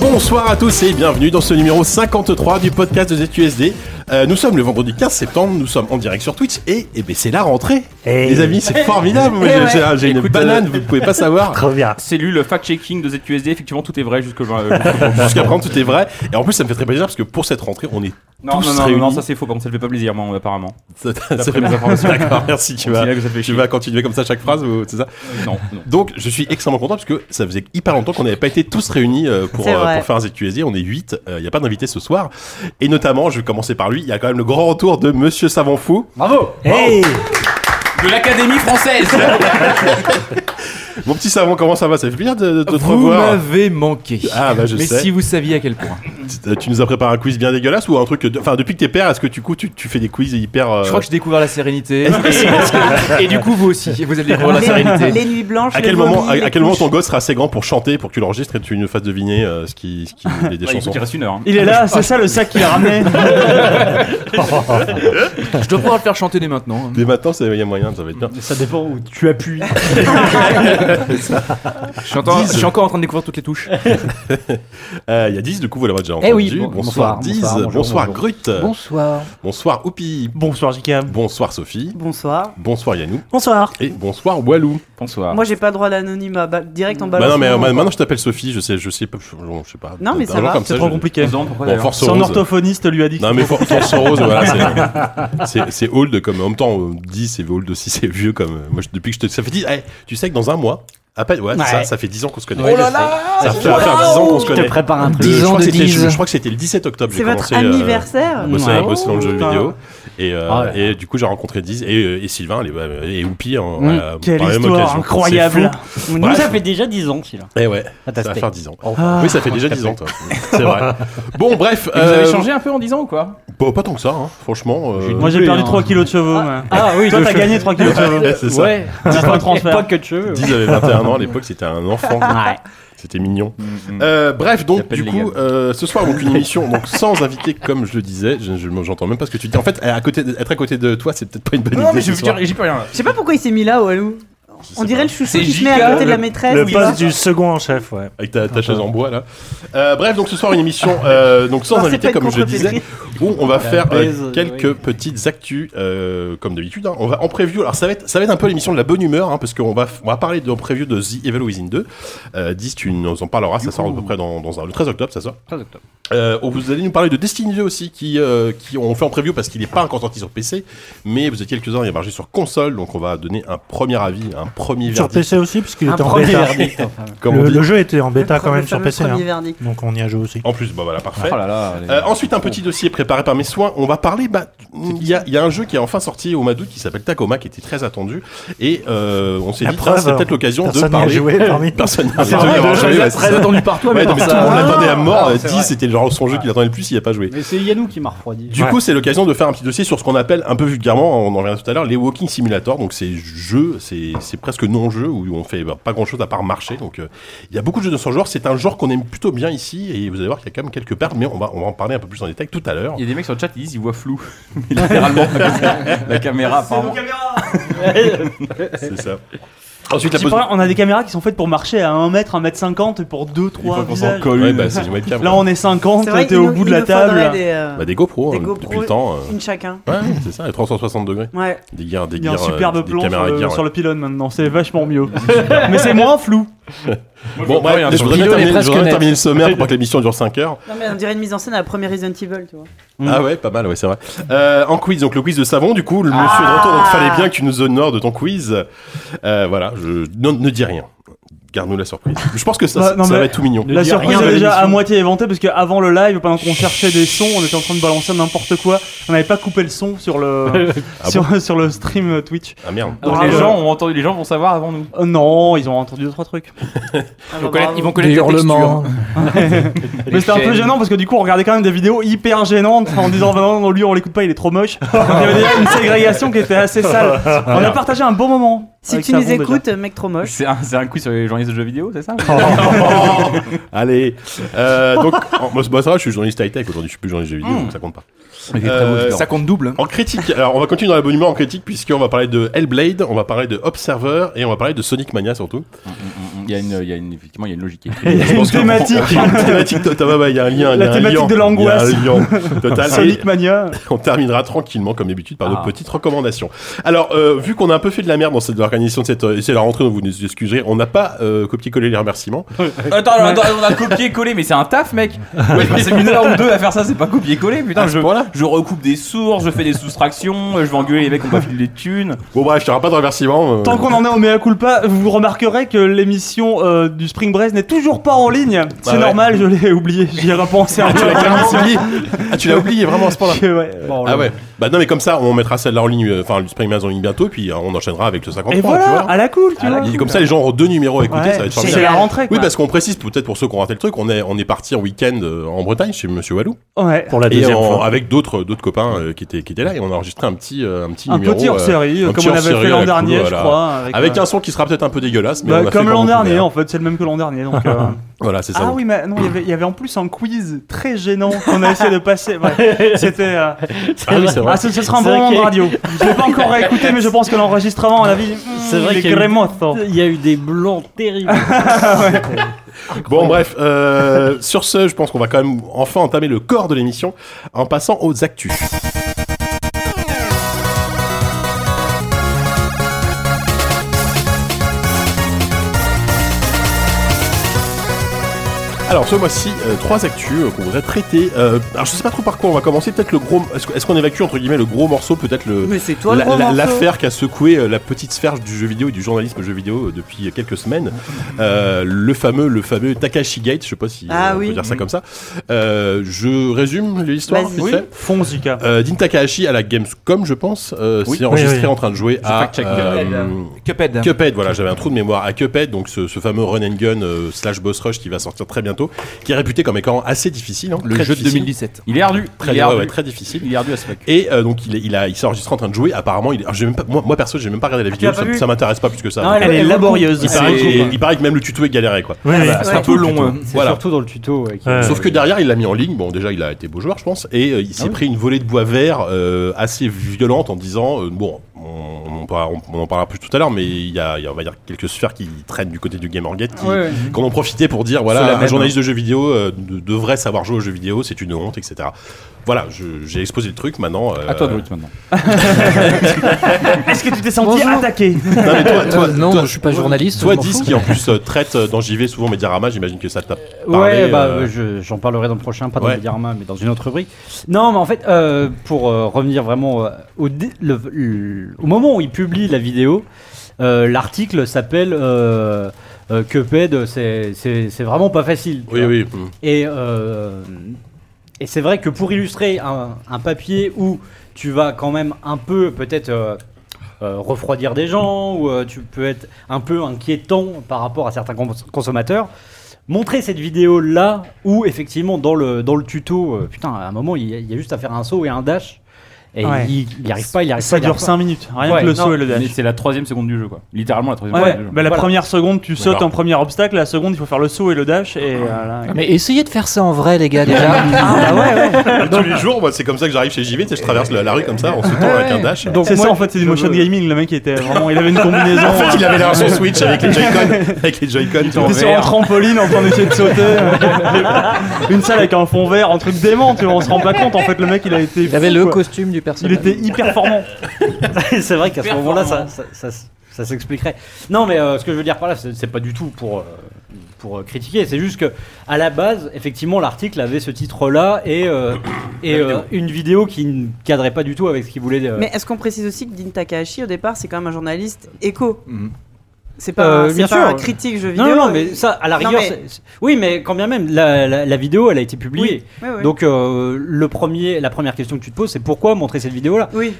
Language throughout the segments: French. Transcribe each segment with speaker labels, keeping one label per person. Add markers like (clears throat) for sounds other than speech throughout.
Speaker 1: Bonsoir à tous et bienvenue dans ce numéro 53 du podcast de ZQSD. Euh, nous sommes le vendredi 15 septembre, nous sommes en direct sur Twitch et, eh ben, c'est la rentrée.
Speaker 2: Eh.
Speaker 1: Les amis,
Speaker 3: (laughs)
Speaker 1: c'est formidable. Moi,
Speaker 3: Eh
Speaker 1: j'ai-
Speaker 3: ouais.
Speaker 1: j'ai- J'ai une
Speaker 3: Écoute,
Speaker 1: banane,
Speaker 3: euh,
Speaker 1: vous pouvez pas
Speaker 3: (laughs)
Speaker 2: (laughs)
Speaker 1: savoir.
Speaker 2: Trop bien.
Speaker 3: C'est lu le fact-checking de ZQSD, effectivement tout est vrai
Speaker 1: (laughs)
Speaker 3: jusque euh,
Speaker 1: Jusqu'à présent, tout est vrai. Et en plus, ça me fait très plaisir parce que pour cette rentrée, on est.
Speaker 3: Non,
Speaker 1: Tous
Speaker 3: non, non, non,
Speaker 1: réunis.
Speaker 3: non, ça c'est faux, par contre, ça ne fait pas plaisir, moi, apparemment.
Speaker 1: Ça
Speaker 3: mes informations.
Speaker 1: D'accord, merci. Tu
Speaker 3: On
Speaker 1: vas,
Speaker 3: dirait que ça fait
Speaker 1: tu
Speaker 3: chier. Euh,
Speaker 1: vas continuer comme ça chaque phrase, ou- c'est ça
Speaker 3: Non, non.
Speaker 1: Donc, je suis extrêmement content parce que ça faisait hyper longtemps qu'on n'avait pas été tous réunis euh, pour,
Speaker 4: C'est
Speaker 1: euh,
Speaker 4: vrai.
Speaker 1: pour faire un ZQSD. On est 8, il n'y a pas d'invité ce soir. Et notamment, je vais commencer par lui, il y a quand même le grand retour de Monsieur Savant Fou.
Speaker 3: Bravo
Speaker 2: Hey
Speaker 3: De
Speaker 1: (laughs)
Speaker 3: l'Académie française
Speaker 1: Euh, Mon petit Savant, comment ça va Ça fait plaisir de, de te
Speaker 5: Vous
Speaker 1: revoir.
Speaker 5: m'avez manqué.
Speaker 1: Ah, bah, je
Speaker 5: Mais
Speaker 1: sais.
Speaker 5: si vous saviez à quel point.
Speaker 1: Tu- Tu nous as préparé un quiz bien dégueulasse ou un truc. de- Enfin, depuis que t'es père, est-ce que du coup tu, tu fais des quiz hyper. euh,
Speaker 5: Je crois que j'ai découvert la sérénité. et, et du coup, vous aussi, vous allez découvrir la
Speaker 4: les,
Speaker 5: sérénité.
Speaker 4: les nuits blanches.
Speaker 1: À
Speaker 4: le
Speaker 1: quel moment,
Speaker 4: vomi,
Speaker 1: à,
Speaker 4: les
Speaker 1: à quel moment ton
Speaker 4: couches.
Speaker 1: gosse sera assez grand pour chanter, pour que tu l'enregistres et tu nous fasses deviner euh, ce qui,
Speaker 3: (laughs)
Speaker 1: ce qui les des
Speaker 3: Il
Speaker 1: chansons
Speaker 3: faut qu'il reste une heure. hein.
Speaker 6: Il est
Speaker 1: Ah,
Speaker 6: là, c'est ça le sac qu'il a ramené.
Speaker 5: Je dois pouvoir le faire chanter dès maintenant. hein.
Speaker 1: Dès maintenant, c'est- il y a moyen, ça va être bien.
Speaker 6: ça dépend où tu appuies.
Speaker 5: (laughs) Je suis, encore-
Speaker 1: Dix.
Speaker 5: je suis encore en train de découvrir toutes les touches.
Speaker 1: (laughs) Euh, Il y a 10, du coup, vous l'avez déjà entendu.
Speaker 2: Eh oui, bon-
Speaker 1: bonsoir,
Speaker 2: bonsoir,
Speaker 1: 10,
Speaker 2: bonsoir,
Speaker 1: bonsoir,
Speaker 2: bonjour, bonjour.
Speaker 1: Grut,
Speaker 2: Bonsoir.
Speaker 1: bonsoir Oupi,
Speaker 6: Bonsoir JK.
Speaker 1: bonsoir Sophie,
Speaker 4: Bonsoir.
Speaker 1: bonsoir Yanou
Speaker 6: Bonsoir.
Speaker 1: et bonsoir Walou.
Speaker 3: Bonsoir.
Speaker 4: Moi, j'ai pas droit à l'anonymat. Bah, direct en bas.
Speaker 1: Ah. Bah non, mais euh, maintenant je t'appelle Sophie, je sais, je sais pas, je, je sais pas.
Speaker 4: Non, mais
Speaker 1: d'un
Speaker 4: ça
Speaker 1: jour
Speaker 4: va,
Speaker 1: comme
Speaker 6: C'est
Speaker 1: je-
Speaker 6: trop compliqué.
Speaker 3: Dedans, pourquoi,
Speaker 1: Bon,
Speaker 3: d'ailleurs
Speaker 1: force
Speaker 6: Son
Speaker 1: rose.
Speaker 6: orthophoniste lui a dit.
Speaker 1: Non mais for- Force Rose, voilà, c'est- c'est c'est old comme en même temps euh, 10 et old aussi (laughs) c'est vieux comme euh, moi je- depuis que je te ça fait 10 eh, tu sais que dans un mois à peine ouais,
Speaker 6: Ouais.
Speaker 1: ça ça fait 10 ans qu'on se connaît.
Speaker 2: Oh là là
Speaker 1: ça fait ça va faire 10 ans qu'on se
Speaker 6: Je te
Speaker 1: connaît.
Speaker 6: prépare un
Speaker 1: Le-
Speaker 6: truc.
Speaker 1: je,
Speaker 2: 10 ans
Speaker 1: crois que
Speaker 2: de
Speaker 1: c'était- je-
Speaker 2: 10.
Speaker 1: je crois que c'était le 17 octobre
Speaker 4: C'est
Speaker 1: j'ai
Speaker 4: votre
Speaker 1: commencé
Speaker 4: anniversaire
Speaker 1: euh, bosser, à
Speaker 6: Ouais.
Speaker 1: bosser dans le jeu
Speaker 6: Oh,
Speaker 1: vidéo et euh,
Speaker 6: Ah ouais.
Speaker 1: et du coup j'ai rencontré 10 et, euh, et Sylvain les- euh, et Oupi en
Speaker 6: Mmh,
Speaker 1: euh,
Speaker 6: Quelle
Speaker 1: par la même
Speaker 6: histoire
Speaker 1: occasion.
Speaker 6: incroyable.
Speaker 1: C'est fou.
Speaker 6: Nous,
Speaker 1: Ouais.
Speaker 6: ça fait déjà 10 ans, celui-là.
Speaker 1: Eh ouais,
Speaker 6: Ah,
Speaker 1: ça
Speaker 6: t'as
Speaker 1: va
Speaker 6: fait.
Speaker 1: faire 10 ans.
Speaker 6: Ah.
Speaker 1: oui, ça fait déjà 10 ans, toi. C'est
Speaker 6: (laughs)
Speaker 1: vrai. Bon, bref.
Speaker 3: Et Vous avez
Speaker 1: euh,
Speaker 3: changé un peu en 10 ans
Speaker 1: (laughs)
Speaker 3: ou quoi
Speaker 1: bah, pas tant que ça, hein, franchement. (laughs) euh,
Speaker 6: Moi, j'ai
Speaker 5: doublé,
Speaker 6: perdu
Speaker 5: hein.
Speaker 6: 3 kilos de cheveux. ouais.
Speaker 5: Ah oui,
Speaker 1: (laughs)
Speaker 6: Toi, t'as gagné 3 kilos de cheveux.
Speaker 1: c'est ça.
Speaker 6: On a fait un transfert.
Speaker 5: que de cheveux.
Speaker 1: 10 avait 21 ans à l'époque, c'était un enfant.
Speaker 6: Ouais. Mm,
Speaker 1: C'était mignon. Euh, bref, donc
Speaker 3: L'appel
Speaker 1: du coup,
Speaker 3: légal.
Speaker 1: euh, ce soir,
Speaker 6: (laughs)
Speaker 1: donc une émission donc sans invité, comme je le disais, je- je- j'entends même pas ce que tu dis. En fait, à côté, être à côté de toi, c'est peut-être pas une bonne idée. ce soir.
Speaker 3: j'ai plus rien.
Speaker 4: Je sais pas pourquoi il s'est mis là, Walou.
Speaker 1: Je sais
Speaker 4: On dirait
Speaker 1: pas.
Speaker 4: le chouchou
Speaker 3: C'est
Speaker 4: qui se
Speaker 3: Jika,
Speaker 4: met à côté de la
Speaker 3: le-
Speaker 4: maîtresse.
Speaker 6: Le
Speaker 4: tu vois.
Speaker 6: poste du second en chef, ouais.
Speaker 1: avec ta, ta chaise en bois là. Euh, bref, donc ce soir une émission euh, donc sans
Speaker 4: Non, c'est pas
Speaker 1: invité,
Speaker 4: une
Speaker 1: comme je
Speaker 4: contre-pétrie.
Speaker 1: disais, où on va faire euh,
Speaker 6: baise, euh,
Speaker 1: quelques
Speaker 6: oui.
Speaker 1: petites actus euh, comme d'habitude. hein. On va en preview. Alors ça va être ça va être un peu l'émission de la bonne humeur hein, parce qu'on va on va parler de en preview de The Evil Within 2. Euh, 10, tu nous en parleras. Ça sort à peu près dans, dans un, le 13 octobre, ça sort. Euh, on- vous allez nous parler de Destiny 2 aussi, qui, euh, qui on fait en preview parce qu'il n'est pas encore sorti sur PC, mais vous êtes quelques-uns à y avoir joué sur console, donc on va donner un premier avis, un premier
Speaker 7: Sur
Speaker 1: verdict.
Speaker 7: PC aussi, puisqu'il
Speaker 6: Un
Speaker 7: était en
Speaker 6: premier
Speaker 7: bêta. (laughs)
Speaker 6: verdict. enfin.
Speaker 1: comme on
Speaker 7: le,
Speaker 1: dit.
Speaker 7: le jeu était en bêta quand
Speaker 4: Le
Speaker 7: même sur
Speaker 4: fameux
Speaker 7: PC.
Speaker 4: premier
Speaker 7: hein.
Speaker 4: verdict.
Speaker 7: Donc on y a joué aussi.
Speaker 1: En plus, bah voilà, parfait.
Speaker 3: Oh là là. les-
Speaker 1: Euh, ensuite, un petit dossier préparé par mes soins. On va parler. Bah, il y a, il y a un jeu qui est enfin sorti au mois d'août qui s'appelle Tacoma, qui était très attendu. Et euh, on s'est
Speaker 7: La
Speaker 1: dit, tiens,
Speaker 7: preuve,
Speaker 1: c'est peut-être l'occasion de
Speaker 7: Personne n'y a
Speaker 1: parler. (laughs)
Speaker 7: joué parmi
Speaker 1: Personne n'y a
Speaker 7: c'est
Speaker 1: joué,
Speaker 7: vrai,
Speaker 1: il y aura
Speaker 7: le jeu
Speaker 1: jamais,
Speaker 7: est
Speaker 1: ouais,
Speaker 5: Très
Speaker 1: c'est ça.
Speaker 5: attendu par toi,
Speaker 1: Ouais, non, mais tout le monde l'attendait à mort.
Speaker 6: Ah, c'est
Speaker 1: 10,
Speaker 6: vrai.
Speaker 1: c'était genre son jeu qu'il attendait le plus, il n'y a pas joué.
Speaker 6: Mais c'est Yannou qui m'a refroidi.
Speaker 1: Du coup, c'est l'occasion de faire un petit dossier sur ce qu'on appelle un peu vulgairement, on en revient tout à l'heure, les walking simulators. Donc, ces jeux, c'est c'est presque non-jeu où on fait bah, pas grand-chose à part marcher. Donc, euh, il y a beaucoup de jeux de ce genre. C'est un genre qu'on aime plutôt bien ici et vous allez voir qu'il y a quand même quelques pertes, mais on va, on va en parler un peu plus en détail tout à l'heure.
Speaker 3: Il y a des mecs sur le chat qui disent ils voient flou. (laughs) Littéralement. la caméra, apparemment. (laughs)
Speaker 1: (laughs) C'est ça. Ensuite, la
Speaker 6: Petit
Speaker 1: pause.
Speaker 6: point, on a des caméras qui sont faites pour marcher à 1 mètre, 1 mètre 50 et pour 2,
Speaker 3: Il faut
Speaker 6: 3
Speaker 3: qu'on s'en
Speaker 6: visages.
Speaker 3: colle
Speaker 1: Ouais,
Speaker 3: une.
Speaker 1: bah, c'est une webcam.
Speaker 6: Là,
Speaker 1: quoi.
Speaker 6: on est
Speaker 4: C'est
Speaker 6: 50,
Speaker 4: vrai
Speaker 6: t'es
Speaker 4: qu'il
Speaker 6: au
Speaker 4: nous-
Speaker 6: bout de
Speaker 4: il
Speaker 6: la
Speaker 4: nous faudrait
Speaker 6: table.
Speaker 4: Des, euh,
Speaker 1: Bah, des GoPro,
Speaker 4: des
Speaker 1: hein,
Speaker 4: GoPro,
Speaker 1: depuis le temps. euh,
Speaker 4: Une chacun.
Speaker 1: Ouais, c'est ça, les 360 degrés.
Speaker 4: Ouais.
Speaker 1: Des gears, des
Speaker 6: Il y a un
Speaker 1: gears, euh,
Speaker 6: superbe
Speaker 1: des
Speaker 6: plan sur
Speaker 1: caméras
Speaker 6: le,
Speaker 1: gears, ouais.
Speaker 6: sur le pylône
Speaker 1: (laughs)
Speaker 6: maintenant, c'est vachement mieux. Mais c'est moins flou.
Speaker 1: Bon, bref, je voudrais bien
Speaker 5: Pilot est
Speaker 1: terminer, je
Speaker 5: presque
Speaker 1: voudrais bien
Speaker 5: net.
Speaker 1: terminer le sommaire pour que l'émission dure 5 heures.
Speaker 4: Non, mais on dirait une mise en scène à la première Resident Evil, tu vois.
Speaker 1: Ah ouais, pas mal, ouais, c'est vrai. Euh, en quiz, donc le quiz de savon, du coup, le
Speaker 6: Ah.
Speaker 1: monsieur de retour, donc fallait bien que tu nous honores de ton quiz. Euh, voilà, je... non, ne dis rien. Garde-nous la surprise. Je pense que ça,
Speaker 6: Bah, non,
Speaker 1: ça
Speaker 6: mais-
Speaker 1: va être tout mignon.
Speaker 6: La
Speaker 1: dis
Speaker 6: surprise
Speaker 1: rien à
Speaker 6: est déjà
Speaker 1: l'émission.
Speaker 6: à moitié éventée parce qu'avant le live, pendant qu'on cherchait des sons, on était en train de balancer n'importe quoi. On n'avait pas coupé le son sur le,
Speaker 1: Ah
Speaker 6: (laughs) sur, sur le stream euh, Twitch.
Speaker 1: Ah merde.
Speaker 3: Donc
Speaker 6: Bravo.
Speaker 3: les gens ont entendu, les gens vont savoir avant nous.
Speaker 6: Euh, non, ils ont entendu 2
Speaker 1: (laughs)
Speaker 6: trois trucs.
Speaker 4: Ah,
Speaker 3: Ils vont
Speaker 4: bah,
Speaker 3: connaître, ils vont
Speaker 5: Des
Speaker 3: connaître la
Speaker 5: hurlements.
Speaker 6: (laughs)
Speaker 3: (laughs)
Speaker 6: Mais c'était un peu gênant parce que du coup, on regardait quand même des vidéos hyper gênantes en disant (laughs) bah non, non, lui on l'écoute pas, il est trop moche. (laughs) Donc, il y avait déjà une ségrégation qui était
Speaker 1: (laughs)
Speaker 6: assez sale. On
Speaker 1: Ah.
Speaker 6: a partagé un bon moment.
Speaker 4: Si
Speaker 6: avec
Speaker 4: tu nous
Speaker 6: Savon, déjà.
Speaker 4: écoutes, mec trop moche.
Speaker 3: C'est un, Ah, c'est un quiz sur les journalistes de jeux vidéo,
Speaker 1: (laughs)
Speaker 3: c'est ça
Speaker 1: Allez. Euh, donc, en- moi, c'est- moi, ça va, je suis journaliste high-tech aujourd'hui, je suis plus journaliste de jeux vidéo,
Speaker 3: Hmm.
Speaker 1: donc ça compte pas. Euh,
Speaker 5: Ça compte double. hein.
Speaker 1: En critique, alors on va continuer dans la bonne humeur en
Speaker 3: Hmm,
Speaker 1: critique puisqu'on va parler de Hellblade, on va parler de Observer et on va parler de Sonic Mania surtout.
Speaker 3: il y a une, il y a une, effectivement, il y a une logique.
Speaker 6: Il y a
Speaker 1: Je
Speaker 6: une
Speaker 1: pense qu'on-
Speaker 6: thématique.
Speaker 1: Il y a une thématique de Tamama, il y a un lien. il y a
Speaker 6: La
Speaker 1: un
Speaker 6: thématique
Speaker 1: lien,
Speaker 6: de l'angoisse.
Speaker 1: Il y a un lien total. Et
Speaker 6: Sonic Mania.
Speaker 1: (laughs) on terminera tranquillement, comme d'habitude, par
Speaker 3: Ah.
Speaker 1: nos petites recommandations. Alors, euh, vu qu'on a un peu fait de la merde dans cette dans l'organisation de cette, euh, c'est la rentrée, donc vous nous excuserez, on n'a pas euh, copié-collé les
Speaker 6: (laughs)
Speaker 1: remerciements.
Speaker 3: (laughs) Attends, attends, on a copié-collé, mais c'est un taf, mec. Ouais, je passais une heure ou deux à faire ça, c'est pas copier-coller, putain. je, je recoupe des sources, je fais des soustractions, euh, je vais engueuler les mecs qui ont pas filé des thunes.
Speaker 1: Bon bref, je t'aurai pas de remerciements. euh,
Speaker 6: Tant qu'on en est au mea culpa, vous remarquerez que l'émission euh, du Spring Break n'est toujours pas en ligne. C'est
Speaker 1: ouais.
Speaker 6: normal, je l'ai oublié. J'y ai repensé un
Speaker 1: Tu
Speaker 6: peu.
Speaker 1: l'as
Speaker 6: (laughs)
Speaker 1: clairement oublié. Ah, tu l'as oublié vraiment à ce point-là.
Speaker 6: Que, ouais.
Speaker 1: Ah ouais. Bah non, mais comme ça, on mettra celle-là en ligne, euh, enfin, le Springman en ligne bientôt, puis euh, on enchaînera avec le 53.
Speaker 6: Et
Speaker 1: tu
Speaker 6: voilà,
Speaker 1: vois.
Speaker 6: à la cool, tu
Speaker 1: Et
Speaker 6: vois.
Speaker 1: comme ça, les gens auront deux numéros à écouter,
Speaker 6: Ouais,
Speaker 1: ça va être
Speaker 6: c'est
Speaker 1: formidable.
Speaker 6: la rentrée.
Speaker 1: Oui,
Speaker 6: Quoi.
Speaker 1: parce qu'on précise peut-être pour ceux qui ont raté le truc, on est, on est parti en week-end euh, en Bretagne chez Monsieur Walou.
Speaker 6: Ouais.
Speaker 2: Pour la
Speaker 1: Et
Speaker 2: deuxième
Speaker 1: en-
Speaker 2: fois.
Speaker 1: avec d'autres d'autres copains euh, qui étaient qui étaient là et on a enregistré un petit euh, un petit
Speaker 6: Un
Speaker 1: numéro
Speaker 6: petit hors
Speaker 1: euh,
Speaker 6: série,
Speaker 1: un
Speaker 6: comme
Speaker 1: petit
Speaker 6: on avait
Speaker 1: hors-série
Speaker 6: fait
Speaker 1: à
Speaker 6: l'an
Speaker 1: la
Speaker 6: dernier,
Speaker 1: cool,
Speaker 6: je
Speaker 1: voilà.
Speaker 6: crois.
Speaker 1: avec
Speaker 6: euh,
Speaker 1: un son qui sera peut-être un peu dégueulasse mais
Speaker 6: bah,
Speaker 1: on l'a fait
Speaker 6: comme
Speaker 1: quand
Speaker 6: l'an
Speaker 1: on pouvait,
Speaker 6: dernier,
Speaker 1: hein.
Speaker 6: en fait, c'est le même que l'an dernier. Donc, euh,
Speaker 1: voilà c'est ça
Speaker 6: Ah
Speaker 1: donc.
Speaker 6: oui, mais non, il y avait- il y avait en plus un quiz très gênant qu'on a essayé de passer. Ouais. C'était. euh,
Speaker 1: Ah oui, c'est vrai.
Speaker 6: Ah, ce, ce sera un
Speaker 2: C'est
Speaker 6: bon
Speaker 2: vrai
Speaker 6: moment de
Speaker 2: qu'il y a-
Speaker 6: radio. Je l'ai pas encore réécouté, mais je pense que l'enregistrement, à la vie.
Speaker 2: C'est vrai qu'il y a eu-
Speaker 6: hein.
Speaker 2: Il y a eu des blancs terribles.
Speaker 1: Bon bref, euh, sur ce, je pense qu'on va quand même enfin entamer le corps de l'émission en passant aux actus. Alors ce mois-ci, euh, trois actus euh, qu'on voudrait traiter. Euh, alors je sais pas trop par quoi on va commencer. Peut-être le gros. Est-ce que- est-ce qu'on évacue entre guillemets le gros morceau Peut-être le
Speaker 4: Mais c'est toi le
Speaker 1: la-
Speaker 4: gros
Speaker 1: la-
Speaker 4: morceau.
Speaker 1: l'affaire qui a secoué euh, la petite sphère du jeu vidéo et du journalisme jeu vidéo euh, depuis quelques semaines. Euh, le fameux, le fameux Takashi Gate, je sais pas si euh,
Speaker 4: Ah
Speaker 1: on
Speaker 4: oui.
Speaker 1: peut dire ça comme ça. Euh, je résume l'histoire.
Speaker 4: Vas-y.
Speaker 1: vite
Speaker 4: Oui.
Speaker 1: fait.
Speaker 6: Fonzika.
Speaker 1: Euh, Din Takahashi à la Gamescom, je pense, euh,
Speaker 3: Oui.
Speaker 1: s'est enregistré
Speaker 2: Oui, oui.
Speaker 1: en train de jouer à
Speaker 3: fact-check
Speaker 1: euh,
Speaker 3: Cuphead.
Speaker 1: Cuphead, voilà, j'avais un trou de mémoire à Cuphead, donc ce, ce fameux run and gun euh, slash boss rush qui va sortir très bientôt, qui est réputé comme étant assez difficile. hein,
Speaker 3: Le
Speaker 1: très
Speaker 3: jeu de
Speaker 1: difficile.
Speaker 3: 2017. Il est ardu.
Speaker 1: Très,
Speaker 3: il est
Speaker 1: ouais,
Speaker 3: ardu.
Speaker 1: ouais, très difficile.
Speaker 3: Il est ardu à ce fuck.
Speaker 1: Et euh, donc il, est- il, a, il s'est enregistré en train de jouer. Apparemment, il, alors, j'ai même pas, moi, moi perso, j'ai même pas
Speaker 2: Ah,
Speaker 1: regardé la vidéo.
Speaker 6: l'as pas
Speaker 1: ça
Speaker 6: vu
Speaker 1: ça m'intéresse pas plus que ça.
Speaker 2: Non, elle, est laborieuse.
Speaker 1: il, paraît que, il paraît que même le tuto est galéré quoi.
Speaker 2: Ouais, ouais.
Speaker 3: C'est un peu long. euh.
Speaker 7: C'est
Speaker 1: hein. Voilà.
Speaker 7: surtout dans le tuto. ouais, qui-
Speaker 2: Ouais.
Speaker 1: Sauf que derrière, il l'a mis en ligne. Bon, déjà, il a été beau joueur, je pense, et euh, il s'est pris une volée de bois vert euh, assez violente en disant euh, bon, on, on en parlera- on- on en parlera plus tout à l'heure, mais il y, a, il y a, on va dire, quelques sphères qui traînent du côté du Gamergate qui,
Speaker 4: Ouais, ouais.
Speaker 1: qu'on en profitait pour dire
Speaker 3: Ceux
Speaker 1: voilà
Speaker 3: la
Speaker 1: un
Speaker 3: même,
Speaker 1: journaliste de jeux vidéo euh, de- devrait savoir jouer aux jeux vidéo, c'est une honte, etc. Voilà, je- j'ai exposé le truc. Maintenant, euh,
Speaker 3: À toi, Brut,
Speaker 1: (laughs)
Speaker 3: maintenant.
Speaker 6: Est-ce que tu t'es senti attaqué
Speaker 1: Non, mais toi, toi,
Speaker 7: Euh, non,
Speaker 1: toi-
Speaker 7: je suis pas journaliste,
Speaker 1: Toi,
Speaker 7: je m'en
Speaker 1: dis
Speaker 7: fous.
Speaker 1: qui en plus euh, traite euh, dans JV souvent Mediarama, j'imagine que ça t'a parlé.
Speaker 7: Ouais, bah,
Speaker 1: euh,
Speaker 7: ouais, je- j'en parlerai dans le prochain, pas dans
Speaker 1: Ouais.
Speaker 7: le Diarma, mais dans une autre rubrique. Non, mais en fait, euh, pour euh, revenir vraiment euh, au, dé- le- le- au moment où il publie la vidéo, euh, l'article s'appelle euh, euh, Cuphead, c'est- c'est c'est vraiment pas facile. tu
Speaker 1: Oui,
Speaker 7: vois.
Speaker 1: oui. mm.
Speaker 7: Et, euh, et c'est vrai que pour illustrer un, un papier où tu vas quand même un peu peut-être euh, euh, refroidir des gens, ou euh, tu peux être un peu inquiétant par rapport à certains cons- consommateurs, montrer cette vidéo-là où effectivement dans le, dans le tuto, euh, putain, à un moment, il y, a, il y a juste à faire un saut et un dash. Et
Speaker 6: Ouais.
Speaker 7: il n'y arrive pas, il n'y arrive
Speaker 6: Ça
Speaker 7: pas. il y
Speaker 6: dure
Speaker 7: arrive pas.
Speaker 6: 5 minutes, rien
Speaker 7: Ouais,
Speaker 6: que le
Speaker 7: non,
Speaker 6: saut et le
Speaker 3: Mais
Speaker 6: dash.
Speaker 3: C'est la troisième seconde du jeu, quoi. Littéralement la troisième
Speaker 6: Ouais,
Speaker 3: seconde du
Speaker 6: bah,
Speaker 3: jeu.
Speaker 6: la
Speaker 7: Voilà.
Speaker 6: première seconde, tu sautes
Speaker 1: D'accord. Ah.
Speaker 6: en premier obstacle, la seconde, il faut faire le saut et le dash. Et voilà.
Speaker 8: Ah, Mais essayez de faire ça en vrai, les gars,
Speaker 6: (laughs)
Speaker 8: déjà.
Speaker 7: Ah,
Speaker 1: (laughs) Tous les jours, moi, c'est comme ça que j'arrive chez JV, tu sais, je traverse la, la rue comme ça en sautant avec un dash.
Speaker 7: Donc,
Speaker 6: C'est
Speaker 7: moi,
Speaker 6: ça en fait, c'est du
Speaker 7: je
Speaker 6: motion
Speaker 7: veux-
Speaker 6: gaming. Le mec était vraiment.
Speaker 1: (laughs)
Speaker 6: Il avait une combinaison.
Speaker 1: En fait, il avait l'air sur Switch avec
Speaker 6: (laughs)
Speaker 1: les Joy-Con. avec les Joy-Con, tu
Speaker 6: Il
Speaker 1: vois.
Speaker 6: était sur un trampoline en train d'essayer
Speaker 1: (laughs)
Speaker 6: de sauter. une salle avec un fond vert, un truc dément, tu vois, on se rend pas compte. En fait, le mec, il a été.
Speaker 8: Il avait
Speaker 6: fou,
Speaker 8: le
Speaker 6: quoi.
Speaker 8: costume du
Speaker 6: Il
Speaker 8: personnage.
Speaker 6: était hyper performant.
Speaker 7: (laughs) c'est vrai qu'à ce moment-là, ça,
Speaker 3: Performant.
Speaker 7: ça, ça- ça s'expliquerait. Non, mais euh, ce que je veux dire par là, c'est c'est pas du tout pour, euh, pour euh, critiquer. C'est juste que, à la base, effectivement, l'article avait ce titre-là et, euh, et euh, une vidéo qui ne cadrait pas du tout avec ce qu'il voulait. euh,
Speaker 4: Mais est-ce qu'on précise aussi que Din Takahashi, au départ, c'est quand même un journaliste éco
Speaker 3: Mhm.
Speaker 4: C'est pas,
Speaker 7: Mm. Euh,
Speaker 4: c'est
Speaker 7: bien
Speaker 4: pas
Speaker 7: sûr.
Speaker 4: un critique jeu vidéo. euh,
Speaker 7: non, non, non, mais ça, à la
Speaker 4: Non,
Speaker 7: rigueur,
Speaker 4: mais-
Speaker 7: c'est- c'est- oui, mais quand bien même, la, la- la vidéo, elle a été publiée.
Speaker 4: Ouais, ouais.
Speaker 7: Donc, euh, le premier, la première question que tu te poses, c'est pourquoi montrer cette vidéo-là
Speaker 4: Oui,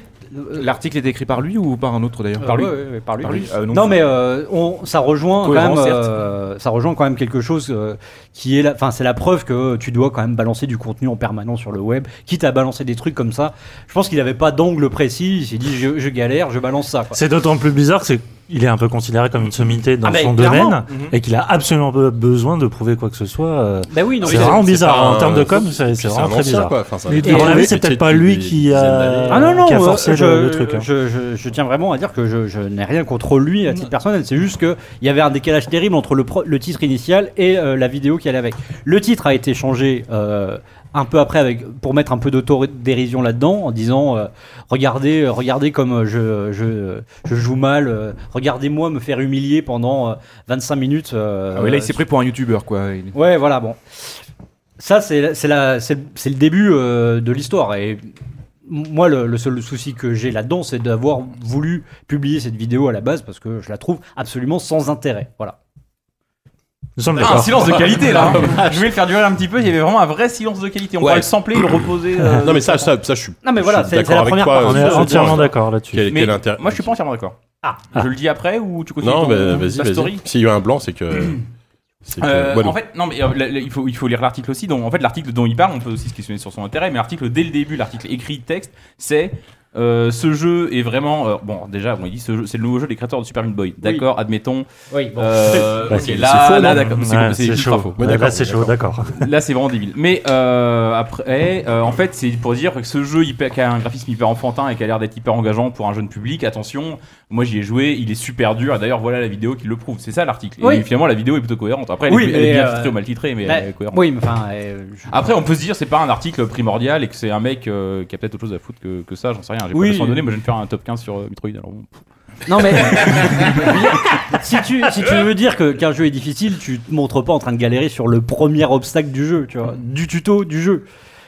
Speaker 3: L'article est écrit par lui ou par un autre d'ailleurs
Speaker 7: Euh,
Speaker 3: Par lui.
Speaker 7: ouais, ouais, ouais, par lui.
Speaker 3: Par lui. Euh, donc-
Speaker 7: Non mais euh, on, ça rejoint quand
Speaker 3: Cohérent,
Speaker 7: même, euh, ça rejoint quand même quelque chose euh, qui est, la- enfin c'est la preuve que tu dois quand même balancer du contenu en permanence sur le web, quitte à balancer des trucs comme ça. Je pense qu'il n'avait pas d'angle précis, il s'est dit je, je galère, je balance ça. quoi.
Speaker 2: C'est d'autant plus bizarre que c'est
Speaker 9: il est un peu considéré comme une sommité dans
Speaker 7: Ah ben,
Speaker 9: son
Speaker 7: clairement.
Speaker 9: domaine et qu'il a absolument pas besoin de prouver quoi que ce soit. euh,
Speaker 7: Bah oui, non,
Speaker 9: c'est
Speaker 7: mais-
Speaker 9: vraiment
Speaker 1: c'est
Speaker 9: bizarre
Speaker 1: pas
Speaker 9: hein, en
Speaker 1: un-
Speaker 9: termes de com, c'est
Speaker 1: c'est
Speaker 9: c'est
Speaker 1: un
Speaker 9: vraiment très
Speaker 1: ancien,
Speaker 9: bizarre.
Speaker 1: quoi. Enfin, ça-
Speaker 9: Et à mon avis, c'est peut-être pas lui qui a,
Speaker 7: Ah non, non,
Speaker 9: qui a
Speaker 7: euh,
Speaker 9: forcé
Speaker 7: je,
Speaker 9: le, le truc. hein.
Speaker 7: Je, je- je tiens vraiment à dire que je, je n'ai rien contre lui à titre personnel. C'est juste qu'il y avait un décalage terrible entre le, pro- le titre initial et euh, la vidéo qui allait avec. Le titre a été changé euh, un peu après avec, pour mettre un peu d'autodérision là-dedans en disant euh, Regardez, euh, regardez comme euh, je, je, je joue mal, euh, regardez-moi me faire humilier pendant euh, 25 minutes. euh,
Speaker 5: Ah oui, là, il s'est pris pour un youtubeur, quoi. Il-
Speaker 7: Ouais, voilà, bon. Ça, c'est la- c'est la- c'est le c'est le début euh, de l'histoire. Et m- moi, le, le seul souci que j'ai là-dedans, c'est d'avoir voulu publier cette vidéo à la base parce que je la trouve absolument sans intérêt. Voilà.
Speaker 9: Nous sommes
Speaker 3: Ah, un
Speaker 9: d'accord.
Speaker 3: silence de qualité
Speaker 6: (laughs)
Speaker 3: là. je voulais le faire durer un petit peu. Il y avait vraiment un vrai silence de qualité. On
Speaker 1: Ouais.
Speaker 3: pourrait le sampler, le reposer. euh,
Speaker 1: Non, mais ça, ça, ça, je suis.
Speaker 7: Non, mais
Speaker 1: je
Speaker 7: voilà,
Speaker 1: suis
Speaker 7: c'est c'est
Speaker 1: d'accord
Speaker 7: la
Speaker 1: avec
Speaker 7: première
Speaker 1: toi,
Speaker 7: partie.
Speaker 9: On
Speaker 1: euh,
Speaker 9: est
Speaker 1: sur-
Speaker 9: entièrement d'accord là-dessus.
Speaker 1: Quel,
Speaker 3: Mais
Speaker 1: quel intérêt
Speaker 3: Moi, je suis pas entièrement d'accord.
Speaker 7: Ah.
Speaker 3: Je le dis après ou tu continues
Speaker 1: Non,
Speaker 3: ton-
Speaker 1: mais vas-y,
Speaker 3: ta story
Speaker 1: vas-y. S'il y a eu un blanc, c'est
Speaker 7: Euh,
Speaker 1: que.
Speaker 3: (clears throat)
Speaker 1: c'est que-
Speaker 3: Euh,
Speaker 1: voilà.
Speaker 3: en fait, non, mais euh, la- la- il, faut, il faut lire l'article aussi. Donc, en fait, l'article dont il parle, on peut aussi se questionner sur son intérêt, mais l'article, dès le début, l'article écrit de texte, c'est euh, ce jeu est vraiment. euh, bon, déjà, bon, il dit ce jeu- c'est le nouveau jeu des créateurs de Super Meat Boy. D'accord, admettons.
Speaker 7: Oui, bon.
Speaker 3: Euh,
Speaker 9: (laughs) Bah,
Speaker 3: ok,
Speaker 9: c'est-
Speaker 3: là,
Speaker 9: c'est faux,
Speaker 3: là,
Speaker 9: non
Speaker 3: d'accord, c'est-
Speaker 9: Ouais,
Speaker 3: c'est
Speaker 9: c'est
Speaker 3: ultra faux.
Speaker 9: chaud.
Speaker 1: Ouais,
Speaker 9: Ouais,
Speaker 1: d'accord,
Speaker 9: Là, c'est chaud, d'accord.
Speaker 3: Là, c'est vraiment débile. Mais euh, après, euh, en fait, c'est pour dire que ce jeu hyper- qui a un graphisme hyper enfantin et qui a l'air d'être hyper engageant pour un jeune public, attention, moi j'y ai joué, il est super dur. Et d'ailleurs, voilà la vidéo qui le prouve. C'est ça l'article. Et
Speaker 7: Oui.
Speaker 3: finalement, la vidéo est plutôt cohérente. (laughs) Après, elle,
Speaker 7: Oui,
Speaker 3: est, elle est
Speaker 7: mais,
Speaker 3: bien
Speaker 7: euh,
Speaker 3: titrée ou mal titrée, mais
Speaker 7: là-
Speaker 3: elle est cohérente.
Speaker 7: oui, mais enfin. euh, je-
Speaker 3: Après, on peut se dire c'est pas un article primordial et que c'est un mec euh, qui a peut-être autre chose à foutre que, que ça, j'en sais rien. J'ai
Speaker 7: Oui.
Speaker 3: pas le temps de donner, moi je viens de faire un top 15 sur euh, Metroid. Alors bon.
Speaker 7: Non, mais. (laughs) si, tu, si tu veux dire que- qu'un jeu est difficile, tu te montres pas en train de galérer sur le premier obstacle du jeu, tu vois, du tuto du jeu.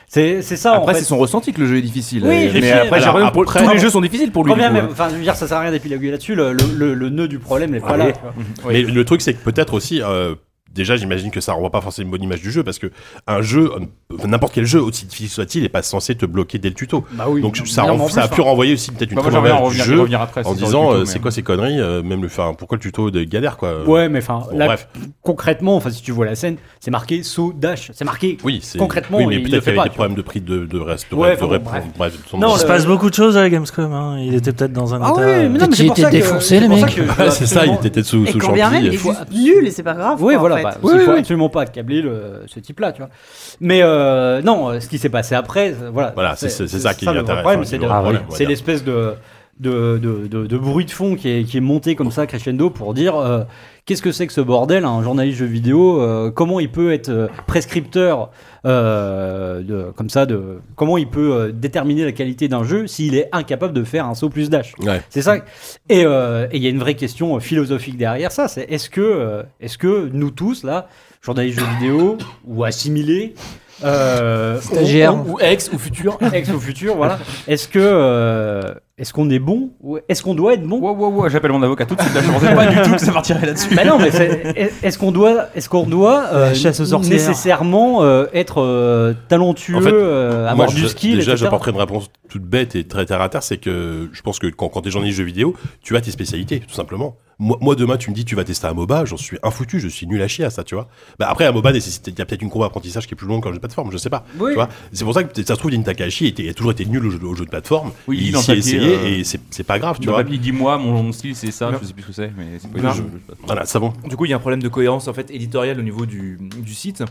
Speaker 7: C'est c'est ça en
Speaker 5: Après,
Speaker 7: fait.
Speaker 5: c'est son ressenti que le jeu est difficile.
Speaker 7: Oui,
Speaker 5: euh,
Speaker 7: je
Speaker 5: mais
Speaker 7: sais,
Speaker 5: après, j'ai
Speaker 7: alors,
Speaker 5: rien pour-
Speaker 1: après-
Speaker 5: tous les jeux sont difficiles pour lui.
Speaker 7: Quand bien
Speaker 5: du coup,
Speaker 7: même, enfin, je veux dire, ça sert à rien d'épiloguer là-dessus. Le, le- le- le nœud du problème n'est pas là.
Speaker 1: Allez.
Speaker 7: tu vois.
Speaker 1: Mais le truc, c'est que peut-être aussi. euh, Déjà, j'imagine que ça renvoie pas forcément une bonne image du jeu parce que un jeu, euh, n'importe quel jeu, aussi difficile soit-il, est pas censé te bloquer dès le tuto.
Speaker 7: Bah oui.
Speaker 1: Donc
Speaker 7: non,
Speaker 1: ça,
Speaker 7: mais non,
Speaker 1: renf-
Speaker 7: mais en
Speaker 1: ça a
Speaker 7: plus, hein.
Speaker 1: pu renvoyer aussi peut-être une
Speaker 3: Bah, moi
Speaker 1: très
Speaker 3: j'aimerais
Speaker 1: mauvaise
Speaker 3: en
Speaker 1: du
Speaker 3: revenir, y
Speaker 1: jeu
Speaker 3: revenir après.
Speaker 1: en
Speaker 3: c'est sur le
Speaker 1: disant
Speaker 3: tuto,
Speaker 1: euh,
Speaker 3: mais-
Speaker 1: c'est quoi ces conneries, euh, même le, enfin, pourquoi le tuto de galère quoi.
Speaker 7: enfin, Ouais, mais enfin,
Speaker 1: Bon,
Speaker 7: là,
Speaker 1: bref.
Speaker 7: concrètement, enfin, si tu vois la scène, c'est marqué saut dash. C'est marqué.
Speaker 1: Oui, c'est
Speaker 7: Concrètement,
Speaker 1: oui, mais
Speaker 7: il le
Speaker 1: peut-être
Speaker 7: fait
Speaker 1: qu'il y
Speaker 7: pas,
Speaker 1: avait des
Speaker 7: tu
Speaker 1: problèmes de prix de, de reste, de,
Speaker 7: Ouais,
Speaker 1: reste, de
Speaker 7: enfin,
Speaker 1: rép-
Speaker 7: bref.
Speaker 1: bref, de son-
Speaker 7: Non,
Speaker 9: Il se
Speaker 7: le-
Speaker 9: passe beaucoup de choses à la Gamescom. hein. Il était peut-être dans un
Speaker 7: Ah
Speaker 9: état.
Speaker 7: oui, mais non,
Speaker 8: peut-être
Speaker 7: mais c'est
Speaker 8: qu'il
Speaker 7: pour
Speaker 8: était
Speaker 7: ça que-
Speaker 8: défoncé,
Speaker 7: c'est
Speaker 8: les
Speaker 7: pour ça
Speaker 8: mecs.
Speaker 7: que je veux
Speaker 1: Ah, c'est ça,
Speaker 7: absolument-
Speaker 1: il était sous, euh,
Speaker 4: Et
Speaker 1: sous
Speaker 4: quand bien même,
Speaker 1: champi.
Speaker 4: il est juste nul et c'est pas grave.
Speaker 7: Oui,
Speaker 4: quoi, en
Speaker 7: voilà,
Speaker 4: fait.
Speaker 7: bah, il faut absolument pas accabler le- ce type-là, tu vois. Mais euh, non, euh, ce qui s'est passé après, euh, voilà.
Speaker 1: Voilà, c'est- c'est- c'est ça qui est
Speaker 7: le vrai
Speaker 1: intéressant, Ah
Speaker 7: problème,
Speaker 1: c'est
Speaker 7: c'est
Speaker 1: le
Speaker 7: de-
Speaker 1: problème,
Speaker 7: c'est
Speaker 1: on va dire.
Speaker 7: l'espèce de, de, de, de- de bruit de fond qui est, qui est monté comme ça, crescendo, pour dire euh, qu'est-ce que c'est que ce bordel, hein, un journaliste jeu vidéo, euh, comment il peut être euh, prescripteur euh, de, comme ça, de, comment il peut euh, déterminer la qualité d'un jeu s'il est incapable de faire un saut plus dash.
Speaker 1: Ouais.
Speaker 7: C'est ça. Et euh, et il y a une vraie question philosophique derrière ça. C'est est-ce que, euh, est-ce que nous tous, là, journalistes jeux vidéo ou assimilés, euh,
Speaker 8: Stagiaires.
Speaker 7: ou, ou ex ou futur, ex ou futur, voilà, est-ce que, euh, est-ce qu'on est bon ou est-ce qu'on doit être bon
Speaker 3: Wow, wow, wow, j'appelle mon avocat tout de suite. là, Je pensais pas du tout que ça partirait là-dessus.
Speaker 7: Bah non, mais c'est- est-ce qu'on doit, est-ce qu'on doit euh,
Speaker 6: La chasse aux sorcières.
Speaker 7: nécessairement euh, être euh, talentueux,
Speaker 1: En fait,
Speaker 7: euh, avoir
Speaker 1: Moi,
Speaker 7: du
Speaker 1: je-
Speaker 7: skill,
Speaker 1: Déjà,
Speaker 7: etc.
Speaker 1: j'apporterai une réponse toute bête et très terre à terre, c'est que je pense que quand, quand t'es journaliste jeux vidéo, tu as tes spécialités, tout simplement. Moi, moi, demain, tu me dis, tu vas tester un MOBA, j'en suis infoutu, je suis nul à chier à ça, tu vois. Bah, après, un MOBA nécessite, il y a peut-être une courbe d'apprentissage qui est plus longue quand j'ai pas de forme, je sais pas.
Speaker 7: Oui.
Speaker 1: Tu vois, c'est pour ça que peut-être ça se trouve, Din Takahashi était, a toujours été nul au jeu, au jeu de plateforme.
Speaker 3: Oui,
Speaker 1: il
Speaker 3: dans
Speaker 1: s'y est
Speaker 3: le papier,
Speaker 1: essayé
Speaker 3: euh,
Speaker 1: et c'est c'est pas grave, tu
Speaker 3: Dans
Speaker 1: vois.
Speaker 3: le papier, dis-moi, mon mon style c'est ça,
Speaker 5: Non.
Speaker 3: je sais plus ce que c'est, mais c'est pas
Speaker 5: Non.
Speaker 3: le jeu. je sais pas.
Speaker 1: Voilà, ça bon.
Speaker 5: Du coup, il y a un problème de cohérence en fait éditoriale au niveau du, du site.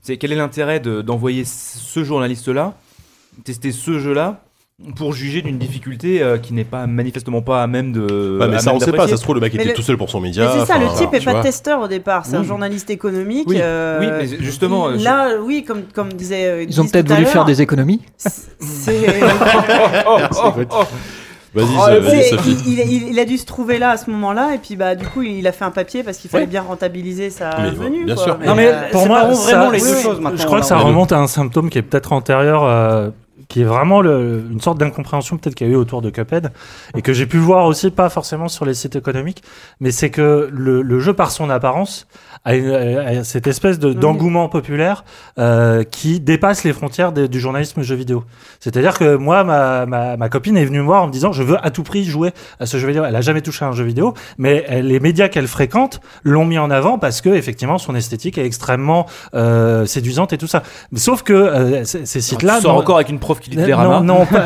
Speaker 5: C'est quel est l'intérêt de- d'envoyer ce journaliste-là tester ce jeu-là pour juger d'une difficulté euh, qui n'est pas manifestement pas à même de.
Speaker 1: Ouais, mais
Speaker 5: à
Speaker 1: ça,
Speaker 5: même
Speaker 1: on sait pas,
Speaker 5: d'apprécier.
Speaker 1: ça se trouve, le mec
Speaker 4: Mais
Speaker 1: était
Speaker 4: le-
Speaker 1: tout seul pour son
Speaker 4: Mais
Speaker 1: média.
Speaker 4: c'est ça, le
Speaker 1: enfin,
Speaker 4: type est
Speaker 1: tu
Speaker 4: pas
Speaker 1: vois.
Speaker 4: testeur au départ, c'est un
Speaker 5: Oui.
Speaker 4: journaliste économique.
Speaker 5: Oui.
Speaker 4: euh,
Speaker 5: Oui, mais justement,
Speaker 4: il-
Speaker 5: euh, je-
Speaker 4: Là, oui, comme, comme disait. euh,
Speaker 8: Ils ont
Speaker 4: Guise
Speaker 8: peut-être
Speaker 4: tout à
Speaker 8: voulu
Speaker 4: l'heure,
Speaker 8: faire des économies.
Speaker 1: (laughs)
Speaker 4: C'est. euh,
Speaker 1: Vas-y,
Speaker 5: Ah,
Speaker 1: euh,
Speaker 5: mais
Speaker 1: vas-y,
Speaker 4: c'est-
Speaker 1: Sophie.
Speaker 4: il, il- il- il a dû se trouver là à ce moment-là, et puis bah, du coup, il a fait un papier parce qu'il fallait bien rentabiliser sa
Speaker 1: Mais,
Speaker 4: venue.
Speaker 1: bien
Speaker 4: quoi.
Speaker 1: sûr.
Speaker 7: Non mais
Speaker 4: euh,
Speaker 7: pour moi,
Speaker 9: ça-
Speaker 7: vraiment les
Speaker 9: oui,
Speaker 7: deux
Speaker 9: oui.
Speaker 7: choses maintenant.
Speaker 9: Je crois que ça
Speaker 1: là.
Speaker 9: remonte à un symptôme qui est peut-être antérieur, euh, qui est vraiment le- une sorte d'incompréhension peut-être qu'il y a eu autour de Cuphead et que j'ai pu voir aussi, pas forcément sur les sites économiques, mais c'est que le, le jeu par son apparence a, une- a cette espèce de- d'engouement populaire euh, qui dépasse les frontières des- du journalisme jeu vidéo. C'est-à-dire que moi, ma, ma, ma copine est venue me voir en me disant je veux à tout prix jouer à ce jeu vidéo. Elle a jamais touché à un jeu vidéo, mais elle- les médias qu'elle fréquente l'ont mis en avant parce que effectivement son esthétique est extrêmement euh, séduisante et tout ça. Sauf que euh, c- ces
Speaker 5: Tu
Speaker 9: sites-là,
Speaker 5: sors
Speaker 9: dans-
Speaker 5: encore avec une prof qui lit les ramas.
Speaker 9: Non, non,
Speaker 5: (laughs)
Speaker 9: pas-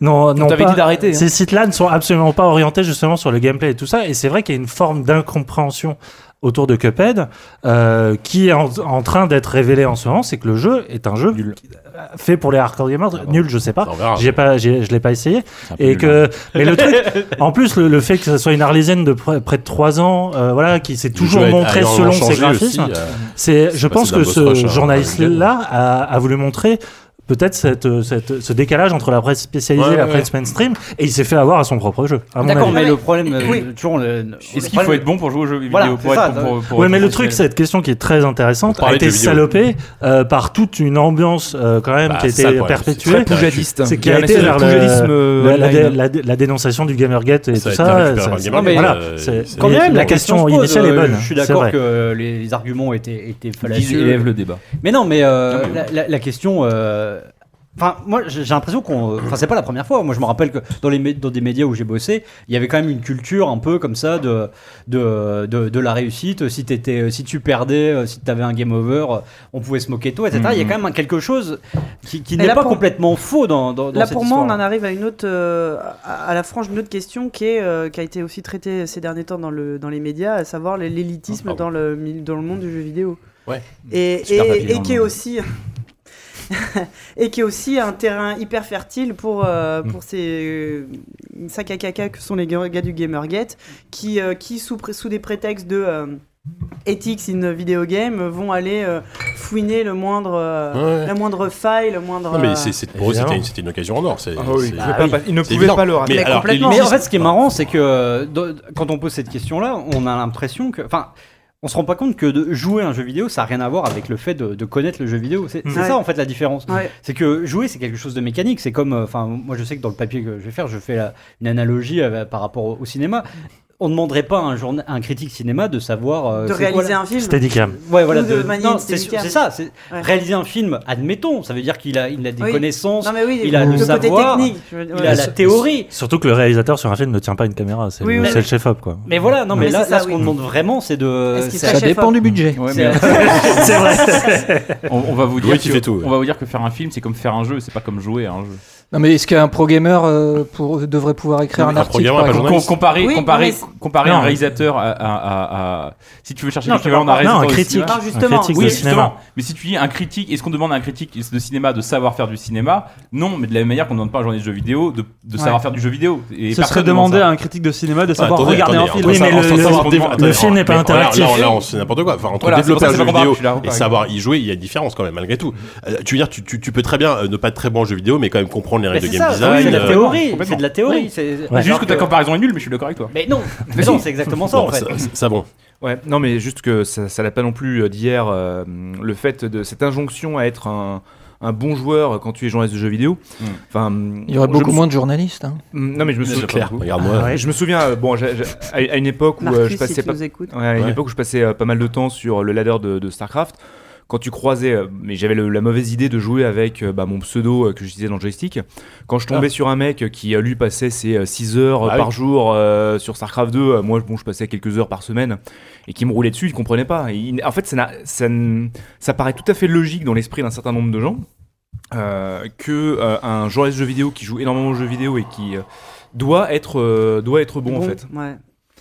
Speaker 9: non, non.
Speaker 5: t'avais
Speaker 9: pas-
Speaker 5: dit d'arrêter, hein.
Speaker 9: Ces sites-là ne sont absolument pas orientés justement sur le gameplay et tout ça. Et c'est vrai qu'il y a une forme d'incompréhension autour de Cuphead euh, qui est en, en train d'être révélée en ce moment. C'est que le jeu est un jeu qui- fait pour les hardcore gamers. nul, je sais pas.
Speaker 1: Ah On verra. hein.
Speaker 9: J'ai pas, j'ai- je l'ai pas essayé.
Speaker 3: un peu
Speaker 9: Et
Speaker 3: nul,
Speaker 9: que, mais le
Speaker 1: (laughs)
Speaker 9: truc, en plus, le, le fait que ce soit une Arlésienne de pr- près de 3 ans, euh, voilà, qui s'est toujours
Speaker 1: Le jeu a- a
Speaker 9: montrée
Speaker 1: énormément
Speaker 9: selon ses
Speaker 1: changé
Speaker 9: graphismes.
Speaker 1: aussi, euh,
Speaker 9: C'est, je
Speaker 1: passé
Speaker 9: pense
Speaker 1: d'un
Speaker 9: que
Speaker 1: boss
Speaker 9: ce
Speaker 1: rush à un
Speaker 9: journaliste-là a, a voulu montrer peut-être cette, cette- ce décalage entre la presse spécialisée
Speaker 1: Ouais,
Speaker 9: et la
Speaker 1: ouais,
Speaker 9: presse mainstream, et il s'est fait avoir à son propre jeu. à mon
Speaker 7: D'accord,
Speaker 9: avis.
Speaker 7: mais le problème, euh,
Speaker 4: Oui.
Speaker 7: tu vois, le-
Speaker 3: Est-ce
Speaker 7: le
Speaker 3: qu'il faut
Speaker 7: problème-
Speaker 3: être bon pour jouer aux jeux vidéo
Speaker 7: Voilà,
Speaker 3: pour
Speaker 7: c'est
Speaker 3: être
Speaker 7: ça, euh,
Speaker 3: bon
Speaker 7: ça-
Speaker 3: pour- pour
Speaker 9: Ouais,
Speaker 3: être
Speaker 9: mais le
Speaker 3: professionnel
Speaker 9: truc, cette question qui est très intéressante a
Speaker 1: On parlait
Speaker 9: été
Speaker 1: de vidéo.
Speaker 9: salopée euh, par toute une ambiance euh, quand même
Speaker 1: Bah,
Speaker 9: qui a
Speaker 1: c'est ça le
Speaker 9: été
Speaker 1: problème, c'est
Speaker 9: perpétuée.
Speaker 1: très
Speaker 5: Poujadiste.
Speaker 9: C'est
Speaker 5: Il
Speaker 9: qui
Speaker 5: y
Speaker 9: a
Speaker 5: un
Speaker 9: été
Speaker 5: espèce de
Speaker 9: vers
Speaker 5: poujadisme,
Speaker 9: le-
Speaker 5: euh,
Speaker 9: la, la-
Speaker 5: online.
Speaker 9: la- la dénonciation du Gamergate et
Speaker 1: Ça a
Speaker 9: tout
Speaker 1: été
Speaker 9: ça.
Speaker 1: récupéré par
Speaker 9: ça-
Speaker 1: le
Speaker 9: non, mais
Speaker 1: Gamergate,
Speaker 9: voilà,
Speaker 1: euh,
Speaker 9: c'est-
Speaker 1: c'est-
Speaker 9: quand
Speaker 1: Mais
Speaker 9: bien
Speaker 1: la
Speaker 9: même, la
Speaker 7: se
Speaker 9: question
Speaker 7: pose,
Speaker 9: initiale est
Speaker 7: euh,
Speaker 9: bonne.
Speaker 7: Je suis
Speaker 9: c'est
Speaker 7: d'accord
Speaker 9: vrai.
Speaker 7: que les, les arguments étaient, étaient
Speaker 3: Ils
Speaker 7: fallacieux.
Speaker 3: élèvent le débat.
Speaker 7: Mais non, mais, euh, la, la- la question. euh, Enfin, moi, j'ai j'ai l'impression qu'on. euh, Enfin, c'est pas la première fois. Moi, je me rappelle que dans, les, mé- dans des médias où j'ai bossé, il y avait quand même une culture un peu comme ça de, de, de, de la réussite. Si, étais, si tu perdais, euh, si t'avais un game over, euh, on pouvait se moquer de toi, etc. Il y a quand même un quelque chose qui, qui
Speaker 4: Mm-hmm. Mais
Speaker 7: n'est
Speaker 4: là,
Speaker 7: pas
Speaker 4: pour-
Speaker 7: complètement faux dans, dans, dans
Speaker 4: Là,
Speaker 7: cette
Speaker 4: pour moi, on
Speaker 7: histoire.
Speaker 4: en arrive à une autre, euh, à, à la frange d'une autre question qui, est, euh, qui a été aussi traitée ces derniers temps dans, le, dans les médias, à savoir l'élitisme
Speaker 1: Ah, pardon.
Speaker 4: dans, le, mi- dans le monde du jeu vidéo.
Speaker 1: Ouais.
Speaker 4: Et,
Speaker 3: Super papillon
Speaker 4: et, et
Speaker 3: dans
Speaker 4: qui est
Speaker 3: le-
Speaker 4: aussi. (laughs) et qui est aussi un terrain hyper fertile pour,
Speaker 1: Mm.
Speaker 4: euh, pour ces euh, sacs à caca que sont les gars gars du Gamergate, qui, euh, qui sous, pré- sous des prétextes de euh, ethics in video game vont aller euh, fouiner le moindre, euh,
Speaker 1: Ouais.
Speaker 4: la moindre faille, le moindre.
Speaker 1: Non, mais
Speaker 4: euh,
Speaker 1: c'est- c'est- pour eux, c'était
Speaker 9: Évidemment.
Speaker 1: une, c'était une occasion en or. c'est-
Speaker 5: Ah oui,
Speaker 1: c'est-
Speaker 5: il pouvait pas- Il ne
Speaker 1: C'est
Speaker 5: pouvait
Speaker 1: évident.
Speaker 5: pas le rater.
Speaker 1: Mais alors,
Speaker 4: complètement.
Speaker 1: les
Speaker 7: Mais en
Speaker 1: listes-
Speaker 7: fait, ce qui est marrant, c'est que euh, de- quand on pose cette question-là, on a l'impression que. Enfin, on se rend pas compte que de jouer à un jeu vidéo, ça n'a rien à voir avec le fait de, de connaître le jeu vidéo. C'est c'est
Speaker 4: Ouais.
Speaker 7: ça, en fait, la différence.
Speaker 4: Ouais.
Speaker 7: C'est que jouer, c'est quelque chose de mécanique. C'est comme. euh, Enfin, moi, je sais que dans le papier que je vais faire, je fais la- une analogie euh, par rapport au, au cinéma. On ne demanderait pas à un, journa- à un critique cinéma de savoir. euh,
Speaker 4: de
Speaker 7: c'est quoi
Speaker 4: réaliser
Speaker 7: la-
Speaker 4: un film.
Speaker 9: Steadicam.
Speaker 7: Ouais, voilà.
Speaker 4: Ou de
Speaker 7: de-
Speaker 4: manier
Speaker 7: non,
Speaker 4: une
Speaker 7: c'est
Speaker 4: steadicam.
Speaker 7: c'est ça. c'est-
Speaker 4: Ouais.
Speaker 7: Réaliser un film, admettons, ça veut dire qu'il a, il a des
Speaker 4: Oui.
Speaker 7: connaissances.
Speaker 4: Non mais oui,
Speaker 7: il a le
Speaker 4: côté
Speaker 7: savoir,
Speaker 4: technique. je veux dire,
Speaker 7: Il
Speaker 4: ouais.
Speaker 7: a la théorie.
Speaker 9: Surtout que le réalisateur sur un film ne tient pas une caméra, c'est
Speaker 4: Oui,
Speaker 9: le,
Speaker 4: oui,
Speaker 9: c'est
Speaker 4: mais-
Speaker 9: le chef-op quoi.
Speaker 7: Mais voilà, non, mais,
Speaker 4: Mais
Speaker 7: là,
Speaker 4: c'est ça,
Speaker 7: là, ce qu'on
Speaker 4: oui.
Speaker 7: demande vraiment, c'est
Speaker 3: Euh,
Speaker 7: de.
Speaker 4: Est-ce qu'il
Speaker 7: c'est-
Speaker 4: serait
Speaker 8: Ça
Speaker 4: chef-op
Speaker 8: dépend du budget.
Speaker 3: Ouais, mais-
Speaker 7: c'est-
Speaker 3: (laughs)
Speaker 4: (laughs)
Speaker 3: On, on va vous dire
Speaker 1: Louis qui
Speaker 3: que,
Speaker 1: fait tout, ouais.
Speaker 3: on va vous dire que faire un film c'est comme faire un jeu, c'est pas comme jouer à un jeu.
Speaker 8: Non, mais est-ce qu'un pro gamer euh, pour, devrait pouvoir écrire
Speaker 1: Un
Speaker 8: un
Speaker 1: pro
Speaker 8: article
Speaker 1: gamer,
Speaker 8: par
Speaker 1: pas
Speaker 8: exemple
Speaker 1: journaliste.
Speaker 3: Com- comparer
Speaker 4: Oui,
Speaker 3: comparer,
Speaker 4: non,
Speaker 3: comparer
Speaker 9: Non.
Speaker 3: un réalisateur à, à- à- à- si tu veux chercher
Speaker 7: Non,
Speaker 3: l'équivalent
Speaker 7: je
Speaker 3: d'un
Speaker 7: parle
Speaker 9: Non, un
Speaker 3: réalisateur au
Speaker 9: critique.
Speaker 3: cinéma-
Speaker 4: Alors, justement,
Speaker 9: un critique
Speaker 3: Oui,
Speaker 9: de
Speaker 3: justement.
Speaker 9: cinéma.
Speaker 3: Mais si tu dis un critique, est-ce qu'on demande à un critique de cinéma de savoir faire du cinéma Non, mais de la même manière qu'on ne demande pas à un journaliste de jeu vidéo de, de savoir faire du jeu vidéo. Et
Speaker 6: Ce
Speaker 3: personne
Speaker 6: serait
Speaker 3: ne demande
Speaker 6: demandé
Speaker 3: ça.
Speaker 6: à un critique de cinéma de
Speaker 1: Enfin,
Speaker 6: savoir
Speaker 1: Ah, attendez,
Speaker 6: regarder
Speaker 1: attendez,
Speaker 6: un film.
Speaker 1: entre
Speaker 9: Oui, mais
Speaker 1: savoir-
Speaker 9: le-
Speaker 1: entre
Speaker 9: le-
Speaker 1: savoir développer-
Speaker 9: le
Speaker 1: attendez,
Speaker 9: film n'est pas
Speaker 1: mais on- là,
Speaker 9: interactif.
Speaker 1: Là, on- là, on- c'est n'importe quoi. Enfin, entre
Speaker 3: Voilà, c'est
Speaker 1: développer
Speaker 3: pour ça
Speaker 1: un
Speaker 3: que
Speaker 1: jeu
Speaker 3: je compare,
Speaker 1: vidéo
Speaker 3: je suis là,
Speaker 1: et
Speaker 3: pareil.
Speaker 1: savoir y jouer, il y a une différence quand même, malgré tout. Euh, tu veux dire, tu, tu- tu peux très bien euh, ne pas être très bon en jeu vidéo, mais quand même comprendre les
Speaker 7: Mais
Speaker 1: règles de
Speaker 7: c'est
Speaker 1: game
Speaker 7: ça, oui,
Speaker 1: design.
Speaker 7: c'est de la
Speaker 1: euh,
Speaker 7: théorie.
Speaker 3: complètement.
Speaker 7: C'est de la théorie. c'est-
Speaker 9: Ouais.
Speaker 7: alors
Speaker 3: Juste que ta
Speaker 7: que-
Speaker 3: comparaison est nulle, mais je suis d'accord avec toi.
Speaker 7: Mais non, mais non, c'est
Speaker 3: (laughs)
Speaker 7: exactement ça
Speaker 1: bon,
Speaker 7: en fait.
Speaker 1: ça- ça bon.
Speaker 5: Ouais, non, mais juste que ça ça n'a pas non plus euh, d'hier euh, le fait de cette injonction à être un, un bon joueur quand tu es journaliste de jeux vidéo.
Speaker 3: Mm.
Speaker 5: Enfin,
Speaker 8: Il y aurait
Speaker 5: je
Speaker 8: beaucoup
Speaker 5: me
Speaker 8: moins de journalistes. hein.
Speaker 5: sou- Non, mais je me
Speaker 1: Hmm. C'est
Speaker 5: souviens.
Speaker 1: clair. Regarde-moi.
Speaker 5: Je me souviens, euh, bon, j'ai- j'ai- à à une époque où euh,
Speaker 4: Marcus,
Speaker 5: je passais
Speaker 4: si tu
Speaker 5: pas.
Speaker 4: nous écoutes.
Speaker 5: Ouais, à une
Speaker 1: Ouais.
Speaker 5: époque où je passais euh, pas mal de temps sur le ladder de, de StarCraft, quand tu croisais, euh, mais j'avais le- la mauvaise idée de jouer avec euh, bah, mon pseudo euh, que j'utilisais dans le joystick, quand je
Speaker 1: Ah.
Speaker 5: tombais sur un mec qui euh, lui passait ses 6 heures euh,
Speaker 1: Bah
Speaker 5: par
Speaker 1: oui.
Speaker 5: jour euh, sur StarCraft 2, euh, moi bon, je passais quelques heures par semaine, et qui me roulait dessus, il comprenait pas. Il- en fait, ça, n'a- ça, n- ça paraît tout à fait logique dans l'esprit d'un certain nombre de gens. euh, que euh, un journaliste de jeux vidéo qui joue énormément aux jeux vidéo et qui euh, doit être euh, doit être bon, en fait.
Speaker 4: Ouais.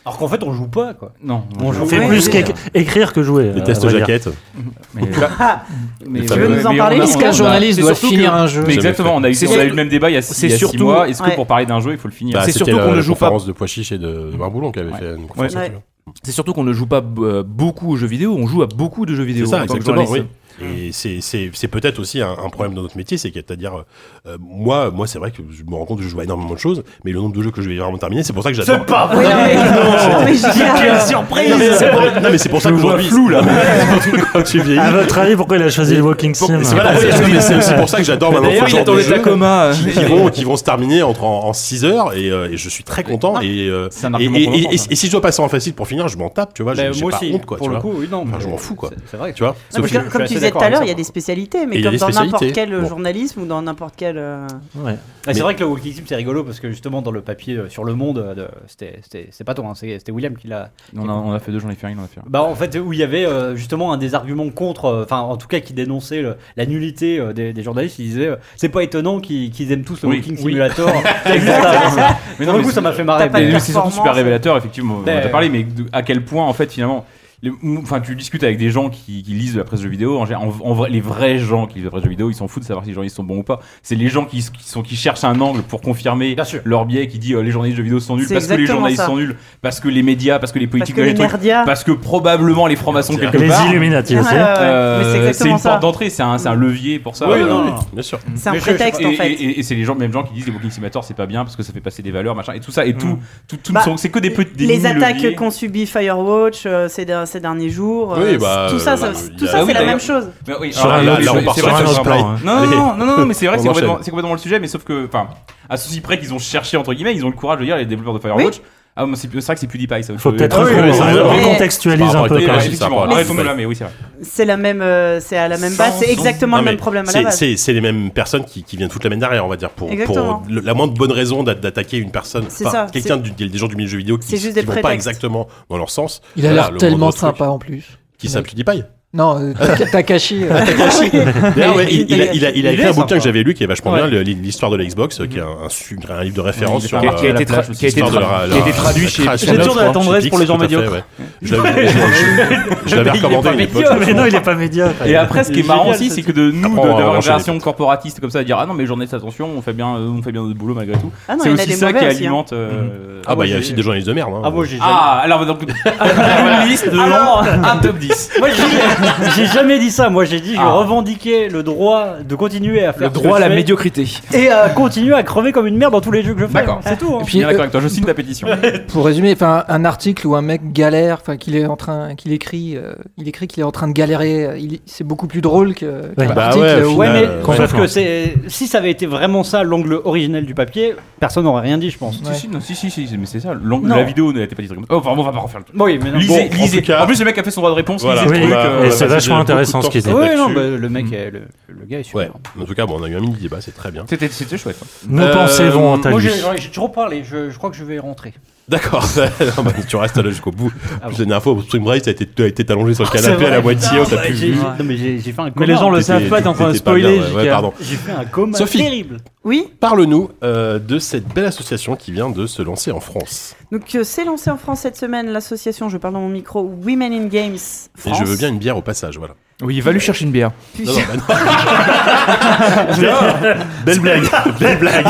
Speaker 7: Alors qu'en fait, on joue pas quoi.
Speaker 3: Non,
Speaker 9: On
Speaker 4: joue-
Speaker 9: fait
Speaker 4: Ouais,
Speaker 9: plus
Speaker 4: ouais.
Speaker 9: qu'écrire que jouer.
Speaker 1: Les
Speaker 9: euh,
Speaker 1: tests
Speaker 9: on va dire.
Speaker 1: jaquettes.
Speaker 5: (laughs)
Speaker 3: Mais,
Speaker 5: Bah,
Speaker 9: Ah,
Speaker 5: Mais
Speaker 1: fameux-
Speaker 4: nous en parler,
Speaker 8: Est-ce qu'un journaliste doit finir un jeu
Speaker 3: Mais exactement, on a eu,
Speaker 5: C'est
Speaker 3: on a eu
Speaker 5: surtout-
Speaker 3: le même débat il y a six,
Speaker 5: c'est
Speaker 3: il y a six
Speaker 5: surtout-
Speaker 3: mois. Est-ce que
Speaker 4: Ouais.
Speaker 3: pour parler d'un jeu, il faut le finir
Speaker 1: Bah,
Speaker 5: c'est
Speaker 1: c'était
Speaker 5: surtout
Speaker 1: la-
Speaker 5: qu'on ne
Speaker 1: la
Speaker 5: joue pas-
Speaker 1: conférence de Pois Chiche et de Marc Boulon qui avait fait une conférence.
Speaker 4: Ouais.
Speaker 1: là-dessus.
Speaker 5: C'est surtout qu'on ne joue pas euh, beaucoup aux jeux vidéo, on joue à beaucoup de jeux vidéo.
Speaker 1: C'est
Speaker 5: en
Speaker 1: ça,
Speaker 5: tant que
Speaker 1: exactement, oui.
Speaker 5: journaliste.
Speaker 1: Et c'est- c'est c'est peut-être aussi un, un problème de notre métier, c'est c'est-à-dire, euh, moi, moi c'est vrai que je me rends compte que je joue à énormément de choses, mais le nombre de jeux que je vais vraiment terminer, c'est pour ça que j'adore. (laughs)
Speaker 4: Oui, non, mais- non, mais Gilles,
Speaker 9: euh,
Speaker 1: Non, mais c'est pour- non, mais c'est pour ça qu'aujourd'hui. flou là (laughs) quand tu vieillis.
Speaker 9: À votre avis, pourquoi il a choisi le Walking Sim
Speaker 1: C'est voilà, c'est- non, mais c'est aussi pour ça que j'adore maintenant ce
Speaker 5: D'ailleurs, il
Speaker 1: genre de
Speaker 5: attendait
Speaker 1: jeux
Speaker 5: ta
Speaker 9: euh.
Speaker 5: coma.
Speaker 1: qui vont, qui vont se terminer entre en 6 heures et, euh, et je suis très content. Et, euh,
Speaker 3: C'est un
Speaker 1: et,
Speaker 3: argument
Speaker 1: et-
Speaker 3: pour l'enfant,
Speaker 1: et-
Speaker 3: ça.
Speaker 1: et si je dois passer en facile Bah, pour finir, je m'en tape, tu vois, j'ai j'ai pas honte quoi.
Speaker 7: pour
Speaker 1: tu
Speaker 7: le
Speaker 1: vois.
Speaker 7: coup, oui, non.
Speaker 1: Enfin,
Speaker 7: mais
Speaker 1: je m'en fous, quoi.
Speaker 7: c'est- C'est vrai. que-
Speaker 1: Tu vois
Speaker 7: Sauf
Speaker 4: mais
Speaker 7: que
Speaker 4: comme- comme
Speaker 7: je suis
Speaker 4: tu disais tout à l'heure, il y a des spécialités,
Speaker 1: Et
Speaker 4: mais
Speaker 1: il y a
Speaker 4: comme
Speaker 1: des
Speaker 4: dans n'importe
Speaker 1: spécialités.
Speaker 4: quel euh,
Speaker 1: Bon.
Speaker 4: journalisme ou dans n'importe quel. euh,
Speaker 9: Ouais.
Speaker 7: Bah,
Speaker 1: Mais-
Speaker 7: C'est vrai que le Walking Sim c'est rigolo parce que justement dans le papier euh, sur le monde, euh, de- c'était- c'était c'est pas toi, hein, c'est- c'était William qui l'a.
Speaker 3: On a, on a fait deux, j'en ai fait un, il en a fait un.
Speaker 7: Bah en fait où il y avait euh, justement un des arguments contre, euh, enfin en tout cas qui dénonçait le- la nullité euh, des, des journalistes, il disait euh, c'est pas étonnant qu'ils qu'ils aiment tous le
Speaker 3: Oui,
Speaker 7: Walking
Speaker 3: oui. (laughs)
Speaker 7: Simulator. Exactement.
Speaker 3: Mais
Speaker 7: Pour le coup ça m'a fait marrer.
Speaker 4: T'as pas
Speaker 3: Mais
Speaker 4: de
Speaker 3: c'est surtout
Speaker 4: performance. hein.
Speaker 3: super révélateur, effectivement. On en a
Speaker 7: Ben,
Speaker 3: parlé, mais de- à quel point, en fait, finalement. les- Enfin, tu discutes avec des gens qui, qui lisent de la presse de jeux vidéo. En, gé- en- en vrai, les vrais gens qui lisent de la presse de jeux vidéo, ils s'en foutent de savoir si les journalistes sont bons ou pas. C'est les gens qui, s- qui sont, qui cherchent un angle pour confirmer
Speaker 7: Bien sûr.
Speaker 3: leur biais, qui dit euh, les journalistes de jeux vidéo sont nuls
Speaker 4: C'est
Speaker 3: parce que les
Speaker 4: exactement
Speaker 3: journalistes
Speaker 4: ça.
Speaker 3: sont nuls, parce que les médias, parce que les
Speaker 4: Parce
Speaker 3: politiques,
Speaker 4: que les
Speaker 3: trucs,
Speaker 4: merdias.
Speaker 3: parce que probablement les francs-maçons quelque
Speaker 9: Les
Speaker 3: part.
Speaker 9: Illuminati
Speaker 4: Ouais,
Speaker 9: aussi.
Speaker 4: ouais, ouais. Mais
Speaker 3: Euh,
Speaker 4: c'est
Speaker 3: c'est
Speaker 4: exactement
Speaker 3: une
Speaker 4: ça.
Speaker 3: porte d'entrée, c'est un, c'est un levier pour ça.
Speaker 7: Oui,
Speaker 3: Euh,
Speaker 7: non, non.
Speaker 1: Bien sûr.
Speaker 4: C'est un
Speaker 7: Mais je- je sais
Speaker 4: prétexte
Speaker 3: et,
Speaker 4: en fait.
Speaker 3: et- et- et c'est les gens, même gens qui disent les Walking Simulator c'est pas bien parce que ça fait passer des valeurs machin et tout ça et tout, tout, tout ne
Speaker 4: Bah,
Speaker 3: sont- c'est que des petits des
Speaker 4: les
Speaker 3: mini leviers.
Speaker 4: attaques qu'ont subi Firewatch euh, ces, der- ces derniers jours,
Speaker 1: Oui,
Speaker 4: euh,
Speaker 1: bah,
Speaker 4: tout ça,
Speaker 1: euh,
Speaker 4: ça-
Speaker 1: bah, il y
Speaker 4: tout
Speaker 1: a-
Speaker 4: ça
Speaker 3: Ah oui,
Speaker 4: c'est la
Speaker 3: d'ailleurs.
Speaker 4: même chose.
Speaker 3: Mais oui,
Speaker 1: Sur
Speaker 3: alors,
Speaker 1: un
Speaker 3: là,
Speaker 1: autre-
Speaker 3: là,
Speaker 1: là,
Speaker 3: on
Speaker 1: on
Speaker 3: part
Speaker 1: part
Speaker 3: c'est
Speaker 1: sur
Speaker 3: vrai
Speaker 1: un
Speaker 3: que
Speaker 1: autre
Speaker 3: c'est pareil.
Speaker 1: plan, hein.
Speaker 3: Non,
Speaker 1: Allez.
Speaker 3: non, non, non, non, mais c'est vrai que
Speaker 1: On
Speaker 3: c'est complètement,
Speaker 1: enchaîne.
Speaker 3: c'est complètement le sujet, mais sauf que, enfin, à ceci près qu'ils ont cherché entre guillemets, ils ont le courage de dire les développeurs de Firewatch. Ah, mais c'est c'est vrai que c'est PewDiePie, ça.
Speaker 9: Il faut
Speaker 3: je-
Speaker 9: peut-être
Speaker 1: Ah oui, oui,
Speaker 9: recon-
Speaker 1: c'est vrai.
Speaker 9: recontextualiser
Speaker 1: Par
Speaker 9: un
Speaker 1: rapport
Speaker 9: peu
Speaker 1: à
Speaker 3: Oui,
Speaker 9: quand
Speaker 1: Call of
Speaker 3: Ah oui,
Speaker 9: même.
Speaker 1: Duty.
Speaker 3: effectivement.
Speaker 1: Mais-
Speaker 3: Arrêtons-nous là, mais oui, c'est vrai.
Speaker 4: C'est la même, euh, c'est à la même base, c'est exactement
Speaker 1: Non,
Speaker 4: le
Speaker 1: mais
Speaker 4: même problème à la
Speaker 1: c'est-
Speaker 4: base.
Speaker 1: C'est c'est les mêmes personnes qui, qui viennent toute la semaine derrière, on va dire, pour,
Speaker 4: Exactement.
Speaker 1: pour le- la moindre bonne raison d'a- d'attaquer une personne.
Speaker 4: C'est ça,
Speaker 1: enfin, Quelqu'un du- des des gens du milieu du jeu vidéo qui
Speaker 4: C'est juste des
Speaker 1: qui vont pas
Speaker 4: prétextes.
Speaker 1: exactement dans leur sens.
Speaker 8: Il a
Speaker 1: Voilà,
Speaker 8: l'air
Speaker 1: le
Speaker 8: tellement
Speaker 1: moindre truc.
Speaker 8: sympa en plus.
Speaker 1: Qui s'appelle PewDiePie.
Speaker 8: Non,
Speaker 1: (laughs)
Speaker 8: euh, Taka- Takashi. euh, (laughs)
Speaker 1: D'ailleurs, ouais, il, il a, il a- il a
Speaker 7: Il
Speaker 1: écrit
Speaker 7: est
Speaker 1: un bouquin
Speaker 7: sympa.
Speaker 1: que j'avais lu qui est vachement bien, le- l'histoire de la Xbox, euh, qui est un, un su- un livre de référence
Speaker 3: Il est
Speaker 1: sur
Speaker 3: pas
Speaker 1: euh,
Speaker 3: mal.
Speaker 5: qui a été tra-
Speaker 3: la plage
Speaker 5: qui a été
Speaker 1: l'histoire de
Speaker 5: tra-
Speaker 1: leur-
Speaker 5: qui a été
Speaker 1: leur-
Speaker 5: traduit
Speaker 1: leur
Speaker 5: chez
Speaker 1: création
Speaker 6: J'ai
Speaker 1: d'œuvre,
Speaker 6: toujours de la
Speaker 1: je crois,
Speaker 6: tendresse
Speaker 1: chez
Speaker 6: pour les gens
Speaker 1: Pix, tout à fait,
Speaker 6: médiocres.
Speaker 1: ouais. Je l'avais- je
Speaker 3: (laughs)
Speaker 1: l'avais- je l'avais recommandé à une époque.
Speaker 9: Mais non, il est pas médiocre.
Speaker 3: Et après, ce qui est marrant aussi, c'est que de nous, de-
Speaker 1: Après, on va
Speaker 3: d'avoir une
Speaker 1: enchaîner,
Speaker 3: version corporatiste comme ça, à dire ah non, mais journaliste, attention, on fait bien, euh, on fait bien notre boulot malgré tout.
Speaker 4: Ah non,
Speaker 3: C'est
Speaker 4: il y en a
Speaker 3: aussi
Speaker 4: des
Speaker 3: ça
Speaker 4: mauvais
Speaker 3: qui
Speaker 4: aussi. hein.
Speaker 3: alimente. euh,
Speaker 1: Ah bah, il y a aussi des journalistes de merde. hein.
Speaker 7: Ah moi j'ai jamais,
Speaker 3: Ah, alors
Speaker 1: (laughs)
Speaker 3: donc, une liste de
Speaker 7: Alors-
Speaker 3: gens, un top 10.
Speaker 7: Moi, (laughs) j'ai- j'ai jamais dit ça. Moi j'ai dit je
Speaker 3: Ah.
Speaker 7: revendiquais le droit de continuer à faire
Speaker 5: Le
Speaker 7: ce que
Speaker 5: droit à
Speaker 7: je
Speaker 5: la
Speaker 7: fais
Speaker 5: médiocrité.
Speaker 7: et à continuer à crever comme une merde dans tous les jeux que je fais.
Speaker 3: D'accord.
Speaker 7: C'est tout. hein.
Speaker 8: Et puis,
Speaker 3: Je suis bien
Speaker 8: euh,
Speaker 3: d'accord avec toi, je signe ta pétition.
Speaker 8: Pour résumer, enfin, un article où un mec galère, enfin, qu'il est en train, qu'il écrit, euh, il écrit qu'il est en train de galérer. euh, il- c'est beaucoup plus drôle que. qu'un
Speaker 1: bah
Speaker 8: article,
Speaker 1: ouais, au
Speaker 8: euh,
Speaker 1: final,
Speaker 8: ouais,
Speaker 7: Ouais, mais
Speaker 1: euh,
Speaker 7: sauf
Speaker 9: complètement.
Speaker 7: que c'est si ça avait été vraiment ça l'angle originel du papier, personne n'aurait rien dit, je pense.
Speaker 8: Ouais.
Speaker 3: Si, si, non, si, si, si, mais c'est ça. L'angle de
Speaker 7: Non.
Speaker 3: la vidéo n'était pas dit comme ça. Oh, enfin, on va pas refaire le truc.
Speaker 7: Oui, mais non.
Speaker 3: Lisez,
Speaker 1: Bon, en
Speaker 3: lisez. En,
Speaker 1: tout cas-
Speaker 3: plus, le mec a fait son droit de réponse.
Speaker 1: Voilà.
Speaker 3: lisez le
Speaker 9: Oui,
Speaker 3: truc,
Speaker 9: bah,
Speaker 3: euh,
Speaker 9: et
Speaker 3: voilà.
Speaker 9: c'est vachement intéressant ce qu'ils
Speaker 1: disent.
Speaker 9: ont.
Speaker 7: Ouais, non,
Speaker 1: là-dessus.
Speaker 7: bah, le mec, est- le, le gars est super.
Speaker 1: Ouais. En tout cas, bon, on a eu un mini débat, c'est très bien.
Speaker 3: C'était c'était chouette. hein.
Speaker 9: Nos
Speaker 1: Euh,
Speaker 9: pensées vont en
Speaker 7: Moi,
Speaker 9: lui.
Speaker 7: j'ai j'ai trop parlé. Je, je crois que je vais rentrer.
Speaker 1: D'accord. (laughs) Non, bah, tu restes là jusqu'au bout.
Speaker 7: Ah
Speaker 1: Plus la dernière fois, au Spring Break, t'as été, t'as été allongé sur le canapé à la moitié, on t'a plus
Speaker 7: Ah, J'ai-
Speaker 1: vu.
Speaker 7: Non, mais j'ai j'ai fait un coma.
Speaker 6: les gens le
Speaker 1: T'étais-
Speaker 6: savent pas, t'es en train de
Speaker 1: t'étais pas bien,
Speaker 6: spoiler,
Speaker 1: ouais,
Speaker 6: JK.
Speaker 1: ouais, pardon.
Speaker 7: J'ai fait un coma
Speaker 1: Sophie.
Speaker 7: terrible.
Speaker 4: Oui,
Speaker 1: Parle-nous euh, de cette belle association qui vient de se lancer en France.
Speaker 4: donc euh, c'est lancé en France cette semaine l'association, je parle dans mon micro, Women in Games France.
Speaker 1: Et je veux bien une bière au passage, voilà.
Speaker 5: Oui, va lui chercher une bière.
Speaker 1: Non, non, bah,
Speaker 4: (laughs)
Speaker 1: non. (laughs) belle blague, belle blague.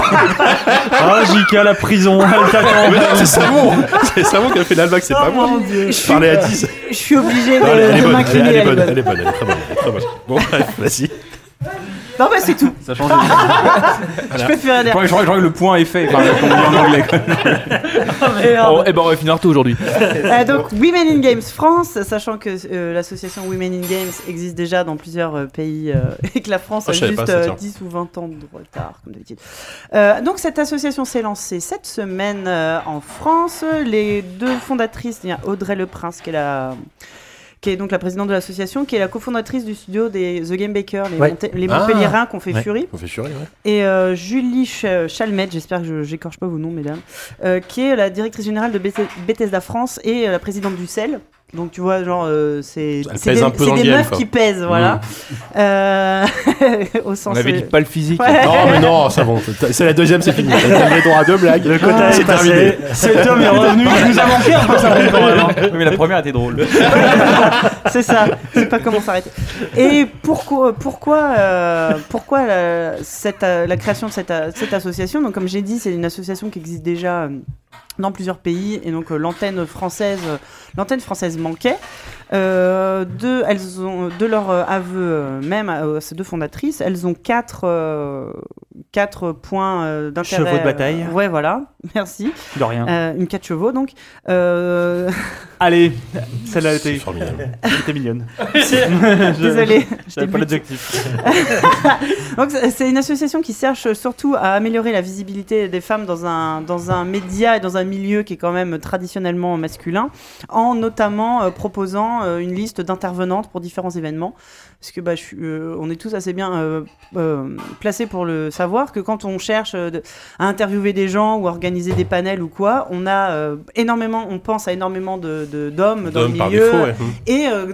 Speaker 6: Ah, JK, la prison, elle t'attend.
Speaker 1: Mais non, c'est Samo, c'est Samo qui a fait la blague, c'est pas
Speaker 7: Oh,
Speaker 1: moi. Je parlais à 10.
Speaker 4: Je suis obligée de,
Speaker 1: Non, elle, elle est
Speaker 4: de
Speaker 1: bonne, elle,
Speaker 4: m'incliner.
Speaker 1: elle est
Speaker 4: elle est
Speaker 1: bonne,
Speaker 4: bonne.
Speaker 1: elle est bonne, elle est très bonne, elle est très bonne. Bon, bref, vas-y.
Speaker 4: Non, bah c'est tout.
Speaker 3: Ça
Speaker 4: (laughs)
Speaker 3: change. Je crois
Speaker 4: Je préfère
Speaker 3: que- je crois que le point est fait. Enfin, comme on dit en anglais.
Speaker 4: (laughs)
Speaker 3: quoi.
Speaker 5: Oh, eh ben, on va finir tout aujourd'hui.
Speaker 4: Euh, donc Women in Games France, sachant que euh, l'association Women in Games existe déjà dans plusieurs euh, pays euh, (laughs) et que la France
Speaker 1: Ah,
Speaker 4: a
Speaker 1: je savais
Speaker 4: juste
Speaker 1: pas ça,
Speaker 4: euh,
Speaker 1: tiens.
Speaker 4: 10 ou 20 ans de retard, comme d'habitude. Euh, donc cette association s'est lancée cette semaine euh, en France. Les deux fondatrices, il y a Audrey Le Prince qui est la qui est donc la présidente de l'association, qui est la cofondatrice du studio des The Game Baker, les,
Speaker 9: Ouais.
Speaker 4: Monte- les
Speaker 1: Ah.
Speaker 4: Montpelliérains qu'on fait
Speaker 9: Ouais.
Speaker 4: furie.
Speaker 1: On fait furie, ouais.
Speaker 4: Et euh, Julie Ch- Chalmette, j'espère que je- j'écorche pas vos noms, mesdames, euh, qui est la directrice générale de Bethe- Bethesda France et euh, la présidente du CEL. Donc tu vois, genre, euh, c'est
Speaker 1: Elle
Speaker 4: c'est
Speaker 1: pèse
Speaker 4: des,
Speaker 1: un peu
Speaker 4: c'est
Speaker 1: dans le
Speaker 4: des
Speaker 1: game,
Speaker 4: meufs
Speaker 1: quoi. Mmh.
Speaker 4: qui pèsent, voilà. Euh, (laughs) au
Speaker 5: On
Speaker 4: sens.
Speaker 5: avait
Speaker 4: euh,
Speaker 5: dit pas le physique.
Speaker 4: Ouais.
Speaker 1: Non,
Speaker 4: (laughs)
Speaker 1: mais non, ça va. C'est la deuxième, c'est fini. T'as le droit à deux blagues. Le
Speaker 6: Quota est
Speaker 1: Ah, c'est
Speaker 6: passé.
Speaker 1: terminé.
Speaker 6: Cet homme
Speaker 1: (laughs)
Speaker 6: est revenu. Il nous a manqué un peu, ça fait quand même, hein.
Speaker 3: Oui, mais la première était drôle.
Speaker 4: (laughs) C'est ça, je sais pas comment s'arrêter. Et pourquoi, pourquoi, euh, pourquoi la, cette, euh, la création de cette, euh, cette association Donc, comme j'ai dit, c'est une association qui existe déjà euh, dans plusieurs pays, et donc euh, l'antenne française, euh, l'antenne française manquait. Euh, de, elles ont, de leur euh, aveu euh, même, euh, ces deux fondatrices, elles ont quatre, euh, quatre points euh, d'intérêt. euh,
Speaker 6: Chevaux de bataille.
Speaker 4: ouais, voilà, (laughs) merci.
Speaker 6: De rien.
Speaker 4: Euh, une quatre chevaux, donc. Euh,
Speaker 6: Allez, celle-là était,
Speaker 1: C'est formidable.
Speaker 4: (laughs)
Speaker 6: était mignonne.
Speaker 4: Désolée, je
Speaker 6: J'avais
Speaker 4: t'ai buté.
Speaker 6: pas l'objectif.
Speaker 4: (laughs) Donc c'est c'est une association qui cherche surtout à améliorer la visibilité des femmes dans un, dans un média et dans un milieu qui est quand même traditionnellement masculin, en notamment euh, proposant bien euh, une liste d'intervenantes pour différents événements. Parce que bah, je suis, euh, on est tous assez bien euh, euh, placés pour le savoir que quand on cherche euh, de- à interviewer des gens ou à organiser des panels ou quoi, on a euh, énormément, on pense à énormément de- de- d'hommes de, dans le
Speaker 1: D'hommes
Speaker 4: milieu.
Speaker 1: par défaut, ouais.
Speaker 4: Et euh,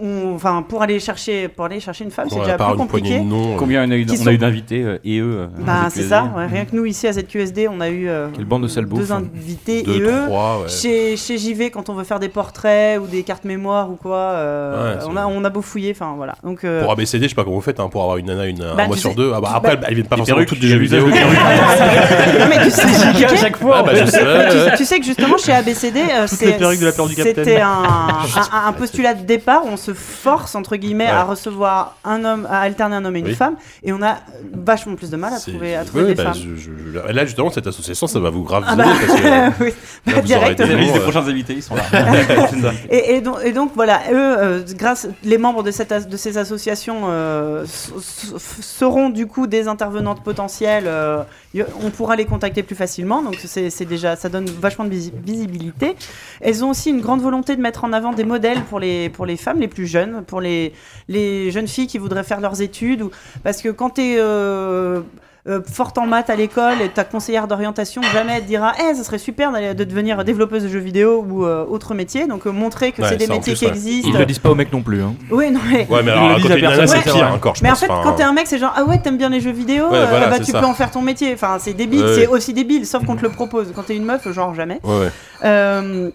Speaker 4: on- enfin, pour aller chercher, pour aller chercher une femme, c'est
Speaker 1: Ouais,
Speaker 4: déjà
Speaker 1: à part
Speaker 4: plus
Speaker 1: une poignée
Speaker 4: compliqué.
Speaker 1: de noms, euh,
Speaker 3: Combien on a eu,
Speaker 4: Qui
Speaker 3: on
Speaker 4: sont-
Speaker 3: a eu d'invités euh, et eux euh,
Speaker 4: Bah,
Speaker 3: à
Speaker 4: c'est
Speaker 3: ZQSD.
Speaker 4: ça. ouais. Rien que nous ici à ZQSD, on a eu euh,
Speaker 3: Quelle bande de sales beaufs,
Speaker 4: deux
Speaker 3: hein.
Speaker 4: invités et
Speaker 1: Deux,
Speaker 4: eux.
Speaker 1: trois, ouais.
Speaker 4: Chez, chez JV, quand on veut faire des portraits ou des cartes mémoire ou quoi, euh,
Speaker 1: Ouais, c'est
Speaker 4: on, a, on a beau fouiller, enfin voilà. Donc, euh,
Speaker 1: Pour ABCD, je sais pas comment vous faites, hein, pour avoir une nana une,
Speaker 4: Bah,
Speaker 1: un mois
Speaker 4: tu
Speaker 1: sur
Speaker 4: sais-
Speaker 1: deux. Ah bah,
Speaker 4: tu-
Speaker 1: après,
Speaker 4: bah,
Speaker 1: elles viennent pas
Speaker 3: les
Speaker 1: forcément
Speaker 3: perruques,
Speaker 1: toutes du
Speaker 3: il y
Speaker 1: jeu
Speaker 3: a l'usage
Speaker 1: vidéo.
Speaker 3: de
Speaker 4: (laughs) non, mais tu sais, c'est compliqué.
Speaker 7: à chaque fois.
Speaker 1: Ah bah, je sais, ouais.
Speaker 4: tu, tu sais que justement chez ABCD, euh,
Speaker 6: Toutes
Speaker 4: c'est-
Speaker 6: les perruques de la peur du capitaine.
Speaker 4: c'était un, un- un- un postulat de départ où on se force entre guillemets à
Speaker 1: Ouais.
Speaker 4: recevoir un homme, à alterner un homme et une
Speaker 1: Oui.
Speaker 4: femme, et on a vachement plus de mal à
Speaker 1: C'est-
Speaker 4: trouver, à
Speaker 1: oui,
Speaker 4: trouver
Speaker 1: oui,
Speaker 4: des
Speaker 1: bah,
Speaker 4: femmes.
Speaker 1: je- je- je- Là, justement, cette association, ça va vous grave
Speaker 4: Ah
Speaker 1: aider, parce que, euh,
Speaker 4: oui.
Speaker 1: là,
Speaker 4: Bah,
Speaker 1: vous aurez
Speaker 4: direct,
Speaker 1: des
Speaker 3: La liste des
Speaker 1: gens, euh,
Speaker 3: prochains invités, ils sont (laughs) là. Les prochaines invités.
Speaker 4: (laughs) Et, et donc, et donc, voilà, eux, euh, grâce les membres de, cette as- de ces associations euh, s- s- seront du coup des intervenantes potentielles. euh, y- on pourra les contacter plus facilement, donc c'est c'est déjà ça donne vachement de visi- visibilité. Elles ont aussi une grande volonté de mettre en avant des modèles pour les pour les femmes les plus jeunes, pour les les jeunes filles qui voudraient faire leurs études ou parce que quand t'es euh, euh, forte en maths à l'école et ta conseillère d'orientation jamais te dira eh ça serait super d'aller- de devenir développeuse de jeux vidéo ou euh, autre métier donc euh, montrer que
Speaker 1: Ouais,
Speaker 4: c'est des
Speaker 1: ça, en
Speaker 4: métiers
Speaker 1: plus,
Speaker 4: qui
Speaker 1: ouais.
Speaker 4: existent
Speaker 5: Ils le disent pas aux mecs non plus. Hein.
Speaker 4: oui non mais
Speaker 1: Ouais, mais
Speaker 5: Ils
Speaker 1: alors,
Speaker 5: le
Speaker 1: à
Speaker 5: disent
Speaker 1: côté
Speaker 5: à
Speaker 1: d'une nana,
Speaker 5: personne,
Speaker 1: c'est
Speaker 5: c'est
Speaker 1: pire
Speaker 5: vrai.
Speaker 1: encore, je
Speaker 4: mais en
Speaker 1: pense.
Speaker 4: fait,
Speaker 1: enfin, hein.
Speaker 4: quand t'es un mec, c'est genre ah ouais, t'aimes bien les jeux vidéo,
Speaker 1: Ouais,
Speaker 4: euh,
Speaker 1: voilà,
Speaker 4: ah bah
Speaker 1: c'est
Speaker 4: tu
Speaker 1: ça.
Speaker 4: peux en faire ton métier. Enfin, c'est débile,
Speaker 1: Ouais,
Speaker 4: c'est
Speaker 1: ouais.
Speaker 4: aussi débile, sauf qu'on te le propose. Quand t'es une meuf, genre jamais.
Speaker 1: Ouais, ouais.
Speaker 4: Euh,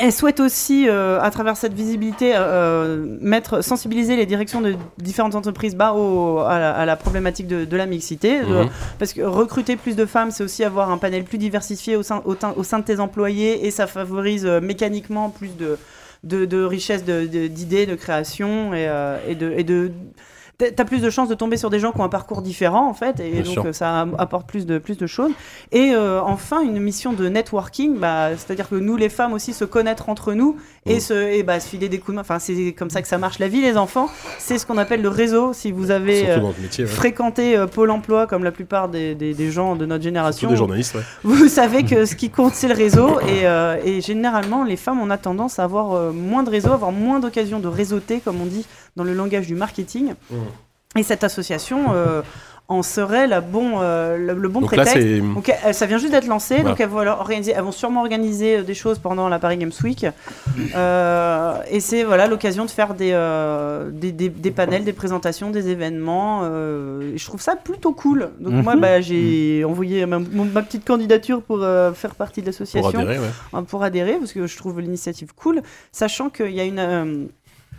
Speaker 4: elle souhaite aussi, euh, à travers cette visibilité, euh, mettre, sensibiliser les directions de différentes entreprises bah, au- à, la, à la problématique de, de la mixité. Euh,
Speaker 1: Mhm.
Speaker 4: parce que recruter plus de femmes, c'est aussi avoir un panel plus diversifié au sein, au, tein- au sein de tes employés et ça favorise euh, mécaniquement plus de, de, de richesse de- de- d'idées, de, création et, euh, et de. Et de T'as t'as plus de chances de tomber sur des gens qui ont un parcours différent en fait, et
Speaker 1: Bien
Speaker 4: donc
Speaker 1: sûr.
Speaker 4: euh, ça apporte plus de plus de choses. Et euh, enfin une mission de networking, bah, c'est-à-dire que nous les femmes aussi se connaître entre nous et
Speaker 1: Mm.
Speaker 4: se et bah, se filer des coups de main. Enfin c'est comme ça que ça marche la vie les enfants. C'est ce qu'on appelle le réseau. Si vous avez euh,
Speaker 1: Surtout dans le métier, ouais.
Speaker 4: fréquenter euh, Pôle emploi comme la plupart des, des- des gens de notre
Speaker 1: Surtout
Speaker 4: génération,
Speaker 1: des journalistes, ouais.
Speaker 4: vous savez que ce qui compte c'est le réseau et, euh, et généralement les femmes on a tendance à avoir euh, moins de réseau, avoir moins d'occasions de réseauter comme on dit dans le langage du marketing.
Speaker 1: Mm.
Speaker 4: Et cette association euh, en serait la bon, euh, le, le bon
Speaker 1: Donc là,
Speaker 4: prétexte.
Speaker 1: c'est.
Speaker 4: Donc euh, ça vient juste d'être lancé,
Speaker 1: Voilà.
Speaker 4: donc elles vont, alors organiser, elles vont sûrement organiser euh, des choses pendant la Paris Games Week. Euh, et c'est voilà l'occasion de faire des, euh, des, des- des panels, des présentations, des événements. euh, et je trouve ça plutôt cool. Donc
Speaker 1: Mhm.
Speaker 4: moi bah, j'ai envoyé ma, mon- ma petite candidature pour euh, faire partie de
Speaker 1: Pour
Speaker 4: l'association,
Speaker 1: adhérer, ouais.
Speaker 4: euh, pour adhérer, parce que je trouve l'initiative cool, sachant qu'il y a une... euh,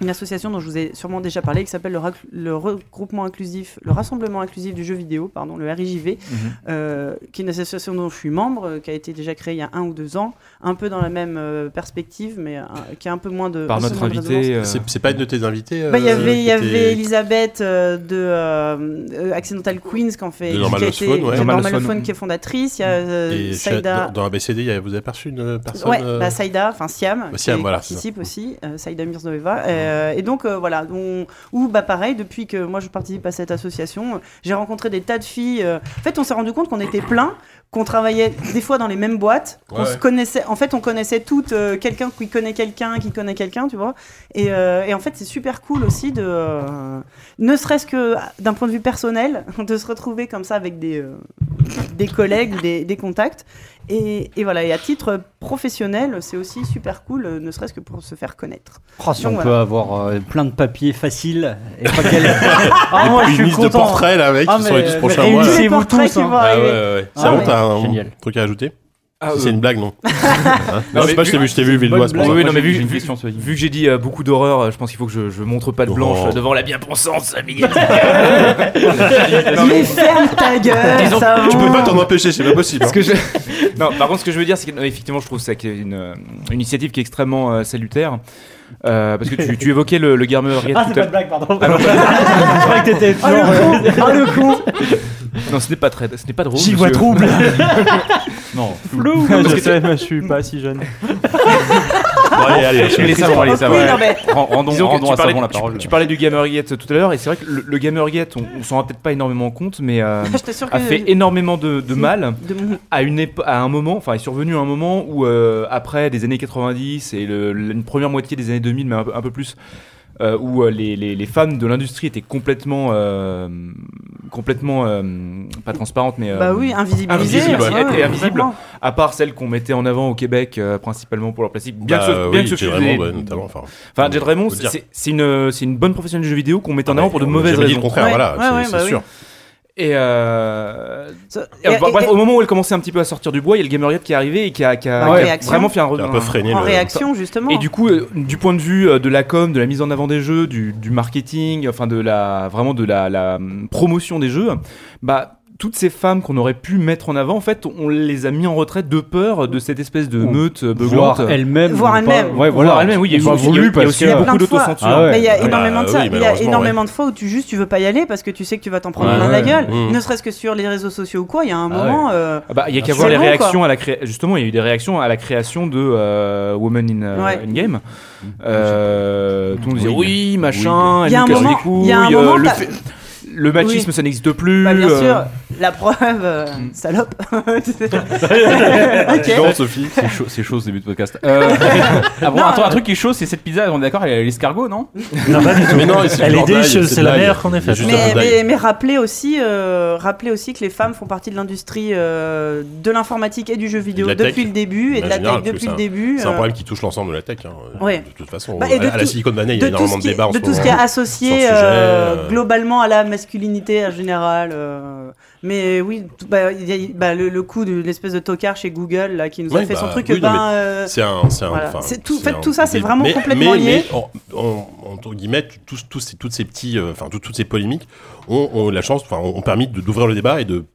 Speaker 4: une association dont je vous ai sûrement déjà parlé qui s'appelle le, rac- le regroupement inclusif, le rassemblement inclusif du jeu vidéo, pardon, le RIJV,
Speaker 5: Mhm.
Speaker 4: euh, qui est une association dont je suis membre, euh, qui a été déjà créée il y a un ou deux ans, un peu dans la même euh, perspective, mais euh, qui a un peu moins de.
Speaker 5: Par
Speaker 4: un peu
Speaker 5: notre
Speaker 4: moins de résonance.
Speaker 5: invité. euh,
Speaker 1: C'est c'est pas une de tes invitées
Speaker 4: Bah, Il y
Speaker 1: euh,
Speaker 4: avait, il y
Speaker 1: qui était-
Speaker 4: avait Elisabeth euh, de euh, euh, Accidental Queens qui en fait.
Speaker 1: De Normal
Speaker 4: qui a
Speaker 1: Osphone, ouais.
Speaker 4: de Normal
Speaker 5: Normal
Speaker 4: Osphone
Speaker 5: Osphone.
Speaker 4: qui est fondatrice. Il y a euh,
Speaker 1: Et chez-
Speaker 4: Saïda.
Speaker 1: dans, dans ABCD, il y a- vous avez perçu une euh, personne
Speaker 4: Ouais,
Speaker 1: euh,
Speaker 4: bah, Saïda, enfin Siam,
Speaker 1: bah, Siam,
Speaker 4: qui
Speaker 1: voilà, c'est ça.
Speaker 4: participe aussi, euh, Saïda Mirznoeva. Euh, et donc euh, voilà, on- ou bah pareil, depuis que moi je participe à cette association, euh, j'ai rencontré des tas de filles. euh, En fait, on s'est rendu compte qu'on était plein, qu'on travaillait des fois dans les mêmes boîtes, qu'on
Speaker 1: Ouais,
Speaker 4: se
Speaker 1: ouais.
Speaker 4: connaissait. En fait, on connaissait toutes euh, quelqu'un qui connaît quelqu'un, qui connaît quelqu'un, tu vois. Et, euh, et en fait, c'est super cool aussi de, euh, ne serait-ce que d'un point de vue personnel, (laughs) de se retrouver comme ça avec des, euh, des collègues, ou des, des contacts. Et, et voilà, et à titre professionnel, c'est aussi super cool, euh, ne serait-ce que pour se faire connaître.
Speaker 7: Oh, si on
Speaker 4: Donc,
Speaker 7: peut avoir euh, plein de papiers faciles. Et pas
Speaker 1: (laughs)
Speaker 7: qu'elle-
Speaker 6: Ah, moi, je
Speaker 1: Une
Speaker 6: suis
Speaker 1: liste de
Speaker 6: content.
Speaker 1: portraits là, mec,
Speaker 7: Ah,
Speaker 1: qui sont les
Speaker 7: mais-
Speaker 1: 12 prochains
Speaker 7: mais-
Speaker 1: mois.
Speaker 7: et
Speaker 1: là.
Speaker 4: les
Speaker 7: lui, c'est vous
Speaker 4: portraits
Speaker 7: tous,
Speaker 4: qui
Speaker 7: hein.
Speaker 4: vont
Speaker 1: Ah ouais,
Speaker 4: arriver.
Speaker 1: ouais, ouais. C'est
Speaker 7: Ah
Speaker 1: bon,
Speaker 7: ouais.
Speaker 1: t'as un
Speaker 7: Génial.
Speaker 1: truc à ajouter
Speaker 5: Ah,
Speaker 1: Si
Speaker 5: euh,
Speaker 1: C'est une blague,
Speaker 5: (laughs)
Speaker 1: non
Speaker 5: non,
Speaker 1: Non, c'est
Speaker 5: mais
Speaker 1: pas, je t'ai vu, je t'ai vu, Vildois, c'est pour
Speaker 5: blague.
Speaker 1: ça.
Speaker 5: Oui, non, mais
Speaker 3: Moi, j'ai-
Speaker 5: vu-
Speaker 3: j'ai une
Speaker 5: vu-
Speaker 3: question sur
Speaker 5: Vu que j'ai dit euh, beaucoup d'horreur, euh, je pense qu'il faut que je, je montre pas de
Speaker 1: Oh.
Speaker 5: blanche euh, devant la
Speaker 1: (laughs)
Speaker 5: bien-pensance, Amélie. (laughs)
Speaker 4: Mais ferme ta
Speaker 1: (laughs)
Speaker 4: gueule, ça
Speaker 1: Tu peux pas t'en empêcher, c'est pas possible. hein.
Speaker 5: Ce
Speaker 1: (laughs)
Speaker 5: que je- non, par contre, ce que je veux dire, c'est qu'effectivement, je trouve ça qu'il y a une, euh, une initiative qui est extrêmement euh, salutaire. Euh, parce que tu, tu évoquais le, le Gamer Gate
Speaker 7: Ah,
Speaker 5: tout
Speaker 7: c'est pas
Speaker 5: à l'heure.
Speaker 7: de blague, pardon.
Speaker 5: Ah
Speaker 7: (laughs)
Speaker 5: non,
Speaker 7: Je croyais que t'étais.
Speaker 4: Oh le con, oh le con.
Speaker 5: non, ce n'est pas très, ce n'est pas drôle.
Speaker 6: J'y vois
Speaker 5: monsieur. (laughs)
Speaker 6: trouble.
Speaker 3: Non,
Speaker 6: (laughs) Flou. je sais, mais je suis pas si jeune.
Speaker 3: allez, allez,
Speaker 5: Je voulais
Speaker 3: c'est bon,
Speaker 5: savoir.
Speaker 3: allez, ça
Speaker 4: Oui,
Speaker 3: va.
Speaker 4: non, mais
Speaker 3: Ren- Rendons
Speaker 5: Disons que
Speaker 3: rendons
Speaker 5: tu
Speaker 3: à
Speaker 5: parlais-
Speaker 3: Savon la
Speaker 5: tu-
Speaker 3: parole.
Speaker 5: Tu parlais du Gamergate tout à l'heure, et c'est vrai que le, le Gamergate, on, on s'en rend peut-être pas énormément compte, mais euh,
Speaker 4: (laughs) je t'assure que.
Speaker 5: a fait énormément de, de
Speaker 4: Si.
Speaker 5: mal
Speaker 4: de mon-
Speaker 5: à, une épo- à un moment, enfin, est survenu un moment où, euh, après des années 90 et le- une première moitié des années 2000, mais un peu, un peu plus, euh, où euh, les, les- les femmes de l'industrie étaient complètement, euh, complètement euh, pas transparentes, mais euh,
Speaker 4: Bah oui, invisibilisé.
Speaker 5: invisibles,
Speaker 4: ouais,
Speaker 5: et- et invisibles.
Speaker 4: complètement.
Speaker 5: à part celles qu'on mettait en avant au Québec, euh, principalement pour leur plastique. Bien
Speaker 1: Bah,
Speaker 5: que ce, bien
Speaker 1: oui,
Speaker 5: que ce
Speaker 1: Jade
Speaker 5: fût
Speaker 1: Raymond,
Speaker 5: des-
Speaker 1: ouais, notamment. Enfin,
Speaker 5: Enfin, Jade Raymond,
Speaker 1: Faut le dire. Ah bah,
Speaker 5: c'est c'est une, c'est une bonne professionnelle du jeu vidéo qu'on met en avant pour de
Speaker 1: on a
Speaker 5: mauvaises
Speaker 1: jamais dit le
Speaker 5: raisons.
Speaker 1: contraire,
Speaker 4: Ouais,
Speaker 1: voilà,
Speaker 4: ouais, ouais,
Speaker 1: c'est-
Speaker 4: bah
Speaker 1: c'est
Speaker 4: oui.
Speaker 1: sûr.
Speaker 5: Et, euh,
Speaker 4: Ça-
Speaker 5: et,
Speaker 4: et-
Speaker 5: bah,
Speaker 4: et-
Speaker 5: bref, au moment où elle commençait un petit peu à sortir du bois, il y a le Gamergate qui est arrivé et qui a, qui a-
Speaker 4: Bah,
Speaker 5: qui a
Speaker 4: réaction.
Speaker 5: vraiment fait un, re-
Speaker 1: T'as un peu freiné
Speaker 4: en
Speaker 1: le.
Speaker 4: réaction, justement.
Speaker 5: Et du coup, euh, du point de vue euh, de la com, de la mise en avant des jeux, du, du marketing, enfin de la vraiment de la, la, hum, promotion des jeux, bah toutes ces femmes qu'on aurait pu mettre en avant, en fait, on les a mis en retrait de peur de cette espèce de
Speaker 7: Ou
Speaker 5: meute euh, beuglante.
Speaker 7: Voir elle-même.
Speaker 4: Voir
Speaker 7: ou pas.
Speaker 4: elle-même.
Speaker 7: Ouais, voilà.
Speaker 5: Voir elle-même, oui, il y a eu-
Speaker 7: Pas
Speaker 5: il y a eu-
Speaker 7: voulu
Speaker 5: il y a
Speaker 7: parce
Speaker 5: aussi
Speaker 7: que-
Speaker 5: eu
Speaker 4: Plein
Speaker 5: beaucoup
Speaker 4: de fois.
Speaker 5: d'autocensure.
Speaker 7: Ah ouais.
Speaker 4: Mais il y a
Speaker 1: Ouais.
Speaker 4: énormément de
Speaker 1: Bah
Speaker 4: ça.
Speaker 1: oui,
Speaker 4: il y a
Speaker 1: malheureusement,
Speaker 4: énormément de fois où tu juste tu veux pas y aller parce que tu sais que tu vas t'en prendre
Speaker 7: Ouais,
Speaker 4: plein la
Speaker 7: ouais.
Speaker 4: gueule.
Speaker 1: Mmh.
Speaker 4: Ne serait-ce que sur les réseaux sociaux ou quoi, il y a un
Speaker 7: Ah
Speaker 4: moment. euh,
Speaker 5: Mm. Ah bah, il y a
Speaker 4: C'est
Speaker 5: qu'à voir les
Speaker 4: bon,
Speaker 5: réactions à la créa- justement il y a eu des réactions à la création de euh, Women in, euh,
Speaker 4: Ouais.
Speaker 5: in Game Euh, tout le monde disait
Speaker 1: Oui.
Speaker 5: oui machin
Speaker 4: Il y a
Speaker 5: elle
Speaker 4: un
Speaker 5: nous casse
Speaker 4: moment-
Speaker 5: les couilles,
Speaker 4: il y a un
Speaker 5: euh,
Speaker 4: moment,
Speaker 5: le,
Speaker 4: t'as-
Speaker 5: fait- le machisme ça n'existe plus
Speaker 4: Bah bien
Speaker 5: euh, (laughs) Mm.
Speaker 4: sûr, la preuve, euh, salope. (laughs) ok.
Speaker 1: Non, Sophie.
Speaker 3: C'est chaud, c'est chaud ce début de podcast. Euh, (laughs) ah bon,
Speaker 4: euh,
Speaker 3: attends, un truc qui est chaud, c'est cette pizza, on est d'accord, elle est à l'escargot,
Speaker 4: (laughs)
Speaker 3: non
Speaker 9: Non, pas du tout.
Speaker 1: Mais non, c'est
Speaker 9: Elle est
Speaker 1: du Jordan,
Speaker 9: délicieuse,
Speaker 1: c'est
Speaker 9: c'est la
Speaker 1: de
Speaker 9: meilleure
Speaker 1: l'ail.
Speaker 9: qu'on ait
Speaker 1: Il y
Speaker 9: faite.
Speaker 1: a juste
Speaker 4: mais,
Speaker 1: un
Speaker 4: mais,
Speaker 1: die.
Speaker 4: mais rappelez aussi, euh, rappelez aussi que les femmes font partie de l'industrie euh, de l'informatique et du jeu vidéo
Speaker 1: de la
Speaker 4: depuis
Speaker 1: tech.
Speaker 4: le début et de la
Speaker 1: En
Speaker 4: tech
Speaker 1: général, parce que
Speaker 4: depuis
Speaker 1: c'est
Speaker 4: le
Speaker 1: un-
Speaker 4: début.
Speaker 1: C'est un
Speaker 4: euh,
Speaker 1: problème qui touche l'ensemble de la tech. hein.
Speaker 4: Ouais.
Speaker 1: De toute façon,
Speaker 4: Bah,
Speaker 1: à,
Speaker 4: et de
Speaker 1: à la
Speaker 4: tout-
Speaker 1: Silicon Valley, il y
Speaker 4: de
Speaker 1: a
Speaker 4: tout
Speaker 1: énormément
Speaker 4: ce
Speaker 1: de
Speaker 4: qui,
Speaker 1: débats en
Speaker 4: de
Speaker 1: ce
Speaker 4: tout ce
Speaker 1: moment. hein,
Speaker 4: qui est associé
Speaker 1: sur le
Speaker 4: euh,
Speaker 1: sujet, euh.
Speaker 4: globalement à la masculinité en général. euh. mais oui, tout- bah, il y a- bah, le, le coup de l'espèce de tocard chez Google là, qui nous a
Speaker 1: Ouais,
Speaker 4: fait son
Speaker 1: bah,
Speaker 4: truc.
Speaker 1: oui,
Speaker 4: ben,
Speaker 1: non, mais
Speaker 4: euh,
Speaker 1: C'est un, c'est un,
Speaker 4: Voilà.
Speaker 1: enfin,
Speaker 4: C'est tout- en
Speaker 1: c'est
Speaker 4: fait,
Speaker 1: un-
Speaker 4: tout ça, c'est
Speaker 1: des-
Speaker 4: vraiment
Speaker 1: mais-
Speaker 4: complètement
Speaker 1: mais-
Speaker 4: lié.
Speaker 1: Mais, en- en- entre guillemets, tu- tous, tous ces, toutes ces petits, euh, enfin, toutes, toutes ces polémiques ont, ont la chance, enfin, ont permis de- d'ouvrir le débat et de,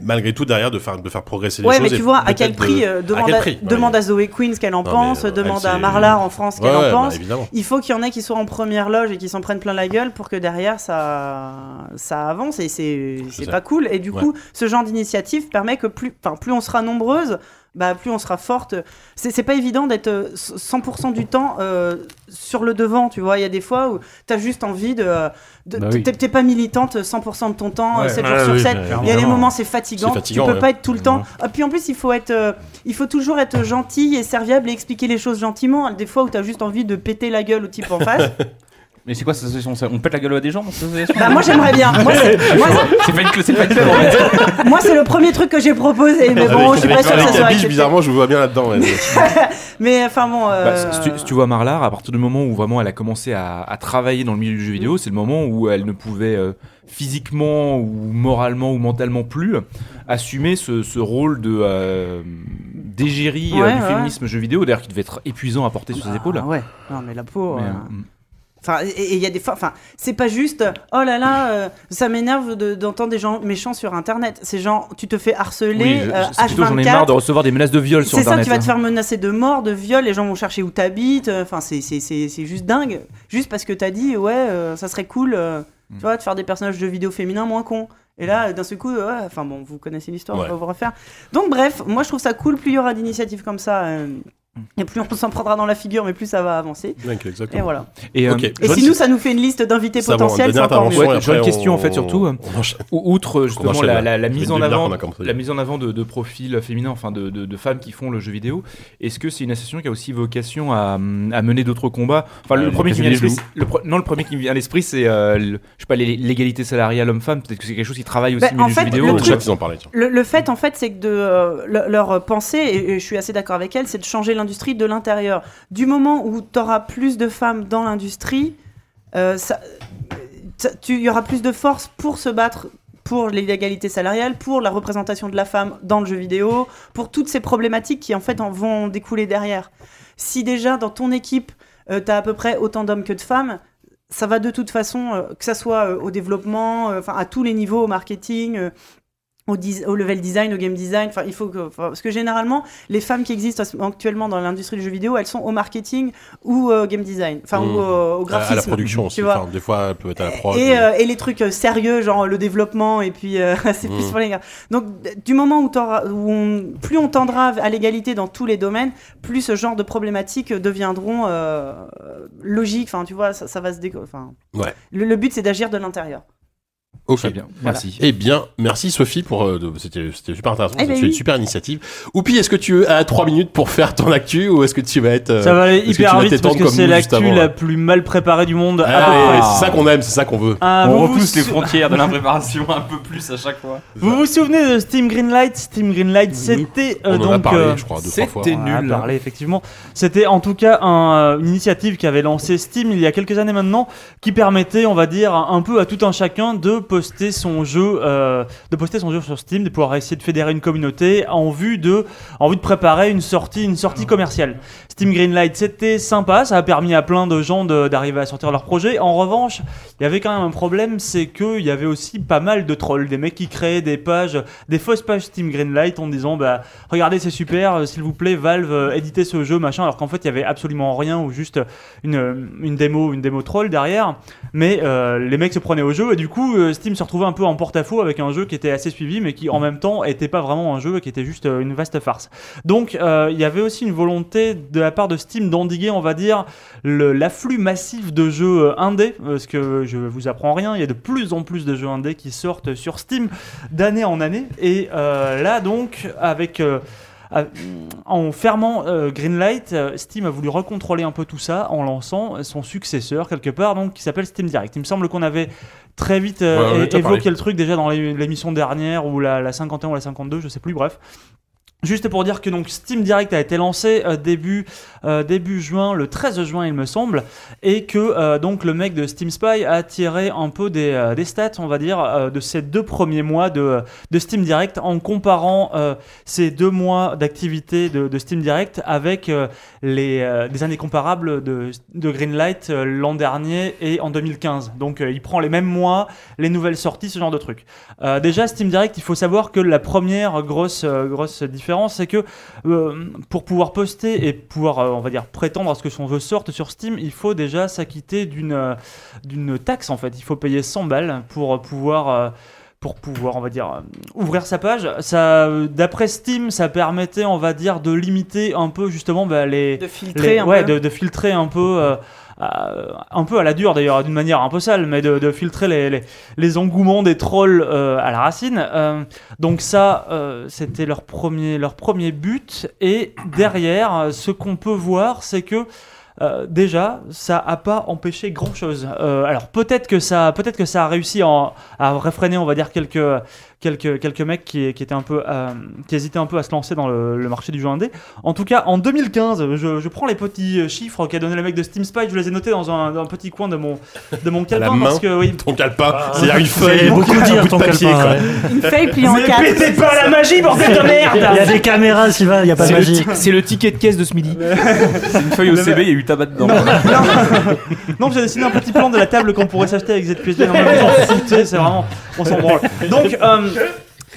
Speaker 1: malgré tout, derrière, de faire, de faire progresser les
Speaker 4: Ouais,
Speaker 1: choses.
Speaker 4: mais
Speaker 1: et
Speaker 4: tu vois, à
Speaker 1: peut-être
Speaker 4: quel
Speaker 1: de-
Speaker 4: prix euh, Demande,
Speaker 1: quel
Speaker 4: à,
Speaker 1: prix, bah ouais.
Speaker 4: demande à Zoé Queen ce qu'elle en
Speaker 1: Non,
Speaker 4: pense,
Speaker 1: mais, euh,
Speaker 4: demande
Speaker 1: elle,
Speaker 4: à
Speaker 1: c'est-
Speaker 4: Marlar en France ce
Speaker 1: Ouais,
Speaker 4: qu'elle
Speaker 1: ouais,
Speaker 4: en
Speaker 1: bah,
Speaker 4: pense.
Speaker 1: évidemment.
Speaker 4: Il faut qu'il y en ait qui soient en première loge et qui s'en prennent plein la gueule pour que derrière ça, ça avance et c'est c'est
Speaker 1: ça.
Speaker 4: pas cool. Et du
Speaker 1: Ouais.
Speaker 4: coup, ce genre d'initiative permet que plus, enfin, plus on sera nombreuses, bah, plus on sera forte. C'est c'est pas évident d'être euh, 100% du temps euh, sur le devant, tu vois. Il y a des fois où t'as juste envie de. de-
Speaker 7: Bah oui.
Speaker 4: T'es t'es pas militante 100% de ton temps,
Speaker 5: Ouais.
Speaker 4: 7
Speaker 9: Ouais,
Speaker 4: jours sur
Speaker 9: oui,
Speaker 4: 7.
Speaker 9: mais
Speaker 4: Il y a des
Speaker 9: clairement.
Speaker 4: moments, c'est fatigant.
Speaker 1: C'est fatigant,
Speaker 4: Tu peux
Speaker 1: ouais.
Speaker 4: pas être tout le temps. Ah, puis en plus, il faut être, euh, il faut toujours être gentil et serviable et expliquer les choses gentiment. Des fois où t'as juste envie de péter la gueule au type en
Speaker 5: (laughs)
Speaker 4: face.
Speaker 3: Mais c'est quoi cette association ça On pète la gueule à des gens dans cette association
Speaker 4: bah moi, j'aimerais bien. Moi,
Speaker 3: (laughs)
Speaker 4: c'est- moi,
Speaker 3: C'est pas une clé, c'est pas une clé, en fait.
Speaker 4: c'est- moi, c'est le premier truc que j'ai proposé. Mais bon, je suis pas sûr que ça
Speaker 1: Avec la
Speaker 4: soit
Speaker 1: biche,
Speaker 4: accepté.
Speaker 1: bizarrement, je vous vois bien là-dedans. ouais.
Speaker 4: (laughs) Mais enfin bon. euh,
Speaker 5: Bah, si, tu, si tu vois Marlar, à partir du moment où vraiment elle a commencé à, à travailler dans le milieu du jeu
Speaker 4: Mm.
Speaker 5: vidéo, c'est le moment où elle ne pouvait euh, physiquement ou moralement ou mentalement plus assumer ce, ce rôle de euh, d'égérie euh,
Speaker 4: Ouais,
Speaker 5: du
Speaker 4: ouais.
Speaker 5: féminisme jeu vidéo, d'ailleurs qui devait être épuisant à porter sur ses épaules.
Speaker 4: Ah ouais. Non, mais la peau.
Speaker 5: Mais,
Speaker 4: euh,
Speaker 5: euh,
Speaker 4: Enfin, et- et il y a des fois, enfin, c'est pas juste, oh là là, euh, ça m'énerve de- d'entendre des gens méchants sur Internet. C'est genre, tu te fais
Speaker 5: oui,
Speaker 4: harceler,
Speaker 5: je-
Speaker 4: euh,
Speaker 5: c'est plutôt j'en ai marre
Speaker 4: H24,
Speaker 5: de recevoir des menaces de viol sur
Speaker 4: C'est ça,
Speaker 5: internet. hein.
Speaker 4: tu vas te faire menacer de mort, de viol, les gens vont chercher où t'habites, euh, enfin c'est- c'est c'est- c'est juste dingue. Juste parce que t'as dit, ouais, euh, ça serait cool, euh,
Speaker 5: Mm.
Speaker 4: tu vois, de faire des personnages de vidéo féminins moins cons. Et là, euh, d'un seul coup, ouais, enfin bon, vous connaissez l'histoire, on
Speaker 1: Ouais.
Speaker 4: va vous refaire. Donc bref, moi je trouve ça cool, plus il y aura d'initiatives comme ça, euh, et plus on s'en prendra dans la figure, mais plus ça va avancer.
Speaker 1: Donc,
Speaker 4: Et
Speaker 1: Exactement.
Speaker 4: voilà.
Speaker 5: Et, euh,
Speaker 1: Ok.
Speaker 4: Et
Speaker 1: Johan,
Speaker 4: si nous, ça nous fait une liste d'invités
Speaker 1: Ça, bon,
Speaker 4: potentiels, c'est
Speaker 1: dernière
Speaker 4: encore mieux.
Speaker 1: intervention,
Speaker 5: Ouais,
Speaker 1: et
Speaker 5: j'ai une
Speaker 1: après,
Speaker 5: question, en fait,
Speaker 1: on-
Speaker 5: surtout.
Speaker 1: on enchaîne.
Speaker 5: ou- outre justement
Speaker 1: enchaîne, hein.
Speaker 5: la,
Speaker 1: là.
Speaker 5: la- la
Speaker 1: Ça fait
Speaker 5: mise
Speaker 1: deux
Speaker 5: en
Speaker 1: milliards
Speaker 5: avant,
Speaker 1: qu'on a commencé.
Speaker 5: la mise en avant de, de profils féminins, enfin de, de- de femmes qui font le jeu vidéo. Est-ce que c'est une association qui a aussi vocation à, hum, à mener d'autres combats Enfin, le,
Speaker 1: Ah,
Speaker 3: Euh,
Speaker 5: premier qui me vient à
Speaker 3: les
Speaker 5: l'esprit,
Speaker 3: genoux.
Speaker 5: c'est- le pre- non, le premier qui me vient à l'esprit, c'est euh, le- je sais pas l'é- l'égalité salariale homme-femme. Peut-être que c'est quelque chose qui travaille aussi
Speaker 4: Bah,
Speaker 5: au milieu
Speaker 4: en
Speaker 5: du
Speaker 4: fait,
Speaker 5: jeu vidéo. euh,
Speaker 4: le
Speaker 1: Oh,
Speaker 4: truc-
Speaker 1: ils en parlaient, tiens.
Speaker 4: Le, le fait, en fait, c'est que de euh, le- leur pensée, et, et je suis assez d'accord avec elle, c'est de changer l'industrie de l'intérieur. Du moment où tu auras plus de femmes dans l'industrie, euh, ça- ça- tu- il y aura plus de force pour se battre pour l'égalité salariale, pour la représentation de la femme dans le jeu vidéo, pour toutes ces problématiques qui en fait en vont découler derrière. Si déjà dans ton équipe, tu as à peu près autant d'hommes que de femmes, ça va de toute façon, euh, que ça soit euh, au développement, euh, enfin à tous les niveaux, au marketing, euh, au, dis- au level design, au game design. Enfin, il faut que, enfin, parce que généralement, les femmes qui existent as- actuellement dans l'industrie du jeu vidéo, elles sont au marketing ou euh, au game design, enfin
Speaker 1: Mmh.
Speaker 4: ou au, au
Speaker 1: À-
Speaker 4: graphisme.
Speaker 1: À la production
Speaker 4: tu
Speaker 1: aussi.
Speaker 4: vois.
Speaker 1: Enfin, des fois, elle peut être à la prod.
Speaker 4: Et, euh, et les trucs euh, sérieux, genre le développement, et puis euh, (laughs) c'est plus
Speaker 1: Mm.
Speaker 4: pour les gars. Donc, d- du moment où, t'auras- où on- plus on tendra à l'égalité dans tous les domaines, plus ce genre de problématiques deviendront euh, logiques. Enfin, tu vois, ça, ça va se déco. Enfin,
Speaker 1: Ouais.
Speaker 4: le, le but, c'est d'agir de l'intérieur.
Speaker 1: Ok.
Speaker 5: bien. Merci.
Speaker 1: Eh bien, merci Sophie pour. euh, de- C'était c'était super intéressant.
Speaker 4: Eh
Speaker 1: c'est
Speaker 4: ben
Speaker 1: une
Speaker 4: oui.
Speaker 1: super initiative. Oupi, est-ce que tu as 3 minutes pour faire ton actu ou est-ce que tu vas être. euh,
Speaker 6: Ça va aller
Speaker 1: est-ce que tu
Speaker 6: hyper
Speaker 1: vas
Speaker 6: vite parce
Speaker 1: t'étendre
Speaker 6: que
Speaker 1: comme
Speaker 6: c'est
Speaker 1: nous juste
Speaker 6: l'actu
Speaker 1: avant,
Speaker 6: la
Speaker 1: là
Speaker 6: plus mal préparée du monde. à peu
Speaker 1: Allez,
Speaker 6: près.
Speaker 1: c'est ça qu'on aime, c'est ça qu'on veut.
Speaker 6: Ah,
Speaker 3: On
Speaker 6: vous vous
Speaker 3: repousse les
Speaker 6: sou-
Speaker 3: frontières de l'impréparation un peu plus à chaque fois.
Speaker 6: Vous vous souvenez de Steam Greenlight Steam Greenlight, c'était euh,
Speaker 1: On
Speaker 6: donc.
Speaker 1: en a parlé,
Speaker 6: euh,
Speaker 1: je crois, deux trois fois.
Speaker 5: C'était
Speaker 6: on en a
Speaker 5: nul.
Speaker 6: parlé, effectivement. C'était en tout cas un, euh, une initiative qu'avait lancée Steam il y a quelques années maintenant, qui permettait, on va dire, un un peu à tout un chacun de poster son jeu, euh, de poster son jeu sur Steam, de pouvoir essayer de fédérer une communauté en vue de, en vue de préparer une sortie, une sortie commerciale. Steam Greenlight, c'était sympa, ça a permis à plein de gens de- d'arriver à sortir leur projet. En revanche, il y avait quand même un problème, c'est que il y avait aussi pas mal de trolls, des mecs qui créaient des pages, des fausses pages Steam Greenlight en disant bah regardez c'est super, euh, s'il vous plaît Valve euh, éditez ce jeu machin, alors qu'en fait il y avait absolument rien ou juste une, euh, une démo, une démo troll derrière. Mais euh, les mecs se prenaient au jeu et du coup euh, Steam se retrouvait un peu en porte-à-faux avec un jeu qui était assez suivi mais qui en même temps était pas vraiment un jeu et qui était juste euh, une vaste farce. Donc euh, il y avait aussi une volonté de la part de Steam d'endiguer on va dire le- l'afflux massif de jeux euh, indés, parce que je vous apprends rien, il y a de plus en plus de jeux indés qui sortent sur Steam d'année en année. Et euh, là donc, avec euh, a- en fermant euh, Greenlight, euh, Steam a voulu recontrôler un peu tout ça en lançant son successeur quelque part, donc qui s'appelle Steam Direct. Il me semble qu'on avait très vite euh,
Speaker 1: Ouais, on en a
Speaker 6: é-
Speaker 1: déjà parlé.
Speaker 6: évoqué le truc déjà dans l'é- l'émission dernière ou la, la 51 ou la 52, je sais plus, bref. Juste pour dire que donc Steam Direct a été lancé euh, début, euh, début juin, le 13 juin il me semble, et que euh, donc le mec de Steam Spy a tiré un peu des, euh, des stats, on va dire, euh, de ces deux premiers mois de, de Steam Direct en comparant euh, ces deux mois d'activité de, de Steam Direct avec euh, les, euh, des années comparables de, de Greenlight euh, l'an dernier et en 2015. Donc euh, il prend les mêmes mois, les nouvelles sorties, ce genre de truc. Euh, déjà, Steam Direct, il faut savoir que la première grosse, euh, grosse différence, c'est que euh, pour pouvoir poster et pouvoir, euh, on va dire, prétendre à ce que son jeu sorte sur Steam, il faut déjà s'acquitter d'une euh, d'une taxe en fait. Il faut payer 100 balles pour pouvoir. euh, pour pouvoir, on va dire, euh, ouvrir sa page, ça, euh, d'après Steam, ça permettait, on va dire, de limiter un peu justement bah, les,
Speaker 4: De filtrer
Speaker 6: les-
Speaker 4: un
Speaker 6: ouais,
Speaker 4: peu.
Speaker 6: De, de filtrer un peu. euh, à- un peu à la dure d'ailleurs, d'une manière un peu sale, mais de, de filtrer les, les, les engouements des trolls euh, à la racine. Euh, donc ça, euh, c'était leur premier, leur premier but. Et derrière, euh, ce qu'on peut voir, c'est que euh, déjà, ça n'a pas empêché grand-chose. Euh, alors peut-être que ça, peut-être que ça a réussi en- à réfréner, on va dire quelques quelques quelques mecs qui, qui étaient un peu euh, qui hésitaient un peu à se lancer dans le, le marché du jeu indé. En tout cas, en 2015, je, je prends les petits euh, chiffres qu'a donné le mec de Steam Spy, je les ai notés dans un, dans un petit coin de mon de mon calepin
Speaker 1: main.
Speaker 6: parce que oui.
Speaker 1: Ton calepin,
Speaker 6: Ah.
Speaker 1: c'est-à-dire
Speaker 6: (laughs)
Speaker 1: une feuille,
Speaker 9: beaucoup
Speaker 1: un
Speaker 9: dire
Speaker 1: bout de
Speaker 9: ton
Speaker 1: papier.
Speaker 9: calepin,
Speaker 1: quoi.
Speaker 9: ouais.
Speaker 4: Une feuille pliée en
Speaker 6: Mais
Speaker 4: quatre.
Speaker 6: pétez pas la magie, bordel de
Speaker 9: Il y a
Speaker 6: merde
Speaker 9: des caméras, Sylvain, il n'y a pas de
Speaker 5: C'est le,
Speaker 9: magie.
Speaker 5: ti- c'est le ticket de caisse de ce midi.
Speaker 3: Une feuille au CB, il y a eu tabac dedans.
Speaker 6: Non, j'ai dessiné un petit plan de la table qu'on pourrait s'acheter avec ZPSD. Non, mais vous en foutez, c'est vraiment. On s'en branle. Donc, euh,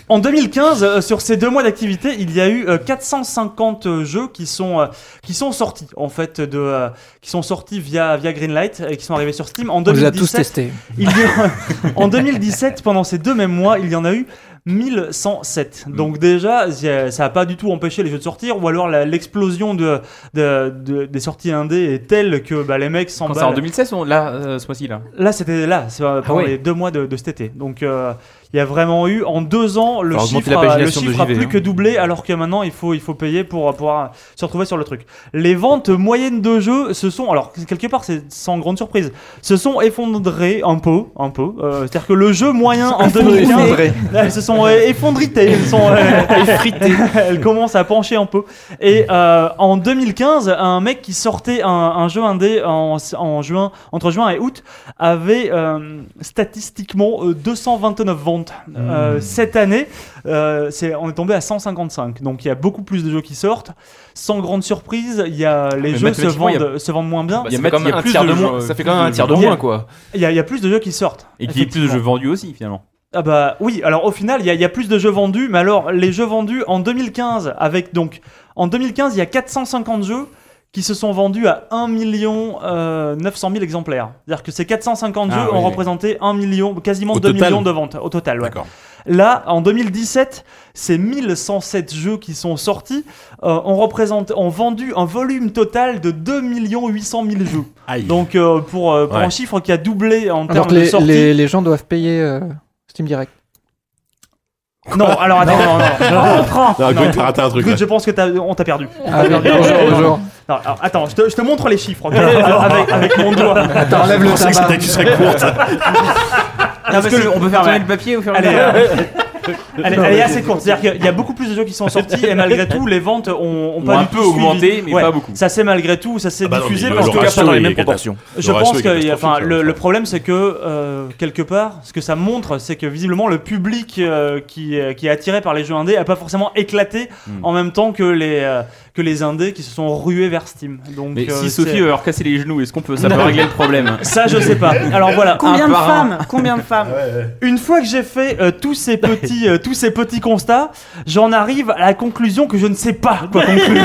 Speaker 6: en 2015, euh, sur ces deux mois d'activité, il y a eu euh, 450 jeux qui sont, euh, qui sont sortis, en fait, de, euh, qui sont sortis via, via Greenlight et qui sont arrivés sur Steam. En
Speaker 8: On les a tous
Speaker 6: 2017,
Speaker 8: testés.
Speaker 6: il y a- (laughs) en 2017, pendant ces deux mêmes mois, il y en a eu 1107. Donc déjà, c'est- ça n'a pas du tout empêché les jeux de sortir, ou alors la- l'explosion de, de- de- des sorties indées est telle que bah, les mecs
Speaker 3: Quand c'est en
Speaker 6: s'emballent.
Speaker 3: 2016, on- là, euh, ce mois-ci, là.
Speaker 6: Là, c'était là, c'est
Speaker 5: Ah
Speaker 6: euh, pendant
Speaker 8: ouais.
Speaker 6: les deux mois de, de cet été. Donc, euh, il y a vraiment eu, en deux ans, le
Speaker 5: Faut
Speaker 6: chiffre,
Speaker 5: augmenter la
Speaker 6: a, le
Speaker 5: pagination de
Speaker 6: chiffre a
Speaker 5: JV,
Speaker 6: plus
Speaker 5: hein.
Speaker 6: que doublé, alors que maintenant, il faut, il faut payer pour euh, pouvoir se retrouver sur le truc. Les ventes moyennes de jeux se sont, alors quelque part, c'est sans grande surprise, se sont effondrées un peu, un peu. Euh, C'est-à-dire que le jeu
Speaker 5: (laughs)
Speaker 6: moyen en 2015, elles (laughs) se sont euh, effondritées, elles
Speaker 5: (laughs)
Speaker 6: sont euh, (laughs) elles commencent à pencher un peu. Et euh, en 2015, un mec qui sortait un, un jeu indé en, en juin, entre juin et août, avait euh, statistiquement euh, 229 ventes. Euh, cette année, euh, c'est, on est tombé à 155. Donc il y a beaucoup plus de jeux qui sortent. Sans grande surprise, il y
Speaker 5: Ah,
Speaker 6: a, les
Speaker 3: mais
Speaker 6: jeux se
Speaker 3: mathématiquement, il y a-
Speaker 6: vendent, se vendent moins bien.
Speaker 3: Bah,
Speaker 5: Il y
Speaker 3: ça
Speaker 5: a,
Speaker 3: fait
Speaker 5: quand même
Speaker 3: quand même
Speaker 5: un
Speaker 3: plus
Speaker 5: tiers
Speaker 3: de euh,
Speaker 5: de
Speaker 3: jeux-
Speaker 5: moins. Ça fait quand
Speaker 3: plus
Speaker 5: même un
Speaker 3: de
Speaker 5: tiers de
Speaker 6: jeux.
Speaker 5: moins, quoi.
Speaker 6: Il y, a, il y a plus de jeux qui sortent.
Speaker 3: Et qu'il y ait plus de jeux vendus aussi, finalement.
Speaker 6: Ah bah oui, alors au final, il y, a- il y a plus de jeux vendus, mais alors les jeux vendus en 2015, avec donc en 2015, il y a 450 jeux qui se sont vendus à 1 million euh, 900 000 exemplaires. C'est-à-dire que ces 450
Speaker 3: Ah
Speaker 6: jeux
Speaker 3: oui,
Speaker 6: ont
Speaker 3: oui.
Speaker 6: représenté 1 million, quasiment
Speaker 1: Au
Speaker 6: 2
Speaker 1: total
Speaker 6: millions de ventes au total. ouais.
Speaker 1: D'accord.
Speaker 6: Là, en 2017, c'est 1107 jeux qui sont sortis, euh, ont, représenté, ont vendu un volume total de 2 800 000 jeux.
Speaker 1: Aïe.
Speaker 6: Donc euh, pour, euh, pour
Speaker 1: Ouais.
Speaker 6: un chiffre qui a doublé en termes
Speaker 8: Alors que
Speaker 6: de
Speaker 8: les,
Speaker 6: sorties.
Speaker 8: les- les gens doivent payer euh, Steam Direct.
Speaker 6: Non, alors attends, non, non, non. Reprends.
Speaker 1: Non,
Speaker 6: Non,
Speaker 1: Gwyn, t'as raté un truc.
Speaker 6: Good,
Speaker 1: là.
Speaker 6: je pense que t'as- on t'a perdu.
Speaker 8: Ah oui,
Speaker 6: Non, non,
Speaker 8: bonjour,
Speaker 6: (laughs) non, non.
Speaker 8: bonjour.
Speaker 6: Non, alors, attends, je te, je te montre les
Speaker 1: (laughs)
Speaker 6: chiffres ok, avec, avec mon doigt.
Speaker 8: Attends, enlève
Speaker 1: Je
Speaker 8: le
Speaker 1: pensais que
Speaker 8: tabac.
Speaker 1: c'était tu serais
Speaker 8: (laughs)
Speaker 1: courte.
Speaker 3: Est-ce que le- on peut faire tourner le papier au fur et à
Speaker 6: Elle
Speaker 3: mesure
Speaker 6: est,
Speaker 1: euh, (laughs)
Speaker 6: elle est- elle est assez courte, c'est-à-dire qu'il y a beaucoup plus de jeux qui sont sortis et malgré tout, les ventes ont, ont pas
Speaker 3: Ont un
Speaker 6: du tout
Speaker 3: peu
Speaker 6: suivi.
Speaker 3: augmenté, mais
Speaker 6: Ouais,
Speaker 3: pas beaucoup.
Speaker 6: Ça s'est malgré tout, ça s'est
Speaker 1: Ah bah non,
Speaker 6: diffusé
Speaker 1: mais
Speaker 6: parce
Speaker 1: le
Speaker 6: que
Speaker 1: ratio,
Speaker 5: dans les
Speaker 1: il est
Speaker 5: mêmes proportions.
Speaker 6: Je
Speaker 1: Le
Speaker 6: pense
Speaker 1: ratio est
Speaker 6: que y a- enfin,
Speaker 1: catastrophique,
Speaker 6: le,
Speaker 1: là,
Speaker 6: le
Speaker 1: enfin.
Speaker 6: problème, c'est que euh, quelque part, ce que ça montre, c'est que visiblement le public euh, qui, euh, qui est attiré par les jeux indés a pas forcément éclaté
Speaker 3: Hmm.
Speaker 6: en même temps que les, euh, que les indés qui se sont rués vers Steam. Donc,
Speaker 3: Mais
Speaker 6: euh,
Speaker 3: si
Speaker 6: c'est-
Speaker 3: Sophie veut leur casser les genoux, est-ce qu'on peut ça peut régler le problème
Speaker 6: (laughs) Ça, je sais pas. Alors voilà,
Speaker 4: Combien de
Speaker 3: par un.
Speaker 4: femmes Combien de
Speaker 2: Ah
Speaker 4: femmes
Speaker 6: une fois que j'ai fait euh, tous, ces petits, euh, tous ces petits constats, j'en arrive à la conclusion que je ne sais pas
Speaker 2: (laughs)
Speaker 6: quoi conclure.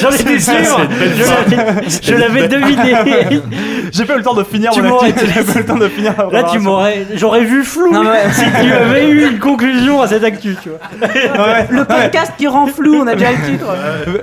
Speaker 2: J'en étais sûr Je, je l'avais (laughs) deviné
Speaker 6: j'ai pas eu le temps de finir
Speaker 2: Tu
Speaker 6: mon
Speaker 2: m'aurais-
Speaker 6: activité, j'ai pas eu le temps de finir. ma
Speaker 2: Là, tu
Speaker 6: préparation.
Speaker 2: m'aurais. J'aurais vu
Speaker 4: Ah
Speaker 2: flou si tu avais eu une conclusion à cette actu, tu vois.
Speaker 4: Le podcast qui rend flou, on a déjà le titre.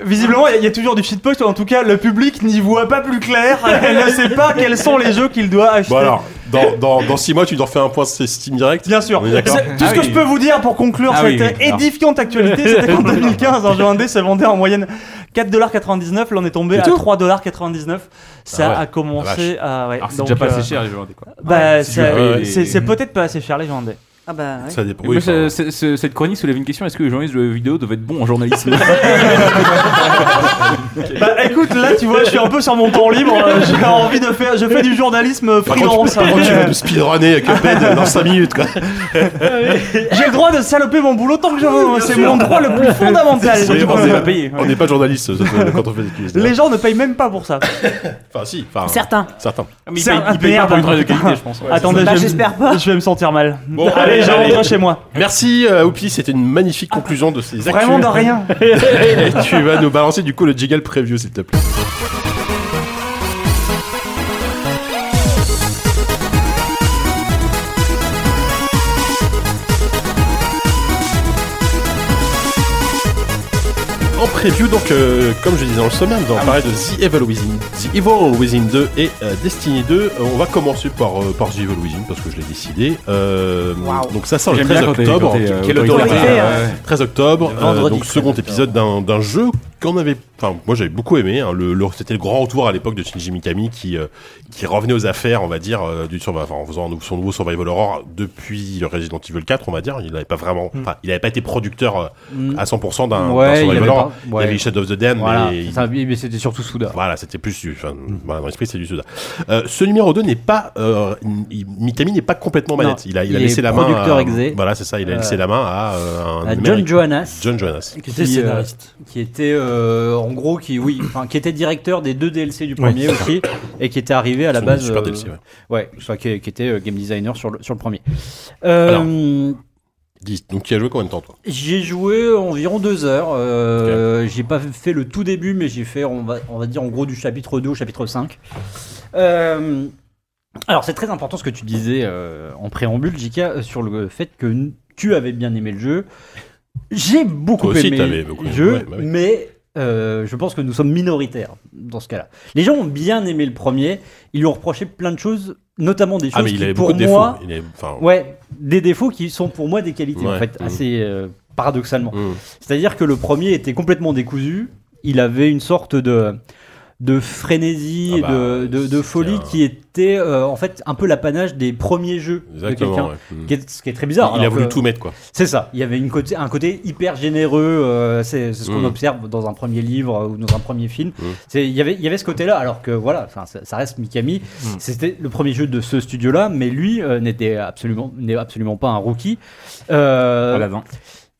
Speaker 6: Visiblement, il y a toujours du shitpost, ou en tout cas, le public n'y voit pas plus clair.
Speaker 3: (laughs)
Speaker 6: Elle ne sait pas quels sont les jeux qu'il doit acheter.
Speaker 1: Bon alors, dans, dans, dans 6 mois, tu dois refais un point de Steam Direct.
Speaker 6: Bien sûr.
Speaker 1: On est d'accord.
Speaker 6: C'est- Tout ce
Speaker 3: Ah
Speaker 6: que
Speaker 3: oui.
Speaker 6: je peux vous dire pour conclure
Speaker 3: Ah oui,
Speaker 6: cette
Speaker 3: oui, alors.
Speaker 6: édifiante actualité, c'était
Speaker 3: (laughs)
Speaker 6: qu'en 2015, un jeu indé se vendait en moyenne 4,99$. Là, on est tombé à 3,99$. Ça
Speaker 1: Ah ouais,
Speaker 6: a commencé à. ouais,
Speaker 3: Alors c'est
Speaker 6: donc,
Speaker 3: déjà pas
Speaker 6: euh,
Speaker 3: assez cher les gens. quoi.
Speaker 6: Bah,
Speaker 3: Si
Speaker 6: ça-
Speaker 3: tu veux, ouais,
Speaker 6: c'est
Speaker 3: et-
Speaker 6: c'est peut-être pas assez cher, les jeux indés.
Speaker 4: Ah bah ouais.
Speaker 1: Ça dépend.
Speaker 3: Moi,
Speaker 1: Oui, enfin,
Speaker 3: ce- ce- ce- cette chronique soulève une question est-ce que les journalistes de vidéo doivent être bons en journalisme
Speaker 6: Bah, écoute, là, tu vois, je suis un peu sur mon
Speaker 3: (laughs)
Speaker 6: temps libre. euh, J'ai envie de faire. Je fais du
Speaker 3: Bah,
Speaker 6: journalisme
Speaker 1: Par contre,
Speaker 6: freelance. hein,
Speaker 1: par contre, tu vas nous speedrunner avec Cuphead dans 5 minutes quoi.
Speaker 6: J'ai le droit de saloper mon boulot tant que je veux. Ah C'est mon droit
Speaker 1: (laughs)
Speaker 6: le plus fondamental.
Speaker 1: Oui,
Speaker 6: Surtout quand
Speaker 1: on
Speaker 6: on n'est
Speaker 1: est-
Speaker 6: pas payé.
Speaker 1: On n'est pas journaliste ça, ça, quand on fait des quiz.
Speaker 6: Les gens ne payent même pas pour ça.
Speaker 1: Enfin, si, enfin,
Speaker 4: Certains.
Speaker 1: certains.
Speaker 3: Ah, Mais ils
Speaker 6: C'est
Speaker 3: payent-
Speaker 6: un-
Speaker 3: ils payent
Speaker 6: merde.
Speaker 3: pas pour une travail de qualité, je pense.
Speaker 6: Attendez,
Speaker 4: Bah,
Speaker 6: je vais-
Speaker 4: j'espère pas.
Speaker 6: Je vais me sentir mal.
Speaker 1: Bon,
Speaker 6: allez,
Speaker 1: allez,
Speaker 6: je
Speaker 1: allez.
Speaker 6: rentre chez moi.
Speaker 1: Merci euh, Oupi, c'était une magnifique conclusion de ces actus.
Speaker 6: Vraiment de rien.
Speaker 1: (laughs) Et tu vas nous balancer du coup le jiggle preview s'il te plaît. En preview, donc, euh, comme je disais dans le sommaire,
Speaker 3: Ah
Speaker 1: nous allons parler de The Evil Within, The Evil Within 2 et euh, Destiny 2. Euh, on va commencer par, euh, par The Evil Within parce que je l'ai décidé. Euh, Donc, (laughs) ça sort le
Speaker 3: J'aime bien
Speaker 1: 13
Speaker 3: quand t'es- quand
Speaker 1: octobre.
Speaker 3: t'es, euh,
Speaker 1: Quelle
Speaker 3: autoritaire.
Speaker 1: autorité, hein.
Speaker 3: Ouais, ouais.
Speaker 1: 13 octobre, euh,
Speaker 7: vendredi
Speaker 1: donc
Speaker 7: 13
Speaker 1: second
Speaker 7: octobre.
Speaker 1: épisode d'un d'un jeu qu'on avait, enfin moi j'avais beaucoup aimé. hein, le, le- c'était le grand retour à l'époque de Shinji Mikami qui euh, qui revenait aux affaires, on va dire, euh, du survi- enfin, en faisant son nouveau Survival Horror depuis Resident Evil 4, on va dire. Il n'avait pas vraiment, enfin il n'avait pas été producteur euh, à 100% d'un d'un
Speaker 7: Mm. Ouais, il y
Speaker 1: Survival
Speaker 7: avait
Speaker 1: Horror.
Speaker 7: pas-
Speaker 1: Il y
Speaker 7: ouais.
Speaker 1: avait Shadow of the Den,
Speaker 7: Voilà,
Speaker 1: mais il-
Speaker 7: ça, mais c'était surtout Souda.
Speaker 1: voilà, c'était plus du. Enfin, voilà, dans l'esprit, c'est du soda. Euh, ce numéro 2 n'est pas. Euh, il- Mikami n'est pas complètement
Speaker 7: Non,
Speaker 1: manette. Il a, il a
Speaker 7: il est
Speaker 1: laissé la main.
Speaker 7: producteur
Speaker 1: à-
Speaker 7: exé.
Speaker 1: Voilà, c'est ça. Il a
Speaker 7: Euh,
Speaker 1: laissé la main à, euh, un
Speaker 7: À Ah, John
Speaker 1: Américain.
Speaker 7: Johannas.
Speaker 1: John Jonas.
Speaker 7: Qui
Speaker 9: était scénariste.
Speaker 7: euh, qui était euh, en gros, qui, oui, enfin, qui était directeur des deux DLC du premier aussi, et qui était arrivé à la
Speaker 1: Son
Speaker 7: base.
Speaker 1: super
Speaker 7: euh,
Speaker 1: DLC, ouais.
Speaker 7: ouais, soit qui, qui était euh, game designer sur le, sur le premier. Euh,
Speaker 1: Dis, donc tu as joué combien de temps toi
Speaker 7: J'y ai joué environ deux heures. Euh, J'ai pas fait le tout début, mais j'ai fait, on va, on va dire, en gros, du chapitre 2 au chapitre 5. Euh, alors, c'est très important ce que tu disais euh, en préambule, Jika, euh, sur le fait que n- tu avais bien aimé le jeu. J'ai beaucoup
Speaker 1: Toi aussi, t'avais
Speaker 7: aimé
Speaker 1: beaucoup
Speaker 7: le
Speaker 1: aimé,
Speaker 7: jeu,
Speaker 1: ouais, bah oui.
Speaker 7: mais euh, je pense que nous sommes minoritaires dans ce cas-là. Les gens ont bien aimé le premier. Ils lui ont reproché plein de choses, notamment des choses
Speaker 1: Ah mais il
Speaker 7: qui,
Speaker 1: avait
Speaker 7: pour
Speaker 1: beaucoup de défauts.
Speaker 7: moi,
Speaker 1: Il est- enfin,
Speaker 7: Ouais, des défauts qui sont pour moi des qualités, en
Speaker 1: Ouais,
Speaker 7: fait,
Speaker 1: mhm.
Speaker 7: assez euh, paradoxalement.
Speaker 1: Mhm.
Speaker 7: C'est-à-dire que le premier était complètement décousu, il avait une sorte de de frénésie
Speaker 1: Ah
Speaker 7: et
Speaker 1: bah,
Speaker 7: de, de, de
Speaker 1: c'est
Speaker 7: folie
Speaker 1: un-
Speaker 7: qui était euh, en fait un peu l'apanage des premiers jeux de
Speaker 1: Exactement.
Speaker 7: quelqu'un.
Speaker 1: ouais. Mm.
Speaker 7: Qui est- Ce qui est très bizarre.
Speaker 1: il a
Speaker 7: alors
Speaker 1: voulu
Speaker 7: que-
Speaker 1: tout mettre quoi.
Speaker 7: C'est ça. Il y avait une côté, un côté hyper généreux. euh, c'est c'est ce qu'on
Speaker 1: Mhm.
Speaker 7: observe dans un premier livre euh, ou dans un premier film.
Speaker 1: Mmh.
Speaker 7: C'est- Il y avait, il y avait ce côté-là. Alors que voilà, enfin, ça, ça reste Mikami. C'était le premier jeu de ce studio-là, mais lui euh, Ah, n'était absolument, n'est absolument pas un rookie. Euh,
Speaker 3: Aladdin.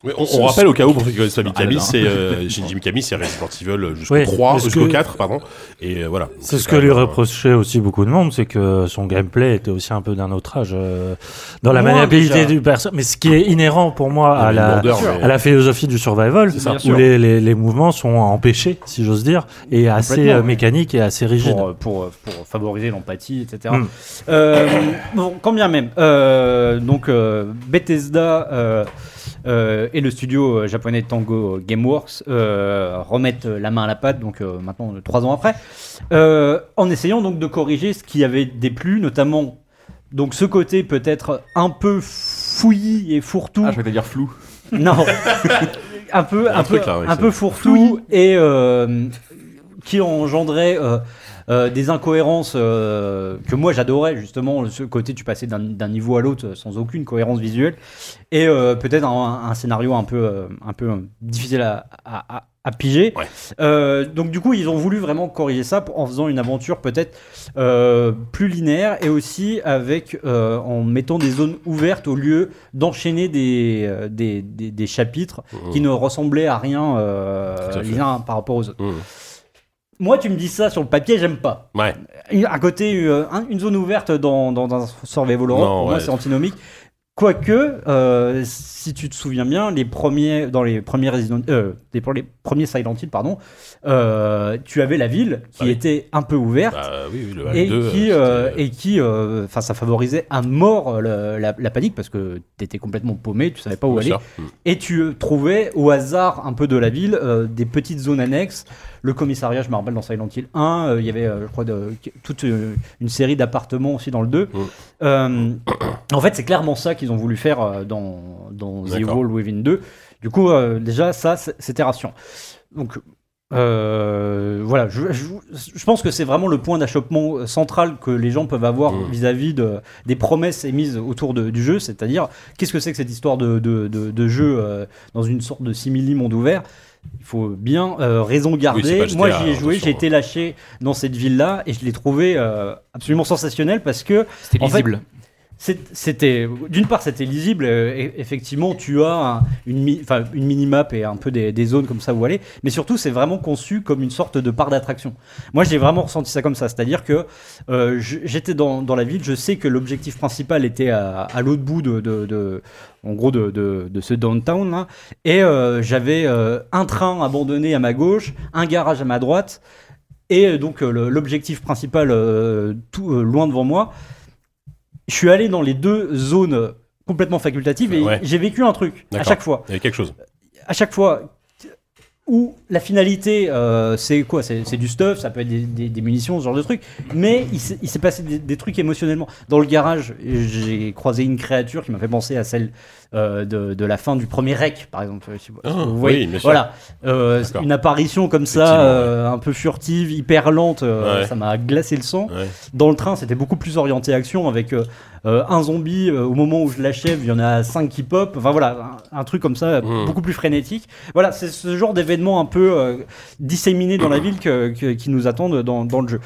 Speaker 1: Oui, on, on rappelle au cas où, pour ceux qui connaissent pas Mikami, c'est
Speaker 7: (laughs)
Speaker 1: euh, Shinji Mikami, c'est Resident Evil jusqu'au
Speaker 9: Oui,
Speaker 1: 3,
Speaker 9: parce
Speaker 1: jusqu'au
Speaker 9: que-
Speaker 1: 4, pardon. Et euh, voilà.
Speaker 9: C'est ce
Speaker 1: quand
Speaker 9: que
Speaker 1: même,
Speaker 9: lui
Speaker 1: euh,
Speaker 9: reprochait aussi beaucoup de monde, c'est que son gameplay était aussi un peu d'un autre âge euh, dans la
Speaker 7: Moins,
Speaker 9: maniabilité
Speaker 7: déjà.
Speaker 9: du personnage. Mais ce qui est inhérent pour moi
Speaker 1: il y
Speaker 9: à
Speaker 1: avait
Speaker 9: la,
Speaker 1: une lourdeur, mais-
Speaker 9: à la philosophie du survival,
Speaker 1: C'est ça.
Speaker 9: où les, les, les mouvements sont empêchés, si j'ose dire, et assez
Speaker 7: Complètement,
Speaker 9: euh,
Speaker 7: ouais.
Speaker 9: mécaniques et assez rigides.
Speaker 7: pour, euh, pour, euh, pour favoriser l'empathie, etc.
Speaker 9: Mm.
Speaker 7: Euh, bon, quand bien même. Euh, donc, euh, Bethesda euh, euh, et le studio euh, japonais Tango Gameworks euh, remettent euh, la main à la pâte, donc euh, maintenant euh, trois ans après, euh, en essayant donc de corriger ce qui avait déplu, notamment donc ce côté peut-être un peu fouillis et fourre-tout.
Speaker 3: Ah, je vais dire flou. (laughs)
Speaker 7: Non. un peu,
Speaker 1: Un
Speaker 7: un, peu,
Speaker 1: truc, là, oui,
Speaker 7: un
Speaker 1: c'est-
Speaker 7: peu fourre-tout et euh, qui engendrait euh, euh, des incohérences euh, que moi j'adorais justement ce côté tu passais d'un- d'un niveau à l'autre sans aucune cohérence visuelle et euh, peut-être un, un scénario un peu euh, un peu euh, difficile à, à- à- à piger.
Speaker 1: Ouais.
Speaker 7: Euh, donc du coup ils ont voulu vraiment corriger ça en faisant une aventure peut-être euh, plus linéaire et aussi avec euh, en mettant des zones ouvertes au lieu d'enchaîner des, euh, des, des- des chapitres qui ne ressemblaient à rien euh,
Speaker 1: Mmh. Tout à fait.
Speaker 7: les uns par rapport aux autres.
Speaker 1: Mhm.
Speaker 7: Moi, tu me dis ça sur le papier, j'aime pas.
Speaker 1: Ouais.
Speaker 7: Une- À côté, euh, un- une zone ouverte dans, dans, dans un survival horror,
Speaker 1: Non,
Speaker 7: pour
Speaker 1: ouais.
Speaker 7: moi, c'est antinomique. Quoique, euh, si tu te souviens bien, les premiers, dans les premiers, Resident, euh, les, les premiers Silent Hill, pardon, euh, tu avais la ville qui
Speaker 1: Ah oui.
Speaker 7: était un peu ouverte
Speaker 1: Bah oui, oui, le
Speaker 7: et,
Speaker 1: 2.
Speaker 7: qui, euh, et qui, euh, enfin, ça favorisait à mort le- la, la panique parce que t'étais complètement paumé, tu savais pas où aller.
Speaker 1: Hmm.
Speaker 7: Et tu euh, trouvais au hasard un peu de la ville euh, des petites zones annexes. Le commissariat, je me rappelle, dans Silent Hill 1, euh, il y avait, euh, je crois, de- toute euh, une série d'appartements aussi dans le 2.
Speaker 1: Mm.
Speaker 7: Euh, en fait, c'est clairement ça qu'ils ont voulu faire euh, dans, dans The
Speaker 1: D'accord.
Speaker 7: Evil Within 2. Du coup, euh, déjà, ça, c'est- c'était rassurant. Donc, euh, voilà, je, je, je pense que c'est vraiment le point d'achoppement euh, central que les gens peuvent avoir
Speaker 1: Mm.
Speaker 7: vis-à-vis de, des promesses émises autour de- du jeu, c'est-à-dire qu'est-ce que c'est que cette histoire de, de, de- de jeu euh, dans une sorte de simili monde ouvert il faut bien euh, raison
Speaker 1: c'est
Speaker 7: garder.
Speaker 1: pas GTA,
Speaker 7: Moi, j'y ai joué,
Speaker 1: attention,
Speaker 7: j'ai
Speaker 3: hein.
Speaker 7: été lâché dans cette ville-là et je l'ai trouvé euh, absolument sensationnel parce que
Speaker 3: C'était
Speaker 7: En fait,
Speaker 3: lisible.
Speaker 7: c'est- C'était d'une part c'était lisible euh, et effectivement tu as un- une mi- enfin une minimap et un peu des, des zones comme ça où aller mais surtout c'est vraiment conçu comme une sorte de part d'attraction. Moi j'ai vraiment ressenti ça comme ça c'est-à-dire que euh, je- j'étais dans, dans la ville je sais que l'objectif principal était à, à l'autre bout de, de- de- en gros de, de- de ce downtown là et euh, j'avais euh, un train abandonné à ma gauche un garage à ma droite et euh, donc euh, le- l'objectif principal euh, tout euh, loin devant moi je suis allé dans les deux zones complètement facultatives et
Speaker 1: Ouais.
Speaker 7: j'ai vécu un truc à
Speaker 1: D'accord.
Speaker 7: chaque fois.
Speaker 1: Il y a quelque chose.
Speaker 7: À chaque fois où la finalité, euh, c'est quoi C'est c'est du stuff, ça peut être des, des- des munitions, ce genre de truc. Mais il s'est il s'est passé des, des trucs émotionnellement. Dans le garage, j'ai croisé une créature qui m'a fait penser à celle euh, de, de la fin du premier rec, par exemple. Si vous-
Speaker 1: Ah,
Speaker 7: vous voyez.
Speaker 1: oui, bien sûr.
Speaker 7: Voilà, Euh,
Speaker 1: D'accord.
Speaker 7: une apparition comme ça,
Speaker 1: Effectivement,
Speaker 7: euh, un peu furtive, hyper lente, euh,
Speaker 1: Ouais.
Speaker 7: ça m'a glacé le sang.
Speaker 1: Ouais.
Speaker 7: Dans le train, c'était beaucoup plus orienté action avec euh, euh, un zombie euh, au moment où je l'achève, il y en a cinq qui pop. Enfin voilà, un, un truc comme ça,
Speaker 1: Mm.
Speaker 7: beaucoup plus frénétique. Voilà, c'est ce genre d'événements un peu euh, disséminés dans la ville que- que- qui nous attendent dans, dans le jeu.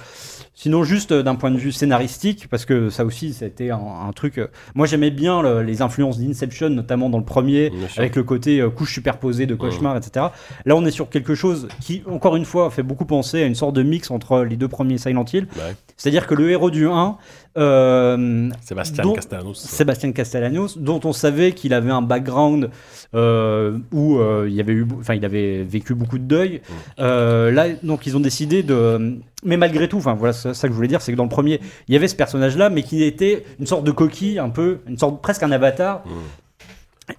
Speaker 7: Sinon, juste euh, d'un point de vue scénaristique, parce que ça aussi, c'était un, un truc. euh, Moi, j'aimais bien le- les influences d'Inception, notamment dans le premier,
Speaker 1: Bien sûr. Hmm.
Speaker 7: avec le côté euh, couche superposée de cauchemar, etc. Là, on est sur quelque chose qui, encore une fois, fait beaucoup penser à une sorte de mix entre les deux premiers Silent Hill.
Speaker 1: Ouais.
Speaker 7: C'est-à-dire que le héros du 1, euh,
Speaker 1: Sébastien
Speaker 7: Donc-
Speaker 1: Castellanos.
Speaker 7: Sébastien Castellanos, dont on savait qu'il avait un background euh, où euh, il, y avait eu, enfin, il avait vécu beaucoup de deuil.
Speaker 1: Mm.
Speaker 7: Euh, là, donc, ils ont décidé de. Mais malgré tout, enfin, voilà, c'est ça que je voulais dire, c'est que dans le premier, il y avait ce personnage-là, mais qui était une sorte de coquille, un peu, une sorte, presque un avatar.
Speaker 1: Mm.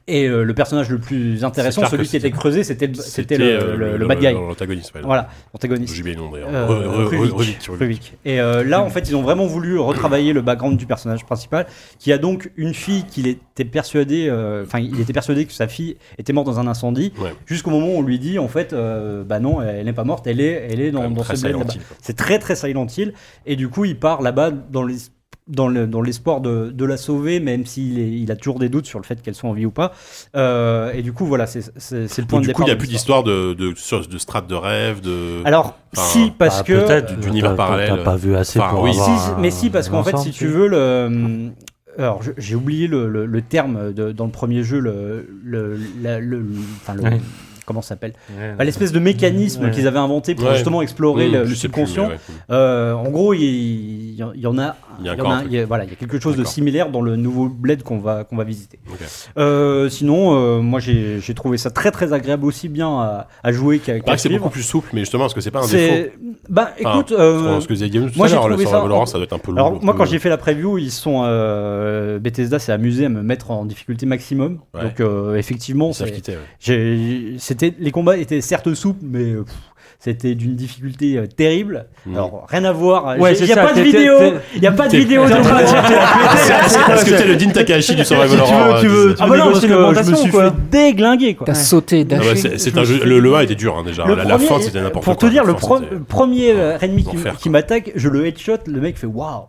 Speaker 7: Et euh, le personnage le plus intéressant,
Speaker 1: clair
Speaker 7: celui
Speaker 1: que
Speaker 7: qui était
Speaker 1: c'était-
Speaker 7: creusé, c'était le, c'était le,
Speaker 1: euh,
Speaker 7: le- le bad guy.
Speaker 1: L'antagoniste, ouais.
Speaker 7: Voilà, antagoniste.
Speaker 1: J'ai oublié le nom d'ailleurs.
Speaker 7: Euh,
Speaker 1: hein. Re- re- re-
Speaker 7: Rubik.
Speaker 1: Rubik, sur Rubik.
Speaker 7: Rubik. Et euh, là, en fait, ils ont vraiment voulu retravailler le background du personnage principal, qui a donc une fille qu'il était persuadé, euh, enfin, il était persuadé que sa fille était morte dans un incendie,
Speaker 1: Ouais.
Speaker 7: jusqu'au moment où on lui dit, en fait, euh, bah non, elle n'est pas morte, elle est, elle est
Speaker 1: Quand
Speaker 7: dans,
Speaker 1: même
Speaker 7: dans ce
Speaker 1: très
Speaker 7: bled
Speaker 1: Silent
Speaker 7: là-bas.
Speaker 1: Hill, quoi.
Speaker 7: C'est très très Silent Hill, et du coup, il part là-bas dans les dans le- dans l'espoir de, de la sauver, même s'il est- il a toujours des doutes sur le fait qu'elle soit en vie ou pas. Euh, et du coup, voilà, c'est c'est- c'est le point
Speaker 1: Donc,
Speaker 7: de
Speaker 1: Du coup,
Speaker 7: départ.
Speaker 1: il n'y a
Speaker 7: de
Speaker 1: plus
Speaker 7: l'histoire.
Speaker 1: d'histoire de, de, de, de strates de rêve, de.
Speaker 7: Alors,
Speaker 1: Enfin,
Speaker 7: si, parce
Speaker 9: Bah,
Speaker 7: que.
Speaker 9: peut-être
Speaker 1: d'univers
Speaker 9: t'as-
Speaker 1: parallèle.
Speaker 9: T'as pas vu assez
Speaker 1: Enfin,
Speaker 9: pour
Speaker 1: oui.
Speaker 9: avoir
Speaker 7: Si,
Speaker 9: un-
Speaker 7: mais si, parce
Speaker 9: un
Speaker 7: qu'en fait,
Speaker 9: ensemble,
Speaker 7: si tu veux, le, alors je- j'ai oublié le, le- le terme de- dans le premier jeu, le, le- la- le- le- enfin, le-
Speaker 9: Ouais.
Speaker 7: comment ça s'appelle Bah, L'espèce de mécanisme
Speaker 9: Ouais.
Speaker 7: qu'ils avaient inventé pour
Speaker 1: Ouais.
Speaker 7: justement explorer
Speaker 1: Mmh,
Speaker 7: le,
Speaker 1: je
Speaker 7: le
Speaker 1: sais plus,
Speaker 7: subconscient.
Speaker 1: ouais, ouais, cool.
Speaker 7: Euh, en gros, il il y, en- il y en a,
Speaker 1: Il y a
Speaker 7: il y
Speaker 1: encore
Speaker 7: en
Speaker 1: un
Speaker 7: a-
Speaker 1: truc.
Speaker 7: il y a- voilà, il y a quelque chose de
Speaker 1: D'accord.
Speaker 7: similaire dans le nouveau bled qu'on va qu'on va visiter.
Speaker 1: Ok.
Speaker 7: Euh, sinon, euh, moi j'ai j'ai trouvé ça très très agréable aussi bien à, à jouer qu'à
Speaker 1: Il
Speaker 7: qu'à
Speaker 1: paraît que c'est
Speaker 7: suivre.
Speaker 1: beaucoup plus souple, mais justement, est-ce que c'est pas un défaut
Speaker 7: C'est bah écoute.
Speaker 1: Parce
Speaker 7: euh,
Speaker 1: qu'on- Ce que vous avez dit tout
Speaker 7: moi,
Speaker 1: à
Speaker 7: j'ai
Speaker 1: l'heure, le
Speaker 7: trouvé
Speaker 1: Sarah
Speaker 7: ça-
Speaker 1: Valorant, ça doit être un peu lourd.
Speaker 7: alors moi quand j'ai fait la preview, ils sont euh, Bethesda s'est amusé à me mettre en difficulté maximum.
Speaker 1: Ouais.
Speaker 7: Donc euh, effectivement,
Speaker 1: ça
Speaker 7: c'est-
Speaker 1: quitté.
Speaker 7: j'ai- c'était les combats étaient certes souples, mais euh, pff, c'était d'une difficulté euh, terrible.
Speaker 1: Mhm.
Speaker 7: Alors rien à voir.
Speaker 6: Ouais,
Speaker 7: J'ai-
Speaker 6: c'est
Speaker 7: il y a
Speaker 6: ça,
Speaker 7: pas de
Speaker 6: t'es- t'es-
Speaker 7: vidéo.
Speaker 6: t'es-
Speaker 7: Il y a pas de
Speaker 1: t'es-
Speaker 7: vidéo.
Speaker 6: t'es en
Speaker 1: (laughs)
Speaker 7: de-
Speaker 6: train de-
Speaker 1: Est-ce que t'es le Dean Takahashi du Survival Horror
Speaker 6: tu
Speaker 1: euh,
Speaker 6: veux-
Speaker 1: disait-
Speaker 6: Ah
Speaker 7: Ah
Speaker 6: bah
Speaker 7: bah
Speaker 6: non,
Speaker 7: non, parce
Speaker 6: c'est
Speaker 7: que
Speaker 6: une
Speaker 7: je me
Speaker 6: augmentation,
Speaker 7: suis
Speaker 6: quoi.
Speaker 7: fait déglinguer quoi.
Speaker 8: T'as sauté,
Speaker 1: Ah
Speaker 8: dashé.
Speaker 1: bah, c'est- c'est un jeu- le, le 1 était dur hein, déjà.
Speaker 7: Le
Speaker 1: la, la
Speaker 7: premier-
Speaker 1: fin c'était n'importe quoi.
Speaker 7: Pour te dire,
Speaker 1: La
Speaker 7: le
Speaker 1: fin,
Speaker 7: pro-
Speaker 1: c'était-
Speaker 7: premier euh, ennemi qui,
Speaker 1: L'enfer,
Speaker 7: qui
Speaker 1: quoi.
Speaker 7: m'attaque, je le headshot, le mec fait waouh.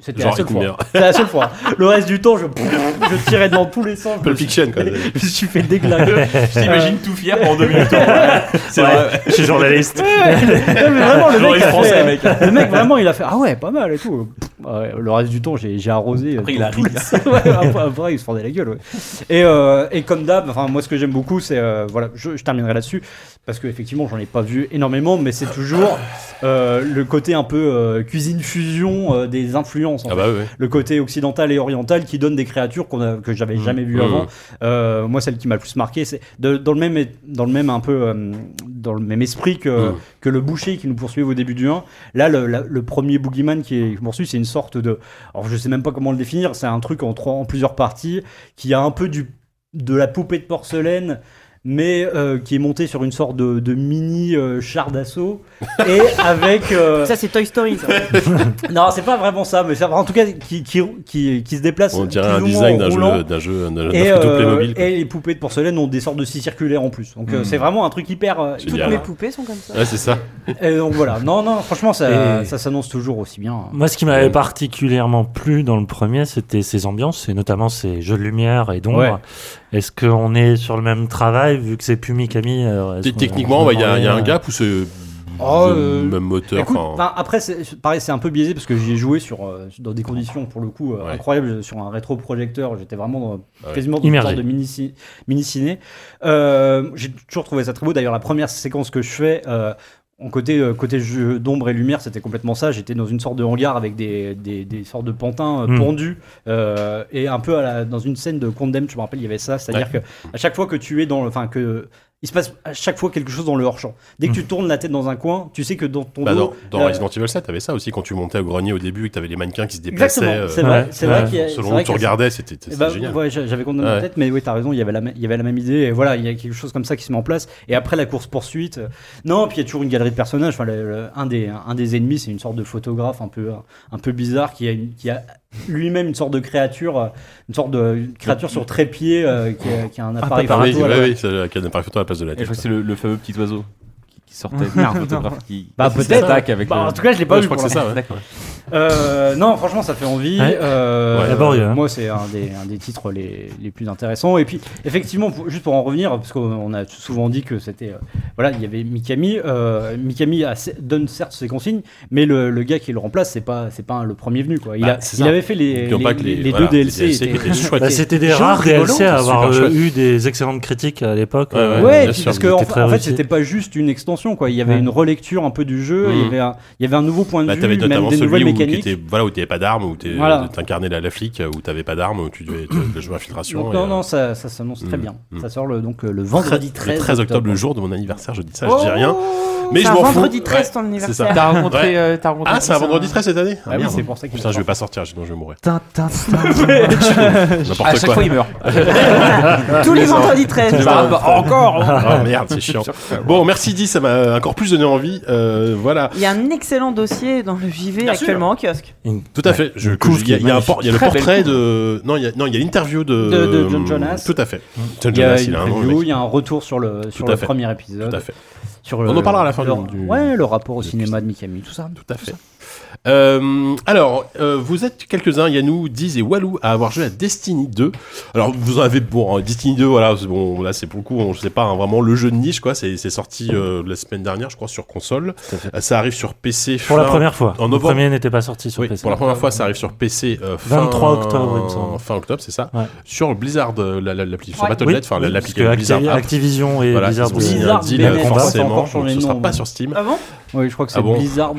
Speaker 7: C'était la
Speaker 1: Genre
Speaker 7: seule
Speaker 1: Hitler.
Speaker 7: (laughs) fois. C'était la seule fois. Le reste du temps, je, je tirais dans tous les sens. Je me
Speaker 1: Pulp
Speaker 7: suis-
Speaker 1: Fiction
Speaker 7: (laughs)
Speaker 1: quoi.
Speaker 7: je me suis
Speaker 9: (laughs)
Speaker 1: (laughs)
Speaker 7: fait déglinguer.
Speaker 3: Je t'imagine tout fier pendant deux minutes.
Speaker 7: (laughs)
Speaker 3: C'est vrai.
Speaker 9: Je suis journaliste.
Speaker 7: Non, mais vraiment, le
Speaker 3: J'aurais
Speaker 7: mec,
Speaker 3: eu
Speaker 7: a
Speaker 3: français,
Speaker 7: fait,
Speaker 3: mec.
Speaker 7: euh, le mec, vraiment, il a fait ah ouais, pas mal et tout. Pff, ouais, le reste du temps, j'ai j'ai arrosé. euh,
Speaker 3: Après, il
Speaker 7: dans
Speaker 3: a
Speaker 7: tous
Speaker 3: ri.
Speaker 7: les- (laughs) Ouais, après, après, il se fendait la gueule. ouais. Et, euh, et comme d'hab, enfin, moi, ce que j'aime beaucoup, c'est. euh, voilà, je, je terminerai là-dessus. Parce que, effectivement, j'en ai pas vu énormément, mais c'est toujours euh, le côté un peu euh, cuisine fusion euh, des influences. en
Speaker 1: Ah bah ouais.
Speaker 7: le côté occidental et oriental qui donne des créatures qu'on a- que j'avais jamais vues
Speaker 1: Mmh.
Speaker 7: avant. Euh, moi, celle qui m'a le plus marqué, c'est de- dans le même é- dans le même un peu euh, dans le même esprit que
Speaker 1: Mmh.
Speaker 7: que le boucher qui nous poursuivait au début du 1. Là, le, la- le premier boogeyman qui est poursuit, c'est une sorte de alors je sais même pas comment le définir. C'est un truc en trois en plusieurs parties qui a un peu du de la poupée de porcelaine. Mais euh, qui est monté sur une sorte de, de mini euh, char d'assaut et avec euh,
Speaker 4: Ça, c'est Toy Story, ça.
Speaker 7: (laughs) non, c'est pas vraiment ça, mais ça, en tout cas, qui, qui, qui, qui se déplace.
Speaker 1: On dirait
Speaker 7: plus
Speaker 1: un
Speaker 7: ou moins en
Speaker 1: design d'un
Speaker 7: roulant.
Speaker 1: jeu d'un jeu d'un
Speaker 7: Et,
Speaker 1: d'un
Speaker 7: euh,
Speaker 1: free-to-play mobile. quoi. Hmm.
Speaker 7: et les poupées de porcelaine ont des sortes de scie circulaires en plus. Donc euh,
Speaker 3: Mm.
Speaker 7: c'est vraiment un truc hyper. euh,
Speaker 1: Génial.
Speaker 4: Toutes
Speaker 1: Génial.
Speaker 4: mes poupées sont comme ça.
Speaker 1: Ouais, c'est ça.
Speaker 7: et donc voilà. Non, non, franchement, ça,
Speaker 9: Et-
Speaker 7: ça s'annonce toujours aussi bien.
Speaker 9: Moi, ce qui m'avait particulièrement plu dans le premier, c'était ses ambiances, et notamment ses jeux de lumière et d'ombre.
Speaker 7: Ouais.
Speaker 9: Est-ce qu'on est sur le même travail, vu que c'est plus Mikami euh, est-ce
Speaker 1: T-
Speaker 9: qu'on-
Speaker 1: Techniquement,
Speaker 9: on euh,
Speaker 1: il y, a- y a
Speaker 9: parlait,
Speaker 1: un gap où c'est
Speaker 7: Oh,
Speaker 1: le
Speaker 7: euh,
Speaker 1: même moteur.
Speaker 7: Écoute,
Speaker 1: enfin,
Speaker 7: ben, après, c'est- pareil, c'est un peu biaisé parce que j'y ai joué sur, euh, dans des conditions pour le coup euh,
Speaker 1: Ouais.
Speaker 7: incroyables, sur un rétroprojecteur. J'étais vraiment dans-
Speaker 1: Ouais.
Speaker 7: quasiment dans une
Speaker 9: Immergé.
Speaker 7: sorte de mini-ci- mini-ciné. Euh, J'ai toujours trouvé ça très beau. D'ailleurs, la première séquence que je fais. euh, en côté, euh, côté jeu d'ombre et lumière, c'était complètement ça. J'étais dans une sorte de hangar avec des, des, des sortes de pantins euh,
Speaker 9: Mm.
Speaker 7: pendus euh, et un peu à la- dans une scène de Condemned, je me rappelle, il y avait ça. C'est-à-dire que à chaque fois que tu es dans le. Enfin, que. Il se passe à chaque fois quelque chose dans le hors-champ. Dès que
Speaker 1: Hmm.
Speaker 7: tu tournes la tête dans un coin, tu sais que dans ton
Speaker 1: bah,
Speaker 7: dos,
Speaker 1: dans, dans
Speaker 7: euh,
Speaker 1: Resident Evil 7, t'avais ça aussi quand tu montais au grenier au début et que t'avais les mannequins qui se déplaçaient.
Speaker 7: Exactement,
Speaker 1: euh,
Speaker 7: c'est vrai,
Speaker 9: ouais,
Speaker 7: c'est
Speaker 9: ouais.
Speaker 7: vrai qu'il y a- c'est
Speaker 1: selon
Speaker 7: vrai
Speaker 1: où tu
Speaker 7: qu'il y a ça.
Speaker 1: regardais, c'était c'était
Speaker 7: Eh ben,
Speaker 1: génial.
Speaker 7: ouais, j'a- j'avais condamné
Speaker 1: Ouais.
Speaker 7: la tête, mais oui, t'as raison, il y, avait la, mê- il y avait la même idée, et voilà, il y a quelque chose comme ça qui se met en place, et après la course-poursuite, euh, non, puis il y a toujours une galerie de personnages, enfin, le- le- un, des, un des ennemis, c'est une sorte de photographe un peu, un peu bizarre, qui a, une- qui a lui-même une sorte de créature, euh, une sorte de une créature sur trépied, euh, qui, a, qui a un appareil
Speaker 1: Ah oui,
Speaker 7: photo,
Speaker 1: oui,
Speaker 7: alors-
Speaker 1: oui, c'est la canne appareil photo à la place de la
Speaker 3: Et je
Speaker 1: tête.
Speaker 3: crois que c'est le, le fameux petit oiseau qui, qui
Speaker 7: (laughs)
Speaker 3: sortait.
Speaker 7: Non.
Speaker 3: le photographe qui,
Speaker 7: Bah,
Speaker 3: qui
Speaker 7: peut-être.
Speaker 3: s'attaque avec.
Speaker 7: Bah,
Speaker 3: le-
Speaker 7: en tout cas, je l'ai pas
Speaker 1: Ouais, je
Speaker 7: vu
Speaker 1: crois que
Speaker 7: pour
Speaker 1: c'est ça. ouais.
Speaker 3: D'accord.
Speaker 7: Euh, non, franchement, ça fait envie.
Speaker 9: Ouais.
Speaker 7: Euh,
Speaker 1: Ouais,
Speaker 9: laborieux, hein.
Speaker 7: Moi, c'est un des, un des titres les, les plus intéressants. Et puis, effectivement, pour- juste pour en revenir, parce qu'on a souvent dit que c'était. euh, voilà, il y avait Mikami. euh, Mikami a- donne certes ses consignes, mais le, le gars qui le remplace, c'est pas, c'est pas le premier venu. Quoi. Il,
Speaker 1: Bah,
Speaker 7: a,
Speaker 1: c'est
Speaker 7: il
Speaker 1: ça.
Speaker 7: avait fait les,
Speaker 1: N'oublions
Speaker 7: les-
Speaker 1: pas que
Speaker 7: les
Speaker 1: les-
Speaker 7: deux
Speaker 1: voilà, les
Speaker 7: DLC.
Speaker 1: DLC qui étaient chouettes.
Speaker 9: Bah, c'était des
Speaker 7: Genre
Speaker 9: rares
Speaker 7: rigolo,
Speaker 9: DLC à
Speaker 1: c'est
Speaker 9: avoir
Speaker 1: super
Speaker 9: euh,
Speaker 1: chouette.
Speaker 9: eu des excellentes critiques à l'époque.
Speaker 1: Ouais,
Speaker 9: euh,
Speaker 1: ouais,
Speaker 7: Ouais,
Speaker 1: bien
Speaker 7: et puis
Speaker 1: sûr,
Speaker 7: parce
Speaker 1: ils
Speaker 7: que
Speaker 9: étaient
Speaker 7: en,
Speaker 9: très
Speaker 7: en fait,
Speaker 9: réussis.
Speaker 7: c'était pas juste une extension, quoi. Il y avait
Speaker 9: Ouais.
Speaker 7: une relecture un peu du jeu. Il, y
Speaker 1: Mhm.
Speaker 7: avait un, il y avait un nouveau point de
Speaker 1: Bah, t'avais
Speaker 7: vue, même
Speaker 1: notamment
Speaker 7: des
Speaker 1: celui
Speaker 7: nouvelles
Speaker 1: où tu
Speaker 7: mécaniques.
Speaker 1: étais, voilà, où t'avais pas d'armes, où t'es-
Speaker 7: Voilà.
Speaker 1: t'incarnais la, la flic, où t'avais pas d'armes, où tu devais te- te jouer à filtration.
Speaker 7: Donc,
Speaker 1: et,
Speaker 7: non,
Speaker 1: euh,
Speaker 7: non, ça, ça s'annonce très
Speaker 1: Mm,
Speaker 7: bien.
Speaker 1: mm.
Speaker 7: Ça sort le, donc euh, le vendredi 13,
Speaker 1: le 13 octobre, le jour de mon anniversaire, je dis ça,
Speaker 4: Oh,
Speaker 1: je dis rien. Mais
Speaker 4: c'est
Speaker 1: je
Speaker 4: un
Speaker 1: m'en fous.
Speaker 4: vendredi 13,
Speaker 1: Ouais,
Speaker 4: ton
Speaker 1: c'est ça.
Speaker 4: anniversaire.
Speaker 10: T'as rencontré,
Speaker 1: Ouais.
Speaker 10: euh, t'as rencontré
Speaker 1: Ah, c'est un
Speaker 10: quelqu'un,
Speaker 1: vendredi 13 cette année
Speaker 7: Ah oui,
Speaker 1: merde.
Speaker 7: c'est pour ça qu'il
Speaker 1: Putain, je
Speaker 7: sort.
Speaker 1: vais pas sortir, sinon je vais mourir.
Speaker 8: Tin, tin,
Speaker 1: (laughs)
Speaker 8: tin.
Speaker 1: N'importe
Speaker 3: À
Speaker 1: quoi.
Speaker 3: chaque fois, il meurt.
Speaker 4: Tous les vendredis 13.
Speaker 3: Ah, bah, encore.
Speaker 1: Ah merde, c'est chiant. Bon, merci 10, ça m'a encore plus donné envie. Euh, voilà,
Speaker 4: Il y a un excellent dossier dans le JV
Speaker 1: Bien sûr.
Speaker 4: actuellement en kiosque.
Speaker 1: tout à fait. Je-
Speaker 9: Une couve
Speaker 1: Il y, a-
Speaker 9: qui est
Speaker 1: il y a un
Speaker 9: magnifique.
Speaker 1: por- il y a le
Speaker 3: Très belle
Speaker 1: portrait de. Non, il y a, non, il y a l'interview de...
Speaker 7: De- de John Jonas. Mm.
Speaker 1: Tout à fait. John
Speaker 7: Il y a
Speaker 1: Jonas,
Speaker 7: une
Speaker 1: il a un nom. le
Speaker 7: preview, il
Speaker 1: mec.
Speaker 7: y a un retour sur le, sur
Speaker 1: à
Speaker 7: le
Speaker 1: fait.
Speaker 7: premier
Speaker 1: Tout à
Speaker 7: épisode.
Speaker 1: fait.
Speaker 7: Sur
Speaker 1: On en parlera à la fin
Speaker 7: le-
Speaker 1: du- du-
Speaker 7: Ouais, le rapport au
Speaker 1: du
Speaker 7: cinéma de Mikami, tout ça.
Speaker 1: Tout à fait. Euh, alors, euh, vous êtes quelques-uns, Yanou, Diz et Walou, à avoir joué à Destiny 2. Alors, vous en avez bon, hein, Destiny 2, voilà, c'est bon, là c'est pour le coup, on, je sais pas, hein, vraiment le jeu de niche, quoi. C'est c'est sorti euh, la semaine dernière, je crois, sur console. Euh, Ça arrive sur PC.
Speaker 9: Pour la
Speaker 1: fin-
Speaker 9: première fois.
Speaker 1: en
Speaker 9: le
Speaker 1: novembre.
Speaker 9: premier n'était pas sorti sur Euh,
Speaker 1: Oui,
Speaker 9: PC.
Speaker 1: pour la première fois, ça arrive sur PC euh, fin-
Speaker 9: 23 octobre, il me semble.
Speaker 1: Fin octobre, c'est ça.
Speaker 9: Ouais.
Speaker 1: Sur Blizzard, euh, la, la, l'appli- sur
Speaker 9: Oui,
Speaker 1: Battle.net, enfin la-
Speaker 9: oui,
Speaker 1: l'application
Speaker 9: parce que
Speaker 1: Blizzard.
Speaker 9: Acti-
Speaker 1: App.
Speaker 9: Activision et
Speaker 1: Voilà,
Speaker 9: Blizzard,
Speaker 1: ils ont signé
Speaker 9: Blizzard
Speaker 1: un deal, euh,
Speaker 9: BNF,
Speaker 1: forcément,
Speaker 9: ils ont
Speaker 1: donc
Speaker 9: encore changé
Speaker 1: ce
Speaker 9: le
Speaker 1: sera
Speaker 9: nom,
Speaker 1: pas
Speaker 9: ouais.
Speaker 1: sur Steam.
Speaker 4: Avant
Speaker 7: Oui, je crois que c'est
Speaker 1: Ah bon
Speaker 7: Blizzard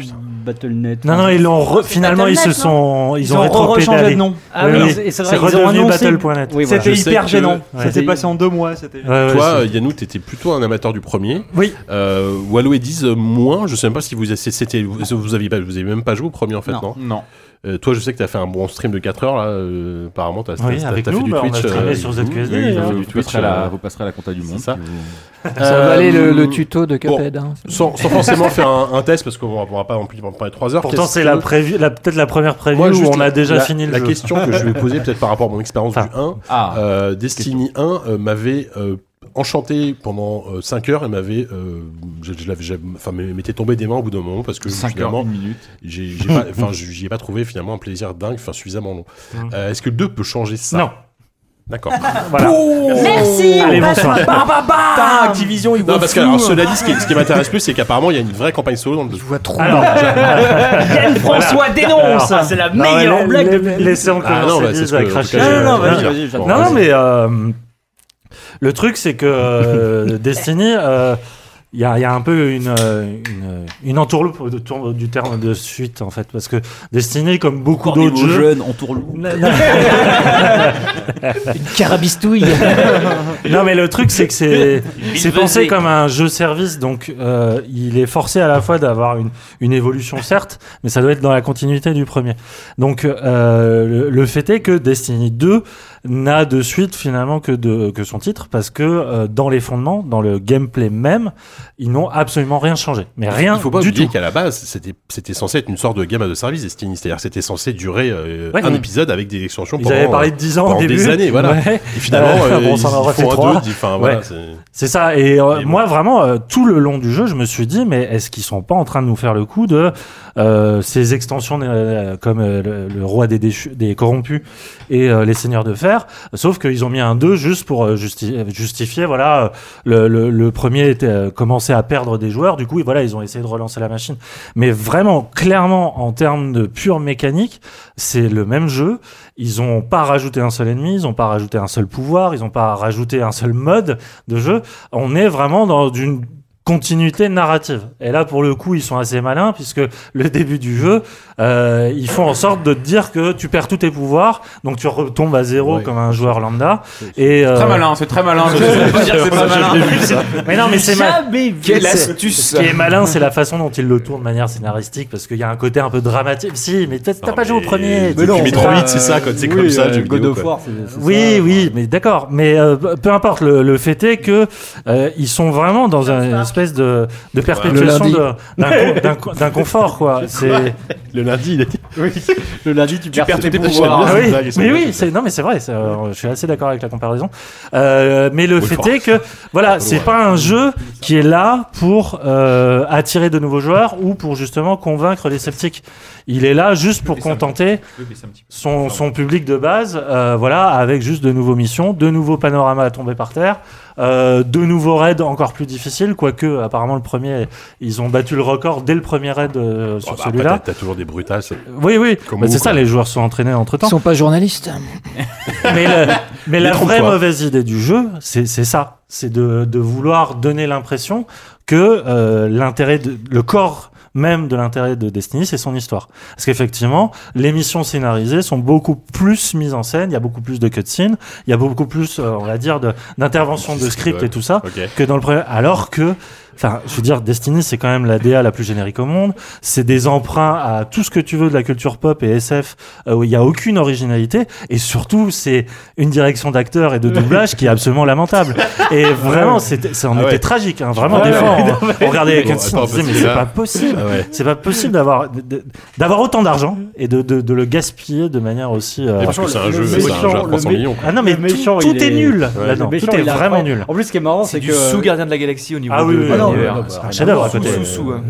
Speaker 7: Battle.net.
Speaker 9: Ah Non, non, ils l'ont re-
Speaker 10: C'est
Speaker 9: finalement, ils se
Speaker 10: Internet,
Speaker 9: sont. Ils ont
Speaker 6: rechangé de
Speaker 9: rétro-pédalé.
Speaker 6: nom.
Speaker 7: Ah
Speaker 9: Oui,
Speaker 7: oui,
Speaker 9: oui.
Speaker 7: c'est-
Speaker 9: C'est
Speaker 7: c'est vrai, ils ont
Speaker 9: redevenu
Speaker 7: annoncé.
Speaker 9: Battle.net.
Speaker 7: Oui, voilà.
Speaker 1: Je
Speaker 6: C'était
Speaker 1: sais
Speaker 6: hyper
Speaker 1: que-
Speaker 6: gênant.
Speaker 9: Ouais.
Speaker 6: C'était passé en deux mois. C'était.
Speaker 9: Ouais, ouais,
Speaker 1: Toi,
Speaker 9: c'est-
Speaker 1: euh, Yannou, t'étais plutôt un amateur du premier.
Speaker 6: Oui.
Speaker 1: Euh, Wallo et Diz, euh, moins. Je sais même pas si vous, c'est- c'était, vous, vous aviez pas, vous avez même pas joué au premier en fait, non,
Speaker 7: Non.
Speaker 3: Non.
Speaker 1: Euh, Toi, je sais que t'as fait un bon stream de 4 heures là. euh, apparemment, t'as,
Speaker 9: Oui,
Speaker 1: t'as-
Speaker 9: avec
Speaker 1: t'as
Speaker 9: nous,
Speaker 1: fait du
Speaker 9: bah, on a
Speaker 1: Twitch.
Speaker 9: streamé sur
Speaker 1: oui,
Speaker 9: ZQSD,
Speaker 1: oui,
Speaker 9: hein.
Speaker 1: oui,
Speaker 3: Vous
Speaker 1: du Twitch,
Speaker 3: passerez la-
Speaker 1: euh,
Speaker 3: vous passerez la compta du monde.
Speaker 1: c'est ça.
Speaker 3: si vous-
Speaker 8: Ça valait le, le
Speaker 1: Euh,
Speaker 8: tuto de Cuphead. hein.
Speaker 1: Sans,
Speaker 9: (laughs)
Speaker 1: sans forcément faire un, un test parce qu'on va- on pourra pas en plus pendant 3 heures.
Speaker 9: Pourtant,
Speaker 1: Qu'est-ce
Speaker 9: c'est
Speaker 1: que-
Speaker 9: la preview- la- peut-être la première preview
Speaker 1: Moi,
Speaker 9: où
Speaker 1: juste
Speaker 9: on a déjà
Speaker 1: la-
Speaker 9: fini le
Speaker 1: La
Speaker 9: jeu.
Speaker 1: question que je vais poser peut-être par rapport à mon expérience du 1,
Speaker 3: Ah,
Speaker 1: Euh, Destiny 1 euh, m'avait euh, enchanté pendant 5 heures et m'avait euh, je, je l'avais j'avais- enfin m'é- m'était tombé des mains au bout d'un moment parce que
Speaker 3: 5 heures,
Speaker 1: finalement
Speaker 3: 1 minute.
Speaker 1: j'ai j'ai
Speaker 9: (laughs)
Speaker 1: pas enfin j'y ai pas trouvé finalement un plaisir dingue enfin suffisamment long.
Speaker 9: Mm.
Speaker 1: Euh, est-ce que le 2 peut changer ça
Speaker 9: Non.
Speaker 1: D'accord.
Speaker 9: (laughs) Voilà.
Speaker 10: Merci,
Speaker 9: Allez,
Speaker 10: on passe
Speaker 9: bonsoir.
Speaker 3: Putain, Activision, ils
Speaker 1: Non
Speaker 3: vont
Speaker 1: parce que alors, cela dit ce qui, ce
Speaker 3: (laughs)
Speaker 1: qui m'intéresse plus c'est qu'apparemment il y a une vraie campagne solo dans le
Speaker 8: Je vois
Speaker 3: Ah,
Speaker 8: trop.
Speaker 9: Alors,
Speaker 7: François dénonce C'est la
Speaker 9: Non, mais
Speaker 7: meilleure
Speaker 9: la-
Speaker 7: blague
Speaker 9: la-
Speaker 7: de
Speaker 9: Laissons
Speaker 1: Ah non, bah,
Speaker 9: commencer
Speaker 1: c'est ce
Speaker 9: Diz
Speaker 1: que-
Speaker 9: à
Speaker 1: en tout
Speaker 9: cracher.
Speaker 1: cas, j'ai-
Speaker 7: Non, non,
Speaker 1: j'ai
Speaker 7: vas-y,
Speaker 1: dire.
Speaker 7: vas-y, j'attends.
Speaker 1: Bon,
Speaker 9: Non, non,
Speaker 1: vas-y.
Speaker 9: mais euh, le truc, c'est que
Speaker 7: (laughs)
Speaker 9: euh, Destiny, euh, il y, a, il y a un peu une, euh, une, une entourloupe au- autour du terme de suite, en fait. Parce que Destiny, comme beaucoup d'autres jeux.
Speaker 3: en tourlou.
Speaker 9: Non, non.
Speaker 8: Carabistouille.
Speaker 9: (laughs) Non, mais le truc, c'est que c'est c'est
Speaker 7: veut
Speaker 9: pensé
Speaker 7: des-
Speaker 9: comme un jeu service, donc euh, il est forcé à la fois d'avoir une, une évolution, certes, mais ça doit être dans la continuité du premier. Donc euh, le, le fait est que Destiny 2 n'a de suite finalement que, de, que son titre, parce que euh, dans les fondements, dans le gameplay même, ils n'ont absolument rien changé. Mais rien
Speaker 1: Il faut pas
Speaker 9: du
Speaker 1: oublier
Speaker 9: tout.
Speaker 1: qu'à la base, c'était c'était censé être une sorte de gamme de service Destiny, c'est-à-dire que c'était censé durer euh,
Speaker 9: Ouais.
Speaker 1: un épisode avec des extensions
Speaker 9: Ils
Speaker 1: pendant euh,
Speaker 9: avaient parlé de 10 ans au
Speaker 1: pendant des
Speaker 9: début.
Speaker 1: années, voilà.
Speaker 9: Ouais. (laughs)
Speaker 1: et finalement
Speaker 9: Euh,
Speaker 1: euh,
Speaker 9: bon,
Speaker 1: ils,
Speaker 9: ça en aurait
Speaker 1: ils
Speaker 9: fait
Speaker 1: font
Speaker 9: trois.
Speaker 1: un 2 enfin voilà,
Speaker 9: Ouais.
Speaker 1: c'est-
Speaker 9: C'est ça. Et euh,
Speaker 1: Mais bon.
Speaker 9: moi, vraiment, euh, tout le long du jeu, je me suis dit, mais est-ce qu'ils sont pas en train de nous faire le coup de euh, ces extensions euh, comme euh, le, le roi des, déchus- des corrompus et euh, les seigneurs de fer Sauf qu'ils ont mis un 2 juste pour euh, justi- justifier, voilà, euh, le, le- le premier était, euh, commençait à perdre des joueurs, du coup, voilà, ils ont essayé de relancer la machine. Mais vraiment, clairement, en termes de pure mécanique, c'est le même jeu. Ils ont pas rajouté un seul ennemi, ils ont pas rajouté un seul pouvoir, ils ont pas rajouté un seul mode de jeu on est vraiment dans une continuité narrative. Et là, pour le coup, ils sont assez malins, puisque le début du jeu, euh, ils font en sorte de te dire que tu perds tous tes pouvoirs, donc tu retombes à zéro
Speaker 1: Ouais.
Speaker 9: comme un joueur lambda. Et, euh,
Speaker 3: Très malin, c'est très malin. je sais pas dire que C'est pas malin.
Speaker 9: Mais non, mais c'est mal.
Speaker 7: Jamais vu
Speaker 5: Quelle
Speaker 7: ça.
Speaker 5: astuce
Speaker 9: Ce qui est malin, c'est la façon dont ils le tournent de manière scénaristique, parce qu'il y a un côté un peu dramatique. Si, mais t'as t'as
Speaker 1: Non,
Speaker 9: pas joué au
Speaker 1: mais-
Speaker 9: premier.
Speaker 1: Mais
Speaker 9: tu-
Speaker 1: non,
Speaker 9: tu-
Speaker 1: mais
Speaker 9: tu-
Speaker 1: trop vite, c'est ça, quoi, c'est comme ça, le jeu
Speaker 7: euh, God
Speaker 1: vidéo,
Speaker 7: of
Speaker 1: quoi.
Speaker 7: War, c'est- c'est
Speaker 9: Oui,
Speaker 7: ça.
Speaker 9: oui, mais d'accord. Mais euh, peu importe, le, le fait est que euh, ils sont vraiment dans un- une espèce de, de perpétuation
Speaker 8: Le lundi.
Speaker 9: de- d'un con- d'un con- d'un confort,
Speaker 7: (laughs)
Speaker 9: quoi. C'est
Speaker 1: Le lundi, il
Speaker 3: (laughs)
Speaker 1: était
Speaker 7: Le lundi, tu, perds tes
Speaker 9: Ah
Speaker 7: pouvoirs.
Speaker 9: oui,
Speaker 1: blague, c'est
Speaker 9: mais
Speaker 1: une
Speaker 9: oui,
Speaker 1: blague.
Speaker 9: c'est non, mais c'est vrai. c'est- euh, je suis assez d'accord avec la comparaison. Euh, mais le
Speaker 1: Oui,
Speaker 9: fait
Speaker 1: fort.
Speaker 9: est que voilà, c'est pas un jeu qui est là pour euh, attirer de nouveaux joueurs ou pour justement convaincre les sceptiques. Il est là juste pour contenter son, son public de base, euh, voilà, avec juste de nouveaux missions, de nouveaux panoramas à tomber par terre, euh, de nouveaux raids encore plus difficiles, quoique apparemment le premier, ils ont battu le record dès le premier raid euh, sur
Speaker 1: Oh, bah,
Speaker 9: celui-là.
Speaker 1: après, T'as t'as toujours des brutales. ça-
Speaker 9: Oui, oui,
Speaker 1: Comme
Speaker 9: Bah,
Speaker 1: vous,
Speaker 9: c'est ça,
Speaker 1: quoi.
Speaker 9: les joueurs sont entraînés entre temps.
Speaker 8: Ils sont pas journalistes.
Speaker 9: Mais, le- mais la
Speaker 1: trompe-toi.
Speaker 9: vraie mauvaise idée du jeu, c'est c'est ça. C'est de, de vouloir donner l'impression que euh, l'intérêt, de- le corps même de l'intérêt de Destiny, c'est son histoire. Parce qu'effectivement, les missions scénarisées sont beaucoup plus mises en scène, il y a beaucoup plus de cutscenes, il y a beaucoup plus, euh, on va dire, de- d'interventions de script et tout ça
Speaker 1: Ok.
Speaker 9: que dans le premier. Alors que, enfin, je veux dire, Destiny, c'est quand même la DA la plus générique au monde. C'est des emprunts à tout ce que tu veux de la culture pop et SF euh, où il n'y a aucune originalité. Et surtout, c'est une direction d'acteur et de doublage qui est absolument lamentable. Et vraiment, c'était, ça en
Speaker 1: Ah ouais.
Speaker 9: était tragique. hein. Vraiment,
Speaker 1: Ouais,
Speaker 9: des
Speaker 1: ouais,
Speaker 9: fois,
Speaker 1: ouais.
Speaker 9: on, on regardait les
Speaker 1: Bon,
Speaker 9: cutscenes, on
Speaker 1: attends,
Speaker 9: disait,
Speaker 1: parce
Speaker 9: mais
Speaker 1: que
Speaker 9: c'est
Speaker 1: là-
Speaker 9: pas possible.
Speaker 1: Ah ouais.
Speaker 9: C'est pas possible d'avoir, de- de- d'avoir autant d'argent et de, de- de le gaspiller de manière aussi. euh,
Speaker 1: Et parce que c'est un jeu, c'est un
Speaker 7: méchant,
Speaker 1: jeu à
Speaker 7: le
Speaker 1: 300
Speaker 7: mé-
Speaker 1: millions. quoi.
Speaker 9: Ah non, mais
Speaker 7: Le méchant,
Speaker 9: tout, tout
Speaker 7: il
Speaker 9: est,
Speaker 7: est-
Speaker 9: nul
Speaker 1: Ouais.
Speaker 9: là-dedans.
Speaker 7: Le méchant,
Speaker 9: tout est
Speaker 7: il
Speaker 9: vraiment
Speaker 7: incroyable.
Speaker 9: nul.
Speaker 7: En plus, ce qui est marrant,
Speaker 5: C'est
Speaker 7: c'est
Speaker 5: du
Speaker 7: que.
Speaker 5: sous-gardien de la galaxie au niveau
Speaker 9: Ah oui,
Speaker 5: de...
Speaker 9: oui,
Speaker 5: Voilà.
Speaker 9: non,
Speaker 5: univers.
Speaker 9: non, c'est
Speaker 7: bah,
Speaker 9: un chef-d'œuvre à
Speaker 5: Sous,
Speaker 9: côté.
Speaker 5: sous, sous, hein.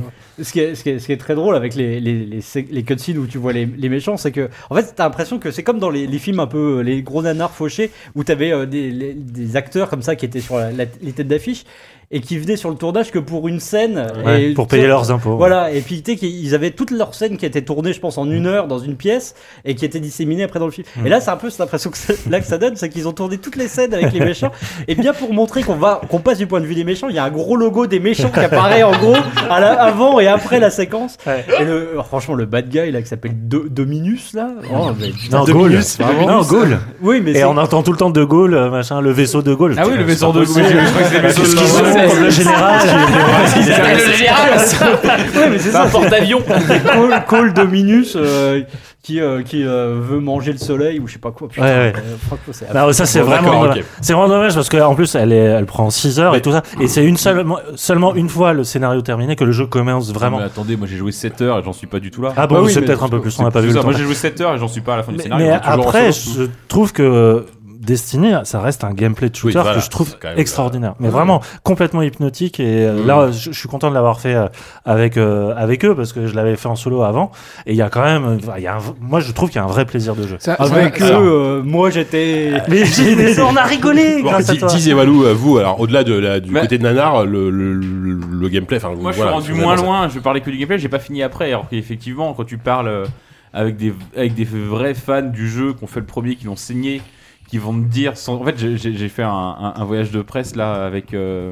Speaker 7: Ce qui, est, ce, qui est, ce qui est très drôle avec les, les, les, sé- les cutscenes où tu vois les, les méchants, c'est que, en fait, t'as l'impression que c'est comme dans les, les films un peu, euh, les gros nanars fauchés, où t'avais euh, des, les- des acteurs comme ça qui étaient sur la- la- les têtes d'affiche et qui venaient sur le tournage que pour une scène.
Speaker 9: Ouais,
Speaker 7: et
Speaker 9: pour
Speaker 7: tu-
Speaker 9: payer leurs impôts.
Speaker 7: Voilà, et puis tu sais qu'ils avaient toutes leurs scènes qui étaient tournées, je pense, en une heure dans une pièce et qui étaient disséminées après dans le film.
Speaker 9: Mm.
Speaker 7: Et là, c'est un peu cette impression que ça, là que ça donne, c'est qu'ils ont tourné toutes les scènes avec les méchants. Et bien pour montrer qu'on va, qu'on passe du point de vue des méchants, il y a un gros logo des méchants qui apparaît en gros à la- avant et après la séquence.
Speaker 9: Ouais.
Speaker 7: Et le, alors, franchement, le bad guy là qui s'appelle Do- Dominus là. Oh, mais putain.
Speaker 9: Non,
Speaker 1: Deux
Speaker 9: Gaulle.
Speaker 1: minutes, vraiment.
Speaker 9: Non, Gaulle.
Speaker 7: Oui, mais
Speaker 9: Et
Speaker 7: c'est-
Speaker 9: on entend tout le temps de Gaulle, euh, machin, le vaisseau de Gaulle.
Speaker 3: Ah oui, le vaisseau de Gaulle. Je crois que c'est le vaisseau
Speaker 9: Qu'est-ce qu'ils
Speaker 3: de
Speaker 9: ont comme le général
Speaker 3: Le général
Speaker 7: ouais, mais c'est ça. c'est-
Speaker 3: porte-avions
Speaker 7: Cole, Cole Dominus euh, qui, euh, qui euh, veut manger le soleil ou je sais pas quoi. Putain,
Speaker 9: Ouais, ouais.
Speaker 7: euh, franchement, c'est
Speaker 9: Non, ça c'est
Speaker 1: Bon,
Speaker 9: vraiment,
Speaker 1: d'accord,
Speaker 9: voilà.
Speaker 1: ok.
Speaker 9: c'est vraiment dommage parce qu'en plus elle, est- elle prend 6 heures et tout ça. Et c'est une seule, seulement une fois le scénario terminé que le jeu commence vraiment.
Speaker 3: Mais attendez, moi j'ai joué 7 heures et j'en suis pas du tout là.
Speaker 9: Ah bon,
Speaker 7: Bah oui,
Speaker 9: c'est
Speaker 7: mais
Speaker 9: peut-être un peu plus, on n'a pas vu
Speaker 3: C'est
Speaker 9: le
Speaker 3: ça,
Speaker 9: temps.
Speaker 3: Moi j'ai joué 7 heures et j'en suis pas à la fin du
Speaker 9: Mais,
Speaker 3: scénario.
Speaker 9: mais
Speaker 1: hein,
Speaker 3: on est toujours en
Speaker 9: après,
Speaker 3: solo.
Speaker 9: je trouve que Destiny, ça reste un gameplay de shooter
Speaker 1: Oui, voilà,
Speaker 9: que je trouve
Speaker 1: c'est quand même,
Speaker 9: extraordinaire.
Speaker 1: euh,
Speaker 9: Mais
Speaker 1: ouais.
Speaker 9: vraiment complètement hypnotique. Et euh,
Speaker 1: Mm.
Speaker 9: là, je, je suis content de l'avoir fait euh, avec, euh, avec eux parce que je l'avais fait en solo avant. Et il y a quand même, euh, il y a un v- moi je trouve qu'il y a un vrai plaisir de jeu. Ah,
Speaker 8: Ça- ça-
Speaker 7: Avec eux,
Speaker 8: ça-
Speaker 7: euh, moi j'étais.
Speaker 9: (laughs) Mais j'ai
Speaker 7: (laughs)
Speaker 9: des- on a rigolé
Speaker 1: Bon,
Speaker 9: grâce à
Speaker 1: dis-
Speaker 9: toi.
Speaker 1: dis Evalou, à vous, alors au-delà de la- du
Speaker 3: Mais-
Speaker 1: côté de Nanar, le, le, le- le gameplay, enfin
Speaker 3: Bah. Moi, je
Speaker 1: voilà,
Speaker 3: suis
Speaker 1: c'est
Speaker 3: rendu moins
Speaker 1: vraiment ça.
Speaker 3: loin. Je parlais que du gameplay. J'ai pas fini après. Alors qu'effectivement, quand tu parles euh, avec des avec des vrais fans du jeu, qui ont fait le premier, qui l'ont saigné, qui vont me dire. Sans... En fait, j'ai- j'ai j'ai fait un, un- un voyage de presse là avec euh,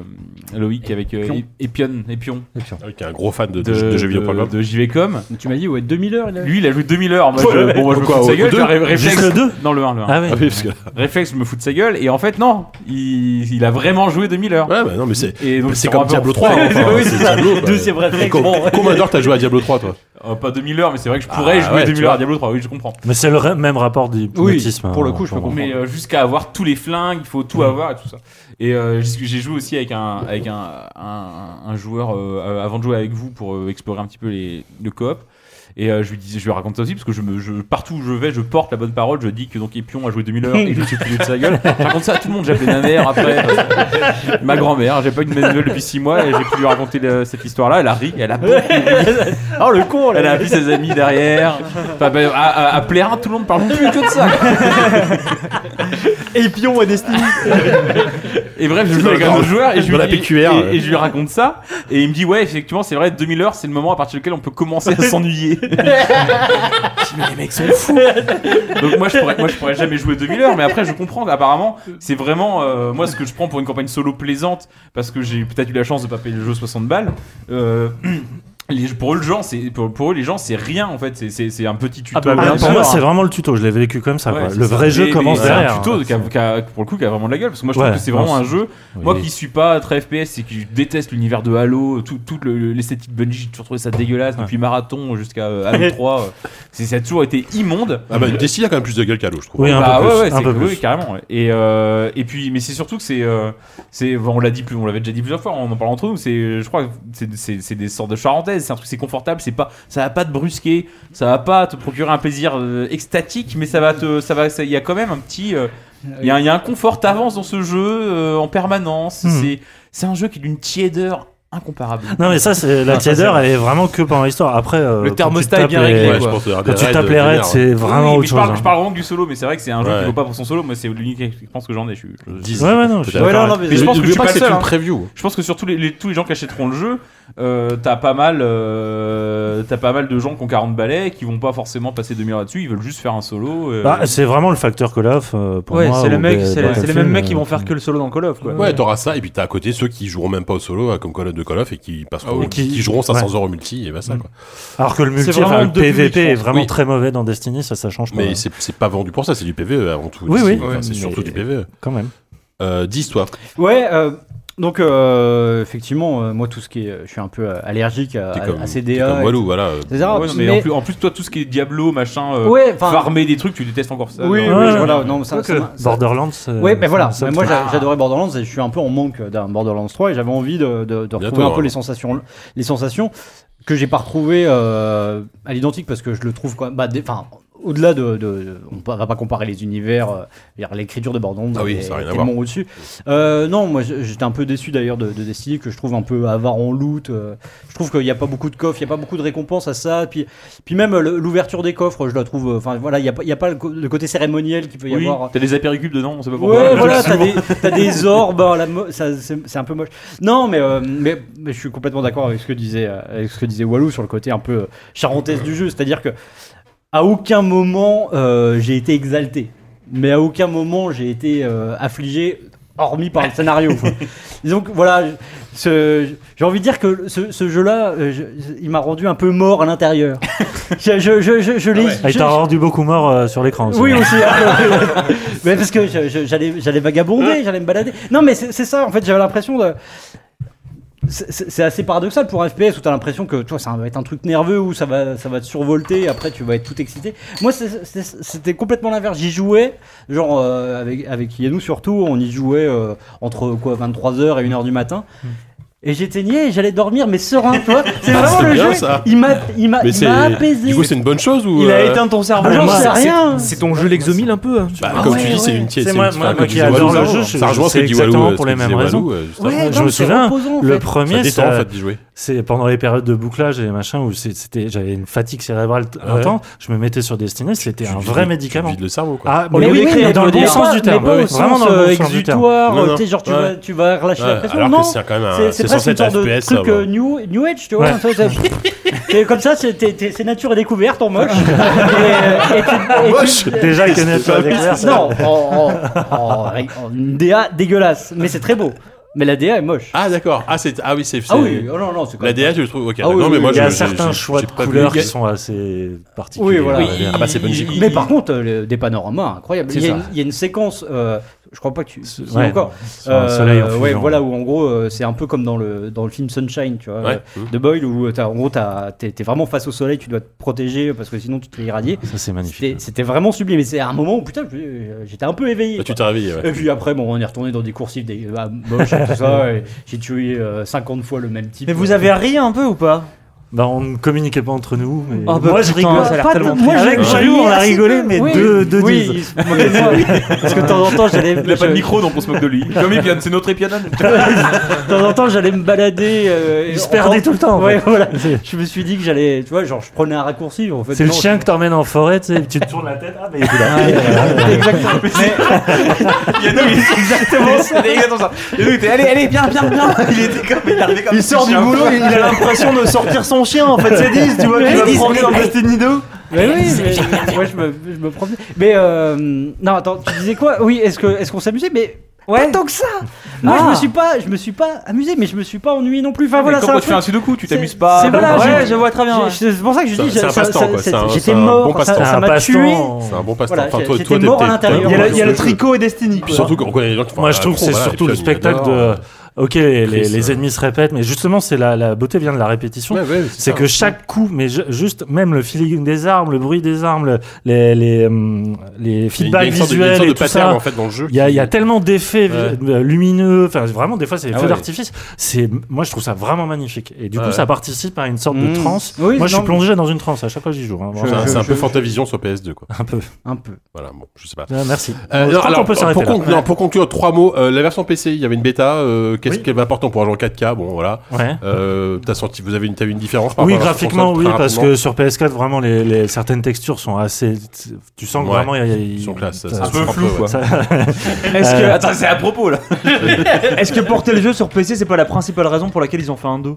Speaker 3: Loïc, avec euh, Epion, Epion
Speaker 1: Ah oui, qui est un gros fan de, de, de jeux vidéo.
Speaker 3: de JVcom.
Speaker 7: Tu m'as dit, ouais, 2000 heures. il a-
Speaker 3: Lui, il a joué 2000 heures. Moi, je,
Speaker 1: Ouais,
Speaker 3: bon, moi, je me
Speaker 1: pourquoi,
Speaker 3: fous de sa
Speaker 1: au
Speaker 3: gueule.
Speaker 1: deux
Speaker 3: je ré-
Speaker 9: Juste
Speaker 3: réflexe.
Speaker 9: le 2
Speaker 3: Non, le 1, le 1.
Speaker 9: Ah oui.
Speaker 1: Ah oui, parce que-
Speaker 3: Réflexe, je me fous de sa gueule. Et en fait, non, il, il a vraiment joué 2000 heures.
Speaker 1: Ouais, bah non, mais c'est.
Speaker 3: Et donc,
Speaker 1: C'est
Speaker 3: ils sont un
Speaker 1: comme
Speaker 3: peu
Speaker 1: Diablo
Speaker 3: (laughs) en froid.
Speaker 1: 3. enfin, c'est Diablo, quoi.
Speaker 7: Deuxième réflexe.
Speaker 1: Com-
Speaker 7: Bon, ouais.
Speaker 1: Combien d'heures t'as joué à Diablo 3, toi
Speaker 3: Euh, pas 2000 heures, mais c'est vrai que je pourrais
Speaker 1: Ah,
Speaker 3: jouer
Speaker 1: ouais, tu
Speaker 3: 2000
Speaker 1: vois.
Speaker 3: heures à Diablo 3. Oui, je comprends.
Speaker 9: Mais c'est le ra- même rapport d'hypnotisme.
Speaker 7: pour le
Speaker 9: hein,
Speaker 7: coup, je peux
Speaker 9: moi.
Speaker 7: comprendre.
Speaker 3: Mais euh, jusqu'à avoir tous les flingues, il faut tout avoir et tout ça. Et euh, j'ai j'ai joué aussi avec un, avec un, un, un joueur euh, euh, avant de jouer avec vous pour euh, explorer un petit peu les, le coop. Et euh, je lui dis, je lui raconte ça aussi parce que je me, je, partout où je vais, je porte la bonne parole. Je dis que donc Epion a joué 2000 heures et que je me suis foutu de sa gueule. Je raconte ça à tout le monde. J'ai appelé ma mère après,
Speaker 4: Ah,
Speaker 5: (laughs)
Speaker 3: euh, ma grand-mère. J'ai pas eu de mes nouvelles depuis 6 mois et j'ai pu lui raconter le- cette histoire-là. Elle a ri, elle a beaucoup
Speaker 7: (laughs) Oh le con là.
Speaker 3: (laughs) elle a appelé ses amis derrière. Enfin, bah, à, à, à plaire à tout le monde parle plus que de
Speaker 6: (laughs)
Speaker 3: ça.
Speaker 7: Et pion à Destiny.
Speaker 3: Et bref, je joue avec un autre joueur et je,
Speaker 1: Dans
Speaker 3: lui,
Speaker 1: la PQR,
Speaker 3: et-
Speaker 1: ouais.
Speaker 3: et je lui raconte ça. Et il me dit, ouais, effectivement, c'est vrai, 2000 heures, c'est le moment à partir duquel on peut commencer
Speaker 1: (laughs)
Speaker 3: à s'ennuyer. (laughs) Je dis, mais les mecs sont fous. Donc moi je, pourrais, moi, je pourrais jamais jouer 2000 heures, mais après, je comprends. Apparemment, c'est vraiment, euh, moi, ce que je prends pour une campagne solo plaisante, parce que j'ai peut-être eu la chance de pas payer le jeu 60 balles. Euh, (clears throat) les- pour, eux, le genre, c'est- pour, pour eux, les gens, c'est rien en fait. C'est- C'est c'est un petit tuto.
Speaker 9: Ah, bah,
Speaker 3: bien
Speaker 9: pour
Speaker 3: sûr,
Speaker 9: moi,
Speaker 3: hein.
Speaker 9: c'est vraiment le tuto. Je l'ai vécu comme ça.
Speaker 3: Ouais,
Speaker 9: quoi.
Speaker 3: c'est
Speaker 9: Le
Speaker 3: ça.
Speaker 9: vrai jeu
Speaker 3: Mais-
Speaker 9: commence
Speaker 3: mais
Speaker 9: derrière. hein.
Speaker 3: C'est un tuto qui a- qui a- pour le coup qui a vraiment de la gueule parce que moi je
Speaker 9: Ouais,
Speaker 3: trouve que c'est
Speaker 9: non,
Speaker 3: vraiment un jeu.
Speaker 9: Oui.
Speaker 3: Moi qui suis pas très FPS et qui déteste l'univers de Halo, tout, tout le- l'esthétique Bungie, j'ai toujours trouvé ça dégueulasse depuis Marathon jusqu'à euh,
Speaker 9: (laughs)
Speaker 3: Halo 3. euh, c'est- ça a toujours été immonde.
Speaker 1: Ah bah, Destiny a quand même plus de gueule qu'Halo, je trouve.
Speaker 9: Oui, un
Speaker 3: Bah
Speaker 9: peu
Speaker 3: ouais,
Speaker 9: plus,
Speaker 3: ouais,
Speaker 9: un
Speaker 3: c'est-
Speaker 9: peu
Speaker 3: oui,
Speaker 9: plus.
Speaker 3: carrément. ouais. Et, euh, et puis, mais c'est surtout que c'est, euh, c'est, bon, on l'a dit plus, on l'avait déjà dit plusieurs fois, on en parle entre nous. C'est, euh, je crois, que c'est, c'est, c'est des sortes de charentaises. C'est un truc, c'est confortable. C'est pas, ça va pas te brusquer, ça va pas te procurer un plaisir euh, extatique, mais ça va te, ça va, ça- il y a quand même un petit, euh, il y, a un- il y a un confort t'avance dans ce jeu euh, en permanence.
Speaker 9: Hmm.
Speaker 3: C'est, c'est un jeu qui est d'une tiédeur incomparable.
Speaker 9: Non, mais ça, c'est la
Speaker 1: Ah,
Speaker 3: Non, (laughs) ça, c'est
Speaker 9: tièdeur, elle est vraiment que pendant l'histoire. Après, euh,
Speaker 5: Le
Speaker 9: quand
Speaker 5: thermostat
Speaker 9: tu
Speaker 5: est bien
Speaker 9: tapes les-
Speaker 5: réglé,
Speaker 1: Ouais, je
Speaker 5: quoi.
Speaker 1: pense que
Speaker 9: Quand tu tapes les raids, c'est vraiment
Speaker 3: Oui, mais
Speaker 9: autre
Speaker 3: je
Speaker 9: chose.
Speaker 3: parle, je
Speaker 9: hein.
Speaker 3: parle vraiment du solo, mais c'est vrai que c'est un jeu
Speaker 1: Ouais.
Speaker 3: qui vaut pas pour son solo. Moi, c'est l'unique pense que j'en ai. Je suis, je-
Speaker 9: Ouais, ouais, non, je suis
Speaker 1: Ouais,
Speaker 9: d'accord.
Speaker 7: non, non, mais-
Speaker 3: Mais je pense que je suis
Speaker 1: pas
Speaker 3: pas
Speaker 1: c'est
Speaker 3: seul,
Speaker 1: une
Speaker 3: hein.
Speaker 1: preview.
Speaker 3: Je pense que sur tous les, les- tous les gens qui achèteront le jeu, euh, t'as pas mal, euh, t'as pas mal de gens qui ont 40 balais, qui vont pas forcément passer demi-heure là-dessus. Ils veulent juste faire un solo. euh.
Speaker 9: Bah, c'est vraiment le facteur Call of euh, pour
Speaker 6: Ouais,
Speaker 9: moi.
Speaker 6: c'est le
Speaker 9: ou
Speaker 6: mec,
Speaker 9: Ba-
Speaker 6: c'est
Speaker 9: Battlefield,
Speaker 6: c'est les mêmes mecs qui
Speaker 9: euh,
Speaker 6: vont faire que le solo dans Call of quoi.
Speaker 1: Ouais, t'auras ça, et puis t'as à côté ceux qui joueront même pas au solo, hein, comme Call of de Call of, et qui passeront,
Speaker 9: Et Ah qui-
Speaker 1: Ah qui, joueront 500
Speaker 9: ouais. Mm.
Speaker 1: heures au multi, et bah ça, quoi.
Speaker 9: Alors que le multi,
Speaker 6: C'est vraiment
Speaker 9: enfin, le
Speaker 6: le deux
Speaker 9: PVP
Speaker 6: publics, je
Speaker 9: est vraiment
Speaker 1: Oui.
Speaker 9: très mauvais dans Destiny, ça, ça change pas.
Speaker 1: Mais c'est c'est pas vendu pour ça, c'est du PVE avant tout.
Speaker 9: Oui,
Speaker 1: Destiny.
Speaker 9: oui.
Speaker 1: Enfin,
Speaker 9: Ouais,
Speaker 1: c'est
Speaker 9: mais-
Speaker 1: surtout du PVE.
Speaker 9: quand même.
Speaker 1: Euh, dis, toi.
Speaker 7: Ouais. euh, donc euh, effectivement, euh, moi tout ce qui est, je suis un peu euh, allergique à,
Speaker 1: T'es
Speaker 7: à-
Speaker 1: comme,
Speaker 7: à
Speaker 1: t'es
Speaker 7: CDA.
Speaker 1: comme Walou, voilà.
Speaker 7: etc.
Speaker 3: Ouais, non, mais, En, plus, en plus, toi, tout ce qui est Diablo, machin, euh,
Speaker 7: ouais, enfin.
Speaker 3: farmer des trucs, tu détestes encore ça.
Speaker 7: Oui, oui,
Speaker 9: Ouais, ouais.
Speaker 7: voilà. Non, ça, ça m'a- ça-
Speaker 9: Borderlands. euh,
Speaker 7: Ouais, mais voilà.
Speaker 9: ça-
Speaker 7: Mais
Speaker 9: ça-
Speaker 7: moi, j'a- j'adorais Borderlands et je suis un peu en manque d'un Borderlands 3 et j'avais envie de, de- de retrouver un
Speaker 1: alors.
Speaker 7: peu les sensations, les sensations que j'ai pas retrouvées euh, à l'identique parce que je le trouve quand même. bah, des- Enfin, au-delà de, de- de- on pa- va pas comparer les univers, euh, je veux dire, l'écriture de Bordeaux
Speaker 1: Ah oui,
Speaker 7: est
Speaker 1: ça a rien à
Speaker 7: tellement
Speaker 1: voir.
Speaker 7: au-dessus. Euh, non, moi je- j'étais un peu déçu d'ailleurs de, de Destiny que je trouve un peu avare en loot. euh, je trouve qu'il n'y a pas beaucoup de coffres, il n'y a pas beaucoup de récompenses à ça. Puis, puis même euh, le- l'ouverture des coffres, je la trouve. euh, Enfin voilà, il n'y a, pas- il y a pas le, co- le côté cérémoniel qu'il peut y
Speaker 3: Oui,
Speaker 7: avoir.
Speaker 3: t'as des apéricules dedans, on sait pas pourquoi.
Speaker 7: Ouais,
Speaker 3: (laughs)
Speaker 7: voilà, t'as des, t'as des orbes, à la mo- ça, c'est, c'est un peu moche. Non, mais, euh, mais, mais je suis complètement d'accord avec ce que disait, euh, avec ce que disait Walou sur le côté un peu euh, charentaise du jeu, c'est-à-dire que à aucun moment euh, j'ai été exalté, mais à aucun moment j'ai été euh, affligé, hormis par le scénario.
Speaker 3: (laughs)
Speaker 7: quoi. Donc voilà, je- ce- j'ai envie de dire que ce, ce jeu-là, euh, je- il m'a rendu un peu mort à
Speaker 3: (laughs)
Speaker 7: l'intérieur. je je, je, je, je l'ai-
Speaker 9: Ah, il
Speaker 7: je-
Speaker 9: t'a rendu beaucoup mort euh, sur l'écran. aussi. (laughs)
Speaker 7: oui aussi. hein. (laughs) mais parce que je- je- j'allais j'allais vagabonder, j'allais me balader. Non mais c'est c'est ça en fait, j'avais l'impression de c'est- c'est c'est assez paradoxal pour un FPS où t'as l'impression que tu vois, ça va être un truc nerveux où ça va, ça va te survolter et après tu vas être tout excité. Moi c'est- c'est- c'était complètement l'inverse. J'y jouais, genre euh, avec, avec Yannou surtout, on y jouait euh, entre quoi 23h et 1h du matin. Et j'éteignais et j'allais dormir, mais serein, tu vois. C'est vraiment
Speaker 1: c'est
Speaker 7: le
Speaker 1: Ah, bien,
Speaker 7: jeu.
Speaker 1: ça.
Speaker 7: Il m'a il m'a-
Speaker 1: Mais
Speaker 7: il
Speaker 1: c'est.
Speaker 7: m'a apaisé.
Speaker 1: Du coup, c'est une bonne chose ou.
Speaker 6: Il a
Speaker 1: euh,
Speaker 6: éteint ton cerveau.
Speaker 7: Ah, j'en
Speaker 5: Moi,
Speaker 7: sais
Speaker 5: c'est-
Speaker 7: rien.
Speaker 5: C'est ton jeu l'exomile un peu. hein.
Speaker 1: Bah,
Speaker 4: Ah
Speaker 1: comme tu dis, c'est une
Speaker 9: Ah, C'est moi, moi, moi qui adore le jeu, je-
Speaker 1: Ça rejoint ce
Speaker 9: c'est
Speaker 1: que dit Walou,
Speaker 9: exactement
Speaker 1: euh,
Speaker 9: pour
Speaker 1: ce que
Speaker 9: les mêmes
Speaker 1: disait
Speaker 9: raisons.
Speaker 1: Walou, euh, juste
Speaker 7: Ouais,
Speaker 1: avant.
Speaker 9: Je
Speaker 7: non,
Speaker 9: me
Speaker 7: c'est
Speaker 9: souviens,
Speaker 7: reposant, en
Speaker 9: le
Speaker 7: fait.
Speaker 1: Ça
Speaker 9: premier,
Speaker 1: détend en
Speaker 9: ça-
Speaker 1: fait d'y jouer.
Speaker 9: c'est pendant les périodes de bouclage et machin où c'est- c'était, j'avais une fatigue cérébrale t-
Speaker 1: Ouais.
Speaker 9: intense. Je me mettais sur Destiny, c'était un
Speaker 1: Tu
Speaker 9: vrai
Speaker 1: vides- Tu
Speaker 9: médicament.
Speaker 1: vides le cerveau quoi.
Speaker 9: Ah,
Speaker 7: Mais
Speaker 9: mais
Speaker 7: oui,
Speaker 9: oui,
Speaker 7: mais
Speaker 9: mais dans
Speaker 7: je
Speaker 9: le
Speaker 7: veux
Speaker 9: bon
Speaker 7: dire,
Speaker 9: sens
Speaker 7: pas-
Speaker 9: du terme.
Speaker 7: Mais pas
Speaker 9: ouais,
Speaker 7: au
Speaker 9: Vraiment
Speaker 7: sens
Speaker 9: dans le
Speaker 7: euh,
Speaker 9: bon sens du terme.
Speaker 7: exutoire,
Speaker 1: Non,
Speaker 7: euh,
Speaker 1: non.
Speaker 7: tu sais, genre tu
Speaker 1: Ouais.
Speaker 7: vas- tu vas relâcher la
Speaker 1: Ouais,
Speaker 7: pression.
Speaker 1: alors
Speaker 7: Non,
Speaker 1: que c'est quand même un.
Speaker 7: c'est- c'est presque une sorte de
Speaker 1: FPS. ça,
Speaker 7: truc
Speaker 1: bon.
Speaker 7: euh, new, new Age, tu vois.
Speaker 9: Ouais.
Speaker 7: ça, ça- c'est comme ça, c'est t'es- t'es- c'est nature et découverte en moche. Et- et tu- et tu-
Speaker 1: Moche
Speaker 9: Déjà, Kenneth,
Speaker 1: pas
Speaker 9: avec l'air, ça-
Speaker 7: Non, en, en- en- en DA dégueulasse, mais c'est très beau. Mais la DA est moche.
Speaker 1: Ah d'accord. Ah c'est ah oui c'est.
Speaker 7: Ah
Speaker 1: c'est-
Speaker 7: oui, oh non, non, c'est quand
Speaker 1: La
Speaker 7: même-
Speaker 1: DA je le trouve. Ok.
Speaker 7: Ah oui,
Speaker 1: Non mais
Speaker 7: oui,
Speaker 1: moi
Speaker 9: il y a
Speaker 1: je- j'ai-
Speaker 9: certains
Speaker 1: j'ai-
Speaker 9: choix
Speaker 1: j'ai
Speaker 9: de
Speaker 1: pas vu
Speaker 9: couleurs
Speaker 1: les
Speaker 9: qui
Speaker 1: gars.
Speaker 9: sont assez particuliers.
Speaker 7: Oui, voilà.
Speaker 1: Oui,
Speaker 7: Ah,
Speaker 1: il- Ah bah c'est Bungie. quoi.
Speaker 7: Mais par contre, euh, le- des panoramas incroyables. Il y, a une, il y a une séquence, euh, je crois pas que tu. qu'il y en a
Speaker 9: ouais.
Speaker 7: encore. Euh,
Speaker 9: Sur un soleil en
Speaker 7: ouais,
Speaker 9: fusion.
Speaker 7: voilà, où en gros, euh, c'est un peu comme dans le, dans le film Sunshine, tu vois,
Speaker 1: Ouais.
Speaker 7: euh, de Boyle, où t'as- en gros, t'as- t'es t'es vraiment face au soleil, tu dois te protéger parce que sinon tu te fais irradier.
Speaker 9: Ça, c'est
Speaker 7: C'était
Speaker 9: magnifique.
Speaker 7: c'était vraiment sublime. Et c'est à un moment où, putain, je- j'étais un peu éveillé.
Speaker 1: Ah, Tu
Speaker 7: quoi.
Speaker 1: t'es réveillé. ouais.
Speaker 7: Et puis après, bon, on est retourné dans des coursives, des bah, moches et tout ça. et J'ai tué euh, 50 fois le même type.
Speaker 6: Mais vous
Speaker 7: Euh,
Speaker 6: avez ri un peu ou pas
Speaker 9: Bah, on ne communiquait pas entre nous. mais-
Speaker 6: Ah bah
Speaker 9: Moi, je
Speaker 6: putain,
Speaker 9: rigole.
Speaker 6: ça a l'air
Speaker 7: Pas de-
Speaker 6: tellement
Speaker 7: moi,
Speaker 6: triste.
Speaker 7: j'ai-
Speaker 9: Avec
Speaker 7: j'ai
Speaker 9: Jaloux,
Speaker 7: ri
Speaker 9: on a
Speaker 7: assez
Speaker 9: rigolé,
Speaker 7: peu.
Speaker 9: mais
Speaker 7: Oui,
Speaker 9: deux, deux
Speaker 7: oui,
Speaker 9: dises.
Speaker 7: il se moquait de (laughs) moi. Parce que de temps en temps, j'allais.
Speaker 3: Il a pas de
Speaker 7: je-
Speaker 3: micro donc on se moque de
Speaker 7: (laughs)
Speaker 3: lui. Comme Epion, c'est notre Epion.
Speaker 7: De temps en temps, j'allais me balader. euh,
Speaker 9: Il se
Speaker 7: en-
Speaker 9: perdait tout le temps. en
Speaker 7: Ouais,
Speaker 9: fait.
Speaker 7: voilà.
Speaker 9: C'est-
Speaker 7: Je me suis dit que j'allais, tu vois, genre je prenais un raccourci. En fait,
Speaker 9: C'est le
Speaker 7: non,
Speaker 9: chien que t'emmènes en forêt, tu sais, tu te tournes la tête, ah, mais il est plus là.
Speaker 6: (laughs)
Speaker 7: Exactement.
Speaker 3: Exactement, (laughs) c'est exactement ça. Et nous, il était, allez, allez, viens, viens, viens. Il était comme, il arrivait comme.
Speaker 6: Il sort du boulot, il a l'impression de sortir son chien en fait, c'est 10, tu vois,
Speaker 7: Mais
Speaker 6: qu'il va
Speaker 7: Diz,
Speaker 6: promener
Speaker 7: mais-
Speaker 6: dans Destiny 2.
Speaker 7: Mais oui, mais moi je me, je me promenais. Mais euh, non, attends, tu disais quoi Oui, est-ce que est-ce qu'on s'amusait Mais pas tant que ça. Moi, je me suis pas, je me suis pas amusé, mais je me suis pas ennuyé non plus. Enfin voilà,
Speaker 3: comme
Speaker 7: c'est un
Speaker 3: quand tu fais
Speaker 7: truc-
Speaker 3: un sudoku, tu
Speaker 7: c'est-
Speaker 3: t'amuses pas.
Speaker 7: c'est voilà,
Speaker 3: Ouais,
Speaker 6: Ouais, je vois très bien.
Speaker 7: j'ai- C'est pour ça que je
Speaker 1: C'est
Speaker 7: dis,
Speaker 1: un- c'est
Speaker 7: ça-
Speaker 1: un
Speaker 7: ça-
Speaker 1: passe-temps,
Speaker 7: ça-
Speaker 1: quoi. C'est un- c'est
Speaker 7: J'étais
Speaker 1: un
Speaker 7: mort,
Speaker 1: bon
Speaker 7: ça-
Speaker 1: passe-temps.
Speaker 7: ça,
Speaker 9: C'est un
Speaker 7: m'a tué.
Speaker 9: passe-temps.
Speaker 1: C'est un bon passe-temps.
Speaker 7: Voilà,
Speaker 1: Enfin, toi,
Speaker 7: j'étais
Speaker 1: toi, t'es-
Speaker 7: mort à
Speaker 1: t'es-
Speaker 7: l'intérieur.
Speaker 1: t'es-
Speaker 6: Il y a le, il y a le
Speaker 1: Puis
Speaker 6: tricot et Destiny. quoi.
Speaker 1: Surtout qu'on connaît les gens qui font.
Speaker 9: Moi,
Speaker 1: un
Speaker 9: je trouve que c'est
Speaker 1: combat, et
Speaker 9: surtout
Speaker 1: puis
Speaker 9: le
Speaker 1: on y
Speaker 9: spectacle de.
Speaker 1: adore.
Speaker 9: Ok, les, les-
Speaker 1: Chris,
Speaker 9: les
Speaker 1: euh.
Speaker 9: ennemis se répètent, mais justement, c'est la, la beauté vient de la répétition.
Speaker 1: Ouais, ouais,
Speaker 9: C'est
Speaker 1: ça.
Speaker 9: que chaque coup, mais ju- juste même le feeling des armes, le bruit des armes, le- les, les, hum, les
Speaker 1: Il y a
Speaker 9: feedbacks
Speaker 1: une sorte de- il y a une
Speaker 9: visuels
Speaker 1: sorte
Speaker 9: et
Speaker 1: de
Speaker 9: tout
Speaker 1: pattern
Speaker 9: ça.
Speaker 1: en fait dans le jeu.
Speaker 9: Il y, a, il y a
Speaker 1: qui-
Speaker 9: tellement d'effets
Speaker 1: Ouais.
Speaker 9: vi- euh, lumineux, enfin vraiment des fois c'est des
Speaker 1: Ah
Speaker 9: feux
Speaker 1: ouais.
Speaker 9: d'artifice. C'est, moi je trouve ça vraiment magnifique. Et du coup
Speaker 1: Ouais.
Speaker 9: ça participe à une sorte
Speaker 7: Mmh.
Speaker 9: de transe.
Speaker 7: Oui,
Speaker 9: moi je
Speaker 7: non,
Speaker 9: suis plongé dans une transe à chaque fois que j'y joue. hein,
Speaker 1: C'est
Speaker 9: vraiment.
Speaker 1: un- c'est un
Speaker 7: je-
Speaker 1: peu
Speaker 7: je-
Speaker 1: Fantavision sur PS2 quoi.
Speaker 9: Un peu.
Speaker 7: Un peu.
Speaker 1: Voilà, bon, je sais pas.
Speaker 9: Euh, merci.
Speaker 1: Euh,
Speaker 9: Je
Speaker 1: non,
Speaker 9: crois
Speaker 1: alors,
Speaker 9: qu'on peut s'arrêter
Speaker 1: pour,
Speaker 9: là.
Speaker 1: conclure, non, pour conclure, trois mots. Euh, la version PC, il y avait une bêta. euh, Qu'est-ce
Speaker 9: Oui.
Speaker 1: qu'elle va apporter On pourra jouer en 4K. Bon, voilà.
Speaker 9: Ouais.
Speaker 1: Euh, t'as senti, vous avez une, t'as vu une différence par
Speaker 9: Oui,
Speaker 1: rapport à la version
Speaker 9: graphiquement, oui,
Speaker 1: console, très
Speaker 9: parce que
Speaker 1: rapidement
Speaker 9: sur PS4, vraiment, les, les- certaines textures sont assez. Tu sens que
Speaker 1: Ouais.
Speaker 9: vraiment, il y a. il-
Speaker 1: Ils sont classe. ça,
Speaker 9: ça-
Speaker 1: ça
Speaker 3: un peu
Speaker 1: se prend
Speaker 3: flou,
Speaker 1: ouais.
Speaker 3: quoi. Euh,
Speaker 9: ça-
Speaker 6: (laughs)
Speaker 9: Euh,
Speaker 6: Est-ce que,
Speaker 3: Attends, c'est à propos là.
Speaker 6: (laughs) est-ce que porter le jeu sur PC, c'est pas la principale raison pour laquelle ils ont fait un 2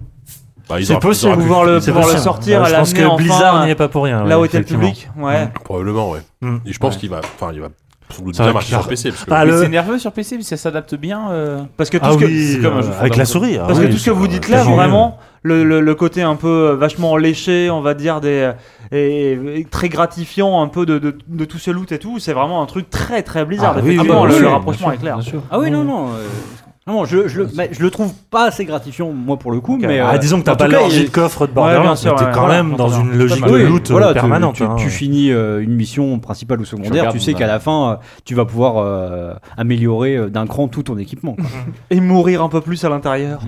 Speaker 1: Bah, ils
Speaker 9: C'est
Speaker 1: auraient- ils
Speaker 9: possible.
Speaker 1: auraient pu
Speaker 6: pouvoir le,
Speaker 9: C'est
Speaker 6: pouvoir le
Speaker 9: possible.
Speaker 6: sortir,
Speaker 9: Bah,
Speaker 6: à
Speaker 9: Je pense que
Speaker 6: l'amener
Speaker 9: Blizzard
Speaker 6: enfin,
Speaker 9: n'y est pas pour rien.
Speaker 6: Là
Speaker 9: ouais,
Speaker 6: où était le
Speaker 9: effectivement.
Speaker 6: public, ouais.
Speaker 1: Probablement, ouais.
Speaker 9: Mm.
Speaker 1: Et je pense qu'il va, enfin, il va sans doute
Speaker 9: Ça
Speaker 1: bien
Speaker 9: va
Speaker 1: marcher
Speaker 9: faire-
Speaker 1: sur PC. Parce que
Speaker 9: Ah,
Speaker 3: Mais
Speaker 9: le-
Speaker 3: c'est nerveux sur PC, mais ça s'adapte bien. euh,
Speaker 6: Parce que tout
Speaker 9: Ah
Speaker 6: ce que,
Speaker 9: oui,
Speaker 3: c'est comme un jeu
Speaker 9: euh, avec la
Speaker 3: fondamental.
Speaker 9: souris. ah
Speaker 6: Parce que
Speaker 9: oui.
Speaker 6: tout ce que vous dites
Speaker 9: c'est
Speaker 6: là,
Speaker 9: génial.
Speaker 6: vraiment, le, le- le côté un peu euh, vachement léché, on va dire, des, euh, et, et très gratifiant un peu de, de- de tout ce loot et tout, c'est vraiment un truc très très Blizzard.
Speaker 9: Ah oui, oui,
Speaker 6: Effectivement,
Speaker 9: oui,
Speaker 6: le,
Speaker 9: oui,
Speaker 6: le
Speaker 9: bien
Speaker 6: rapprochement est clair. Mm.
Speaker 7: Ah oui, non, non. euh, Non, non, je, je, le, mais je le trouve pas assez gratifiant, moi, pour le coup. Mais,
Speaker 9: Ah,
Speaker 7: euh,
Speaker 9: disons que t'as
Speaker 7: en
Speaker 9: pas
Speaker 7: tout cas,
Speaker 9: l'orgie
Speaker 7: il-
Speaker 9: de coffre de
Speaker 6: bien
Speaker 9: Borderlands,
Speaker 6: sûr,
Speaker 9: mais t'es
Speaker 6: ouais,
Speaker 9: quand
Speaker 6: voilà,
Speaker 9: même dans
Speaker 6: entends bien.
Speaker 9: une logique de
Speaker 7: Oui,
Speaker 9: loot
Speaker 7: voilà,
Speaker 9: euh,
Speaker 7: tu-
Speaker 9: permanente.
Speaker 7: Tu,
Speaker 9: hein.
Speaker 7: tu finis euh, une mission principale ou secondaire, tu,
Speaker 3: regardes,
Speaker 7: sais
Speaker 3: ouais.
Speaker 7: qu'à la fin, euh, tu vas pouvoir euh, améliorer euh, d'un cran tout ton
Speaker 9: (laughs)
Speaker 7: équipement. quoi.
Speaker 6: Et mourir un peu plus à l'intérieur.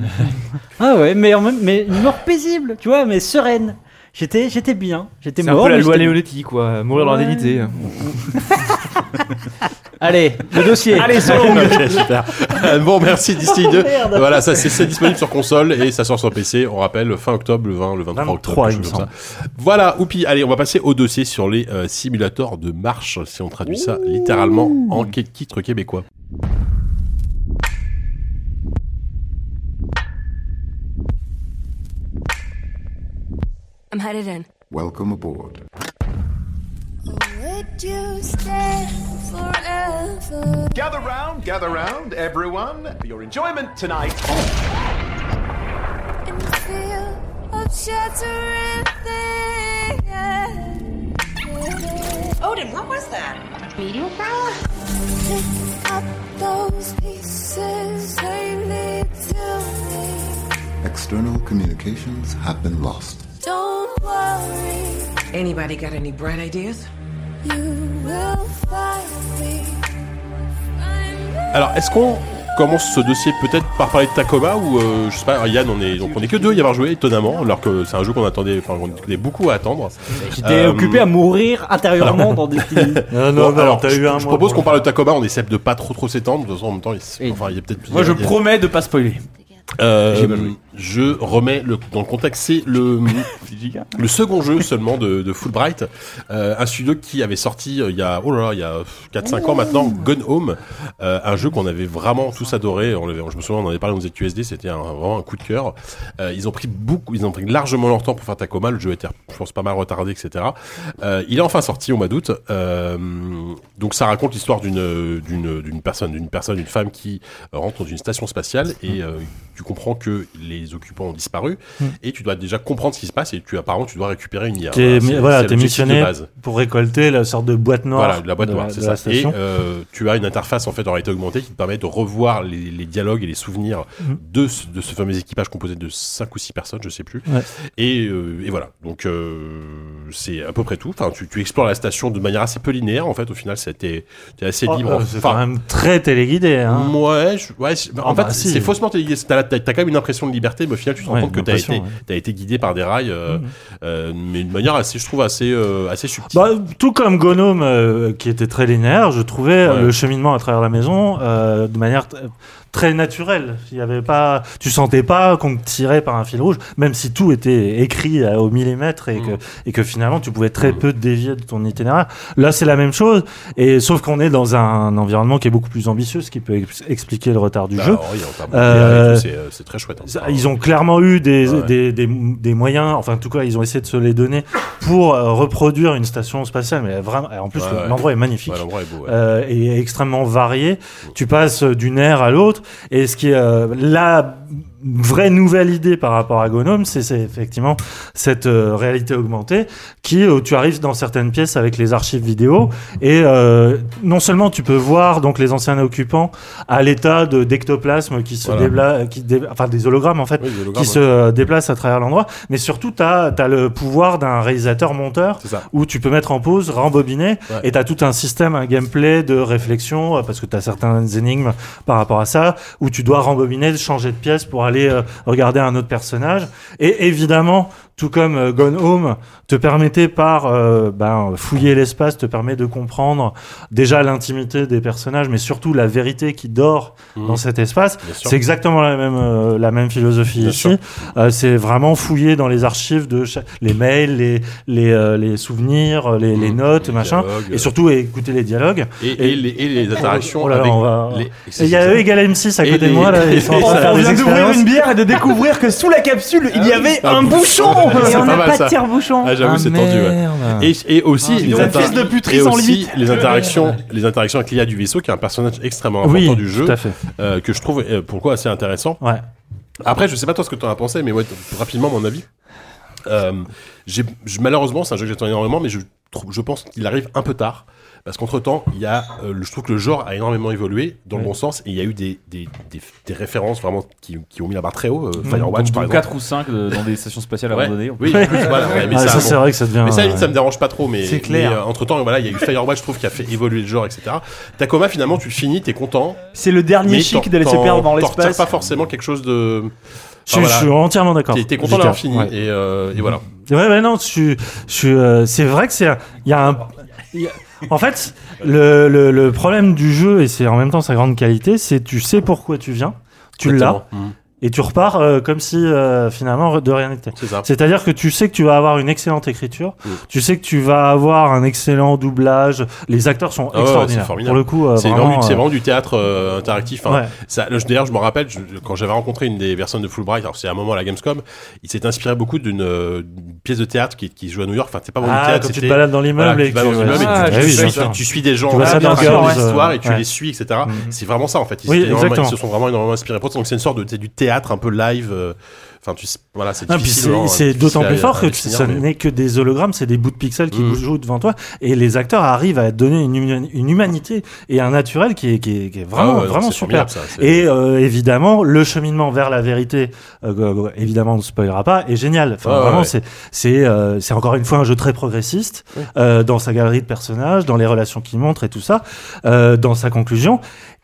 Speaker 7: ah ouais, mais, en même- mais une mort paisible, tu vois, mais sereine. J'étais, j'étais bien. J'étais
Speaker 5: C'est
Speaker 7: mort.
Speaker 5: un peu la
Speaker 7: mais
Speaker 5: loi
Speaker 7: j'étais-
Speaker 5: Leonetti, quoi. Mourir dans la dignité.
Speaker 7: Allez, le dossier.
Speaker 6: Allez, solo
Speaker 1: (laughs) Ok, super. Euh, bon, merci Disney 2.
Speaker 7: merde.
Speaker 1: Voilà, ça c'est c'est disponible sur console et ça sort sur PC, on rappelle, fin octobre, le 20, le 23 octobre.
Speaker 9: 23,
Speaker 1: quelque
Speaker 9: il me
Speaker 1: chose comme ça. Voilà, oupi, allez, on va passer au dossier sur les euh, simulateurs de marche, si on traduit ça littéralement en quai- titre québécois.
Speaker 10: I'm headed in.
Speaker 11: Welcome aboard.
Speaker 10: Would you stay forever?
Speaker 11: Gather round, gather round, everyone, for your enjoyment tonight.
Speaker 10: and feel of shattering Odin, what was that? Meteor umbrella? Pick up those pieces they need to me.
Speaker 11: External communications have been lost.
Speaker 10: Don't worry,
Speaker 12: Anybody got any bright ideas?
Speaker 10: you will find me. Find me.
Speaker 1: Alors, est-ce qu'on commence ce dossier peut-être par parler de Tacoma ou euh, je sais pas, Yann, on est, donc on est que deux à y avoir joué, étonnamment, alors que c'est un jeu qu'on attendait, enfin, qu'on tenait beaucoup à attendre.
Speaker 7: J'étais
Speaker 1: Euh,
Speaker 7: occupé à mourir intérieurement
Speaker 1: (laughs)
Speaker 7: dans Destiny.
Speaker 9: Non,
Speaker 1: Bon,
Speaker 9: non, non,
Speaker 1: alors,
Speaker 9: t'as
Speaker 1: je,
Speaker 9: eu un
Speaker 1: je
Speaker 9: mois
Speaker 1: propose
Speaker 9: pour
Speaker 1: qu'on parle de Tacoma, on essaie de pas trop trop s'étendre, de toute façon, en même temps, il, enfin, il y a peut-être...
Speaker 3: Moi, je
Speaker 1: il y a-
Speaker 3: promets de pas spoiler.
Speaker 1: Euh,
Speaker 5: J'ai pas joué.
Speaker 1: je remets le, dans le contexte, c'est le, le second jeu seulement de, de Fulbright, euh, un studio qui avait sorti euh, il y a, oh là là, il y a 4-5 ans maintenant, Gone Home, euh, un jeu qu'on avait vraiment tous adoré, on l'avait- je me souviens, on en avait parlé dans ZQSD, c'était un, vraiment un coup de cœur. Euh, ils ont pris beaucoup, ils ont pris largement leur temps pour faire Tacoma, le jeu était, je pense, pas mal retardé, etc. Euh, il est enfin sorti au mois d'août, euh, donc ça raconte l'histoire d'une, d'une, d'une personne, d'une personne, d'une femme qui rentre dans une station spatiale et euh, tu comprends que les occupants ont disparu
Speaker 9: Hmm.
Speaker 1: et tu dois déjà comprendre ce qui se passe et tu apparemment tu dois récupérer une IA.
Speaker 9: Qui est-
Speaker 1: Ah, c'est-
Speaker 9: voilà,
Speaker 1: c'est
Speaker 9: t'es
Speaker 1: l'objectif de
Speaker 9: missionné
Speaker 1: base.
Speaker 9: pour récolter la sorte de boîte noire.
Speaker 1: Voilà, de la boîte
Speaker 9: de
Speaker 1: noire, c'est
Speaker 9: de
Speaker 1: ça.
Speaker 9: la
Speaker 1: Et
Speaker 9: station.
Speaker 1: euh, tu as une interface en fait en réalité augmentée qui te permet de revoir les, les dialogues et les souvenirs
Speaker 9: Mhm.
Speaker 1: de, ce, de ce fameux équipage composé de 5 ou 6 personnes, je sais plus.
Speaker 9: Ouais.
Speaker 1: Et, euh, et voilà, donc euh, c'est à peu près tout. Enfin, tu, tu explores la station de manière assez peu linéaire en fait. Au final, c'était t'es assez
Speaker 9: Oh,
Speaker 1: libre.
Speaker 9: euh, c'est
Speaker 1: Enfin,
Speaker 9: quand même très téléguidé. Hein.
Speaker 1: Ouais, je- ouais, je- en
Speaker 9: Ah bah
Speaker 1: fait,
Speaker 9: si.
Speaker 1: c'est faussement téléguidé. T'as, t'as- t'as quand même une impression de liberté, mais au final, tu te rends
Speaker 9: Ouais,
Speaker 1: compte que t'as été,
Speaker 9: l'impression, ouais. Mhm.
Speaker 1: t'as été guidé par des rails, euh, euh, mais de manière assez, je trouve, assez, euh, assez subtile.
Speaker 9: Bah, tout comme Gnome, euh, qui était très linéaire, je trouvais
Speaker 1: Ouais.
Speaker 9: le cheminement à travers la maison euh, de manière t- très naturelle. Il y avait pas, tu sentais pas qu'on te tirait par un fil rouge, même si tout était écrit euh, au millimètre et,
Speaker 1: Mm.
Speaker 9: que, et que finalement tu pouvais très peu te dévier de ton itinéraire. Là, c'est la même chose, et sauf qu'on est dans un environnement qui est beaucoup plus ambitieux, ce qui peut ex- expliquer le retard du
Speaker 1: Bah,
Speaker 9: jeu.
Speaker 1: oui, en termes
Speaker 9: Euh,
Speaker 1: de c'est, euh, c'est très chouette. hein. Ah,
Speaker 9: Ça, Ils ont clairement eu des,
Speaker 1: Ouais.
Speaker 9: des, des- des moyens, enfin en tout cas ils ont essayé de se les donner pour euh, reproduire une station spatiale, mais vraiment, en plus
Speaker 1: Ouais,
Speaker 9: le-
Speaker 1: ouais.
Speaker 9: l'endroit est magnifique.
Speaker 1: Ouais, l'endroit est beau. ouais.
Speaker 9: euh, et extrêmement varié. Tu passes d'une ère à l'autre. Et ce qui est euh, la vraie nouvelle idée par rapport à Gnome, c'est c'est effectivement cette euh, réalité augmentée qui, euh, tu arrives dans certaines pièces avec les archives vidéo et euh, non seulement tu peux voir donc les anciens occupants à l'état de d'ectoplasme qui se
Speaker 1: Voilà.
Speaker 9: débla- qui dé- enfin des hologrammes en fait.
Speaker 1: Oui, les hologrammes,
Speaker 9: qui se
Speaker 1: ouais.
Speaker 9: euh, déplacent à travers l'endroit, mais surtout tu as, le pouvoir d'un réalisateur-monteur
Speaker 1: C'est ça.
Speaker 9: où tu peux mettre en pause, rembobiner,
Speaker 1: Ouais.
Speaker 9: et t'as tout un système, un gameplay de réflexion, euh, parce que t'as certaines énigmes par rapport à ça, où tu dois rembobiner, changer de pièce pour aller euh, regarder un autre personnage. Et évidemment, tout comme euh, Gone Home te permettait par euh, ben, fouiller l'espace, te permet de comprendre déjà l'intimité des personnages, mais surtout la vérité qui dort
Speaker 1: Mhm.
Speaker 9: dans cet espace.
Speaker 1: Bien sûr.
Speaker 9: C'est exactement la même, euh, la même philosophie
Speaker 1: Bien
Speaker 9: ici. Euh, c'est vraiment fouiller dans les archives de cha- les mails, les, les, euh, les souvenirs, euh, les, les
Speaker 1: Mmh,
Speaker 9: notes,
Speaker 1: les
Speaker 9: machin.
Speaker 1: dialogues,
Speaker 9: Et surtout écouter les dialogues.
Speaker 1: et, et les, et les interactions
Speaker 9: Oh là là,
Speaker 1: avec
Speaker 9: on va-
Speaker 1: les-
Speaker 9: Et il y a Egal M6 à
Speaker 1: Et
Speaker 9: côté
Speaker 1: les-
Speaker 9: de moi, là,
Speaker 1: (laughs)
Speaker 9: ils sont en train de faire
Speaker 2: On
Speaker 9: des
Speaker 2: vient d'ouvrir
Speaker 9: expériences.
Speaker 2: une bière et de découvrir que sous la capsule, il y avait
Speaker 1: Ah,
Speaker 2: un
Speaker 1: bon.
Speaker 2: bouchon
Speaker 1: (laughs) C'est
Speaker 4: Et on
Speaker 1: pas
Speaker 4: n'a
Speaker 1: mal,
Speaker 4: pas
Speaker 1: ça.
Speaker 4: de tire-bouchon.
Speaker 1: Ah, j'avoue, c'est tendu. ouais. Et, et aussi, les,
Speaker 2: donc,
Speaker 1: inter-
Speaker 2: Ah, fils de puterie
Speaker 1: et
Speaker 2: sans
Speaker 1: aussi
Speaker 2: limite.
Speaker 1: les interactions, les interactions avec l'IA du vaisseau, qui est un personnage extrêmement important
Speaker 9: Oui,
Speaker 1: du jeu,
Speaker 9: tout à fait.
Speaker 1: euh, que je trouve euh, pourquoi assez intéressant.
Speaker 9: Ouais.
Speaker 1: Après, je sais pas toi ce que tu en as pensé, mais ouais, t- rapidement mon avis. Euh, j'ai- je- malheureusement, c'est un jeu que j'attends énormément, mais je, trou- je pense qu'il arrive un peu tard. Parce qu'entre temps, il y a, euh, le- je trouve que le genre a énormément évolué dans le bon sens, et il y a eu des, des, des, des références vraiment qui, qui ont mis la barre très haut. euh,
Speaker 2: Mm.
Speaker 1: Firewatch, par exemple.
Speaker 3: Dont 4 ou 5 euh, dans des stations spatiales
Speaker 1: Ouais.
Speaker 3: abandonnées.
Speaker 1: Oui, en plus, voilà, ouais, mais
Speaker 9: Ah,
Speaker 1: ça,
Speaker 9: ça,
Speaker 1: bon.
Speaker 9: c'est vrai que ça devient.
Speaker 1: Mais ça,
Speaker 9: euh,
Speaker 1: limite, ça me dérange pas trop, mais,
Speaker 9: C'est clair.
Speaker 1: entre temps, voilà, il y a eu Firewatch, je trouve, qui a fait évoluer le genre, etc. Tacoma, finalement, tu le finis, t'es content.
Speaker 2: C'est le dernier
Speaker 1: mais
Speaker 2: chic
Speaker 1: t'en-
Speaker 2: de laisser
Speaker 1: t'en-
Speaker 2: perdre dans
Speaker 1: t'en retires
Speaker 2: l'espace.
Speaker 1: pas forcément quelque chose de.
Speaker 9: je, suis-
Speaker 1: voilà.
Speaker 9: je suis entièrement d'accord.
Speaker 1: T'es t'es content d'avoir
Speaker 9: J'étais-
Speaker 1: fini,
Speaker 9: ouais.
Speaker 1: et, euh, et voilà.
Speaker 9: Ouais, ouais, non, je, suis- je, suis, euh, c'est vrai que c'est, un- il y a un, il y a- en fait, le, le- le problème du jeu et c'est en même temps sa grande qualité, c'est tu sais pourquoi tu viens, tu l'as.
Speaker 1: Exactement.
Speaker 2: Mm.
Speaker 1: Mhm.
Speaker 9: Et tu repars euh, comme si euh, finalement de rien n'était. C'est-à-dire que tu sais que tu vas avoir une excellente écriture,
Speaker 1: Mhm.
Speaker 9: tu sais que tu vas avoir un excellent doublage. Les acteurs sont
Speaker 1: Ah ouais,
Speaker 9: extraordinaires.
Speaker 1: c'est formidable.
Speaker 9: Pour le coup, euh,
Speaker 1: c'est
Speaker 9: vraiment,
Speaker 1: vraiment, du- c'est
Speaker 9: euh,
Speaker 1: vraiment du théâtre euh, interactif. hein.
Speaker 9: Ouais.
Speaker 1: Ça, le- D'ailleurs, je me rappelle je- quand j'avais rencontré une des personnes de Fulbright. Alors c'est à un moment à la Gamescom, il s'est inspiré beaucoup d'une euh, d'une pièce de théâtre qui, qui se joue à New York. Enfin, c'est pas vraiment
Speaker 9: Ah,
Speaker 1: du théâtre.
Speaker 9: quand tu te
Speaker 1: c'était-
Speaker 9: balades dans l'immeuble
Speaker 1: voilà,
Speaker 9: et
Speaker 1: tu te balades
Speaker 9: que
Speaker 1: dans
Speaker 9: tu-
Speaker 1: l'immeuble
Speaker 9: Ah,
Speaker 1: et tu-
Speaker 9: oui,
Speaker 1: tu,
Speaker 9: bien
Speaker 1: suis-
Speaker 9: sûr.
Speaker 1: tu suis des gens,
Speaker 9: Tu vois
Speaker 1: qui
Speaker 9: ça dans
Speaker 1: racontent
Speaker 9: Girls,
Speaker 1: leur histoire et tu
Speaker 9: ouais. Mm,
Speaker 1: les suis, etc. C'est vraiment ça en fait. Ils,
Speaker 9: Oui,
Speaker 1: s'étaient énormément-
Speaker 9: exactement.
Speaker 1: ils se sont vraiment énormément inspirés pour ça. Donc c'est une sorte de c'est du théâtre un peu live. euh, Enfin, tu sais- voilà, c'est
Speaker 9: Ah, puis
Speaker 1: difficile.
Speaker 9: c'est-
Speaker 1: hein,
Speaker 9: c'est
Speaker 1: difficile
Speaker 9: d'autant
Speaker 1: à-
Speaker 9: plus fort
Speaker 1: à
Speaker 9: que
Speaker 1: définir,
Speaker 9: ce
Speaker 1: mais- Mm.
Speaker 9: n'est que des hologrammes, c'est des bouts de pixels qui bougent devant toi, et les acteurs arrivent à donner une, huma- une humanité et un naturel qui est, qui est- qui est vraiment,
Speaker 1: Ah ouais, ouais,
Speaker 9: vraiment
Speaker 1: c'est
Speaker 9: super.
Speaker 1: formidable, ça, c'est-
Speaker 9: et euh, évidemment, le cheminement vers la vérité, euh, euh, évidemment, on ne spoilera pas, est génial. Enfin,
Speaker 1: Ouais,
Speaker 9: vraiment,
Speaker 1: ouais.
Speaker 9: c'est c'est euh, c'est encore une fois un jeu très progressiste
Speaker 1: Oui.
Speaker 9: euh, dans sa galerie de personnages, dans les relations qu'il montre et tout ça, euh, dans sa conclusion.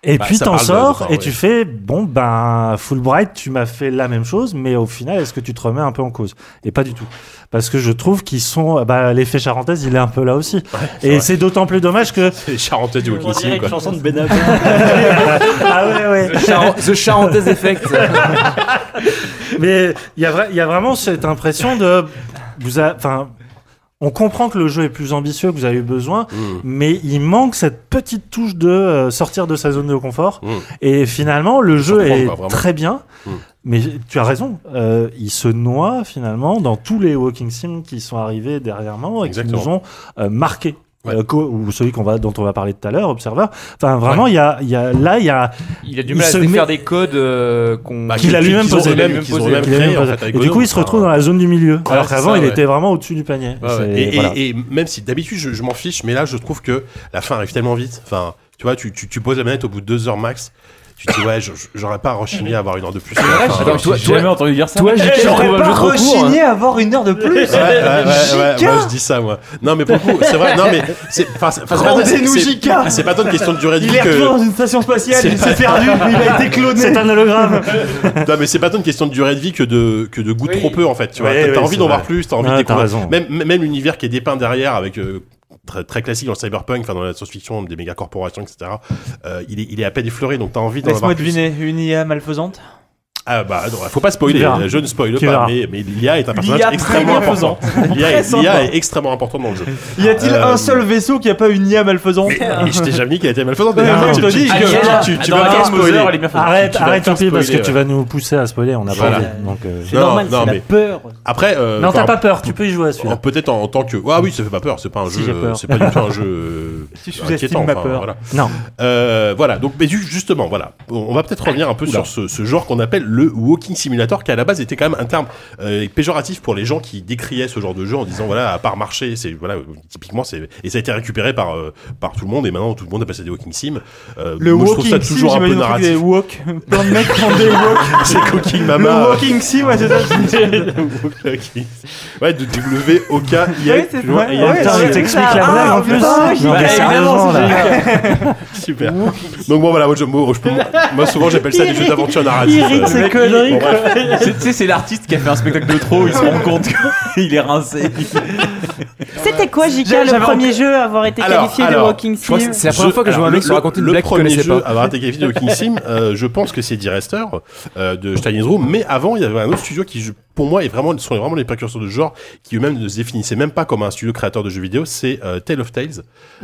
Speaker 9: Et
Speaker 1: Bah,
Speaker 9: puis
Speaker 1: ça
Speaker 9: t'en
Speaker 1: parle de-
Speaker 9: sors
Speaker 1: enfin,
Speaker 9: et tu
Speaker 1: ouais.
Speaker 9: fais bon ben Fulbright tu m'as fait la même chose mais au final est-ce que tu te remets un peu en cause et pas du tout parce que je trouve qu'ils sont bah, l'effet charentaise il est un peu là aussi
Speaker 1: c'est
Speaker 9: et
Speaker 1: vrai.
Speaker 9: c'est d'autant plus dommage que
Speaker 1: (laughs) C'est les Charentais du Walking Sim, quoi.
Speaker 7: de
Speaker 9: (laughs)
Speaker 7: Ben
Speaker 1: Mm.
Speaker 2: (laughs)
Speaker 9: ah ouais ouais
Speaker 1: (laughs)
Speaker 5: The Charentaise Effect.
Speaker 9: (laughs) mais il y, a vra- il y a vraiment cette impression de vous a- enfin on comprend que le jeu est plus ambitieux que vous avez besoin
Speaker 1: Mm.
Speaker 4: Mm.
Speaker 9: mais il manque cette petite touche de euh, sortir de sa zone de confort
Speaker 1: Mm.
Speaker 9: et finalement le jeu
Speaker 1: comprendre,
Speaker 9: est
Speaker 1: quoi, vraiment.
Speaker 9: très bien
Speaker 1: Mm.
Speaker 9: mais tu as raison, euh, il se noie finalement dans tous les Walking Sims qui sont arrivés derrière moi et
Speaker 1: Exactement.
Speaker 9: qui nous ont euh, marqué. Euh, co- ou celui qu'on va, dont on va parler tout à l'heure, Observer. Enfin, vraiment, il y a, il y a- là, il y a.
Speaker 5: Il a du
Speaker 9: il
Speaker 5: mal à
Speaker 9: se
Speaker 5: se
Speaker 9: met-
Speaker 5: défaire des codes euh, qu'on.
Speaker 1: Bah,
Speaker 9: qu'il a
Speaker 1: qu'ils-
Speaker 9: lui-même
Speaker 1: qu'ils ont
Speaker 9: posé.
Speaker 1: eux-mêmes-
Speaker 9: Qu'il a
Speaker 1: qu'ils ont
Speaker 9: lui-même
Speaker 1: eux-mêmes
Speaker 9: posé.
Speaker 1: créé, en fait, avec
Speaker 9: Et du coup, il se
Speaker 1: Gnome,
Speaker 9: retrouve dans
Speaker 1: enfin,
Speaker 9: la zone du milieu.
Speaker 1: Ouais,
Speaker 9: alors
Speaker 1: c'est
Speaker 9: qu'avant,
Speaker 1: ça,
Speaker 9: il
Speaker 1: ouais.
Speaker 9: était vraiment au-dessus du panier.
Speaker 1: Ouais, ouais.
Speaker 9: C'est-
Speaker 1: Et, et-
Speaker 9: voilà.
Speaker 1: et même si d'habitude je, je m'en fiche, mais là je trouve que la fin arrive tellement vite. Enfin, tu vois, tu, tu, tu poses la manette au bout de deux heures max. Tu te dis ouais, je- je- j'aurais pas rechigné à avoir une heure de plus. Enfin,
Speaker 5: Attends, toi-
Speaker 3: J'ai jamais entendu dire ça.
Speaker 5: Toi,
Speaker 1: Eh,
Speaker 5: JK, je trouve
Speaker 2: J'aurais
Speaker 5: un jeu
Speaker 2: pas
Speaker 5: trop court.
Speaker 2: rechigné à avoir une heure de plus.
Speaker 1: hein. Ouais, ouais, ouais, ouais, moi je dis ça moi. Non mais pour le coup, c'est vrai. Non mais c'est enfin, c'est- enfin, c'est pas-
Speaker 2: Rendez-nous
Speaker 1: c'est-
Speaker 2: Jika.
Speaker 1: C'est pas tant une question de durée de
Speaker 2: Il
Speaker 1: vie
Speaker 2: est retourné dans
Speaker 1: que.
Speaker 2: une station spatiale,
Speaker 1: C'est
Speaker 2: il s'est perdu, il a
Speaker 1: (laughs)
Speaker 2: été cloné.
Speaker 9: C'est un hologramme.
Speaker 1: Non mais c'est pas tant une question de durée de vie que de que de goût trop peu en fait. Tu vois,
Speaker 9: Ouais,
Speaker 1: t'as t'as
Speaker 9: ouais,
Speaker 1: envie
Speaker 9: c'est
Speaker 1: d'en voir
Speaker 9: vrai.
Speaker 1: plus, t'as envie
Speaker 9: Ouais,
Speaker 1: de
Speaker 9: t'as
Speaker 1: découvrir.
Speaker 9: raison.
Speaker 1: Même même- même l'univers qui est dépeint derrière avec. euh, Très, très classique dans le cyberpunk, enfin dans la science-fiction, des méga corporations, etc. euh, il, est, il est à peine effleuré, donc t'as envie d'en
Speaker 6: Laisse-moi
Speaker 1: avoir plus.
Speaker 6: deviner, une IA malfaisante
Speaker 1: Ah bah non, faut pas spoiler,
Speaker 9: Tu verras.
Speaker 1: je ne spoil
Speaker 9: Tu
Speaker 1: pas,
Speaker 9: verras.
Speaker 1: mais, mais l'IA est un personnage
Speaker 2: L'IA très
Speaker 1: extrêmement
Speaker 2: bien
Speaker 1: important. L'IA est,
Speaker 2: sympa.
Speaker 1: l'IA est extrêmement importante dans le jeu.
Speaker 6: Y a-t-il
Speaker 1: Euh,
Speaker 6: un seul vaisseau qui a pas une IA malfaisante
Speaker 1: Mais, mais je t'ai jamais dit qu'elle était malfaisante.
Speaker 6: Ouais,
Speaker 1: mais
Speaker 6: moi,
Speaker 1: tu-
Speaker 6: je te
Speaker 1: tu-
Speaker 6: dis
Speaker 1: tu-
Speaker 6: que-
Speaker 1: tu- tu
Speaker 3: Dans
Speaker 1: vas
Speaker 3: la
Speaker 1: pas
Speaker 3: Game
Speaker 1: spoiler.
Speaker 3: Over, elle est bien faite.
Speaker 9: Arrête,
Speaker 1: tu vas
Speaker 9: arrête,
Speaker 1: faire
Speaker 9: tant pis, parce que
Speaker 1: spoiler,
Speaker 9: tu
Speaker 1: ouais.
Speaker 9: vas nous pousser à spoiler, on n'a
Speaker 1: Voilà.
Speaker 9: pas envie. Donc, euh,
Speaker 1: Non,
Speaker 7: normal,
Speaker 1: non,
Speaker 7: c'est
Speaker 1: mais-
Speaker 7: la peur.
Speaker 1: Après, euh,
Speaker 9: Non, t'as
Speaker 1: enfin,
Speaker 9: pas peur, tu peux y jouer à celui-là.
Speaker 1: en- peut-être en, en tant que. Ah oui, ça fait pas peur, c'est pas un
Speaker 9: Si,
Speaker 1: jeu.
Speaker 9: j'ai peur.
Speaker 1: C'est pas du tout
Speaker 9: (laughs)
Speaker 1: un jeu. euh,
Speaker 6: Si je sous-estime
Speaker 1: inquiétant,
Speaker 6: ma
Speaker 1: enfin,
Speaker 6: peur.
Speaker 1: Voilà.
Speaker 9: Non.
Speaker 1: Euh, voilà, donc, mais ju- justement, voilà. On on va peut-être revenir un peu sur ce, ce genre qu'on appelle le walking simulator, qui à la base était quand même un terme euh, péjoratif pour les gens qui décriaient ce genre de jeu en disant, voilà, à part marcher, c'est, voilà, typiquement, c'est, et ça a été récupéré par, euh, par tout le monde, et maintenant tout le monde a passé des walking sim. Euh,
Speaker 6: (laughs) Le
Speaker 1: moi, je trouve ça
Speaker 6: Walking Sim,
Speaker 1: toujours un peu
Speaker 6: j'imagine un truc des
Speaker 1: narratif.
Speaker 6: walk. Plein de mecs
Speaker 1: (laughs)
Speaker 6: qui font des walk.
Speaker 1: C'est Cooking
Speaker 6: Le
Speaker 1: Mama. euh,
Speaker 6: Walking Sim, ouais, c'est ça.
Speaker 1: (laughs) ouais, de W O K I
Speaker 4: Ouais,
Speaker 1: L.
Speaker 4: c'est
Speaker 1: plus loin,
Speaker 4: ça.
Speaker 1: I L.
Speaker 4: Ouais,
Speaker 9: Putain,
Speaker 4: ouais,
Speaker 9: il t'explique la
Speaker 4: Ah,
Speaker 9: blague en plus.
Speaker 4: putain,
Speaker 9: Non, mais
Speaker 1: Ah,
Speaker 9: sérieusement, là. (laughs)
Speaker 1: Super. Donc bon voilà, moi, je- moi, je peux-
Speaker 7: (laughs)
Speaker 1: moi, souvent j'appelle ça des jeux d'aventure narratifs.
Speaker 6: Irrite
Speaker 1: Euh,
Speaker 6: ses conneries.
Speaker 1: bon, bref.
Speaker 3: (laughs) C'est- Tu sais, c'est l'artiste qui a fait un spectacle de trop, il se rend compte qu'il
Speaker 7: (laughs)
Speaker 3: est rincé.
Speaker 4: C'était quoi, Jika,
Speaker 6: J'avais
Speaker 4: le premier jeu à avoir été
Speaker 1: Alors,
Speaker 4: qualifié
Speaker 1: alors,
Speaker 4: de Walking
Speaker 5: crois que
Speaker 4: Sim
Speaker 5: C'est la première fois que je vois un
Speaker 1: alors,
Speaker 5: mec se
Speaker 1: le-
Speaker 5: raconter une
Speaker 1: le
Speaker 5: blague qu'il
Speaker 1: premier
Speaker 5: connaissait
Speaker 1: jeu
Speaker 5: pas.
Speaker 1: à avoir été qualifié de King Sim, euh, je pense que c'est D-Rester euh, de Stein's Room, mais avant il y avait un autre studio qui je- pour moi est vraiment sont vraiment les précurseurs de ce genre qui eux-mêmes ne se définissaient même pas comme un studio créateur de jeux vidéo, c'est euh, Tale of Tales,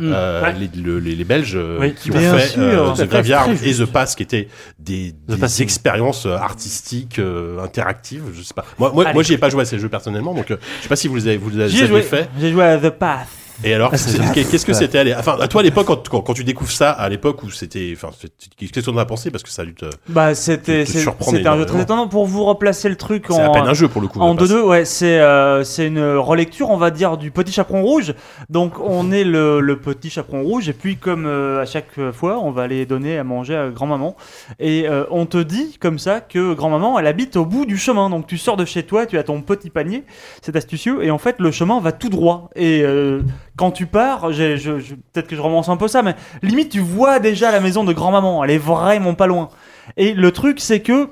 Speaker 1: euh,
Speaker 9: Mm. Ouais.
Speaker 1: les, le- les- les Belges euh,
Speaker 9: Oui,
Speaker 1: qui ont
Speaker 9: bien
Speaker 1: fait
Speaker 9: sûr.
Speaker 1: euh,
Speaker 9: Tout à
Speaker 1: The
Speaker 9: fait,
Speaker 1: Graveyard
Speaker 9: très
Speaker 1: et The Pass qui étaient des,
Speaker 9: The
Speaker 1: des
Speaker 9: Pass, oui.
Speaker 1: expériences euh, artistiques euh, interactives, je sais pas. Moi moi, moi j'y ai pas joué à ces jeux personnellement donc euh, je sais pas si vous les avez vous les
Speaker 6: J'ai
Speaker 1: avez
Speaker 6: joué.
Speaker 1: fait.
Speaker 6: J'ai joué à The Path.
Speaker 1: Et alors,
Speaker 9: Ah,
Speaker 1: c'est-
Speaker 9: c'est
Speaker 1: c'est-
Speaker 9: ça.
Speaker 1: qu'est-ce que
Speaker 9: Ouais.
Speaker 1: c'était à l'é- Enfin, à toi à l'époque, quand, quand, quand tu découvres ça, à l'époque où c'était, enfin, c'est- qu'est-ce qu'on en a pensé parce que ça a dû te,
Speaker 6: Bah, c'était
Speaker 1: Te
Speaker 6: c'est-
Speaker 1: surprenait
Speaker 6: c'était un jeu très
Speaker 1: énormément.
Speaker 6: étonnant. Pour vous replacer le truc
Speaker 1: c'est à
Speaker 6: en.
Speaker 1: peine un jeu pour le coup.
Speaker 6: En
Speaker 1: même pas.
Speaker 6: 2-2, ouais, c'est euh, c'est une relecture, on va dire, du Petit Chaperon Rouge. Donc, on est le, le Petit Chaperon Rouge, et puis, comme euh, à chaque fois, on va aller donner à manger à grand-maman. Et euh, on te dit, comme ça, que grand-maman, elle habite au bout du chemin. Donc, tu sors de chez toi, tu as ton petit panier, c'est astucieux, et en fait, le chemin va tout droit. Et euh, quand tu pars, j'ai- je, je- peut-être que je romance un peu ça, mais limite, tu vois déjà la maison de grand-maman, elle est vraiment pas loin. Et le truc, c'est que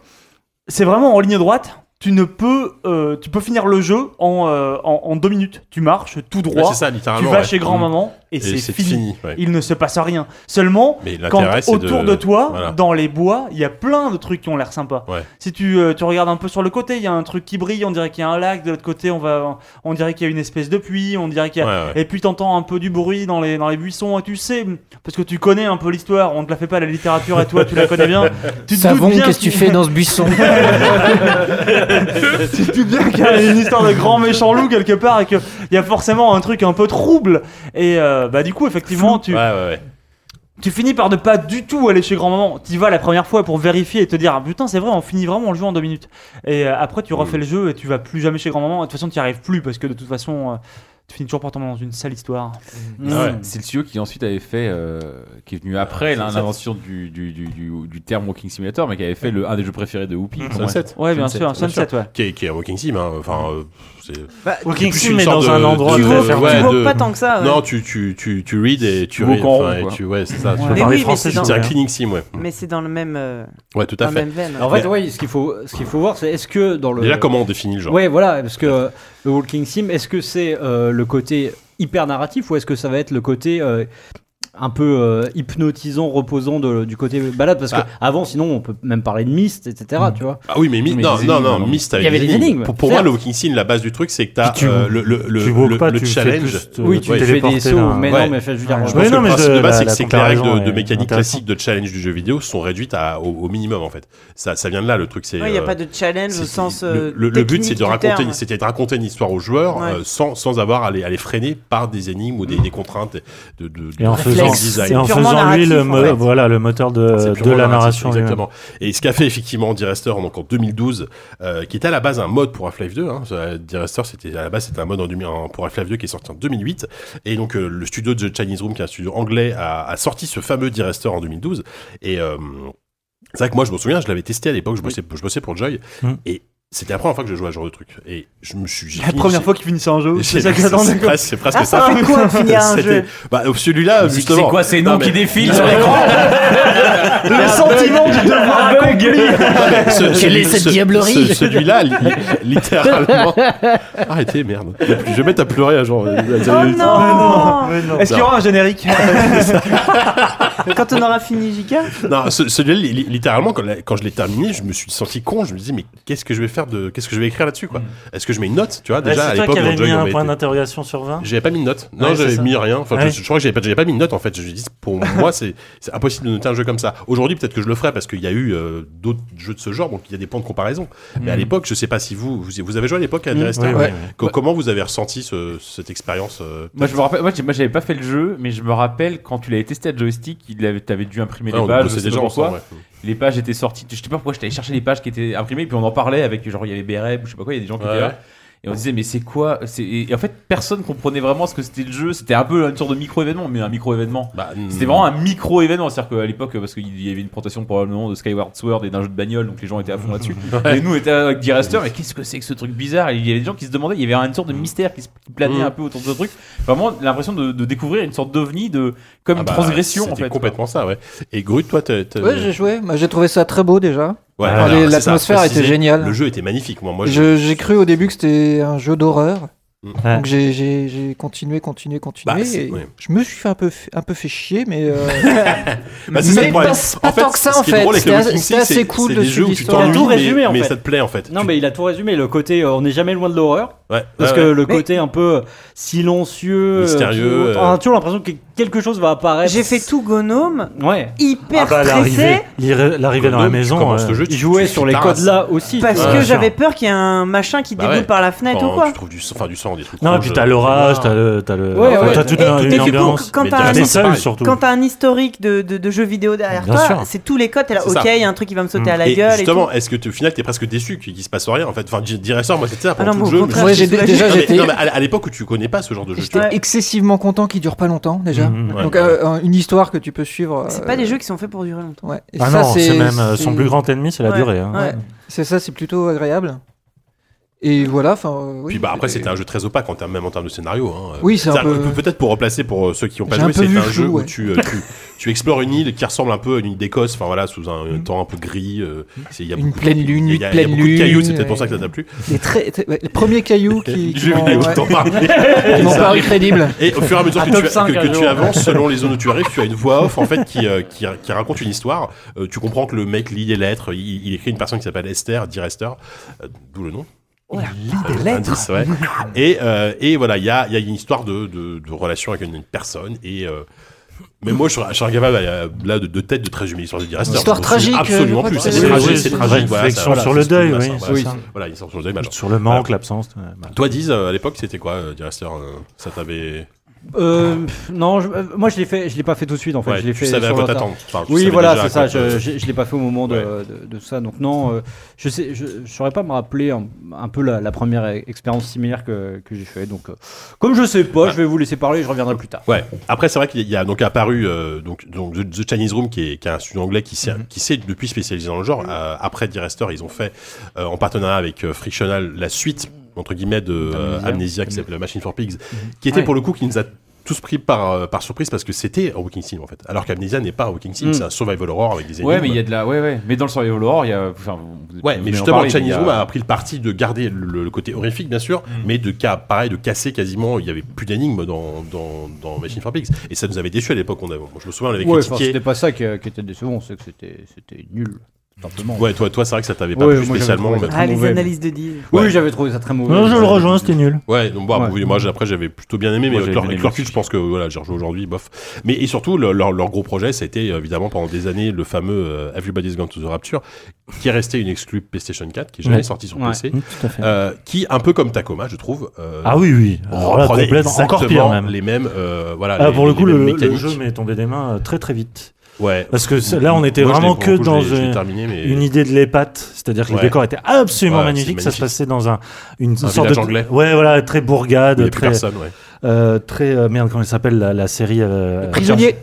Speaker 6: c'est vraiment en ligne droite. tu ne peux, euh, tu peux finir le jeu en, euh, en, en deux minutes. Tu marches tout droit,
Speaker 1: Ouais, c'est ça, littéralement,
Speaker 6: tu vas
Speaker 1: ouais. Mm.
Speaker 6: chez grand-maman
Speaker 1: Et
Speaker 6: et,
Speaker 1: c'est
Speaker 6: c'est fini.
Speaker 1: fini, ouais.
Speaker 6: Il ne se passe rien. Seulement,
Speaker 1: Mais
Speaker 6: quand
Speaker 1: l'intérêt, c'est
Speaker 6: autour
Speaker 1: de-
Speaker 6: de, toi,
Speaker 1: voilà.
Speaker 6: dans les bois, il y a plein de trucs qui ont l'air sympas.
Speaker 1: Ouais.
Speaker 6: Si tu, euh, tu regardes un peu sur le côté, il y a un truc qui brille, on dirait qu'il y a un lac, de l'autre côté, on, va, on dirait qu'il y a une espèce de puits, on dirait qu'il y a...
Speaker 1: Ouais, ouais.
Speaker 6: Et puis t'entends un peu du bruit dans les, dans les buissons, et tu sais, parce que tu connais un peu l'histoire, on te la fait pas la littérature, et toi tu la connais
Speaker 1: (laughs)
Speaker 6: bien. Tu te
Speaker 8: Savon,
Speaker 6: doutes bien
Speaker 8: qu'est-ce que tu
Speaker 6: qu'il-
Speaker 8: fais dans
Speaker 6: (laughs)
Speaker 8: ce buisson
Speaker 6: tu te doutes bien qu'il y a une histoire de grand méchant loup quelque part, et qu'il y a forcément un truc un peu trouble. Et euh, bah du coup, effectivement, tu... Tu finis par ne pas du tout aller chez grand-maman. Tu vas la première fois pour vérifier et te dire ah, putain c'est vrai on finit vraiment le jeu en deux minutes. Et euh, après tu
Speaker 1: Mm.
Speaker 6: refais le jeu et tu vas plus jamais chez grand-maman. Et De toute façon tu n'y arrives plus parce que de toute façon euh, tu finis toujours par tomber dans une sale histoire.
Speaker 1: Ah
Speaker 7: Hmm.
Speaker 6: Mm.
Speaker 3: C'est le studio qui ensuite avait fait, euh, qui est venu après là,
Speaker 6: C'est-
Speaker 3: l'invention du, du, du, du, du terme Walking Simulator, mais qui avait fait le, un des jeux préférés de Whoopi. pour moi.
Speaker 1: Mmh. Sunset. Qui est, qui est à Walking Sim, hein. enfin. euh, c'est-
Speaker 4: Bah,
Speaker 1: c'est
Speaker 4: Walking
Speaker 1: plus
Speaker 4: Sim,
Speaker 1: une
Speaker 4: mais
Speaker 1: sorte
Speaker 4: dans un endroit
Speaker 1: de-
Speaker 4: Tu walk-
Speaker 1: ouais,
Speaker 4: tu walk
Speaker 1: de-
Speaker 4: pas tant que ça, ouais.
Speaker 1: Non, tu, tu, tu, tu read et tu
Speaker 3: Tu walk
Speaker 1: read,
Speaker 3: en
Speaker 1: enfin,
Speaker 3: rond,
Speaker 1: et
Speaker 3: quoi.
Speaker 1: tu- ouais, c'est ça. tu
Speaker 4: Ouais.
Speaker 1: vois.
Speaker 4: Mais oui, mais c'est dans-
Speaker 1: C'est un cleaning sim, ouais.
Speaker 4: Mais c'est dans le même. euh,
Speaker 1: Ouais, tout à
Speaker 4: dans
Speaker 1: fait.
Speaker 4: la même veine.
Speaker 1: Alors,
Speaker 7: En fait,
Speaker 9: (laughs)
Speaker 1: Mais-
Speaker 7: oui, ce qu'il faut, ce qu'il faut voir, c'est est-ce que dans le.
Speaker 1: Déjà, comment on définit le genre
Speaker 7: Ouais, voilà, parce que euh, le Walking Sim, est-ce que c'est euh, le côté hyper narratif ou est-ce que ça va être le côté. euh, un peu euh, hypnotisant, reposant de- du côté balade parce que avant sinon on peut même parler de mist etc tu vois
Speaker 1: Bah. Ah oui, mais Myst,
Speaker 7: Mais
Speaker 1: non,
Speaker 7: des
Speaker 1: non,
Speaker 7: énigmes,
Speaker 1: non,
Speaker 7: alors.
Speaker 1: Myst
Speaker 3: hein.
Speaker 1: avait
Speaker 7: Il y avait des énigmes,
Speaker 1: Pour, pour moi,
Speaker 7: certes.
Speaker 1: le Walking Sim, la base du truc, c'est que t'as
Speaker 9: tu-
Speaker 1: euh, le, le, le,
Speaker 9: tu walk
Speaker 1: le-
Speaker 9: pas,
Speaker 1: le
Speaker 9: tu fais
Speaker 1: challenge.
Speaker 9: plus te- Oui, tu
Speaker 1: Ouais.
Speaker 9: te fais des téléporter sauts, dans-
Speaker 7: mais non, mais je veux dire,
Speaker 1: je pense
Speaker 7: je pense
Speaker 1: que le
Speaker 7: que
Speaker 1: principe de
Speaker 7: la-
Speaker 1: base, c'est
Speaker 7: la
Speaker 1: que, c'est que les
Speaker 7: comparaison
Speaker 1: règles de, de
Speaker 7: est
Speaker 1: mécanique
Speaker 7: intéressante.
Speaker 1: classique de challenge du jeu vidéo sont réduites à, au, au minimum, en fait. Ça, ça vient de là, le truc. c'est
Speaker 4: Ouais, il n'y a
Speaker 1: euh,
Speaker 4: pas de euh, challenge
Speaker 1: c'est-
Speaker 4: au sens.
Speaker 1: Le, le- le but, c'est de raconter, une- c'était de raconter une histoire aux joueurs
Speaker 4: Ouais.
Speaker 1: euh, sans, sans avoir à les, à les freiner par des énigmes ou des, des contraintes de, de, de-
Speaker 9: Et en
Speaker 1: de
Speaker 9: faisant,
Speaker 1: design.
Speaker 9: et en faisant lui le, mo- voilà, le moteur
Speaker 1: C'est
Speaker 6: Euh,
Speaker 9: de, de
Speaker 1: purement
Speaker 9: la
Speaker 1: narratif,
Speaker 9: narration. lui-même.
Speaker 1: Exactement. Et ce qu'a fait effectivement Direster donc en 2012, euh, qui était à la base un mode pour Half-Life 2. Hein. Ça, Direster, c'était à la base c'était un mode en, demi- en- pour Half-Life 2 qui est sorti en 2008. Et donc euh, le studio de The Chinese Room, qui est un studio anglais, a, a sorti ce fameux Direster en 2012. Et euh, c'est vrai que moi je me souviens, je l'avais testé à l'époque, je, bossais- je bossais pour Joy.
Speaker 9: Mhm.
Speaker 1: Et c'était la première fois que je jouais à ce genre de truc. Et je me suis. j'ai
Speaker 6: Mm. La
Speaker 1: fini-
Speaker 6: première
Speaker 1: j'ai-
Speaker 6: fois qu'ils finissent un jeu,
Speaker 1: (laughs) c'est
Speaker 6: c'est ça qu'ils attendent,
Speaker 1: c'est
Speaker 6: quoi.
Speaker 1: presque, c'est presque
Speaker 6: Ah, ça fait quoi de finir
Speaker 1: (laughs)
Speaker 6: un
Speaker 1: C'était-
Speaker 6: jeu
Speaker 1: bah, Celui-là,
Speaker 3: C'est-
Speaker 1: justement.
Speaker 3: C'est quoi ces noms
Speaker 1: Non, mais-
Speaker 3: qui défilent sur l'écran
Speaker 6: Le sentiment du devoir accompli.
Speaker 1: Ce-
Speaker 6: Quelle est
Speaker 1: celui-
Speaker 6: cette
Speaker 1: ce-
Speaker 6: diablerie
Speaker 1: ce- Celui-là, li-
Speaker 6: (laughs)
Speaker 1: littéralement. Arrêtez, merde. Je vais mettre à pleurer à genre.
Speaker 4: Oh non
Speaker 6: Est-ce qu'il y aura un générique
Speaker 4: (laughs) Quand on aura fini Jika
Speaker 1: Non, ce- celui-là, li- li- littéralement, quand, la- quand je l'ai terminé, je me suis senti con. Je me dis, mais qu'est-ce que je vais faire de, qu'est-ce que je vais écrire là-dessus, quoi Est-ce que je mets une note, tu vois
Speaker 9: Mm. Ouais,
Speaker 1: Déjà à
Speaker 9: c'est toi
Speaker 1: l'époque,
Speaker 9: qui avais
Speaker 1: dans Joy,
Speaker 9: mis
Speaker 1: on
Speaker 9: un
Speaker 1: mettait-
Speaker 9: point d'interrogation sur 20
Speaker 1: J'avais pas mis de note. Non,
Speaker 9: Ouais, c'est
Speaker 1: j'avais
Speaker 9: ça.
Speaker 1: mis rien. Enfin,
Speaker 9: Ouais.
Speaker 1: je, je crois que j'avais pas, j'avais pas mis de note en fait. Je me dis,
Speaker 9: (laughs)
Speaker 1: pour moi, c'est c'est impossible de noter un jeu comme ça. Aujourd'hui, peut-être que je le ferai parce qu'il y a eu euh, d'autres jeux de ce genre, donc il y a des points de comparaison. Mais à
Speaker 9: Mm.
Speaker 1: l'époque, je sais pas si vous vous, vous avez joué à l'époque à
Speaker 9: Mm.
Speaker 1: Direster.
Speaker 9: Oui, oui, oui.
Speaker 1: Co- Comment vous avez ressenti ce- cette expérience euh,
Speaker 3: Moi, je me rappelle, moi, j'ai- moi, j'avais pas fait le jeu, mais je me rappelle quand tu l'avais testé à joystick, il avait, t'avais dû imprimer
Speaker 1: Ouais, Ah, on
Speaker 3: les pages.
Speaker 1: bossait
Speaker 3: je sais
Speaker 1: déjà
Speaker 3: pas pourquoi.
Speaker 1: ensemble, ouais.
Speaker 3: Les pages étaient sorties. Je sais pas pourquoi, je t'allais chercher les pages qui étaient imprimées, puis on en parlait avec, genre, il y avait BREB ou je sais pas quoi, il y a des gens qui
Speaker 1: Ouais.
Speaker 3: étaient là. Et on disait, mais c'est quoi c'est... Et en fait, personne comprenait vraiment ce que c'était le jeu. C'était un peu une sorte de micro-événement, mais un micro-événement.
Speaker 1: Bah, hmm.
Speaker 3: c'était vraiment un micro-événement. C'est-à-dire qu'à l'époque, parce qu'il y avait une présentation probablement de Skyward Sword et d'un jeu de bagnole, donc les gens étaient à fond là-dessus.
Speaker 1: (laughs) Ouais.
Speaker 3: Et nous, on était avec Direster, mais qu'est-ce que c'est que ce truc bizarre Et il y avait des gens qui se demandaient, il y avait une sorte de mystère qui se qui planait
Speaker 1: Mm.
Speaker 3: un peu autour de ce truc. Vraiment, l'impression de, de découvrir une sorte d'ovni, de, comme
Speaker 1: Ah
Speaker 3: une
Speaker 1: bah,
Speaker 3: transgression en
Speaker 1: c'était
Speaker 3: fait.
Speaker 1: complètement ça, ouais. Et Grut, toi, t'as. t'as-
Speaker 8: Ouais, j'ai joué. Bah, j'ai trouvé ça très beau déjà.
Speaker 1: Ouais,
Speaker 8: Enfin,
Speaker 1: alors, c'est
Speaker 8: les-
Speaker 1: ça,
Speaker 8: L'atmosphère était
Speaker 1: préciser,
Speaker 8: géniale.
Speaker 1: Le jeu était magnifique, moi. moi je-
Speaker 8: Je- J'ai cru au début que c'était un jeu d'horreur.
Speaker 1: Ouais.
Speaker 8: Donc j'ai- j'ai j'ai continué, continué, continué.
Speaker 1: Bah, c'est-
Speaker 8: et
Speaker 1: ouais.
Speaker 8: Je me suis fait un peu, fait- un peu fait chier, mais. euh,
Speaker 1: (laughs) Bah, c'est ça le
Speaker 8: mais
Speaker 1: problème.
Speaker 8: pas, pas
Speaker 1: En fait,
Speaker 8: tant que ça
Speaker 1: ce
Speaker 8: en
Speaker 1: qui est
Speaker 8: fait.
Speaker 1: drôle avec le
Speaker 8: C'était
Speaker 1: Walking
Speaker 8: assez,
Speaker 1: Sim, c'est-
Speaker 8: cool
Speaker 1: c'est
Speaker 8: de
Speaker 1: des
Speaker 8: suite
Speaker 1: jeux où tu
Speaker 8: d'histoire.
Speaker 1: t'ennuies,
Speaker 8: Il a tout résumé, en
Speaker 1: mais
Speaker 8: fait.
Speaker 1: ça te plaît, en fait.
Speaker 7: Non, mais il a tout résumé. Le côté, euh, on n'est jamais loin de l'horreur.
Speaker 1: Ouais,
Speaker 7: Parce
Speaker 1: ouais,
Speaker 7: que
Speaker 1: ouais.
Speaker 7: le
Speaker 1: Mais-
Speaker 7: côté un peu silencieux,
Speaker 1: Mystérieux,
Speaker 7: euh, qui- on a toujours l'impression que quelque chose va apparaître.
Speaker 4: J'ai fait tout gnome.
Speaker 7: Ouais.
Speaker 4: Hyper
Speaker 9: Ah bah,
Speaker 4: stressé.
Speaker 9: l'arrivée, l'ir- l'arrivée dans la
Speaker 1: Gundam, tu
Speaker 9: maison.
Speaker 1: commences
Speaker 9: euh,
Speaker 1: le jeu,
Speaker 7: Il jouait sur les codes là aussi.
Speaker 4: Parce
Speaker 7: tu
Speaker 4: que
Speaker 7: vois.
Speaker 4: j'avais peur qu'il y ait un machin qui
Speaker 1: Bah
Speaker 4: déboule
Speaker 1: ouais.
Speaker 4: par la fenêtre
Speaker 1: Quand
Speaker 4: ou quoi.
Speaker 1: tu trouves du, sang- enfin, du sang, des trucs.
Speaker 9: Non, et
Speaker 1: rouges,
Speaker 9: puis t'as
Speaker 1: euh,
Speaker 9: l'orage, t'as le. T'as le
Speaker 7: Ouais,
Speaker 9: enfin,
Speaker 7: ouais.
Speaker 9: t'as toute
Speaker 7: Et-
Speaker 9: une,
Speaker 7: et
Speaker 9: une
Speaker 7: puis,
Speaker 9: ambiance.
Speaker 4: quand- quand
Speaker 9: Mais
Speaker 4: t'as
Speaker 9: t'es
Speaker 4: un-
Speaker 9: seul,
Speaker 4: c'est pareil.
Speaker 9: surtout.
Speaker 4: Quand t'as un historique de, de, de jeux vidéo derrière
Speaker 9: Bien sûr.
Speaker 4: toi, c'est tous les codes, t'es là,
Speaker 1: C'est
Speaker 4: ok,
Speaker 1: ça. Mm.
Speaker 4: il y a un truc qui va me sauter à la
Speaker 1: Et
Speaker 4: gueule.
Speaker 1: justement,
Speaker 4: et
Speaker 1: est-ce que tu- au final t'es presque déçu qu'il qu'il se passe rien en fait Enfin, Diressor, moi c'était ça pour
Speaker 4: Ah non,
Speaker 1: tout
Speaker 4: mais
Speaker 1: le
Speaker 4: au
Speaker 1: jeu.
Speaker 4: contraire,
Speaker 1: mais-
Speaker 8: Moi, j'ai-
Speaker 1: Non, mais-
Speaker 8: déjà,
Speaker 1: non, mais-
Speaker 8: j'étais-
Speaker 1: non, mais à à l'époque où tu connais pas ce genre de jeu. tu
Speaker 8: J'étais excessivement content qu'il dure pas longtemps déjà.
Speaker 9: Mhm.
Speaker 1: Ouais.
Speaker 8: Donc euh, un- une histoire que tu peux suivre.
Speaker 4: tout. C'est
Speaker 8: euh,
Speaker 4: pas des jeux qui sont faits pour durer longtemps.
Speaker 8: Ouais. Et
Speaker 9: Ah
Speaker 8: ça,
Speaker 9: non, c'est même euh,
Speaker 8: c'est-
Speaker 9: son plus grand ennemi, c'est la
Speaker 4: Ouais,
Speaker 9: durée. hein.
Speaker 4: ouais.
Speaker 8: C'est ça, c'est plutôt agréable. Et voilà, enfin, euh, oui.
Speaker 1: Puis bah après c'était un jeu très opaque en termes, même en termes de scénario. hein.
Speaker 8: Oui, c'est un
Speaker 1: C'est-à-dire
Speaker 8: peu-
Speaker 1: que Peut-être pour replacer pour euh, ceux qui n'ont pas
Speaker 8: J'ai un
Speaker 1: joué,
Speaker 8: peu
Speaker 1: c'est
Speaker 8: vu
Speaker 1: un
Speaker 8: flou,
Speaker 1: jeu où
Speaker 8: ouais.
Speaker 1: tu, euh, tu, tu explores une île qui ressemble un peu à une île d'Écosse, enfin voilà, sous un, un temps un peu gris. euh, c'est- il y a
Speaker 8: Mm. Une
Speaker 1: beaucoup de-
Speaker 8: pleine lune,
Speaker 1: il y a-
Speaker 8: une pleine
Speaker 1: Il y a beaucoup de cailloux, c'est
Speaker 8: lune,
Speaker 1: peut-être pour ça que ça
Speaker 8: ouais.
Speaker 1: t'a plu.
Speaker 8: Les, très, très- ouais, les premiers cailloux
Speaker 1: (laughs)
Speaker 8: qui, qui
Speaker 1: J'ai
Speaker 8: m'ont-
Speaker 1: vu
Speaker 8: ouais.
Speaker 1: qui t'en
Speaker 8: (laughs)
Speaker 1: parlaient.
Speaker 8: Ils m'ont
Speaker 1: C'est ça.
Speaker 8: paru crédibles.
Speaker 1: Et au fur et à mesure
Speaker 8: Un
Speaker 1: que,
Speaker 8: top
Speaker 1: tu,
Speaker 8: 5
Speaker 1: que-
Speaker 8: un
Speaker 1: que tu
Speaker 8: jour.
Speaker 1: avances, selon les zones où tu arrives, tu as une voix off en fait qui, euh, qui, qui raconte une histoire. Euh, tu comprends que le mec lit des lettres. Il, il écrit une personne qui s'appelle Esther, dit Esther, euh, d'où le nom.
Speaker 10: Il
Speaker 1: Euh, indice, ouais. et, euh, et voilà, il y a, il y a une histoire de, de, de relation avec une, une personne. Et, euh, mais moi, je serais, je serais incapable euh, là, de, de tête de résumer l'histoire de Dire ah, Esther.
Speaker 9: Histoire
Speaker 1: Je m'en souviens
Speaker 9: tragique, je
Speaker 1: Absolument
Speaker 9: crois
Speaker 1: plus.
Speaker 9: que
Speaker 1: C'est
Speaker 9: c'est-
Speaker 1: tragique,
Speaker 9: oui,
Speaker 1: c'est
Speaker 9: oui,
Speaker 1: tragique.
Speaker 9: une
Speaker 1: voilà,
Speaker 9: réflexion
Speaker 1: ça- voilà,
Speaker 9: sur
Speaker 1: ça
Speaker 9: le
Speaker 1: se trouve,
Speaker 9: deuil,
Speaker 1: machin,
Speaker 9: oui,
Speaker 1: voilà,
Speaker 9: oui.
Speaker 1: ça- Voilà, une histoire sur le deuil, machin.
Speaker 9: Sur le manque, l'absence. ouais, machin.
Speaker 1: Toi, Diz, euh, à l'époque, c'était quoi, euh, Dire Esther euh, Ça t'avait.
Speaker 7: Euh, pff, non, je- euh, moi je l'ai fait, je l'ai pas fait tout de suite en fait.
Speaker 1: Ouais,
Speaker 7: je l'ai
Speaker 1: tu
Speaker 7: fait
Speaker 1: savais à
Speaker 7: sur
Speaker 1: quoi
Speaker 7: le tard.
Speaker 1: t'attendre. Enfin, tu
Speaker 7: oui,
Speaker 1: savais
Speaker 7: voilà,
Speaker 1: déjà à
Speaker 7: c'est ça.
Speaker 1: quoi te-
Speaker 7: Je, je- je l'ai pas fait au moment de, de- de ça. Donc non, euh, je sais, je, je saurais pas me rappeler un, un peu la, la première e- expérience similaire que, que j'ai fait. Donc euh, comme je sais pas, je vais vous laisser parler, je reviendrai plus tard.
Speaker 1: Ah. Ouais. Après, c'est vrai qu'il y a donc apparu euh, donc, donc The, The Chinese Room, qui est, qui est un studio anglais qui
Speaker 7: Mhm.
Speaker 1: s'est qui s'est depuis spécialisé dans le genre. Euh, après The Rester, ils ont fait euh, en partenariat avec euh, Frictional la suite entre guillemets de euh,
Speaker 5: Amnesia.
Speaker 1: Amnesia
Speaker 7: Mhm.
Speaker 1: qui s'appelle Machine for Pigs, qui était
Speaker 5: Ouais.
Speaker 1: pour le coup qui nous a tous pris par, euh, par surprise parce que c'était un Walking Sim en fait. Alors qu'Amnesia n'est pas un Walking Sim,
Speaker 3: Mm.
Speaker 7: Mhm.
Speaker 1: c'est un survival horror avec des énigmes.
Speaker 3: Ouais, mais il y a de la. Ouais, ouais. Mais dans le survival horror, il y a. Enfin, vous-
Speaker 1: Ouais,
Speaker 3: vous
Speaker 1: mais
Speaker 3: en euh,
Speaker 1: justement,
Speaker 3: parlez,
Speaker 1: Chinese
Speaker 3: mais il y
Speaker 1: Room
Speaker 7: euh,
Speaker 1: a pris le parti de garder le, le côté horrifique, bien sûr,
Speaker 7: Mm.
Speaker 1: mais de ca- pareil, de casser quasiment. Il n'y avait plus d'énigmes dans, dans, dans Machine for Pigs. Et ça nous avait déçus à l'époque. On avait- je me souviens, on avait
Speaker 7: Ouais, enfin,
Speaker 1: critiqué.
Speaker 7: c'était pas ça qui, euh, qui était décevant, c'est que c'était, c'était nul. Simplement.
Speaker 1: Ouais, toi, toi c'est vrai que ça t'avait pas
Speaker 7: Ouais,
Speaker 1: plu
Speaker 7: moi, j'avais
Speaker 1: spécialement.
Speaker 7: trouvé
Speaker 1: mais-
Speaker 7: ça très Ah, les mauvais, analyses
Speaker 4: de deal.
Speaker 7: Oui, j'avais trouvé ça très mauvais.
Speaker 9: Non, je le rejoins, c'était nul.
Speaker 1: Ouais, donc bon,
Speaker 9: Euh, Ouais.
Speaker 1: oui, moi j'ai- après j'avais plutôt bien aimé, mais
Speaker 9: Moi,
Speaker 1: avec
Speaker 9: j'avais
Speaker 1: leur
Speaker 9: bien
Speaker 1: avec
Speaker 9: aimé
Speaker 1: leur cul, je pense que voilà, j'ai rejoué aujourd'hui, bof. Mais et surtout, le- leur, leur gros projet, ça a été évidemment pendant des années le fameux euh, Everybody's Gone to the Rapture, qui est resté une exclue PlayStation 4, qui est jamais
Speaker 9: Ouais.
Speaker 1: sortie sur
Speaker 9: Ouais.
Speaker 1: PC,
Speaker 9: Mmh, tout à fait.
Speaker 1: euh, qui, un peu comme Tacoma, je trouve, euh,
Speaker 9: Ah oui, oui. Alors là,
Speaker 1: reprenait
Speaker 9: complètement- encore pire,
Speaker 1: exactement
Speaker 9: même.
Speaker 1: les mêmes, euh, voilà,
Speaker 9: Ah,
Speaker 1: les-
Speaker 9: pour le
Speaker 1: les
Speaker 9: coup,
Speaker 1: mêmes
Speaker 9: le, le
Speaker 1: mécaniques.
Speaker 9: jeu m'est tombé des mains euh, très très vite.
Speaker 1: Ouais.
Speaker 9: Parce que c'est-
Speaker 1: Moi,
Speaker 9: là, on était
Speaker 1: je l'ai-
Speaker 9: vraiment
Speaker 1: pour
Speaker 9: que
Speaker 1: le coup, je
Speaker 9: dans
Speaker 1: l'ai- je l'ai
Speaker 9: une,
Speaker 1: terminé, mais-
Speaker 9: une idée de l'épate. C'est-à-dire que
Speaker 1: Ouais.
Speaker 9: le décor était absolument
Speaker 1: Ouais, c'est
Speaker 9: magnifique. Ça se
Speaker 1: magnifique.
Speaker 9: passait dans un, une
Speaker 1: Un
Speaker 9: sorte
Speaker 1: village
Speaker 9: de.
Speaker 1: anglais.
Speaker 9: Ouais, voilà, très bourgade.
Speaker 1: Il y a plus
Speaker 9: très,
Speaker 1: personne, ouais.
Speaker 9: euh, très. euh, merde, comment elle s'appelle la, la série euh,
Speaker 8: Prisonnier.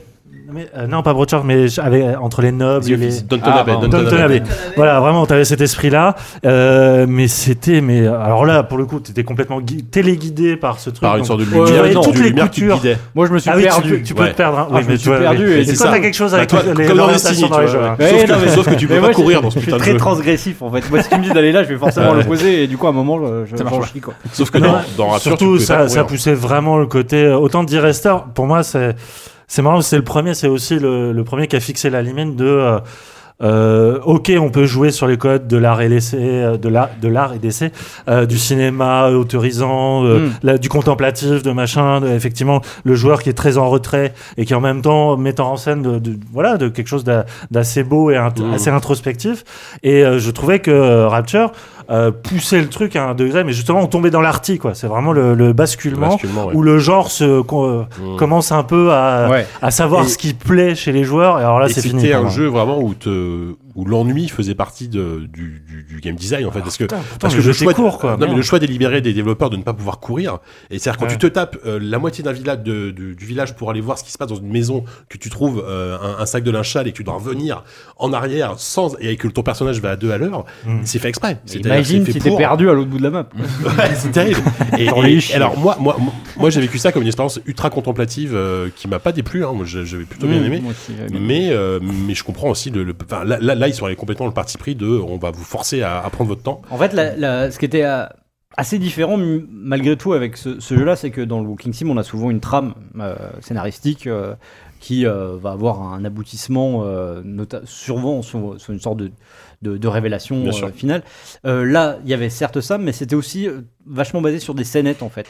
Speaker 9: mais, euh, non, pas Brochard, mais je- avec- euh, entre les nobles.
Speaker 1: The
Speaker 9: les... Ah,
Speaker 1: Office. Downton Abbey,
Speaker 9: pardon,
Speaker 1: Downton
Speaker 9: Downton
Speaker 1: Abbey.
Speaker 9: Abbey. Voilà, vraiment, t'avais cet esprit-là. Euh, mais c'était. mais Alors là, pour le coup, t'étais complètement gui- téléguidé par ce truc.
Speaker 1: Par une
Speaker 9: donc
Speaker 1: sorte de
Speaker 9: tu
Speaker 1: lumière,
Speaker 9: voyais
Speaker 1: non,
Speaker 9: toutes
Speaker 1: de
Speaker 9: les
Speaker 1: lumière qui te
Speaker 9: coutures.
Speaker 1: guidait.
Speaker 7: Moi, je me suis
Speaker 9: Ah oui, tu
Speaker 7: perdu.
Speaker 9: peux- Tu peux
Speaker 7: Ouais.
Speaker 9: te perdre. hein.
Speaker 7: Ah,
Speaker 9: Oui,
Speaker 7: je
Speaker 9: mais
Speaker 7: me suis
Speaker 9: tu vois,
Speaker 7: perdu,
Speaker 9: mais-
Speaker 7: et
Speaker 9: mais
Speaker 7: c'est
Speaker 9: toi,
Speaker 7: ça.
Speaker 9: t'as quelque chose
Speaker 7: Bah,
Speaker 9: avec
Speaker 7: toi,
Speaker 9: les-
Speaker 7: comme
Speaker 9: les
Speaker 7: dans
Speaker 9: orientations dans les jeux. ouais.
Speaker 7: Ouais, non, mais- mais moi, je-
Speaker 1: dans ce
Speaker 7: je suis
Speaker 1: putain de
Speaker 7: très
Speaker 1: jeu.
Speaker 7: transgressif en fait. Moi, si tu me dis d'aller là, je vais forcément l'opposer et du coup, à un moment, je- je
Speaker 1: Ça marche
Speaker 7: j'en
Speaker 1: pas.
Speaker 7: chie, quoi.
Speaker 1: Sauf que
Speaker 9: Non,
Speaker 1: dans, dans Rapture, tu
Speaker 9: surtout,
Speaker 1: pouvais pas
Speaker 9: ça, ça
Speaker 1: courir.
Speaker 9: poussait vraiment le côté. euh, Autant de Rester, pour moi, c'est c'est marrant, c'est le premier, c'est aussi le, le premier qui a fixé la limite de. euh, euh, ok, on peut jouer sur les codes de l'art et l'essai, euh, de la- de l'art et d'essai, euh, du cinéma autorisant, euh,
Speaker 5: Mm.
Speaker 9: la- du contemplatif, de machin. de- effectivement, le joueur qui est très en retrait et qui en même temps met en scène de, de- voilà de quelque chose d'a- d'assez beau et int-
Speaker 1: Mm.
Speaker 9: assez introspectif. Et euh, je trouvais que euh, Rapture euh, poussait le truc à un degré, mais justement, on tombait dans l'arty, quoi. C'est vraiment le, le basculement,
Speaker 1: Le basculement, ouais.
Speaker 9: où le genre se con- euh,
Speaker 1: Mm.
Speaker 9: commence un peu à,
Speaker 1: Ouais.
Speaker 9: à savoir
Speaker 1: Et-
Speaker 9: ce qui plaît chez les joueurs. Et alors là,
Speaker 1: Et
Speaker 9: c'est fini.
Speaker 1: C'était
Speaker 9: pour
Speaker 1: un
Speaker 9: moi.
Speaker 1: jeu vraiment où, te- où l'ennui faisait partie de- du, du- du game design
Speaker 9: Ah,
Speaker 1: en fait. Parce que, parce
Speaker 9: le
Speaker 1: que
Speaker 9: jeu
Speaker 1: le, choix,
Speaker 9: était court, quoi.
Speaker 1: Non, mais
Speaker 9: Merde.
Speaker 1: le choix délibéré des développeurs de ne pas pouvoir courir. Et c'est-à-dire quand
Speaker 9: Ouais.
Speaker 1: tu te tapes euh, la moitié d'un village, de- du, du village pour aller voir ce qui se passe dans une maison, que tu trouves euh, un, un sac de linge sale et que tu dois revenir en arrière sans et que ton personnage va à deux à l'heure,
Speaker 9: Hmm.
Speaker 1: c'est fait exprès. C'est-à-dire que
Speaker 7: Imagine
Speaker 1: c'est
Speaker 7: si
Speaker 1: fait
Speaker 7: t'es
Speaker 1: pour-
Speaker 7: perdu à l'autre bout de la map.
Speaker 1: (laughs) Ouais, c'est
Speaker 7: (laughs)
Speaker 1: terrible. Et,
Speaker 7: Dans
Speaker 1: et-
Speaker 7: les chiens.
Speaker 1: alors moi, moi, moi, moi, j'ai vécu ça comme une expérience ultra contemplative euh, qui m'a pas déplu. Hein. Moi, je- j'avais plutôt bien
Speaker 7: Mmh,
Speaker 1: aimé.
Speaker 7: moi aussi, j'avais bien
Speaker 1: mais, euh, mais je comprends aussi le. le- enfin, là, là, là, ils sont allés complètement le parti pris de. On va vous forcer à, à prendre votre temps.
Speaker 7: En fait, la- la- ce qui était euh, assez différent m- malgré tout avec ce, ce jeu-là, c'est que dans le Walking Sim, on a souvent une trame euh, scénaristique euh, qui euh, va avoir un aboutissement, euh, nota- souvent sur, sur une sorte de, de- de révélation
Speaker 1: Bien
Speaker 7: euh,
Speaker 1: sûr.
Speaker 7: finale. Euh, là, il y avait certes ça, mais c'était aussi euh, vachement basé sur des scénettes en fait,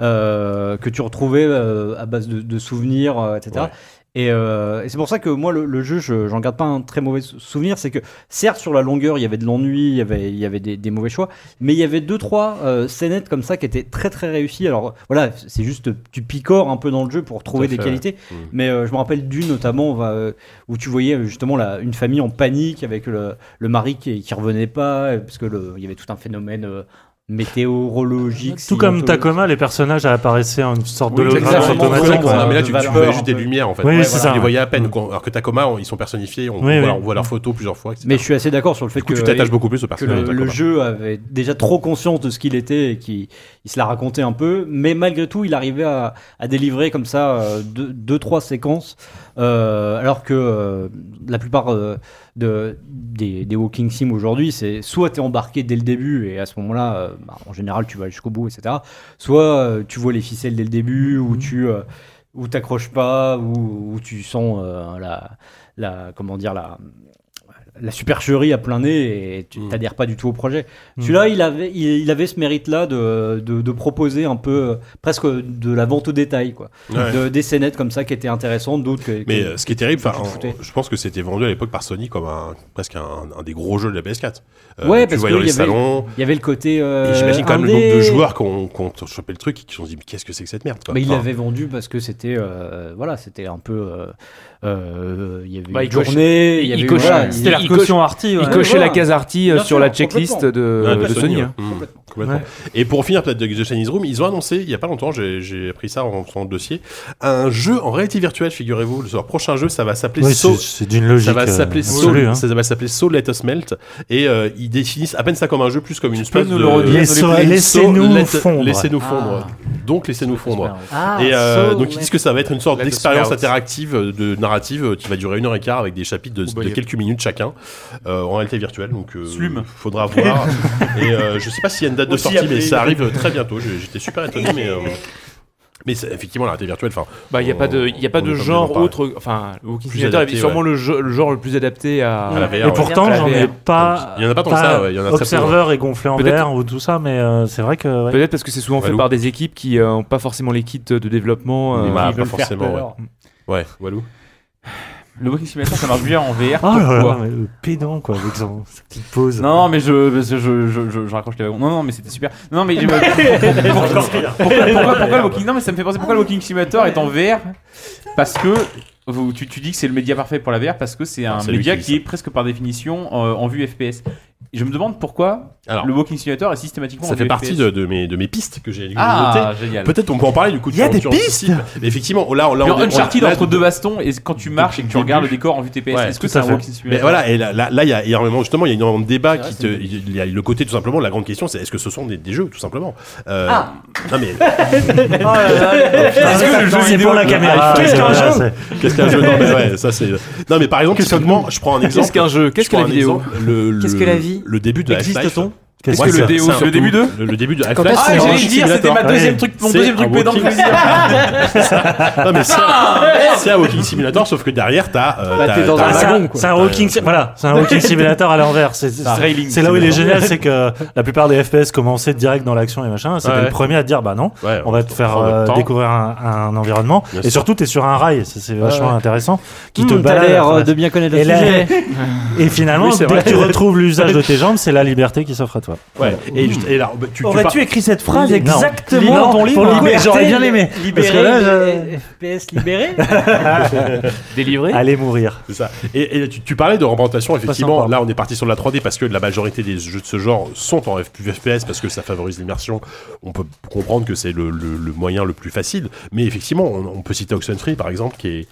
Speaker 7: Euh, que tu retrouvais euh, à base de, de souvenirs, euh, etc.
Speaker 1: Ouais.
Speaker 7: Et, euh, et c'est pour ça que moi, le, le jeu, je, j'en garde pas un très mauvais sou- souvenir. C'est que, certes, sur la longueur, il y avait de l'ennui, il y avait, il y avait des, des mauvais choix, mais il y avait deux, trois euh, scénettes comme ça qui étaient très, très réussies. Alors, voilà, c'est juste, tu picores un peu dans le jeu pour trouver
Speaker 5: Tout à
Speaker 7: des
Speaker 5: fait,
Speaker 7: qualités.
Speaker 5: ouais. Mm.
Speaker 7: Mais euh, je me rappelle d'une, notamment, on va, euh, où tu voyais euh, justement la- une famille en panique avec le, le mari qui, qui revenait pas, euh, parce que le- il y avait tout un phénomène. euh, météorologiques.
Speaker 9: Tout comme
Speaker 7: scientologiques.
Speaker 9: Tacoma, les personnages apparaissaient en une sorte de
Speaker 1: Exactement,
Speaker 9: automatique.
Speaker 1: Non, mais là, tu, tu voyais juste des lumières en fait.
Speaker 9: Oui,
Speaker 1: Ouais,
Speaker 9: c'est
Speaker 1: voilà.
Speaker 9: ça.
Speaker 1: Tu les voyais à peine. quoi. Alors que Tacoma, on- ils sont personnifiés, on,
Speaker 9: Oui,
Speaker 1: on
Speaker 9: oui.
Speaker 1: voit, on voit leurs photos plusieurs fois. etc.
Speaker 7: Mais je suis assez d'accord sur le fait
Speaker 1: Du coup,
Speaker 7: que
Speaker 1: tu t'attaches
Speaker 7: et-
Speaker 1: beaucoup plus au
Speaker 7: que
Speaker 1: personnage.
Speaker 7: le,
Speaker 1: d'accord.
Speaker 7: le jeu avait déjà trop conscience de ce qu'il était et qu'il il se la racontait un peu, mais malgré tout, il arrivait à, à délivrer comme ça euh, deux, deux, trois séquences, euh, alors que euh, la plupart euh, de, des, des walking sims aujourd'hui, c'est soit t'es embarqué dès le début et à ce moment-là, euh, bah, en général, tu vas jusqu'au bout, etc. Soit euh, tu vois les ficelles dès le début
Speaker 1: Mm-hmm.
Speaker 7: ou tu euh, ou t'accroches pas ou, ou tu sens euh, la, la comment dire la la supercherie à plein nez et tu t'adhères pas du tout au projet.
Speaker 6: Mm.
Speaker 7: Celui-là, il avait, il, il avait ce mérite-là de, de, de proposer un peu, euh, presque de la vente au détail, quoi.
Speaker 1: Ouais.
Speaker 7: De, des scénettes comme ça qui étaient intéressantes, d'autres que.
Speaker 1: Mais
Speaker 7: que-
Speaker 1: euh, ce qui est terrible,
Speaker 7: que
Speaker 1: enfin,
Speaker 7: tu te foutais.
Speaker 1: on- je pense que c'était vendu à l'époque par Sony comme un, presque un, un des gros jeux de la PS4. Euh,
Speaker 7: ouais,
Speaker 1: tu
Speaker 7: parce
Speaker 1: vois
Speaker 7: qu'il
Speaker 1: dans
Speaker 7: y,
Speaker 1: les salons.
Speaker 7: avait- il y avait le côté. euh,
Speaker 1: et j'imagine quand même le
Speaker 7: indé.
Speaker 1: nombre de joueurs qui ont, qui ont chopé le truc et qui se sont dit mais qu'est-ce que c'est que cette merde quoi.
Speaker 7: Mais il
Speaker 1: Enfin,
Speaker 7: l'avait vendu parce que c'était euh, voilà, c'était un peu euh, euh, il y avait
Speaker 5: Bah,
Speaker 7: une
Speaker 5: il coche-
Speaker 7: journée, il y
Speaker 5: il
Speaker 7: avait
Speaker 5: coche-
Speaker 7: voilà,
Speaker 5: c'était la
Speaker 7: il-
Speaker 5: caution
Speaker 7: coche-
Speaker 5: Arty, ouais. Il cochait
Speaker 7: voilà.
Speaker 5: la case Arty, euh,
Speaker 7: Bien
Speaker 5: sur
Speaker 7: sûr,
Speaker 5: la checklist
Speaker 7: complètement.
Speaker 5: de-
Speaker 1: Ouais,
Speaker 5: de Sony,
Speaker 1: ouais.
Speaker 5: hein.
Speaker 1: Mmh, complètement. Et pour finir peut-être de The Chinese Room, ils ont annoncé il y a pas longtemps, j'ai- j'ai appris ça en faisant le dossier, un jeu en réalité virtuelle, figurez-vous. Leur prochain jeu, ça va s'appeler
Speaker 9: Oui,
Speaker 1: So.
Speaker 9: c'est- c'est d'une logique,
Speaker 1: Ça va
Speaker 9: euh,
Speaker 1: s'appeler Soul.
Speaker 9: absolue, hein.
Speaker 1: Ça va s'appeler Soul Let Us Melt. Et euh, ils définissent à peine ça comme un jeu, plus comme une espèce
Speaker 9: nous
Speaker 1: de.
Speaker 9: le redire, Laisse- Soul Let- laissez-nous
Speaker 1: Let-
Speaker 9: fondre.
Speaker 1: Laissez-nous fondre.
Speaker 9: Ah.
Speaker 1: Donc laissez-nous fondre.
Speaker 9: Ah,
Speaker 1: et euh,
Speaker 9: Soul
Speaker 1: donc ils disent
Speaker 9: Let-
Speaker 1: que ça va être une sorte
Speaker 9: Let Us
Speaker 1: d'expérience
Speaker 9: Melt.
Speaker 1: interactive, euh, de narrative euh, qui va durer une heure et quart avec des chapitres de,
Speaker 9: Oh, bah,
Speaker 1: de
Speaker 9: y a-
Speaker 1: quelques minutes chacun euh, en réalité virtuelle. Donc euh,
Speaker 3: Slume.
Speaker 1: faudra voir. et euh, je sais pas s'il y a une date de
Speaker 3: Aussi
Speaker 1: sortie, mais
Speaker 3: appelé-
Speaker 1: ça arrive euh, très bientôt. J'ai- J'étais super étonné, mais. euh, mais c'est- effectivement, la réalité virtuelle, enfin.
Speaker 5: Bah, il n'y a
Speaker 1: on-
Speaker 5: pas de, il y a
Speaker 1: on
Speaker 5: pas
Speaker 1: est
Speaker 5: de
Speaker 1: obligé d'en
Speaker 5: genre
Speaker 1: parler.
Speaker 5: autre. Enfin, le Walking
Speaker 1: Plus
Speaker 5: Simulator est
Speaker 1: adapté,
Speaker 5: sûrement
Speaker 1: ouais.
Speaker 5: le, jeu- le genre le plus adapté à.
Speaker 1: À la VR,
Speaker 9: Et pourtant,
Speaker 1: ouais.
Speaker 9: j'en ai
Speaker 1: VR.
Speaker 9: pas.
Speaker 1: Il y en a pas tant que
Speaker 9: pas
Speaker 1: ça, ouais, il y en a très peu, hein.
Speaker 9: Observer
Speaker 5: hein.
Speaker 1: ouais.
Speaker 9: et gonflé en
Speaker 5: Peut-être-
Speaker 9: verre ou tout ça, mais euh, c'est vrai que. ouais.
Speaker 5: Peut-être parce que c'est souvent fait
Speaker 9: Walou.
Speaker 5: par des équipes qui n'ont pas forcément les kits de développement.
Speaker 1: Mais
Speaker 5: euh,
Speaker 1: bah,
Speaker 5: qui
Speaker 1: pas
Speaker 5: veulent faire
Speaker 1: forcément,
Speaker 5: peur.
Speaker 1: ouais. Ouais, Walou.
Speaker 3: Le Walking Simulator, ça marche bien en VR.
Speaker 9: Oh là là,
Speaker 3: pourquoi
Speaker 9: mais le pédant, quoi, avec son, sa petite pause.
Speaker 3: Non, non, mais je, parce que je, je, je, je raccroche les wagons. Non, non, mais c'était super. Non, mais pourquoi, pourquoi, pourquoi- pourquoi le Walking Non, mais ça me fait penser pourquoi le Walking Simulator est en VR Parce que vous- tu, tu dis que c'est le média parfait pour la VR parce que c'est un
Speaker 1: Ah, c'est lui
Speaker 3: média
Speaker 1: qui dit
Speaker 3: qui est presque par définition euh, en vue FPS. Je me demande pourquoi
Speaker 1: Alors,
Speaker 3: le Walking Simulator est systématiquement en
Speaker 1: Ça fait
Speaker 3: vue
Speaker 1: partie
Speaker 3: FPS.
Speaker 1: de, de mes, de mes pistes que j'ai
Speaker 3: Ah,
Speaker 1: notées.
Speaker 3: génial.
Speaker 1: Peut-être on peut en parler du coup.
Speaker 3: Il y a
Speaker 1: tu-
Speaker 3: des
Speaker 1: tu anticipes. Mais Effectivement, là, là
Speaker 3: Puis
Speaker 1: on est- on-
Speaker 3: Uncharted
Speaker 1: là,
Speaker 3: entre deux bastons et quand tu marches et que tu regardes le décor en vue TPS,
Speaker 1: Ouais,
Speaker 3: est-ce que
Speaker 1: tout
Speaker 3: c'est
Speaker 1: à
Speaker 3: un
Speaker 1: fait.
Speaker 3: Walking Simulator
Speaker 1: Mais voilà, et là, là, là, il y a énormément, justement, il y a énormément de débats qui te, il y a le côté tout simplement, la grande question, c'est est-ce que ce sont des, des jeux, tout simplement. Euh,
Speaker 10: Ah.
Speaker 1: Non mais.
Speaker 9: Oh
Speaker 1: Ah,
Speaker 10: Est-ce que le jeu
Speaker 9: C'est pour la caméra.
Speaker 1: Qu'est-ce qu'un
Speaker 9: Voilà,
Speaker 1: jeu
Speaker 9: c'est-
Speaker 1: Ah, Qu'est-ce qu'un jeu Non mais ouais, ça c'est. Non mais par exemple, typiquement, je prends un exemple.
Speaker 5: Qu'est-ce qu'un jeu Qu'est-ce
Speaker 1: Je prends
Speaker 5: que la
Speaker 1: un
Speaker 5: vidéo
Speaker 1: exemple, le- le-
Speaker 5: Qu'est-ce que la vie
Speaker 1: Le début de Half-Life.
Speaker 5: Existe-t-on
Speaker 1: E Qu'est-ce
Speaker 5: Est-ce
Speaker 1: que
Speaker 5: que le
Speaker 1: c'est-
Speaker 5: DO,
Speaker 1: c'est un-
Speaker 5: le début de
Speaker 1: le, le début de
Speaker 5: Quand
Speaker 1: Half-Life.
Speaker 5: est-ce
Speaker 1: E c'est
Speaker 5: qu'on
Speaker 1: un
Speaker 5: va
Speaker 1: jeu
Speaker 5: dire, c'était
Speaker 1: simulateur.
Speaker 5: ma deuxième truc- mon
Speaker 1: C'est
Speaker 5: deuxième truc
Speaker 1: un
Speaker 5: pédant que je
Speaker 1: walking-
Speaker 5: voulais dire.
Speaker 1: Non mais c'est-
Speaker 5: Ah,
Speaker 1: c'est un walking simulator, sauf que derrière t'as. euh,
Speaker 9: Bah,
Speaker 1: t'as-
Speaker 9: t'es dans
Speaker 1: t'as
Speaker 9: un wagon,
Speaker 1: t'as-
Speaker 9: quoi. C'est un walking si- voilà, c'est un walking simulator à l'envers. C'est- C'est
Speaker 1: un railing
Speaker 9: c'est là où il est
Speaker 1: simulator.
Speaker 9: génial, c'est que la plupart des FPS commençaient direct dans l'action et machin. C'était
Speaker 1: Ouais.
Speaker 9: le premier à dire bah non,
Speaker 1: Ouais,
Speaker 9: on va te faire
Speaker 1: prend notre
Speaker 9: euh,
Speaker 1: temps.
Speaker 9: découvrir un, un environnement.
Speaker 1: Bien
Speaker 9: et
Speaker 1: sûr.
Speaker 9: surtout, t'es sur un rail, ça, c'est vachement
Speaker 1: ouais.
Speaker 9: intéressant. Qui te
Speaker 7: Hmm, t'as
Speaker 9: balade. à
Speaker 7: l'air,
Speaker 9: travers-
Speaker 7: euh, de bien connaître le
Speaker 9: et là-
Speaker 7: sujet.
Speaker 10: (laughs)
Speaker 9: et finalement,
Speaker 1: Oui, c'est
Speaker 9: dès
Speaker 1: vrai.
Speaker 9: que tu retrouves l'usage de tes
Speaker 1: (laughs)
Speaker 9: jambes, c'est la liberté qui s'offre à toi.
Speaker 1: Ouais. Et, juste- et là, bah, tu,
Speaker 9: Aurais-tu
Speaker 1: par-
Speaker 9: écrit cette phrase
Speaker 1: Non.
Speaker 9: exactement dans ton livre, hein
Speaker 1: libérer-
Speaker 9: J'aurais bien aimé.
Speaker 7: Libéré,
Speaker 9: Parce que là,
Speaker 7: de- FPS libéré.
Speaker 9: (laughs)
Speaker 7: (laughs)
Speaker 5: Délivré
Speaker 9: Allez mourir.
Speaker 1: C'est ça. Et, et tu, tu parlais de représentation, effectivement. Là, on est parti sur de la 3D parce que la majorité des jeux de ce genre sont en F- FPS parce que ça favorise l'immersion. On peut comprendre que c'est le, le- le moyen le plus facile. Mais effectivement, on, on peut citer Oxenfree, par exemple, qui est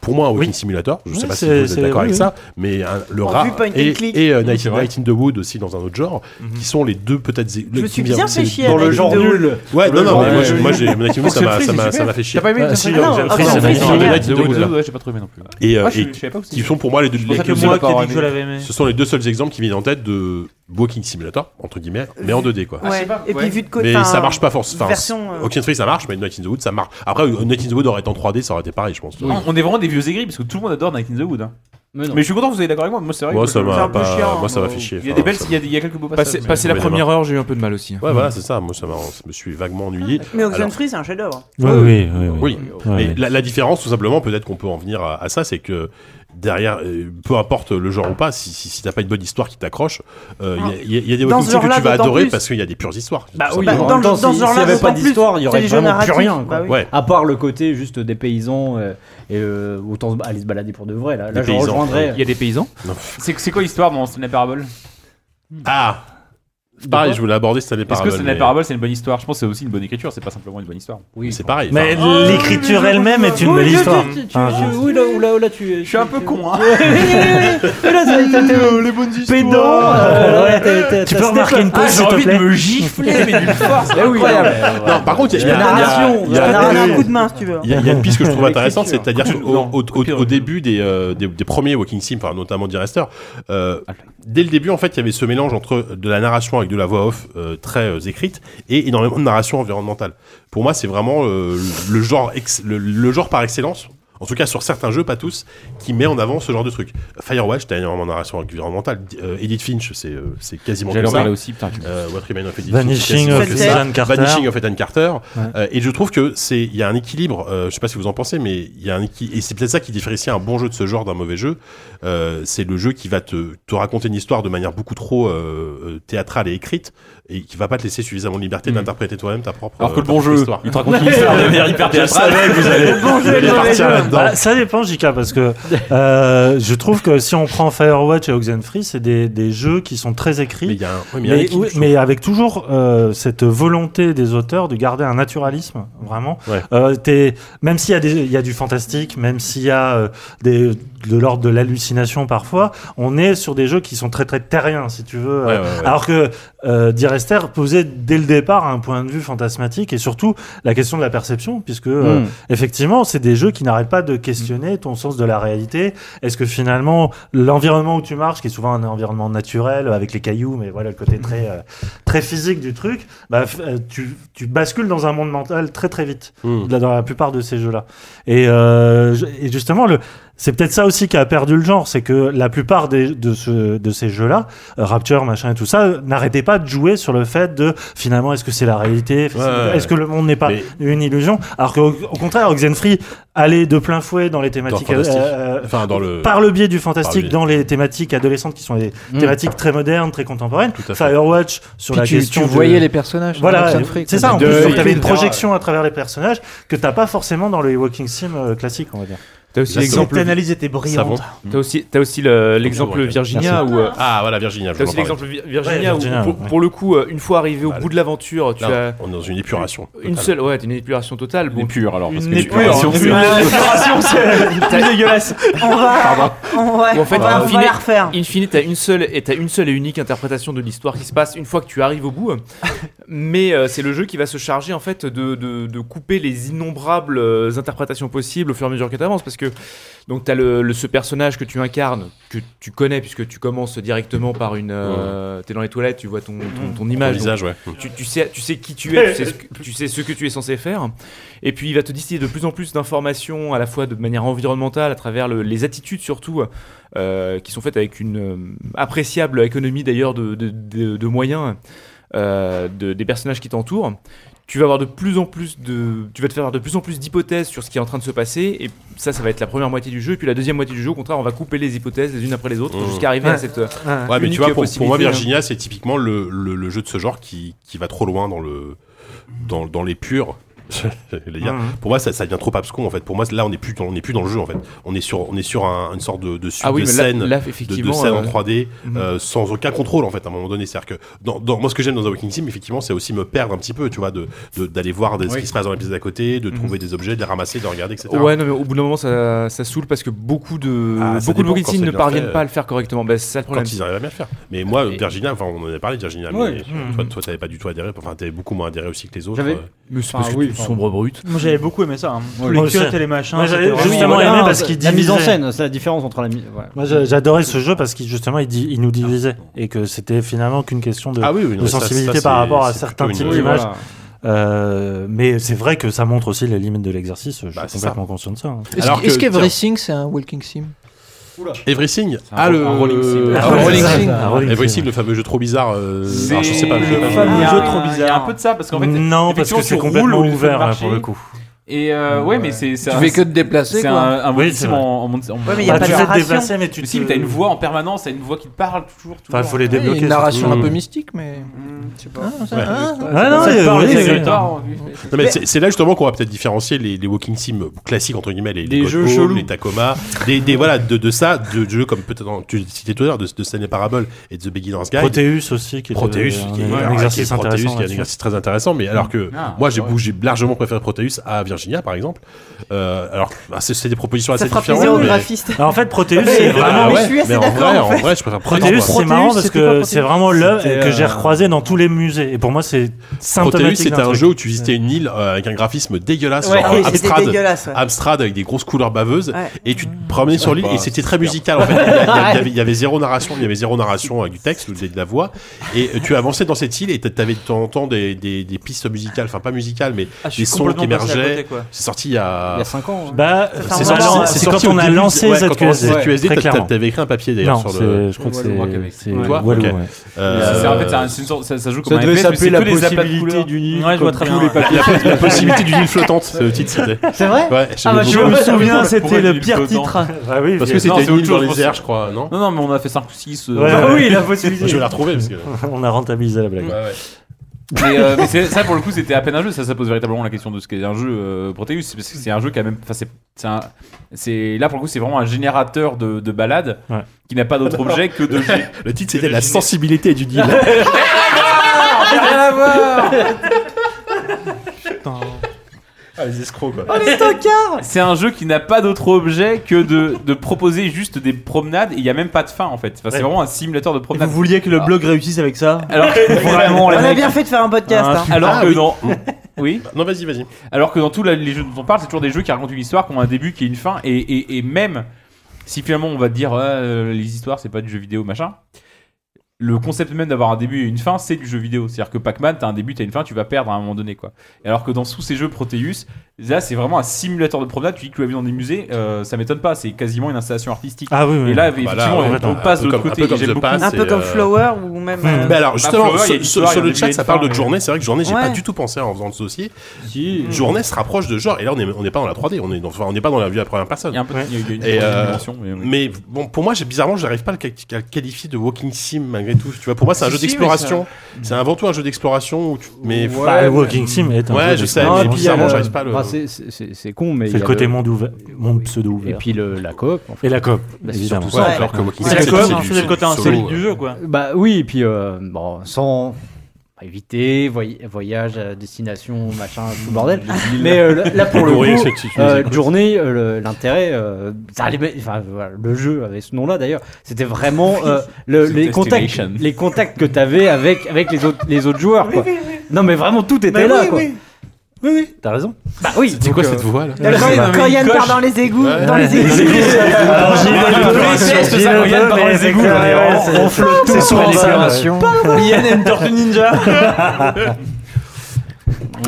Speaker 1: pour moi un walking simulator. Je ne sais
Speaker 9: Oui,
Speaker 1: pas
Speaker 9: c'est-
Speaker 1: si vous êtes
Speaker 9: c'est-
Speaker 1: d'accord
Speaker 9: oui,
Speaker 1: avec
Speaker 9: oui.
Speaker 1: ça, mais hein, le
Speaker 9: En
Speaker 1: rat
Speaker 9: vue point and
Speaker 1: et,
Speaker 9: click.
Speaker 1: et, euh,
Speaker 9: Oui,
Speaker 1: Night,
Speaker 9: c'est vrai. Mhm.
Speaker 1: Night in the Wood aussi dans un autre genre, qui sont les deux peut-être. Je
Speaker 4: me suis bien fait chier à Night in the Wood.
Speaker 1: Ouais,
Speaker 4: Le
Speaker 1: non, non,
Speaker 4: genre
Speaker 1: mais moi,
Speaker 4: nul.
Speaker 1: je- moi, j'ai Night in the Wood, ça m'a-
Speaker 3: Oxenfree,
Speaker 1: ça m'a ça m'a
Speaker 3: c'est super.
Speaker 1: fait chier.
Speaker 3: T'as pas aimé
Speaker 1: Ah,
Speaker 3: Oxenfree
Speaker 1: si,
Speaker 3: Non,
Speaker 1: Oxenfree,
Speaker 3: Oxenfree,
Speaker 1: ça m'a
Speaker 3: c'est
Speaker 1: fait chier.
Speaker 3: génial.
Speaker 1: Night in the Wood,
Speaker 3: Ouais, j'ai pas trop aimé non plus.
Speaker 1: et, euh,
Speaker 3: Ouais, je-
Speaker 1: et
Speaker 3: je savais pas que c'était
Speaker 1: qui
Speaker 3: ça.
Speaker 1: sont pour moi les deux.
Speaker 3: Je pensais
Speaker 1: les-
Speaker 3: que moi qui ai dit que je l'avais aimé.
Speaker 1: Ce sont les deux seuls exemples qui viennent en tête de Walking Simulator entre guillemets, mais en 2D quoi.
Speaker 4: Ouais. Ah, je sais pas. Et puis, vu de côté-
Speaker 1: Mais
Speaker 4: enfin,
Speaker 1: ça marche pas forcément.
Speaker 4: version,
Speaker 1: Enfin,
Speaker 4: euh,
Speaker 1: Oxenfree ça marche, mais Night in the Wood ça marche. Après Night in the Wood aurait été en 3D, ça aurait été pareil, je pense.
Speaker 3: Non, Ah, On est vraiment des vieux aigris parce que tout le monde adore Night in the Wood. hein.
Speaker 7: Mais,
Speaker 3: je suis content que vous soyez d'accord avec moi. Moi, c'est vrai
Speaker 1: Moi,
Speaker 3: que
Speaker 1: ça
Speaker 3: je-
Speaker 1: m'a
Speaker 3: c'est un peu
Speaker 1: pas-
Speaker 3: chiant,
Speaker 1: moi, ça m'a
Speaker 3: hein.
Speaker 1: fait chier.
Speaker 3: Il y a des
Speaker 1: Enfin,
Speaker 3: belles,
Speaker 1: ça
Speaker 3: il y a, il y a quelques beaux passages.
Speaker 5: Passer
Speaker 3: mais-
Speaker 5: passer la première heure, j'ai eu un peu de mal aussi.
Speaker 1: Ouais, voilà, c'est ça. Moi, ça m'a- je me suis vaguement ennuyé.
Speaker 4: Mais
Speaker 1: Alors-
Speaker 4: Oxenfree, c'est un chef-d'œuvre.
Speaker 9: Oui, oui, oui.
Speaker 1: Oui,
Speaker 9: Ouais,
Speaker 1: mais
Speaker 9: ouais.
Speaker 1: La, la différence, tout simplement, peut-être qu'on peut en venir à, à ça, c'est que derrière, euh, peu importe le genre ou pas, si, si, si t'as pas une bonne histoire qui t'accroche, euh, il y a- il y, a- il y a des
Speaker 4: Dans
Speaker 1: walking
Speaker 4: ce
Speaker 1: sims que
Speaker 4: genre-là,
Speaker 1: tu vas
Speaker 4: d'autant
Speaker 1: adorer
Speaker 4: plus.
Speaker 1: parce qu'il y a des pures histoires.
Speaker 7: Bah
Speaker 1: tout
Speaker 7: oui,
Speaker 1: simplement.
Speaker 7: en même temps, si- s'il n'y avait pas d'histoire, il n'y
Speaker 4: c'est
Speaker 7: aurait
Speaker 4: les jeux
Speaker 7: vraiment plus
Speaker 4: narratifs.
Speaker 7: rien. quoi.
Speaker 4: Bah oui.
Speaker 1: Ouais.
Speaker 7: À part le côté juste des paysans euh, et euh, autant se- aller se balader pour de vrai. Là, là
Speaker 1: Des
Speaker 7: je
Speaker 1: paysans,
Speaker 7: rejoindrais. euh,
Speaker 1: ouais.
Speaker 5: Il y a des paysans
Speaker 1: Non.
Speaker 3: C'est c'est quoi l'histoire dans la parabole
Speaker 1: Ah Pareil, je voulais aborder Stanley
Speaker 3: Est-ce que
Speaker 1: Parable.
Speaker 3: Stanley
Speaker 1: mais-
Speaker 3: Parable, c'est une bonne histoire Je pense que c'est aussi une bonne écriture, c'est pas simplement une bonne histoire.
Speaker 1: Oui, c'est pareil.
Speaker 9: Mais
Speaker 1: enfin, euh,
Speaker 7: Ah,
Speaker 9: l'écriture elle-même est une
Speaker 7: Oui,
Speaker 9: belle
Speaker 7: tu-
Speaker 9: histoire.
Speaker 7: tu- tu-
Speaker 9: Hein,
Speaker 7: tu-
Speaker 9: je-
Speaker 7: oui, là, ou là, ou là, tu. Je suis un peu con, hein. (laughs) là, t'as- t'as- t'as-
Speaker 9: les bonnes histoires.
Speaker 7: Pédant. euh, ouais, t'as- t'as-
Speaker 9: Tu
Speaker 7: t'as
Speaker 9: peux remarquer
Speaker 7: Stephen.
Speaker 9: une
Speaker 1: Ah,
Speaker 9: pause, s'il te plaît
Speaker 7: Eh oui,
Speaker 1: Non, par contre, il y a- il y
Speaker 4: La narration,
Speaker 1: a- il y a- il y a-
Speaker 4: la narration.
Speaker 1: il y a-
Speaker 4: Un coup de main, si tu veux.
Speaker 1: Il y, a- il y a une piste
Speaker 3: (laughs)
Speaker 1: que je trouve intéressante,
Speaker 4: L'écriture.
Speaker 1: c'est-à-dire qu'au au, au- au- au début des, euh, des, des premiers Walking Sim, enfin, notamment Die Rester, euh,
Speaker 3: Ah,
Speaker 1: dès le début, en fait, il y avait ce mélange entre de la narration avec de la voix off euh, très euh, écrite et énormément de narration environnementale. Pour moi, c'est vraiment euh, le, genre ex- le, le genre par excellence. En tout cas, sur certains jeux, pas tous, qui met en avant ce genre de truc. Firewatch, t'as énormément de narration environnementale. D- euh, Edith Finch, c'est euh, c'est quasiment
Speaker 3: J'allais
Speaker 1: comme
Speaker 3: en
Speaker 1: ça.
Speaker 3: parler aussi, putain.
Speaker 1: Euh, What Remains of Edith
Speaker 9: Vanishing
Speaker 1: Finch, c'est
Speaker 9: of
Speaker 1: quasiment ça.
Speaker 9: Ethan Carter.
Speaker 1: Vanishing of Ethan Carter.
Speaker 9: Ouais.
Speaker 1: Euh, et je trouve que c'est il y a un équilibre. euh, je sais pas si vous en pensez, mais il y a un équi- et c'est peut-être ça qui différencie un bon jeu de ce genre d'un mauvais jeu. Euh, c'est le jeu qui va te, te raconter une histoire de manière beaucoup trop euh, euh, théâtrale et écrite et qui va pas te laisser suffisamment de liberté d'interpréter toi-même ta propre.
Speaker 3: Alors que
Speaker 1: euh,
Speaker 3: le
Speaker 1: ta
Speaker 3: bon
Speaker 1: propre
Speaker 3: jeu,
Speaker 1: histoire.
Speaker 3: il te raconte
Speaker 1: (laughs)
Speaker 3: une histoire de manière hyper
Speaker 1: Je
Speaker 3: théâtrale.
Speaker 1: savais que vous (laughs) allez-
Speaker 3: Le bon jeu
Speaker 1: vous
Speaker 3: et le
Speaker 1: allez
Speaker 3: mauvais
Speaker 1: partir
Speaker 3: jeu.
Speaker 1: là-dedans.
Speaker 9: Bah, ça dépend, JK, parce que euh, je trouve que si on prend Firewatch et Oxenfree, c'est des, des jeux qui sont très écrits.
Speaker 1: Mais il y a un- oui, mais il y a un équilibre,
Speaker 9: oui,
Speaker 1: je trouve.
Speaker 9: mais avec toujours euh, cette volonté des auteurs de garder un naturalisme, vraiment.
Speaker 1: Ouais.
Speaker 9: Euh, t'es- même s'il y, a des- il y a du fantastique, même s'il y a euh, des, de l'ordre de l'hallucination parfois, on est sur des jeux qui sont très très terriens, si tu veux.
Speaker 1: Ouais,
Speaker 9: Euh,
Speaker 1: ouais, ouais.
Speaker 9: Alors que euh, Direster posait dès le départ un point de vue fantasmatique et surtout la question de la perception, puisque euh,
Speaker 3: Mm.
Speaker 9: effectivement, c'est des jeux qui n'arrêtent pas de
Speaker 1: Mm.
Speaker 9: questionner ton sens de la réalité. Est-ce que finalement, l'environnement où tu marches, qui est souvent un environnement naturel, avec les cailloux, mais voilà le
Speaker 1: Mm.
Speaker 9: côté très, euh, très physique du truc, bah, f- euh, tu, tu bascules dans un monde mental très très vite,
Speaker 1: Mm.
Speaker 9: là, dans la plupart de ces jeux-là. Et, euh, je- et justement, le, c'est peut-être ça aussi qui a perdu le genre, c'est que la plupart des- de, ce- de ces jeux-là, euh, Rapture, machin et tout ça, euh, n'arrêtaient pas de jouer sur le fait de finalement, est-ce que c'est la réalité Est-ce
Speaker 1: ouais,
Speaker 9: que le monde n'est pas une illusion Alors qu'au au contraire, Oxenfree allait de plein fouet dans les thématiques.
Speaker 1: Dans le fantastique.
Speaker 9: euh, euh,
Speaker 1: Enfin, dans le-
Speaker 9: par le biais du
Speaker 1: Par le
Speaker 9: fantastique,
Speaker 1: biais.
Speaker 9: dans les thématiques adolescentes qui sont des
Speaker 1: Mm.
Speaker 9: thématiques très modernes, très contemporaines.
Speaker 1: à fait.
Speaker 9: Firewatch sur
Speaker 8: Puis
Speaker 9: la
Speaker 8: tu-
Speaker 9: question.
Speaker 8: tu
Speaker 9: de-
Speaker 8: voyais les personnages dans
Speaker 9: Voilà,
Speaker 8: Oxenfree,
Speaker 9: c'est
Speaker 8: quoi.
Speaker 9: ça. En
Speaker 8: De-
Speaker 9: plus, donc,
Speaker 8: et
Speaker 9: t'avais une
Speaker 8: etc.
Speaker 9: projection à travers les personnages que t'as pas forcément dans le Walking Sim euh, classique, on va dire.
Speaker 5: T'as aussi l'exemple. Mm.
Speaker 9: brillante.
Speaker 5: T'as aussi, t'as aussi le- l'exemple
Speaker 1: Merci.
Speaker 5: Virginia où. euh,
Speaker 1: Ah, voilà, Virginia, je
Speaker 5: T'as aussi
Speaker 1: voulais en
Speaker 5: l'exemple
Speaker 1: parler.
Speaker 5: Vi-
Speaker 1: Ouais,
Speaker 5: Virginia où,
Speaker 1: Virginia,
Speaker 5: pour,
Speaker 1: ouais.
Speaker 5: pour le coup, euh, une fois arrivé au bout de l'aventure, tu
Speaker 1: Là,
Speaker 5: as.
Speaker 1: on est dans une épuration
Speaker 5: Une
Speaker 1: totale.
Speaker 5: seule, ouais, t'as une épuration totale. Bon,
Speaker 3: épure alors.
Speaker 5: Une
Speaker 3: que
Speaker 5: épure.
Speaker 3: l'épuration,
Speaker 5: une
Speaker 3: c'est-
Speaker 5: épuration, c'est
Speaker 4: Plus dégueulasse. On va- on va-
Speaker 5: Ou en fait, euh,
Speaker 4: on va-
Speaker 5: in
Speaker 4: on va
Speaker 5: fine-
Speaker 4: la refaire.
Speaker 5: In fine, t'as une seule et t'as une seule et unique interprétation de l'histoire qui se passe une fois que tu arrives
Speaker 4: (laughs)
Speaker 5: au bout. Mais euh, c'est le jeu qui va se charger en fait de, de- de couper les innombrables euh, interprétations possibles au fur et à mesure que tu avances parce que donc t'as le, le- ce personnage que tu incarnes que tu connais puisque tu commences directement par une euh, t'es dans les toilettes tu vois ton, ton, ton image
Speaker 1: visage,
Speaker 5: donc
Speaker 1: ouais.
Speaker 5: tu, tu sais tu sais qui tu es tu sais, ce que, tu sais ce que tu es censé faire et puis il va te distiller de plus en plus d'informations à la fois de manière environnementale à travers le- les attitudes surtout euh, qui sont faites avec une euh, appréciable économie d'ailleurs de, de- de- de moyens euh, de- des personnages qui t'entourent. Tu vas avoir de plus en plus de, tu vas te faire avoir de plus en plus d'hypothèses sur ce qui est en train de se passer et ça, ça va être la première moitié du jeu. Et puis la deuxième moitié du jeu, au contraire, on va couper les hypothèses les unes après les autres
Speaker 1: Mmh.
Speaker 5: jusqu'à arriver à cette euh,
Speaker 1: Ouais, mais tu
Speaker 5: unique
Speaker 1: vois, pour, pour
Speaker 5: possibilité,
Speaker 1: moi,
Speaker 5: hein.
Speaker 1: Virginia, c'est typiquement le, le- le jeu de ce genre qui, qui va trop loin dans le dans, dans les purs. (laughs) J'allais dire.
Speaker 9: Mhm.
Speaker 1: Pour moi, ça, ça devient trop abscon en fait. Pour moi, là, on n'est plus dans- on n'est plus dans le jeu en fait. On est sur on est sur un- une sorte de, de suite
Speaker 5: Ah oui,
Speaker 1: de
Speaker 5: mais là-
Speaker 1: scène,
Speaker 5: là,
Speaker 1: de- de,
Speaker 5: effectivement,
Speaker 1: scène en
Speaker 5: euh,
Speaker 1: 3D
Speaker 5: mhm.
Speaker 1: euh, sans aucun contrôle en fait. À un moment donné, c'est-à-dire que dans, dans- moi, ce que j'aime dans The Walking Sim, effectivement, c'est aussi me perdre un petit peu, tu vois, de de- d'aller voir des- ce
Speaker 5: Oui. Mmh.
Speaker 1: qui se passe dans l'épisode d'à côté, de trouver des objets, de les ramasser, de les regarder, etc.
Speaker 5: Ouais, non, mais au bout d'un moment, ça, ça saoule parce que beaucoup de
Speaker 1: Ah, ça
Speaker 5: Euh, beaucoup de
Speaker 1: dépend,
Speaker 5: Walking
Speaker 1: quand
Speaker 5: Sims
Speaker 1: c'est
Speaker 5: ne
Speaker 1: bien
Speaker 5: parviennent
Speaker 1: fait,
Speaker 5: pas
Speaker 1: euh,
Speaker 5: à le faire correctement. Bah, c'est ça le problème.
Speaker 1: Quand ils arrivent à bien le faire. Mais moi, Virginia, enfin, on en a parlé de Virginia, mais
Speaker 5: Ouais, bien sûr.
Speaker 1: toi, toi, t'avais pas du tout adhéré, enfin, t'avais beaucoup moins adhéré aussi que les autres.
Speaker 6: J'avais-
Speaker 1: euh.
Speaker 5: Mais c'est parce
Speaker 6: Enfin,
Speaker 5: que
Speaker 6: oui,
Speaker 5: tu es
Speaker 6: enfin,
Speaker 5: sombre brut.
Speaker 6: Moi j'avais beaucoup aimé ça. hein.
Speaker 9: Ouais,
Speaker 6: les
Speaker 9: moi aussi.
Speaker 6: cuts et les machins.
Speaker 9: Moi, j'avais
Speaker 6: c'était vraiment-
Speaker 9: justement
Speaker 6: Voilà,
Speaker 9: aimé
Speaker 6: un-
Speaker 9: parce qu'il
Speaker 6: la mise en
Speaker 9: divisait.
Speaker 6: scène,
Speaker 7: euh, c'est la différence entre la mise. voilà.
Speaker 9: Moi, j'a- j'adorais ce jeu parce qu'il justement il, di- il nous divisait et que c'était finalement qu'une question de,
Speaker 1: Ah oui, oui, non,
Speaker 9: de
Speaker 1: mais ça-
Speaker 9: sensibilité
Speaker 1: ça,
Speaker 9: par
Speaker 1: c'est-
Speaker 9: rapport à
Speaker 1: c'est
Speaker 9: certains
Speaker 1: plutôt
Speaker 9: types
Speaker 1: une- Oui,
Speaker 9: d'images.
Speaker 1: voilà.
Speaker 9: Euh, mais c'est vrai que ça montre aussi les limites de l'exercice. Je
Speaker 1: Bah,
Speaker 9: suis
Speaker 1: c'est
Speaker 9: complètement
Speaker 1: ça.
Speaker 9: conscient de ça. hein.
Speaker 8: Est-ce
Speaker 1: Alors
Speaker 8: qu- est-ce
Speaker 1: que-
Speaker 8: qu'Everything c'est un Walking Sim
Speaker 1: Everything
Speaker 8: un ro- un rolling sim.
Speaker 1: Ah,
Speaker 8: Un rolling
Speaker 1: c'est ça,
Speaker 8: sim.
Speaker 1: un rolling Everything, le fameux jeu trop bizarre. euh, alors, je sais pas, je-
Speaker 3: le
Speaker 1: je-
Speaker 3: fameux
Speaker 1: je-
Speaker 3: jeu trop bizarre. Ah, Il y a un peu de ça parce qu'en fait,
Speaker 9: Non, parce
Speaker 3: effectivement,
Speaker 9: que c'est
Speaker 3: tu roules
Speaker 9: complètement
Speaker 3: au lieu de
Speaker 9: ouvert, là,
Speaker 3: marcher.
Speaker 9: pour le coup.
Speaker 3: Et euh, ouais,
Speaker 9: Ouais.
Speaker 3: mais c'est. c'est
Speaker 9: Tu
Speaker 3: un-
Speaker 9: fais que te déplacer,
Speaker 3: C'est
Speaker 9: quoi.
Speaker 3: un, un
Speaker 9: Oui,
Speaker 3: bondissement
Speaker 9: c'est vrai.
Speaker 3: en, en monte- en-
Speaker 9: Ouais, mais y a Bah, pas tu de sais te narration. déplacer, mais tu
Speaker 3: Si,
Speaker 9: te-
Speaker 3: mais t'as une voix en permanence, t'as une voix qui te parle toujours.
Speaker 9: Enfin,
Speaker 3: toujours.
Speaker 9: faut les débloquer,
Speaker 8: une narration
Speaker 1: Hmm.
Speaker 8: un peu mystique, mais. Ah, ça-
Speaker 1: Ouais.
Speaker 8: ah,
Speaker 1: Ouais.
Speaker 8: ça- ça te parle, les
Speaker 1: c'est-
Speaker 8: Secretors.
Speaker 1: Non, mais c'est- c'est là justement qu'on va peut-être différencier les, les walking sim classiques entre guillemets, les, les
Speaker 8: Des
Speaker 1: God
Speaker 8: jeux
Speaker 1: Home,
Speaker 8: chelous.
Speaker 1: les Tacoma, des, des voilà de, de ça, de, de jeux comme peut-être non, tu citais tout à l'heure de, de Stanley Parable et de The Beginner's Guide.
Speaker 9: Proteus aussi, qui était
Speaker 1: Proteus,
Speaker 9: un-
Speaker 1: qui est
Speaker 9: un
Speaker 1: alors,
Speaker 9: exercice
Speaker 1: qui est Proteus,
Speaker 9: intéressant
Speaker 1: qui est un
Speaker 9: là-dessus.
Speaker 1: exercice très intéressant. Mais alors que
Speaker 9: Ah,
Speaker 1: moi j'ai j'ai largement préféré Proteus à Virginia par exemple. Euh, alors bah, c'est c'est des propositions
Speaker 4: Ça
Speaker 1: assez
Speaker 4: fera
Speaker 1: différentes.
Speaker 4: plaisir aux
Speaker 1: mais-
Speaker 4: graphistes.
Speaker 9: Alors, en fait, Proteus,
Speaker 1: Mais-
Speaker 9: c'est
Speaker 1: Bah
Speaker 9: vraiment.
Speaker 1: ouais, mais en vrai, en vrai, je préfère
Speaker 9: Proteus, c'est marrant parce que c'est vraiment l'œuvre
Speaker 1: C'était,
Speaker 9: que j'ai
Speaker 1: euh,
Speaker 9: recroisé dans tous les musées. Et pour moi, c'est
Speaker 1: Proteus,
Speaker 9: symptomatique.
Speaker 1: c'était
Speaker 9: d'un
Speaker 1: un
Speaker 9: truc.
Speaker 1: jeu où tu visitais une île euh, avec un graphisme dégueulasse,
Speaker 9: Ouais,
Speaker 1: genre
Speaker 9: oui,
Speaker 1: euh,
Speaker 9: c'était
Speaker 1: Amstrad,
Speaker 9: dégueulasse, ouais.
Speaker 1: Amstrad avec des grosses couleurs baveuses,
Speaker 9: Ouais.
Speaker 1: et tu te promenais sur l'île
Speaker 9: pas,
Speaker 1: et c'était très
Speaker 9: super.
Speaker 1: musical. En fait. Il y a- il y a- il y avait- il y avait zéro narration, il y avait zéro narration avec du texte ou de de la voix, et euh, tu avançais dans cette île et t'avais de temps en temps des, des- des pistes musicales, enfin pas musicales, mais
Speaker 9: Ah, je suis
Speaker 1: des sons qui
Speaker 9: complètement passé à
Speaker 1: émergeaient.
Speaker 9: côté, quoi.
Speaker 1: C'est sorti il y a
Speaker 9: Il y a cinq ans, hein.
Speaker 1: Bah,
Speaker 9: Bah,
Speaker 1: c'est
Speaker 9: c'est
Speaker 1: sorti-
Speaker 9: quand
Speaker 1: c'est
Speaker 9: on
Speaker 1: sorti au
Speaker 9: a
Speaker 1: début-
Speaker 9: lancé
Speaker 1: ouais, quand on a lancé
Speaker 9: ZQSD,
Speaker 1: ZQSD,
Speaker 9: très
Speaker 1: t'as-
Speaker 9: clairement.
Speaker 1: T'avais écrit un papier d'ailleurs
Speaker 9: Non,
Speaker 1: sur le.
Speaker 9: c'est- je crois que c'est- c'est
Speaker 1: toi.
Speaker 9: Walou,
Speaker 1: Ok.
Speaker 9: ouais.
Speaker 1: Euh,
Speaker 3: C'est- en fait, c'est un- c'est une sorte- ça, ça
Speaker 9: Ça
Speaker 3: joue comme un
Speaker 9: devait
Speaker 3: FPS, mais c'est
Speaker 9: s'appeler
Speaker 3: que
Speaker 9: la
Speaker 3: des aplats de
Speaker 9: possibilité
Speaker 3: couleurs.
Speaker 9: d'une île,
Speaker 3: Ouais, je vois
Speaker 9: comme
Speaker 3: très
Speaker 9: tous
Speaker 3: bien.
Speaker 9: les
Speaker 3: ouais.
Speaker 9: papiers.
Speaker 1: La, la possibilité d'une île flottante, (laughs) c'est le titre c'était.
Speaker 3: C'est vrai
Speaker 1: Ouais,
Speaker 3: Ah, bah, je
Speaker 1: j'aimais
Speaker 3: me
Speaker 1: beaucoup.
Speaker 3: (laughs) souviens, c'était Pourquoi le il Ah est pire flottant titre.
Speaker 1: Bah oui, parce que c'était
Speaker 3: Non, c'est
Speaker 1: une
Speaker 3: autre
Speaker 1: île
Speaker 3: chose,
Speaker 1: dans
Speaker 3: je pense.
Speaker 1: les airs, je crois, non
Speaker 3: Non, non, mais on a fait 5 ou 6.
Speaker 1: (laughs) Ouais,
Speaker 9: Ah
Speaker 1: ouais.
Speaker 3: Ah (laughs) possibilité.
Speaker 1: euh, Je vais la retrouver, parce que-
Speaker 9: (laughs) On a rentabilisé la blague.
Speaker 3: Mais, euh,
Speaker 1: (laughs)
Speaker 3: mais c'est- ça pour le coup c'était à peine un jeu, ça ça pose véritablement la question de ce qu'est un jeu euh, Proteus, c'est parce que c'est un jeu qui a même, enfin c'est, c'est un- c'est- là pour le coup c'est vraiment un générateur de, de balades
Speaker 9: Ouais.
Speaker 3: qui n'a pas d'autre objet que de gé-
Speaker 1: Le titre c'était la sensibilité d'une
Speaker 3: (laughs)
Speaker 1: île.
Speaker 7: Ah,
Speaker 10: Ah,
Speaker 3: Rien à voir
Speaker 1: Ah, les escrocs quoi.
Speaker 4: Oh, les tocards
Speaker 3: C'est un jeu qui n'a pas d'autre objet que de, de proposer juste des promenades et il n'y a même pas de fin en fait. Enfin, C'est
Speaker 6: Ouais.
Speaker 3: vraiment un simulateur de promenade.
Speaker 6: Vous vouliez que le
Speaker 3: Ah.
Speaker 6: blog réussisse avec ça
Speaker 3: Alors que-
Speaker 6: vraiment,
Speaker 4: On
Speaker 6: les
Speaker 4: a
Speaker 6: mecs.
Speaker 4: bien fait de faire un podcast.
Speaker 3: Ah,
Speaker 4: hein.
Speaker 3: Alors
Speaker 4: Ah,
Speaker 3: que
Speaker 4: oui.
Speaker 1: (laughs)
Speaker 3: dans. Oui.
Speaker 1: Non, vas-y, vas-y.
Speaker 3: Alors que dans tous la- les jeux dont on parle, c'est toujours des jeux qui racontent une histoire, qui ont un début, qui a une fin, et, et- et même si finalement on va dire Ouais, euh, les histoires, c'est pas du jeu vidéo, machin. Le concept même d'avoir un début et une fin, c'est du jeu vidéo. C'est-à-dire que Pac-Man, t'as un début, t'as une fin, tu vas perdre à un moment donné, quoi. Et Alors que dans tous ces jeux Proteus, là, c'est vraiment un simulateur de promenade. Tu dis que tu l'as vu dans des musées, euh, ça m'étonne pas. C'est quasiment une installation artistique.
Speaker 9: Ah oui, oui.
Speaker 3: Et là,
Speaker 9: Ah bah là,
Speaker 3: effectivement,
Speaker 9: ouais, Hmm.
Speaker 3: on
Speaker 9: ouais,
Speaker 3: passe de
Speaker 1: un peu
Speaker 3: l'autre
Speaker 1: comme-
Speaker 3: côté.
Speaker 1: un peu comme
Speaker 3: et j'aime
Speaker 1: The
Speaker 3: beaucoup. Bah,
Speaker 1: Pass,
Speaker 4: Un peu
Speaker 1: c'est,
Speaker 4: comme
Speaker 1: euh,
Speaker 4: Flower ou même. euh,
Speaker 1: Mais alors justement,
Speaker 3: Flower, il y a
Speaker 1: sur-
Speaker 3: une
Speaker 1: sur,
Speaker 3: histoire,
Speaker 1: sur
Speaker 3: il y a
Speaker 1: le
Speaker 3: un
Speaker 1: chat,
Speaker 3: début et
Speaker 1: ça
Speaker 3: une
Speaker 1: parle
Speaker 3: fin,
Speaker 1: de
Speaker 3: mais-
Speaker 1: journée. C'est vrai que journée, j'ai
Speaker 3: Ouais.
Speaker 1: pas (laughs) du tout pensé en faisant le dossier. Journée se rapproche de genre. Et là, on est on n'est pas dans la 3D, on est dans- enfin, on n'est pas dans la vue à première personne.
Speaker 3: Il y a un peu- il y a- il y a une
Speaker 1: Et,
Speaker 3: troisième
Speaker 1: euh,
Speaker 3: dimension, mais oui.
Speaker 1: mais bon, pour moi, j'ai- bizarrement, j'arrive pas à le quali- à le qualifier de walking sim malgré tout. Tu vois, pour moi, c'est un
Speaker 9: Si,
Speaker 1: jeu
Speaker 9: si, mais
Speaker 1: d'exploration.
Speaker 9: ça-
Speaker 1: C'est avant tout un jeu d'exploration où tu. Mais
Speaker 9: Ouais, Bah, le walking sim est un
Speaker 1: Ouais,
Speaker 9: jeu
Speaker 1: je sais.
Speaker 9: d'exploration.
Speaker 1: Mais
Speaker 9: Non, et puis,
Speaker 1: bizarrement,
Speaker 9: euh,
Speaker 1: j'arrive pas à le.
Speaker 7: Enfin, c'est- c'est c'est- c'est con, mais.
Speaker 9: C'est
Speaker 7: il y
Speaker 9: le
Speaker 7: a
Speaker 9: côté monde ouvert, monde pseudo ouvert.
Speaker 7: Et puis le- la coop. en fait.
Speaker 9: Et la coop,
Speaker 7: Bah, c'est
Speaker 9: évidemment.
Speaker 7: surtout ça,
Speaker 9: Ouais.
Speaker 7: alors que Walking
Speaker 6: C'est
Speaker 7: Dead,
Speaker 6: la coop,
Speaker 7: c'est du-
Speaker 6: c'est le
Speaker 7: c'est
Speaker 6: côté
Speaker 7: du
Speaker 6: insolite
Speaker 7: solo,
Speaker 6: du
Speaker 7: ouais.
Speaker 6: jeu, quoi.
Speaker 7: Bah oui, et puis euh, bon, sans on va éviter voy- voyage, à destination, machin, tout le bordel. Mais euh, là- là pour le
Speaker 6: Courrier,
Speaker 7: coup,
Speaker 6: c'est- tu- tu les
Speaker 7: euh,
Speaker 6: écoutes.
Speaker 7: journée, euh, le- l'intérêt, euh, ça allait bien- enfin, voilà, le jeu avait ce nom-là d'ailleurs. C'était vraiment euh, le- les contacts,
Speaker 3: Destination.
Speaker 7: les contacts que t'avais avec avec les autres les autres joueurs. Quoi. Non mais vraiment tout était
Speaker 6: Bah
Speaker 7: là.
Speaker 6: oui,
Speaker 7: quoi.
Speaker 6: oui. Oui, oui.
Speaker 7: T'as raison. Bah oui.
Speaker 1: C'était quoi cette voix là
Speaker 4: Quand quand Yann part dans les égouts, dans les égouts.
Speaker 6: Alors, j'ai
Speaker 4: Ah,
Speaker 6: le
Speaker 4: c'est ça, quand Yann part dans les égouts, on- on flotte tous,
Speaker 6: C'est
Speaker 4: on
Speaker 6: souvent
Speaker 4: est
Speaker 6: ça.
Speaker 4: libération.
Speaker 6: Yann aime Tortue Ninja.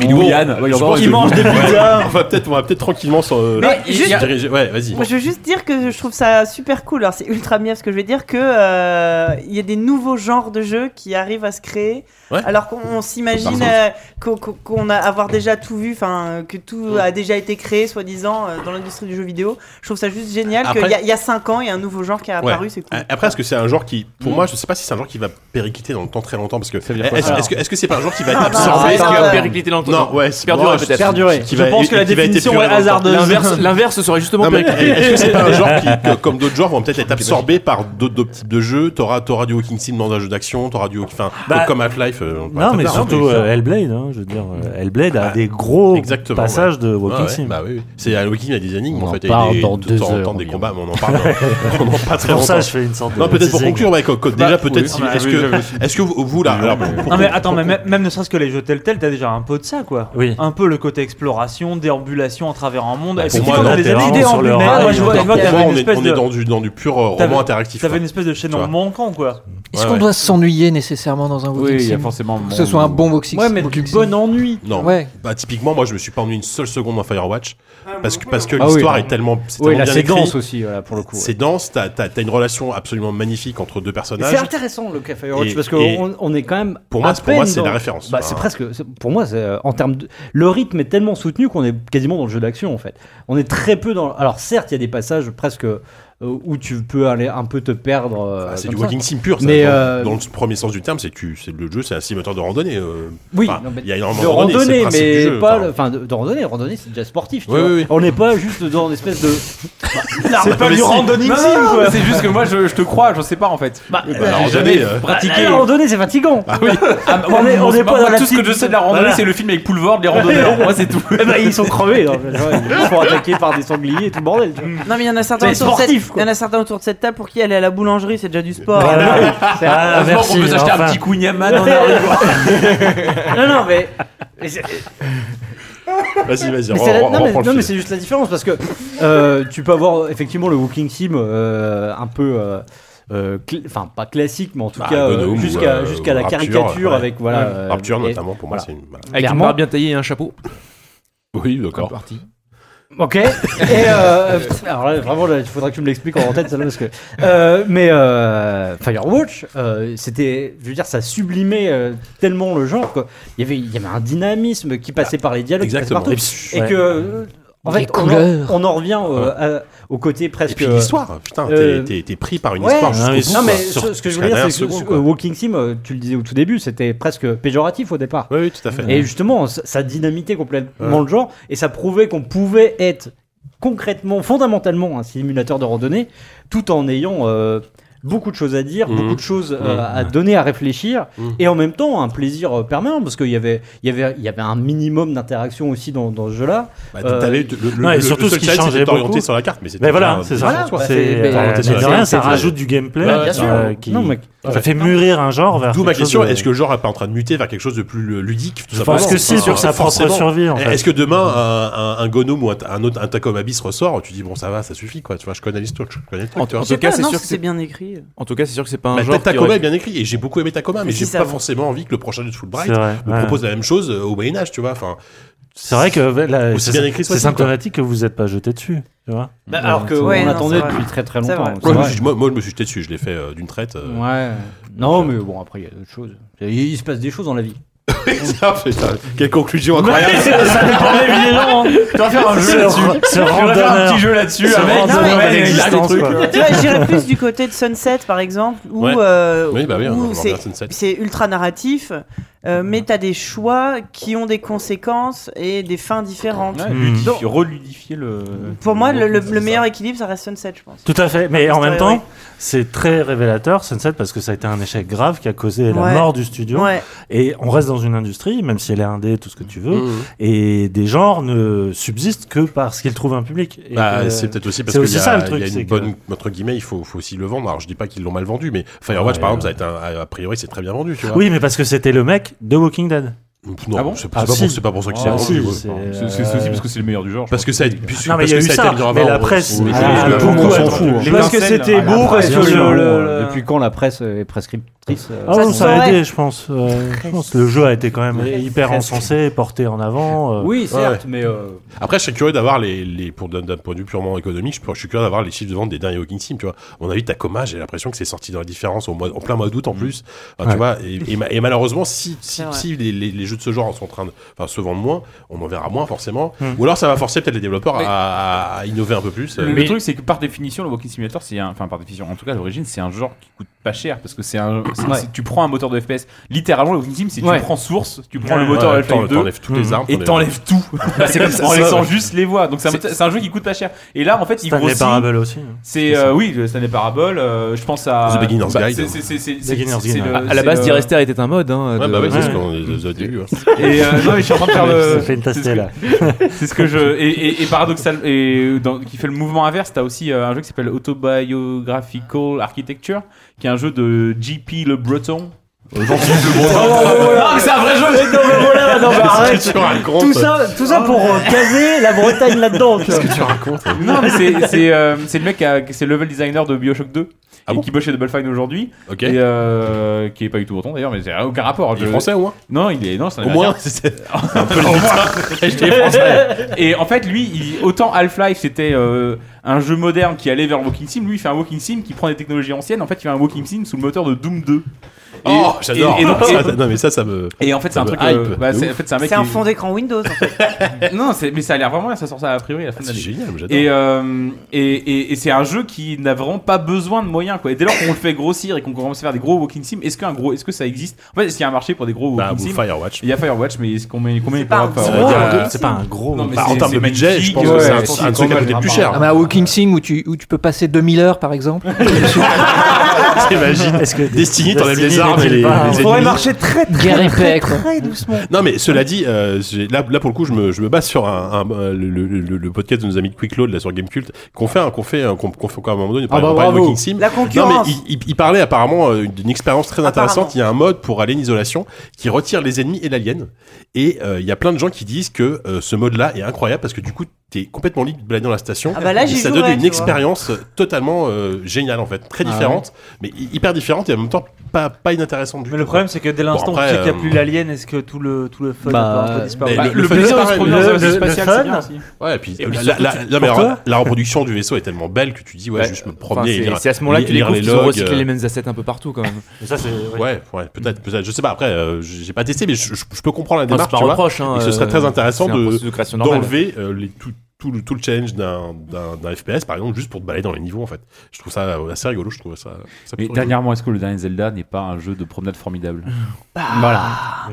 Speaker 1: Il nous
Speaker 3: Yann, ouais, il en parle.
Speaker 1: mange
Speaker 3: des pizzas.
Speaker 1: On va peut-être, on va peut-être tranquillement sur. euh,
Speaker 4: Mais
Speaker 1: se
Speaker 4: juste-
Speaker 1: diriger. Ouais, vas-y.
Speaker 4: Moi, je veux juste dire que je trouve ça super cool. Alors, c'est ultra bien ce que je vais dire que euh, il y a des nouveaux genres de jeux qui arrivent à se créer.
Speaker 1: Ouais.
Speaker 4: Alors qu'on on s'imagine
Speaker 1: Par
Speaker 4: euh, qu'on qu'on- qu'on a avoir déjà tout vu, enfin euh, que tout a déjà été créé soi-disant euh, dans l'industrie du jeu vidéo. Je trouve ça juste génial
Speaker 1: Après-
Speaker 4: qu'il y, a- il y a 5 ans, il y a un nouveau genre qui est
Speaker 1: Ouais.
Speaker 4: apparu. C'est cool.
Speaker 1: A- Après, est-ce que c'est un genre qui, pour
Speaker 4: Mm.
Speaker 1: moi, je sais pas si c'est un genre qui va péricliter dans le temps très longtemps, parce que est-ce
Speaker 3: veut dire quoi,
Speaker 1: est-ce
Speaker 3: ça
Speaker 1: que est-ce que c'est pas un genre qui va être
Speaker 3: Ah, bah,
Speaker 1: absorbé,
Speaker 3: est-ce qu'il va
Speaker 1: euh,
Speaker 3: péricliter dans le temps
Speaker 1: Non, ouais, c'est-
Speaker 3: Perdurer,
Speaker 1: moi, je-
Speaker 3: peut-être.
Speaker 1: qui- qui
Speaker 3: Je
Speaker 1: va-
Speaker 3: pense que la
Speaker 1: qui va être
Speaker 3: définition
Speaker 1: épuré
Speaker 3: est
Speaker 1: dans le temps.
Speaker 3: hasardeuse. L'inverse- l'inverse serait justement
Speaker 1: Non, mais
Speaker 3: péricliter.
Speaker 1: Est-ce que c'est pas un genre
Speaker 3: (laughs)
Speaker 1: qui, que, comme d'autres genres, vont peut-être être absorbés par d'autres d'autres types de jeux T'auras t'auras du Walking Sim dans un jeu d'action, t'auras du, enfin,
Speaker 9: Bah,
Speaker 1: comme Half-Life. euh, on parle
Speaker 9: Non, mais
Speaker 1: plus tard,
Speaker 9: surtout
Speaker 1: ça-
Speaker 9: euh, Hellblade, hein, je veux dire, euh, Hellblade a des gros
Speaker 1: Exactement,
Speaker 9: passages
Speaker 1: ouais.
Speaker 9: de Walking
Speaker 1: Ah ouais,
Speaker 9: Sim.
Speaker 1: Bah oui, oui. c'est à Walking il y a des énigmes
Speaker 9: On
Speaker 1: en
Speaker 9: en
Speaker 1: fait. et
Speaker 9: parle
Speaker 1: des-
Speaker 9: dans
Speaker 1: de
Speaker 9: deux
Speaker 1: temps en
Speaker 9: heures
Speaker 1: temps, des
Speaker 9: environ.
Speaker 1: combats, mais on en parle. dans- on en parle
Speaker 9: C'est
Speaker 1: très
Speaker 9: pour ça
Speaker 1: longtemps.
Speaker 9: je fais une sorte de
Speaker 1: Non, peut-être pour
Speaker 9: teasing.
Speaker 1: conclure, ouais, co- co- déjà
Speaker 9: Bah,
Speaker 1: peut-être.
Speaker 9: oui,
Speaker 1: si-
Speaker 9: oui,
Speaker 1: Est-ce
Speaker 9: oui, oui,
Speaker 1: que, est-ce que vous, vous, là, alors, pour- (laughs)
Speaker 6: Non mais attends, mais même, même ne serait-ce que les jeux tel tel, t'as déjà un peu de ça quoi.
Speaker 9: Oui.
Speaker 6: Un peu le côté exploration, déambulation à travers un monde.
Speaker 1: Bah,
Speaker 6: Et
Speaker 1: pour
Speaker 6: puis
Speaker 1: moi,
Speaker 6: quand
Speaker 1: non,
Speaker 6: t'as des
Speaker 1: t'es
Speaker 6: années
Speaker 1: vraiment sur le
Speaker 6: déambulation,
Speaker 1: rail, hein.
Speaker 6: moi je vois,
Speaker 1: pour
Speaker 6: je vois que
Speaker 1: moi,
Speaker 6: t'avais
Speaker 1: on
Speaker 6: une
Speaker 1: est-
Speaker 6: espèce
Speaker 1: on
Speaker 6: de-
Speaker 1: est dans du- dans (laughs) du pur, euh,
Speaker 6: t'avais-
Speaker 1: roman interactif,
Speaker 6: T'avais
Speaker 1: quoi.
Speaker 6: une espèce de
Speaker 1: Tu
Speaker 6: chaînon
Speaker 1: vois.
Speaker 6: manquant quoi.
Speaker 8: Est-ce qu'on doit s'ennuyer nécessairement dans un walking
Speaker 3: Oui, il y a
Speaker 8: sim
Speaker 3: forcément un
Speaker 8: Que
Speaker 3: moment
Speaker 8: ce soit un
Speaker 3: où-
Speaker 8: bon walking
Speaker 7: Ouais, mais du bon ennui.
Speaker 1: Non.
Speaker 8: Ouais.
Speaker 1: Bah, typiquement, moi, je me suis pas ennuyé une seule seconde dans Firewatch. Parce que, parce que
Speaker 7: Ah oui,
Speaker 1: l'histoire
Speaker 7: bah.
Speaker 1: est tellement. c'est
Speaker 7: Oui,
Speaker 1: tellement
Speaker 7: là,
Speaker 1: bien
Speaker 7: c'est
Speaker 1: écrit.
Speaker 7: dense aussi, voilà, pour le coup, ouais.
Speaker 1: C'est dense, t'as, t'as, t'as une relation absolument magnifique entre deux personnages.
Speaker 7: C'est intéressant le Café Watch
Speaker 1: Et-
Speaker 7: parce
Speaker 1: et
Speaker 7: qu'on on est quand même.
Speaker 1: Pour moi,
Speaker 7: à
Speaker 1: c'est- pour moi,
Speaker 7: peine
Speaker 1: c'est
Speaker 7: dans-
Speaker 1: la référence.
Speaker 7: Bah, c'est
Speaker 1: Enfin,
Speaker 7: presque. c'est- Pour moi, c'est, euh, euh, en termes de... Le rythme est tellement soutenu qu'on est quasiment dans le jeu d'action, en fait. On est très peu dans... Alors, certes, il y a des passages presque euh, où tu peux aller un peu te perdre. euh,
Speaker 1: Ah, c'est
Speaker 7: comme
Speaker 1: du
Speaker 7: ça.
Speaker 1: walking sim pur, ça,
Speaker 7: Mais,
Speaker 1: dans,
Speaker 7: euh,
Speaker 1: dans le premier sens du terme, c'est tu, c'est le jeu, c'est un simulateur de randonnée. euh,
Speaker 7: Oui,
Speaker 1: enfin,
Speaker 7: non, mais
Speaker 1: il y a énormément
Speaker 7: de
Speaker 1: de randonnée, c'est
Speaker 7: randonnée,
Speaker 1: le principe
Speaker 7: mais
Speaker 1: du jeu,
Speaker 7: pas
Speaker 1: enfin.
Speaker 7: le- enfin de, de randonnée. Randonnée, c'est déjà sportif. tu
Speaker 1: Oui,
Speaker 7: vois.
Speaker 1: oui, oui.
Speaker 7: On n'est pas juste dans une espèce de.
Speaker 1: (laughs)
Speaker 3: Non, mais si. Non, non, non, mais C'est juste que moi,
Speaker 7: je
Speaker 3: je, je te crois, je sais pas en fait.
Speaker 7: Bah,
Speaker 1: la
Speaker 3: j'ai
Speaker 1: randonnée,
Speaker 3: jamais
Speaker 1: euh.
Speaker 3: pratiqué.
Speaker 7: La randonnée, c'est fatigant.
Speaker 3: Ah, bah,
Speaker 7: on est, on est
Speaker 3: bah,
Speaker 7: pas dans
Speaker 3: moi,
Speaker 7: la
Speaker 3: tout ce que
Speaker 7: petite-
Speaker 3: je sais de la randonnée,
Speaker 7: Voilà.
Speaker 3: c'est le film avec Poulvord,
Speaker 7: (laughs)
Speaker 3: les randonneurs. moi, c'est tout.
Speaker 7: Eh ben, ils sont
Speaker 1: (laughs)
Speaker 7: crevés. non, mais, ouais, ils sont attaqués par des sangliers et tout le bordel. tu vois.
Speaker 4: Non mais il y en a certains
Speaker 7: Mais
Speaker 4: autour de cette-
Speaker 7: sportif,
Speaker 4: il y en a certains autour de cette table pour qui aller à la boulangerie c'est déjà du
Speaker 7: Bah
Speaker 4: sport.
Speaker 7: Voilà.
Speaker 3: (laughs)
Speaker 4: C'est-
Speaker 7: Ah,
Speaker 3: Heureusement qu'on peut
Speaker 7: merci,
Speaker 3: s'acheter un
Speaker 7: enfin.
Speaker 3: petit Kunyaman en arrivant.
Speaker 7: non, non, mais. mais c'est-
Speaker 1: Vas-y, vas-y,
Speaker 7: Mais
Speaker 1: re-
Speaker 7: c'est la-
Speaker 1: re-
Speaker 7: non, mais,
Speaker 1: reprends le
Speaker 7: non, mais
Speaker 1: fil.
Speaker 7: c'est juste la différence
Speaker 1: (laughs)
Speaker 7: parce que euh, tu peux avoir effectivement le Walking Sim euh, un peu. euh, euh, cl- Enfin, pas classique, mais en tout
Speaker 1: Bah,
Speaker 7: cas euh,
Speaker 1: Bonhomme ou,
Speaker 7: jusqu'à
Speaker 1: euh,
Speaker 7: jusqu'à
Speaker 1: ou
Speaker 7: la
Speaker 1: Rapture,
Speaker 7: caricature
Speaker 1: ouais.
Speaker 7: avec voilà.
Speaker 1: Ouais.
Speaker 7: euh,
Speaker 1: Rapture,
Speaker 7: et-
Speaker 1: notamment, pour moi,
Speaker 7: voilà.
Speaker 1: c'est une- voilà.
Speaker 5: Avec une
Speaker 7: Clairement.
Speaker 5: barbe bien taillée et un chapeau.
Speaker 1: Oui, d'accord.
Speaker 5: Parti.
Speaker 7: Ok. Et euh, pff, alors là, vraiment, là, il faudra que tu me l'expliques en tête, celle-là, parce que. euh, mais euh, Firewatch, euh, c'était, je veux dire, ça sublimait euh, tellement le genre. Quoi. Il y avait, il y avait un dynamisme qui passait par les dialogues, qui passait
Speaker 1: Exactement.
Speaker 7: partout.
Speaker 1: Et puis-
Speaker 7: et
Speaker 1: ouais.
Speaker 7: que. euh, En
Speaker 1: Les
Speaker 7: fait, on en-
Speaker 1: couleurs.
Speaker 7: on en, revient euh, à- au côté presque.
Speaker 1: Et puis l'histoire, putain, t'es-
Speaker 7: euh,
Speaker 1: t'es t'es pris par une
Speaker 7: Ouais,
Speaker 1: histoire
Speaker 7: non, mais,
Speaker 1: jusqu'au bout, quoi.
Speaker 7: ce, ce
Speaker 1: Jusqu'à
Speaker 7: que je veux
Speaker 1: la
Speaker 7: dire,
Speaker 1: dernière
Speaker 7: c'est que
Speaker 1: seconde,
Speaker 7: euh,
Speaker 1: quoi.
Speaker 7: Walking Sim, euh, tu le disais au tout début, c'était presque péjoratif au départ.
Speaker 1: Oui, tout à fait.
Speaker 7: Et justement, ça, ça dynamitait complètement
Speaker 1: Ouais.
Speaker 7: le genre et ça prouvait qu'on pouvait être concrètement, fondamentalement, un simulateur de randonnée tout en ayant. euh, Beaucoup de choses à dire, beaucoup de choses euh,
Speaker 5: Mmh.
Speaker 7: à donner, à réfléchir,
Speaker 1: Mmh.
Speaker 7: et en même temps un plaisir euh, permanent parce qu'il y avait, il y avait, il y avait un minimum d'interaction aussi dans, dans ce jeu-là. Euh,
Speaker 1: Bah, t'avais le- le-
Speaker 9: Euh, Non, et surtout, ce qui changeait
Speaker 1: c'était
Speaker 9: beaucoup.
Speaker 1: orienté sur la carte, mais c'était
Speaker 9: Mais voilà,
Speaker 1: pas-
Speaker 9: c'est
Speaker 1: voilà,
Speaker 9: ça.
Speaker 1: bah,
Speaker 9: C'est-
Speaker 1: c'est-
Speaker 9: euh,
Speaker 1: orienté sur
Speaker 9: mine de
Speaker 1: la
Speaker 9: rien,
Speaker 1: carte,
Speaker 9: ça
Speaker 1: c'est-
Speaker 9: rajoute du gameplay
Speaker 1: Ouais, bien
Speaker 9: euh,
Speaker 1: sûr.
Speaker 9: qui
Speaker 1: Non, mais-
Speaker 9: ça fait mûrir un genre vers.
Speaker 1: D'où ma
Speaker 9: quelque chose
Speaker 1: question,
Speaker 9: de-
Speaker 1: est-ce que le genre n'est pas en train de muter vers quelque chose de plus ludique tout
Speaker 9: Je pense
Speaker 1: simplement
Speaker 9: que si,
Speaker 1: Enfin,
Speaker 9: sur sa propre
Speaker 1: forcément.
Speaker 9: survie, en fait.
Speaker 1: Est-ce que demain, un, un- un Gnome ou un, un autre, un Tacom Abyss ressort, tu dis, bon, ça va, ça suffit, quoi, tu vois, je connais l'histoire, je connais le truc.
Speaker 5: En tout cas, c'est sûr que
Speaker 4: c'est bien écrit.
Speaker 5: En tout cas, c'est sûr que c'est pas un
Speaker 1: Bah,
Speaker 5: genre. qui
Speaker 1: Tacoma
Speaker 5: aurait-
Speaker 1: est bien écrit et j'ai beaucoup aimé Tacoma, mais
Speaker 5: Si,
Speaker 1: j'ai
Speaker 5: ça
Speaker 1: pas
Speaker 5: va.
Speaker 1: forcément envie que le prochain jeu de Fulbright
Speaker 9: C'est vrai,
Speaker 1: me
Speaker 9: ouais.
Speaker 1: propose la même chose euh, au Moyen-Âge, tu vois. Enfin,
Speaker 9: C'est vrai que la-
Speaker 1: Aussi bien
Speaker 9: c'est
Speaker 1: écrit soit-il,
Speaker 9: c'est
Speaker 1: quoi.
Speaker 9: symptomatique que vous n'êtes pas jeté dessus, tu vois.
Speaker 7: Bah, alors que
Speaker 9: c'est-
Speaker 7: on Ouais, non, attendait c'est vrai. depuis très, très C'est longtemps, hein. vrai.
Speaker 1: Moi,
Speaker 7: c'est
Speaker 1: je me
Speaker 7: vrai.
Speaker 1: suis- moi, moi, je me suis jeté dessus, je l'ai fait euh, d'une traite. euh.
Speaker 7: Ouais. Non, mais bon, après, il y a d'autres choses. Il, il se passe des choses dans
Speaker 1: (laughs)
Speaker 7: la vie.
Speaker 1: Ça, putain, Quelle
Speaker 7: (laughs)
Speaker 1: conclusion incroyable
Speaker 7: hein.
Speaker 3: Tu vas faire un
Speaker 4: (laughs)
Speaker 3: jeu là-dessus.
Speaker 9: Ce
Speaker 3: On va faire un
Speaker 9: randonneur.
Speaker 3: petit jeu là-dessus.
Speaker 9: Ce
Speaker 3: un mec,
Speaker 9: randonneur
Speaker 3: ouais,
Speaker 9: de
Speaker 3: il a des
Speaker 9: l'existence,
Speaker 3: trucs.
Speaker 9: quoi.
Speaker 4: Tu vois, j'irais plus du côté de Sunset par exemple, où,
Speaker 1: Ouais.
Speaker 4: euh,
Speaker 1: Oui, bah oui, on
Speaker 4: où
Speaker 1: va voir
Speaker 4: c'est
Speaker 1: Sunset.
Speaker 4: c'est ultra narratif, euh, mais t'as des choix qui ont des conséquences et des fins différentes.
Speaker 3: Ouais,
Speaker 9: Hmm.
Speaker 3: ludifier, reludifier le.
Speaker 4: Pour moi, le, le- le meilleur équilibre, ça reste Sunset, je pense.
Speaker 9: Tout à fait, mais en même
Speaker 4: Story,
Speaker 9: temps, c'est très révélateur Sunset parce que ça a été un échec grave qui a causé
Speaker 4: Ouais.
Speaker 9: la mort du studio.
Speaker 4: Ouais.
Speaker 9: Et on reste dans une industrie, même si elle est indé, tout ce que tu veux,
Speaker 1: Mhm.
Speaker 9: et des genres ne subsistent que parce qu'ils trouvent un public. Et
Speaker 1: Bah,
Speaker 9: que- euh,
Speaker 1: c'est peut-être aussi parce
Speaker 9: c'est
Speaker 1: qu'il
Speaker 9: aussi
Speaker 1: y,
Speaker 9: ça,
Speaker 1: a-
Speaker 9: le truc,
Speaker 1: il y a
Speaker 9: c'est
Speaker 1: une
Speaker 9: que-
Speaker 1: bonne entre guillemets, il faut, faut aussi le vendre. Alors je dis pas qu'ils l'ont mal vendu, mais Firewatch
Speaker 9: Ouais,
Speaker 1: par
Speaker 9: ouais.
Speaker 1: exemple, ça a, été un- a priori c'est très bien vendu, tu vois.
Speaker 9: Oui, mais parce que c'était le mec de Walking Dead.
Speaker 1: Non,
Speaker 9: Ah bon
Speaker 1: c'est
Speaker 9: Ah
Speaker 1: pas, c'est pas
Speaker 9: si.
Speaker 1: pour- c'est pas pour ça que c'est
Speaker 9: Ah
Speaker 1: vendu.
Speaker 9: si,
Speaker 1: ouais.
Speaker 9: c'est,
Speaker 1: Enfin,
Speaker 9: euh,
Speaker 1: c'est- c'est aussi parce
Speaker 3: que c'est le meilleur du genre.
Speaker 1: Parce que ça a été plus
Speaker 9: Non, mais il y a eu ça, mais la presse, elle a
Speaker 7: Ah, beaucoup,
Speaker 9: on s'en
Speaker 7: ouais.
Speaker 9: fout, hein.
Speaker 7: Parce que
Speaker 9: L'étincelle,
Speaker 7: c'était
Speaker 9: là.
Speaker 7: beau,
Speaker 9: Ah,
Speaker 7: parce
Speaker 9: bien
Speaker 7: que
Speaker 9: sûr.
Speaker 7: le- le-
Speaker 9: Ouais.
Speaker 7: depuis quand la presse est prescriptrice euh,
Speaker 9: Ah
Speaker 7: ça
Speaker 9: non,
Speaker 7: se
Speaker 9: ça a
Speaker 7: saurait.
Speaker 9: aidé, je pense. euh, je pense. Le jeu a été quand même hyper encensé, porté en avant. euh.
Speaker 1: (laughs) Ouais.
Speaker 3: euh,
Speaker 1: Après, je serais curieux d'avoir les, les pour d'un d'un point de vue purement économique, je, je suis curieux d'avoir les chiffres de vente des derniers Walking Sim. Tu vois, on a vu Tacoma, j'ai l'impression que c'est sorti dans la différence au mois, en plein mois d'août en plus. Enfin,
Speaker 9: Ouais.
Speaker 1: Tu vois, et, et ma- et malheureusement, si, si,
Speaker 4: C'est vrai.
Speaker 1: si les, les- les jeux de ce genre sont en train de, enfin, se vendent moins, on en verra moins forcément.
Speaker 9: Mm.
Speaker 1: Ou alors, ça va forcer peut-être les développeurs à, à- à innover un peu plus.
Speaker 3: Le,
Speaker 1: euh,
Speaker 3: le truc, c'est que par définition, le Walking Simulator, c'est un, enfin par définition, en tout cas à l'origine, c'est un genre qui coûte pas cher parce que c'est un, c'est-
Speaker 1: Ouais.
Speaker 3: c'est- tu prends un moteur de FPS, littéralement le Walking Sim, c'est
Speaker 1: Ouais.
Speaker 3: tu prends source, tu prends
Speaker 1: Ouais.
Speaker 3: le moteur
Speaker 1: Ouais,
Speaker 3: de Half-Life
Speaker 1: t'en-
Speaker 3: 2,
Speaker 1: t'enlèves toutes les armes,
Speaker 3: et
Speaker 1: t'enlèves-
Speaker 3: t'enlèves
Speaker 1: (laughs)
Speaker 3: tout. Bah, c'est comme ça, en
Speaker 1: C'est ça,
Speaker 3: laissant
Speaker 1: ouais.
Speaker 3: juste les voix. Donc c'est un, moteur- c'est un jeu qui coûte pas cher. Et là, en fait, il
Speaker 9: Stanley
Speaker 3: grossit.
Speaker 9: Parable aussi. hein.
Speaker 3: C'est euh, oui, le Stanley Parable. euh, je pense à
Speaker 1: The Beginner's
Speaker 3: bah,
Speaker 1: Guide.
Speaker 3: c'est- c'est- c'est- c'est- c'est-
Speaker 9: Beginner's
Speaker 3: c'est
Speaker 9: Guide.
Speaker 3: le-
Speaker 5: À- à la
Speaker 3: c'est
Speaker 5: base,
Speaker 3: le-
Speaker 5: Direster était un mode. Hein,
Speaker 1: hein. euh, Ouais,
Speaker 5: de-
Speaker 1: bah ouais, c'est ce
Speaker 5: Ouais.
Speaker 1: qu'on a début.
Speaker 3: Et euh, non, mais je suis en train de faire le.
Speaker 9: fait une
Speaker 3: (laughs) c'est ce
Speaker 9: tastée,
Speaker 3: que-
Speaker 5: (laughs)
Speaker 9: là.
Speaker 3: (laughs) C'est ce que je. Et, et, et paradoxal. Et dans- qui fait le mouvement inverse, t'as aussi euh, un jeu qui s'appelle Autobiographical Architecture, qui est un jeu de JP Le Breton. Euh, Jean-Philippe Le Breton.
Speaker 7: Ah,
Speaker 3: Non, mais c'est un vrai jeu!
Speaker 7: Non, mais voilà,
Speaker 3: (laughs)
Speaker 7: non, mais
Speaker 3: Qu'est-ce que
Speaker 7: arrête.
Speaker 3: tu racontes
Speaker 7: Tout ça, tout ça pour euh, caser la Bretagne là-dedans. Qu'est-ce
Speaker 1: que tu racontes
Speaker 3: Non, mais c'est- c'est euh, c'est le mec qui, a- qui- c'est le level designer de Bioshock 2 et
Speaker 1: Ah bon
Speaker 3: qui bosse chez Double Fine aujourd'hui.
Speaker 1: Ok.
Speaker 3: Et euh, qui est pas du tout breton d'ailleurs, mais c'est aucun rapport.
Speaker 1: Il est français, au moins
Speaker 3: Non, il est. Non, c'est un
Speaker 1: Au moins,
Speaker 3: américain.
Speaker 1: c'est
Speaker 3: (laughs)
Speaker 1: (laughs)
Speaker 3: Au moins. Et en fait, lui, il- autant Half-Life, c'était euh, un jeu moderne qui allait vers le Walking Sim, lui il fait un Walking Sim qui prend des technologies anciennes, en fait il fait un Walking Sim sous le moteur de Doom 2. Et-
Speaker 1: Oh, j'adore.
Speaker 3: et- et
Speaker 1: (laughs)
Speaker 3: donc-
Speaker 1: Ça, ça- non, mais ça, ça me-
Speaker 3: Et en fait,
Speaker 1: ça
Speaker 3: c'est un
Speaker 1: me
Speaker 3: truc.
Speaker 1: hype
Speaker 3: euh, bah,
Speaker 1: de
Speaker 3: c'est-
Speaker 1: ouf.
Speaker 3: en fait, c'est un mec.
Speaker 4: C'est un
Speaker 3: qui-
Speaker 4: fond d'écran Windows. En fait.
Speaker 3: non, c'est- mais ça a l'air vraiment là, ça sort ça a priori à la fin de
Speaker 1: c'est
Speaker 3: l'année.
Speaker 1: génial, j'adore.
Speaker 3: Et, euh, et, et- et c'est un jeu qui n'a vraiment pas besoin de moyens. Quoi. Et dès lors qu'on le fait grossir et qu'on commence à faire des gros walking sims, est-ce qu'un gros, est-ce que ça existe En fait, est-ce qu'il y a un marché pour des gros walking
Speaker 1: vous,
Speaker 3: sims
Speaker 1: Bah, Firewatch.
Speaker 3: Il y a Firewatch, mais est-ce qu'on met combien il
Speaker 1: pas
Speaker 3: pourra
Speaker 1: un
Speaker 3: faire-
Speaker 1: gros
Speaker 3: on va dire,
Speaker 1: walking
Speaker 3: euh,
Speaker 1: sim.
Speaker 3: Non, mais
Speaker 1: Bah, en
Speaker 3: c'est-
Speaker 1: termes de
Speaker 3: c'est
Speaker 1: budget, je pense
Speaker 3: magnifique,
Speaker 1: que c'est un-
Speaker 3: ouais,
Speaker 1: c'est un truc à coûter plus
Speaker 8: Ah,
Speaker 1: cher.
Speaker 8: mais à Walking Sim où tu, où tu peux passer 2000 heures par exemple.
Speaker 1: T'imagines
Speaker 9: Est-ce que
Speaker 1: Destiny, t'enlèves les
Speaker 9: Destiny
Speaker 1: armes et
Speaker 9: n'est-il
Speaker 1: les.
Speaker 9: pas-
Speaker 1: les
Speaker 9: Faudrait
Speaker 1: ennemis.
Speaker 9: marcher
Speaker 8: très
Speaker 1: Guerre et paix,
Speaker 8: quoi.
Speaker 1: très
Speaker 8: doucement.
Speaker 1: Non mais cela dit, euh, j'ai- là, là pour le coup, je me, je me base sur un, un- euh, le, le- le- le podcast de nos amis de Quickload là sur Gamecult qu'on fait, un- qu'on fait, un- qu'on qu'on fait quoi à un moment donné,
Speaker 8: Ah bah,
Speaker 1: on parle de
Speaker 8: bravo.
Speaker 1: Walking Sim.
Speaker 8: La
Speaker 1: Non
Speaker 8: concurrence.
Speaker 1: mais il, il- il parlait apparemment euh, d'une expérience très
Speaker 8: Apparemment.
Speaker 1: intéressante. Il y a un mode pour aller en isolation qui retire les ennemis et l'alien. Et euh, il y a plein de gens qui disent que euh, ce mode-là est incroyable parce que du coup, t'es complètement libre de blader dans la station.
Speaker 4: Ah bah là,
Speaker 1: et
Speaker 4: j'y
Speaker 1: ça
Speaker 4: jouerais,
Speaker 1: donne une
Speaker 4: tu vois.
Speaker 1: expérience totalement euh, géniale en fait, très
Speaker 6: Ah
Speaker 1: différente, mais hi- hyper différente et en même temps pas, pas inintéressante du
Speaker 6: Mais le problème, c'est que dès l'instant où tu sais qu'il n'y a plus l'alien, est-ce que tout le, tout le fun
Speaker 1: Bah,
Speaker 6: a pas un peu disparu
Speaker 1: euh, mais Bah, le- le le plaisir fun, de se promener dans un vaisseau spatial, c'est bien
Speaker 3: aussi.
Speaker 1: Ouais, et puis,
Speaker 3: Et
Speaker 1: euh,
Speaker 3: puis
Speaker 1: la-
Speaker 3: surtout,
Speaker 1: la,
Speaker 3: tu-
Speaker 1: non, mais
Speaker 3: pour
Speaker 1: alors,
Speaker 3: toi
Speaker 1: la, la reproduction du vaisseau est tellement belle que tu dis, ouais,
Speaker 5: Ouais,
Speaker 1: juste me
Speaker 5: enfin,
Speaker 1: promener. et
Speaker 5: c'est-
Speaker 1: lire-
Speaker 5: c'est à ce moment-là que tu
Speaker 1: lire
Speaker 5: découvres
Speaker 1: les
Speaker 5: qu'ils ont
Speaker 1: logs,
Speaker 5: recyclé
Speaker 1: euh,
Speaker 5: les mêmes assets un peu partout, quand même.
Speaker 9: Mais ça, c'est- ouais.
Speaker 1: Ouais, ouais, peut-être, peut-être. Je sais pas. Après, euh, j'ai pas testé, mais je, je- je peux comprendre la
Speaker 5: Enfin,
Speaker 1: démarche.
Speaker 5: c'est pas
Speaker 1: tu vois,
Speaker 5: reproche, hein,
Speaker 1: et ce serait
Speaker 5: euh,
Speaker 1: très intéressant
Speaker 5: c'est un
Speaker 1: de
Speaker 5: processus de création normale.
Speaker 1: d'enlever euh, les- tout, tout le, tout le challenge d'un d'un- d'un FPS, par exemple, juste pour te balader dans les niveaux, en fait. Je trouve ça euh, assez rigolo. Je trouve ça. ça
Speaker 3: Mais
Speaker 1: plutôt
Speaker 3: dernièrement, est-ce que le dernier Zelda n'est pas un jeu de promenade formidable
Speaker 1: Voilà.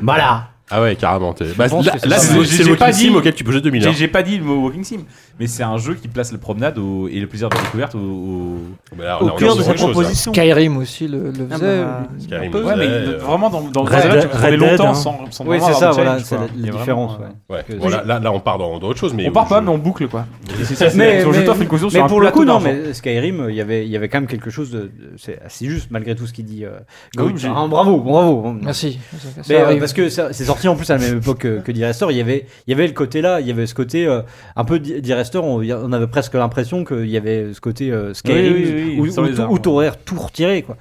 Speaker 1: Voilà. Ah ouais, carrément. t'es- Bah,
Speaker 3: Je pense
Speaker 1: là,
Speaker 3: que
Speaker 1: là,
Speaker 3: ça.
Speaker 1: c'est
Speaker 3: J'ai-
Speaker 1: c'est
Speaker 3: j'ai
Speaker 1: le
Speaker 3: pas
Speaker 1: Walking Sim
Speaker 3: dit-
Speaker 1: auquel tu peux jouer 2000
Speaker 3: j'ai-
Speaker 1: heures.
Speaker 3: J'ai pas dit le mot Walking Sim, mais c'est un jeu qui place la promenade au- et le plaisir de la découverte au, au-
Speaker 1: là, on a- on a dit autre chose, là.
Speaker 8: Skyrim aussi le, le
Speaker 3: Ah
Speaker 8: faisait.
Speaker 3: bah,
Speaker 8: lui,
Speaker 1: Skyrim
Speaker 8: un peu.
Speaker 3: Ouais, mais
Speaker 1: euh,
Speaker 3: vraiment dans, dans
Speaker 1: Red
Speaker 3: Zelda, tu
Speaker 1: Dead-
Speaker 3: pouvais
Speaker 1: Red
Speaker 3: longtemps
Speaker 1: Dead, hein.
Speaker 3: sans, sans
Speaker 1: Oui,
Speaker 3: vraiment
Speaker 1: c'est
Speaker 3: avoir
Speaker 1: ça,
Speaker 3: de
Speaker 1: voilà,
Speaker 3: challenge,
Speaker 1: c'est
Speaker 3: quoi.
Speaker 1: la-
Speaker 3: Il y a
Speaker 1: la
Speaker 3: vraiment,
Speaker 1: différence,
Speaker 3: euh,
Speaker 1: ouais.
Speaker 3: ouais.
Speaker 1: Bon, là- là- là, on part dans- dans autre chose, mais
Speaker 3: on part
Speaker 1: je-
Speaker 3: pas, mais on boucle quoi. Et c'est- c'est-
Speaker 7: mais,
Speaker 3: c'est- je
Speaker 7: mais-
Speaker 3: t'offre une conclusion sur
Speaker 7: mais
Speaker 3: un
Speaker 7: pour le
Speaker 3: plateau
Speaker 7: coup, non,
Speaker 3: d'argent.
Speaker 7: mais Skyrim, euh, il y avait- il y avait quand même quelque chose de. de- C'est assez juste, malgré tout ce qu'il dit. euh,
Speaker 8: Oui,
Speaker 7: Gauthier.
Speaker 8: j'ai-
Speaker 7: Ah, bravo, bravo.
Speaker 8: Merci. Ça
Speaker 7: Mais, euh,
Speaker 8: arrive.
Speaker 7: parce que ça- c'est sorti en plus à la même époque que, que Direster. Il y avait, il y avait le côté là, il y avait ce côté euh, un peu Di- Direster. On, y a- on avait presque l'impression qu'il y avait ce côté euh, Skyrim
Speaker 3: Oui, oui, oui,
Speaker 7: où-
Speaker 3: sans
Speaker 7: où,
Speaker 3: les Mm.
Speaker 7: tout-
Speaker 3: armes,
Speaker 7: où t'aurais tout retiré, quoi.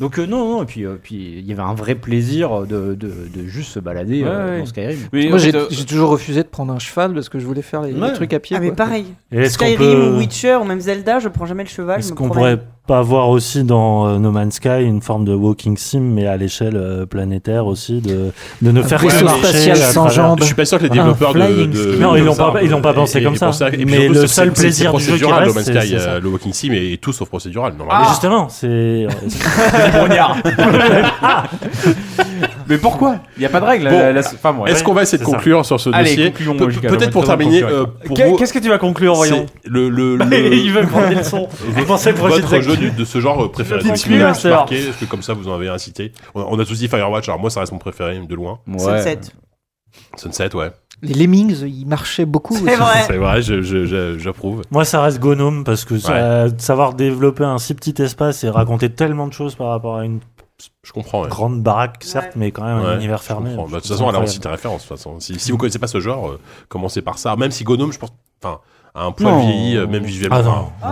Speaker 7: Donc euh, non, non, et puis euh, puis il y avait un vrai plaisir de, de, de juste se balader
Speaker 3: Ouais,
Speaker 7: euh,
Speaker 3: ouais.
Speaker 7: dans Skyrim.
Speaker 8: Moi j'ai
Speaker 3: euh,
Speaker 8: j'ai toujours refusé de prendre un cheval parce que je voulais faire les, les
Speaker 4: Ouais.
Speaker 8: trucs à pied.
Speaker 4: Ah, mais
Speaker 8: quoi.
Speaker 4: pareil.
Speaker 9: Et est-ce qu'on
Speaker 4: Skyrim
Speaker 9: peut-
Speaker 4: ou Witcher ou même Zelda, je prends jamais le cheval. je
Speaker 9: Est-ce
Speaker 4: me
Speaker 9: qu'on
Speaker 4: promène.
Speaker 9: pourrait pas voir aussi dans euh, No Man's Sky une forme de walking sim, mais à l'échelle euh, planétaire aussi, de, de ne
Speaker 1: Un
Speaker 9: faire que
Speaker 1: vaisseau
Speaker 9: marcher
Speaker 1: spatial
Speaker 9: à
Speaker 1: sans
Speaker 9: travers-
Speaker 1: jambes. Je suis pas sûr que les développeurs de-
Speaker 9: Un flying
Speaker 1: de-
Speaker 9: sim. Non, ils l'ont pas, ils l'ont pas
Speaker 1: Et-
Speaker 9: pensé
Speaker 1: euh, et-
Speaker 9: comme
Speaker 1: et
Speaker 9: ça.
Speaker 1: pour et puis
Speaker 9: Mais
Speaker 1: surtout,
Speaker 9: le
Speaker 1: c'est-
Speaker 9: seul
Speaker 1: c'est-
Speaker 9: plaisir
Speaker 1: c'est
Speaker 9: du jeu qui
Speaker 1: procédural,
Speaker 9: reste,
Speaker 1: No Man's
Speaker 9: c'est-
Speaker 1: Sky,
Speaker 9: c'est ça.
Speaker 1: euh, le Walking Sim et tout sauf procédural.
Speaker 9: Mais
Speaker 1: Normalement.
Speaker 9: justement, c'est.
Speaker 1: (laughs)
Speaker 3: Mais pourquoi Il n'y a pas de règle.
Speaker 1: Bon,
Speaker 3: la- la- enfin, bon,
Speaker 1: Est-ce
Speaker 3: ouais.
Speaker 1: qu'on va essayer de
Speaker 3: C'est ça.
Speaker 1: conclure sur ce
Speaker 3: Allez,
Speaker 1: dossier
Speaker 3: concluons,
Speaker 1: Pe-
Speaker 3: Jika,
Speaker 1: Peut-être pour
Speaker 3: nous allons
Speaker 1: terminer,
Speaker 3: conclure.
Speaker 1: euh, pour
Speaker 6: Qu'est-
Speaker 1: vous,
Speaker 6: qu'est-ce que tu vas conclure, voyons
Speaker 1: c'est le,
Speaker 9: (laughs)
Speaker 1: le, le-
Speaker 6: (laughs) Il veut prendre
Speaker 1: (laughs)
Speaker 6: des leçons.
Speaker 1: Votre-
Speaker 6: Pensez pour
Speaker 1: votre
Speaker 6: Jetpack.
Speaker 1: jeu du- de ce genre euh, préféré.
Speaker 6: Petite
Speaker 1: Donc, qui vous a le plus
Speaker 6: cuirasseur.
Speaker 1: marqué Est-ce que comme ça vous en avez incité on, on a tous dit Firewatch. Alors moi, ça reste mon préféré de loin.
Speaker 4: Sunset.
Speaker 1: Sunset, ouais.
Speaker 8: Les Lemmings ils marchaient beaucoup. aussi.
Speaker 1: C'est vrai, je- je- je- j'approuve.
Speaker 9: Moi, ça reste Gnome parce que ça- savoir développer un si petit espace et raconter tellement de choses par rapport à une
Speaker 1: je comprends,
Speaker 9: grande baraque, certes, mais quand même
Speaker 1: Ouais,
Speaker 9: un univers
Speaker 1: je
Speaker 9: fermé.
Speaker 1: comprends. Bah,
Speaker 9: Je
Speaker 1: de toute
Speaker 9: trouve
Speaker 1: façon,
Speaker 9: ça
Speaker 1: elle a
Speaker 9: incroyable.
Speaker 1: aussi des références. de toute façon. Si, si vous connaissez pas ce genre, euh, commencez par ça. Même si Gnome, je pense, enfin, à un point
Speaker 9: Non.
Speaker 1: vieilli, euh, même visuellement.
Speaker 9: Ah non.
Speaker 1: enfin,
Speaker 4: Ah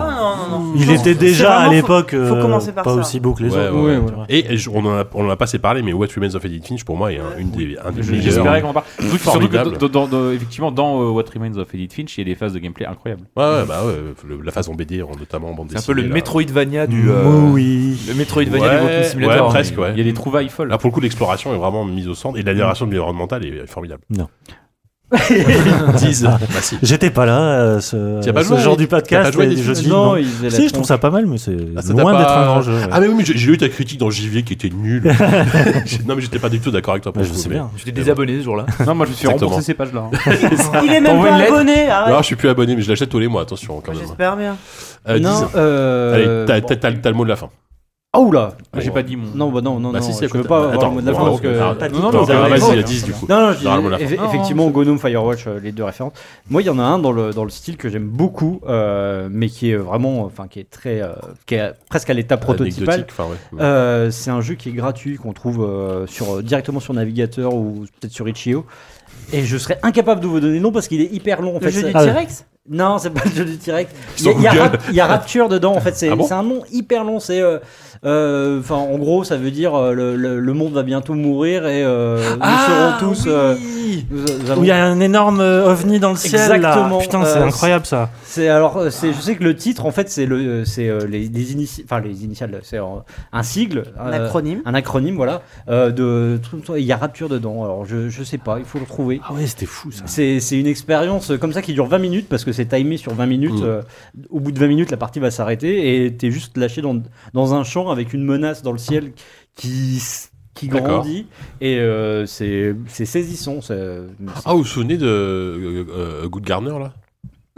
Speaker 4: non, non, non.
Speaker 9: Il
Speaker 4: Non,
Speaker 9: était
Speaker 4: c'est
Speaker 9: déjà à
Speaker 4: vraiment-
Speaker 9: l'époque,
Speaker 4: faut- faut
Speaker 9: euh,
Speaker 4: commencer par
Speaker 9: pas
Speaker 4: ça.
Speaker 9: aussi beau que les
Speaker 1: Ouais,
Speaker 9: autres.
Speaker 1: ouais, ouais.
Speaker 9: Ouais, voilà.
Speaker 1: Et je- on en a, on en a pas assez parlé, mais What Remains of Edith Finch pour moi est un, une des, un des
Speaker 3: Je-
Speaker 1: meilleurs.
Speaker 3: J'espérais qu'on en parle. Surtout que- Surtout que
Speaker 1: Formidable.
Speaker 3: dans- dans- dans- effectivement, dans euh, What Remains of Edith Finch, il y a des phases de gameplay incroyables.
Speaker 1: Ouais, ouais, bah ouais, le- la phase en BD, en- notamment en bande
Speaker 3: C'est un
Speaker 1: dessinée.
Speaker 3: peu le
Speaker 1: là.
Speaker 3: Metroidvania
Speaker 5: du, euh, Oui. le Metroidvania du Walking Simulator.
Speaker 1: Ouais, presque, ouais.
Speaker 3: Il y a des trouvailles folles.
Speaker 1: Là, pour le coup, l'exploration est vraiment mise au centre et la narration de l'environnemental est formidable. (laughs)
Speaker 9: Non. (laughs)
Speaker 1: Disent. Bah, si.
Speaker 9: Ah. J'étais pas là, euh, ce,
Speaker 1: Tu as pas
Speaker 9: ce
Speaker 1: joué,
Speaker 9: genre
Speaker 1: Eric
Speaker 9: du
Speaker 1: T'as
Speaker 9: podcast.
Speaker 1: pas joué,
Speaker 9: et
Speaker 1: Eric
Speaker 9: je dis
Speaker 1: Non,
Speaker 9: non.
Speaker 1: il faisait la
Speaker 9: Si, je trouve
Speaker 1: tronche.
Speaker 9: ça pas mal, mais c'est
Speaker 1: Bah, Ah, ça t'a
Speaker 9: loin
Speaker 1: pas-
Speaker 9: d'être un grand jeu. ouais.
Speaker 1: Ah, mais oui, mais j'ai j'ai lu ta critique dans JV qui était
Speaker 9: (laughs)
Speaker 1: nulle. J'ai- non, mais j'étais pas du tout d'accord avec toi. Pour
Speaker 9: Bah,
Speaker 1: le
Speaker 9: je
Speaker 1: coup,
Speaker 9: sais
Speaker 1: mais-
Speaker 9: bien.
Speaker 5: J'étais
Speaker 1: mais bon.
Speaker 5: désabonné ce jour-là.
Speaker 3: Non, moi, je me suis
Speaker 1: Exactement.
Speaker 3: remboursé ces pages-là,
Speaker 1: (laughs)
Speaker 3: hein.
Speaker 4: Il est même
Speaker 3: T'envoies
Speaker 4: pas
Speaker 3: une lettre
Speaker 4: abonné. arrête.
Speaker 1: Non, je suis plus abonné, mais je l'achète tous les mois, attention
Speaker 3: Ah,
Speaker 1: quand même.
Speaker 4: J'espère bien.
Speaker 1: Euh,
Speaker 7: Non,
Speaker 1: dis-
Speaker 7: euh,
Speaker 1: Allez, t'as-
Speaker 7: bon.
Speaker 1: t'as- t'as le- t'as le mot de la fin.
Speaker 7: Ah oula
Speaker 3: J'ai pas dit mon.
Speaker 7: Non, bah non, non,
Speaker 1: Bah
Speaker 7: non,
Speaker 1: si, si,
Speaker 7: je
Speaker 1: écoute,
Speaker 7: veux pas
Speaker 1: euh,
Speaker 7: avoir
Speaker 1: attends,
Speaker 7: le mot de la
Speaker 1: bon,
Speaker 7: fin
Speaker 1: bon,
Speaker 7: parce que...
Speaker 1: alors,
Speaker 7: T'as
Speaker 1: non,
Speaker 7: dit
Speaker 1: non,
Speaker 7: tout,
Speaker 1: mais
Speaker 7: t'as
Speaker 1: vas-y,
Speaker 7: raison.
Speaker 1: il y a 10, du coup.
Speaker 7: Non, non,
Speaker 1: Dans le mot de la
Speaker 7: j'ai-
Speaker 1: fin.
Speaker 7: eff-
Speaker 1: Non,
Speaker 7: effectivement, Gnome, Firewatch, euh, les deux références. Moi, il y en a un dans le, dans le style que j'aime beaucoup, euh, mais qui est vraiment, enfin, qui est très, euh, qui est presque à l'état prototypal.
Speaker 1: Anecdotique, enfin, ouais.
Speaker 7: Euh, c'est un jeu qui est gratuit, qu'on trouve euh, sur, directement sur navigateur ou peut-être sur itch.io. Et je serais incapable de vous donner le nom parce qu'il est hyper long. En
Speaker 4: Le
Speaker 7: fait,
Speaker 4: jeu
Speaker 7: ça-
Speaker 4: du T-Rex
Speaker 7: Non, c'est pas le jeu du T-Rex. Il
Speaker 1: Sur
Speaker 7: y a- il y, a
Speaker 1: Google.
Speaker 7: Rap- il y a Rapture dedans, en fait. C'est
Speaker 1: Ah bon
Speaker 7: c'est un nom hyper long. C'est. euh, euh, Enfin, en gros, ça veut dire euh, le, le- le monde va bientôt mourir et euh, nous
Speaker 9: Ah,
Speaker 7: serons tous. euh, nous- nous
Speaker 9: Où
Speaker 7: allons-
Speaker 9: Ah, il y a un énorme euh, ovni dans le ciel. là.
Speaker 7: Exactement.
Speaker 9: Putain, c'est
Speaker 7: Euh,
Speaker 9: incroyable ça.
Speaker 7: C'est alors, euh, c'est, je sais que le titre, en fait, c'est le, euh, c'est euh, les, les initi- enfin les initiales, c'est euh, un sigle,
Speaker 4: Un
Speaker 7: euh,
Speaker 4: acronyme.
Speaker 7: un acronyme, voilà. euh, de, il y a rapture dedans. Alors, je, je sais pas, il faut le trouver.
Speaker 9: Ah ouais, c'était fou ça.
Speaker 7: C'est, c'est une expérience euh, comme ça qui dure 20 minutes parce que c'est timé sur 20 minutes.
Speaker 1: Mm.
Speaker 9: Mmh.
Speaker 7: euh, au bout de 20 minutes, la partie va s'arrêter et t'es juste lâché dans dans un champ avec une menace dans le ciel qui s- qui
Speaker 1: D'accord.
Speaker 7: grandit et euh, c'est, c'est saisissant. c'est-
Speaker 1: Ah, vous vous souvenez de euh, euh, Good Garner là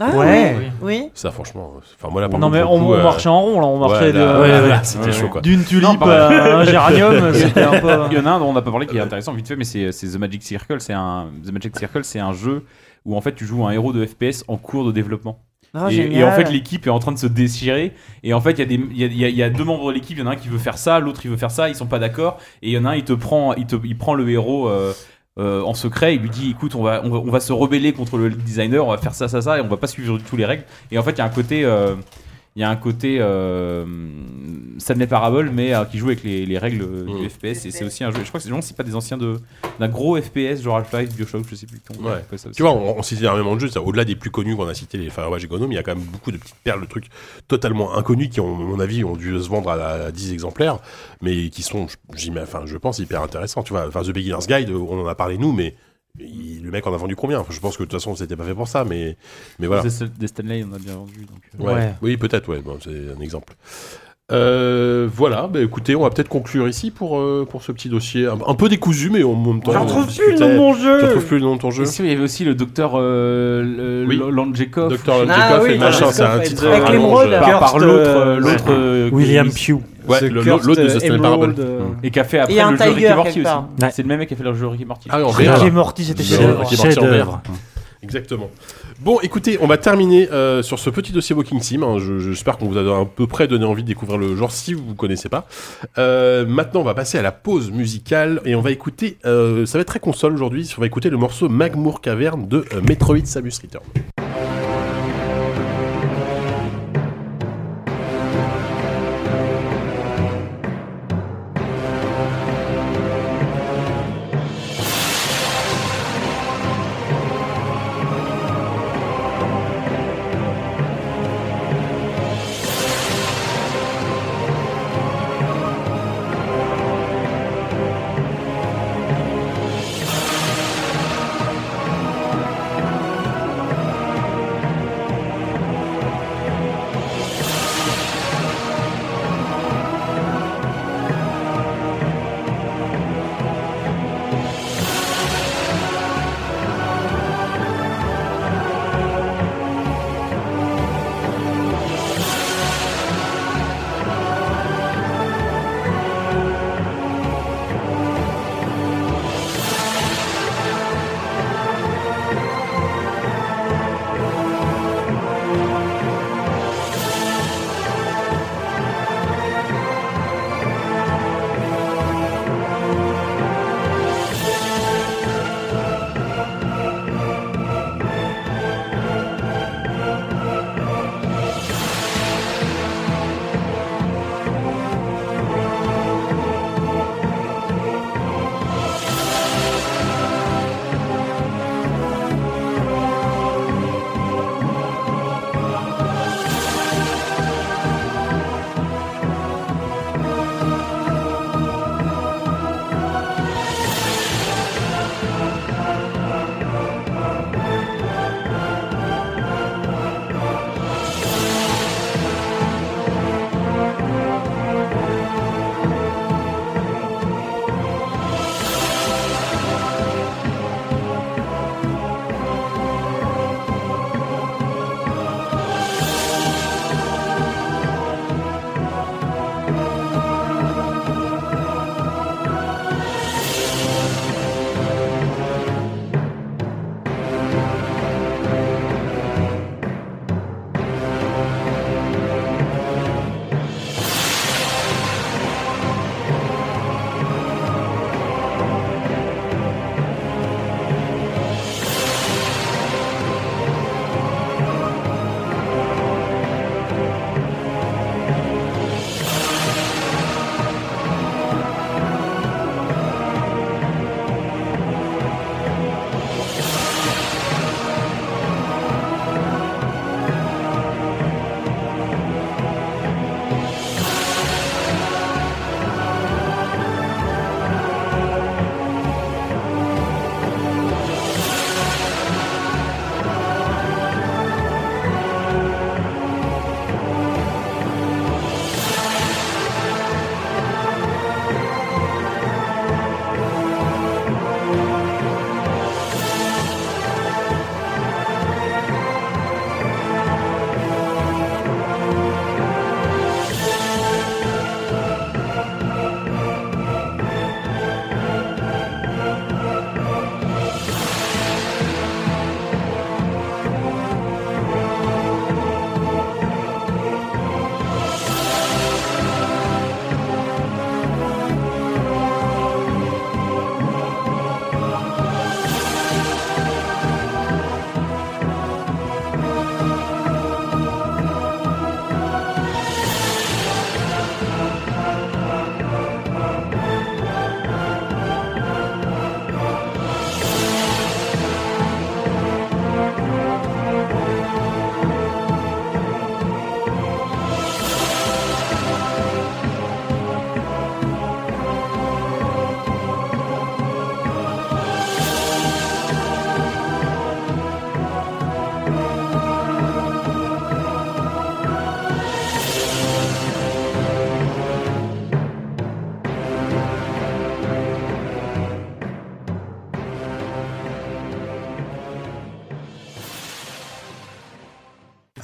Speaker 4: Ah,
Speaker 7: Ouais.
Speaker 4: oui, oui.
Speaker 1: Ça, franchement, euh, enfin, moi là, par
Speaker 6: Non,
Speaker 1: contre,
Speaker 6: mais
Speaker 1: pour le
Speaker 6: on-
Speaker 1: coup, euh,
Speaker 6: on marchait en rond, là, on
Speaker 1: ouais,
Speaker 6: marchait de-
Speaker 1: là,
Speaker 6: ouais,
Speaker 1: là,
Speaker 6: ouais.
Speaker 1: là, c'était
Speaker 6: Ouais,
Speaker 1: chaud
Speaker 6: ouais.
Speaker 1: quoi.
Speaker 6: D'une tulipe
Speaker 3: Non, par- (laughs)
Speaker 6: à un géranium, c'était un peu-
Speaker 3: Il y en a un dont on n'a pas parlé qui est intéressant vite fait, mais c'est c'est The Magic Circle. C'est un The Magic Circle, c'est un jeu où en fait tu joues un héros de FPS en cours de développement.
Speaker 4: Ah,
Speaker 3: et,
Speaker 4: génial.
Speaker 3: et en fait l'équipe est en train de se déchirer et en fait il y a des- il y, a- il y a- il y a deux membres de l'équipe il y en a un qui veut faire ça l'autre il veut faire ça ils sont pas d'accord et il y en a un il te prend il te il prend le héros euh, euh, en secret il lui dit écoute on va, on va on va se rebeller contre le designer on va faire ça ça ça et on va pas suivre du tout les règles et en fait il y a un côté euh, il y a un côté euh, Stanley Parable, mais euh, qui joue avec les, les règles euh,
Speaker 1: Mm.
Speaker 3: du FPS. Et c'est aussi un jeu. Je crois que c'est non, c'est pas des anciens de d'un gros FPS genre Half-Life, Bioshock, je sais plus. comment on
Speaker 1: Ouais.
Speaker 3: appelle ça aussi.
Speaker 1: Tu vois, on, on citait énormément de jeux, ça, au-delà des plus connus qu'on a cités, les Firewatch et Gnome, il y a quand même beaucoup de petites perles de trucs totalement inconnus qui, ont, à mon avis, ont dû se vendre à, à 10 exemplaires, mais qui sont, j'imagine, enfin, je pense, hyper intéressants. Tu vois, enfin, The Beginner's Guide, on en a parlé nous, mais il- le mec en a vendu combien Enfin, Je pense que de toute façon, c'était pas fait pour ça, mais, mais voilà.
Speaker 3: Des- Des Stanley, on a bien vendu. Donc, euh,
Speaker 1: Ouais. Oui, peut-être, ouais, bon, c'est un exemple. Euh, voilà, bah, écoutez, on va peut-être conclure ici pour, euh, pour ce petit dossier. Un, un peu décousu, mais en même temps.
Speaker 7: J'en
Speaker 1: on
Speaker 7: retrouve
Speaker 1: discutait.
Speaker 7: plus le nom de mon jeu.
Speaker 1: Tu retrouves plus le nom de ton jeu
Speaker 3: Et si, il y avait aussi le docteur euh, le-
Speaker 1: Oui.
Speaker 3: Landjekov.
Speaker 1: Docteur
Speaker 3: Je-
Speaker 1: Landjekov et machin, c'est un titre vraiment, je-
Speaker 3: Par, par l'autre, euh, l'autre
Speaker 1: Ouais.
Speaker 3: euh,
Speaker 9: William
Speaker 3: Grimes.
Speaker 9: Pugh.
Speaker 1: Ouais, le- l'autre de The Stanley Parable. Mmh.
Speaker 3: Et qui a fait après
Speaker 4: Et un
Speaker 3: le jeu Rick
Speaker 4: Tiger,
Speaker 3: et Morty
Speaker 4: quelque
Speaker 3: aussi.
Speaker 4: part.
Speaker 9: Ouais.
Speaker 3: C'est le même mec qui a fait le jeu Rick et Morty.
Speaker 1: Ah oui, en
Speaker 9: Rick
Speaker 1: VR.
Speaker 9: et Morty, c'était Ah
Speaker 1: Le-
Speaker 9: chef-d'œuvre.
Speaker 1: Rick et Morty en
Speaker 9: Chef-d'œuvre.
Speaker 1: VR. Hein. Exactement. Bon, écoutez, on va terminer euh, sur ce petit dossier Walking Sim. hein. Je- J'espère qu'on vous a à peu près donné envie de découvrir le genre si vous ne connaissez pas. Euh, maintenant, on va passer à la pause musicale et on va écouter. euh, ça va être très console aujourd'hui. On va écouter le morceau Magmour Caverne de euh, Metroid Samus Return.
Speaker 10: Thank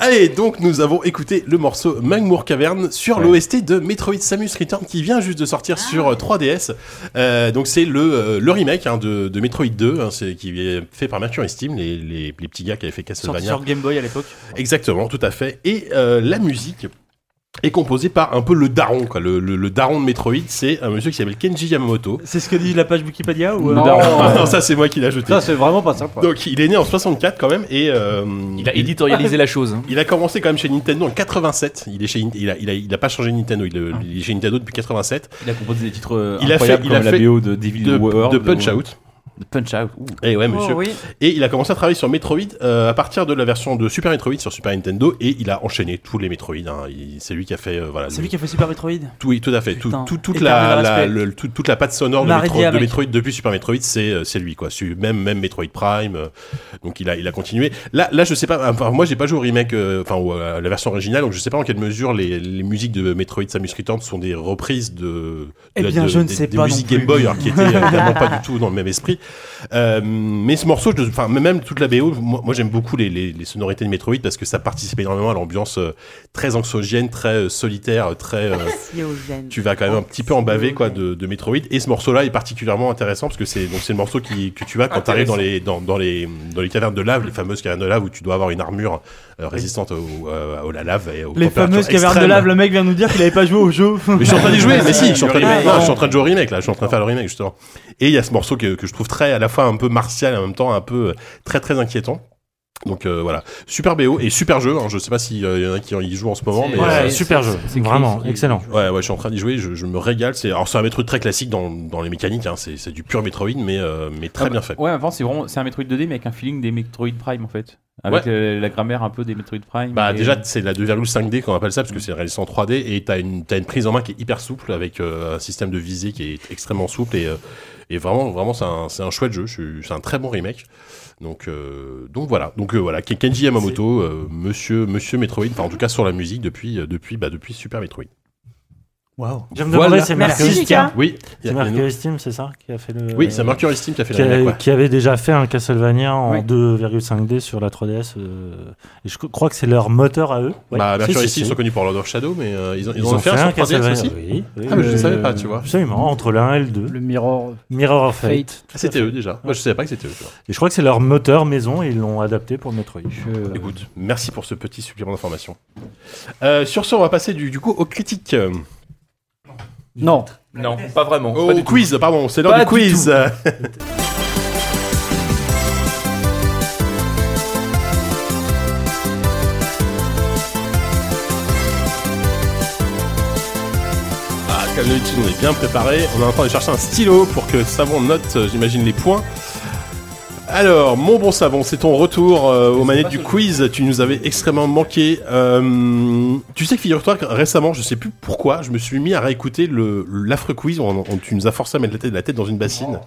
Speaker 1: Allez, donc nous avons écouté le morceau Magmour Cavern sur l'OST de Metroid Samus Return qui vient juste de sortir sur euh, 3DS. Euh, donc c'est le, euh, le remake hein, de, de Metroid 2, hein, c'est- qui est fait par Mercury Steam, les, les, les petits gars qui avaient fait
Speaker 3: Sorti
Speaker 1: Castlevania.
Speaker 3: sur Game Boy à l'époque.
Speaker 1: Exactement, tout à fait. Et euh, la musique est composée par un peu le daron, quoi. Le, le- le daron de Metroid, c'est un monsieur qui s'appelle Kenji Yamamoto.
Speaker 6: C'est ce que dit la page Wikipédia ou euh,
Speaker 1: (laughs) Non, Ah
Speaker 6: (laughs)
Speaker 1: non, ça c'est moi qui l'ai ajouté.
Speaker 6: Ça, c'est
Speaker 7: vraiment pas sympa.
Speaker 1: Donc il est né en 64 quand même et euh, il a (laughs)
Speaker 5: éditorialisé la
Speaker 3: hein.
Speaker 5: chose.
Speaker 1: Il a commencé quand même chez Nintendo en 87. Il est chez Nin- il a, il a- il a pas changé de Nintendo. Il, est- il est chez Nintendo depuis 87.
Speaker 3: Ah. Il a composé des titres euh,
Speaker 1: Il a fait,
Speaker 3: incroyables
Speaker 1: il a
Speaker 3: comme
Speaker 1: fait
Speaker 3: la BO de Devil
Speaker 1: de,
Speaker 3: World,
Speaker 1: de Punch
Speaker 3: ou-
Speaker 1: Out.
Speaker 3: De Punch Out. ouh.
Speaker 1: Et ouais, monsieur.
Speaker 3: Oh, oui.
Speaker 1: Et il a commencé à travailler sur Metroid euh, à partir de la version de Super Metroid sur Super Nintendo et il a enchaîné tous les Metroid. hein. Il- C'est lui qui a fait euh, voilà.
Speaker 6: C'est
Speaker 1: le-
Speaker 6: lui qui a fait Super Metroid
Speaker 1: tout, oui, tout à fait. Tout-
Speaker 6: Putain,
Speaker 1: tout- toute,
Speaker 6: éternel
Speaker 1: la, la-
Speaker 6: respect.
Speaker 1: le- tout- toute la patte sonore de
Speaker 6: Marie
Speaker 1: Metroid, de
Speaker 6: Diamec.
Speaker 1: Metroid depuis Super Metroid, c'est euh, c'est lui quoi. Su- Même même Metroid Prime. euh, donc il a il a continué. Là là je sais pas. Enfin moi j'ai pas joué au remake, euh, enfin ou à la version originale, donc je sais pas en quelle mesure les, les musiques de Metroid Samus Returns sont des reprises de.
Speaker 6: Eh
Speaker 1: de-
Speaker 6: bien,
Speaker 1: de-
Speaker 6: je ne
Speaker 1: des-
Speaker 6: sais
Speaker 1: des
Speaker 6: pas non
Speaker 1: musiques
Speaker 6: plus.
Speaker 1: Game Boy, alors qui étaient euh, évidemment pas du tout dans le même esprit. Euh, mais ce morceau, je- enfin même toute la BO, moi, moi, j'aime beaucoup les, les- les sonorités de Metroid parce que ça participe énormément à l'ambiance euh, très anxiogène, très euh, solitaire, très euh,
Speaker 4: Anxiogène.
Speaker 1: tu vas quand même un petit peu en baver quoi de, de Metroid et ce morceau là est particulièrement intéressant parce que c'est donc c'est le morceau qui que tu vas quand tu arrives dans les dans, dans les dans les cavernes de lave les fameuses cavernes de lave où tu dois avoir une armure euh, résistante au, euh, à la lave et aux
Speaker 6: Les
Speaker 1: températures
Speaker 6: fameuses cavernes de
Speaker 1: extrêmes.
Speaker 6: lave, le mec vient nous dire qu'il avait pas joué au jeu.
Speaker 1: (laughs) Mais je suis en train d'y jouer, mais si, je suis en train de,
Speaker 6: Ah,
Speaker 1: non,
Speaker 6: bon.
Speaker 1: je suis en train de jouer au remake là, je suis en train de faire le remake justement. Et il y a ce morceau que, que je trouve très à la fois un peu martial, en même temps un peu euh, très très inquiétant. Donc euh, voilà, super BO et super jeu. hein. Je sais pas s'il y en a qui y jouent en ce moment, mais euh,
Speaker 9: Ouais, super jeu. C'est Chris Vraiment, qui- excellent.
Speaker 1: Ouais, ouais, je suis en train d'y jouer, je, je me régale. C'est alors c'est un Metroid très classique dans, dans les mécaniques, hein. c'est c'est du pur Metroid, mais euh, mais très
Speaker 3: Ah bah,
Speaker 1: bien fait.
Speaker 3: Ouais, avant c'est vraiment c'est un Metroid 2D mais avec un feeling des Metroid Prime en fait. Avec
Speaker 1: Ouais.
Speaker 3: euh, la grammaire un peu des Metroid Prime.
Speaker 1: Bah
Speaker 3: et- (laughs)
Speaker 1: déjà c'est la 2,5D qu'on appelle ça parce que c'est réalisé en 3D et t'as une t'as une prise en main qui est hyper souple avec euh, un système de visée qui est extrêmement souple et euh, et vraiment vraiment c'est un c'est un chouette jeu. Je suis- C'est un très bon remake. Donc euh, donc voilà donc euh, voilà Ken- Kenji Yamamoto euh, Monsieur Monsieur Metroid enfin en tout cas sur la musique depuis euh, depuis bah depuis Super Metroid.
Speaker 9: Waouh. Je me
Speaker 1: Voilà.
Speaker 9: demandais, c'est
Speaker 1: Merci,
Speaker 9: Mercury
Speaker 1: Lucas.
Speaker 9: Steam.
Speaker 1: Oui.
Speaker 9: C'est Mercury Steam, c'est ça qui a fait le.
Speaker 1: Oui, c'est Mercury Steam qui a fait le
Speaker 9: Euh, qui,
Speaker 1: remake, ouais.
Speaker 9: qui avait déjà fait un Castlevania en
Speaker 1: Oui.
Speaker 9: 2,5D sur la 3DS. euh, et je crois que c'est leur moteur à eux. Ouais.
Speaker 1: Bah,
Speaker 9: Si,
Speaker 1: Mercury
Speaker 9: si,
Speaker 1: Steam
Speaker 9: si.
Speaker 1: sont connus pour Lord of Shadow mais euh, ils ont ils, ont, fait, un sur 3DS aussi.
Speaker 9: Oui, oui.
Speaker 1: ah mais je ne
Speaker 9: Euh,
Speaker 1: savais pas tu vois.
Speaker 9: Absolument, entre le 1 et le 2. Le
Speaker 2: Mirror,
Speaker 9: Mirror of Fate.
Speaker 1: Ah, C'était eux déjà. Moi je savais pas que c'était eux. tu vois.
Speaker 9: Et je crois que c'est leur moteur maison et ils l'ont adapté pour Metroid.
Speaker 1: Écoute, merci pour ce petit supplément d'information. Euh, sur ce, on va passer du, du coup aux critiques. Euh,
Speaker 7: Non.
Speaker 5: Non, pas vraiment.
Speaker 1: Au
Speaker 5: pas Oh, du tout.
Speaker 1: quiz, pardon, c'est l'heure
Speaker 5: Pas
Speaker 1: du quiz. Ah, comme d'habitude, on est bien préparé. On est en train de chercher un stylo pour que Savon note, euh, j'imagine, les points. Alors, mon bon savon, c'est ton retour euh, aux manettes du quiz. Tu nous avais extrêmement manqué. Euh, tu sais que figure-toi que récemment, je sais plus pourquoi, je me suis mis à réécouter le l'affreux quiz. On, on- tu nous as forcé à mettre la tête, la tête dans une bassine.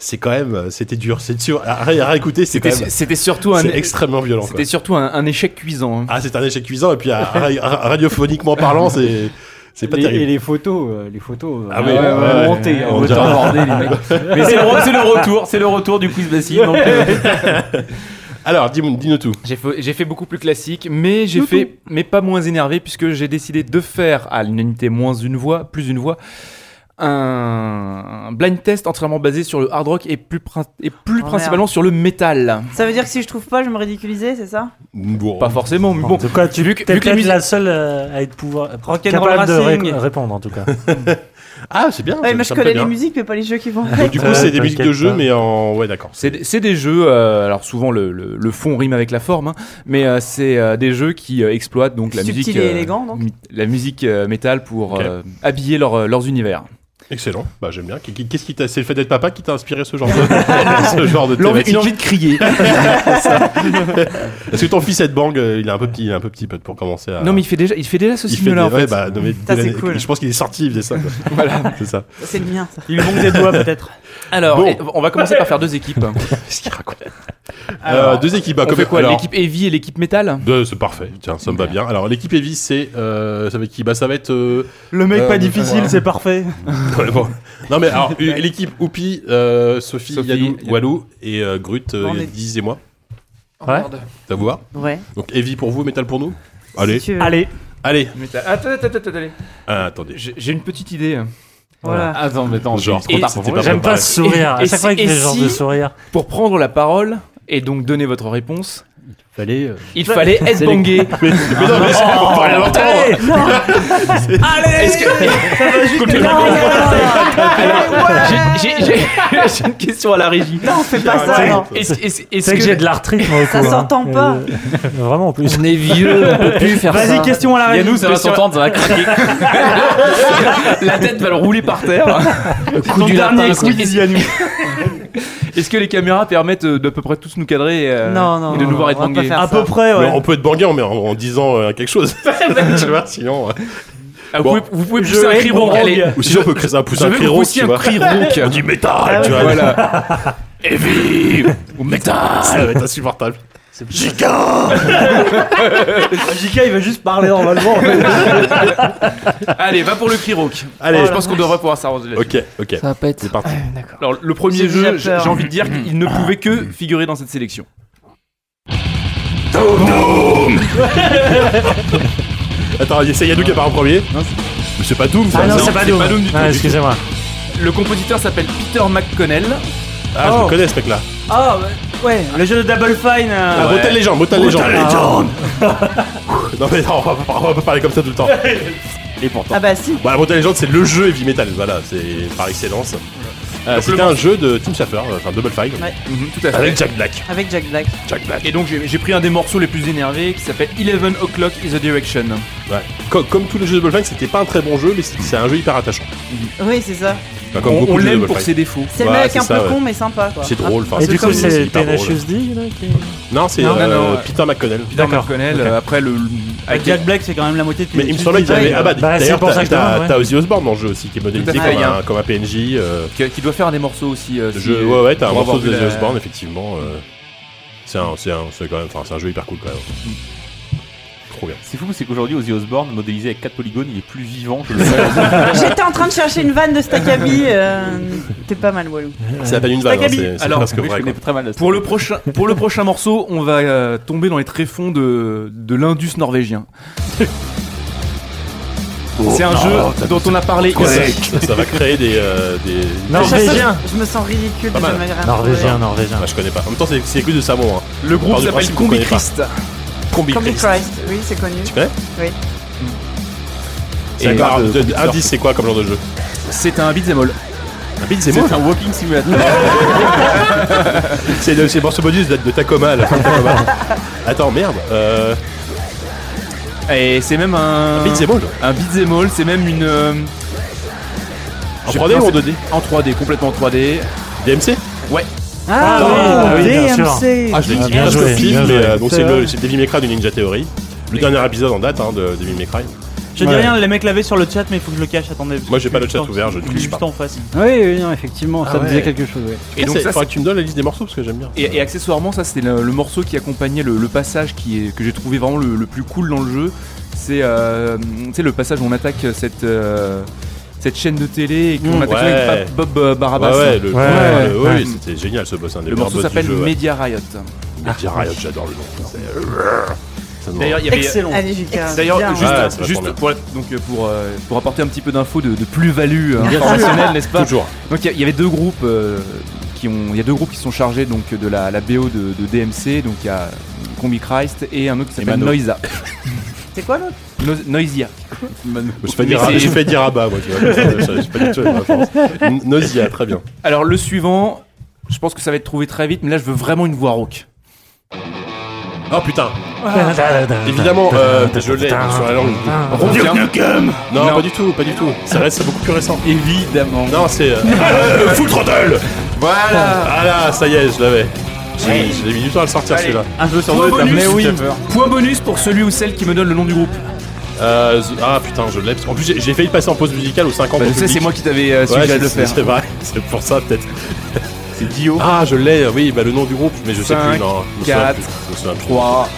Speaker 1: C'est quand même, euh, c'était dur, c'est dur. À, ré- à réécouter, c'est
Speaker 5: C'était-
Speaker 1: quand même-
Speaker 5: c'était surtout un-
Speaker 1: c'est extrêmement violent.
Speaker 5: C'était surtout un, un échec cuisant. hein.
Speaker 1: Ah, c'est un échec cuisant et puis à- à- à- radiophoniquement parlant, c'est c'est pas
Speaker 7: Les-
Speaker 1: terrible.
Speaker 7: Et les photos, euh, les photos. euh,
Speaker 1: Ah oui,
Speaker 7: ouais,
Speaker 1: ouais,
Speaker 7: ouais,
Speaker 1: ouais.
Speaker 7: montées,
Speaker 1: On
Speaker 7: hein.
Speaker 1: dirait- (laughs)
Speaker 7: Autant border, les mecs.
Speaker 3: Mais c'est le, re- c'est le retour, c'est le retour du quiz bassine. donc, euh,
Speaker 1: (laughs) Alors, dis-nous tout.
Speaker 5: J'ai fait, j'ai fait beaucoup plus classique, mais j'ai fait, mais pas moins énervé, puisque j'ai décidé de faire à l'unanimité moins une voix, plus une voix, un blind test entièrement basé sur le hard rock et plus, prin- et plus
Speaker 4: Oh,
Speaker 5: principalement
Speaker 4: merde.
Speaker 5: sur le métal.
Speaker 4: Ça veut dire que si je trouve pas, je me ridiculisais, c'est ça
Speaker 5: Pas forcément, mais
Speaker 9: En
Speaker 5: bon.
Speaker 9: tout cas, tu
Speaker 5: vu que,
Speaker 9: t'es
Speaker 5: vu que les
Speaker 9: peut-être
Speaker 5: musiques-
Speaker 9: la seule euh, à être pouvoir,
Speaker 5: Rock'n'roll
Speaker 9: capable de ré-
Speaker 5: Racing.
Speaker 9: répondre en tout
Speaker 5: (laughs)
Speaker 9: cas.
Speaker 1: ah, c'est bien.
Speaker 4: Ouais, moi je connais les musiques, mais pas les jeux qui vont.
Speaker 1: Donc, du coup,
Speaker 5: Euh,
Speaker 1: c'est des
Speaker 5: t'inquiète
Speaker 1: musiques de jeu,
Speaker 5: pas.
Speaker 1: mais en. Ouais, d'accord.
Speaker 5: C'est des- c'est des jeux, euh, alors souvent le, le- le fond rime avec la forme, hein, mais euh, c'est euh, des jeux qui euh, exploitent donc la
Speaker 4: Subtil
Speaker 5: musique, euh,
Speaker 4: et élégant, donc.
Speaker 5: mi- la musique euh, métal pour
Speaker 1: Ok.
Speaker 5: euh, habiller leur- euh, leurs univers.
Speaker 1: Excellent, bah j'aime bien. Qu'est- Qu'est-ce qui t'a, c'est le fait d'être papa qui t'a inspiré ce
Speaker 5: (laughs)
Speaker 1: genre de, ce genre de
Speaker 5: L'envie-
Speaker 1: thématique
Speaker 5: une envie de crier.
Speaker 1: (laughs) Est-ce que ton fils Ed Bang, euh, il est un peu petit, il est un peu petit peut-être pour commencer à.
Speaker 5: Non mais il fait déjà, il fait déjà ce
Speaker 1: Il
Speaker 5: signe
Speaker 1: des-
Speaker 5: là en fait.
Speaker 1: ouais, bah, non, mais
Speaker 5: Putain,
Speaker 1: dès
Speaker 5: c'est
Speaker 1: l'année-
Speaker 5: cool.
Speaker 1: Je pense qu'il est sorti, il faisait ça. quoi.
Speaker 5: (laughs) Voilà.
Speaker 1: c'est ça.
Speaker 4: C'est le mien, ça.
Speaker 6: Il manque des doigts peut-être.
Speaker 5: Alors,
Speaker 1: Bon.
Speaker 5: eh, on va commencer par faire deux équipes.
Speaker 1: (laughs) Qu'est-ce qu'il raconte Alors, deux équipes, bah,
Speaker 5: on
Speaker 1: comme-
Speaker 5: fait quoi
Speaker 1: alors-
Speaker 5: L'équipe Heavy et l'équipe Metal
Speaker 1: Deux, c'est parfait. Tiens, ça me va bien. Alors l'équipe Evie, c'est euh, ça va être qui Bah ça va être euh,
Speaker 6: Le mec
Speaker 1: euh,
Speaker 6: pas difficile,
Speaker 1: ouais.
Speaker 6: c'est parfait.
Speaker 1: (laughs) Ouais, bon. Non mais
Speaker 6: (laughs)
Speaker 1: alors euh, l'équipe Oupi, euh, Sophie,
Speaker 5: Sophie,
Speaker 1: Yannou, Walou et euh, Grut, euh,
Speaker 5: On est-
Speaker 1: Diz et moi.
Speaker 8: Oh, Ouais. merde.
Speaker 1: Ça vous va
Speaker 4: Ouais.
Speaker 1: Donc Heavy pour vous, Metal pour nous Allez.
Speaker 4: tu veux.
Speaker 5: Allez.
Speaker 1: Allez.
Speaker 5: Mais t'as- Attends, attends, attends, attends, attends.
Speaker 1: Ah, attendez.
Speaker 5: J'ai j'ai une petite idée.
Speaker 1: Voilà.
Speaker 3: Attends, mais attends,
Speaker 1: Genre,
Speaker 3: c'est trop tard pour
Speaker 1: c'était
Speaker 3: moi.
Speaker 1: J'aime pas
Speaker 9: ce sourire. À chaque fois qu'il
Speaker 5: et
Speaker 9: fait ce genre
Speaker 5: si,
Speaker 9: de sourire.
Speaker 5: Pour prendre la parole et donc donner votre réponse,
Speaker 7: il fallait, euh,
Speaker 5: il fallait
Speaker 9: C'est
Speaker 5: être
Speaker 9: les-
Speaker 5: bangé.
Speaker 9: Mais- mais non,
Speaker 5: (laughs)
Speaker 9: mais c'est pas pour parler à l'entendre.
Speaker 5: Allez Est-ce que-
Speaker 6: Ah,
Speaker 10: (laughs)
Speaker 9: (laughs)
Speaker 5: Alors, j'ai- j'ai- j'ai-
Speaker 3: (laughs)
Speaker 5: J'ai une question à la régie.
Speaker 4: Non, fais pas ça, non.
Speaker 9: C'est que j'ai de l'arthrite, moi, au
Speaker 4: Ça
Speaker 9: cou, hein.
Speaker 4: s'entend pas.
Speaker 9: Euh, Vraiment, en plus.
Speaker 8: On est vieux, on peut plus
Speaker 9: (laughs)
Speaker 8: faire ça.
Speaker 9: Vas-y, question à la régie.
Speaker 3: Yannou, ça va s'entendre, ça va craquer.
Speaker 5: La tête va le rouler par terre.
Speaker 6: Euh,
Speaker 5: (laughs) Le
Speaker 3: coup du lapin,
Speaker 5: Est-ce
Speaker 3: quoi.
Speaker 5: que, (laughs) est-ce que les caméras permettent euh, d'à peu près tous nous cadrer et, euh, et de nous voir être bangés
Speaker 1: Mais on peut être bangé en, en- en disant euh, quelque
Speaker 5: (laughs)
Speaker 1: chose. tu vois, sinon. euh,
Speaker 5: Ah, vous
Speaker 1: bon.
Speaker 5: pouvez- vous pouvez pousser un cri ronc, allez.
Speaker 1: Ou sinon, on peut créer ça, pousser
Speaker 5: Je
Speaker 1: un
Speaker 5: vais
Speaker 1: cri
Speaker 5: vous
Speaker 1: ronc.
Speaker 5: pousser
Speaker 1: tu
Speaker 5: un
Speaker 1: vois.
Speaker 5: cri ronc.
Speaker 1: (laughs)
Speaker 5: Ah,
Speaker 1: On dit métal, tu vois.
Speaker 5: Voilà. (laughs)
Speaker 1: Heavy ou métal. Ça va être insupportable. Giga
Speaker 2: (laughs) JK, il va juste parler normalement.
Speaker 5: Allez, va pour le cri ronc.
Speaker 1: Allez.
Speaker 5: je pense qu'on devrait pouvoir s'arranger. là-dessus.
Speaker 1: Ok, ok.
Speaker 8: Ça va pas être.
Speaker 1: C'est parti.
Speaker 5: Alors, le
Speaker 8: J'ai
Speaker 5: premier
Speaker 8: déjà
Speaker 5: jeu, j'ai
Speaker 8: peur.
Speaker 5: j'ai envie de dire qu'il ne pouvait que figurer dans cette sélection. (laughs)
Speaker 1: Attends, c'est Yannou qui part en premier. Mais c'est pas Doom, ça.
Speaker 9: Ah non, c'est pas Doom.
Speaker 5: du tout,
Speaker 9: Ah,
Speaker 5: du tout.
Speaker 9: excusez-moi.
Speaker 5: Le compositeur s'appelle Peter McConnell.
Speaker 1: Ah, je
Speaker 5: Oh.
Speaker 1: le connais ce mec-là.
Speaker 2: Ah, ouais, le jeu de Double Fine. euh,
Speaker 1: Ah,
Speaker 2: ouais.
Speaker 1: Brutal Legend, Brutal Legend. Ah,
Speaker 2: Brutal Legend.
Speaker 1: (laughs) non, mais non, on va, pas- on va pas parler comme ça tout le temps. Et pourtant.
Speaker 4: Ah bah si.
Speaker 1: Voilà, Brutal Legend, c'est le jeu heavy metal. Voilà, c'est par excellence. Euh, C'était un jeu de Tim Schafer, euh, enfin Double Fine.
Speaker 4: Ouais.
Speaker 5: Mhm, tout à fait.
Speaker 1: Avec Jack Black.
Speaker 4: Avec Jack Black.
Speaker 1: Jack Black.
Speaker 5: Et donc j'ai j'ai pris un des morceaux les plus énervés qui s'appelle 11 O'Clock is the Direction.
Speaker 1: Ouais. Co- Comme, tous les jeux de Double Fine, c'était pas un très bon jeu, mais c'est c'est un jeu hyper attachant.
Speaker 4: Oui, c'est ça.
Speaker 1: Enfin, comme
Speaker 5: On-
Speaker 1: beaucoup
Speaker 5: on
Speaker 1: de jeux
Speaker 5: l'aime
Speaker 1: de
Speaker 5: pour
Speaker 1: Wolfenstein.
Speaker 5: ses défauts.
Speaker 4: C'est le
Speaker 1: Voilà,
Speaker 4: mec un
Speaker 1: ça,
Speaker 4: peu
Speaker 1: ouais.
Speaker 4: con, mais sympa, quoi.
Speaker 1: C'est drôle. enfin,
Speaker 9: Et du coup,
Speaker 1: comme-
Speaker 9: c'est
Speaker 1: hyper drôle.
Speaker 9: Tenacious D là, qui-
Speaker 1: Non, c'est
Speaker 5: Non, non,
Speaker 1: euh,
Speaker 5: non.
Speaker 1: Peter McConnell.
Speaker 5: Peter
Speaker 9: D'accord,
Speaker 5: McConnell,
Speaker 9: ok.
Speaker 5: euh, après le. avec-
Speaker 2: Jack Black, c'est quand même la moitié de
Speaker 1: Mais il me semblait qu'il y avait. Ah bah,
Speaker 9: Bah, c'est
Speaker 1: d'ailleurs,
Speaker 9: pour ça
Speaker 1: t'as-
Speaker 9: que je demande,
Speaker 1: t'as
Speaker 9: ouais.
Speaker 1: t'as Ozzy Osbourne dans le jeu aussi, qui est modélisé
Speaker 5: Tout à fait,
Speaker 1: comme
Speaker 5: il y a
Speaker 1: un- comme un PNJ. euh,
Speaker 5: qui, qui doit faire un des morceaux aussi. euh,
Speaker 1: Le
Speaker 5: si-
Speaker 1: jeu, ouais, ouais, t'as un
Speaker 5: pour avoir
Speaker 1: morceau de
Speaker 5: vu
Speaker 1: The
Speaker 5: la-
Speaker 1: Osborne, effectivement. euh, c'est un, c'est un, c'est quand même, enfin, c'est un jeu hyper cool quand même.
Speaker 5: Mm.
Speaker 1: Trop bien.
Speaker 3: C'est fou, c'est qu'aujourd'hui, Ozzy Osbourne, modélisé avec 4 polygones, il est plus vivant
Speaker 4: (laughs)
Speaker 3: que le
Speaker 4: (laughs) J'étais en train de chercher une vanne de Stakabi. euh, T'es pas mal, Walou.
Speaker 1: C'est à peine une vanne, hein,
Speaker 5: Stakabi.
Speaker 1: c'est c'est
Speaker 5: Alors,
Speaker 1: presque
Speaker 3: oui, je
Speaker 1: vrai.
Speaker 3: connais
Speaker 1: quoi.
Speaker 3: très mal.
Speaker 5: Pour le, prochain, pour le prochain morceau, on va euh, tomber dans les tréfonds de, de l'Indus norvégien. (laughs)
Speaker 1: Oh.
Speaker 5: C'est un jeu dont on a parlé ici.
Speaker 1: Ça, ça va créer des. euh, des...
Speaker 9: Norvégien.
Speaker 4: Je me sens ridicule de
Speaker 1: Pas mal.
Speaker 4: cette manière.
Speaker 9: Norvégien, Norvégien.
Speaker 1: Ah, je connais pas. En même temps, c'est c'est écoute de Samo. Hein.
Speaker 5: Le groupe
Speaker 1: Par du
Speaker 5: s'appelle
Speaker 1: principe qu'on connaît
Speaker 5: Combi
Speaker 1: pas.
Speaker 5: Christ.
Speaker 1: Combi
Speaker 4: Comme
Speaker 1: Christ.
Speaker 4: Christ, oui, c'est connu.
Speaker 1: Tu connais
Speaker 4: Oui.
Speaker 1: C'est
Speaker 5: Et-
Speaker 1: quoi,
Speaker 5: de-
Speaker 1: de-
Speaker 5: de-
Speaker 1: Indice, c'est quoi comme genre de jeu
Speaker 5: C'est un beat'em all.
Speaker 1: Un beat,
Speaker 3: C'est un walking simulator.
Speaker 1: (laughs)
Speaker 6: Ah,
Speaker 1: C'est le c'est le morceau bonus date de Tacoma, la fin de
Speaker 5: (laughs)
Speaker 1: Tacoma. Attends, merde. Euh,
Speaker 5: Et c'est même un.
Speaker 1: beat, c'est bon, là.
Speaker 5: Un beat'em all, c'est même une. euh,
Speaker 1: En
Speaker 5: je-
Speaker 1: 3D
Speaker 5: non,
Speaker 1: ou en
Speaker 5: c'est-
Speaker 1: 2D
Speaker 5: En 3D, complètement 3D.
Speaker 1: DMC
Speaker 2: Ah,
Speaker 9: Ah
Speaker 2: oui,
Speaker 9: oui, bien
Speaker 2: DMC.
Speaker 1: Ah, je l'ai
Speaker 9: Ah,
Speaker 1: dit
Speaker 9: bien
Speaker 1: parce que
Speaker 9: joué,
Speaker 1: film,
Speaker 9: bien
Speaker 1: mais,
Speaker 9: joué.
Speaker 1: euh, donc c'est
Speaker 2: C'est
Speaker 1: le
Speaker 2: vrai.
Speaker 1: c'est Devil May Cry du Ninja Theory. Le dernier épisode en date hein, de Devil May Cry.
Speaker 2: Je dis
Speaker 7: Ouais.
Speaker 2: rien, les mecs l'avaient sur le chat, mais il faut que je le cache. Attendez. parce
Speaker 1: Moi,
Speaker 2: que
Speaker 1: j'ai pas le
Speaker 2: je
Speaker 1: chat
Speaker 2: pense-
Speaker 1: ouvert, je ne touche
Speaker 2: Juste
Speaker 1: pas.
Speaker 2: en face.
Speaker 7: Oui, oui, non, effectivement,
Speaker 1: Ah
Speaker 7: ça me disait
Speaker 1: ouais.
Speaker 7: quelque chose. ouais.
Speaker 5: Et donc, ça,
Speaker 1: faudra que tu me donnes la liste des morceaux parce que j'aime bien.
Speaker 5: Et, et accessoirement, ça c'était le, le morceau qui accompagnait le, le passage qui est, que j'ai trouvé vraiment le, le plus cool dans le jeu. C'est euh, tu sais, le passage où on attaque cette, euh, cette chaîne de télé et qu'on
Speaker 1: Mmh.
Speaker 5: attaque
Speaker 1: Ouais.
Speaker 5: avec Bob, Bob, euh, Barabas.
Speaker 1: Ouais, ouais, le,
Speaker 9: Ouais,
Speaker 1: euh,
Speaker 9: ouais.
Speaker 1: oui, c'était génial ce boss. Un des
Speaker 5: le
Speaker 1: meilleurs
Speaker 5: morceau
Speaker 1: boss du
Speaker 5: s'appelle
Speaker 1: jeu, ouais.
Speaker 5: Media Riot. Ah.
Speaker 1: Media Riot, j'adore le nom. C'est- Ça me-
Speaker 5: D'ailleurs, il y avait.
Speaker 2: Excellent.
Speaker 4: Allez, Jika.
Speaker 5: D'ailleurs,
Speaker 4: bien,
Speaker 5: juste,
Speaker 1: ouais. Ouais, ça va
Speaker 5: juste
Speaker 1: prendre.
Speaker 5: pour, être- donc, euh, pour, euh, pour apporter un petit peu d'infos de, de plus-value euh, informationnelle, n'est-ce pas
Speaker 1: Toujours.
Speaker 5: Donc il y a- il y, avait deux groupes euh, qui ont, il y a deux groupes qui sont chargés donc de la, la BO de, de DMC. Donc il y a Combi Christ et un autre qui s'appelle
Speaker 1: Mano.
Speaker 5: Noisa.
Speaker 4: C'est quoi l'autre
Speaker 5: No- Noisia.
Speaker 1: Je me suis fait
Speaker 5: Mais
Speaker 1: dire,
Speaker 5: c'est-
Speaker 1: je me fais dire Abba, moi. Tu vois, comme ça, je- je sais pas hein, du tout la référence. N- Nausea, très bien.
Speaker 5: (laughs) Alors le suivant, je pense que ça va être trouvé très vite, mais là je veux vraiment une voix rauque. Ah.
Speaker 1: Oh putain, évidemment, euh, je l'ai sur la langue.
Speaker 5: Rauque, hein.
Speaker 1: Non,
Speaker 5: Non.
Speaker 1: pas du tout, pas du tout. Ça reste beaucoup plus récent.
Speaker 5: Évidemment.
Speaker 1: Non, c'est. euh,
Speaker 5: (laughs)
Speaker 1: euh, Full Throttle
Speaker 5: Voilà.
Speaker 1: Ah là, ça y est, je l'avais. J'ai j'ai mis du temps à le sortir
Speaker 5: Allez.
Speaker 1: celui-là.
Speaker 5: Un jeu sur
Speaker 1: deux,
Speaker 5: Point
Speaker 1: ça me
Speaker 5: bonus,
Speaker 1: fait
Speaker 5: oui.
Speaker 1: peur.
Speaker 5: Point bonus pour celui ou celle qui me donne le nom du groupe.
Speaker 1: Euh, z- ah putain, je l'ai. En plus, j'ai j'ai failli passer en pause musicale aux 50
Speaker 5: Bah,
Speaker 1: ans.
Speaker 5: je sais, c'est moi qui t'avais euh, suggéré de le faire.
Speaker 1: C'est vrai, (laughs) c'est pour ça peut-être.
Speaker 5: (laughs) C'est Dio.
Speaker 1: Ah, je l'ai, oui, bah le nom du groupe, mais je sais plus.
Speaker 5: Cinq,
Speaker 1: Non, je me souviens
Speaker 5: quatre,
Speaker 1: plus, je me souviens plus.
Speaker 5: 3,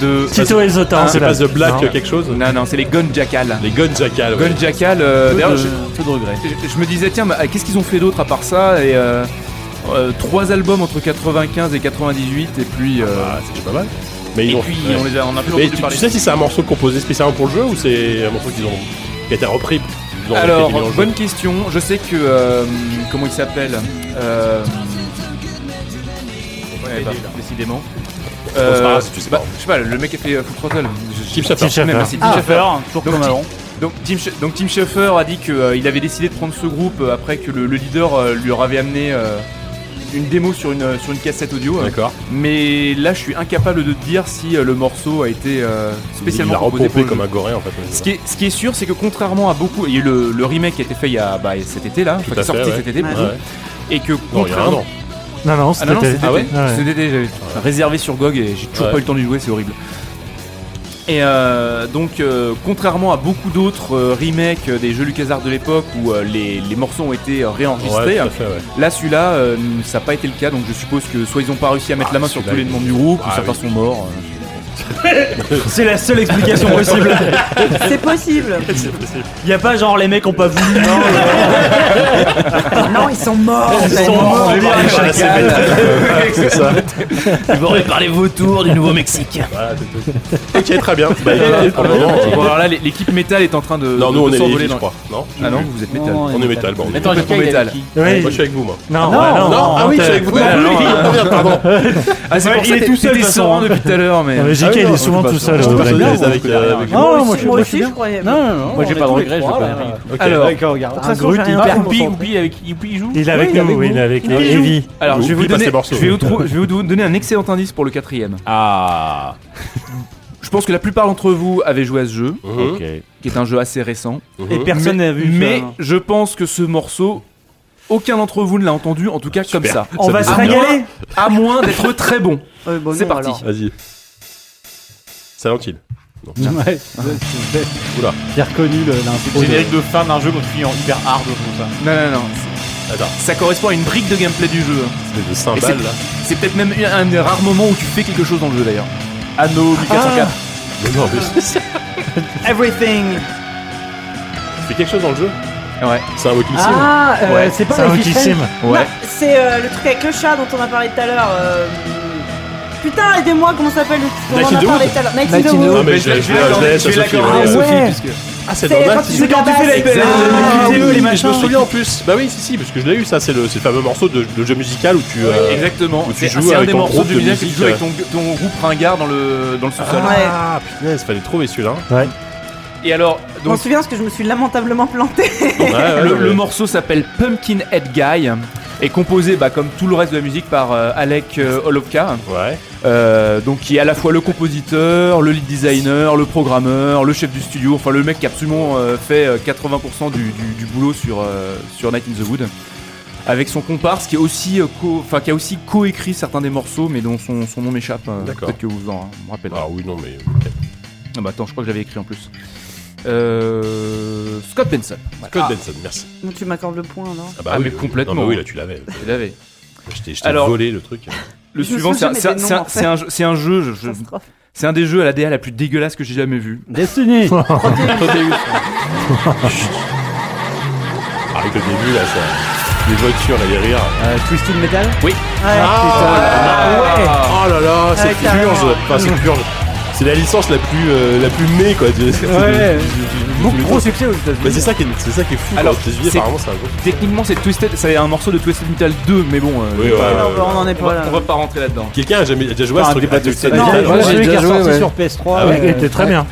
Speaker 5: 2,
Speaker 9: Tito et Zotan,
Speaker 1: C'est pas
Speaker 9: là.
Speaker 1: The Black
Speaker 9: Non.
Speaker 1: euh, quelque chose
Speaker 5: Non, non, c'est les Gun Jackal.
Speaker 1: Les Gun Jackal. ouais.
Speaker 5: Gun Jackal, euh, d'ailleurs, je,
Speaker 2: peu de regret.
Speaker 5: je- je me disais, tiens, bah, qu'est-ce qu'ils ont fait d'autre à part ça Et euh, euh, trois albums entre 95 et 98 et puis. euh,
Speaker 1: Ah, c'est pas mal. Mais ils
Speaker 5: et
Speaker 1: ont-
Speaker 5: puis
Speaker 1: ouais.
Speaker 5: on les a, on a plus
Speaker 1: Mais
Speaker 5: entendu
Speaker 1: tu,
Speaker 5: parler.
Speaker 1: tu sais si c'est un morceau composé spécialement pour le jeu ou c'est un morceau qu'ils ont qui a été repris qu'ils ont fait
Speaker 5: Alors,
Speaker 1: des millions de
Speaker 5: bonne
Speaker 1: jeux
Speaker 5: question. Je sais que. euh, comment il s'appelle Euh, ouais, bah, Décidément.
Speaker 1: Bon, c'est pas grave si tu sais
Speaker 5: bah, je sais pas, le mec qui a fait euh, Full Throttle. Je- je-
Speaker 1: Tim Schafer.
Speaker 5: Tim Schafer.
Speaker 1: Ah,
Speaker 5: c'est Tim
Speaker 1: ah,
Speaker 5: Schafer.
Speaker 6: toujours
Speaker 5: Donc,
Speaker 6: comme
Speaker 5: Tim-
Speaker 6: avant.
Speaker 5: Donc Tim, Sch- donc, Tim Schafer a dit qu'il avait décidé de prendre ce groupe euh, après que le, le leader euh, lui aurait amené euh, une démo sur une, euh, sur une cassette audio. euh.
Speaker 1: D'accord.
Speaker 5: Mais là, je suis incapable de te dire si euh, le morceau a été euh,
Speaker 1: Il
Speaker 5: spécialement
Speaker 1: l'a
Speaker 5: composé
Speaker 1: repompé
Speaker 5: pour le
Speaker 1: comme
Speaker 5: jeu.
Speaker 1: un goré en fait.
Speaker 5: Ce qui, est, ce qui est sûr, c'est que contrairement à beaucoup, il y a eu le, le remake qui a été fait il y a bah, cet été là, enfin, qui
Speaker 1: à
Speaker 5: est sorti
Speaker 1: fait, ouais.
Speaker 5: cet été,
Speaker 1: Ouais.
Speaker 5: plutôt.
Speaker 1: Ouais.
Speaker 5: et
Speaker 1: il
Speaker 5: que
Speaker 1: y a un
Speaker 5: contrairement,
Speaker 1: an. Non, non,
Speaker 5: ah,
Speaker 1: cet
Speaker 5: non, non,
Speaker 1: été.
Speaker 5: cet été,
Speaker 1: Ah ouais
Speaker 5: Cet été, j'avais enfin, réservé sur GOG et j'ai toujours
Speaker 1: Ouais.
Speaker 5: pas eu le temps de jouer, c'est horrible. Et euh, donc, euh, contrairement à beaucoup d'autres euh, remakes euh, des jeux LucasArts de l'époque où euh, les, les morceaux ont été euh, réenregistrés,
Speaker 1: Ouais, tout à fait, ouais.
Speaker 5: là celui-là, euh, ça n'a pas été le cas, donc je suppose que soit ils n'ont pas réussi à mettre
Speaker 1: Ah,
Speaker 5: la main sur tous
Speaker 1: celui-là,
Speaker 5: les
Speaker 1: il-
Speaker 5: membres du groupe,
Speaker 1: Ah,
Speaker 5: ou certains
Speaker 1: oui.
Speaker 5: sont morts. euh,
Speaker 1: (laughs)
Speaker 6: C'est la seule explication possible.
Speaker 4: C'est possible.
Speaker 6: Il y a pas genre les mecs ont pas voulu.
Speaker 1: (laughs)
Speaker 6: Non, euh.
Speaker 4: non ils sont morts.
Speaker 6: Ils sont
Speaker 5: Oh,
Speaker 6: morts.
Speaker 10: Vous
Speaker 6: les
Speaker 10: parlez
Speaker 6: chacals. (laughs)
Speaker 10: C'est ça.
Speaker 5: Vous aurez parlé vautour du nouveau
Speaker 6: (laughs)
Speaker 5: Mexique.
Speaker 1: Ok, très bien. Bah, écoutez, pour le moment, euh,
Speaker 5: Bon, alors là, l'é- l'équipe métal est en train de.
Speaker 1: Non, nous,
Speaker 5: de-
Speaker 1: on
Speaker 5: de
Speaker 1: est
Speaker 5: s'envoler
Speaker 1: les
Speaker 5: dans-
Speaker 1: je crois. Non
Speaker 5: Ah non, vous êtes métal.
Speaker 1: On est métal, bon. on est
Speaker 3: Attends,
Speaker 1: métal.
Speaker 3: Jika, il est
Speaker 5: métal.
Speaker 3: avec qui
Speaker 9: Oui.
Speaker 1: Moi, je suis avec vous, moi.
Speaker 9: Non,
Speaker 1: Ouais,
Speaker 9: non,
Speaker 1: non, ah oui, je suis avec vous.
Speaker 9: Ouais,
Speaker 1: non,
Speaker 9: non,
Speaker 1: oui,
Speaker 9: non.
Speaker 1: merde, pardon.
Speaker 5: Ah,
Speaker 9: (laughs)
Speaker 5: c'est
Speaker 9: Ouais,
Speaker 5: pour
Speaker 9: il
Speaker 5: ça
Speaker 9: est
Speaker 5: que
Speaker 9: tout seul,
Speaker 5: t'étais
Speaker 9: de toute façon.
Speaker 5: sans depuis tout à l'heure, mais.
Speaker 9: Non, mais JK,
Speaker 1: Ah oui,
Speaker 9: il
Speaker 1: non,
Speaker 9: est souvent
Speaker 1: je suis
Speaker 9: tout seul.
Speaker 1: pas sûr.
Speaker 9: ouais.
Speaker 1: Je suis pas sûr.
Speaker 9: Ouais.
Speaker 1: avec, euh, avec-
Speaker 4: Moi aussi, moi
Speaker 6: Non, moi, je- moi, je suis
Speaker 4: aussi, je
Speaker 6: bien.
Speaker 4: croyais.
Speaker 6: Non, non,
Speaker 3: Moi, j'ai pas de regrets, je
Speaker 4: trois,
Speaker 3: le
Speaker 4: là.
Speaker 3: connais.
Speaker 1: Ok.
Speaker 5: Alors,
Speaker 4: De toute
Speaker 6: Un
Speaker 4: façon,
Speaker 6: Groot,
Speaker 4: j'ai rien
Speaker 6: il
Speaker 4: à
Speaker 3: Ah,
Speaker 4: faire,
Speaker 3: Oupi,
Speaker 4: moi,
Speaker 3: Oupi, avec Oupi, il joue
Speaker 9: Il est avec
Speaker 4: Oui, avec
Speaker 9: nous,
Speaker 4: vous.
Speaker 9: il est avec
Speaker 4: Il
Speaker 9: nous.
Speaker 4: joue.
Speaker 9: Evie.
Speaker 5: alors je vais, vous
Speaker 1: Oublie pas
Speaker 5: donner,
Speaker 1: ces morceaux.
Speaker 5: je, vais vous trou- je vais vous donner un excellent indice pour le quatrième.
Speaker 3: Ah,
Speaker 5: Je pense que la plupart d'entre vous avez joué à ce jeu,
Speaker 1: Mhm.
Speaker 5: qui est un jeu
Speaker 1: (laughs)
Speaker 5: assez récent.
Speaker 6: Et personne
Speaker 5: Mais-
Speaker 6: n'a vu.
Speaker 5: Mais
Speaker 6: ça, non.
Speaker 5: je pense que ce morceau, aucun d'entre vous ne l'a entendu, en tout cas comme ça.
Speaker 6: on va se
Speaker 1: bizarre.
Speaker 6: régaler.
Speaker 5: À moins d'être
Speaker 4: (laughs)
Speaker 5: très (laughs) bon.
Speaker 4: quoi. Euh, bon,
Speaker 5: C'est
Speaker 4: non,
Speaker 5: parti.
Speaker 4: alors.
Speaker 1: Vas-y. Silent Hill.
Speaker 7: Ouais.
Speaker 1: Oula.
Speaker 7: J'ai reconnu le-
Speaker 2: C'est
Speaker 7: l'intro.
Speaker 2: le
Speaker 7: de-
Speaker 2: générique de fin d'un jeu qu'on finit en hyper hard comme ça.
Speaker 5: Non, non, non.
Speaker 1: Attends,
Speaker 5: Ça correspond à une brique de gameplay du jeu.
Speaker 1: c'est de
Speaker 5: Et
Speaker 1: 5
Speaker 5: c'est-
Speaker 1: balles là.
Speaker 5: C'est peut-être même un- un des rares moments où tu fais quelque chose dans le jeu d'ailleurs. Anno 1404.
Speaker 1: Ah. Mais non, mais c'est- c'est
Speaker 4: (laughs) Everything.
Speaker 1: Ah. c'est quelque chose dans le jeu
Speaker 5: Ouais.
Speaker 1: C'est un walking sim
Speaker 4: Ah, euh,
Speaker 9: Ouais,
Speaker 4: c'est
Speaker 9: c'est
Speaker 4: pas
Speaker 9: un
Speaker 4: les
Speaker 9: outil
Speaker 4: Fish Friends.
Speaker 9: sim.
Speaker 5: Ouais.
Speaker 4: Non, C'est euh, le truc avec le chat dont on a parlé tout à l'heure. euh, Putain, aidez-moi, comment ça s'appelle le titre
Speaker 1: Night
Speaker 4: On
Speaker 1: in
Speaker 4: en
Speaker 1: the
Speaker 4: a parlé
Speaker 1: Wood.
Speaker 4: tout à l'heure. Night in
Speaker 8: Night
Speaker 4: the
Speaker 8: in the
Speaker 4: Wood.
Speaker 1: Ah, mais je l'ai- je l'ai- je l'ai,
Speaker 5: Je vais
Speaker 6: Ah,
Speaker 1: Sophie,
Speaker 5: l'accorder à
Speaker 1: ouais.
Speaker 5: Sophie,
Speaker 4: ouais.
Speaker 5: puisque.
Speaker 1: Ah,
Speaker 4: C'est quand tu fais quand tu fais la
Speaker 5: Exact.
Speaker 1: Ah,
Speaker 4: basse.
Speaker 1: oui,
Speaker 6: vidéos, E, les
Speaker 1: oui, je
Speaker 6: machins.
Speaker 1: me souviens en plus. Bah oui, si, si, parce que je l'ai eu, ça, c'est le, c'est le fameux morceau de, de jeu musical où tu. euh,
Speaker 5: Exactement,
Speaker 1: où tu
Speaker 5: c'est
Speaker 1: joues
Speaker 5: c'est un
Speaker 1: avec
Speaker 5: des
Speaker 1: ton
Speaker 5: morceaux
Speaker 1: groupe
Speaker 5: du
Speaker 1: de
Speaker 5: musique que tu
Speaker 1: musique, euh,
Speaker 5: joues avec ton, ton groupe ringard dans le, dans le sous-sol.
Speaker 1: Ah, putain, il fallait trouver celui-là.
Speaker 5: Et alors,
Speaker 4: Je m'en
Speaker 5: donc,
Speaker 4: souviens parce que je me suis lamentablement planté. (laughs)
Speaker 1: Ouais, ouais,
Speaker 5: le,
Speaker 1: ouais.
Speaker 5: le morceau s'appelle Pumpkinhead Guy, est composé, bah, comme tout le reste de la musique, par euh, Alec euh, Olovka,
Speaker 1: Ouais.
Speaker 5: euh, donc qui est à la fois le compositeur, le lead designer, le programmeur, le chef du studio, enfin le mec qui a absolument euh, fait euh, 80% du, du- du boulot sur, euh, sur Night in the Wood. Avec son comparse qui, est aussi, euh, co- enfin, qui a aussi co-écrit certains des morceaux, mais dont son, son nom m'échappe. euh,
Speaker 1: D'accord.
Speaker 5: Peut-être que vous vous en rappellerez.
Speaker 1: Ah oui, non, mais.
Speaker 5: Ah bah attends, je crois que j'avais écrit en plus. Euh, Scott Benson. Voilà.
Speaker 1: Code
Speaker 5: Ah,
Speaker 1: Benson, merci.
Speaker 4: Non, tu m'accordes le point, non
Speaker 1: Ah, bah
Speaker 5: Ah,
Speaker 1: oui,
Speaker 5: mais
Speaker 1: oui.
Speaker 5: complètement.
Speaker 1: Non, mais oui, là, tu l'avais.
Speaker 5: je l'avais.
Speaker 1: Je t'ai je t'ai
Speaker 5: Alors-
Speaker 1: volé
Speaker 4: (laughs)
Speaker 1: le truc.
Speaker 5: Le
Speaker 4: Je me
Speaker 5: suivant, c'est
Speaker 4: souviens
Speaker 5: un,
Speaker 4: jamais
Speaker 5: c'est un-
Speaker 4: des noms,
Speaker 5: c'est un-
Speaker 4: en fait.
Speaker 5: c'est un jeu- c'est un jeu, je- je-
Speaker 4: Catastrophe.
Speaker 5: c'est un des jeux à la DA la plus dégueulasse que j'ai jamais vu. (laughs)
Speaker 7: Destiny.
Speaker 9: (laughs)
Speaker 1: Avec le début, là, ça. Les voitures et les rires.
Speaker 7: Euh, Twisted Metal.
Speaker 1: Ah, Oh là là, c'est
Speaker 4: Ouais, carrément.
Speaker 1: purge. Enfin, c'est purge. C'est la licence la plus, euh, la plus mée, quoi. (laughs) du- du-
Speaker 7: Ouais.
Speaker 1: du-
Speaker 7: Beaucoup
Speaker 1: du-
Speaker 7: gros succès aux États-Unis.
Speaker 1: Bah, c'est ça qui est, c'est ça qui est fou.
Speaker 5: Alors,
Speaker 1: quoi. Aux États-Unis,
Speaker 5: c'est-
Speaker 1: apparemment, c'est un gros.
Speaker 5: Techniquement, c'est Twisted, c'est un morceau de Twisted Metal 2, mais bon, euh,
Speaker 1: Oui,
Speaker 5: je vais
Speaker 1: ouais,
Speaker 5: pas-
Speaker 1: ouais,
Speaker 4: Non,
Speaker 1: ouais.
Speaker 4: bah, on en est
Speaker 5: on,
Speaker 4: pas
Speaker 5: va,
Speaker 4: là.
Speaker 5: on va pas rentrer là-dedans.
Speaker 1: Quelqu'un a jamais a déjà joué à
Speaker 5: Enfin,
Speaker 1: ce
Speaker 5: un
Speaker 1: truc
Speaker 5: débat
Speaker 1: à
Speaker 5: de
Speaker 1: Twisted
Speaker 5: Twisted
Speaker 1: Metal,
Speaker 7: Moi,
Speaker 1: ouais.
Speaker 7: celui qui est
Speaker 8: déjà joué,
Speaker 7: sorti
Speaker 8: ouais.
Speaker 7: sur PS3.
Speaker 1: Ah ouais.
Speaker 7: euh,
Speaker 9: Il était très
Speaker 8: Ouais.
Speaker 9: bien.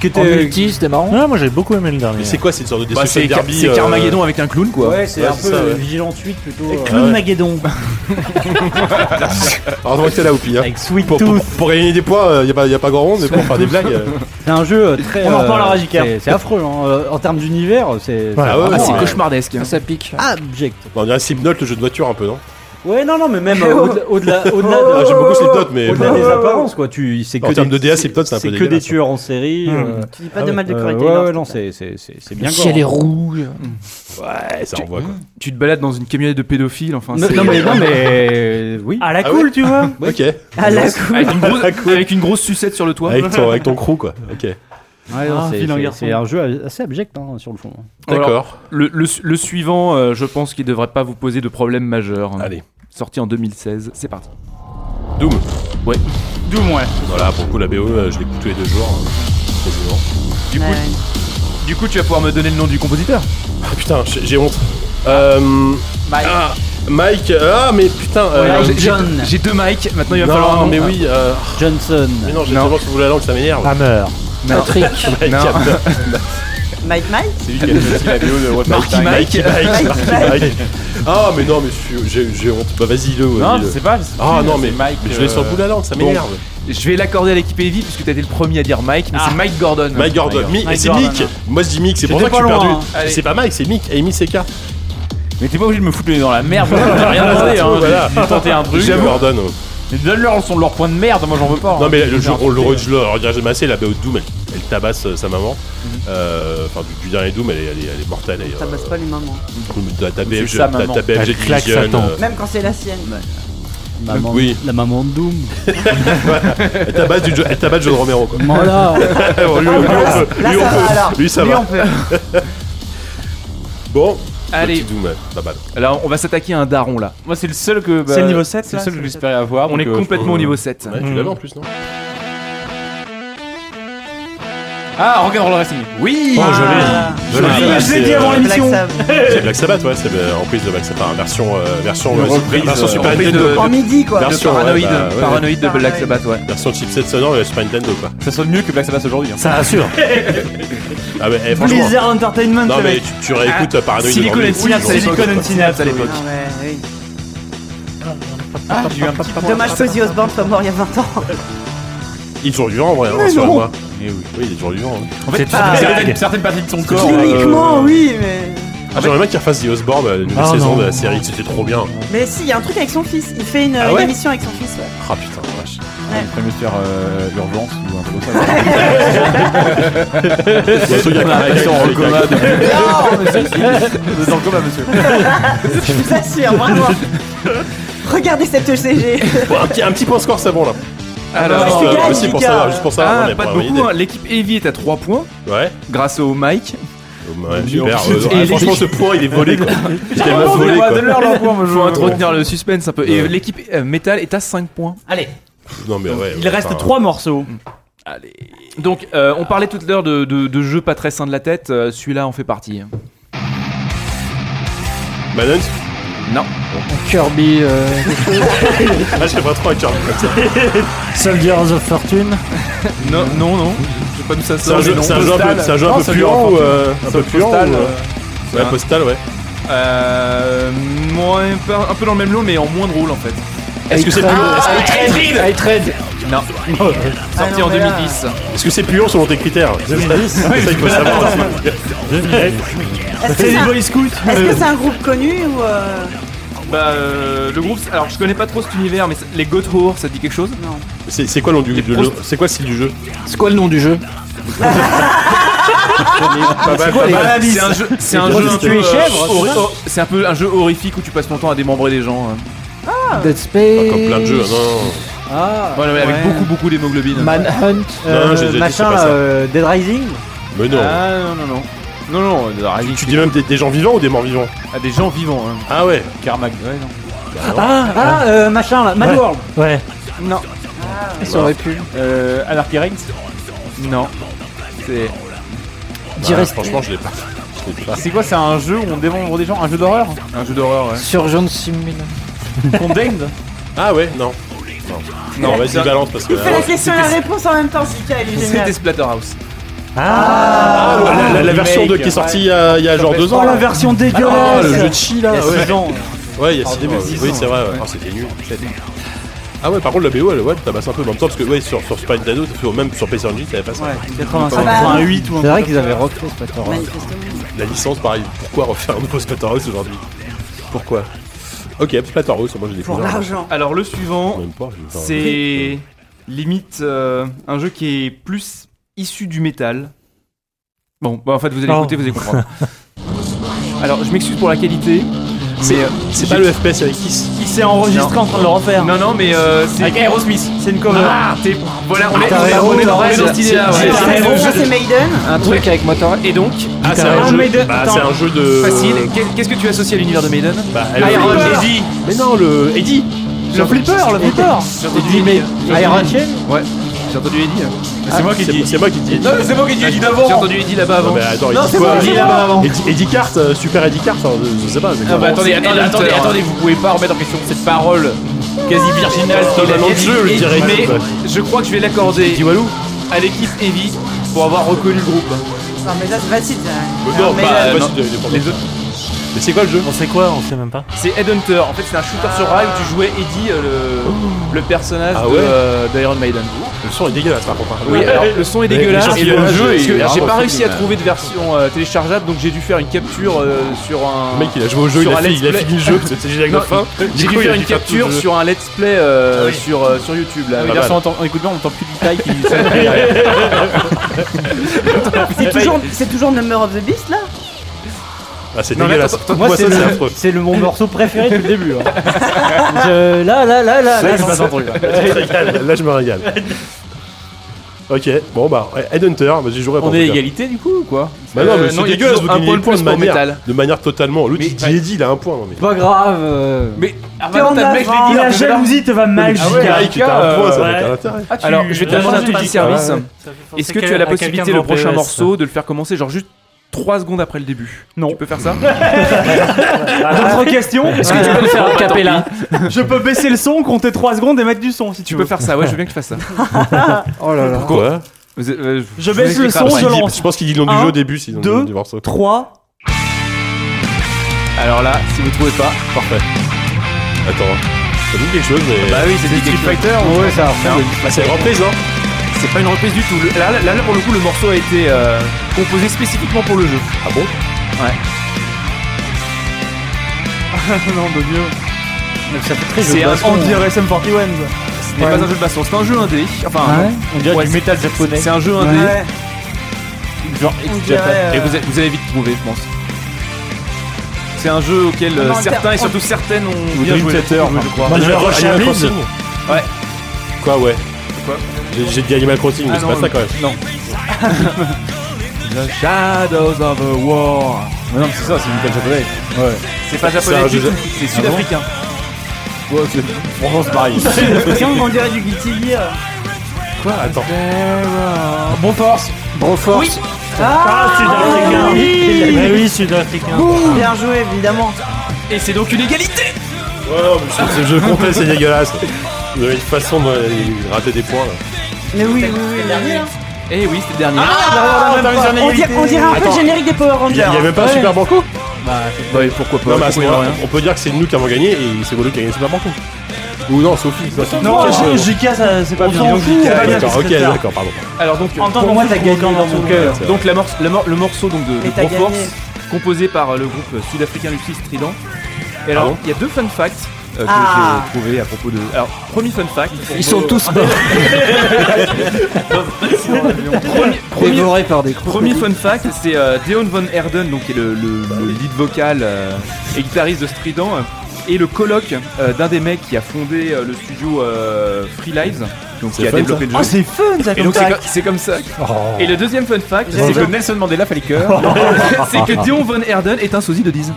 Speaker 7: qui
Speaker 8: En
Speaker 7: était.
Speaker 8: multi, c'était marrant.
Speaker 9: Ouais, moi j'ai beaucoup aimé le dernier.
Speaker 1: Mais c'est quoi, c'est une sorte de
Speaker 5: Bah,
Speaker 1: destruction
Speaker 5: c'est Car-
Speaker 1: derby
Speaker 5: c'est
Speaker 1: euh,
Speaker 5: Carmageddon avec un clown, quoi.
Speaker 7: Ouais, c'est
Speaker 1: Ouais,
Speaker 7: un
Speaker 1: c'est
Speaker 7: peu
Speaker 1: ça,
Speaker 7: euh,
Speaker 1: ouais.
Speaker 7: Vigilante 8 plutôt. euh,
Speaker 1: ouais.
Speaker 6: Clown Maguedon.
Speaker 1: Alors, donc, t'es là, Oupi. hein.
Speaker 7: Avec Sweet
Speaker 1: Pour, pour, pour gagner des points, il n'y a, pas grand monde, mais pour faire des blagues. euh,
Speaker 7: C'est un jeu euh, très.
Speaker 6: On en
Speaker 7: euh,
Speaker 6: parlera, JK.
Speaker 7: c'est- C'est affreux hein. Euh, en termes d'univers, c'est euh,
Speaker 9: Ouais.
Speaker 1: Ah ouais,
Speaker 5: Ah, c'est
Speaker 1: ouais.
Speaker 5: cauchemardesque. hein.
Speaker 8: Ça pique.
Speaker 7: abject.
Speaker 1: On dirait Slipknot, le jeu de voiture, un peu, non
Speaker 7: Ouais, non, non, mais même euh, au-delà- au-delà au-delà
Speaker 1: Ah,
Speaker 7: de-
Speaker 1: J'aime beaucoup Slipknot, mais.
Speaker 7: au-delà des apparences, quoi. Tu, c'est
Speaker 1: En
Speaker 7: que
Speaker 1: termes
Speaker 7: des,
Speaker 1: de DA, c'est peut-être, c'est un peu
Speaker 7: que des
Speaker 1: dégueulasse.
Speaker 7: tueurs en série. euh,
Speaker 4: Tu dis pas
Speaker 1: Ah
Speaker 4: de
Speaker 1: ouais.
Speaker 4: mal de
Speaker 7: euh,
Speaker 4: Corey
Speaker 7: ouais,
Speaker 4: Taylor.
Speaker 7: ouais, non, c'est c'est- c'est- c'est bien.
Speaker 8: Le ciel
Speaker 7: gore.
Speaker 8: est rouge.
Speaker 1: Ouais, ça envoie, quoi.
Speaker 5: Tu te balades dans une camionnette de pédophiles, enfin.
Speaker 7: Non,
Speaker 5: c'est-
Speaker 7: non,
Speaker 5: (laughs)
Speaker 7: mais, non, mais euh, oui.
Speaker 6: À la
Speaker 1: Ah
Speaker 6: cool, tu vois.
Speaker 1: (laughs) Ok.
Speaker 4: À la coupe.
Speaker 5: Avec une, grosse, avec une grosse sucette sur le toit.
Speaker 1: Avec ton, avec ton crew, quoi. Ok.
Speaker 7: Ouais, non,
Speaker 6: Ah,
Speaker 7: c'est-
Speaker 6: vilain
Speaker 7: c'est-
Speaker 6: garçon.
Speaker 7: c'est un jeu assez abject hein, sur le fond.
Speaker 5: Alors,
Speaker 1: D'accord.
Speaker 5: Le, le- le suivant, euh, je pense qu'il devrait pas vous poser de problème majeur.
Speaker 1: Allez.
Speaker 5: sorti en 2016. C'est parti.
Speaker 1: Doom
Speaker 5: Ouais.
Speaker 3: Doom, ouais.
Speaker 1: Voilà, pour le coup, la BO, euh, je l'écoute tous les deux jours. euh, quasiment.
Speaker 5: Du coup, du coup, tu vas pouvoir me donner le nom du compositeur
Speaker 1: Ah putain, j'ai j'ai honte. Euh,
Speaker 5: Mike.
Speaker 1: Ah, Mike, ah mais putain.
Speaker 5: Alors, j'ai- j'ai- J'ai deux mics, maintenant il va
Speaker 1: non,
Speaker 5: falloir un nom.
Speaker 1: mais oui. euh,
Speaker 7: Johnson.
Speaker 1: Mais non, j'ai tellement sous la langue, ça m'énerve.
Speaker 9: Hammer.
Speaker 1: Non.
Speaker 7: Patrick.
Speaker 1: (laughs) Mike
Speaker 7: Non.
Speaker 1: Hammer.
Speaker 4: Mike Mike
Speaker 1: C'est lui qui a fait aussi la BO de What
Speaker 5: Marky
Speaker 1: Time.
Speaker 5: Mike.
Speaker 1: Marky Mike.
Speaker 5: Marky
Speaker 1: Marky
Speaker 5: Mike.
Speaker 1: Mike. Ah mais non, mais je suis- j'ai j'ai honte. Bah vas-y, le.
Speaker 5: Non,
Speaker 1: dis-le.
Speaker 5: je sais pas.
Speaker 1: Ah non, mais mais
Speaker 3: euh,
Speaker 1: je l'ai sur le bout de la langue, ça m'énerve.
Speaker 5: euh, Je vais l'accorder à l'équipe Evie puisque t'as été le premier à dire Mike, mais c'est Mike Gordon.
Speaker 1: Mike Gordon, Mi- et c'est Mick. Moi je dis Mick, c'est pour ça
Speaker 5: J'étais
Speaker 1: que je suis
Speaker 5: pas
Speaker 1: perdu.
Speaker 5: loin, hein.
Speaker 1: C'est pas Mike, c'est Mick, Amy Seka.
Speaker 3: Mais t'es pas obligé de me foutre le nez dans la merde, moi, j'ai rien
Speaker 1: Voilà, (laughs)
Speaker 3: demandé, hein,
Speaker 1: voilà.
Speaker 3: j'ai- j'ai tenté un truc.
Speaker 1: J'avoue. Gordon. ouais.
Speaker 3: Mais donne-leur son- leur point de merde, moi j'en veux pas.
Speaker 1: Non
Speaker 3: hein.
Speaker 1: mais le jeu,
Speaker 3: J'ai
Speaker 1: on le
Speaker 3: insulté.
Speaker 1: re- je le redirai jamais assez, la BO de Doom, elle, elle tabasse euh, sa maman.
Speaker 3: Mhm.
Speaker 1: Euh, Enfin du, du dernier Doom, elle est, elle est, elle est mortelle. Elle, euh,
Speaker 4: Ça passe pas les mamans.
Speaker 1: ta, ta BFG,
Speaker 3: sa
Speaker 1: ta- ta
Speaker 3: maman.
Speaker 1: BFG
Speaker 3: Elle claque sa
Speaker 1: Division,
Speaker 3: tante.
Speaker 1: euh,
Speaker 4: Même quand c'est la sienne.
Speaker 7: Maman-
Speaker 1: Oui.
Speaker 7: La maman de Doom.
Speaker 1: elle tabasse du, elle tabasse John Romero quoi.
Speaker 7: Voilà.
Speaker 1: Bon, (laughs) lui, on peut,
Speaker 4: Là,
Speaker 1: lui, on
Speaker 4: ça
Speaker 1: peut,
Speaker 4: va alors.
Speaker 1: lui, ça
Speaker 4: Lui,
Speaker 1: va.
Speaker 4: on peut.
Speaker 1: Bon,
Speaker 5: Allez.
Speaker 1: le petit Doom, ouais, pas mal.
Speaker 5: Alors on va s'attaquer à un daron là.
Speaker 3: Moi c'est le seul que. bah,
Speaker 6: C'est le niveau 7,
Speaker 3: C'est le
Speaker 6: là,
Speaker 3: seul
Speaker 6: c'est
Speaker 3: que
Speaker 6: le
Speaker 3: j'espérais avoir.
Speaker 5: On
Speaker 3: donc,
Speaker 5: est
Speaker 3: euh,
Speaker 5: complètement au niveau 7.
Speaker 6: Mm.
Speaker 1: Ouais, tu l'avais en plus non
Speaker 3: Ah, Rock'n'Roll Racing.
Speaker 5: Oui
Speaker 1: Oh, joli. Joli.
Speaker 6: Ah, je l'ai dit avant
Speaker 1: C'est, euh,
Speaker 6: l'émission.
Speaker 4: Black Sabbath.
Speaker 3: (laughs)
Speaker 1: C'est Black Sabbath, ouais, c'est euh, en reprise de Black Sabbath, enfin, version, euh, version,
Speaker 5: Une
Speaker 1: euh,
Speaker 5: reprise,
Speaker 1: version
Speaker 5: euh,
Speaker 1: Super
Speaker 5: reprise
Speaker 1: Nintendo,
Speaker 5: de-
Speaker 4: En midi quoi.
Speaker 5: De
Speaker 1: Version, ouais,
Speaker 5: paranoïde,
Speaker 1: bah, ouais.
Speaker 5: paranoïde de Black Sabbath, ouais.
Speaker 1: version chipset sonore et Super Nintendo quoi.
Speaker 3: Ça sonne mieux que Black Sabbath aujourd'hui. hein.
Speaker 9: Ça assure.
Speaker 1: Ah mais eh, franchement,
Speaker 6: Blizzard Entertainment,
Speaker 1: non
Speaker 6: le
Speaker 1: mais
Speaker 6: mec.
Speaker 1: tu, tu réécoutes euh, Paranoid
Speaker 6: Ah,
Speaker 5: Silicon
Speaker 1: aujourd'hui,
Speaker 5: and Synapse,
Speaker 1: c'est toujours-
Speaker 5: Silicon and Synapse à l'époque.
Speaker 4: Ah ouais, oui.
Speaker 3: Ah, j'ai eu un petit point.
Speaker 4: Dommage que Ozzy Osbourne soit mort il y a 20 ans.
Speaker 1: Il est toujours vivant en vrai, hein, sur moi.
Speaker 3: Eh oui.
Speaker 1: Oui, il est toujours vivant. hein.
Speaker 3: En fait,
Speaker 9: C'est
Speaker 3: certaines-
Speaker 9: une
Speaker 3: certaines-
Speaker 9: blague.
Speaker 3: certaines parties de son corps. euh,
Speaker 4: Cliniquement, oui, mais.
Speaker 1: Ah, J'aimerais bien qu'il refasse The Osborne, la nouvelle
Speaker 9: Ah,
Speaker 1: saison
Speaker 9: non.
Speaker 1: de la série, c'était trop bien.
Speaker 4: Mais si, il y a un truc avec son fils. Il fait une,
Speaker 1: Ah
Speaker 4: une
Speaker 1: ouais
Speaker 4: émission avec son fils, ouais.
Speaker 1: Ah putain, la vache.
Speaker 3: Il pourrait mieux se
Speaker 1: (laughs)
Speaker 3: faire euh, l'urgence ou un peu comme
Speaker 1: Il y
Speaker 3: ça.
Speaker 1: a un truc avec- avec-
Speaker 3: Ils sont en
Speaker 1: avec-
Speaker 3: coma
Speaker 1: avec-
Speaker 3: depuis-
Speaker 4: Non,
Speaker 3: Vous êtes dans le coma, monsieur.
Speaker 4: je vous assure, vraiment. Regardez cette ECG.
Speaker 1: Bon, un, petit, un petit point score, c'est bon là.
Speaker 5: Alors,
Speaker 4: c'est
Speaker 1: Euh,
Speaker 4: gars,
Speaker 1: aussi
Speaker 4: les
Speaker 1: pour
Speaker 4: gars.
Speaker 1: savoir, juste pour savoir. on
Speaker 5: ah,
Speaker 1: est
Speaker 5: pas de
Speaker 1: pour avoir une
Speaker 5: beaucoup, hein. l'équipe Evie est à 3 points
Speaker 1: idée. Ouais,
Speaker 5: grâce au Mike.
Speaker 1: ouais, super.
Speaker 5: Et Ah,
Speaker 1: Euh, ouais,
Speaker 5: les-
Speaker 1: franchement, ce point, il est volé
Speaker 5: (laughs)
Speaker 1: quoi. Il est
Speaker 3: Bon,
Speaker 1: volé
Speaker 3: bah,
Speaker 1: quoi.
Speaker 3: Donne-leur leur point, moi je
Speaker 5: Faut
Speaker 3: vois
Speaker 5: entretenir le suspense un peu. Et
Speaker 1: Ouais.
Speaker 5: l'équipe euh, Metal est à 5 points.
Speaker 7: Allez,
Speaker 1: Non, mais ouais.
Speaker 6: Il
Speaker 1: ouais,
Speaker 6: reste
Speaker 1: enfin,
Speaker 6: trois morceaux.
Speaker 5: Mm. Allez. Donc, euh, on parlait tout à l'heure de, de, de jeux pas très sains de la tête. euh, Celui-là en fait partie.
Speaker 1: Manon
Speaker 5: Non.
Speaker 8: Kirby. euh,
Speaker 1: (laughs) Ah, je sais pas trop à Kirby comme ça.
Speaker 9: Soldiers of Fortune.
Speaker 5: (laughs) Non, non, non. Je vais pas nous ça
Speaker 1: C'est un jeu c'est un jeu un peu- c'est un jeu un peu pur ou. euh, Un peu pur ou. euh,
Speaker 5: euh,
Speaker 1: Ouais, postal, ouais.
Speaker 5: Euh, moi, un peu- un peu dans le même lot, mais en moins drôle en fait.
Speaker 1: Est-ce que c'est pur
Speaker 5: Non. Sorti
Speaker 4: Ah non,
Speaker 5: en
Speaker 4: mais là- euh,
Speaker 5: 2010.
Speaker 1: Est-ce que c'est pur selon tes critères C'est ça, c'est
Speaker 5: (laughs)
Speaker 1: ça qu'il faut savoir.
Speaker 4: Est-ce que c'est un... est-ce que c'est un groupe connu ou. euh,
Speaker 5: Bah, euh, le groupe, c'est- alors je connais pas trop cet univers, mais c'est- les God Horror, ça te dit quelque chose
Speaker 4: Non.
Speaker 1: C'est c'est quoi le nom du
Speaker 5: Les
Speaker 1: du
Speaker 5: pros-
Speaker 1: jeu C'est quoi le style du jeu
Speaker 8: C'est quoi le nom du jeu
Speaker 5: C'est quoi, les gars C'est un jeu, c'est un jeu un peu,
Speaker 1: prostituées
Speaker 5: euh,
Speaker 1: chèvres,
Speaker 5: horri- hor- c'est un peu un jeu horrifique où tu passes ton temps à démembrer les gens. hein.
Speaker 8: Dead Space.
Speaker 1: Pas Comme plein de jeux, non, non. non.
Speaker 7: Ah,
Speaker 5: Ouais, non, mais avec
Speaker 7: ouais.
Speaker 5: beaucoup beaucoup d'hémoglobine.
Speaker 8: Manhunt.
Speaker 5: euh,
Speaker 1: Non, j'ai déjà dit, c'est
Speaker 7: machin,
Speaker 1: pas ça.
Speaker 7: euh, Dead Rising
Speaker 1: Mais non.
Speaker 5: Ah non non non. Non non, euh,
Speaker 1: Tu,
Speaker 5: Rising,
Speaker 1: tu dis même des, des gens vivants ou des morts vivants
Speaker 5: c'est à des gens vivants. hein.
Speaker 1: Ah ouais Bah
Speaker 5: Carmack, ouais non.
Speaker 7: (laughs) Ah, ah euh, machin là, Mad World
Speaker 9: Ouais.
Speaker 7: Non.
Speaker 8: Ça aurait pu.
Speaker 5: Euh, Anarchy Reigns Non. C'est
Speaker 1: Ouais,
Speaker 3: Bah,
Speaker 8: Direct.
Speaker 1: Bah, Franchement, je l'ai pas. Je l'ai pas.
Speaker 3: C'est quoi, c'est un jeu où on démembre des gens Un jeu d'horreur
Speaker 5: un jeu d'horreur, ouais.
Speaker 8: Surgeon Simulator.
Speaker 3: Condemned
Speaker 1: Ah ouais Non. Non, non vas-y,
Speaker 5: ça-
Speaker 1: balance parce que.
Speaker 4: Il fait la question et la réponse en même temps, Sika, elle est
Speaker 5: C'était
Speaker 4: géniale.
Speaker 5: Splatterhouse.
Speaker 1: Ah, la- la, la
Speaker 5: remake,
Speaker 1: version de, qui est sortie il y a, il y a genre deux ans.
Speaker 6: Oh, la
Speaker 1: là.
Speaker 6: version
Speaker 1: Ah, le
Speaker 6: dégueulasse.
Speaker 1: jeu de chi là
Speaker 6: Il y a
Speaker 1: Ouais,
Speaker 6: six ans.
Speaker 1: Ouais, il y a six ans. Oui, c'est vrai, ouais. Ah, c'était nul. Ah ouais, par contre, la BO, elle ouais, tabasse un peu. En même temps, parce que ouais, sur, sur Spine Dado, sur- même sur PC Engine, t'avais pas ça.
Speaker 6: Ouais,
Speaker 4: Ah
Speaker 6: 85,
Speaker 4: bah,
Speaker 6: 88 ou un
Speaker 7: C'est vrai
Speaker 6: truc
Speaker 7: qu'ils avaient refait ce patron.
Speaker 4: Manifestement.
Speaker 1: La licence, pareil. Pourquoi refaire un nouveau Splatterhouse aujourd'hui Pourquoi Ok, Splatterhouse, moi j'ai
Speaker 4: Pour
Speaker 1: découvert.
Speaker 4: l'argent.
Speaker 5: Alors le suivant,
Speaker 1: Même pas, je- enfin,
Speaker 5: c'est limite euh, un jeu qui est plus issu du métal. Bon, bah, en fait, vous allez
Speaker 4: (laughs)
Speaker 9: Oh.
Speaker 5: écouter, vous allez comprendre. Alors, je m'excuse pour la qualité. euh,
Speaker 1: C'est c'est pas le FPS avec Kiss.
Speaker 6: Il s'est enregistré en train de le refaire.
Speaker 5: Non, non, mais euh, c'est.
Speaker 6: Avec Aerosmith. C'est une cover.
Speaker 5: Ah, t'es. Voilà, on est,
Speaker 8: Guitar Hero,
Speaker 5: on est dans, on est
Speaker 8: Motorhead.
Speaker 5: dans cette idée-là.
Speaker 8: C'est-
Speaker 5: ouais.
Speaker 8: c'est-
Speaker 5: Arrête de
Speaker 4: Ça,
Speaker 5: jouer.
Speaker 4: c'est Maiden
Speaker 8: Un truc avec moteur.
Speaker 5: Et donc,
Speaker 1: Ah, c'est un,
Speaker 5: Attends,
Speaker 1: jeu...
Speaker 5: Maiden-
Speaker 1: bah,
Speaker 5: attends.
Speaker 1: c'est un jeu de.
Speaker 5: Facile. Qu'est- Qu'est-ce que tu associes à l'univers de Maiden
Speaker 1: Bah,
Speaker 5: Iron
Speaker 1: Flipper.
Speaker 5: Eddie.
Speaker 1: Mais non, le. Eddie
Speaker 6: Le flipper, le flipper.
Speaker 5: J'ai entendu Eddie.
Speaker 7: Iron Chain
Speaker 5: Ouais. J'ai entendu Eddie. hein.
Speaker 1: Ah, C'est moi qui dis. C'est moi qui dis.
Speaker 5: Non, mais c'est moi qui dis Eddie
Speaker 3: d'avant.
Speaker 5: J'ai entendu Eddie là-bas
Speaker 1: Non,
Speaker 5: avant.
Speaker 1: mais attends,
Speaker 5: Non,
Speaker 1: il dit
Speaker 5: c'est moi
Speaker 1: quoi
Speaker 5: qui dis là-bas avant.
Speaker 1: Eddie Eddie Cart, euh, super Eddie Cart, hein, je je sais pas. c'est
Speaker 5: Ah
Speaker 1: quoi.
Speaker 5: bah attendez, attendez, attendez, Ah, bah, attendez, vous pouvez pas remettre en question cette parole quasi virginale
Speaker 1: Dans
Speaker 5: qu'il
Speaker 1: un
Speaker 5: a
Speaker 1: autre
Speaker 5: dit,
Speaker 1: jeu, je
Speaker 5: et-
Speaker 1: dirais,
Speaker 5: Mais
Speaker 1: quoi.
Speaker 5: je crois que je vais l'accorder à l'équipe Heavy pour avoir reconnu le groupe.
Speaker 4: Non, mais ça, c'est facile. ça.
Speaker 1: Mais Non,
Speaker 4: Alors,
Speaker 1: bah,
Speaker 5: euh,
Speaker 1: vas-y,
Speaker 5: non.
Speaker 1: de- de- pardon.
Speaker 5: Les autres,
Speaker 1: Mais c'est quoi le jeu
Speaker 9: On sait quoi On sait même pas.
Speaker 5: c'est Headhunter. En fait, c'est un shooter sur rail où tu jouais Eddie, euh, le, le personnage
Speaker 1: Oh. Ah
Speaker 5: de,
Speaker 1: ouais
Speaker 5: euh, d'Iron Maiden.
Speaker 1: Le son est dégueulasse par contre. hein.
Speaker 5: Oui, alors le son est
Speaker 1: Mais-
Speaker 5: dégueulasse.
Speaker 1: mais
Speaker 5: et le
Speaker 1: le
Speaker 5: jeu,
Speaker 1: jeu
Speaker 5: parce
Speaker 1: est
Speaker 5: que j'ai
Speaker 1: vraiment
Speaker 5: pas réussi à
Speaker 1: fabuleux.
Speaker 5: trouver de version euh, téléchargeable, donc j'ai dû faire une capture euh, sur un.
Speaker 1: Le mec il a joué au jeu, il
Speaker 5: sur
Speaker 1: a,
Speaker 5: un
Speaker 1: fi-
Speaker 5: let's
Speaker 1: il a
Speaker 5: play.
Speaker 1: fini le jeu, parce que c'est génial
Speaker 5: (laughs) Non,
Speaker 1: la fin.
Speaker 5: J'ai
Speaker 1: Du
Speaker 5: dû
Speaker 1: coup, il a
Speaker 5: faire une
Speaker 1: dû tout le
Speaker 5: capture
Speaker 1: jeu.
Speaker 5: sur un let's play euh,
Speaker 1: Ah oui.
Speaker 5: sur, euh, sur YouTube là.
Speaker 1: Ah,
Speaker 5: avec
Speaker 1: bah,
Speaker 5: un son-
Speaker 3: on, entend- on écoute bien, on entend plus du taille qui
Speaker 4: C'est toujours, c'est toujours Number of the Beast là
Speaker 1: Ah, c'est
Speaker 5: Non, mais
Speaker 1: dégueulasse.
Speaker 5: attends,
Speaker 1: Moi, ça, c'est
Speaker 7: le-
Speaker 1: affreux.
Speaker 7: (laughs) c'est le mon morceau préféré depuis le début. hein. (laughs) Je- là, là, là, là, là,
Speaker 1: je
Speaker 7: j'en-
Speaker 1: me hein. (laughs) régale, Là, je me régale. Ok, bon bah, ouais, Headhunter, bah, j'y jouerai pas. en
Speaker 3: On
Speaker 1: tout
Speaker 3: est à
Speaker 1: cas.
Speaker 3: égalité du coup ou quoi
Speaker 1: Bah non,
Speaker 5: Euh,
Speaker 1: mais
Speaker 5: non,
Speaker 1: c'est
Speaker 5: il y a
Speaker 1: dégueulasse,
Speaker 5: toujours
Speaker 1: vous
Speaker 5: un
Speaker 1: gagnez
Speaker 5: point
Speaker 1: le
Speaker 5: de
Speaker 1: point
Speaker 5: plus
Speaker 1: de
Speaker 5: pour
Speaker 1: manière.
Speaker 5: Metal.
Speaker 1: De manière totalement. L'autre,
Speaker 5: Mais-
Speaker 1: il dit Eddie, il a un point. non, mais-
Speaker 7: Pas grave. euh.
Speaker 5: Mais ah,
Speaker 4: T'es en
Speaker 5: maintenant, t'as le mec, je l'ai
Speaker 4: avant, la
Speaker 5: dit, alors
Speaker 6: La
Speaker 5: que j'adore.
Speaker 6: jalousie te va mal,
Speaker 5: Ah ouais,
Speaker 6: Jika.
Speaker 5: ouais,
Speaker 1: Ah, que t'as un point, ça n'a
Speaker 6: ouais.
Speaker 1: aucun intérêt.
Speaker 5: Alors, je vais te
Speaker 6: la
Speaker 5: demander un tout
Speaker 6: jalousie,
Speaker 5: petit service.
Speaker 1: ah
Speaker 5: Est-ce que tu as la possibilité, le prochain morceau, de le faire commencer genre juste 3 secondes après le début
Speaker 6: Non.
Speaker 5: Tu peux (laughs) faire ça
Speaker 6: D'autres questions
Speaker 7: Est-ce que tu peux le faire en capella
Speaker 6: Je peux baisser le son, compter 3 secondes et mettre du son si tu
Speaker 5: Tu
Speaker 6: veux.
Speaker 5: peux faire ça, ouais, je veux bien que tu fasses ça.
Speaker 8: Oh là là.
Speaker 1: Quoi
Speaker 5: Vous êtes- euh,
Speaker 6: Je
Speaker 5: vous
Speaker 6: baisse le
Speaker 5: expliquerai
Speaker 6: son,
Speaker 5: après.
Speaker 6: je
Speaker 1: Il dit-
Speaker 6: lance.
Speaker 1: Je pense qu'il dit le nom du
Speaker 6: Un,
Speaker 1: jeu au début, sinon
Speaker 6: deux,
Speaker 1: du morceau.
Speaker 6: 3.
Speaker 5: Alors là, si vous trouvez pas.
Speaker 1: Parfait. Attends, ça dit quelque chose, mais.
Speaker 5: Bah oui, c'est Street Fighter
Speaker 7: Ouais, ça ressemble.
Speaker 1: Bah, c'est une reprise, hein
Speaker 5: C'est pas une reprise du tout. Le- Là, là, là, pour le coup, le morceau a été euh, composé spécifiquement pour le jeu.
Speaker 1: Ah bon
Speaker 6: Non, de Dieu.
Speaker 7: Ça fait très
Speaker 5: C'est
Speaker 7: jeu de
Speaker 5: un
Speaker 7: baston,
Speaker 6: On
Speaker 7: hein.
Speaker 6: dirait SM41.
Speaker 5: Ce n'est pas un jeu de baston, c'est un jeu indé. Enfin,
Speaker 7: Ouais.
Speaker 6: On dirait
Speaker 5: Ouais,
Speaker 6: du
Speaker 5: c'est-
Speaker 6: métal japonais.
Speaker 5: c'est un jeu indé.
Speaker 4: Ouais.
Speaker 5: Genre
Speaker 4: On dirait, euh,
Speaker 5: Et vous, a- vous allez vite trouver, je pense. C'est un jeu auquel euh,
Speaker 4: Ah Non,
Speaker 5: certains et
Speaker 4: on-
Speaker 5: surtout certaines ont
Speaker 1: Ou
Speaker 5: bien joué.
Speaker 1: Dream Theater,
Speaker 5: je crois.
Speaker 1: Animal
Speaker 9: Rush
Speaker 1: Crossing.
Speaker 9: Abyss.
Speaker 5: Ouais.
Speaker 1: Quoi, ouais
Speaker 5: Quoi
Speaker 1: J'ai- J'ai dit Animal Crossing, mais
Speaker 5: Ah
Speaker 1: c'est
Speaker 5: non,
Speaker 1: pas ça quand même.
Speaker 4: (laughs)
Speaker 5: Non. The Shadows of a War.
Speaker 3: Non, mais c'est ça, c'est Michael japonais.
Speaker 5: C'est pas
Speaker 1: C'est un
Speaker 5: japonais, du
Speaker 1: jeu- Ah
Speaker 5: tout, c'est sud-africain.
Speaker 1: Franchement, c'est
Speaker 5: (laughs)
Speaker 1: pareil.
Speaker 4: Tiens, on dirait du Guilty Gear.
Speaker 1: Quoi Attends.
Speaker 5: Bon force.
Speaker 8: Broforce.
Speaker 4: Ah,
Speaker 9: Sud-africain.
Speaker 4: Eh oui.
Speaker 1: Eh
Speaker 9: Mais oui, sud-africain.
Speaker 4: Bien joué, évidemment.
Speaker 5: Et c'est donc une égalité.
Speaker 1: Ouais, non, mais je, je
Speaker 4: (laughs)
Speaker 1: comptais, c'est dégueulasse. Vous avez une façon de de rater des points là.
Speaker 4: Mais oui, oui, oui. oui.
Speaker 5: Eh oui, c'était le dernier.
Speaker 4: Ah, On dirait, on dirait un peu le générique des Power Rangers.
Speaker 1: Il y a, il y a même pas un Super Banco
Speaker 5: Bah, et pourquoi pas
Speaker 1: Non, mais à ce
Speaker 5: pourquoi il y en a
Speaker 1: moment-là,
Speaker 5: rien
Speaker 1: on peut dire que c'est nous qui avons gagné et c'est Golo qui a gagné Super Banco. Ou non, Sophie. ça, c'est-
Speaker 6: Non,
Speaker 1: Ouais,
Speaker 6: J- Jika, ça- c'est pas
Speaker 5: On
Speaker 6: bien.
Speaker 5: s'en
Speaker 6: Donc,
Speaker 5: fout,
Speaker 6: c'est
Speaker 1: Ah,
Speaker 6: pas bien,
Speaker 1: D'accord,
Speaker 6: c'est
Speaker 1: ok,
Speaker 6: très tard.
Speaker 1: d'accord, pardon.
Speaker 5: Alors donc,
Speaker 6: En tant
Speaker 5: pour
Speaker 6: que
Speaker 5: moi,
Speaker 6: t'as gagné dans mon cœur.
Speaker 1: c'est vrai.
Speaker 5: donc la morce- le, mor- le morceau donc de, de
Speaker 4: Mais t'as
Speaker 5: Gros
Speaker 4: gagné.
Speaker 5: Force, composé par euh, le groupe sud-africain Lucie Strident. Et alors,
Speaker 1: Ah bon
Speaker 5: il y a deux fun facts euh, que
Speaker 4: Ah.
Speaker 5: j'ai trouvé à propos de. Alors, premier fun fact. euh,
Speaker 8: Ils sont
Speaker 5: (laughs)
Speaker 8: tous morts.
Speaker 5: Premier, premier,
Speaker 8: Dévorés par des crocs.
Speaker 5: premier fun fact, c'est euh, Deon von Herden, donc qui est le, le- le lead vocal euh, et guitariste de Strident, euh, et le coloc euh, d'un des mecs qui a fondé euh, le studio euh, Free Lives, donc
Speaker 1: C'est
Speaker 5: qui a
Speaker 1: fun,
Speaker 5: développé le jeu.
Speaker 6: Ah, c'est fun ça
Speaker 5: Et
Speaker 6: comme
Speaker 5: donc c'est
Speaker 6: ça.
Speaker 5: comme- c'est comme ça.
Speaker 9: Oh.
Speaker 5: Et le deuxième fun fact,
Speaker 3: C'est
Speaker 5: c'est
Speaker 3: que
Speaker 5: que,
Speaker 3: Nelson Mandela fait les cœurs.
Speaker 5: (laughs) c'est que Dion von Herden est un sosie de Diz.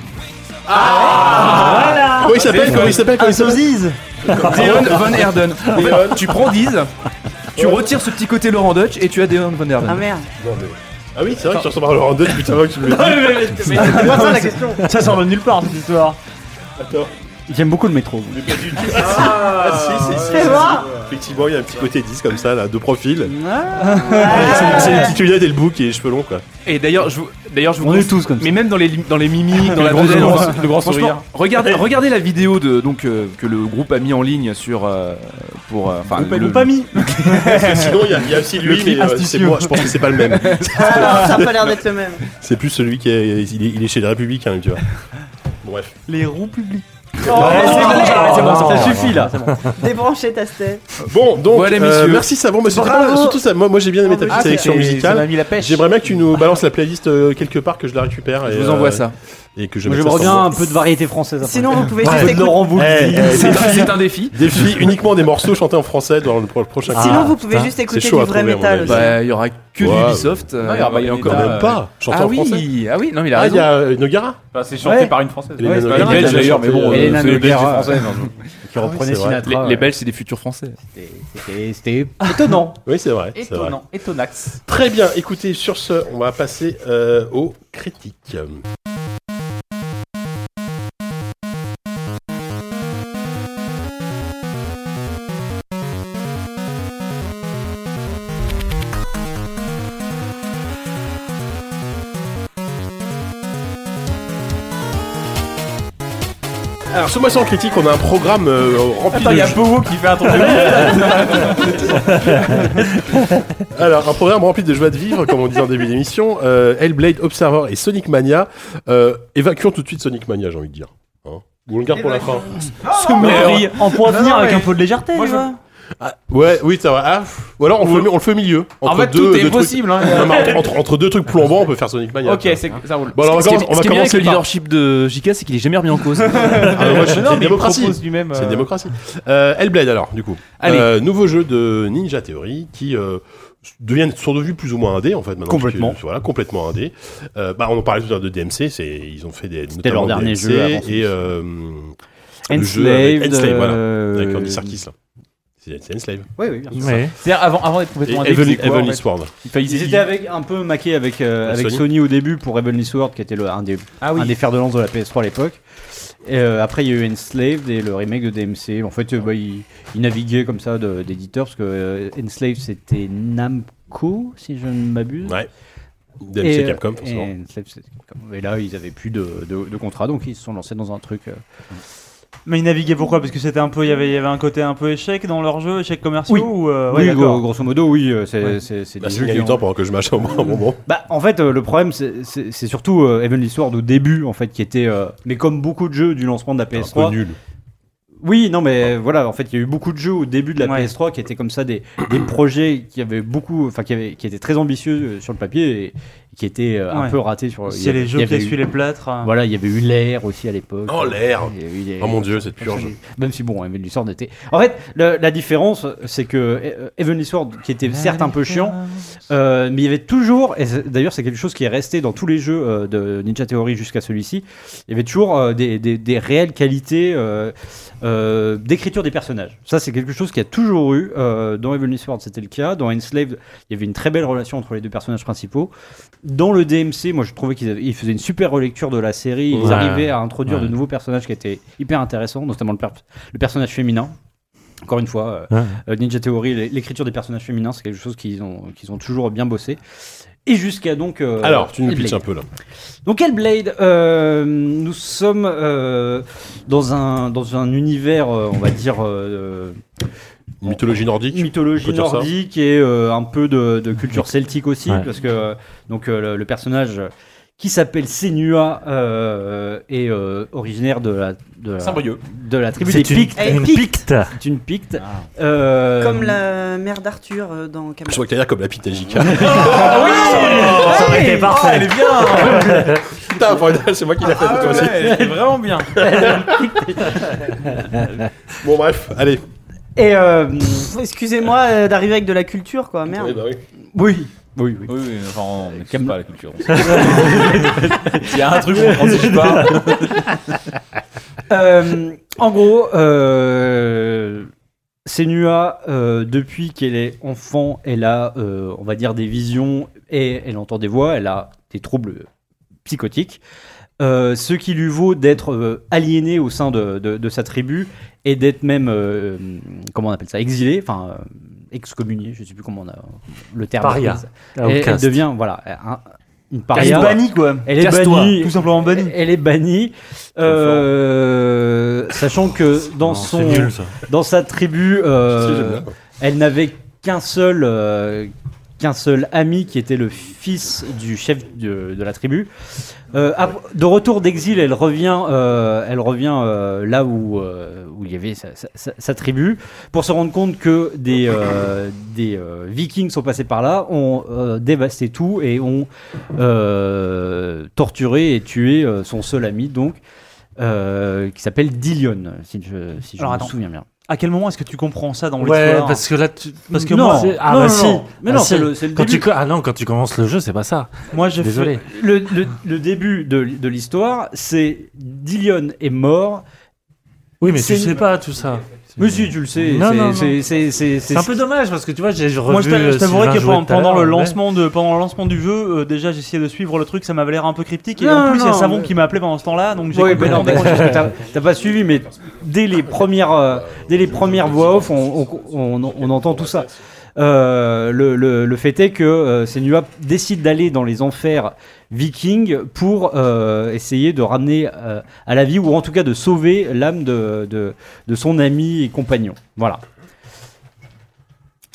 Speaker 4: Ah,
Speaker 1: Comment il s'appelle Comment il s'appelle Comment il s'appelle
Speaker 6: Sozies.
Speaker 5: Dion von Herden. Et, euh, tu prends Diz, tu retires ce petit côté Laurent Dutch et tu as Dion von
Speaker 4: Ah
Speaker 5: Herden.
Speaker 4: merde.
Speaker 1: Ah oui, c'est vrai que tu ressembles à Laurent Dutch, putain, avant que tu me le dises.
Speaker 4: C'est pas ça la question.
Speaker 6: Ça sort de nulle part cette histoire.
Speaker 1: Attends,
Speaker 7: J'aime beaucoup le métro.
Speaker 1: mais pas du tout. Ah si, si, si, si,
Speaker 4: C'est
Speaker 1: si.
Speaker 4: moi
Speaker 1: Effectivement, il y a un petit côté 10 comme ça, là, de profil.
Speaker 4: Ah.
Speaker 1: C'est c'est une petite lunette et le bouc et les cheveux longs, quoi.
Speaker 5: Et d'ailleurs, je vous, d'ailleurs, je vous
Speaker 7: On est
Speaker 5: conseille-
Speaker 7: tous comme ça.
Speaker 5: mais même dans
Speaker 1: (laughs)
Speaker 5: les lim- dans les mimi, (laughs) dans la
Speaker 3: grand
Speaker 5: bedaine,
Speaker 3: sourire.
Speaker 5: franchement,
Speaker 3: Le grand
Speaker 5: franchement,
Speaker 3: sourire.
Speaker 1: eh.
Speaker 5: Regardez, regardez la vidéo de donc euh, que le groupe a mis en ligne sur euh, pour euh, enfin
Speaker 6: Ils
Speaker 5: le-
Speaker 6: l'ont pas mis.
Speaker 1: Parce que sinon, il y, a- il y a aussi lui, mais euh, c'est moi, je pense que c'est pas le
Speaker 5: (laughs)
Speaker 1: même.
Speaker 4: Ah, Ça a pas l'air d'être le même. Oh,
Speaker 1: C'est plus celui qui est, il est, il est chez les Républicains, tu vois. Bon, Bref.
Speaker 6: Les roues publiques.
Speaker 7: Ouais, c'est bon, j'arrête, c'est bon,
Speaker 6: non,
Speaker 7: ça suffit là.
Speaker 4: Débranchez ta stèle.
Speaker 1: Bon, donc,
Speaker 5: Voilà,
Speaker 1: euh,
Speaker 5: messieurs.
Speaker 1: merci Savon. Monsieur, pas, surtout ça, moi, moi j'ai bien aimé
Speaker 7: Ah,
Speaker 1: ta petite sélection musicale.
Speaker 7: mis la pêche.
Speaker 1: J'aimerais bien que tu nous balances la playlist euh, quelque part, que je la récupère. Et,
Speaker 5: je vous envoie
Speaker 1: euh,
Speaker 5: ça.
Speaker 1: et que
Speaker 7: Moi,
Speaker 1: j'aimais
Speaker 7: j'aimerais
Speaker 1: ça
Speaker 7: bien
Speaker 1: sans-
Speaker 7: un peu de variété française. après.
Speaker 4: Sinon, vous pouvez
Speaker 7: Un
Speaker 4: juste
Speaker 7: peu de
Speaker 4: écouter-
Speaker 7: Laurent Voulzy.
Speaker 1: Eh, eh,
Speaker 7: C'est-
Speaker 1: défi-
Speaker 7: c'est un
Speaker 3: défi.
Speaker 1: Défi uniquement des morceaux chantés en français dans le pro- prochain. Ah,
Speaker 4: Sinon, vous pouvez juste écouter du vrai métal aussi.
Speaker 1: Bah,
Speaker 13: Bah, il y aura que
Speaker 1: Ouais.
Speaker 13: du Ubisoft.
Speaker 1: Non, il y aura
Speaker 13: et
Speaker 1: Bayonetta,
Speaker 13: encore
Speaker 1: euh, pas. Chanté
Speaker 13: ah
Speaker 1: en
Speaker 13: oui,
Speaker 1: français.
Speaker 13: ah oui, non, mais il a
Speaker 1: Ah, il
Speaker 13: raison.
Speaker 1: y a euh, Nogara
Speaker 3: Enfin, c'est chanté par une Française.
Speaker 1: Elena
Speaker 13: Ouais, c'est pas une
Speaker 1: Nogara,
Speaker 13: Belge,
Speaker 1: qui a
Speaker 13: d'ailleurs,
Speaker 1: chanté,
Speaker 13: mais bon,
Speaker 1: euh,
Speaker 13: Elena
Speaker 1: c'est les Belges,
Speaker 13: Nogara.
Speaker 1: c'est français, non.
Speaker 13: Qui reprenait
Speaker 1: Ah oui, c'est vrai.
Speaker 13: Sinatra, Les- les ouais.
Speaker 7: euh.
Speaker 13: Belges, c'est des futurs Français.
Speaker 7: C'était étonnant.
Speaker 1: (laughs) Oui, c'est vrai. c'est vrai.
Speaker 3: Étonnant, étonnax.
Speaker 1: Très bien, écoutez, sur ce, on va passer euh, aux critiques. Alors, ce mois-ci en critique, on a un programme euh, rempli
Speaker 3: Attends, il
Speaker 1: de
Speaker 3: y a
Speaker 1: jeux.
Speaker 3: Powo qui fait un truc.
Speaker 1: (laughs) Alors, un programme rempli de joie de vivre, comme on disait en début d'émission. Euh, Hellblade, Observer et Sonic Mania. Euh, évacuons tout de suite Sonic Mania, j'ai envie de dire. Hein Ou on le garde pour la fin
Speaker 6: Ce mépris en point venir avec un peu de légèreté.
Speaker 3: Moi, je-
Speaker 6: tu vois.
Speaker 1: Ah, Ouais, oui, ça va. Ah, pff. ou alors on, le fait, on le fait au milieu. Entre
Speaker 3: En fait,
Speaker 1: deux,
Speaker 3: tout est
Speaker 1: deux trucs-
Speaker 3: possible, hein.
Speaker 1: Non, mais entre, entre- entre deux trucs plombants, on peut faire Sonic Mania.
Speaker 3: Ok,
Speaker 1: tu vois.
Speaker 3: c'est- ça roule.
Speaker 1: Bon, alors on va,
Speaker 13: Ce qui est-
Speaker 1: commencer- on va
Speaker 13: ce qui est bien avec
Speaker 1: commencer
Speaker 13: le
Speaker 1: par-
Speaker 13: leadership de JK, c'est qu'il est jamais remis en cause.
Speaker 1: (laughs) Ah, mais moi, je- c'est
Speaker 3: Non, mais
Speaker 1: une
Speaker 3: il
Speaker 1: démocratie.
Speaker 3: propose lui-même,
Speaker 1: C'est une
Speaker 3: euh,
Speaker 1: démocratie. Euh, Hellblade, alors, du coup.
Speaker 13: Allez.
Speaker 1: Euh, nouveau jeu de Ninja Theory qui euh, deviennent, sont devenus plus ou moins indés, en fait, maintenant.
Speaker 13: Complètement.
Speaker 1: puisque, voilà, complètement indés. Euh, bah, on en parlait tout à l'heure de DMC. c'est- Ils ont fait des.
Speaker 7: C'était
Speaker 1: notamment
Speaker 7: leur dernier
Speaker 1: DMC
Speaker 7: jeu avant
Speaker 1: Et.
Speaker 7: Souls.
Speaker 1: Euh, le jeu avec
Speaker 13: Enslaved,
Speaker 1: Enslaved, voilà.
Speaker 13: euh,
Speaker 1: Avec Andy Serkis, là. C'est c'est Enslaved.
Speaker 7: Oui, oui, bien sûr.
Speaker 1: Ouais.
Speaker 3: C'est-à-dire avant, avant d'être complètement
Speaker 1: Et
Speaker 3: indé,
Speaker 1: Heavenly-
Speaker 3: c'est quoi, en
Speaker 1: Heavenly
Speaker 3: fait
Speaker 1: Sword.
Speaker 3: Il fallait-
Speaker 7: Ils étaient avec, un peu maqués avec, euh,
Speaker 1: La
Speaker 7: avec
Speaker 1: Sony.
Speaker 7: Sony. au début pour Heavenly Sword, qui était le, un, des,
Speaker 3: Ah oui.
Speaker 7: un des fers de lance de la PS3 à l'époque. Et euh, après, il y a eu Enslaved et le remake de DMC. En fait, euh, bah, ils, ils naviguaient comme ça de- d'éditeur parce que euh, Enslaved c'était Namco, si je ne m'abuse.
Speaker 1: Ouais. DMC
Speaker 7: euh,
Speaker 1: Capcom, forcément.
Speaker 7: Et, Enslaved, c'est Capcom. Et là, ils avaient plus de, de- de contrat, donc ils se sont lancés dans un truc. euh,
Speaker 6: Mais ils naviguaient pourquoi Parce que c'était un peu, il y avait, il y avait un côté un peu échec dans leur jeu, échec commerciaux. ou, euh, ouais,
Speaker 7: oui,
Speaker 6: d'accord.
Speaker 7: gros- grosso modo, oui, euh, c'est
Speaker 6: Ouais.
Speaker 7: c'est- c'est
Speaker 1: Bah,
Speaker 7: des
Speaker 1: c'est
Speaker 7: jeux
Speaker 1: qu'il y a
Speaker 7: qui
Speaker 1: du
Speaker 7: ont-
Speaker 1: temps pendant que je mâche un un moment.
Speaker 7: Bah, en fait, euh, le problème, c'est- c'est c'est surtout euh, Heavenly Sword au début, en fait, qui était, euh, mais comme beaucoup de jeux du lancement de la PS3.
Speaker 1: nul.
Speaker 7: Oui, non, mais voilà, en fait, il y a eu beaucoup de jeux au début de la PS3 qui étaient comme ça des, des projets qui avaient beaucoup, enfin, qui, avaient- qui étaient très ambitieux euh, sur le papier et qui étaient euh, un
Speaker 6: Ouais.
Speaker 7: peu ratés sur.
Speaker 6: C'est
Speaker 7: il y avait-
Speaker 6: les jeux
Speaker 7: il y avait
Speaker 6: qui essuient
Speaker 7: eu-
Speaker 6: les plâtres, hein.
Speaker 7: Voilà, il y avait eu l'air aussi à l'époque.
Speaker 1: Oh, l'air.
Speaker 7: Il y avait eu l'air.
Speaker 1: Oh mon Dieu, cette purge.
Speaker 7: Même si bon, Heavenly Sword était. En fait, le- la différence, c'est que euh, Heavenly Sword, qui était certes un peu chiant, euh, mais il y avait toujours, et c'est- d'ailleurs c'est quelque chose qui est resté dans tous les jeux euh, de Ninja Theory jusqu'à celui-ci, il y avait toujours euh, des, des- des réelles qualités euh, euh, d'écriture des personnages. Ça c'est quelque chose qu'il y a toujours eu. euh, dans Heavenly Sword c'était le cas, dans Enslaved il y avait une très belle relation entre les deux personnages principaux. Dans le DMC, moi je trouvais qu'ils avaient- ils faisaient une super relecture de la série, ils
Speaker 13: Ouais.
Speaker 7: arrivaient à introduire
Speaker 13: Ouais.
Speaker 7: de nouveaux personnages qui étaient hyper intéressants, notamment le, per- le personnage féminin. Encore une fois, euh,
Speaker 13: Ouais.
Speaker 7: euh, Ninja Theory, l'é- l'écriture des personnages féminins, c'est quelque chose qu'ils ont, qu'ils ont toujours bien bossé. Et jusqu'à donc. euh,
Speaker 1: Alors, tu nous
Speaker 7: Hellblade.
Speaker 1: pitches un peu là.
Speaker 7: Donc Hellblade, euh, nous sommes euh, dans, un, dans un univers, euh, on va dire. euh,
Speaker 1: Mythologie nordique on peut
Speaker 7: Mythologie
Speaker 1: dire ça
Speaker 7: nordique et euh, un peu de,
Speaker 1: (laughs)
Speaker 7: de culture celtique aussi,
Speaker 1: Ouais.
Speaker 7: parce que euh, donc, euh, le, le personnage qui s'appelle Senua euh, est euh, originaire de la, de la,
Speaker 3: Saint-Brieuc.
Speaker 7: de la tribu
Speaker 9: C'est
Speaker 7: des
Speaker 9: une-
Speaker 7: Pictes.
Speaker 9: une
Speaker 7: Pictes.
Speaker 9: Picte.
Speaker 7: C'est une Picte. Euh,
Speaker 4: Comme la mère d'Arthur euh, dans
Speaker 1: Ah. Je
Speaker 4: Camelot.
Speaker 1: crois que t'as l'air comme la pite à
Speaker 7: (laughs)
Speaker 1: JK.
Speaker 4: Ah oui
Speaker 1: Ça aurait
Speaker 6: Ah,
Speaker 1: été parfait.
Speaker 3: Elle
Speaker 9: (laughs)
Speaker 3: est bien
Speaker 1: Putain, Brenda, c'est Ah, moi qui l'ai fait, toi aussi.
Speaker 3: Elle est
Speaker 4: (laughs)
Speaker 3: vraiment bien
Speaker 1: (laughs) Bon, bref, allez.
Speaker 7: Et euh,
Speaker 4: Pff, Excusez-moi euh, d'arriver avec de la culture, quoi, merde.
Speaker 1: Oui, bah oui.
Speaker 7: Oui. Oui, oui.
Speaker 3: Oui, oui, enfin, on n'excuse pas la culture. on (laughs) sait. S'il y a un truc, on transige pas.
Speaker 7: (laughs) Euh, en gros, euh, Senua, euh, depuis qu'elle est enfant, elle a, euh, on va dire, des visions et elle entend des voix, elle a des troubles psychotiques. Euh, ce qui lui vaut d'être euh, aliénée au sein de, de- de sa tribu et d'être même, euh, comment on appelle ça, exilée, enfin euh, excommuniée, je ne sais plus comment on a le terme.
Speaker 6: Paria.
Speaker 7: Elle, elle
Speaker 6: Outcast.
Speaker 7: devient, voilà, un- une paria.
Speaker 6: Elle est bannie, quoi.
Speaker 7: Elle est
Speaker 6: Casse-toi.
Speaker 7: bannie,
Speaker 6: Tout simplement bannie.
Speaker 7: Elle est bannie. euh, sachant que dans son,
Speaker 6: nul, ça.
Speaker 7: dans sa tribu, euh,
Speaker 6: Si, j'aime bien.
Speaker 7: elle n'avait qu'un seul, euh, qu'un seul ami qui était le fils du chef de, de la tribu. Euh, ap- de retour d'exil, elle revient, euh, elle revient euh, là où, euh, où il y avait sa, sa- sa- sa tribu pour se rendre compte que des, euh, des euh, vikings sont passés par là, ont euh, dévasté tout et ont euh, torturé et tué euh, son seul ami, donc, euh, qui s'appelle Dillion, si je, si je
Speaker 6: Alors,
Speaker 7: me
Speaker 6: attends.
Speaker 7: souviens bien.
Speaker 6: À quel moment est-ce que tu comprends ça dans
Speaker 9: Ouais,
Speaker 6: l'histoire
Speaker 9: parce que là, tu- parce que
Speaker 6: non.
Speaker 9: moi, c'est- ah
Speaker 6: non,
Speaker 9: bah
Speaker 6: non,
Speaker 9: si,
Speaker 6: non. mais
Speaker 9: Ah
Speaker 6: non,
Speaker 9: si.
Speaker 6: c'est le, c'est le
Speaker 9: quand Tu,
Speaker 6: début.
Speaker 9: co- ah non, quand tu commences le jeu, c'est pas ça.
Speaker 7: Moi, je
Speaker 9: désolé.
Speaker 7: fais- Le, le- le début de, de l'histoire, c'est Dillion est mort.
Speaker 9: Oui, mais tu
Speaker 7: C'est-
Speaker 9: sais pas tout ça.
Speaker 7: Mais si, tu le sais.
Speaker 9: Non,
Speaker 7: c'est-
Speaker 9: non, non.
Speaker 7: c'est- c'est- C'est
Speaker 9: C'est un peu dommage parce que tu vois, j'ai revu.
Speaker 6: Moi, je t'a- je
Speaker 9: euh,
Speaker 6: t'avouerais
Speaker 9: Sylvain
Speaker 6: que
Speaker 9: jouer
Speaker 6: pendant,
Speaker 9: tout à
Speaker 6: pendant le
Speaker 9: l'heure, mais-
Speaker 6: lancement de, pendant le lancement du jeu, euh, déjà j'essayais de suivre le truc, ça m'avait l'air un peu cryptique. Et
Speaker 7: Non,
Speaker 6: en plus, il y a
Speaker 7: non,
Speaker 6: Savon
Speaker 7: mais-
Speaker 6: qui m'a appelé pendant ce temps-là, donc j'ai
Speaker 7: Oui, mais
Speaker 6: complètement
Speaker 7: non, mais
Speaker 6: décroché.
Speaker 7: parce que t'as- t'as pas suivi, mais dès les premières, euh, dès les premières voix off, on, on- on- on entend tout ça. Euh, le, le- le fait est que euh, Senua décide d'aller dans les enfers vikings pour euh, essayer de ramener euh, à la vie, ou en tout cas de sauver l'âme de, de- de son ami et compagnon. Voilà.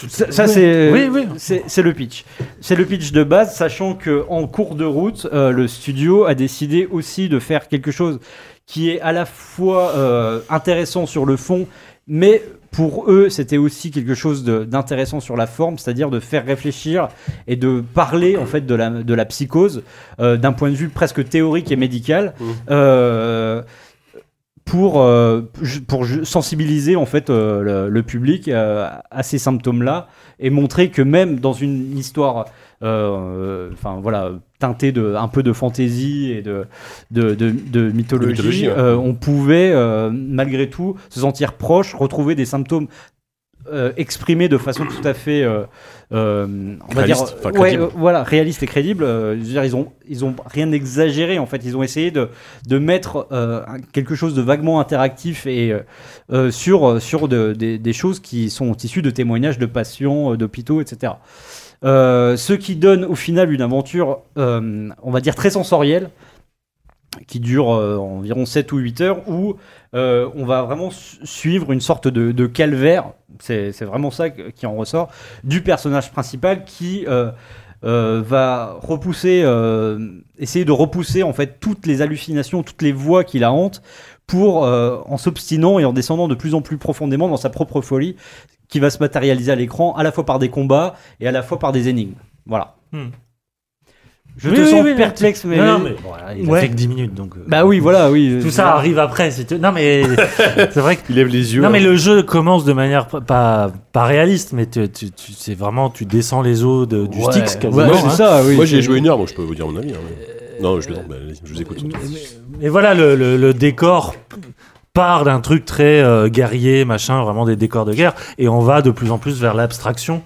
Speaker 7: Ça, ça,
Speaker 9: Oui.
Speaker 7: c'est
Speaker 9: Oui, oui.
Speaker 7: c'est- c'est le pitch. C'est le pitch de base, sachant que en cours de route, euh, le studio a décidé aussi de faire quelque chose qui est à la fois euh, intéressant sur le fond, mais pour eux, c'était aussi quelque chose de- d'intéressant sur la forme, c'est-à-dire de faire réfléchir et de parler en fait de la, de la psychose euh, d'un point de vue presque théorique et médical. Euh, pour, euh, ju- pour ju- sensibiliser en fait euh, le, le public euh, à ces symptômes-là et montrer que même dans une histoire euh, enfin voilà teintée de un peu de fantaisie et de de, de- de mythologie,
Speaker 1: De mythologie, ouais.
Speaker 7: euh, on pouvait euh, malgré tout se sentir proche, retrouver des symptômes euh, exprimés de façon tout à fait euh, euh, on va
Speaker 1: Réaliste,
Speaker 7: dire
Speaker 1: enfin,
Speaker 7: ouais,
Speaker 1: crédible.
Speaker 7: euh, voilà réaliste et crédible euh, je veux dire, ils ont ils ont rien exagéré en fait ils ont essayé de, de mettre euh, un- quelque chose de vaguement interactif et euh, euh, sur sur de- des- des choses qui sont issues de témoignages de patients euh, d'hôpitaux etc Euh, ce qui donne au final une aventure euh, on va dire très sensorielle qui dure euh, environ 7 ou 8 heures, où euh, on va vraiment su- suivre une sorte de, de calvaire, c'est c'est vraiment ça que- qui en ressort, du personnage principal qui euh, euh, va repousser, euh, essayer de repousser en fait toutes les hallucinations, toutes les voix qui la hantent, pour, euh, en s'obstinant et en descendant de plus en plus profondément dans sa propre folie, qui va se matérialiser à l'écran, à la fois par des combats et à la fois par des énigmes. Voilà.
Speaker 9: Hmm.
Speaker 7: Je
Speaker 9: Oui,
Speaker 7: te
Speaker 9: oui,
Speaker 7: sens
Speaker 9: oui, mais-
Speaker 7: perplexe, mais...
Speaker 9: Non, non, mais bon, il a
Speaker 7: Ouais.
Speaker 9: fait que 10 minutes donc. euh,
Speaker 7: Bah oui, voilà, oui.
Speaker 9: Tout ça arrive après. c'est Non,
Speaker 6: (laughs)
Speaker 9: mais c'est vrai
Speaker 1: qu'il lève les yeux. hein.
Speaker 9: Non, mais
Speaker 7: hein.
Speaker 9: le jeu commence de manière p- pas, pas réaliste, mais tu, tu, tu- c'est vraiment, tu descends les eaux de- du
Speaker 1: Ouais.
Speaker 9: Styx quasiment.
Speaker 1: Ouais,
Speaker 9: hein.
Speaker 1: Moi, j'y ai joué une heure, donc je peux vous dire mon avis. hein, mais- Non, je, plaisante, mais allez-y, je vous écoute.
Speaker 9: Mais voilà, le, le- le décor part d'un truc très euh, guerrier, machin, vraiment des décors de guerre, et on va de plus en plus vers l'abstraction.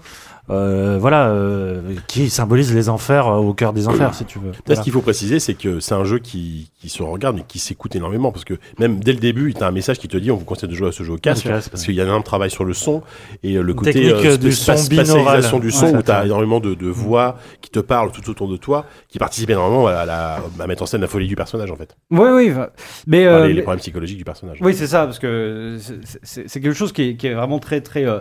Speaker 9: euh, voilà, euh, qui symbolise les enfers euh, au cœur des enfers, si tu veux.
Speaker 1: Là, ce qu'il faut préciser, c'est que c'est un jeu qui, qui se regarde mais qui s'écoute énormément parce que même dès le début, tu as un message qui te dit on vous conseille de jouer à ce jeu au casque
Speaker 9: Au casque,
Speaker 1: parce qu'il y a un énorme travail sur le son et euh, le côté
Speaker 9: Technique,
Speaker 1: euh,
Speaker 9: euh, du
Speaker 1: spa-
Speaker 9: son
Speaker 1: spatialisation
Speaker 9: binaural.
Speaker 1: du son
Speaker 9: Ouais, Mm.
Speaker 1: où tu as
Speaker 9: ouais.
Speaker 1: énormément de, de voix qui te parlent tout autour de toi qui participent énormément à, la, à mettre en scène la folie du personnage en fait.
Speaker 7: Oui, oui. va- Mais,
Speaker 1: Enfin,
Speaker 7: euh,
Speaker 1: les, les
Speaker 7: mais-
Speaker 1: problèmes psychologiques du personnage.
Speaker 7: Oui, c'est ça, parce que c'est- c'est c'est quelque chose qui est, qui est vraiment très, très euh,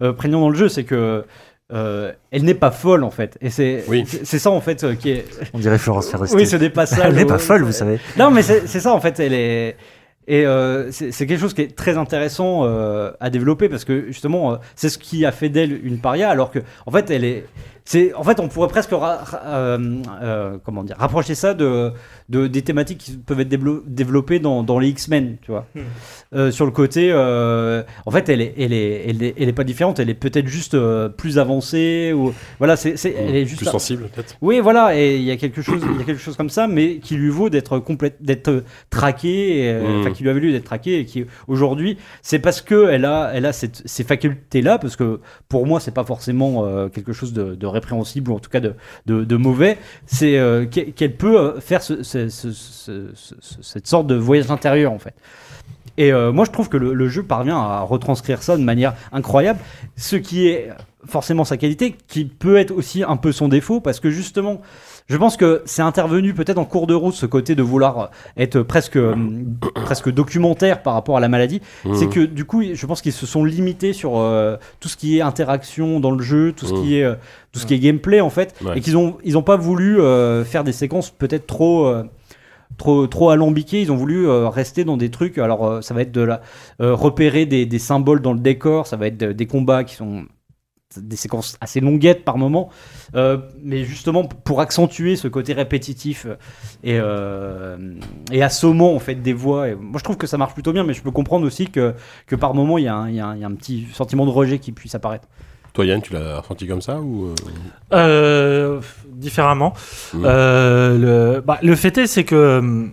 Speaker 7: euh, prégnant dans le jeu, c'est que euh, elle n'est pas folle, en fait. Et c'est c'est- c'est ça, en fait, euh, qui est...
Speaker 9: On dirait Florence Foresti.
Speaker 7: Oui, c'est des passages.
Speaker 9: Elle n'est pas
Speaker 7: où-
Speaker 9: folle, vous savez.
Speaker 7: Non, mais c'est c'est ça, en fait, elle est... Et euh, c'est c'est quelque chose qui est très intéressant euh, à développer parce que justement, euh, c'est ce qui a fait d'elle une paria, alors que, en fait, elle est... c'est En fait, on pourrait presque ra- ra- euh, euh, comment dire, rapprocher ça de, de- des thématiques qui peuvent être déblo- développées dans, dans les X-Men, tu vois.
Speaker 9: Hmm.
Speaker 7: Euh, sur le côté, euh, en fait, elle est, elle est, elle est, elle est pas différente. Elle est peut-être juste euh, plus avancée ou voilà, c'est, c'est- elle est juste
Speaker 1: Mmh. plus sensible, peut-être.
Speaker 7: Oui, voilà, et il y a quelque chose, il y a quelque chose comme ça, mais qui lui vaut d'être complète, d'être euh, traquée, et, euh,
Speaker 1: Mm.
Speaker 7: enfin qui lui a valu d'être traquée et qui aujourd'hui, c'est parce que elle a, elle a cette- ces facultés là, parce que pour moi, c'est pas forcément euh, quelque chose de, de répréhensible ou en tout cas de, de, de mauvais. C'est euh, qu'e- qu'elle peut euh, faire ce- ce- ce- ce- ce- ce- cette sorte de voyage intérieur en fait. Et euh, moi, je trouve que le, le jeu parvient à retranscrire ça de manière incroyable, ce qui est forcément sa qualité, qui peut être aussi un peu son défaut, parce que justement, je pense que c'est intervenu peut-être en cours de route ce côté de vouloir être presque, hum, presque documentaire par rapport à la maladie.
Speaker 14: Mhm.
Speaker 7: C'est que du coup, je pense qu'ils se sont limités sur euh, tout ce qui est interaction dans le jeu, tout ce
Speaker 14: Mhm.
Speaker 7: qui est euh, tout ce qui est gameplay en fait,
Speaker 14: Ouais.
Speaker 7: et qu'ils ont ils ont pas voulu euh, faire des séquences peut-être trop euh, Trop, trop alambiquées, ils ont voulu euh, rester dans des trucs. Alors, euh, ça va être de la, euh, repérer des, des symboles dans le décor, ça va être de- des combats qui sont des séquences assez longuettes par moment, euh, mais justement p- pour accentuer ce côté répétitif euh, et, euh, et assommant en fait des voix. Et moi je trouve que ça marche plutôt bien, mais je peux comprendre aussi que, que par moment il y, a un- il y a un il y a un petit sentiment de rejet qui puisse apparaître.
Speaker 1: Toi Yann, tu l'as ressenti comme ça ou euh,
Speaker 9: Euh, différemment. Euh, le, bah, le fait est, c'est que hum,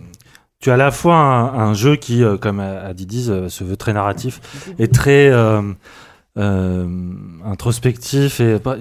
Speaker 9: tu as à la fois un, un jeu qui, euh, comme a a dit Diz, euh, se veut très narratif et très euh, euh, introspectif et pas-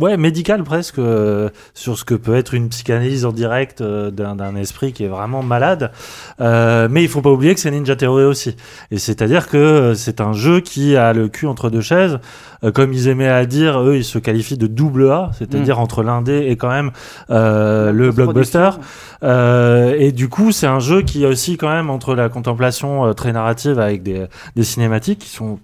Speaker 9: ouais médical presque euh, sur ce que peut être une psychanalyse en direct euh, d'un d'un esprit qui est vraiment malade. Euh, mais il faut pas oublier que c'est Ninja Theory aussi. Et c'est-à-dire que euh, c'est un jeu qui a le cul entre deux chaises. Euh, comme ils aimaient à dire, eux, ils se qualifient de double A, c'est-à-dire
Speaker 13: Mm.
Speaker 9: entre l'indé et quand même euh, le blockbuster.
Speaker 13: production.
Speaker 9: Euh, et du coup, c'est un jeu qui est aussi quand même entre la contemplation euh, très narrative avec des, des cinématiques qui sont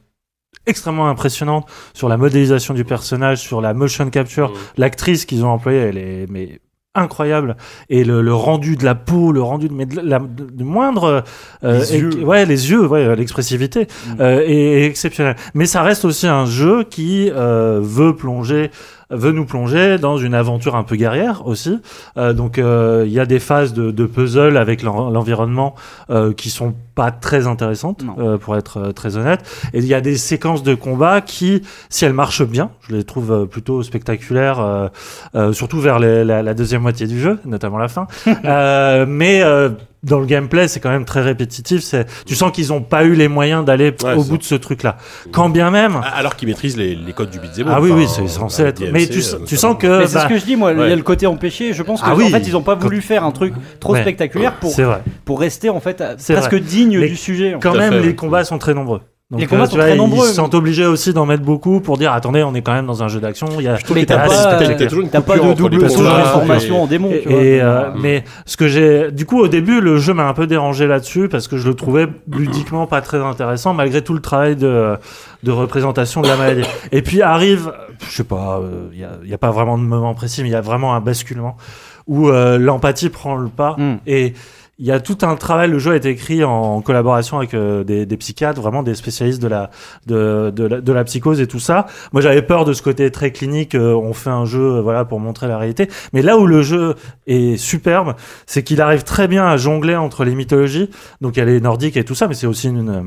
Speaker 9: extrêmement impressionnantes sur la modélisation du personnage, sur la motion capture, l'actrice qu'ils ont employée, elle est mais incroyable et le, le rendu de la peau, le rendu de, mais de la, de- du moindre euh,
Speaker 13: Les yeux.
Speaker 9: ouais les yeux, ouais euh, l'expressivité euh, est, est exceptionnelle. Mais ça reste aussi un jeu qui euh, veut plonger veut nous plonger dans une aventure un peu guerrière aussi. Euh, donc euh, il y a des phases de, de puzzle avec l'en- l'environnement euh, qui sont pas très intéressantes euh, pour être euh, très honnête. Et il y a des séquences de combat qui, si elles marchent bien, je les trouve euh, plutôt spectaculaires, euh, euh, surtout vers les- la, la deuxième moitié du jeu, notamment la fin. Euh, mais euh, dans le gameplay, c'est quand même très répétitif. C'est, tu sens qu'ils ont pas eu les moyens d'aller au bout de ce truc-là. Quand bien même,
Speaker 1: Alors qu'ils maîtrisent les, les codes du beat'em hein,
Speaker 9: Ah oui, oui, Ah, c'est censé être- mais
Speaker 1: euh,
Speaker 9: tu- tu sens que,
Speaker 7: Mais c'est
Speaker 9: bah,
Speaker 7: ce que je dis, moi, il y
Speaker 9: euh, ouais.
Speaker 7: a le côté empêché. Je pense qu'en
Speaker 9: Ah oui.
Speaker 7: fait, ils n'ont pas voulu faire un truc trop
Speaker 9: Ouais.
Speaker 7: spectaculaire pour,
Speaker 9: C'est vrai.
Speaker 7: pour rester en fait à-
Speaker 9: C'est
Speaker 7: presque
Speaker 9: vrai.
Speaker 7: digne
Speaker 9: Mais
Speaker 7: du sujet. en
Speaker 9: Quand
Speaker 7: fait.
Speaker 9: même, les combats sont très nombreux. Donc,
Speaker 7: Les combats
Speaker 9: euh, tu
Speaker 7: sont
Speaker 9: vois,
Speaker 7: très nombreux,
Speaker 9: Ils se
Speaker 7: mais-
Speaker 9: sentent obligés aussi d'en mettre beaucoup pour dire attendez, on est quand même dans un jeu d'action. Il y a,
Speaker 7: trouve Mais que t'as t'as pas- pas- t'as- t'as toujours une t'as pas coupure de entre double les combats saut de et- transformation en démon,
Speaker 9: Et,
Speaker 7: tu vois.
Speaker 9: et, euh, mais ce que j'ai, du coup, au début, le jeu m'a un peu dérangé là-dessus parce que je le trouvais ludiquement pas très intéressant malgré tout le travail de de représentation de la maladie. Et puis arrive, je sais pas, euh, il n'y a, pas vraiment de moment précis, mais il y a vraiment un basculement où euh, l'empathie prend le pas
Speaker 7: Hmm.
Speaker 9: et il y a tout un travail. Le jeu a été écrit en collaboration avec euh, des, des psychiatres, vraiment des spécialistes de la de, de la de la psychose et tout ça. Moi, j'avais peur de ce côté très clinique. euh, on fait un jeu, euh, voilà, pour montrer la réalité. Mais là où le jeu est superbe, c'est qu'il arrive très bien à jongler entre les mythologies. Donc, il y a les nordiques et tout ça, mais c'est aussi une euh,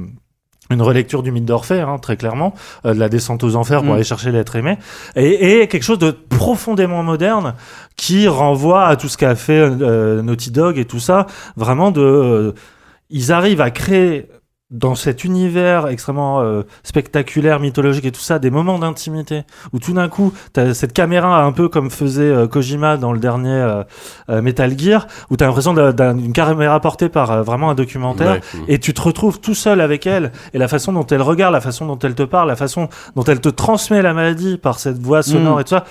Speaker 9: une relecture du mythe d'Orphée, hein, très clairement, euh, de la descente aux enfers pour
Speaker 13: Mm.
Speaker 9: aller chercher l'être aimé, et, et quelque chose de profondément moderne qui renvoie à tout ce qu'a fait euh, Naughty Dog et tout ça, vraiment de... euh, ils arrivent à créer dans cet univers extrêmement euh, spectaculaire, mythologique et tout ça, des moments d'intimité où tout d'un coup, t'as cette caméra un peu comme faisait euh, Kojima dans le dernier euh, euh, Metal Gear, où t'as l'impression d'un- d'un- d'une caméra portée par euh, vraiment un documentaire
Speaker 13: Ouais. mm.
Speaker 9: et et tu te retrouves tout seul avec elle et la façon dont elle regarde, la façon dont elle te parle, la façon dont elle te transmet la maladie par cette voix sonore
Speaker 13: Mm.
Speaker 9: et tout ça.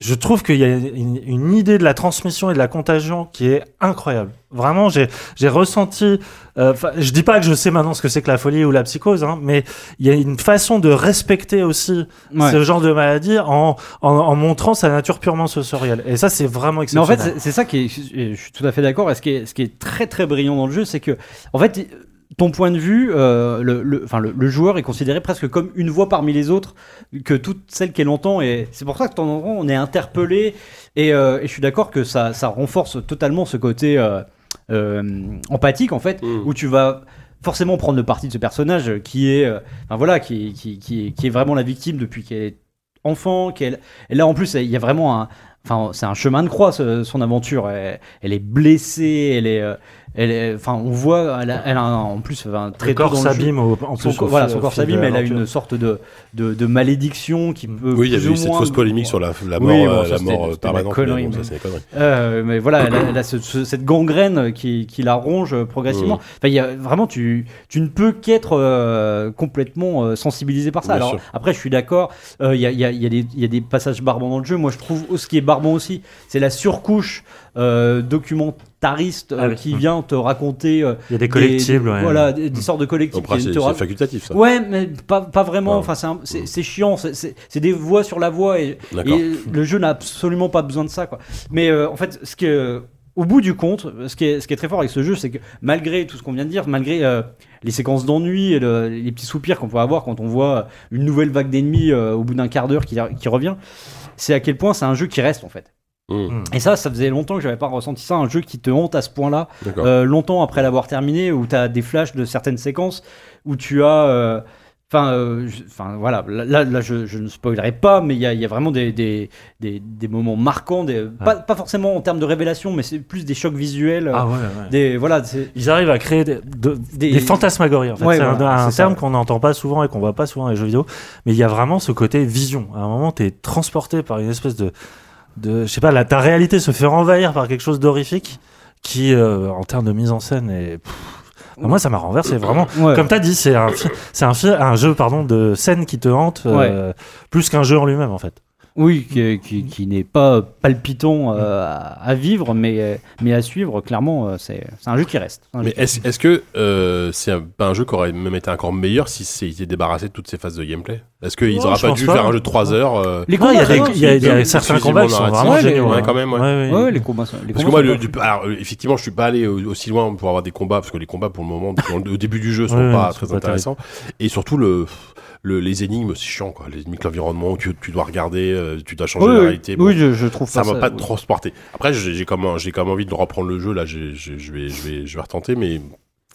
Speaker 9: Je trouve qu'il y a une, une idée de la transmission et de la contagion qui est incroyable. Vraiment, j'ai j'ai ressenti. euh, 'fin, je dis pas que je sais maintenant ce que c'est que la folie ou la psychose, hein, mais il y a une façon de respecter aussi
Speaker 7: Ouais.
Speaker 9: ce genre de maladie en, en, en montrant sa nature purement sensorielle. Et ça, c'est vraiment
Speaker 7: Mais en
Speaker 9: exceptionnel.
Speaker 7: fait, c'est- c'est ça qui est. Je suis tout à fait d'accord. Et ce qui est, ce qui est très très brillant dans le jeu, c'est que, en fait, ton point de vue, euh, le, le- enfin, le, le joueur est considéré presque comme une voix parmi les autres, que toutes celles qu'elle entend. Et c'est pour ça que de temps en temps, on est interpellé. Et, euh, et je suis d'accord que ça, ça renforce totalement ce côté euh, euh, empathique, en fait, où tu vas forcément prendre le parti de ce personnage euh, qui est, euh, enfin, voilà, qui, qui, qui, est- qui est vraiment la victime depuis qu'elle est enfant, qu'elle. Et là, en plus, il y a vraiment un. Enfin, c'est un chemin de croix, ce- son aventure. Elle, elle est blessée, elle est, euh, Elle est- enfin, on voit, elle a, elle a un- en plus enfin, très
Speaker 9: Le
Speaker 7: tôt
Speaker 9: corps
Speaker 7: dans jeu.
Speaker 9: s'abîme au- en
Speaker 7: Son
Speaker 9: plus
Speaker 7: corps-
Speaker 9: au
Speaker 7: voilà,
Speaker 9: fil-
Speaker 7: son
Speaker 9: au
Speaker 7: corps
Speaker 9: fil de
Speaker 7: s'abîme. Elle a
Speaker 9: l'aventure.
Speaker 7: une sorte de, de, de malédiction qui peut.
Speaker 1: Oui, il y
Speaker 7: plus
Speaker 1: avait
Speaker 7: ou
Speaker 1: eu cette
Speaker 7: moins-
Speaker 1: fausse polémique sur la- la
Speaker 7: Oui,
Speaker 1: mort,
Speaker 7: bon,
Speaker 1: euh,
Speaker 7: ça,
Speaker 1: la
Speaker 7: c'était-
Speaker 1: mort, euh,
Speaker 7: c'était de
Speaker 1: permanente, mais
Speaker 7: connerie,
Speaker 1: bon, ça, c'est des conneries.
Speaker 7: Euh, mais voilà, elle a, elle a ce- ce- cette gangrène qui, qui la ronge euh, progressivement.
Speaker 1: Oui.
Speaker 7: Enfin, il y a, vraiment, tu, tu ne peux qu'être euh, complètement euh, sensibilisé par ça.
Speaker 1: Bien
Speaker 7: Alors,
Speaker 1: sûr.
Speaker 7: après, je suis d'accord, euh, il y, a, il y a- il y a des- il y a des passages barbants dans le jeu. Moi, je trouve oh, ce qui est barbant aussi, c'est la surcouche euh, documentariste euh,
Speaker 9: Ah oui.
Speaker 7: qui
Speaker 9: Mm.
Speaker 7: vient te raconter. euh,
Speaker 9: Il y a des collectibles, ouais.
Speaker 7: Voilà, des, des sortes de
Speaker 1: Au
Speaker 7: collectibles. qui
Speaker 1: principe,
Speaker 7: te
Speaker 1: c'est
Speaker 7: ra-
Speaker 1: facultatif, ça.
Speaker 7: Ouais, mais pas, pas vraiment. Enfin, c'est un- c'est c'est chiant. c'est- C'est c'est des voix sur la voix et,
Speaker 1: D'accord.
Speaker 7: et le jeu n'a absolument pas besoin de ça, quoi. Mais euh, en fait, ce que au bout du compte, ce qui, est, ce qui est très fort avec ce jeu, c'est que malgré tout ce qu'on vient de dire, malgré euh, les séquences d'ennui et le- les petits soupirs qu'on peut avoir quand on voit une nouvelle vague d'ennemis euh, au bout d'un quart d'heure qui, qui revient, c'est à quel point c'est un jeu qui reste en fait.
Speaker 1: Mmh.
Speaker 7: Et ça, ça faisait longtemps que j'avais pas ressenti ça, un jeu qui te honte à ce point-là,
Speaker 1: D'accord.
Speaker 7: euh, longtemps après l'avoir terminé, où tu as des flashs de certaines séquences, où tu as... euh, Enfin, euh, je- enfin, voilà, là, là, là, je, je ne spoilerai pas, mais il y, a- il y a vraiment des, des, des- des moments marquants, des, pas, pas forcément en termes de révélation, mais c'est plus des chocs visuels. euh,
Speaker 9: Ah ouais, ouais.
Speaker 7: Des, voilà, c'est-
Speaker 9: Ils arrivent à créer des, de-
Speaker 7: Des-
Speaker 9: des fantasmagories. En fait.
Speaker 7: Ouais,
Speaker 9: c'est un-
Speaker 7: voilà,
Speaker 9: un,
Speaker 7: c'est ça.
Speaker 9: terme qu'on n'entend pas souvent et qu'on voit pas souvent dans les jeux vidéo. Mais il y a vraiment ce côté vision. À un moment, tu es transporté par une espèce de. de je sais pas, la, ta réalité se fait envahir par quelque chose d'horrifique qui, euh, en termes de mise en scène, est. pff, moi, ça m'a renversé vraiment.
Speaker 7: Ouais.
Speaker 9: Comme t'as dit, c'est un, fi- c'est un, fi- un jeu pardon, de scène qui te hante euh, plus qu'un jeu en lui-même, en fait.
Speaker 7: Oui, qui, qui- qui n'est pas palpitant euh, à, à vivre, mais, mais à suivre, clairement, euh, c'est c'est un jeu qui reste.
Speaker 9: Ah,
Speaker 7: C'est un jeu
Speaker 1: Mais
Speaker 7: qui-
Speaker 1: est-ce est-ce que euh, c'est un, pas un jeu qui aurait même été encore meilleur si c'est- il était débarrassé de toutes ces phases de gameplay Est-ce qu'ils
Speaker 9: Non,
Speaker 1: n'auraient
Speaker 9: je
Speaker 1: pas
Speaker 9: pense
Speaker 1: dû
Speaker 9: pas.
Speaker 1: faire un jeu de 3 heures euh,
Speaker 9: Les Non, combats, Ah, il y a des- il y a- il y a certains combats qui sont
Speaker 1: exclusivement
Speaker 9: vraiment
Speaker 1: narratifs
Speaker 9: géniaux,
Speaker 1: Ouais,
Speaker 9: hein.
Speaker 1: quand même. ouais.
Speaker 9: Ouais,
Speaker 7: ouais, les combats sont. les
Speaker 1: Parce que
Speaker 7: combats
Speaker 1: moi,
Speaker 7: sont
Speaker 1: le-
Speaker 7: pas-
Speaker 1: du- alors, euh, effectivement, je suis pas allé au- aussi loin pour avoir des combats parce que les combats, pour le moment, dans le- au début du jeu, sont
Speaker 9: Ouais,
Speaker 1: pas
Speaker 9: ouais,
Speaker 1: très
Speaker 9: sont pas
Speaker 1: intéressants. Et surtout, le, le- les énigmes, c'est chiant, quoi. Les énigmes, l'environnement, tu, tu dois regarder, euh, tu dois changer
Speaker 7: Oui,
Speaker 1: la
Speaker 7: oui.
Speaker 1: réalité.
Speaker 7: Oui, je- je trouve
Speaker 1: ça
Speaker 7: pas
Speaker 1: m'a
Speaker 7: ça,
Speaker 1: pas
Speaker 7: oui.
Speaker 1: transporté. Après, j'ai j'ai comme, un- j'ai comme envie de reprendre le jeu. Là, j'ai- j'ai- je vais, je vais, je vais retenter, mais.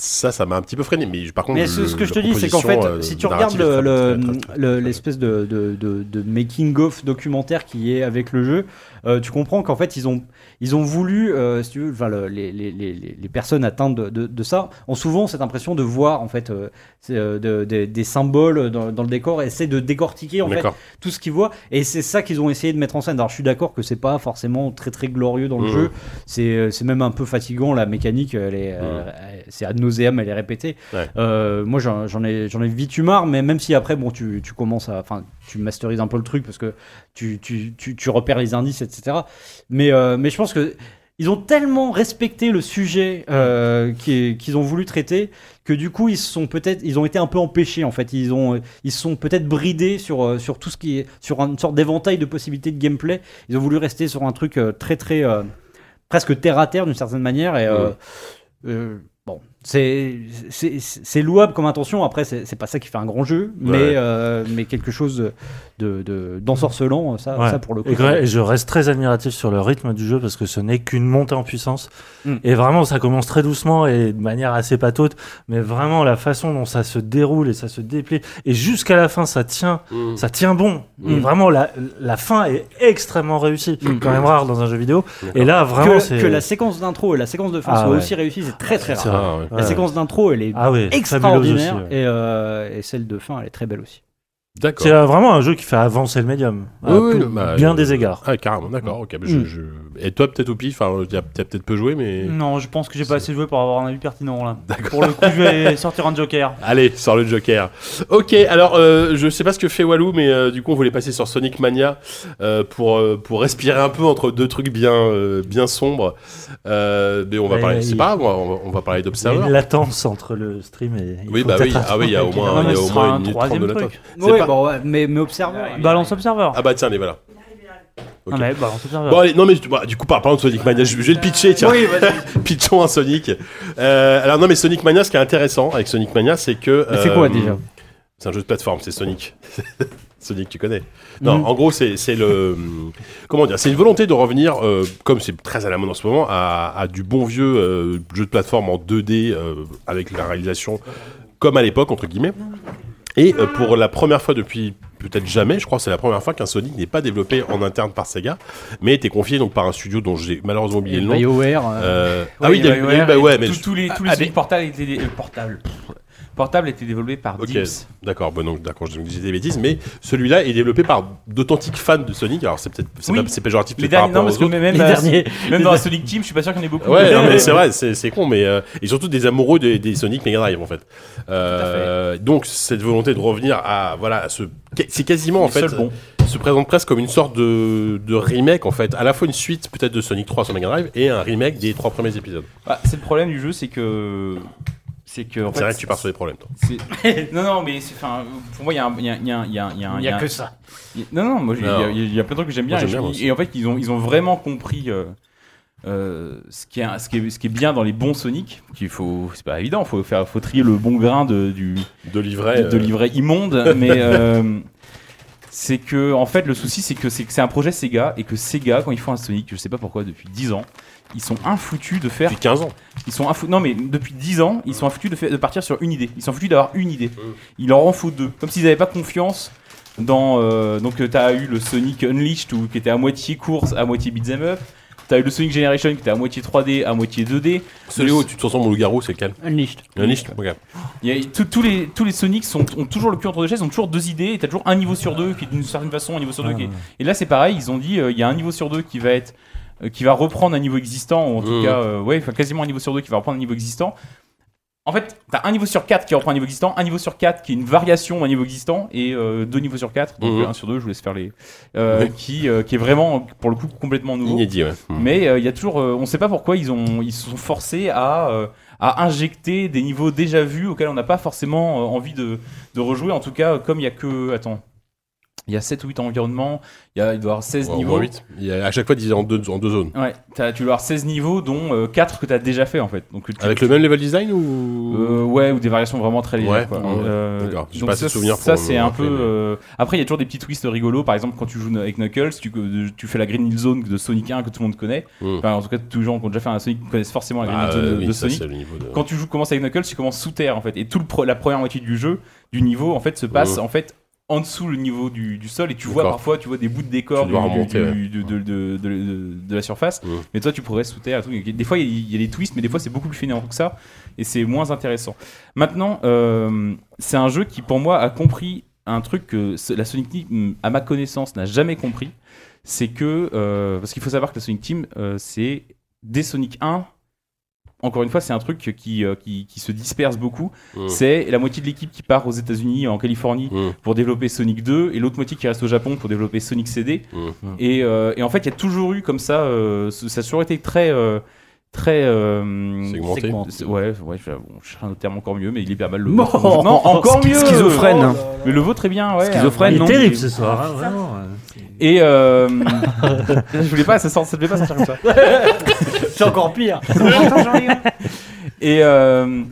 Speaker 1: Ça, ça m'a un petit peu freiné, mais par contre.
Speaker 7: Mais ce,
Speaker 1: le-
Speaker 7: ce que je te
Speaker 1: la
Speaker 7: dis, c'est qu'en fait,
Speaker 1: proposition, euh,
Speaker 7: si tu
Speaker 1: narrative
Speaker 7: regardes
Speaker 1: est très-
Speaker 7: le- le-
Speaker 1: très- très-
Speaker 7: le- l'espèce de, de, de- de making-of documentaire qui est avec le jeu, euh, tu comprends qu'en fait, ils ont, ils ont voulu, euh, si tu veux, enfin, le- les, les, les, les- les personnes atteintes de, de, de ça ont souvent cette impression de voir en fait euh, c'est, euh, de- des- des symboles dans, dans le décor, et essaient de décortiquer en fait
Speaker 1: D'accord.
Speaker 7: tout ce qu'ils voient, et c'est ça qu'ils ont essayé de mettre en scène. Alors je suis d'accord que c'est pas forcément très très glorieux dans le
Speaker 1: Mhm.
Speaker 7: jeu, c'est c'est même un peu fatigant la mécanique, elle est, euh, c'est ad nauseam, elle est répétée.
Speaker 1: Ouais.
Speaker 7: Euh, moi, j'en j'en ai, j'en ai vite eu marre, mais même si après, bon, tu, tu commences à. Enfin, tu masterises un peu le truc parce que tu, tu, tu, tu repères les indices, etc. Mais, euh, mais je pense que. Ils ont tellement respecté le sujet euh, qui est- qu'ils ont voulu traiter que du coup ils se sont peut-être ils ont été un peu empêchés en fait ils ont euh, ils se sont peut-être bridés sur euh, sur tout ce qui est sur une sorte d'éventail de possibilités de gameplay ils ont voulu rester sur un truc euh, très très euh, presque terre à terre d'une certaine manière et euh, euh, bon c'est c'est- c'est louable comme intention après c'est c'est pas ça qui fait un grand jeu mais
Speaker 9: Ouais.
Speaker 7: euh, mais quelque chose de de- d'ensorcelant ça
Speaker 9: Ouais.
Speaker 7: ça pour le coup
Speaker 9: Et, gra- et je reste très admiratif sur le rythme du jeu parce que ce n'est qu'une montée en puissance.
Speaker 7: Mm.
Speaker 9: Et vraiment, ça commence très doucement et de manière assez pataude, mais vraiment la façon dont ça se déroule et ça se déplie et jusqu'à la fin, ça tient,
Speaker 1: Mm.
Speaker 9: ça tient bon.
Speaker 1: Mm.
Speaker 9: Et vraiment, la, la fin est extrêmement réussie,
Speaker 7: Mm.
Speaker 9: quand même rare dans un jeu vidéo.
Speaker 1: D'accord.
Speaker 9: Et là, vraiment,
Speaker 7: que,
Speaker 9: c'est
Speaker 7: que la séquence d'intro et la séquence de fin
Speaker 9: Ah
Speaker 7: soient
Speaker 9: ouais. Ah,
Speaker 7: aussi réussies, c'est très très
Speaker 9: C'est
Speaker 7: rare.
Speaker 9: rare, ouais.
Speaker 7: La
Speaker 9: Ouais.
Speaker 7: séquence d'intro, elle est
Speaker 9: Ah ouais,
Speaker 7: extraordinaire
Speaker 9: fabuleuse aussi,
Speaker 7: et, euh, et celle de fin, elle est très belle aussi.
Speaker 1: D'accord.
Speaker 9: c'est euh, vraiment un jeu qui fait avancer le médium à
Speaker 1: Oui,
Speaker 9: plus-
Speaker 1: oui, bah,
Speaker 9: bien
Speaker 1: euh,
Speaker 9: des égards.
Speaker 1: Ah, carrément, d'accord. Ok, mais je-
Speaker 9: Mm.
Speaker 1: je- Et toi, peut-être au pif, enfin, t'as t'as peut-être peu joué, mais.
Speaker 6: Non, je pense que j'ai pas assez joué pour avoir un avis pertinent là. Pour le coup, je vais sortir un Joker.
Speaker 1: Allez, sors le Joker. Ok, alors euh, je sais pas ce que fait Walou, mais euh, du coup on voulait passer sur Sonic Mania euh, pour, euh, pour respirer un peu entre deux trucs bien, euh, bien sombres. Euh, mais on va
Speaker 9: Ouais,
Speaker 1: parler,
Speaker 9: ouais,
Speaker 1: c'est
Speaker 9: il-
Speaker 1: pas grave, on va, on va parler
Speaker 9: Il y a une
Speaker 1: d'Observer.
Speaker 9: latence entre le stream et. il
Speaker 1: Oui,
Speaker 9: faut
Speaker 1: bah oui,
Speaker 9: peut-être
Speaker 1: ah oui, il y a au
Speaker 9: attendre.
Speaker 1: moins, il y a au moins une minute trente de latence. C'est
Speaker 7: Ouais,
Speaker 1: pas-
Speaker 7: bon, ouais, mais, mais observant.
Speaker 9: hein.
Speaker 6: Balance Observer.
Speaker 1: Ah bah tiens, allez, voilà. Ok.
Speaker 7: bah,
Speaker 6: Ah, mais Balance Observer.
Speaker 1: Bon allez, non mais tu- bah, du coup par- parlons de Sonic Mania, je, je vais le pitcher tiens.
Speaker 6: Oui,
Speaker 1: (laughs) Pitchons un Sonic. Euh, alors non mais Sonic Mania, ce qui est intéressant avec Sonic Mania, c'est que... euh,
Speaker 7: Mais c'est quoi, déjà
Speaker 1: C'est un jeu de plateforme, c'est Sonic. (laughs) Sonic, tu connais. Non,
Speaker 7: Mm.
Speaker 1: en gros, c'est c'est le... Comment dire C'est une volonté de revenir, euh, comme c'est très à la mode en ce moment, à, à du bon vieux euh, jeu de plateforme en 2D euh, avec la réalisation comme à l'époque, entre guillemets. Et euh, pour la première fois depuis peut-être jamais, je crois que c'est la première fois qu'un Sonic n'est pas développé en interne par Sega, mais était confié donc par un studio dont j'ai malheureusement oublié
Speaker 3: Et
Speaker 1: le nom.
Speaker 3: BioWare,
Speaker 1: Euh,
Speaker 3: euh,
Speaker 1: Ah oui, il y a eu- il y a eu BioWare, mais
Speaker 3: tous,
Speaker 1: je-
Speaker 3: tous les tous les
Speaker 1: Ah,
Speaker 3: Sonic portables étaient des- euh, portables. Pff, Portables étaient développés par
Speaker 1: Ok,
Speaker 3: Dips.
Speaker 1: d'accord, bon, donc d'accord, je dis des bêtises, mais celui-là est développé par d'authentiques fans de Sonic. Alors c'est peut-être c'est
Speaker 3: Oui.
Speaker 1: pas- c'est péjoratif
Speaker 3: Les
Speaker 1: peut-être par
Speaker 3: derniers- non,
Speaker 1: rapport
Speaker 3: parce
Speaker 1: aux
Speaker 3: que
Speaker 1: autres.
Speaker 3: même, euh, (laughs) même dans la Sonic Team, je suis pas sûr qu'il y en ait beaucoup. Euh,
Speaker 1: Ouais, non, mais c'est vrai, c'est c'est con, mais euh, et surtout des amoureux des, des Sonic Mega Drive en fait. Euh, Donc cette volonté de revenir à voilà, à ce c'est quasiment en
Speaker 3: Les
Speaker 1: fait
Speaker 3: seuls bons.
Speaker 1: se présente presque comme une sorte de, de remake en fait, à la fois une suite peut-être de Sonic 3 sur Mega Drive et un remake des trois premiers épisodes.
Speaker 3: Bah, c'est le problème du jeu, c'est que. C'est que. en
Speaker 1: C'est
Speaker 3: fait,
Speaker 1: vrai que tu pars sur des problèmes, toi.
Speaker 3: c'est- (laughs) non, non, mais c'est- enfin, pour moi, il y a un. Il y a, un- il y a un- un-
Speaker 7: Il y a
Speaker 3: un-
Speaker 7: que ça.
Speaker 3: il- Non, non, moi, j'ai- il y, a-
Speaker 7: Non.
Speaker 3: il y a plein de trucs que j'aime bien.
Speaker 7: Moi,
Speaker 3: et,
Speaker 7: j'aime bien,
Speaker 3: je-
Speaker 7: moi aussi.
Speaker 3: et en fait, ils ont, ils ont vraiment compris. euh, euh, ce, qui est, ce, qui est, ce qui est bien dans les bons Sonic, qu'il faut, c'est pas évident, faut faire, faut trier le bon grain de du
Speaker 1: de livret,
Speaker 3: de,
Speaker 1: euh.
Speaker 3: livret
Speaker 1: (laughs)
Speaker 3: immonde, mais euh, c'est que en fait le souci c'est que c'est que c'est un projet Sega et que Sega quand ils font un Sonic, je sais pas pourquoi depuis 10 ans, ils sont infoutus de faire
Speaker 1: depuis 15 ans.
Speaker 3: Ils sont infou- non mais depuis 10 ans, ils sont infoutus de, faire- de partir sur une idée. Ils sont foutus d'avoir une idée.
Speaker 1: Mm.
Speaker 3: Il leur en faut deux, comme s'ils n'avaient pas confiance dans euh, donc euh, t'as eu le Sonic Unleashed où- qui était à moitié course, à moitié beat'em up. T'as eu le Sonic Generation qui était à moitié 3D, à moitié 2D.
Speaker 1: Celui où tu te transformes en loup-garou, c'est lequel
Speaker 3: Unleashed.
Speaker 1: Unleashed, ok.
Speaker 3: Il y a- tous- tous les, tous les Sonics sont, ont toujours le cul entre deux chaises, ont toujours deux idées, et t'as toujours un niveau sur deux qui est d'une certaine façon, un niveau sur deux
Speaker 1: Ah,
Speaker 3: qui est...
Speaker 1: ouais.
Speaker 3: Et là c'est pareil, ils ont dit, euh, il y a un niveau sur deux qui va être... euh, qui va reprendre un niveau existant, ou en tout
Speaker 1: Mmh.
Speaker 3: cas, euh, ouais, enfin, quasiment un niveau sur deux qui va reprendre un niveau existant. En fait, t'as un niveau sur quatre qui reprend un niveau existant, un niveau sur quatre qui est une variation d'un niveau existant, et euh, deux niveaux sur quatre, donc
Speaker 1: Mmh.
Speaker 3: euh, un sur deux, je vous laisse faire les... euh,
Speaker 1: Oui.
Speaker 3: qui, euh, qui est vraiment, pour le coup, complètement nouveau.
Speaker 1: Inédit, ouais. Mmh.
Speaker 3: Mais euh, il y a toujours, euh, on ne sait pas pourquoi ils ont, ils se sont forcés à, euh, à injecter des niveaux déjà vus auxquels on n'a pas forcément euh, envie de, de rejouer. En tout cas, euh, comme il y a que, attends, il y a 7 ou 8 environnements, il, y a, il doit y avoir 16
Speaker 1: Ouais, au
Speaker 3: niveaux.
Speaker 1: moins huit. Il y a- à chaque fois divisé en deux, en deux zones.
Speaker 3: Ouais, t'as- tu dois avoir 16 niveaux, dont 4 que tu as déjà fait en fait. Donc, tu-
Speaker 1: Avec le même level design ou
Speaker 3: Euh, Ouais, ou des variations vraiment très légères.
Speaker 1: Ouais, Ah
Speaker 3: quoi.
Speaker 1: ouais,
Speaker 3: Euh,
Speaker 1: d'accord. J'ai
Speaker 3: donc
Speaker 1: pas assez
Speaker 3: ça,
Speaker 1: de souvenirs
Speaker 3: ça,
Speaker 1: pour me
Speaker 3: c'est un peu.
Speaker 1: rappeler, mais-
Speaker 3: euh, Après, il y a toujours des petits twists rigolos. Par exemple, quand tu joues avec Knuckles, tu, euh, tu fais la Green Hill Zone de Sonic 1 que tout le monde connaît.
Speaker 1: Mm.
Speaker 3: Enfin, en tout cas, tous les gens qui ont déjà fait un Sonic connaissent forcément la Green
Speaker 1: Ah,
Speaker 3: Hill Zone
Speaker 1: euh,
Speaker 3: de,
Speaker 1: oui,
Speaker 3: de
Speaker 1: ça, c'est
Speaker 3: Sonic.
Speaker 1: le niveau de-
Speaker 3: Quand tu joues, commences avec Knuckles, tu commences sous terre en fait. Et tout le pro- la première moitié du jeu, du niveau, en fait, se passe
Speaker 1: Mm.
Speaker 3: en fait en dessous le niveau du, du sol et tu vois
Speaker 1: D'accord.
Speaker 3: parfois tu vois des bouts de décor
Speaker 1: Tu dois
Speaker 3: du- du-
Speaker 1: remonter, ouais.
Speaker 3: du- du- de, de- de- de- de la surface.
Speaker 1: Mm.
Speaker 3: Mais toi, tu progresses sous terre. et tout. Des fois, il y, a- il y a des twists, mais des fois, c'est beaucoup plus fainéant que ça. Et c'est moins intéressant. Maintenant, euh, c'est un jeu qui, pour moi, a compris un truc que ce- la Sonic Team, mm, à ma connaissance, n'a jamais compris. C'est que. euh, parce qu'il faut savoir que la Sonic Team, euh, c'est. Dès Sonic 1, encore une fois, c'est un truc qui, euh, qui, qui se disperse beaucoup.
Speaker 1: Mm.
Speaker 3: C'est la moitié de l'équipe qui part aux États-Unis, en Californie, pour développer Sonic 2, et l'autre moitié qui reste au Japon pour développer Sonic CD.
Speaker 1: Mm.
Speaker 3: Et, euh, et en fait, il y a toujours eu comme ça, euh, ce- ça a toujours été très. euh, Très. euh,
Speaker 1: Segmenté.
Speaker 3: c'est- Ouais, ouais, je- bon, je cherche un autre terme encore mieux, mais il est pas mal le.
Speaker 1: Bon.
Speaker 3: vôtre. non, encore
Speaker 1: Schi-
Speaker 3: mieux
Speaker 1: schizophrène.
Speaker 3: Oh là là. Mais le vôtre est bien, ouais.
Speaker 9: Schizophrène,
Speaker 3: Il est
Speaker 9: non
Speaker 3: terrible
Speaker 9: ce
Speaker 7: Ah,
Speaker 9: soir, hein,
Speaker 7: (laughs)
Speaker 9: vraiment.
Speaker 3: Et. euh, (laughs) je voulais pas, ça, sort, ça devait pas sortir comme ça.
Speaker 7: C'est encore pire.
Speaker 3: et, euh,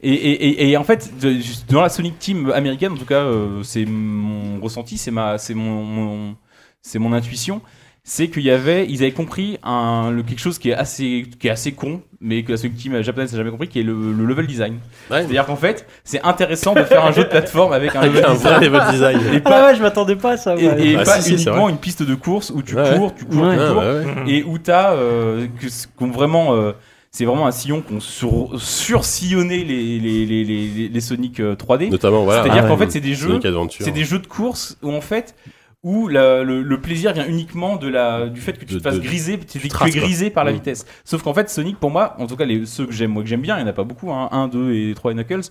Speaker 3: et, et- et- et en fait, de- juste dans la Sonic Team américaine, en tout cas, euh, c'est mon ressenti, c'est ma, c'est mon, mon- c'est mon intuition, c'est qu'il y avait, ils avaient compris un, le, quelque chose qui est assez, qui est assez con, mais que la Sonic Team japonaise n'a jamais compris, qui est le, le level design. C'est-à-dire qu'en fait, c'est intéressant de faire un jeu de plateforme avec un
Speaker 1: Avec
Speaker 3: level
Speaker 1: un
Speaker 3: design.
Speaker 1: vrai level design.
Speaker 3: Et
Speaker 1: Ah
Speaker 3: pas
Speaker 7: je m'attendais pas à ça.
Speaker 3: et, et
Speaker 1: Ah,
Speaker 3: pas
Speaker 1: si, si, c'est
Speaker 3: uniquement
Speaker 1: vrai.
Speaker 3: une piste de course où tu
Speaker 1: Ouais.
Speaker 3: cours, tu cours,
Speaker 1: Ouais.
Speaker 3: tu
Speaker 1: Ouais,
Speaker 3: cours,
Speaker 1: ouais, ouais.
Speaker 3: et où t'as euh, que ce qu'on vraiment, euh, c'est vraiment un sillon qu'on sur sur-sillonné les les, les, les- les- les Sonic euh, 3D.
Speaker 1: Notamment, voilà.
Speaker 3: C'est-à-dire
Speaker 1: Ah,
Speaker 3: qu'en
Speaker 1: ouais.
Speaker 3: fait, c'est des jeux,
Speaker 1: Sonic Adventure.
Speaker 3: c'est des jeux de course où en fait. Où la- le, le plaisir vient uniquement de la, du fait que tu
Speaker 1: De-
Speaker 3: te fasses
Speaker 1: de-
Speaker 3: griser, tu,
Speaker 1: tu
Speaker 3: tu es
Speaker 1: traces, quoi.
Speaker 3: grisé par la
Speaker 1: Mm.
Speaker 3: vitesse. Sauf qu'en fait, Sonic, pour moi, en tout cas, les, ceux que j'aime, moi que j'aime bien, il n'y en a pas beaucoup, 1, 2 et 3 et Knuckles,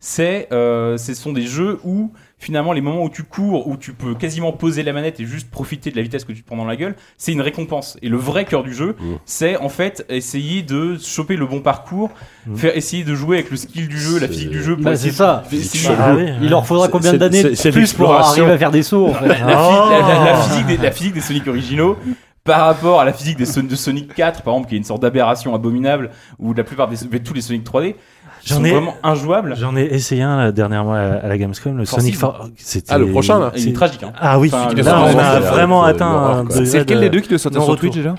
Speaker 3: c'est, euh, ce sont des jeux où finalement les moments où tu cours, où tu peux quasiment poser la manette et juste profiter de la vitesse que tu te prends dans la gueule, c'est une récompense. Et le vrai cœur du jeu, c'est en fait essayer de choper le bon parcours, faire essayer de jouer avec le skill du jeu, la physique du jeu. pour
Speaker 7: Bah,
Speaker 3: essayer
Speaker 7: c'est ça.
Speaker 3: de- essayer de-
Speaker 7: Ah oui, Il leur faudra combien d'années de plus pour arriver à faire des sauts en fait. Ah.
Speaker 3: la, la phy- la- la- la physique des, la physique des Sonic originaux par rapport à la physique des Son- de Sonic 4 par exemple qui est une sorte d'aberration abominable où la plupart des mais tous les Sonic 3D
Speaker 9: J'en
Speaker 3: sont
Speaker 9: ai-
Speaker 3: vraiment injouables
Speaker 9: J'en ai essayé un là, dernièrement à, à la Gamescom, le
Speaker 3: Force
Speaker 9: Sonic
Speaker 3: Hill.
Speaker 9: For- c'était-
Speaker 3: Ah, le prochain, là
Speaker 9: c'est-
Speaker 3: Il est tragique, hein.
Speaker 9: Ah oui,
Speaker 3: Enfin,
Speaker 9: là,
Speaker 3: le-
Speaker 9: on
Speaker 3: le-
Speaker 9: a
Speaker 3: le-
Speaker 9: vraiment
Speaker 3: le-
Speaker 9: atteint
Speaker 3: l'horreur,
Speaker 9: un
Speaker 3: quoi.
Speaker 9: degré
Speaker 13: C'est lequel
Speaker 9: de-
Speaker 13: des deux qui le sortait sur
Speaker 9: non-retour.
Speaker 13: Twitch, déjà
Speaker 1: euh,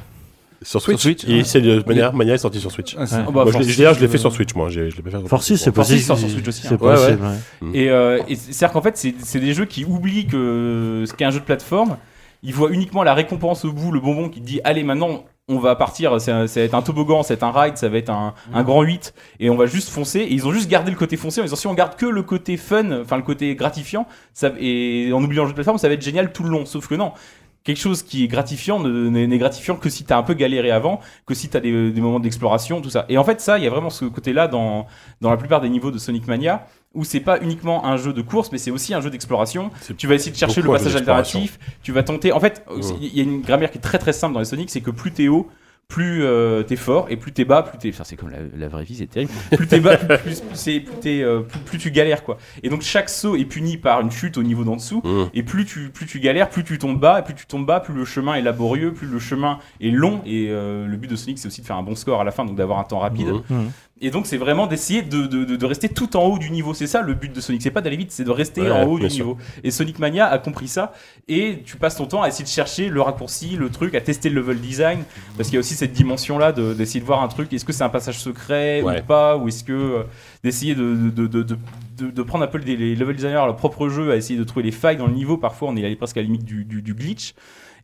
Speaker 1: Sur Switch,
Speaker 13: Switch,
Speaker 1: Et
Speaker 13: ouais.
Speaker 1: c'est de manière, manière est sorti sur Switch.
Speaker 3: Ah, c'est-
Speaker 1: Ouais.
Speaker 3: oh, bah,
Speaker 1: Moi, je l'ai-
Speaker 3: Force
Speaker 1: D'ailleurs, je l'ai
Speaker 3: Six,
Speaker 1: fait
Speaker 3: euh,
Speaker 1: sur Switch, moi. j'ai- Je l'ai pas fait sur
Speaker 9: Force Six, c'est
Speaker 3: Force
Speaker 9: possible.
Speaker 3: Six sort sur Switch aussi.
Speaker 9: C'est
Speaker 3: hein.
Speaker 9: possible,
Speaker 1: Hmm.
Speaker 9: ouais.
Speaker 1: Mm.
Speaker 3: Et, euh, et c'est-à-dire qu'en fait, c'est c'est des jeux qui oublient que ce qu'est un jeu de plateforme. Ils voient uniquement la récompense au bout, le bonbon qui te dit Allez, maintenant, on va partir. c'est un- Ça, va être un toboggan, ça va être un ride, ça va être un, un grand 8. Et on va juste foncer. Et ils ont juste gardé le côté foncé en disant Si on garde que le côté fun, enfin le côté gratifiant, ça, et en oubliant le jeu de plateforme, ça va être génial tout le long. Sauf que non. Quelque chose qui est gratifiant ne- n'est n'est gratifiant que si t'as un peu galéré avant, que si t'as des, des moments d'exploration, tout ça. Et en fait, ça, il y a vraiment ce côté-là dans, dans la plupart des niveaux de Sonic Mania, où c'est pas uniquement un jeu de course, mais c'est aussi un jeu d'exploration. Tu vas essayer de chercher le
Speaker 1: beaucoup un jeu
Speaker 3: passage
Speaker 1: d'exploration.
Speaker 3: alternatif, tu vas tenter. En fait,
Speaker 1: Ouais.
Speaker 3: il y a une grammaire qui est très très simple dans les Sonic, c'est que plus t'es haut, plus euh, t'es fort et plus t'es bas, plus t'es. Enfin, c'est comme la, la vraie vie, c'est terrible. Plus t'es bas, plus, plus- plus c'est- plus t'es, euh, plus- plus tu galères quoi. Et donc chaque saut est puni par une chute au niveau d'en dessous.
Speaker 1: Mm.
Speaker 3: Et plus tu plus tu galères, plus tu tombes bas, et plus tu tombes bas, plus le chemin est laborieux, plus le chemin est long. Et euh, le but de Sonic, c'est aussi de faire un bon score à la fin, donc d'avoir un temps rapide.
Speaker 9: Mhm. Mhm.
Speaker 3: Et donc c'est vraiment d'essayer de, de- de- de rester tout en haut du niveau. C'est ça le but de Sonic. C'est pas d'aller vite, c'est de rester
Speaker 1: Ouais,
Speaker 3: en haut
Speaker 1: bien
Speaker 3: du
Speaker 1: sûr.
Speaker 3: niveau. Et Sonic Mania a compris ça. Et tu passes ton temps à essayer de chercher le raccourci, le truc, à tester le level design. Parce qu'il y a aussi cette dimension-là de- d'essayer de, voir un truc. Est-ce que c'est un passage secret
Speaker 1: Ouais.
Speaker 3: ou pas Ou est-ce que euh, d'essayer de, de, de- de- de- de prendre un peu les, les level designers à leur propre jeu, à essayer de trouver les failles dans le niveau. Parfois, on est allé presque à la limite du, du- du glitch.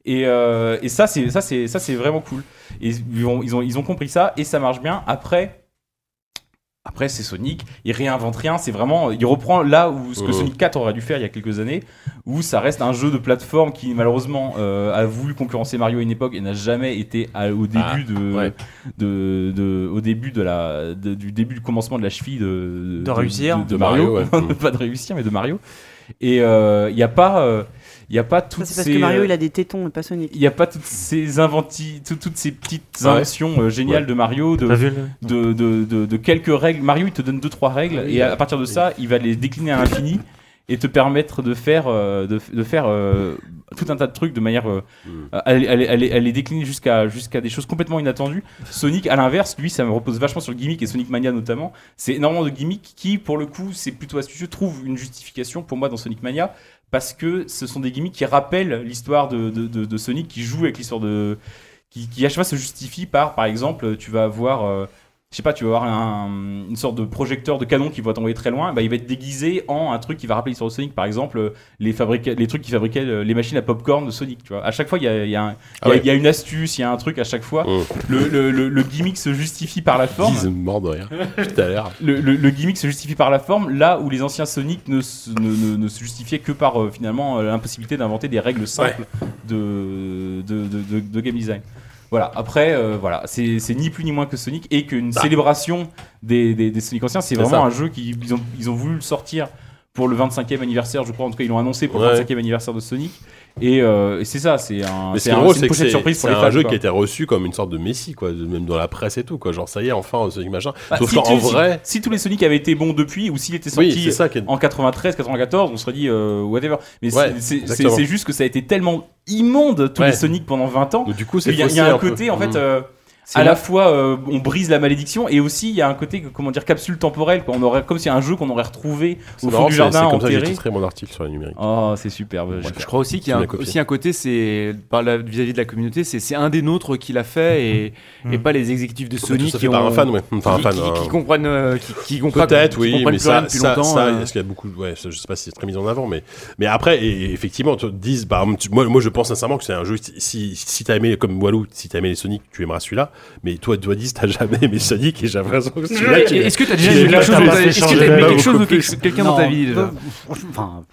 Speaker 3: Et, euh, et ça, c'est ça, c'est ça, c'est vraiment cool. Et ils ont, ils ont, ils ont compris ça et ça marche bien. Après, après, c'est Sonic, il réinvente rien, c'est vraiment. Il reprend là où ce que
Speaker 1: Mhm.
Speaker 3: Sonic 4 aurait dû faire il y a quelques années, où ça reste un jeu de plateforme qui, malheureusement, euh, a voulu concurrencer Mario à une époque et n'a jamais été à- au début,
Speaker 1: Ah,
Speaker 3: de, de, de- au début de la, de- du début du commencement de la cheville de,
Speaker 6: De réussir.
Speaker 3: De, de
Speaker 1: De
Speaker 3: Mario.
Speaker 1: Mario, ouais.
Speaker 3: (laughs) pas de réussir, mais de Mario. Et euh, il n'y a pas. euh, il y a pas
Speaker 4: Ça,
Speaker 3: toutes
Speaker 4: c'est euh, parce
Speaker 3: ces-
Speaker 4: que Mario, il a des tétons et pas Sonic.
Speaker 3: il n'y a pas toutes ces inventi, tout- toutes ces petites
Speaker 1: Ouais.
Speaker 3: inventions euh, géniales
Speaker 1: Ouais.
Speaker 3: de Mario, de,
Speaker 9: T'as vu, là
Speaker 3: de, de- de- de quelques règles. Mario, il te donne deux trois règles et à, à partir de ça, il va les décliner à l'infini et te permettre de faire, euh, de, de faire euh, tout un tas de trucs de manière euh, à, les- à les- à les- à les décliner jusqu'à jusqu'à des choses complètement inattendues. Sonic, à l'inverse, lui, ça me repose vachement sur le gimmick et Sonic Mania notamment. C'est énormément de gimmicks qui, pour le coup, c'est plutôt astucieux, trouve une justification pour moi dans Sonic Mania parce que ce sont des gimmicks qui rappellent l'histoire de, de- de- de Sonic, qui joue avec l'histoire de. Qui, qui à chaque fois se justifie par, par exemple, tu vas avoir. euh, je sais pas, tu vas avoir un- une sorte de projecteur de canon qui va t'envoyer très loin, bah, il va être déguisé en un truc qui va rappeler l'histoire de Sonic, par exemple, euh, les, fabrica- les trucs qui fabriquaient euh, les machines à popcorn de Sonic, tu vois. À chaque fois, il y a, il y a un-
Speaker 1: Ah
Speaker 3: il y a-
Speaker 1: ouais.
Speaker 3: il y a une astuce, il y a un truc à chaque fois.
Speaker 1: Oh.
Speaker 3: Le, le- le- le gimmick se justifie par la forme.
Speaker 1: Ils mort de rire. Tout à l'heure.
Speaker 3: Le, le- le gimmick se justifie par la forme, là où les anciens Sonic ne se, ne, ne- ne se justifiaient que par euh, finalement euh, l'impossibilité d'inventer des règles simples de, de, de- de- de game design. Voilà, après, euh, voilà, c'est c'est ni plus ni moins que Sonic et qu'une célébration des, des- des Sonic anciens, c'est
Speaker 1: C'est
Speaker 3: vraiment
Speaker 1: ça.
Speaker 3: un jeu qu'ils ils ont, ils ont voulu le sortir pour le 25e anniversaire, je crois, en tout cas, ils l'ont annoncé pour
Speaker 1: Ouais.
Speaker 3: le 25e anniversaire de Sonic. Et, euh, et c'est ça, c'est un,
Speaker 1: Mais ce qui
Speaker 3: c'est
Speaker 1: est
Speaker 3: un-
Speaker 1: drôle, c'est
Speaker 3: c'est une
Speaker 1: que
Speaker 3: pochette
Speaker 1: c'est
Speaker 3: surprise pour
Speaker 1: c'est
Speaker 3: les
Speaker 1: un
Speaker 3: fans,
Speaker 1: jeu
Speaker 3: quoi.
Speaker 1: qui a été reçu comme une sorte de messie, quoi, de- même dans la presse et tout, quoi. Genre, ça y est, enfin, Sonic machin.
Speaker 3: Bah,
Speaker 1: Sauf
Speaker 3: si
Speaker 1: qu'en
Speaker 3: tu-
Speaker 1: en
Speaker 3: si-
Speaker 1: vrai,
Speaker 3: Si, tous les Sonic avaient été bons depuis, ou s'il était
Speaker 1: Oui,
Speaker 3: sorti
Speaker 1: c'est ça qui est-
Speaker 3: en 93, 94, on serait dit euh, whatever. Mais c'est-
Speaker 1: Ouais,
Speaker 3: c'est- c'est
Speaker 1: exactement.
Speaker 3: c'est juste que ça a été tellement immonde, tous
Speaker 1: Ouais.
Speaker 3: les Sonic pendant 20 ans.
Speaker 1: Donc, du coup, c'est
Speaker 3: qu'il y a- Il y a
Speaker 1: faussé
Speaker 3: un
Speaker 1: un peu.
Speaker 3: côté, en fait.
Speaker 1: Mhm.
Speaker 3: euh,
Speaker 1: C'est
Speaker 3: à
Speaker 1: là-
Speaker 3: la fois, euh, on brise la malédiction et aussi il y a un côté, comment dire, capsule temporelle. Quoi. On aurait, comme si un jeu qu'on aurait retrouvé
Speaker 1: c'est
Speaker 3: au fond
Speaker 1: marrant,
Speaker 3: du
Speaker 1: c'est-
Speaker 3: jardin,
Speaker 1: c'est comme ça que j'ai
Speaker 3: enterré.
Speaker 1: titré mon article sur la numérique.
Speaker 3: Oh, c'est superbe.
Speaker 1: Ouais,
Speaker 13: Je crois aussi qu'il y a
Speaker 1: Tu
Speaker 13: un,
Speaker 1: l'as copié.
Speaker 13: aussi un côté, c'est par la- vis-à-vis de la communauté, c'est c'est un des nôtres qui l'a fait et, et pas les exécutifs de
Speaker 1: tout
Speaker 13: Sony
Speaker 1: ça
Speaker 13: qui
Speaker 1: fait par
Speaker 13: ont-
Speaker 1: un fan, ouais. Enfin, un
Speaker 13: qui-
Speaker 1: fan,
Speaker 13: qui- qui
Speaker 1: un-
Speaker 13: comprennent, euh, qui, qui comprennent-
Speaker 1: Peut-être,
Speaker 13: qui
Speaker 1: oui,
Speaker 13: comprennent
Speaker 1: mais
Speaker 13: plus rien
Speaker 1: ça,
Speaker 13: depuis
Speaker 1: ça,
Speaker 13: longtemps.
Speaker 1: ça,
Speaker 13: euh.
Speaker 1: est-ce qu'il y a beaucoup, de- ouais, ça, je sais pas si c'est très mis en avant, mais, mais après, et- et effectivement, tu te dis, bah, tu- moi, moi, je pense sincèrement que c'est un jeu, si- si, si t'as aimé, comme Walou, si t'as aimé les Sonic, tu aimeras celui-là, mais toi, toi, dis, t'as jamais aimé Sonic, et j'ai l'impression que celui-là, tu l'as-
Speaker 13: Est-ce que t'as
Speaker 1: tu
Speaker 13: déjà
Speaker 1: l'as
Speaker 13: vu quelque
Speaker 1: pas
Speaker 13: chose
Speaker 1: fait
Speaker 13: de- Est-ce que
Speaker 1: changer Bah,
Speaker 13: t'as
Speaker 1: d'avis
Speaker 13: aimé
Speaker 1: ou
Speaker 13: quelque chose de
Speaker 1: plus
Speaker 13: quelque- quelqu'un dans
Speaker 7: Non,
Speaker 13: ta vie
Speaker 7: euh,
Speaker 13: déjà
Speaker 7: franchement, Enfin,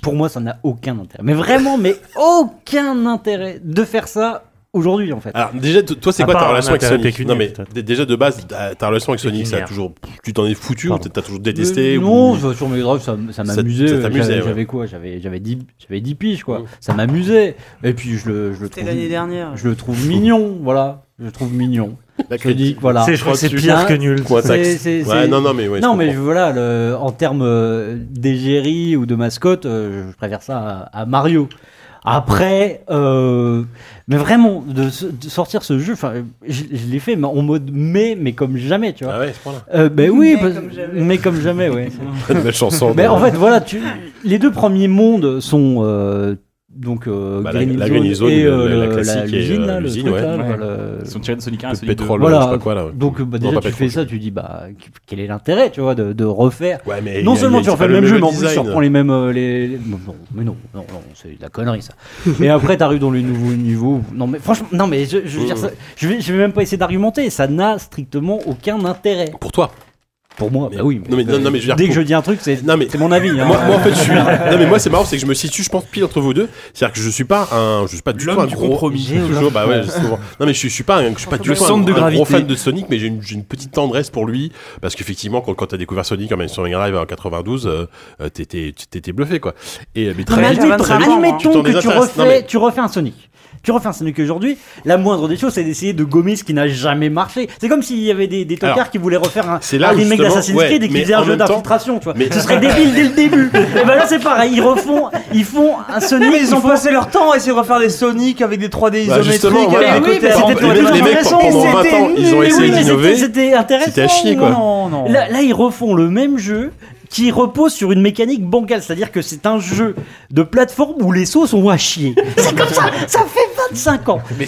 Speaker 7: pour moi, ça n'a aucun intérêt. Mais vraiment, mais aucun intérêt de faire ça aujourd'hui, en fait.
Speaker 1: Alors déjà, t- toi, c'est
Speaker 9: À
Speaker 1: quoi ta
Speaker 9: part un
Speaker 1: relation avec
Speaker 9: intérêt
Speaker 1: Sonic
Speaker 9: pécuniaire,
Speaker 1: Non mais
Speaker 9: peut-être.
Speaker 1: d- déjà de base, ta ta relation avec Sonic, ça a
Speaker 9: Pécuniaire.
Speaker 1: toujours, tu t'en es foutu ou
Speaker 7: Pardon.
Speaker 1: t'as toujours détesté
Speaker 7: Euh,
Speaker 1: ou-
Speaker 7: Non, ça, sur mes drives, ça, m- ça
Speaker 1: Ça-
Speaker 7: m'amusait. euh,
Speaker 1: ça t'amusait,
Speaker 7: J'avais
Speaker 1: ouais.
Speaker 7: j'avais quoi J'avais j'avais 10, j'avais 10 piges, quoi. Ça m'amusait. Et puis, je le, je le
Speaker 4: C'était
Speaker 7: trouve.
Speaker 4: l'année dernière.
Speaker 7: Je le trouve mignon, voilà. Je le trouve mignon.
Speaker 1: La
Speaker 7: Je me dis
Speaker 1: critique.
Speaker 7: que voilà.
Speaker 9: C'est- je crois que c'est pire
Speaker 7: Hein
Speaker 9: que nul.
Speaker 1: Point
Speaker 7: C'est-
Speaker 1: taxe.
Speaker 7: c'est-
Speaker 1: Ouais,
Speaker 7: c'est-
Speaker 1: non, non, mais ouais, je
Speaker 7: non, mais
Speaker 1: comprends.
Speaker 7: voilà, le- en termes euh, d'égérie ou de mascotte, euh, je préfère ça à, à Mario. Après, euh, mais vraiment, de, s- de sortir ce jeu, enfin, je, je l'ai fait mais en mode mais, mais comme jamais, tu vois.
Speaker 1: Ah ouais, à ce point-là.
Speaker 7: Euh, ben oui,
Speaker 4: Mais
Speaker 7: parce-
Speaker 4: comme jamais.
Speaker 7: mais comme
Speaker 1: (laughs)
Speaker 7: jamais, ouais.
Speaker 1: Une belle chanson.
Speaker 7: Mais en
Speaker 1: d'ailleurs.
Speaker 7: fait, voilà, tu- les deux premiers mondes sont euh, donc euh,
Speaker 1: Bah, la-
Speaker 7: Green Hill
Speaker 1: la
Speaker 7: Zone
Speaker 1: Green Hill Zone,
Speaker 7: et
Speaker 1: le-
Speaker 7: euh,
Speaker 1: la- la
Speaker 7: le- la-
Speaker 1: classique et,
Speaker 7: l'usine,
Speaker 1: euh,
Speaker 7: là, le
Speaker 1: l'usine,
Speaker 7: truc,
Speaker 1: ouais.
Speaker 7: là,
Speaker 1: Ouais.
Speaker 7: voilà, le-
Speaker 3: Ils sont tirés de Sonic 1 à
Speaker 1: Le
Speaker 3: Sonic 2.
Speaker 1: pétrole,
Speaker 7: Voilà,
Speaker 1: je sais pas quoi, là, ouais.
Speaker 7: donc bah,
Speaker 1: Non,
Speaker 7: déjà
Speaker 1: pas
Speaker 7: tu
Speaker 1: pétrole,
Speaker 7: fais ça, tu dis bah quel est l'intérêt, tu vois, de, de refaire.
Speaker 1: Ouais, mais
Speaker 7: non
Speaker 1: y a-
Speaker 7: seulement
Speaker 1: y a-
Speaker 7: tu
Speaker 1: c'est pas
Speaker 7: refais le
Speaker 1: le
Speaker 7: même
Speaker 1: même
Speaker 7: jeu, mais en plus tu
Speaker 1: design.
Speaker 7: reprends les mêmes euh, les, les- bon, non, mais non, non, non, c'est de la connerie ça. Et après t'arrives dans les nouveaux niveaux. Non mais franchement, non mais je, je veux dire,
Speaker 1: Mm.
Speaker 7: ça- je vais, je vais même pas essayer d'argumenter, ça n'a strictement aucun intérêt.
Speaker 1: Pour toi.
Speaker 7: Pour moi, bah oui.
Speaker 1: Non, mais- non, non, mais je veux dire,
Speaker 7: dès que
Speaker 1: pour-
Speaker 7: je dis un truc, c'est
Speaker 1: Non, mais-
Speaker 7: c'est mon avis. hein.
Speaker 1: Moi, moi, en fait je suis. Non mais moi c'est marrant c'est que je me situe je pense pile entre vous deux. C'est-à-dire que je suis pas un, je suis pas du tout
Speaker 13: L'homme
Speaker 1: un
Speaker 13: du
Speaker 1: gros.
Speaker 13: compromis.
Speaker 1: je suis toujours- bah ouais, souvent. Non mais je suis, je suis pas, un, je suis pas du
Speaker 13: Le
Speaker 1: tout
Speaker 13: centre
Speaker 1: un,
Speaker 13: de
Speaker 1: un
Speaker 13: gravité.
Speaker 1: gros fan de Sonic, mais j'ai une, j'ai une petite tendresse pour lui parce qu'effectivement quand, quand t'as découvert Sonic en même sur Mega Drive en 92, euh, euh, t'étais, t'étais bluffé quoi. Et euh, mais
Speaker 7: Non,
Speaker 1: très
Speaker 7: mais
Speaker 1: vite,
Speaker 7: admettons-
Speaker 1: très vite,
Speaker 7: admettons
Speaker 1: t'en
Speaker 7: que tu
Speaker 1: désintéresses.
Speaker 7: refais,
Speaker 1: Non, mais-
Speaker 7: tu refais un Sonic. Tu refais un Sonic aujourd'hui, la moindre des choses, c'est d'essayer de gommer ce qui n'a jamais marché. C'est comme s'il y avait des, des tocards
Speaker 1: Alors,
Speaker 7: qui voulaient refaire un,
Speaker 1: c'est là
Speaker 7: un
Speaker 1: où
Speaker 7: remake
Speaker 1: justement-
Speaker 7: d'Assassin's
Speaker 1: ouais,
Speaker 7: Creed et qui
Speaker 1: mais
Speaker 7: faisaient un
Speaker 1: en
Speaker 7: jeu
Speaker 1: même temps-
Speaker 7: d'infiltration, tu vois.
Speaker 1: mais-
Speaker 7: Ce serait débile dès le début. et ben là, c'est pareil, ils refont, ils font un Sonic.
Speaker 6: Mais ils ont
Speaker 7: font-
Speaker 6: passé leur temps à essayer de refaire des Sonic avec des 3D
Speaker 1: Bah,
Speaker 6: isométriques,
Speaker 1: justement, voilà.
Speaker 6: avec
Speaker 1: Mais
Speaker 6: des
Speaker 1: oui,
Speaker 6: côtés
Speaker 1: mais
Speaker 6: avant-
Speaker 1: c'était- les mecs, pendant 20 ans, ils ont essayé
Speaker 7: Mais oui, mais c'était-
Speaker 1: d'innover.
Speaker 7: C'était intéressant.
Speaker 1: C'était à chier, quoi.
Speaker 7: Non, non. Là, là, ils refont le même jeu qui repose sur une mécanique bancale, c'est-à-dire que c'est un jeu de plateforme où les sauts sont à chier. (laughs) C'est comme ça, ça fait 25 ans. Mais,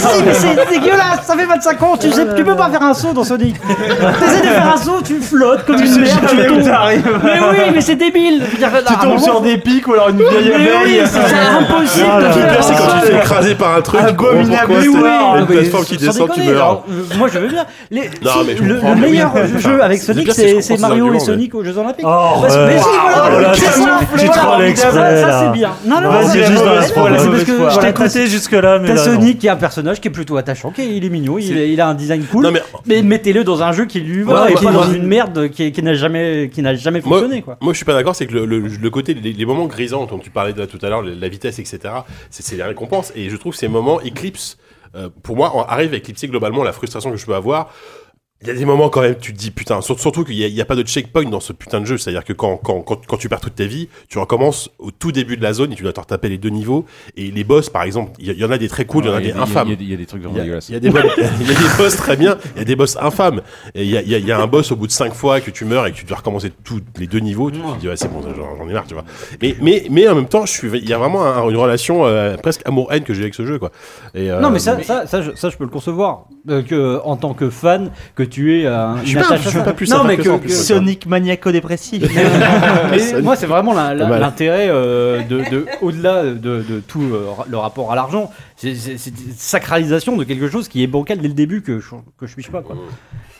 Speaker 7: si, mais c'est dégueulasse, ça fait 25 ans, tu, sais, tu peux pas faire un saut dans (laughs) Sonic. T'essaies de faire un saut, tu flottes comme
Speaker 6: Tu
Speaker 7: une
Speaker 6: sais
Speaker 7: merde, tu
Speaker 6: jamais où
Speaker 7: tombes.
Speaker 6: t'arrives.
Speaker 7: Mais oui, mais c'est débile. Je veux dire, à
Speaker 6: Tu
Speaker 7: un
Speaker 6: tombes
Speaker 7: moment,
Speaker 6: sur
Speaker 7: faut-
Speaker 6: des pics ou alors une vieille
Speaker 7: Mais
Speaker 6: abeille.
Speaker 7: oui, c'est impossible
Speaker 6: Ah
Speaker 7: de
Speaker 6: là
Speaker 1: euh, Le
Speaker 7: faire
Speaker 1: pire, c'est quand tu
Speaker 7: un
Speaker 1: te
Speaker 7: saut.
Speaker 1: fais écraser par un truc. tu comprends
Speaker 6: Abominable,
Speaker 1: pourquoi,
Speaker 6: mais
Speaker 1: c'est-
Speaker 6: ouais,
Speaker 1: t'as
Speaker 6: mais
Speaker 1: Une plateforme qui
Speaker 7: Sans
Speaker 1: descend, tu
Speaker 7: déconner,
Speaker 1: meurs.
Speaker 7: alors, euh, moi je veux bien. Les-
Speaker 1: Non,
Speaker 7: si,
Speaker 1: mais je
Speaker 7: le,
Speaker 1: comprends.
Speaker 7: le
Speaker 1: Mais
Speaker 7: meilleur
Speaker 1: bien,
Speaker 7: jeu avec
Speaker 1: c'est
Speaker 7: Sonic,
Speaker 1: bien, c'est
Speaker 7: c'est
Speaker 1: qu'on
Speaker 7: c'est
Speaker 1: prend
Speaker 7: Mario et
Speaker 1: l'argument,
Speaker 7: Sonic aux Jeux Olympiques.
Speaker 6: Oh,
Speaker 7: Parce-
Speaker 6: ouais.
Speaker 7: mais si,
Speaker 6: Oh là
Speaker 7: voilà,
Speaker 6: là,
Speaker 7: c'est
Speaker 6: tu-
Speaker 7: ça,
Speaker 6: tu
Speaker 7: voilà,
Speaker 6: trolles
Speaker 7: voilà,
Speaker 6: exprès,
Speaker 7: ça,
Speaker 6: là.
Speaker 7: c'est bien. Non, non, non,
Speaker 6: Vas-y, laisse-moi,
Speaker 7: non,
Speaker 6: laisse-moi,
Speaker 7: non,
Speaker 6: laisse-moi,
Speaker 7: c'est parce que
Speaker 6: laisse-moi.
Speaker 7: je
Speaker 6: Je t'ai
Speaker 7: t'ai-
Speaker 6: écouté jusque-là, mais
Speaker 7: T'as
Speaker 6: là, non.
Speaker 7: Sonic qui est un personnage qui est plutôt attachant, qui est- il est mignon, il, est- il a un design cool.
Speaker 1: Non, mais-
Speaker 7: mais mettez-le dans un jeu qui lui va
Speaker 1: Ouais,
Speaker 7: et
Speaker 1: moi-
Speaker 7: pas dans
Speaker 1: moi-
Speaker 7: une merde qui, qui n'a jamais, qui n'a jamais
Speaker 1: Moi,
Speaker 7: fonctionné quoi.
Speaker 1: moi, je suis pas d'accord, c'est que le, le- le côté, les, les moments grisants dont tu parlais de là tout à l'heure, la vitesse, etc., c'est c'est les récompenses. Et je trouve ces moments éclipsent, euh, pour moi, en- arrivent à éclipser globalement la frustration que je peux avoir. Il y a des moments quand même, tu te dis putain, sur- surtout qu'il n'y a, il y a pas de checkpoint dans ce putain de jeu. C'est-à-dire que quand, quand, quand, quand tu perds toute ta vie, tu recommences au tout début de la zone et tu dois te retaper les deux niveaux. Et les boss, par exemple, il y, il y en a des très cool, il y en a des infâmes.
Speaker 3: Il y a des trucs vraiment
Speaker 1: Il y a-
Speaker 3: dégueulasses.
Speaker 1: Il y, a des bonnes-
Speaker 3: (laughs)
Speaker 1: (laughs) il y a des boss très bien, il y a des boss infâmes. Et il y a, il y a- il y a un boss au bout de 5 fois que tu meurs et que tu dois recommencer tous les deux niveaux. Tu te dis, ouais, c'est bon, j'en j'en ai marre, tu vois. Mais, mais, mais en même temps, je suis, il y a vraiment un- une relation euh, presque amour-haine que j'ai avec ce jeu, quoi. Et, euh,
Speaker 7: non mais ça, ça, ça, je, ça, je peux le concevoir Euh, que en tant que fan que tu es euh,
Speaker 1: Je suis
Speaker 7: une
Speaker 1: pas-
Speaker 7: attache
Speaker 1: je suis
Speaker 7: à ça.
Speaker 1: pas plus
Speaker 7: non
Speaker 1: sympa
Speaker 7: mais
Speaker 1: que
Speaker 7: que,
Speaker 1: ça, en plus.
Speaker 7: que-
Speaker 6: Sonic (laughs) maniaco-dépressif.
Speaker 7: (laughs) Mais moi, c'est vraiment la-
Speaker 1: Pas
Speaker 7: la-
Speaker 1: mal.
Speaker 7: l'intérêt euh, de, de- au-delà de, de tout euh, ra- le rapport à l'argent. C'est c'est- c'est une sacralisation de quelque chose qui est bancal dès le début que je, que je suis pas. Quoi.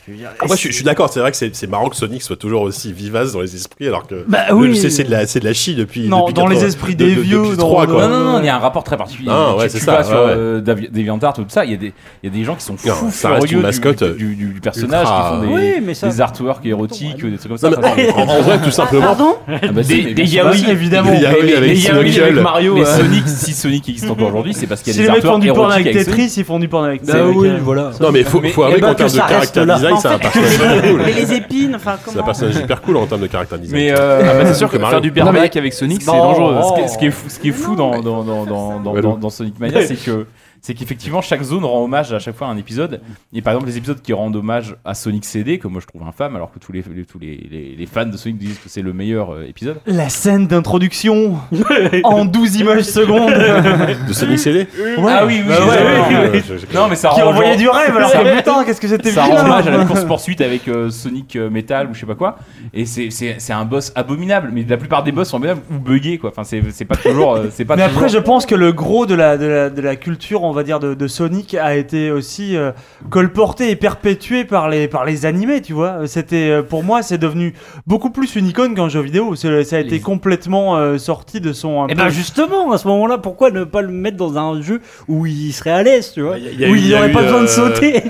Speaker 7: Je veux dire,
Speaker 1: Ah, moi, je, suis- je suis d'accord, c'est vrai que c'est c'est marrant que Sonic soit toujours aussi vivace dans les esprits, alors que
Speaker 7: Bah
Speaker 1: le-
Speaker 7: oui.
Speaker 1: c'est c'est de la, c'est de la chie depuis.
Speaker 6: Non,
Speaker 1: depuis
Speaker 6: dans les
Speaker 1: 80
Speaker 6: esprits
Speaker 1: de-
Speaker 6: des
Speaker 1: de-
Speaker 6: vieux,
Speaker 1: depuis
Speaker 6: dans-
Speaker 1: trois, quoi.
Speaker 3: Non, non, non, il y a un rapport très particulier.
Speaker 1: Ah, ouais,
Speaker 3: tu
Speaker 1: c'est
Speaker 3: tu
Speaker 1: ça,
Speaker 3: vas
Speaker 1: ouais,
Speaker 3: sur
Speaker 1: ouais.
Speaker 3: euh, Davi- Deviantart, tout ça, il y, a des- il y a des gens qui sont fous
Speaker 1: Non, ça reste
Speaker 3: furieux
Speaker 1: une
Speaker 3: du-
Speaker 1: mascotte,
Speaker 3: du, du- du personnage,
Speaker 1: ultra-
Speaker 3: qui font des,
Speaker 7: Oui, mais ça-
Speaker 3: des artworks érotiques, ou des trucs comme ça.
Speaker 1: Non, mais
Speaker 3: ça, ça,
Speaker 1: en, en vrai, tout simplement.
Speaker 4: Pardon
Speaker 3: Ah bah si, mais bien sûr.
Speaker 6: yaoi, évidemment.
Speaker 1: Il y a
Speaker 3: Mais
Speaker 1: eu
Speaker 3: les-
Speaker 1: avec
Speaker 3: les yaoi
Speaker 1: Sonic Girl.
Speaker 3: Mario.
Speaker 13: Mais
Speaker 3: Mais Sonic, si Sonic existe encore aujourd'hui, c'est parce qu'il y
Speaker 6: Si
Speaker 3: a des
Speaker 6: les mecs font
Speaker 3: artworks
Speaker 6: du porno
Speaker 3: érotiques
Speaker 6: avec
Speaker 3: avec Sonic.
Speaker 6: Tetris, ils font du porno avec hein.
Speaker 7: Bah
Speaker 6: Tetris.
Speaker 7: oui, voilà.
Speaker 1: Non, mais faut, faut
Speaker 7: eh
Speaker 1: avouer
Speaker 7: ben,
Speaker 1: qu'en
Speaker 7: que
Speaker 1: termes de
Speaker 7: ça reste
Speaker 1: caractère
Speaker 7: là.
Speaker 1: design,
Speaker 7: En
Speaker 1: c'est un
Speaker 7: fait-
Speaker 3: (laughs)
Speaker 4: (laughs)
Speaker 1: personnage cool.
Speaker 4: Mais les épines, enfin
Speaker 1: C'est un
Speaker 4: comment
Speaker 1: personnage hyper cool en termes de caractère design.
Speaker 3: Mais euh,
Speaker 1: bah,
Speaker 13: c'est sûr que
Speaker 1: Mario.
Speaker 13: faire du
Speaker 3: Non, mais-
Speaker 13: berbac avec Sonic, c'est
Speaker 3: Non,
Speaker 13: dangereux. hein.
Speaker 3: Ce qui est- Ce qui est fou, ce qui est fou dans, dans, dans, dans, dans, dans- dans Sonic Mania, c'est que c'est qu'effectivement chaque zone rend hommage à chaque fois à un épisode. Et par exemple les épisodes qui rendent hommage à Sonic CD, que moi je trouve infâme, alors que tous les, les- tous les, les, les fans de Sonic disent que c'est le meilleur euh, épisode.
Speaker 6: La scène (laughs) d'introduction en 12 images secondes (laughs)
Speaker 1: De Sonic CD
Speaker 3: Ah oui, oui,
Speaker 6: Bah ouais,
Speaker 3: exactement.
Speaker 6: oui,
Speaker 1: Ouais, je- je-
Speaker 3: Non mais ça
Speaker 6: qui
Speaker 3: rend genre-
Speaker 6: envoyait du rêve alors
Speaker 3: ça-
Speaker 6: que putain qu'est-ce que c'était
Speaker 3: ça
Speaker 6: vilain.
Speaker 3: rend hommage à la course poursuite avec euh, Sonic euh, Metal ou je sais pas quoi et c'est- c'est c'est un boss abominable mais la plupart des boss sont abominables ou buggés quoi enfin c'est c'est pas toujours euh, c'est pas
Speaker 6: Mais
Speaker 3: toujours-
Speaker 6: après, je pense que le gros de la, de la, de la culture, on va dire, de, de Sonic a été aussi euh, colporté et perpétué par les, par les animés, tu vois. C'était, euh, pour moi, c'est devenu beaucoup plus une icône qu'un jeu vidéo. C'est- Ça a été complètement euh, sorti de son. un
Speaker 7: Et
Speaker 6: peu-
Speaker 7: ben justement, à ce moment-là, pourquoi ne pas le mettre dans un jeu où il serait à l'aise, tu vois
Speaker 1: Il y a- il y a
Speaker 7: Où
Speaker 1: eu-
Speaker 7: il
Speaker 1: il y a
Speaker 7: n'aurait
Speaker 1: eu,
Speaker 7: pas besoin de
Speaker 1: euh,
Speaker 7: sauter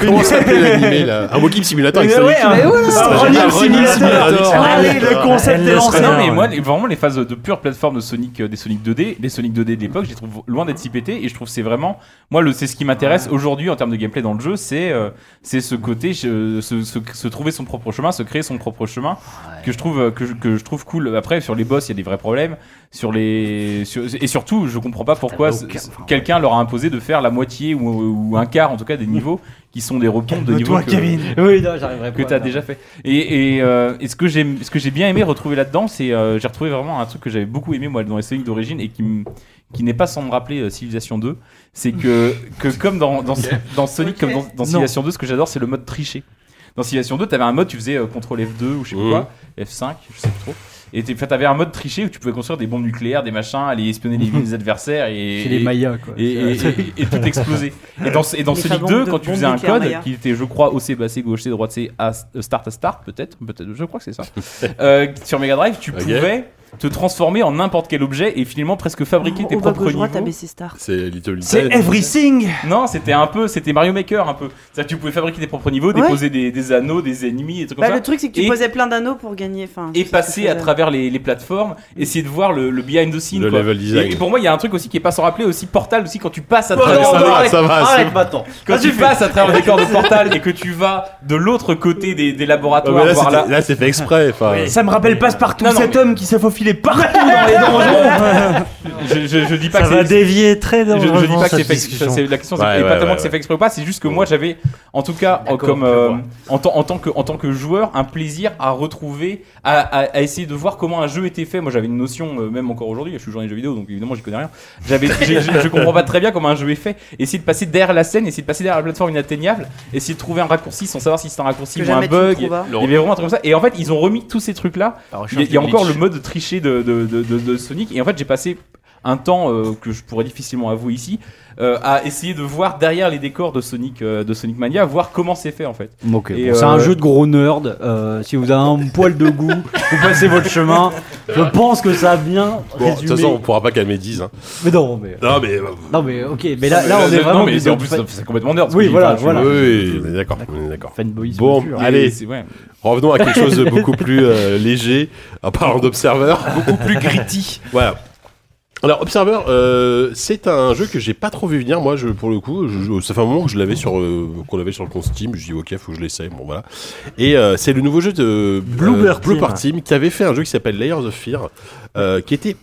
Speaker 1: Comment
Speaker 6: (laughs)
Speaker 1: s'appelait l'animé là Un Walking Simulator avec
Speaker 6: Mais
Speaker 1: Sonic
Speaker 6: ouais, un- un
Speaker 1: Ah,
Speaker 6: running
Speaker 1: génial,
Speaker 6: simulator.
Speaker 1: running simulator.
Speaker 6: Allez, le concept est lancé.
Speaker 3: Non, mais moi, les- vraiment, les phases de pure plateforme de Sonic, euh, des Sonic 2D, les Sonic 2D de l'époque, je les trouve loin d'être si pétés. Et je trouve que c'est vraiment, moi, le, c'est ce qui m'intéresse aujourd'hui en termes de gameplay dans le jeu, c'est, euh, c'est ce côté, je- se, se- se trouver son propre chemin, se créer son propre chemin, que je trouve, euh, que je, que je trouve cool. Après, sur les boss, il y a des vrais problèmes. Sur les, sur- et surtout, je comprends pas pourquoi
Speaker 7: T'avais aucun-
Speaker 3: c- c- quelqu'un leur a imposé de faire la moitié ou, ou un quart, en tout cas, des niveaux qui sont des retombes de niveau
Speaker 7: Calme-toi,
Speaker 3: que,
Speaker 7: Kevin. Oui, non, j'arriverai pas,
Speaker 3: que tu as
Speaker 7: non.
Speaker 3: déjà fait. Et, et, euh, et ce que j'ai ce que j'ai bien aimé retrouver là-dedans, c'est euh, j'ai retrouvé vraiment un truc que j'avais beaucoup aimé moi dans les Sonic d'origine et qui m- qui n'est pas sans me rappeler euh, Civilization 2, c'est que, que comme dans, dans, (laughs) dans Sonic, comme dans, dans
Speaker 5: Non.
Speaker 3: Civilization 2, ce que j'adore, c'est le mode tricher. Dans Civilization 2, t'avais un mode, tu faisais euh, contrôle F2 ou je sais pas
Speaker 5: Mhm.
Speaker 3: quoi, F5, je sais plus trop. Et t'es- enfin, t'avais un mode triché où tu pouvais construire des bombes nucléaires, des machins, aller espionner les villes des adversaires et.
Speaker 7: Chez les
Speaker 3: et-
Speaker 7: Mayas, quoi.
Speaker 3: Et, et- et-
Speaker 7: (laughs)
Speaker 3: et tout exploser. Et dans, et dans
Speaker 7: Les
Speaker 3: Sonic
Speaker 7: fabricants
Speaker 3: 2,
Speaker 7: de
Speaker 3: quand tu
Speaker 7: bombes
Speaker 3: faisais un
Speaker 7: nucléaires
Speaker 3: code,
Speaker 7: Maya.
Speaker 3: qui était, je crois, OC, bassé, gauche, C, droite, C, A, euh, start à start, peut-être, peut-être, je crois que c'est ça. Euh, sur Mega Drive, tu
Speaker 1: Ok.
Speaker 3: pouvais te transformer en n'importe quel objet et finalement presque fabriquer tes
Speaker 4: Au bas
Speaker 3: propres
Speaker 4: gauche droite,
Speaker 3: niveaux.
Speaker 4: ABC Star.
Speaker 1: C'est Little
Speaker 3: C'est everything Non, c'était un peu, c'était Mario Maker un peu. C'est-à-dire que tu pouvais fabriquer tes propres niveaux,
Speaker 4: Ouais.
Speaker 3: déposer des, des anneaux, des ennemis, et trucs
Speaker 4: Bah,
Speaker 3: comme ça.
Speaker 4: le truc, c'est que tu
Speaker 3: et,
Speaker 4: posais plein d'anneaux pour gagner. Enfin,
Speaker 3: et
Speaker 4: c'est ce que
Speaker 3: passer
Speaker 4: je
Speaker 3: à
Speaker 4: faisais.
Speaker 3: travers les, les plateformes, essayer de voir le, le behind the scenes.
Speaker 1: Le
Speaker 3: quoi.
Speaker 1: level design.
Speaker 3: Et, et pour moi, il y a un truc aussi qui est pas sans rappeler, aussi Portal, aussi quand tu passes à
Speaker 1: Oh
Speaker 3: travers.
Speaker 1: non, ça
Speaker 3: Non,
Speaker 1: va,
Speaker 3: arrête,
Speaker 1: ça va,
Speaker 3: arrête,
Speaker 1: c'est
Speaker 3: arrête,
Speaker 1: bon.
Speaker 3: maintenant. Quand
Speaker 1: Vas-y,
Speaker 3: tu
Speaker 1: fais.
Speaker 3: passes à travers le décor de Portal et que tu vas de l'autre côté des, des laboratoires,
Speaker 1: là,
Speaker 3: voir
Speaker 1: c'était-
Speaker 3: là.
Speaker 1: là, c'est fait exprès. enfin.
Speaker 2: Ça me
Speaker 1: euh,
Speaker 2: rappelle passe-partout
Speaker 3: Non, non,
Speaker 2: cet homme qui s'est faufilé partout
Speaker 7: (laughs)
Speaker 2: dans
Speaker 6: (laughs)
Speaker 2: les donjons.
Speaker 3: je, je- je dis pas
Speaker 9: Ça
Speaker 3: que
Speaker 9: va
Speaker 3: c'est-
Speaker 9: dévier très
Speaker 3: je, je dis
Speaker 9: dangereusement,
Speaker 3: pas que c'est
Speaker 9: cette
Speaker 3: fait
Speaker 9: discussion.
Speaker 3: c'est- la question c'est
Speaker 9: Ouais,
Speaker 3: pas
Speaker 9: ouais,
Speaker 3: tellement
Speaker 9: ouais,
Speaker 3: que c'est
Speaker 9: ouais.
Speaker 3: fait exprès ou pas c'est juste que moi j'avais en tout cas en- comme euh, en, tant, en tant que en tant que joueur un plaisir à retrouver à, à, à essayer de voir comment un jeu était fait moi j'avais une notion euh, même encore aujourd'hui je suis joueur des jeux vidéo donc évidemment j'y connais rien j'avais j'ai- je, je comprends pas très bien comment un jeu est fait essayer de passer derrière la scène essayer de passer derrière la plateforme inatteignable essayer de trouver un raccourci sans savoir si c'est un raccourci
Speaker 4: Que
Speaker 3: ou un
Speaker 4: jamais tu ne
Speaker 3: bug il y
Speaker 4: trouveras.
Speaker 3: avait vraiment un truc comme ça et en fait ils ont remis tous ces trucs là il y a, il y a
Speaker 5: glitch.
Speaker 3: encore le mode triché de, de, de, de- de Sonic. Et en fait, j'ai passé un temps euh, que je pourrais difficilement avouer ici euh, à essayer de voir derrière les décors de Sonic, euh, de Sonic Mania, voir comment c'est fait en fait.
Speaker 7: (laughs) Ok,
Speaker 3: Et,
Speaker 7: bon, c'est un
Speaker 3: euh,
Speaker 7: jeu de gros nerd. euh, si vous avez un poil de goût, vous passez votre chemin. Je pense que ça a bien
Speaker 1: Bon, de toute
Speaker 7: résumé.
Speaker 1: façon, on pourra pas calmer 10. Hein.
Speaker 7: Mais non, mais.
Speaker 1: Non, mais.
Speaker 7: Non, mais ok, mais là, là on est
Speaker 3: Non,
Speaker 7: vraiment.
Speaker 3: Ah, mais
Speaker 7: du-
Speaker 3: c'est- en plus, c'est c'est complètement nerd. ce
Speaker 7: Oui,
Speaker 3: que je dis,
Speaker 7: voilà,
Speaker 3: enfin, je-
Speaker 7: voilà.
Speaker 1: Oui, on est d'accord. on est d'accord. Bon,
Speaker 3: pur. Et
Speaker 1: allez.
Speaker 3: Ah, c'est- ouais.
Speaker 1: Revenons à quelque
Speaker 7: (laughs)
Speaker 1: chose de beaucoup plus euh, léger, en parlant d'Observer. Beaucoup plus gritty. (laughs) Voilà. Alors, Observer, euh, c'est un jeu que j'ai pas trop vu venir. Moi, je, pour le coup, je- je- ça fait un moment que je l'avais sur, euh, qu'on l'avait sur le compte Steam. Je dis ok, faut que je l'essaye. Bon voilà. Et euh, c'est le nouveau jeu de euh,
Speaker 9: Bloober Team.
Speaker 1: Bloober Team qui avait fait un jeu qui s'appelle Layers of Fear, euh, qui était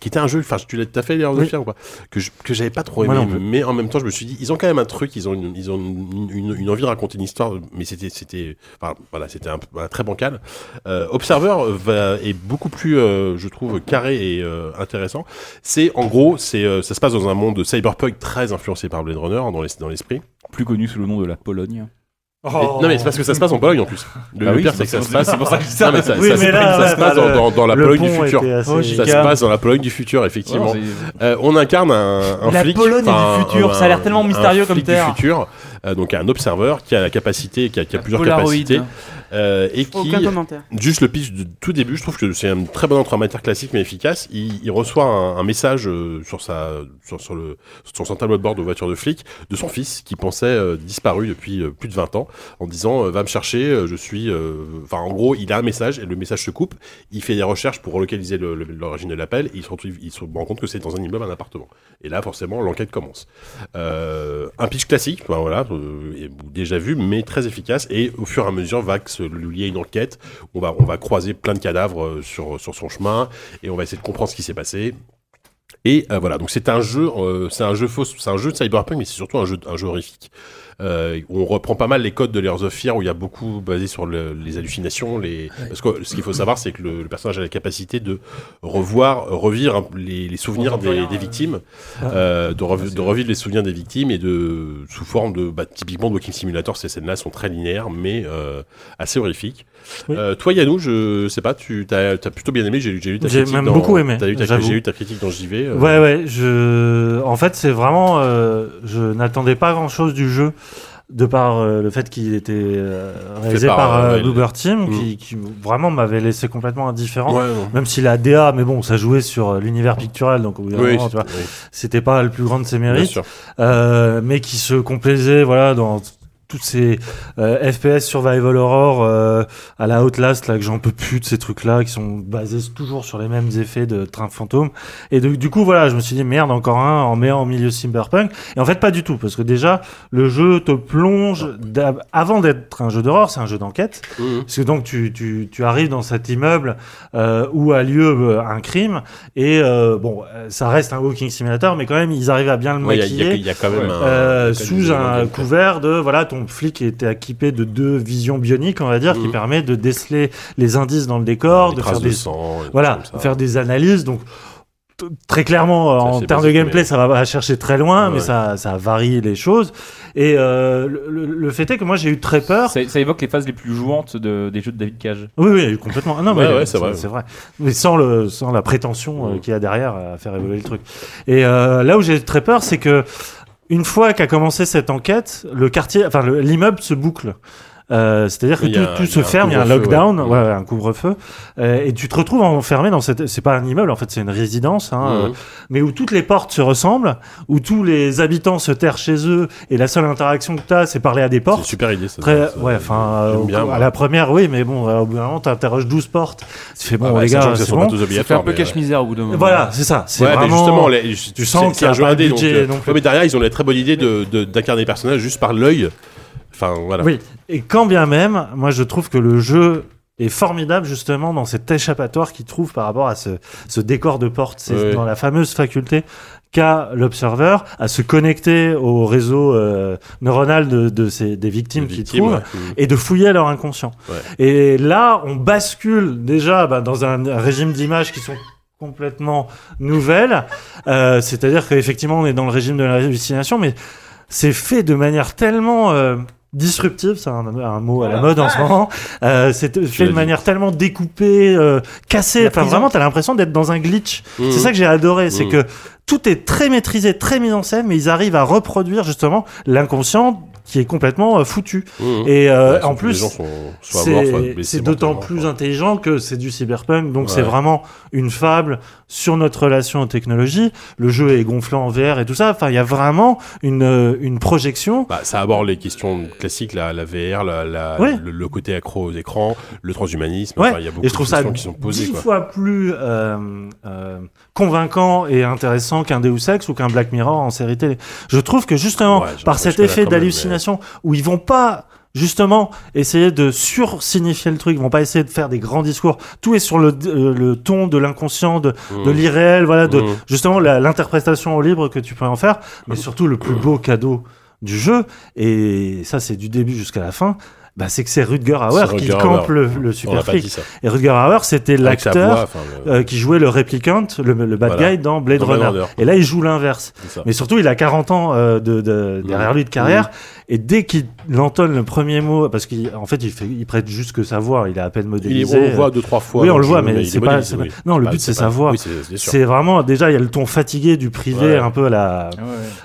Speaker 1: qui était un jeu, enfin tu l'as t'as fait Layers of
Speaker 9: Oui.
Speaker 1: Fear ou pas que je- que j'avais pas trop
Speaker 9: Moi
Speaker 1: aimé,
Speaker 9: non plus.
Speaker 1: mais en même temps je me suis dit ils ont quand même un truc, ils ont une, ils ont une, une- une envie de raconter une histoire, mais c'était c'était enfin, voilà c'était un, voilà, très bancal. Euh, Observer va, est beaucoup plus euh, je trouve carré et euh, intéressant. C'est en gros c'est euh, ça se passe dans un monde cyberpunk très influencé par Blade Runner dans l'es- dans l'esprit.
Speaker 3: Plus connu sous le nom de la Pologne.
Speaker 9: Oh.
Speaker 1: Mais- non mais c'est parce que ça se passe en Pologne en plus. Le,
Speaker 3: Bah
Speaker 1: le
Speaker 3: oui,
Speaker 1: pire
Speaker 3: c'est
Speaker 1: c'est que ça
Speaker 3: pour-
Speaker 1: se passe.
Speaker 3: c'est pour ça que je dis
Speaker 1: Non,
Speaker 3: ça.
Speaker 1: mais ça,
Speaker 9: Oui,
Speaker 1: ça se-
Speaker 9: mais là,
Speaker 1: ça
Speaker 9: ouais,
Speaker 1: se
Speaker 9: bah,
Speaker 1: passe dans,
Speaker 9: le-
Speaker 1: dans- dans la
Speaker 9: le
Speaker 1: Pologne du
Speaker 9: pont
Speaker 1: futur.
Speaker 9: était assez-
Speaker 1: ça se
Speaker 9: Oh,
Speaker 1: passe dans la Pologne du futur effectivement.
Speaker 3: Ouais,
Speaker 1: Euh, on incarne un, un
Speaker 6: La
Speaker 1: flic.
Speaker 6: Pologne est du
Speaker 1: enfin,
Speaker 6: futur, ça a l'air tellement
Speaker 1: un
Speaker 6: mystérieux comme
Speaker 1: flic
Speaker 6: terre.
Speaker 1: Du futur, euh, donc un observeur qui a la capacité, qui a, qui a plusieurs
Speaker 3: Polaroid.
Speaker 1: capacités. euh, et qui,
Speaker 4: Aucun commentaire.
Speaker 1: juste le pitch de tout début, je trouve que c'est une très bonne entrée en matière classique mais efficace. Il, il reçoit un, un message euh, sur, sa, sur, sur le, sur son tableau de bord de voiture de flic de son fils qui pensait euh, disparu depuis euh, plus de 20 ans en disant euh, Va me chercher, euh, je suis. euh, Enfin, en gros, il a un message et le message se coupe. Il fait des recherches pour localiser le- le- l'origine de l'appel et il se, retrouve, il se rend compte que c'est dans un immeuble, un appartement. Et là, forcément, l'enquête commence. Euh, un pitch classique, ben voilà, euh, et- déjà vu, mais très efficace. Et au fur et à mesure, va se lier une enquête. On va, on va croiser plein de cadavres euh, sur, sur son chemin et on va essayer de comprendre ce qui s'est passé. Et euh, voilà, donc c'est un jeu, euh, c'est un jeu faux, c'est un jeu de cyberpunk, mais c'est surtout un jeu, un jeu horrifique. Euh, où on reprend pas mal les codes de Layers of Fear, où il y a beaucoup basé sur le- les hallucinations, les. Parce que ce qu'il faut savoir, c'est que le, le personnage a la capacité de revoir, euh, revivre hein, les, les souvenirs des, des victimes, euh, de, rev- de revivre les souvenirs des victimes et de sous forme de, bah, typiquement de Walking Simulator, ces scènes-là sont très linéaires, mais euh, assez horrifiques. Euh, toi, Yannou, je sais pas, tu as, plutôt bien aimé. J'ai j'ai lu ta
Speaker 9: J'ai
Speaker 1: critique.
Speaker 9: même
Speaker 1: dans-
Speaker 9: beaucoup aimé,
Speaker 1: t'as lu ta-
Speaker 9: j'avoue.
Speaker 1: J'ai lu ta critique dans JV. euh,
Speaker 9: Ouais, ouais. Je... En fait, c'est vraiment. euh, je n'attendais pas grand-chose du jeu de par euh, le fait qu'il était euh, réalisé
Speaker 1: par,
Speaker 9: par,
Speaker 1: euh,
Speaker 9: euh,
Speaker 1: ouais,
Speaker 9: Bloober
Speaker 1: le-
Speaker 9: Team,
Speaker 1: Mm.
Speaker 9: qui, qui vraiment m'avait laissé complètement indifférent.
Speaker 1: Ouais, non.
Speaker 9: Même si la DA, mais bon, ça jouait sur euh, l'univers pictural, donc au bout d'un
Speaker 1: Oui,
Speaker 9: moment, tu
Speaker 1: c'est-
Speaker 9: vois,
Speaker 1: oui.
Speaker 9: c'était pas le plus grand de ses
Speaker 1: Bien
Speaker 9: mérites,
Speaker 1: sûr.
Speaker 9: Euh, mais qui se complaisait, voilà, dans toutes ces euh, FPS survival horror euh, à la Outlast là que j'en peux plus de ces trucs là qui sont basés toujours sur les mêmes effets de train fantôme et donc, du coup voilà je me suis dit merde encore un en met en milieu cyberpunk et en fait pas du tout parce que déjà le jeu te plonge d'a- avant d'être un jeu d'horreur c'est un jeu d'enquête parce que donc tu, tu, tu arrives dans cet immeuble euh, où a lieu euh, un crime et euh, bon euh, ça reste un walking simulator mais quand même ils arrivent à bien le
Speaker 1: Ouais, il y a-
Speaker 9: maquiller
Speaker 1: il y a- il y a quand même
Speaker 9: euh,
Speaker 1: un- il y a quand même
Speaker 9: sous
Speaker 1: des
Speaker 9: un
Speaker 1: éléments de-
Speaker 9: couvert de voilà ton exemple, Flick était équipé de deux visions bioniques, on va dire, qui permet de déceler les indices dans le décor,
Speaker 1: les
Speaker 9: de
Speaker 1: Mm. traces
Speaker 9: faire
Speaker 1: de
Speaker 9: des
Speaker 1: sang, et des
Speaker 9: voilà,
Speaker 1: trucs comme ça.
Speaker 9: faire des analyses. Donc t- très clairement, en
Speaker 1: c'est
Speaker 9: termes de
Speaker 1: basique,
Speaker 9: gameplay,
Speaker 1: mais-
Speaker 9: ça va pas chercher très loin, mais
Speaker 1: Ouais.
Speaker 9: ça, ça varie les choses. Et euh, le, le- le fait est que moi, j'ai eu très peur.
Speaker 3: Ça, ça évoque les phases les plus jouantes de- des jeux de David Cage.
Speaker 9: Oui, oui, complètement. Ah, Non,
Speaker 3: Ouais,
Speaker 9: mais
Speaker 3: ouais, c'est vrai.
Speaker 9: C'est vrai. Mais sans, le, sans la prétention
Speaker 1: Mm.
Speaker 9: euh, qu'il y a derrière à faire évoluer le truc. Et euh, là où j'ai très peur, c'est que une fois qu'a commencé cette enquête, le quartier, enfin le- l'immeuble se boucle. Euh, C'est-à-dire que
Speaker 1: Il y a-
Speaker 9: tout, tout
Speaker 1: il y a
Speaker 9: se
Speaker 1: un
Speaker 9: ferme, il y a un
Speaker 1: couvre-feu, Mm.
Speaker 9: lockdown, ouais, ouais, un couvre-feu, Euh, et tu te retrouves enfermé dans cette. C'est pas un immeuble, en fait, c'est une résidence, hein,
Speaker 1: Mhm.
Speaker 9: euh, mais où toutes les portes se ressemblent, où tous les habitants se terrent chez eux, et la seule interaction que tu as, c'est parler à des portes.
Speaker 1: super idée, ça.
Speaker 9: Très, ouais, enfin, euh,
Speaker 1: j'aime bien,
Speaker 9: à
Speaker 1: moi.
Speaker 9: la première, oui, mais bon, euh, au bout d'un moment, t'interroges 12 portes. Tu fais bon,
Speaker 1: Ah bah,
Speaker 9: les
Speaker 1: sachant
Speaker 9: gars,
Speaker 1: que ce
Speaker 9: c'est
Speaker 1: sont
Speaker 9: bon.
Speaker 1: pas tous obligatoires, mais, euh, ouais.
Speaker 9: Voilà, c'est ça. C'est
Speaker 1: Ouais, mais
Speaker 9: vraiment-
Speaker 1: justement, les-
Speaker 9: tu sens
Speaker 1: c'est-
Speaker 9: qu'il y
Speaker 1: c'est
Speaker 9: a
Speaker 1: un jeu
Speaker 9: pas de
Speaker 1: indé, donc,
Speaker 9: budget
Speaker 1: euh,
Speaker 9: non
Speaker 1: ouais,
Speaker 9: plus.
Speaker 1: mais derrière, ils ont la très bonne idée de- de- d'incarner les personnages juste par l'œil. Enfin, voilà.
Speaker 9: Oui, et quand bien même, moi je trouve que le jeu est formidable justement dans cet échappatoire qu'il trouve par rapport à ce, ce décor de porte, c'est
Speaker 1: Ouais.
Speaker 9: dans la fameuse faculté qu'a l'observer à se connecter au réseau euh, neuronal de, de ces, des victimes qu'il
Speaker 1: victimes,
Speaker 9: trouve
Speaker 1: ouais.
Speaker 9: et de fouiller leur inconscient.
Speaker 1: Ouais.
Speaker 9: Et là, on bascule déjà bah, dans un régime d'images qui sont complètement nouvelles, Euh, c'est-à-dire qu'effectivement on est dans le régime de la hallucination, mais c'est fait de manière tellement euh, disruptive, c'est un, un mot à la mode en ce moment, euh, c'est fait
Speaker 1: l'as
Speaker 9: de
Speaker 1: dit.
Speaker 9: manière tellement découpée, euh, cassée,
Speaker 1: La
Speaker 9: enfin
Speaker 1: prison.
Speaker 9: vraiment t'as l'impression d'être dans un glitch.
Speaker 1: Mmh.
Speaker 9: C'est ça que j'ai adoré, c'est
Speaker 1: Mmh.
Speaker 9: que tout est très maîtrisé, très mis en scène, mais ils arrivent à reproduire justement l'inconscient qui est complètement euh, foutu.
Speaker 1: Mmh.
Speaker 9: Et euh,
Speaker 1: Ouais, surtout
Speaker 9: en
Speaker 1: que
Speaker 9: plus,
Speaker 1: les gens sont soit
Speaker 9: c'est-
Speaker 1: morts, soit blessés
Speaker 9: c'est d'autant
Speaker 1: mentalement,
Speaker 9: plus intelligent que c'est du cyberpunk, donc
Speaker 1: hein. Ouais.
Speaker 9: c'est vraiment une fable sur notre relation aux technologies. Le jeu est gonflant en VR et tout ça. Enfin, il y a vraiment une, euh, une projection.
Speaker 1: Bah, ça aborde les questions classiques, la, la VR, la, la-
Speaker 9: Ouais.
Speaker 1: le, le côté accro aux écrans, le transhumanisme.
Speaker 9: Ouais.
Speaker 1: enfin, il y a beaucoup
Speaker 9: et je trouve
Speaker 1: de
Speaker 9: ça
Speaker 1: questions qui sont posées.
Speaker 9: dix
Speaker 1: quoi.
Speaker 9: fois plus euh, euh, convaincant et intéressant qu'un Deus Ex ou qu'un Black Mirror en série télé. Je trouve que justement, par cet
Speaker 1: jusque-là
Speaker 9: effet
Speaker 1: quand même,
Speaker 9: d'hallucination, où ils vont pas justement essayer de sursignifier le truc, ils vont pas essayer de faire des grands discours. Tout est sur le, euh, le ton de l'inconscient, de,
Speaker 1: Mmh.
Speaker 9: de l'irréel, voilà, de
Speaker 1: Mmh.
Speaker 9: justement la- l'interprétation au libre que tu peux en faire, mais surtout le plus beau cadeau du jeu, et ça c'est du début jusqu'à la fin. Bah, c'est que c'est Rutger Hauer
Speaker 1: C'est
Speaker 9: qui
Speaker 1: Rutger
Speaker 9: campe
Speaker 1: Hauer.
Speaker 9: le,
Speaker 1: On l'a
Speaker 9: le super
Speaker 1: pas dit,
Speaker 9: flic.
Speaker 1: ça.
Speaker 9: Et Rutger Hauer, c'était
Speaker 1: Avec sa voix,
Speaker 9: l'acteur
Speaker 1: enfin,
Speaker 9: euh, qui jouait le replicant, le, le bad
Speaker 1: Voilà.
Speaker 9: guy dans Blade
Speaker 1: Dans Blade
Speaker 9: Runner.
Speaker 1: Runner.
Speaker 9: Et là, il joue l'inverse.
Speaker 1: C'est ça. Mm.
Speaker 9: Mais surtout, il a 40 ans euh, de, de- derrière lui de carrière. Et dès qu'il entonne le premier mot, parce qu'en fait, il, fait, il prête juste que sa voix, il a à peine modélisé.
Speaker 1: on le voit deux, trois fois
Speaker 9: Oui,
Speaker 1: dans
Speaker 9: on le
Speaker 1: le
Speaker 9: voit,
Speaker 1: jeu, mais
Speaker 9: mais
Speaker 1: il
Speaker 9: c'est
Speaker 1: est
Speaker 9: pas,
Speaker 1: modélisé,
Speaker 9: c'est pas-
Speaker 1: oui.
Speaker 9: Non, le
Speaker 1: Bah,
Speaker 9: but,
Speaker 1: c'est
Speaker 9: c'est
Speaker 1: pas-
Speaker 9: sa voix.
Speaker 1: oui, c'est- c'est sûr.
Speaker 9: C'est vraiment. Déjà, il y a le ton fatigué du privé,
Speaker 1: Ouais.
Speaker 9: un peu à la,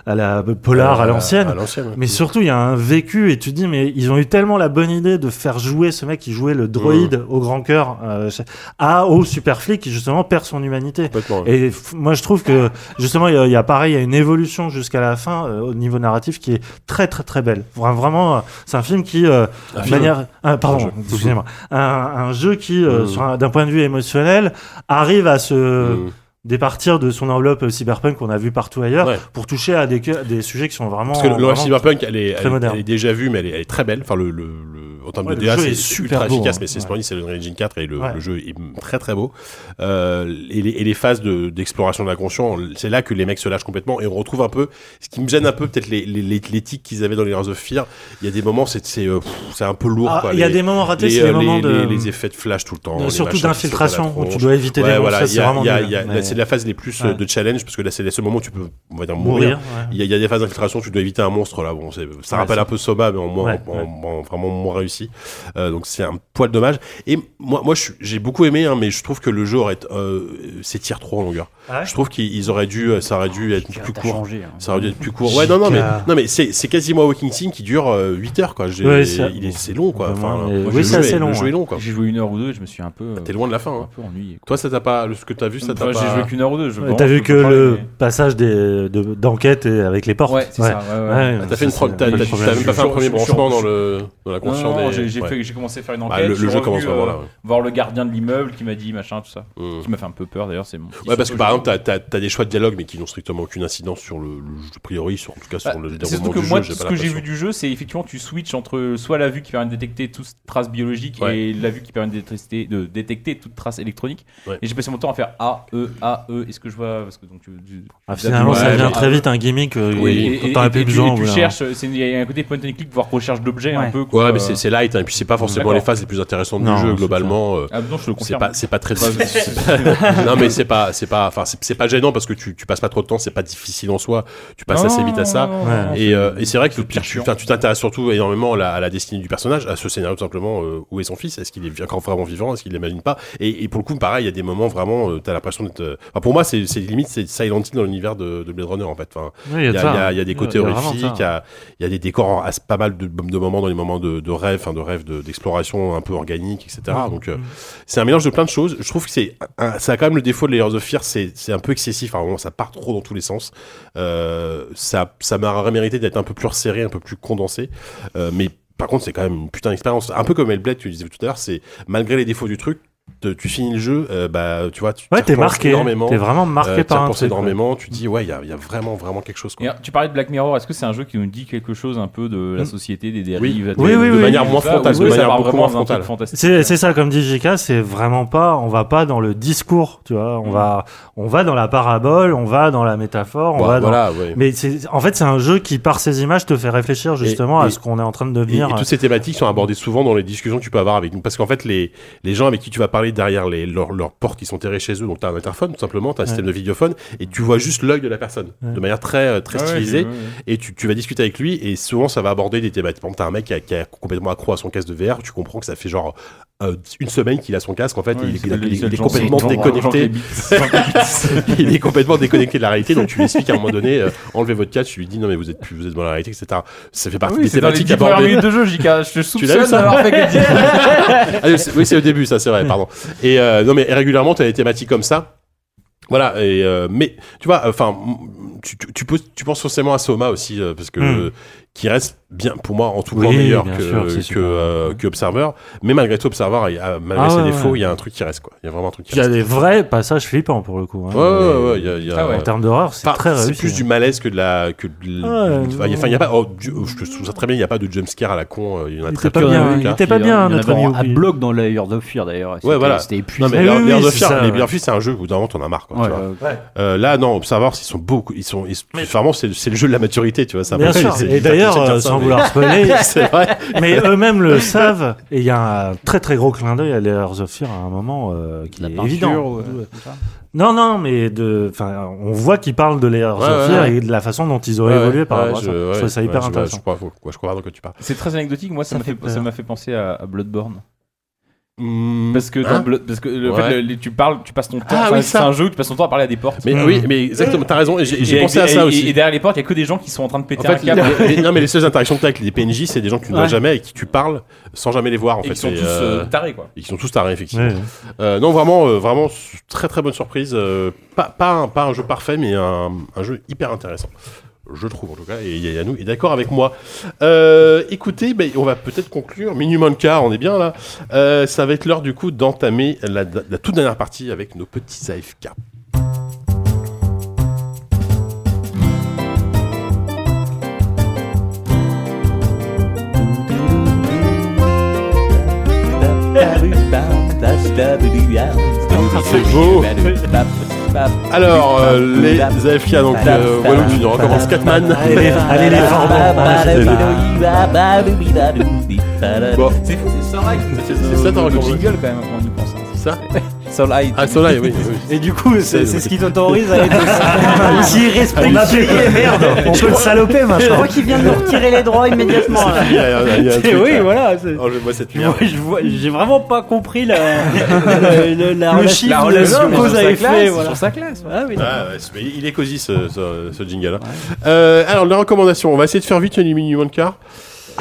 Speaker 9: à la polar,
Speaker 1: Ouais,
Speaker 9: à
Speaker 1: à la-
Speaker 9: l'ancienne.
Speaker 1: à l'ancienne, ouais.
Speaker 9: Mais surtout, il y a un vécu et tu te dis, mais ils ont eu tellement la bonne idée de faire jouer ce mec qui jouait le droïde
Speaker 1: Mm.
Speaker 9: au grand cœur euh, à au super flic qui justement perd son humanité. Et f- moi, je trouve que justement, il y a- il y, a pareil, il y a une évolution jusqu'à la fin euh, au niveau narratif qui est très très très belle. Vra- Vraiment, euh, c'est un film qui, euh,
Speaker 1: Un
Speaker 9: de
Speaker 1: film.
Speaker 9: manière, ah,
Speaker 1: Un
Speaker 9: pardon,
Speaker 1: jeu.
Speaker 9: excusez-moi, un, un jeu qui, euh,
Speaker 1: Mm.
Speaker 9: sur un- d'un point de vue émotionnel, arrive à se
Speaker 1: Mm.
Speaker 9: départir de son enveloppe euh, cyberpunk qu'on a vu partout ailleurs pour toucher à des, que- des sujets qui sont vraiment euh,
Speaker 1: Parce que le-
Speaker 9: vraiment
Speaker 1: l'OS Cyberpunk, elle est,
Speaker 9: très
Speaker 1: elle, est-
Speaker 9: moderne.
Speaker 1: elle est déjà vue, mais elle est, elle est très belle. Enfin, le, le- le- en termes
Speaker 9: Ouais,
Speaker 1: de
Speaker 9: le
Speaker 1: DA,
Speaker 9: jeu
Speaker 1: c'est
Speaker 9: est
Speaker 1: super
Speaker 9: super beau,
Speaker 1: efficace,
Speaker 9: hein.
Speaker 1: mais c'est
Speaker 9: Ouais.
Speaker 1: splendide. C'est l'Unreal Engine 4 et le,
Speaker 9: Ouais.
Speaker 1: le jeu est très très beau. Euh, et les, et les phases de- d'exploration de l'inconscient, c'est là que les mecs se lâchent complètement et on retrouve un peu ce qui me gêne un peu, peut-être les, les, les- les tics qu'ils avaient dans les Layers of Fear. Il y a des moments, c'est c'est, euh, pff, c'est un peu lourd.
Speaker 9: Ah,
Speaker 1: quoi.
Speaker 9: il y a
Speaker 1: Les-
Speaker 9: des moments ratés,
Speaker 1: les,
Speaker 9: c'est des
Speaker 1: euh, les-
Speaker 9: moments de-
Speaker 1: les, les effets de flash tout le temps.
Speaker 9: de-
Speaker 1: les
Speaker 9: surtout
Speaker 1: machins qui sautent à la
Speaker 9: d'infiltration, où tu
Speaker 1: tronche.
Speaker 9: dois éviter des
Speaker 1: Ouais,
Speaker 9: monstres,
Speaker 1: voilà,
Speaker 9: ça,
Speaker 1: il y
Speaker 9: c'est
Speaker 1: a-
Speaker 9: vraiment
Speaker 1: il y a-
Speaker 9: nul.
Speaker 1: il y a-
Speaker 9: Mais-
Speaker 1: C'est la phase les plus euh,
Speaker 9: Ouais.
Speaker 1: de challenge parce que là, c'est le seul moment où tu peux on va dire, mourir.
Speaker 9: Mourir, ouais.
Speaker 1: Il y, a- il y a des phases d'infiltration, tu dois éviter un monstre là. Bon, c'est- ça
Speaker 9: Ouais,
Speaker 1: rappelle
Speaker 9: c'est-
Speaker 1: un peu Soma, mais en moins,
Speaker 9: Ouais,
Speaker 1: en- en- en- vraiment moins réussi. Euh, donc c'est un poil dommage. Et moi, moi, je suis- j'ai beaucoup aimé, hein, mais je trouve que le jeu aurait été, euh, s'étire trop en longueur.
Speaker 9: Ah ouais
Speaker 1: je trouve qu'ils ils auraient dû, euh, ça aurait dû être plus court.
Speaker 7: changé, hein.
Speaker 1: Ça aurait dû être plus court. Ouais, non, non, mais
Speaker 9: Giga.
Speaker 1: non, mais c'est c'est quasiment Walking Sim qui dure euh, 8 heures quoi. J'ai-
Speaker 9: Ouais, c'est-
Speaker 1: il est- c'est long quoi.
Speaker 9: Vraiment,
Speaker 1: Enfin,
Speaker 9: mais-
Speaker 1: moi,
Speaker 9: oui,
Speaker 1: j'ai
Speaker 9: c'est
Speaker 1: joué,
Speaker 9: assez long,
Speaker 1: Le jeu
Speaker 9: ouais.
Speaker 1: est long quoi.
Speaker 3: J'ai joué une heure ou deux et je me suis un peu.
Speaker 1: T'es loin de la fin. hein.
Speaker 3: peu ennuyé.
Speaker 1: Toi, ça t'a pas. Ce que t'as vu, ça t'a
Speaker 3: Moi,
Speaker 1: pas.
Speaker 3: j'ai joué qu'une heure ou deux, je
Speaker 9: Ouais,
Speaker 3: pense,
Speaker 9: T'as vu
Speaker 3: je
Speaker 9: que
Speaker 3: peux parler,
Speaker 9: le
Speaker 3: mais-
Speaker 9: passage des- de- d'enquête et avec les portes
Speaker 3: Ouais, c'est ça, ouais, ouais.
Speaker 1: Ah, t'as fait une pro-
Speaker 9: ça,
Speaker 1: t'as-
Speaker 9: c'est
Speaker 1: t'as-
Speaker 9: le
Speaker 1: t'as
Speaker 9: problème.
Speaker 1: même pas fait un premier branchement dans le dans la conscience
Speaker 3: Non,
Speaker 1: des.
Speaker 3: non, j'ai j'ai
Speaker 1: ouais.
Speaker 3: fait- j'ai commencé à faire une
Speaker 1: Bah,
Speaker 3: enquête.
Speaker 1: le-
Speaker 3: je
Speaker 1: le
Speaker 3: suis
Speaker 1: jeu commence
Speaker 3: revenu,
Speaker 1: vraiment
Speaker 3: euh,
Speaker 1: là, ouais.
Speaker 3: Voir le gardien de l'immeuble qui m'a dit machin, tout ça.
Speaker 1: Mm.
Speaker 3: Qui m'a fait un peu peur d'ailleurs. C'est mon petit
Speaker 1: Ouais, parce que bah,
Speaker 3: saut
Speaker 1: par
Speaker 3: que
Speaker 1: exemple, t'as- t'as t'as des choix de dialogue, mais qui n'ont strictement aucune incidence sur le, le jeu, a priori, sur, en tout cas sur
Speaker 3: Bah,
Speaker 1: le
Speaker 3: c'est surtout
Speaker 1: déroulement
Speaker 3: que
Speaker 1: du
Speaker 3: moi,
Speaker 1: jeu. j'ai
Speaker 3: tout ce
Speaker 1: pas
Speaker 3: que j'ai
Speaker 1: l'impression.
Speaker 3: vu du jeu, c'est effectivement tu switches entre euh, soit la vue qui permet de détecter toute trace biologique
Speaker 1: Ouais.
Speaker 3: et la vue qui permet de détecter, de détecter toute trace électronique.
Speaker 1: Ouais.
Speaker 3: Et j'ai passé mon temps à faire A, E, A, E. Est-ce que je vois parce que, donc, tu- tu-
Speaker 9: Ah, finalement, ça devient très vite un gimmick, euh,
Speaker 3: E. Oui,
Speaker 9: dont
Speaker 3: et-
Speaker 9: t'en as
Speaker 3: et-
Speaker 9: plus
Speaker 3: et tu-
Speaker 9: besoin,
Speaker 3: et Tu
Speaker 9: voilà.
Speaker 3: cherches, c'est- il y a un côté point and click, voire recherche d'objets un peu. quoi.
Speaker 1: Ouais, mais c'est- c'est light, hein, et puis c'est pas forcément
Speaker 3: D'accord.
Speaker 1: les phases les plus intéressantes
Speaker 3: Non,
Speaker 1: du
Speaker 3: c'est
Speaker 1: jeu
Speaker 3: ça.
Speaker 1: globalement. euh,
Speaker 3: Ah, non, je te le
Speaker 1: c'est
Speaker 3: confirme.
Speaker 1: pas, c'est pas
Speaker 3: (laughs)
Speaker 1: très. (laughs)
Speaker 3: Ouais,
Speaker 1: c'est
Speaker 3: c'est-
Speaker 1: pas- non, mais c'est pas, c'est pas, enfin, c'est c'est pas gênant parce que tu, tu passes pas trop de temps, c'est pas difficile en soi. Tu passes
Speaker 3: Non,
Speaker 1: assez vite à ça.
Speaker 3: non, non, non,
Speaker 1: et euh, et c'est vrai que tu- tu tu t'intéresses surtout énormément à la, à la destinée du personnage, à ce scénario tout simplement. euh, où est son fils Est-ce qu'il est encore vraiment vivant Est-ce qu'il l'imagine pas et, et pour le coup, pareil, il y a des moments vraiment, euh, t'as l'impression d'être. euh, enfin, pour moi, c'est c'est limite c'est Silent Hill dans l'univers de, de Blade Runner en fait. Enfin,
Speaker 9: Oui, il y a
Speaker 1: il y, a-
Speaker 9: de ça. hein.
Speaker 1: il y a- il y a des
Speaker 9: Il y a-
Speaker 1: côtés
Speaker 9: il y a vraiment
Speaker 1: horrifiques,
Speaker 9: ça.
Speaker 1: il y a- il y a des décors, en- à ce- pas mal de, de moments dans les moments de, de rêve, enfin, de rêve, de- d'exploration un peu organique, etc.
Speaker 9: Ouais.
Speaker 1: Donc euh, c'est un mélange de plein de choses. Je trouve que c'est, un- ça a quand même le défaut de Layers of Fear, c'est c'est un peu excessif. Enfin, vraiment, ça part trop dans tous les sens. Euh, ça, ça m'aurait mérité d'être un peu plus resserré, un peu plus condensé, Euh, mais par contre, c'est quand même une putain d'expérience. Un peu comme Hellblade, tu le disais tout à l'heure, c'est malgré les défauts du truc. te- tu finis le jeu, euh, bah tu vois, tu
Speaker 9: Ouais,
Speaker 1: t'y
Speaker 9: t'es
Speaker 1: repenses
Speaker 9: marqué.
Speaker 1: énormément. Euh,
Speaker 9: T'es vraiment marqué
Speaker 1: t'y
Speaker 9: par un
Speaker 1: repenses
Speaker 9: truc, ouais.
Speaker 1: énormément. Tu dis ouais, il y a, il y a vraiment vraiment quelque chose. Quoi.
Speaker 3: Et alors, tu parlais de Black Mirror, est-ce que c'est un jeu qui nous dit quelque chose un peu de la
Speaker 1: Mm.
Speaker 3: société, des dérives
Speaker 1: Oui,
Speaker 3: des-
Speaker 1: oui,
Speaker 3: des-
Speaker 1: oui,
Speaker 3: des-
Speaker 1: manière
Speaker 3: tout
Speaker 1: moins
Speaker 3: ça,
Speaker 1: frontale,
Speaker 3: ou
Speaker 1: de
Speaker 3: est-ce que ça
Speaker 1: manière
Speaker 3: part
Speaker 1: beaucoup
Speaker 3: vraiment
Speaker 1: moins
Speaker 3: d'un truc
Speaker 1: frontale.
Speaker 3: fantastique
Speaker 9: C'est c'est ça, comme dit JK, c'est vraiment pas, on va pas dans le discours, tu vois,
Speaker 1: Mm.
Speaker 9: on va, on va dans la parabole, on va dans la métaphore, on
Speaker 1: Bah,
Speaker 9: va dans-
Speaker 1: voilà, ouais.
Speaker 9: Mais c'est- en fait, c'est un jeu qui, par ses images, te fait réfléchir justement
Speaker 1: et-
Speaker 9: à ce qu'on est en train de
Speaker 1: Et,
Speaker 9: devenir. euh,
Speaker 1: et toutes ces thématiques sont abordées souvent dans les discussions que tu peux avoir avec nous. Parce qu'en fait, les, les gens avec qui tu vas parler derrière les, leurs leurs portes qui sont terrées chez eux, donc tu as un interphone, tout simplement, tu as un
Speaker 9: Ouais.
Speaker 1: système de vidéophone, et tu vois juste l'œil de la personne,
Speaker 9: Ouais.
Speaker 1: de manière très, euh, très
Speaker 9: Ah ouais,
Speaker 1: stylisée.
Speaker 9: j'ai vu, ouais.
Speaker 1: Et tu, tu vas discuter avec lui, et souvent ça va aborder des thématiques. Par exemple, tu as un mec qui a, qui a complètement accro à son casque de VR, tu comprends que ça fait genre. euh, une semaine qu'il a son casque, en fait,
Speaker 3: Ouais,
Speaker 1: il,
Speaker 3: il
Speaker 1: est-
Speaker 3: s'appelle
Speaker 1: il est-
Speaker 3: Little
Speaker 1: il est
Speaker 3: Jean-
Speaker 1: complètement
Speaker 3: Jean- Jean-
Speaker 1: déconnecté. (laughs)
Speaker 3: Jean- Jean- Jean-
Speaker 1: il est complètement déconnecté de la réalité, donc tu lui expliques à un moment donné, euh, enlevez votre casque, tu lui dis non mais vous êtes plus, vous êtes dans la réalité, etc. Ça fait partie
Speaker 3: Oui,
Speaker 1: des
Speaker 3: c'est dans les
Speaker 1: thématiques
Speaker 3: 10 premières
Speaker 1: abordées.
Speaker 3: minutes de jeu, JK. Je te
Speaker 1: Tu l'as vu,
Speaker 3: soupçonne
Speaker 1: ça
Speaker 3: d'avoir fait que 10
Speaker 7: (laughs)
Speaker 1: Ah, oui, c'est- oui, c'est au début, ça, c'est vrai, pardon. Et euh, non, mais régulièrement, tu as des thématiques comme ça. Voilà, et, euh, mais tu vois, enfin, m- tu, tu, tu peux- tu penses forcément à Soma aussi, euh, parce que
Speaker 9: Mm.
Speaker 1: qui reste bien, pour moi, en tout
Speaker 9: Oui,
Speaker 1: cas meilleur
Speaker 9: bien
Speaker 1: que,
Speaker 9: sûr, c'est
Speaker 1: que,
Speaker 9: super.
Speaker 1: euh, que Observer. Mais malgré tout, Observer, il y a- malgré
Speaker 9: Ah
Speaker 1: ses
Speaker 9: ouais,
Speaker 1: défauts, il
Speaker 9: ouais.
Speaker 1: y a un truc qui reste, quoi. Il y a vraiment un truc qui
Speaker 9: Il y a
Speaker 1: reste.
Speaker 9: des vrais passages flippants pour le coup. hein.
Speaker 1: Ouais, ouais, ouais, il y a- il y a-
Speaker 10: Ah
Speaker 9: En termes d'horreur, c'est
Speaker 1: Enfin,
Speaker 9: très réussi. hein. Ah,
Speaker 1: plus du malaise que de la. Que de l-
Speaker 9: Ouais,
Speaker 1: enfin, il y a- enfin, il y a pas. oh, du- oh, je trouve ça très bien, il n'y a pas de jumpscare à la con. euh, Il y en a
Speaker 9: Il
Speaker 1: très
Speaker 9: était pas
Speaker 1: peu.
Speaker 9: bien,
Speaker 7: hein,
Speaker 1: dans le
Speaker 9: il
Speaker 1: cas.
Speaker 9: était pas bien,
Speaker 10: Il y en
Speaker 9: notre
Speaker 10: avait
Speaker 9: ami
Speaker 10: un à
Speaker 9: Obi.
Speaker 10: bloc dans Layers of Fear d'ailleurs. C'était-
Speaker 1: Ouais, voilà.
Speaker 10: C'était
Speaker 1: Non,
Speaker 10: épuisant.
Speaker 7: Ah
Speaker 1: mais Lair- Layers of
Speaker 9: c'est
Speaker 1: Fear,
Speaker 9: ça,
Speaker 1: les
Speaker 9: ouais.
Speaker 1: Layers of Fear, c'est un jeu où d'un moment t'en as marre. Quoi,
Speaker 10: Ouais,
Speaker 1: tu vois.
Speaker 10: ouais.
Speaker 1: Euh, là, non, Observer, ils sont beaucoup. Ils sont, ils- vraiment, c'est c'est le jeu de la maturité, tu vois. ça.
Speaker 9: Bien
Speaker 1: Après,
Speaker 9: sûr.
Speaker 1: c'est-
Speaker 9: Et
Speaker 1: c'est-
Speaker 9: d'ailleurs,
Speaker 1: c'est- c'est-
Speaker 9: euh,
Speaker 1: c'est-
Speaker 9: sans
Speaker 1: mais-
Speaker 9: vouloir spoiler,
Speaker 1: (laughs) c'est vrai.
Speaker 9: mais eux-mêmes
Speaker 1: (laughs)
Speaker 9: le savent. Et il y a un très très gros clin d'œil à Layers of Fear à un moment euh, qui est
Speaker 10: peinture,
Speaker 9: évident.
Speaker 10: ouais,
Speaker 9: Non, non, mais de, enfin, on voit qu'ils parlent de Layers
Speaker 1: Ouais,
Speaker 9: of Fear
Speaker 1: ouais, ouais.
Speaker 9: et de la façon dont ils auraient
Speaker 1: Ouais,
Speaker 9: évolué par
Speaker 1: ouais,
Speaker 9: rapport à ça.
Speaker 1: je-
Speaker 9: Je
Speaker 1: ouais,
Speaker 9: trouve ça
Speaker 1: ouais,
Speaker 9: hyper
Speaker 1: je-
Speaker 9: intéressant.
Speaker 1: Je crois, faut- quoi, je comprends de quoi tu parles.
Speaker 3: C'est très anecdotique, moi ça,
Speaker 9: Ça
Speaker 3: m'a fait,
Speaker 9: fait
Speaker 3: ça
Speaker 9: peur.
Speaker 3: m'a fait penser à, à Bloodborne.
Speaker 1: Hmm,
Speaker 3: Parce que, dans
Speaker 1: hein
Speaker 3: Blood- parce que le
Speaker 1: Ouais.
Speaker 3: fait, le- les- tu parles, tu passes ton temps.
Speaker 1: Ah
Speaker 3: enfin,
Speaker 1: oui,
Speaker 3: c'est
Speaker 1: ça.
Speaker 3: un jeu où tu passes ton temps à parler à des portes. Euh.
Speaker 1: Mais oui, mais exactement, t'as raison, et j'ai j'ai
Speaker 3: Et
Speaker 1: pensé à
Speaker 3: avec-
Speaker 1: ça
Speaker 3: et-
Speaker 1: aussi.
Speaker 3: Et derrière les portes, il y a que des gens qui sont en train de péter
Speaker 1: En
Speaker 3: un
Speaker 1: fait,
Speaker 3: câble.
Speaker 1: les- les- non, mais les seules interactions que t'as avec les PNJ, c'est des gens que tu ne vois
Speaker 3: Ouais.
Speaker 1: jamais et qui tu parles sans jamais les voir. En
Speaker 3: Et
Speaker 1: fait.
Speaker 3: qui sont tous, euh, tarés, quoi.
Speaker 1: Et qui sont tous tarés, effectivement.
Speaker 9: Ouais, ouais.
Speaker 1: Euh, non, vraiment, euh, vraiment, s- très très bonne surprise. Euh, pas, pas, un, pas un jeu parfait, mais un, un jeu hyper intéressant. Je trouve en tout cas, et Yannou est d'accord avec moi. Euh, écoutez, ben, on va peut-être conclure. Minimum car, on est bien là. Euh, ça va être l'heure du coup d'entamer la, la toute dernière partie avec nos petits AFK.
Speaker 10: C'est
Speaker 1: beau. Alors, euh, les AFK, donc,
Speaker 13: Bah,
Speaker 1: euh, Walou, tu nous recommences Catman.
Speaker 9: Allez, allez, les
Speaker 1: Ah,
Speaker 13: bah,
Speaker 1: Bon.
Speaker 3: C'est fou, c'est Sunlight.
Speaker 1: C'est-
Speaker 13: bah,
Speaker 1: c'est ça, t'en
Speaker 3: le
Speaker 1: recommandes.
Speaker 3: jingle quand même, quand on y pense.
Speaker 1: Ça
Speaker 3: Sunlight.
Speaker 1: Ah, Soleil, oui. oui.
Speaker 7: (laughs) Et du coup, c'est c'est ce qui t'autorise à
Speaker 1: Ah,
Speaker 7: (laughs) être
Speaker 4: Ah,
Speaker 9: (laughs)
Speaker 7: aussi irrespectueux. Merde,
Speaker 9: Eh, On peut le saloper
Speaker 4: Je
Speaker 9: maintenant.
Speaker 4: crois qu'il vient de nous (laughs) retirer les droits immédiatement. là.
Speaker 1: Il y a- il y a un
Speaker 7: (laughs) C'est-
Speaker 1: truc,
Speaker 7: oui,
Speaker 1: là.
Speaker 7: voilà, c'est-
Speaker 1: Oh, je vois cette
Speaker 7: Je
Speaker 1: merde.
Speaker 7: vois- je vois- J'ai vraiment pas compris la, (laughs) la, la, la
Speaker 3: Le
Speaker 7: relation-
Speaker 3: chiffre
Speaker 7: la
Speaker 3: de
Speaker 7: relation
Speaker 3: l'homme
Speaker 7: cause
Speaker 3: sur
Speaker 7: à
Speaker 3: sa
Speaker 7: effet.
Speaker 3: classe,
Speaker 7: Voilà.
Speaker 3: sur sa classe, ouais.
Speaker 7: Ah oui, d'accord.
Speaker 1: Ah, ouais, c'est- mais il est hein. cosy ce, ce, ce jingle-là. Euh, alors, la recommandation, on va essayer de faire vite une minimum car.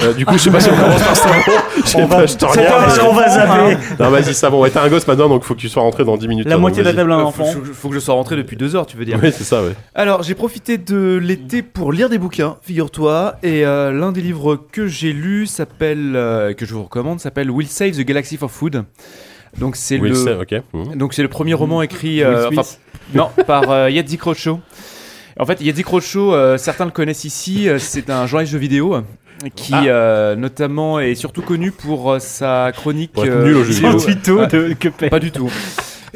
Speaker 1: Euh, du coup, (laughs) je sais pas si on
Speaker 3: (laughs)
Speaker 1: commence par Star Wars. Je sais
Speaker 9: On va-
Speaker 1: pas, je te
Speaker 9: c'est
Speaker 1: regarde,
Speaker 9: pas mal,
Speaker 1: mais-
Speaker 9: on va zapper.
Speaker 1: Non, vas-y, ça va. Ouais, t'es un gosse maintenant, donc faut que tu sois rentré dans 10 minutes. toi, donc Bah, vas-y.
Speaker 5: Euh, faut- Faut, faut que je sois rentré depuis deux heures, tu veux dire.
Speaker 1: Oui, c'est ça, ouais.
Speaker 5: Alors, j'ai profité de l'été pour lire des bouquins, figure-toi. Et euh, l'un des livres que j'ai lu s'appelle, euh, que je vous recommande, s'appelle Will Save the Galaxy for Food. Donc c'est
Speaker 1: Will
Speaker 5: le,
Speaker 1: Save, ok. Mhm.
Speaker 5: donc c'est le premier roman écrit,
Speaker 1: Will
Speaker 5: euh,
Speaker 1: Smith.
Speaker 5: enfin, non, par euh, Yadzi Crocho. En fait, Yadzi Crocho, euh, certains le connaissent ici. euh, c'est un journaliste de jeux vidéo euh, qui,
Speaker 1: Ah.
Speaker 5: euh, notamment, est surtout connu pour euh, sa chronique.
Speaker 1: Pour être nul aux jeux vidéo. Sans (laughs) tuto
Speaker 5: de Pas du tout.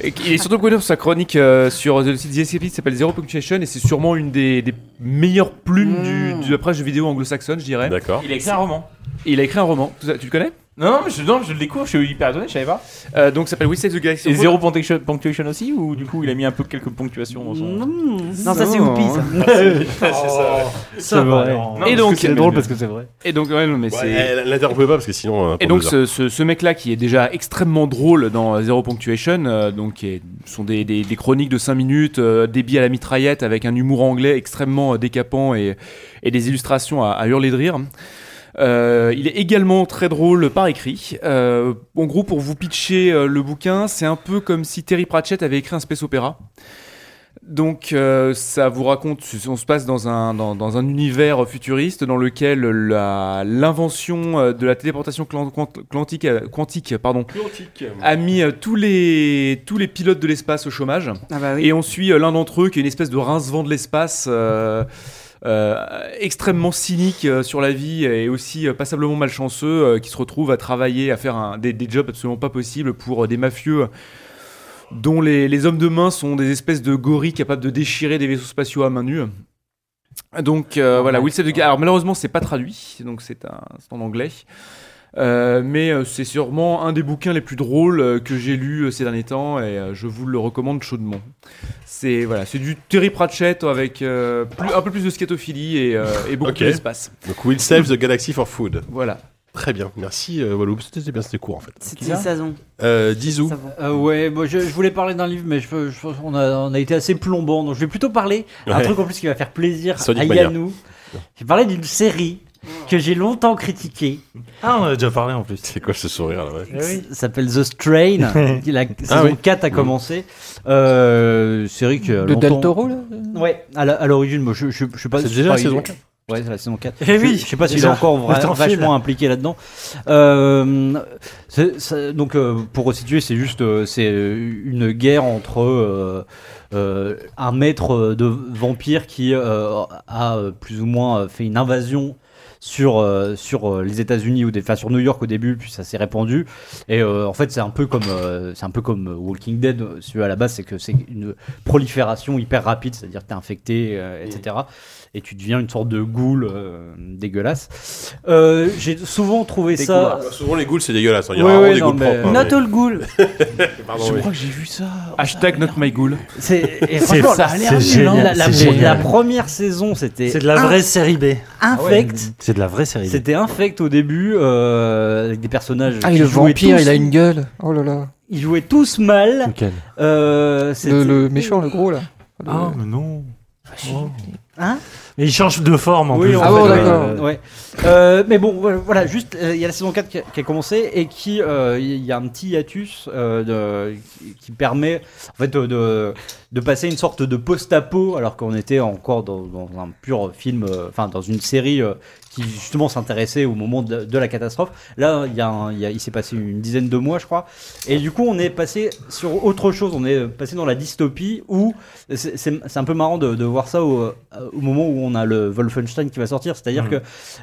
Speaker 5: Et qui- Il est surtout connu pour sa chronique euh, sur le site The Escapist qui s'appelle Zero Punctuation et c'est sûrement une des, des meilleures plumes du, du après jeu vidéo anglo-saxonne, je dirais.
Speaker 1: D'accord.
Speaker 3: Mm. Il a écrit un roman.
Speaker 5: Il a écrit un roman. Tout ça, tu le connais Euh,
Speaker 3: Non, non, mais je, non, je le découvre, je suis hyper étonné, je savais pas.
Speaker 5: donc ça s'appelle We Save the Galaxy.
Speaker 3: Et zéro punctuation, punctuation aussi Ou du coup il a mis un peu quelques ponctuations dans son.
Speaker 4: Non, ça, c'est
Speaker 5: Non.
Speaker 4: Whoopi, ça.
Speaker 3: (laughs) c'est ça.
Speaker 5: Ah, Ça va, alors. Et donc- c'est drôle parce que c'est vrai. Et donc, ouais, non, mais c'est-
Speaker 1: L'interrompez pas parce que sinon. euh,
Speaker 5: Et
Speaker 1: pour
Speaker 5: donc
Speaker 1: deux
Speaker 5: ce, ce- ce mec-là qui est déjà extrêmement drôle dans euh, Zero Punctuation, euh, donc qui est- sont des, des- des chroniques de 5 minutes, euh, des billes à la mitraillette avec un humour anglais extrêmement euh, décapant et, et des illustrations à, à hurler de rire. Euh, il est également très drôle par écrit. Euh, en gros, pour vous pitcher euh, le bouquin, c'est un peu comme si Terry Pratchett avait écrit un space opéra. Donc euh, ça vous raconte, on se passe dans un, dans, dans un univers futuriste dans lequel la- l'invention euh, de la téléportation clan- quant- quantique, euh, quantique, pardon,
Speaker 1: Quantique.
Speaker 5: a mis euh, tous les, tous les pilotes de l'espace au chômage. Et on suit euh, l'un d'entre eux qui est une espèce de rince-vent de l'espace. euh, euh, extrêmement cynique euh, sur la vie et aussi euh, passablement malchanceux euh, qui se retrouve à travailler, à faire un- des, des jobs absolument pas possibles pour euh, des mafieux dont les, les hommes de main sont des espèces de gorilles capables de déchirer des vaisseaux spatiaux à main nue. Donc euh, voilà, Will Save the Ga- Alors malheureusement, c'est pas traduit, donc c'est un- c'est en anglais. Euh, mais euh, c'est sûrement un des bouquins les plus drôles euh, que j'ai lu euh, ces derniers temps et euh, je vous le recommande chaudement. C'est voilà, c'est du Terry Pratchett avec euh, plus- un peu plus de scatophilie et, euh, et beaucoup
Speaker 1: Ok.
Speaker 5: plus d'espace.
Speaker 1: Donc Will Save the Galaxy for Food.
Speaker 5: Voilà.
Speaker 1: Très bien, merci euh, Walou. C'était bien, c'était court en fait.
Speaker 4: C'était Sazon.
Speaker 1: Euh, Dizou.
Speaker 7: Euh, ouais, moi, je, je voulais parler d'un livre, mais je, peux- je pense qu'on a, on a été assez plombant, donc je vais plutôt parler un
Speaker 1: Ouais.
Speaker 7: truc en plus qui va faire plaisir
Speaker 1: Sonic
Speaker 7: à
Speaker 1: Mania.
Speaker 7: Yannou. J'ai parlé d'une série que j'ai longtemps critiquée.
Speaker 9: Ah, on en a déjà parlé en plus.
Speaker 1: C'est quoi ce sourire là ouais.
Speaker 8: Eh
Speaker 7: Ça s'appelle The
Speaker 8: (laughs)
Speaker 7: Strain. la saison
Speaker 1: oui.
Speaker 7: 4 a commencé. Euh, série que.
Speaker 8: De Del Toro, là
Speaker 7: Ouais, à la- à l'origine, moi, je, je, je sais pas.
Speaker 8: C'est
Speaker 7: je sais
Speaker 8: déjà la
Speaker 7: pas, il
Speaker 8: saison
Speaker 7: est-
Speaker 8: 4.
Speaker 7: Ouais, c'est la saison 4.
Speaker 8: Eh
Speaker 7: je,
Speaker 8: oui,
Speaker 7: je sais pas s'il est
Speaker 8: bizarre.
Speaker 7: encore vra-
Speaker 8: Le temps file.
Speaker 7: vachement impliqué là-dedans. Euh, c'est- c'est- donc, euh, pour resituer, c'est juste euh, c'est une guerre entre euh, euh, un maître de vampires qui euh, a euh, plus ou moins euh, fait une invasion sur, euh, sur euh, les États-Unis ou des, enfin, sur New York au début, puis ça s'est répandu. Et euh, en fait, c'est un peu comme euh, c'est un peu comme euh, Walking Dead. euh, Si tu veux, à la base, c'est que c'est une prolifération hyper rapide, c'est-à-dire que t'es infecté, euh, etc. Et tu deviens une sorte de ghoul euh, dégueulasse. Euh, J'ai souvent trouvé ça.
Speaker 1: Bah, souvent les ghouls c'est dégueulasse. hein. Il y a
Speaker 7: Ouais,
Speaker 1: rarement
Speaker 7: ouais,
Speaker 1: des
Speaker 7: non,
Speaker 1: ghouls
Speaker 7: mais-
Speaker 1: propres. hein,
Speaker 7: Not
Speaker 1: mais-
Speaker 7: all
Speaker 1: (laughs)
Speaker 7: ghouls.
Speaker 1: (laughs) Pardon,
Speaker 5: Je
Speaker 1: oui.
Speaker 5: crois que j'ai vu ça. Hashtag not my ghoul.
Speaker 7: C'est et franchement,
Speaker 9: ça,
Speaker 7: la-
Speaker 9: c'est
Speaker 7: la-
Speaker 9: génial,
Speaker 7: hein, la- la-
Speaker 9: c'est
Speaker 7: la- la
Speaker 9: génial.
Speaker 7: première saison, c'était.
Speaker 9: C'est de la vraie
Speaker 7: in-
Speaker 9: série B. Ah
Speaker 7: Infect.
Speaker 9: C'est de la vraie série B.
Speaker 7: C'était infect au début, euh, avec des personnages.
Speaker 8: Ah,
Speaker 7: qui
Speaker 8: et le
Speaker 7: jouaient
Speaker 8: vampire,
Speaker 7: tous-
Speaker 8: il a une gueule. Oh là là.
Speaker 7: Ils jouaient tous mal.
Speaker 9: Lequel
Speaker 7: Euh,
Speaker 8: Le,
Speaker 7: c'était-
Speaker 8: le méchant, le gros, là. Le-
Speaker 9: Ah, mais non. Oh.
Speaker 7: Hein Ah,
Speaker 9: Mais il change de forme en
Speaker 7: Oui,
Speaker 9: plus.
Speaker 7: en
Speaker 9: en
Speaker 7: fait,
Speaker 9: fait,
Speaker 7: ouais,
Speaker 9: euh,
Speaker 7: ouais. Euh, mais bon, voilà, voilà, juste, euh, il y a la saison 4 qui a, qui a commencé et qui, euh, il y a un petit hiatus euh, de- qui- qui permet en fait de- de, de passer une sorte de post-apo alors qu'on était encore dans, dans un pur film, euh, enfin dans une série euh, qui justement s'intéressait au moment de, de la catastrophe. Là, il y a, un- il y a- il s'est passé une dizaine de mois, je crois, et du coup, on est passé sur autre chose. On est passé dans la dystopie où c'est c'est- c'est un peu marrant de, de voir ça au, euh, au moment où on a le Wolfenstein qui va sortir,
Speaker 1: Mm.
Speaker 7: c'est-à-dire
Speaker 9: Mhm.
Speaker 7: que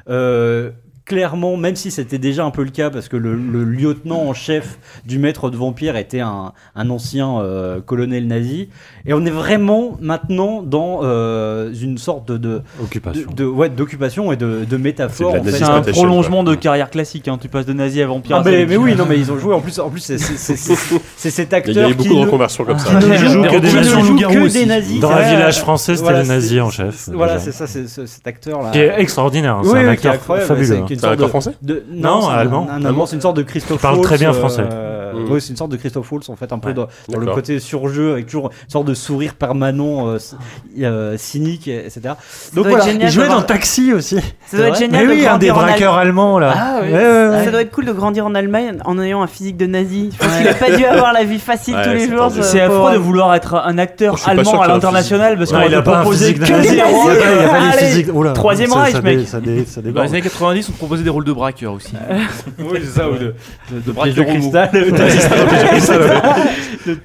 Speaker 7: euh, clairement, même si c'était déjà un peu le cas, parce que le, le lieutenant en chef du maître de vampire était un, un ancien euh, colonel nazi, et on est vraiment maintenant dans euh, une sorte de, de-
Speaker 9: Occupation.
Speaker 7: de- ouais, d'occupation et de, de métaphore.
Speaker 1: C'est de la
Speaker 7: en fait.
Speaker 6: C'est un prolongement de carrière classique. hein. Tu passes de nazi à vampire.
Speaker 7: Ah, mais,
Speaker 6: asiatique.
Speaker 7: mais oui, non, mais ils ont joué. En plus, en plus c'est- c'est- c'est c'est- c'est cet
Speaker 1: Il y
Speaker 7: acteur
Speaker 1: a eu
Speaker 7: qui
Speaker 1: beaucoup de
Speaker 7: ne-
Speaker 1: reconversions comme ça.
Speaker 7: qui
Speaker 4: Ah,
Speaker 7: ne
Speaker 9: Il joue que des
Speaker 7: qui ne
Speaker 9: nazis.
Speaker 7: joue
Speaker 9: Loup-garou
Speaker 7: que
Speaker 9: aussi.
Speaker 7: des nazis.
Speaker 9: Dans
Speaker 7: c'est
Speaker 9: un
Speaker 7: vrai.
Speaker 9: village français, c'était
Speaker 7: Voilà,
Speaker 9: le nazi
Speaker 7: c'est-
Speaker 9: en chef.
Speaker 7: Voilà,
Speaker 9: déjà.
Speaker 7: c'est ça, c'est ce- cet acteur-là.
Speaker 9: Qui est extraordinaire, hein, c'est
Speaker 7: Oui,
Speaker 9: un
Speaker 7: oui,
Speaker 9: acteur
Speaker 7: qui est incroyable,
Speaker 9: fabuleux,
Speaker 7: c'est-
Speaker 9: hein.
Speaker 7: qui est une
Speaker 1: C'est un
Speaker 7: sorte
Speaker 1: acteur
Speaker 7: de-
Speaker 1: français
Speaker 7: de- Non,
Speaker 9: Non,
Speaker 7: c'est un-
Speaker 9: allemand.
Speaker 7: Un allemand, c'est une sorte de Christophe
Speaker 9: parle très bien
Speaker 7: Waltz, euh,
Speaker 9: français.
Speaker 7: euh, Ouais, c'est une sorte de Christophe Waltz en fait, un peu
Speaker 6: Ouais,
Speaker 7: dans, dans le
Speaker 6: d'accord.
Speaker 7: côté surjeu, avec toujours une sorte de sourire permanent, euh, c- euh, cynique, et- etc. Donc
Speaker 6: doit être
Speaker 7: voilà,
Speaker 6: génial
Speaker 7: il jouait
Speaker 6: de
Speaker 7: dans
Speaker 6: voir-
Speaker 7: Taxi aussi.
Speaker 4: Ça doit être génial.
Speaker 9: Mais
Speaker 4: de
Speaker 9: oui, un des
Speaker 4: grandir en Allem-
Speaker 9: braqueurs allemands, là.
Speaker 4: Ah, oui.
Speaker 9: Ouais, ouais, ouais.
Speaker 4: Ça doit être cool de grandir en Allemagne en ayant un physique de nazi. Je pense qu'il a pas dû avoir la vie facile tous les jours. ce
Speaker 6: C'est affreux
Speaker 4: pauvre
Speaker 6: de
Speaker 4: homme.
Speaker 6: vouloir être un acteur
Speaker 4: Je suis pas sûr
Speaker 6: allemand à
Speaker 4: qu'il a un
Speaker 6: l'international
Speaker 4: physique.
Speaker 6: parce qu'on
Speaker 4: Ouais, il
Speaker 6: va
Speaker 4: a
Speaker 6: te
Speaker 4: pas un
Speaker 6: proposer
Speaker 4: physique
Speaker 6: que
Speaker 4: nazi.
Speaker 5: hein.
Speaker 6: des
Speaker 4: Il a
Speaker 6: rôles.
Speaker 4: pas- il a pas les
Speaker 6: Allez,
Speaker 4: physiques. Oula,
Speaker 6: Troisième
Speaker 5: Oh ça-
Speaker 6: Reich,
Speaker 5: ça
Speaker 6: mec.
Speaker 5: dé- ça dé- ça déborde. Dans les années 90, on te proposait des rôles de braqueur (laughs) aussi.
Speaker 3: oui, c'est ça, ou de, de, de
Speaker 5: braqueur
Speaker 3: piège de
Speaker 5: homo.
Speaker 1: (laughs)
Speaker 3: cristal.
Speaker 5: (laughs) Ouais, c'est ça, de piège de cristal, ouais. (laughs)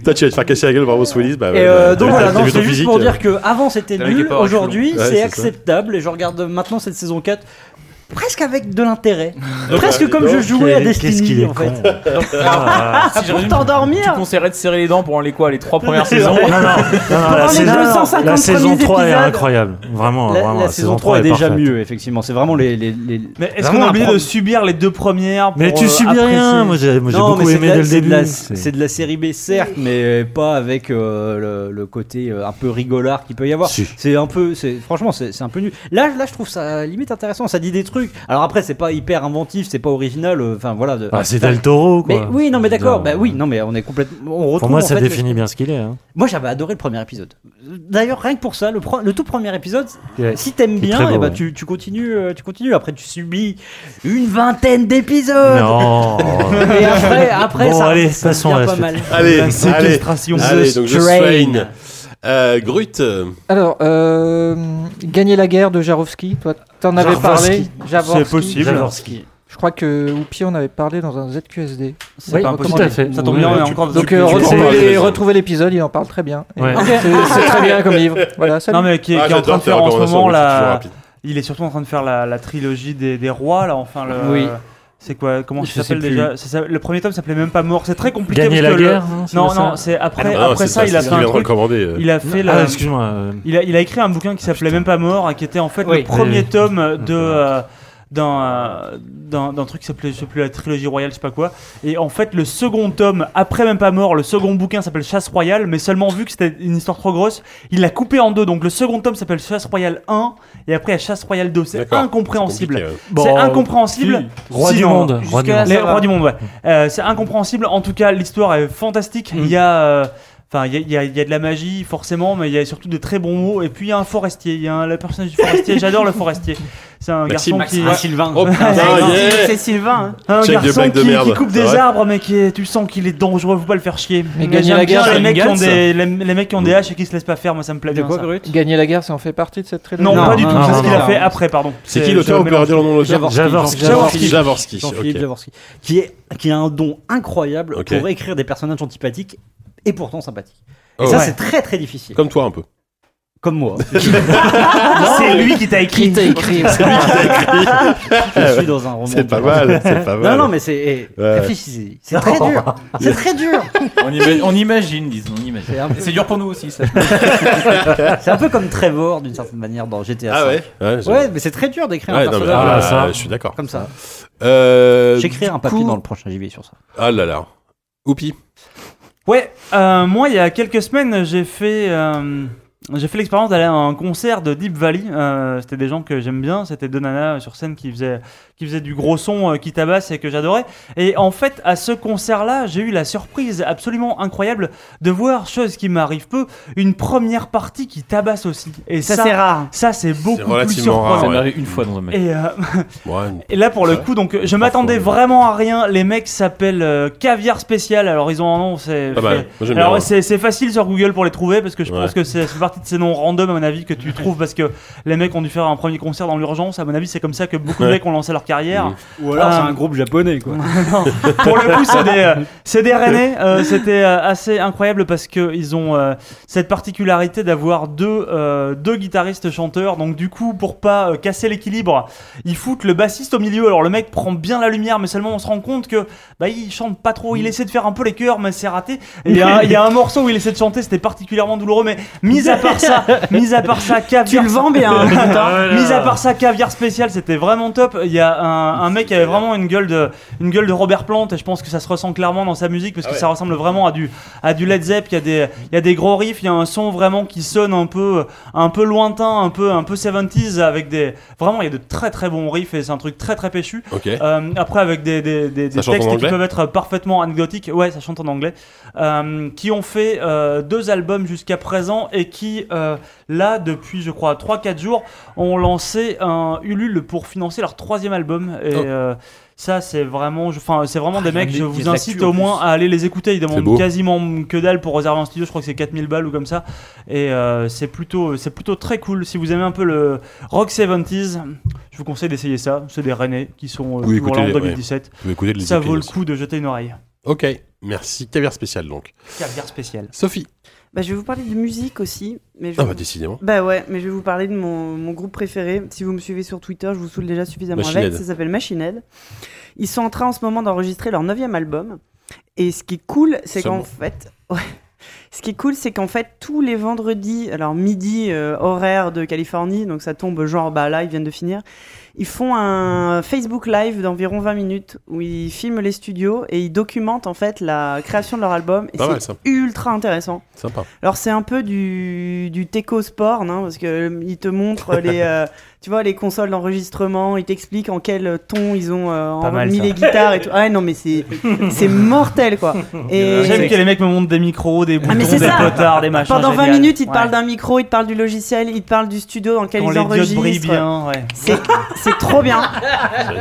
Speaker 1: Toi, tu vas te faire casser la gueule par Bruce Willis. Bah, ouais,
Speaker 7: Et euh,
Speaker 1: bah,
Speaker 7: donc
Speaker 1: t'as-
Speaker 7: voilà,
Speaker 1: t'as
Speaker 7: non,
Speaker 1: vu ton
Speaker 7: c'est juste
Speaker 1: physique,
Speaker 7: pour
Speaker 1: euh.
Speaker 7: dire que avant c'était
Speaker 1: T'as vu qu'il est
Speaker 7: nul,
Speaker 1: pas reculon.
Speaker 7: aujourd'hui
Speaker 1: Ouais,
Speaker 7: c'est
Speaker 1: ça.
Speaker 7: acceptable et je regarde maintenant cette saison 4 presque avec de l'intérêt.
Speaker 3: Donc,
Speaker 7: presque
Speaker 3: euh,
Speaker 7: comme je
Speaker 3: donc,
Speaker 7: jouais à
Speaker 3: qu'est-
Speaker 7: Destiny
Speaker 3: qu'est-ce qu'il est
Speaker 7: en
Speaker 3: con.
Speaker 7: fait.
Speaker 3: Donc, alors, Ah, si je résume,
Speaker 4: t'endormir.
Speaker 3: Tu conseillerais de serrer les dents pendant les quoi Les trois premières saisons
Speaker 9: Non, non, non, non, la, saison, la saison 3 est incroyable. Vraiment,
Speaker 7: La,
Speaker 9: vraiment,
Speaker 7: la saison 3 est déjà
Speaker 9: parfaite.
Speaker 7: mieux effectivement, c'est vraiment les les, les...
Speaker 6: Mais Est-ce qu'on a oublié de subir les deux premières
Speaker 9: Mais
Speaker 6: pour,
Speaker 9: tu
Speaker 6: euh,
Speaker 9: subis
Speaker 6: apprécier
Speaker 9: rien, moi, j'ai- moi, j'ai
Speaker 7: Non,
Speaker 9: beaucoup
Speaker 7: mais c'est
Speaker 9: aimé
Speaker 7: de la-
Speaker 9: dès le
Speaker 7: c'est de
Speaker 9: début.
Speaker 7: la-
Speaker 9: C'est-
Speaker 7: C'est de la série B, certes, mais pas avec euh, le, le côté euh, un peu rigolard qu'il peut y avoir.
Speaker 9: Si.
Speaker 7: C'est un peu, c'est franchement, c'est c'est un peu nul. Là, là, je trouve ça limite intéressant. Ça dit des trucs. Alors après, c'est pas hyper inventif, c'est pas original. euh, Enfin voilà. de-
Speaker 9: Bah, c'est Del Toro, quoi.
Speaker 7: Mais oui, non, mais
Speaker 9: Je veux
Speaker 7: d'accord. Bah
Speaker 9: dire,
Speaker 7: oui, non, mais on est complètement. On retrouve.
Speaker 9: Pour moi,
Speaker 7: en
Speaker 9: ça
Speaker 7: fait,
Speaker 9: définit bien ce qu'il est. hein.
Speaker 7: Moi, j'avais adoré le premier épisode. D'ailleurs, rien que pour ça, le, pro- le tout premier épisode,
Speaker 9: Ouais.
Speaker 7: si t'aimes
Speaker 9: Il est
Speaker 7: bien,
Speaker 9: très beau,
Speaker 7: eh ben,
Speaker 9: ouais.
Speaker 7: tu, tu continues, euh, tu continues. Après, tu subis une vingtaine d'épisodes. (laughs) Oh.
Speaker 9: Non.
Speaker 7: Et après, après
Speaker 9: Bon,
Speaker 7: ça,
Speaker 9: allez,
Speaker 7: ça
Speaker 9: passons
Speaker 7: devient
Speaker 9: à la
Speaker 7: pas
Speaker 9: suite.
Speaker 7: mal.
Speaker 1: Allez,
Speaker 7: La
Speaker 1: allez,
Speaker 7: séquestration.
Speaker 1: allez,
Speaker 7: The
Speaker 1: donc je
Speaker 7: Strain.
Speaker 1: strain. Euh, Grut, euh,
Speaker 8: Alors, euh, Gagner la guerre de Jarovski, toi, t'en avais parlé.
Speaker 9: Jaworski.
Speaker 8: Jaworski.
Speaker 9: C'est possible. Jaworski.
Speaker 8: Je crois que Oupi, on avait parlé dans un ZQSD.
Speaker 9: C'est pas impossible. Tout à fait. Ça tombe bien, on est encore dans
Speaker 8: Donc,
Speaker 9: un
Speaker 8: euh,
Speaker 9: ZQSD. Tu
Speaker 8: retrouvez
Speaker 9: peux en parler.
Speaker 8: les- retrouvez l'épisode, il en parle très bien. Et
Speaker 9: Ouais.
Speaker 8: c'est- C'est très
Speaker 6: (laughs)
Speaker 8: bien comme livre. Voilà, salut.
Speaker 6: Non mais qui est, qui est en train de Ah, faire en ce moment la... Il est surtout en train de faire la, la trilogie des, des rois là, enfin le.
Speaker 7: Oui.
Speaker 6: C'est quoi Comment
Speaker 7: Je
Speaker 6: ça s'appelle
Speaker 7: sais
Speaker 6: déjà Ça s'appelle- Le premier tome s'appelait même pas mort. C'est très compliqué.
Speaker 9: Gagner
Speaker 6: parce
Speaker 9: la
Speaker 6: que
Speaker 9: guerre,
Speaker 6: le...
Speaker 9: non, c'est
Speaker 6: Non
Speaker 9: pas
Speaker 6: non,
Speaker 9: ça
Speaker 6: c'est après.
Speaker 1: Ah non,
Speaker 6: après
Speaker 1: c'est
Speaker 6: ça,
Speaker 1: pas
Speaker 6: il a
Speaker 1: ce
Speaker 6: fait
Speaker 1: qu'il
Speaker 6: un
Speaker 1: vient de
Speaker 6: truc.
Speaker 1: recommander, euh.
Speaker 6: Il a fait
Speaker 9: Ah,
Speaker 6: la-
Speaker 9: excuse-moi, euh.
Speaker 6: Il a il a écrit un bouquin qui s'appelait même pas mort, hein, qui était en fait le
Speaker 9: Oui.
Speaker 6: premier
Speaker 9: Oui.
Speaker 6: tome de. euh, d'un, euh, d'un d'un truc qui s'appelait je sais plus la trilogie royale je sais pas quoi et en fait le second tome après même pas mort le second bouquin s'appelle chasse royale mais seulement vu que c'était une histoire trop grosse il l'a coupé en deux donc le second tome s'appelle chasse royale 1 et après il y a chasse royale 2 c'est
Speaker 9: D'accord.
Speaker 6: incompréhensible
Speaker 9: C'est compliqué,
Speaker 6: c'est
Speaker 9: ouais. Bon,
Speaker 6: incompréhensible
Speaker 9: si. Roi du
Speaker 6: non,
Speaker 9: monde,
Speaker 6: jusque-là,
Speaker 9: roi du monde.
Speaker 6: les
Speaker 9: Ça va.
Speaker 6: rois du monde ouais Euh, c'est incompréhensible en tout cas l'histoire est fantastique il y a euh, Enfin, il y, a- il y a- il y a de la magie, forcément, mais il y a surtout de très bons mots. Et puis, il y a un forestier. Il y a un, le personnage du forestier. J'adore le forestier. C'est un
Speaker 1: Maxime,
Speaker 6: garçon qui.
Speaker 1: Maxime. Ah, Sylvain. Oh, putain, yeah.
Speaker 4: C'est Sylvain. hein.
Speaker 6: Un
Speaker 1: Check de
Speaker 6: garçon
Speaker 1: blague de
Speaker 6: qui,
Speaker 1: merde.
Speaker 6: qui coupe des
Speaker 1: Ouais.
Speaker 6: arbres, mais qui est- tu sens qu'il est dangereux, faut pas le faire chier.
Speaker 8: Mais gagner
Speaker 6: j'aime
Speaker 8: la
Speaker 6: bien
Speaker 8: guerre,
Speaker 6: les mecs, qui ont
Speaker 8: Gantz.
Speaker 6: des, les, les mecs qui ont des haches et qui se laissent pas faire, moi ça me plaît bien. ça.
Speaker 8: Gagner la guerre, ça en fait partie de cette trilogie
Speaker 6: Non, pas du tout, c'est ce qu'il a fait après, pardon.
Speaker 1: C'est qui l'auteur
Speaker 6: je
Speaker 1: On peut redire le nom de l'auteur Jaworski.
Speaker 7: Jaworski. Jaworski.
Speaker 1: Jaworski,
Speaker 7: Jean-Philippe
Speaker 1: ok.
Speaker 7: Jaworski. Qui, est, qui a un don incroyable
Speaker 1: Ok.
Speaker 7: pour écrire des personnages antipathiques et pourtant sympathiques. Et
Speaker 1: Oh.
Speaker 7: ça,
Speaker 1: Ouais.
Speaker 7: c'est très très difficile. (laughs)
Speaker 1: comme toi un peu.
Speaker 7: Comme moi.
Speaker 6: C'est lui qui t'a écrit.
Speaker 1: C'est lui qui t'a (laughs) écrit.
Speaker 7: Je suis dans un roman.
Speaker 1: C'est pas
Speaker 7: dur.
Speaker 1: mal, c'est pas mal.
Speaker 7: Non, non, mais c'est. eh,
Speaker 1: Ouais.
Speaker 7: Réfléchissez.
Speaker 1: (laughs)
Speaker 7: C'est très dur. C'est très dur.
Speaker 3: On, ima- on imagine, disons, on imagine.
Speaker 7: C'est un peu-
Speaker 3: Et C'est dur pour nous aussi, ça.
Speaker 7: (laughs) c'est un peu comme Trevor d'une certaine manière dans GTA.
Speaker 1: Ah
Speaker 7: V.
Speaker 1: ouais Ouais, j'ai-
Speaker 7: mais c'est très dur d'écrire
Speaker 1: Ouais,
Speaker 7: un
Speaker 1: non, mais
Speaker 7: personnage.
Speaker 1: là,
Speaker 7: euh,
Speaker 1: là, là, je suis d'accord.
Speaker 7: Comme ça.
Speaker 1: Euh,
Speaker 7: J'écrirai
Speaker 1: du
Speaker 7: un papier
Speaker 1: coup-
Speaker 7: dans le prochain JV sur ça.
Speaker 1: Ah là là. Oupi.
Speaker 6: Ouais, euh, moi il y a quelques semaines j'ai fait euh, j'ai fait l'expérience d'aller à un concert de Deep Valley. Euh, c'était des gens que j'aime bien, c'était deux nanas sur scène qui faisaient qui faisaient du gros son euh, qui tabasse et que j'adorais. Et en fait à ce concert-là j'ai eu la surprise absolument incroyable de voir chose qui m'arrive peu une première partie qui tabasse aussi. Et
Speaker 4: Ça,
Speaker 6: ça,
Speaker 4: c'est rare.
Speaker 6: Ça c'est beaucoup plus
Speaker 1: relativement
Speaker 6: surprenant.
Speaker 1: rare, ouais. Ça m'est
Speaker 3: arrivé une fois dans un match.
Speaker 6: Et, euh, (laughs)
Speaker 1: Ouais, une-
Speaker 6: et là, pour le
Speaker 1: Ouais.
Speaker 6: coup, donc, je m'attendais vraiment à rien. Les mecs s'appellent euh, Caviar Spécial. Alors, ils ont un nom, c'est.
Speaker 1: Pas mal. Ah
Speaker 6: fait-
Speaker 1: bah, Moi, j'aime
Speaker 6: Alors,
Speaker 1: bien, ouais.
Speaker 6: c'est c'est facile sur Google pour les trouver parce que je
Speaker 1: Ouais.
Speaker 6: pense que c'est c'est partie de ces noms random, à mon avis, que tu trouves parce que les mecs ont dû faire un premier concert dans l'urgence. À mon avis, c'est comme ça que beaucoup de
Speaker 7: Ouais.
Speaker 6: mecs ont lancé leur
Speaker 1: Mm.
Speaker 6: carrière.
Speaker 7: Ou alors, c'est
Speaker 6: Euh,
Speaker 7: un groupe japonais, quoi.
Speaker 6: non. (laughs) Pour le coup, c'est des, euh, c'est des Rennais. Euh, C'était euh, assez incroyable parce que ils ont euh, cette particularité d'avoir deux, euh, deux guitaristes chanteurs. Donc du coup, pour pas euh, casser l'équilibre, ils foutent le bassiste au milieu. Alors le mec prend bien la lumière, mais seulement on se rend compte que bah il chante pas trop.
Speaker 4: Mm.
Speaker 6: Il essaie de faire un peu les chœurs, mais c'est raté. Et Il y, a un- il y a un morceau où il essaie de chanter, c'était particulièrement douloureux. Mais mis à part
Speaker 4: (laughs)
Speaker 6: ça, mis à part ça, caviar.
Speaker 4: Tu le vends bien, en même temps.
Speaker 6: Voilà. mis à part ça, caviar spécial, c'était vraiment top. Il y a un, un mec qui avait vraiment une gueule de, une gueule de Robert Plant, et je pense que ça se ressent clairement dans sa musique parce que ça ressemble vraiment à du, à du Led Zepp. Il y a des, il y a des gros riffs, il y a un son vraiment qui sonne un peu, un peu lointain, un peu, un peu 70s avec des, vraiment il y a de très très bons riffs et c'est un truc très très péchu.
Speaker 1: Ok.
Speaker 6: Euh, après avec des, des, des- des
Speaker 1: Ça chante en
Speaker 6: textes qui
Speaker 1: anglais
Speaker 6: peuvent être parfaitement anecdotiques, ouais, ça chante en anglais, euh, qui ont fait euh, deux albums jusqu'à présent et qui, euh, là, depuis je crois 3-4 jours, ont lancé un Ulule pour financer leur troisième album. Et euh, ça, c'est vraiment, je- enfin, c'est
Speaker 7: Oh.
Speaker 6: vraiment
Speaker 7: Ah,
Speaker 6: des
Speaker 7: il y a
Speaker 6: mecs,
Speaker 7: des-
Speaker 6: je
Speaker 7: il y a de
Speaker 6: vous
Speaker 7: l'actu
Speaker 6: incite
Speaker 7: en
Speaker 6: au
Speaker 7: plus.
Speaker 6: moins à aller les écouter. Ils
Speaker 7: beau.
Speaker 6: demandent quasiment que dalle pour réserver un studio, je crois que c'est 4000 balles ou comme ça. Et euh, c'est plutôt, c'est plutôt très cool. Si vous aimez un peu le rock 70s, je vous conseille d'essayer ça. C'est des Rennais qui sont euh,
Speaker 1: Vous
Speaker 6: toujours là en
Speaker 1: écoutez les-
Speaker 6: 2017.
Speaker 1: ouais. Vous écoutez les
Speaker 6: ça vaut le
Speaker 1: Zeppelins.
Speaker 6: coup de jeter une oreille.
Speaker 1: Ok, merci. Caviar spécial donc.
Speaker 6: Caviar spécial.
Speaker 1: Sophie.
Speaker 4: Bah, je vais vous parler de musique aussi. Mais je
Speaker 1: Ah
Speaker 4: vais
Speaker 1: bah,
Speaker 4: vous-
Speaker 1: décidément.
Speaker 4: Bah ouais, mais je vais vous parler de mon, mon groupe préféré. Si vous me suivez sur Twitter, je vous saoule déjà suffisamment
Speaker 1: Machine
Speaker 4: avec.
Speaker 1: Head.
Speaker 4: Ça s'appelle Machine Head. Ils sont en train en ce moment d'enregistrer leur neuvième album. Et ce qui est cool, c'est
Speaker 14: Seulement.
Speaker 4: qu'en fait... Ouais. Ce qui est cool, c'est qu'en fait, tous les vendredis, alors midi, euh, horaire de Californie, donc ça tombe genre, bah là, ils viennent de finir, ils font un Facebook Live d'environ 20 minutes où ils filment les studios et ils documentent en fait la création de leur album. Et
Speaker 1: Pas mal,
Speaker 4: c'est
Speaker 1: ça.
Speaker 4: ultra intéressant.
Speaker 1: Sympa.
Speaker 4: Alors c'est un peu du du techo sport, hein, parce que euh, ils te
Speaker 1: (laughs)
Speaker 4: montrent les euh, tu vois les consoles d'enregistrement, ils t'expliquent en quel ton ils ont euh,
Speaker 6: Pas
Speaker 4: en-
Speaker 6: mal,
Speaker 4: mis
Speaker 6: ça.
Speaker 4: les guitares et tout. Ah ouais, non mais c'est c'est mortel
Speaker 1: (laughs)
Speaker 4: quoi. Et
Speaker 6: J'aime que les mecs me montrent des micros, des boutons,
Speaker 4: Ah, mais
Speaker 6: Euh, des
Speaker 4: c'est ça.
Speaker 6: potards, des machins.
Speaker 4: Pendant 20
Speaker 6: génial.
Speaker 4: minutes, ils te
Speaker 6: Ouais.
Speaker 4: parlent d'un micro, ils te parlent du logiciel, ils te parlent du studio dans lequel
Speaker 6: Quand
Speaker 4: ils
Speaker 6: les diodes
Speaker 4: enregistrent.
Speaker 6: brillent bien,
Speaker 1: (laughs)
Speaker 6: ouais.
Speaker 4: C'est c'est trop bien.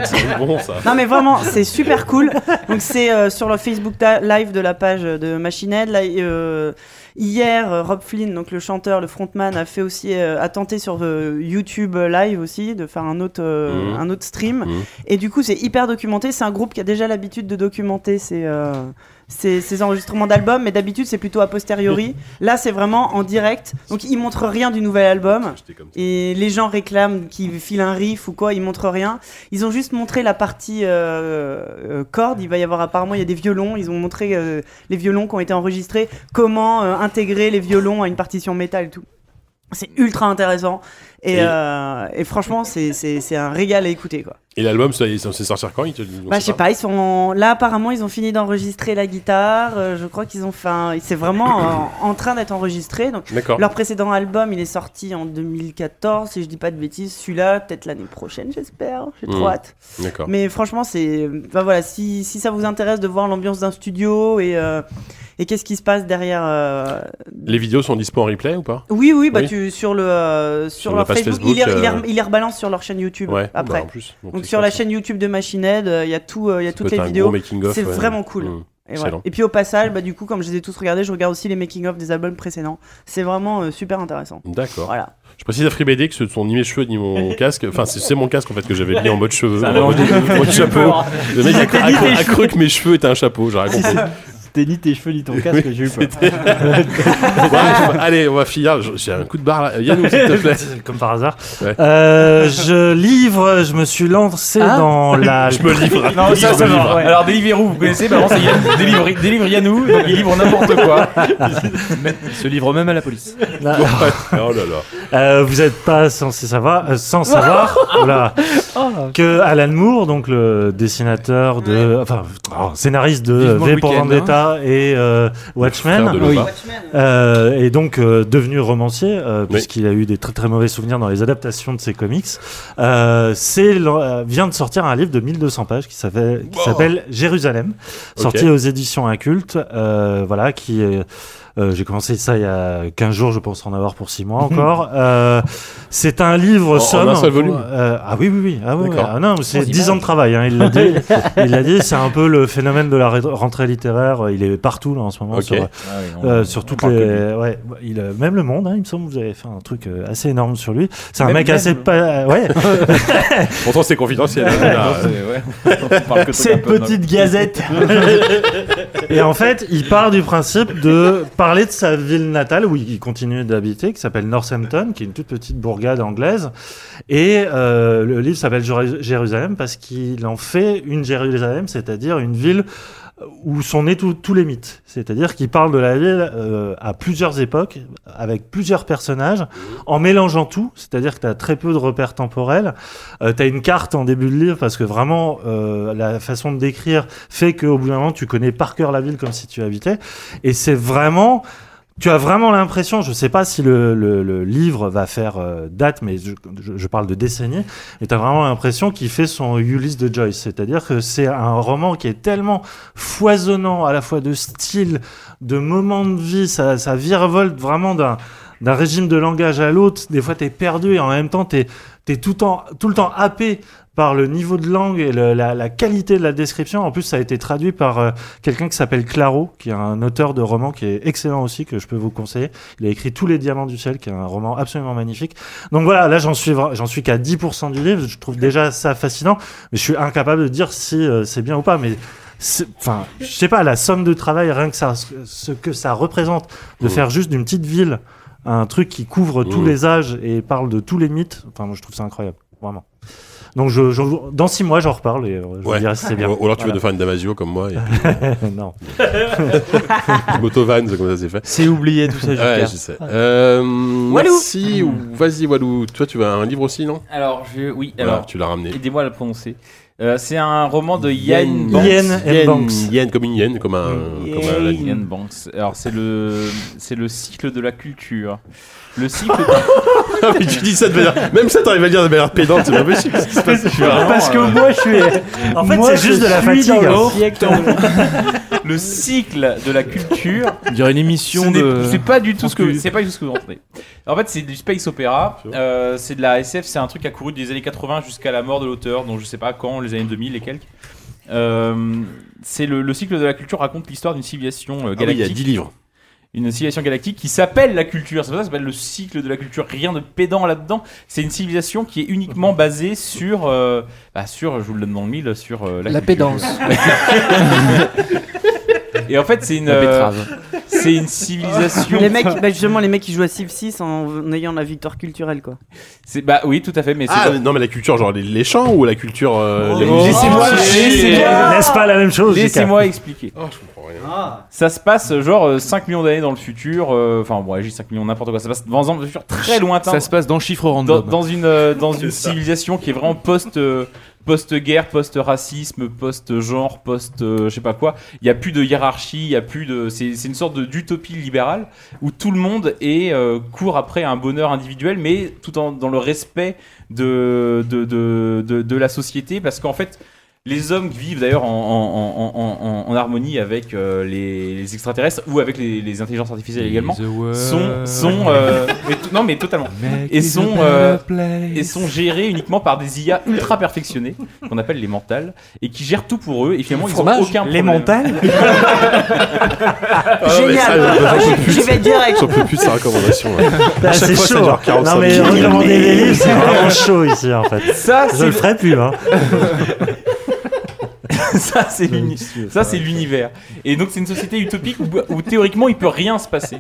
Speaker 1: C'est bon ça.
Speaker 4: Non mais vraiment, c'est super cool. Donc c'est euh, sur le Facebook ta- live de la page de Machine Head. Là, euh, hier, euh, Rob Flynn, donc le chanteur, le frontman, a fait aussi, euh, a tenté sur euh, YouTube Live aussi de faire un autre, euh,
Speaker 14: Mhm.
Speaker 4: un autre stream.
Speaker 14: Mhm.
Speaker 4: Et du coup, c'est hyper documenté. C'est un groupe qui a déjà l'habitude de documenter ses, euh, ses- ses enregistrements d'albums, mais d'habitude c'est plutôt a posteriori. Là, c'est vraiment en direct. Donc ils montrent rien du nouvel album. Et les gens réclament qu'ils filent un riff ou quoi, ils montrent rien. Ils ont juste montré la partie euh, euh, corde. Il va y avoir apparemment, il y a des violons. Ils ont montré euh, les violons qui ont été enregistrés, comment euh, intégrer les violons à une partition métal et tout. C'est ultra intéressant. Et,
Speaker 1: Et-
Speaker 4: euh, et franchement, c'est- c'est c'est un régal à écouter. Quoi.
Speaker 1: Et l'album, ça- c'est c'est sortir quand il te- on
Speaker 4: Bah,
Speaker 1: sait
Speaker 4: je sais pas, ils sont là apparemment ils ont fini d'enregistrer la guitare, euh, je crois qu'ils ont fait un- c'est (coughs) vraiment en, en train d'être enregistré donc
Speaker 1: D'accord.
Speaker 4: leur précédent album, il est sorti en 2014 si je dis pas de bêtises, celui-là peut-être l'année prochaine, j'espère, j'ai
Speaker 1: Mhm.
Speaker 4: trop hâte.
Speaker 1: D'accord.
Speaker 4: Mais franchement, c'est bah voilà, si, si ça vous intéresse de voir l'ambiance d'un studio et euh, et qu'est-ce qui se passe derrière euh,
Speaker 1: Les vidéos sont dispo en replay ou pas
Speaker 4: oui, oui, bah tu sur le euh, sur,
Speaker 1: la
Speaker 4: leur
Speaker 1: page
Speaker 4: Facebook,
Speaker 1: Facebook,
Speaker 4: il, les- il les-
Speaker 1: euh,
Speaker 4: il les rebalance sur leur chaîne YouTube
Speaker 1: Ouais,
Speaker 4: après.
Speaker 1: bah, en plus, donc
Speaker 4: donc
Speaker 1: c'est
Speaker 4: sur
Speaker 1: cool,
Speaker 4: la
Speaker 1: ça.
Speaker 4: chaîne YouTube de Machine Head, euh, il y a tout, euh, il y a
Speaker 1: Ça
Speaker 4: toutes
Speaker 1: peut
Speaker 4: les
Speaker 1: être un
Speaker 4: vidéos.
Speaker 1: gros making of,
Speaker 4: c'est
Speaker 1: ouais.
Speaker 4: vraiment cool.
Speaker 1: Mm,
Speaker 4: Et,
Speaker 1: excellent.
Speaker 4: voilà. Et puis au passage, bah du coup, comme je les ai tous regardés, je regarde aussi les making of des albums précédents. C'est vraiment euh, super intéressant.
Speaker 1: D'accord.
Speaker 4: Voilà.
Speaker 1: Je précise à FreeBD que ce ne sont ni mes cheveux ni mon casque. Enfin, c'est c'est mon casque en fait que j'avais mis en mode cheveux.
Speaker 3: C'est un
Speaker 1: en mode,
Speaker 3: mélange de-
Speaker 1: en mode
Speaker 3: de
Speaker 1: chapeau.
Speaker 3: couleurs.
Speaker 1: Le mec a,
Speaker 3: C'était
Speaker 1: a-
Speaker 3: ni
Speaker 1: a-
Speaker 3: tes
Speaker 1: a
Speaker 3: cheveux.
Speaker 1: cru que mes cheveux étaient un chapeau. J'aurais compris.
Speaker 7: (laughs) C'était ni tes cheveux ni ton casque, j'ai eu peur.
Speaker 1: C'était- Ouais, allez, on va finir. Je- J'ai un coup de barre là. Yannou, s'il
Speaker 9: (laughs)
Speaker 1: te plaît.
Speaker 9: Comme par hasard.
Speaker 1: Ouais.
Speaker 9: Euh, je livre, je me suis lancé
Speaker 3: Ah.
Speaker 9: dans la.
Speaker 1: (laughs) Je
Speaker 9: (laughs)
Speaker 1: me livre.
Speaker 3: Non, ça,
Speaker 9: Je
Speaker 3: ça
Speaker 9: me livre.
Speaker 3: va. Alors, Deliveroo, vous connaissez, bah, vraiment, c'est Yann- Delivery- Delivery à nous, donc il livre n'importe
Speaker 5: (laughs)
Speaker 3: quoi.
Speaker 5: Il se livre même à la police.
Speaker 9: Là.
Speaker 1: Oh là là.
Speaker 9: Euh, vous n'êtes pas censé savoir, euh, sans
Speaker 5: (laughs)
Speaker 9: savoir voilà,
Speaker 5: Oh.
Speaker 9: que Alan Moore, donc le dessinateur de, enfin oh, scénariste de
Speaker 5: Vivement le
Speaker 9: V pour
Speaker 5: week-end, hein.
Speaker 9: Vendetta et euh, Watchmen,
Speaker 1: Frère de Loba. Oui.
Speaker 9: euh, est donc euh, devenu romancier euh,
Speaker 1: Oui.
Speaker 9: puisqu'il a eu des très très mauvais souvenirs dans les adaptations de ses comics. Euh, c'est l'en- euh, vient de sortir un livre de 1200 pages qui s'appelle qui
Speaker 1: Wow.
Speaker 9: s'appelle Jérusalem,
Speaker 1: Ok.
Speaker 9: sorti aux éditions Inculte, euh, voilà qui est euh, j'ai commencé ça il y a 15 jours, je pense en avoir pour 6 mois encore. Euh, c'est un livre
Speaker 1: Mhm. En- en
Speaker 9: somme.
Speaker 1: un seul volume
Speaker 9: Euh, ah oui, oui, oui. Ah, oui,
Speaker 1: D'accord.
Speaker 9: oui. Ah non, c'est
Speaker 1: On dit
Speaker 9: 10
Speaker 1: pas.
Speaker 9: ans de travail. hein, il l'a
Speaker 1: (laughs)
Speaker 9: dit. il l'a dit. C'est un peu le phénomène de la ré- rentrée littéraire. Il est partout là en ce moment
Speaker 1: Ok.
Speaker 9: sur,
Speaker 1: Ah
Speaker 3: oui, on-
Speaker 9: euh,
Speaker 3: on
Speaker 9: sur toutes
Speaker 3: parle que
Speaker 9: les.
Speaker 3: de lui.
Speaker 9: Ouais, il, euh, même le monde. hein, il me semble que vous avez fait un truc euh, assez énorme sur lui. C'est un
Speaker 1: Même-
Speaker 9: mec assez
Speaker 1: même.
Speaker 9: pas. euh,
Speaker 1: (laughs)
Speaker 9: Ouais.
Speaker 1: Pourtant, c'est confidentiel. hein, (laughs) là.
Speaker 6: Cette petite
Speaker 1: hein. (laughs)
Speaker 6: gazette.
Speaker 9: Et en fait, il part du principe de parler de sa ville natale où il continue d'habiter, qui s'appelle Northampton, qui est une toute petite bourgade anglaise. Et euh, le livre s'appelle Jéru- Jérusalem parce qu'il en fait une Jérusalem, c'est-à-dire une ville où sont nés tous- tous les mythes. C'est-à-dire qu'il parle de la ville euh, à plusieurs époques, avec plusieurs personnages, en mélangeant tout. C'est-à-dire que tu as très peu de repères temporels. tu as une carte en début de livre, parce que vraiment, euh, la façon de décrire fait qu'au bout d'un moment, tu connais par cœur la ville comme si tu y habitais. Et c'est vraiment... Tu as vraiment l'impression, je ne sais pas si le, le- le livre va faire euh, date, mais je, je- je parle de décennies, mais tu as vraiment l'impression qu'il fait son Ulysse de Joyce. C'est-à-dire que c'est un roman qui est tellement foisonnant à la fois de style, de moments de vie, ça, ça virevolte vraiment d'un d'un régime de langage à l'autre. Des fois, tu es perdu et en même temps, tu es, tout, le temps- tout le temps happé par le niveau de langue et le- la, la qualité de la description. En plus, ça a été traduit par euh, quelqu'un qui s'appelle Claro, qui est un auteur de romans qui est excellent aussi, que je peux vous conseiller. Il a écrit Tous les diamants du ciel, qui est un roman absolument magnifique. Donc voilà, là, j'en suis, vra- j'en suis qu'à 10% du livre. Je trouve déjà ça fascinant, mais je suis incapable de dire si euh, c'est bien ou pas. Mais c'est- enfin, je sais pas, la somme de travail, rien que ça, ce- ce que ça représente de
Speaker 1: Mmh.
Speaker 9: faire juste d'une petite ville un truc qui couvre tous
Speaker 1: Mmh.
Speaker 9: les âges et parle de tous les mythes. Enfin, moi, je trouve ça incroyable, vraiment. Donc, je, je vous- dans six mois, j'en reparle et euh, je vous
Speaker 1: Ouais.
Speaker 9: dirai si c'est bien.
Speaker 1: Ou, ou alors tu
Speaker 9: Voilà.
Speaker 1: veux te faire une Damasio
Speaker 9: (laughs)
Speaker 1: comme moi. Et euh,
Speaker 6: (laughs)
Speaker 9: non.
Speaker 1: (laughs) Motovan, c'est comme ça c'est fait.
Speaker 6: C'est oublié tout ça,
Speaker 1: Ouais,
Speaker 6: Joker.
Speaker 1: je sais. Euh,
Speaker 6: Walou.
Speaker 1: Merci. ou- Vas-y, Walou. Toi, tu as un livre aussi, non
Speaker 3: Alors, je... oui,
Speaker 1: Voilà,
Speaker 3: alors.
Speaker 1: tu l'as ramené.
Speaker 3: Aidez-moi à le prononcer. Euh, c'est un roman de Yann Banks.
Speaker 1: Yen, Yen, Euh, comme une hyène, comme un. Comme un
Speaker 3: Yann
Speaker 1: l'animal.
Speaker 3: Banks. Alors, c'est le, c'est le cycle de la culture. Le cycle. de-
Speaker 1: (laughs) Ah, mais tu dis ça de manière. Même ça, t'arrives à le dire de manière pédante, c'est pas possible. Qu'est-ce qui se passe
Speaker 3: Je suis vraiment,
Speaker 1: Parce que
Speaker 3: euh,
Speaker 1: moi, je (laughs) suis-
Speaker 6: En fait, c'est juste de la fatigue.
Speaker 3: (laughs) le cycle de la culture.
Speaker 5: Il y aurait une émission
Speaker 3: Ce n'est-
Speaker 5: de-
Speaker 3: C'est pas du tout ce que
Speaker 5: Transcul-
Speaker 3: c'est pas du tout ce que vous entendez. En fait, c'est du space opéra. euh, c'est de la SF. C'est un truc qui a couru des années 80 jusqu'à la mort de l'auteur, donc je sais pas quand, les années 2000 et quelques. Euh, c'est le, le cycle de la culture raconte l'histoire d'une civilisation euh,
Speaker 1: Ah oui, il
Speaker 3: galactique.
Speaker 1: y a 10 livres.
Speaker 3: Une civilisation galactique qui s'appelle la culture. C'est pour ça que ça s'appelle le cycle de la culture. Rien de pédant là-dedans. C'est une civilisation qui est uniquement basée sur, euh, bah, sur, je vous le donne dans le mille, sur euh, la,
Speaker 8: La
Speaker 3: culture.
Speaker 8: pédance.
Speaker 3: (laughs) Et en fait, c'est une,
Speaker 4: La
Speaker 3: euh,
Speaker 4: betterave.
Speaker 3: c'est une civilisation.
Speaker 4: Les mecs, bah justement, les mecs qui jouent à Civ 6 en, en ayant la victoire culturelle, quoi.
Speaker 3: C'est bah oui, tout à fait, mais c'est
Speaker 1: Ah,
Speaker 3: pas-
Speaker 1: mais non, mais la culture, genre les, les chants ou la culture. euh, les
Speaker 3: Oh,
Speaker 1: musiques
Speaker 3: laissez-moi- laissez-moi-
Speaker 9: N'est-ce pas la même chose,
Speaker 3: Laissez-moi
Speaker 9: JK?
Speaker 3: expliquer.
Speaker 1: Oh,
Speaker 7: Ah.
Speaker 3: Ça se passe genre euh, 5 millions d'années dans le futur. euh, Enfin, bon, j'ai 5 millions n'importe quoi. Ça se passe dans un futur très lointain.
Speaker 5: Ça se passe dans Chiffre
Speaker 3: dans,
Speaker 5: Random.
Speaker 3: dans une euh, dans une civilisation qui est vraiment post euh, post guerre, post racisme, post genre, post euh, je sais pas quoi. Il y a plus de hiérarchie, il y a plus de c'est c'est une sorte de- d'utopie libérale où tout le monde est euh, court après un bonheur individuel, mais tout en dans le respect de de de, de, de la société parce qu'en fait les hommes vivent d'ailleurs en, en- en- en- en- en harmonie avec euh, les, les extraterrestres ou avec les, les intelligences artificielles également sont sont
Speaker 5: (laughs)
Speaker 3: euh, mais t- non mais totalement
Speaker 5: Make
Speaker 3: et
Speaker 5: it
Speaker 3: sont
Speaker 5: a
Speaker 3: euh,
Speaker 5: better place.
Speaker 3: et sont gérés uniquement par des IA ultra perfectionnées qu'on appelle les mentales et qui gèrent tout pour eux et finalement
Speaker 6: Le
Speaker 3: ils ont
Speaker 6: fromage,
Speaker 3: aucun
Speaker 6: les
Speaker 3: problème. (laughs)
Speaker 6: mentales
Speaker 3: Ah, mais ça,
Speaker 4: Génial
Speaker 3: j'en peux plus.
Speaker 4: Je vais direct
Speaker 1: J'en peux plus de sa recommandation. hein. là.
Speaker 9: Ah,
Speaker 1: À chaque
Speaker 9: c'est
Speaker 1: fois, ça
Speaker 9: chaud.
Speaker 1: dure 45
Speaker 9: non mais
Speaker 1: minutes.
Speaker 9: recommander des livres,
Speaker 1: (laughs)
Speaker 9: c'est vraiment chaud ici en fait.
Speaker 3: Ça,
Speaker 9: je
Speaker 3: c'est
Speaker 9: le
Speaker 3: le-
Speaker 9: ferai
Speaker 3: (laughs)
Speaker 9: plus. Hein.
Speaker 3: ça c'est l'uni- ça, c'est l'univers et donc c'est une société utopique où, où théoriquement il peut rien se passer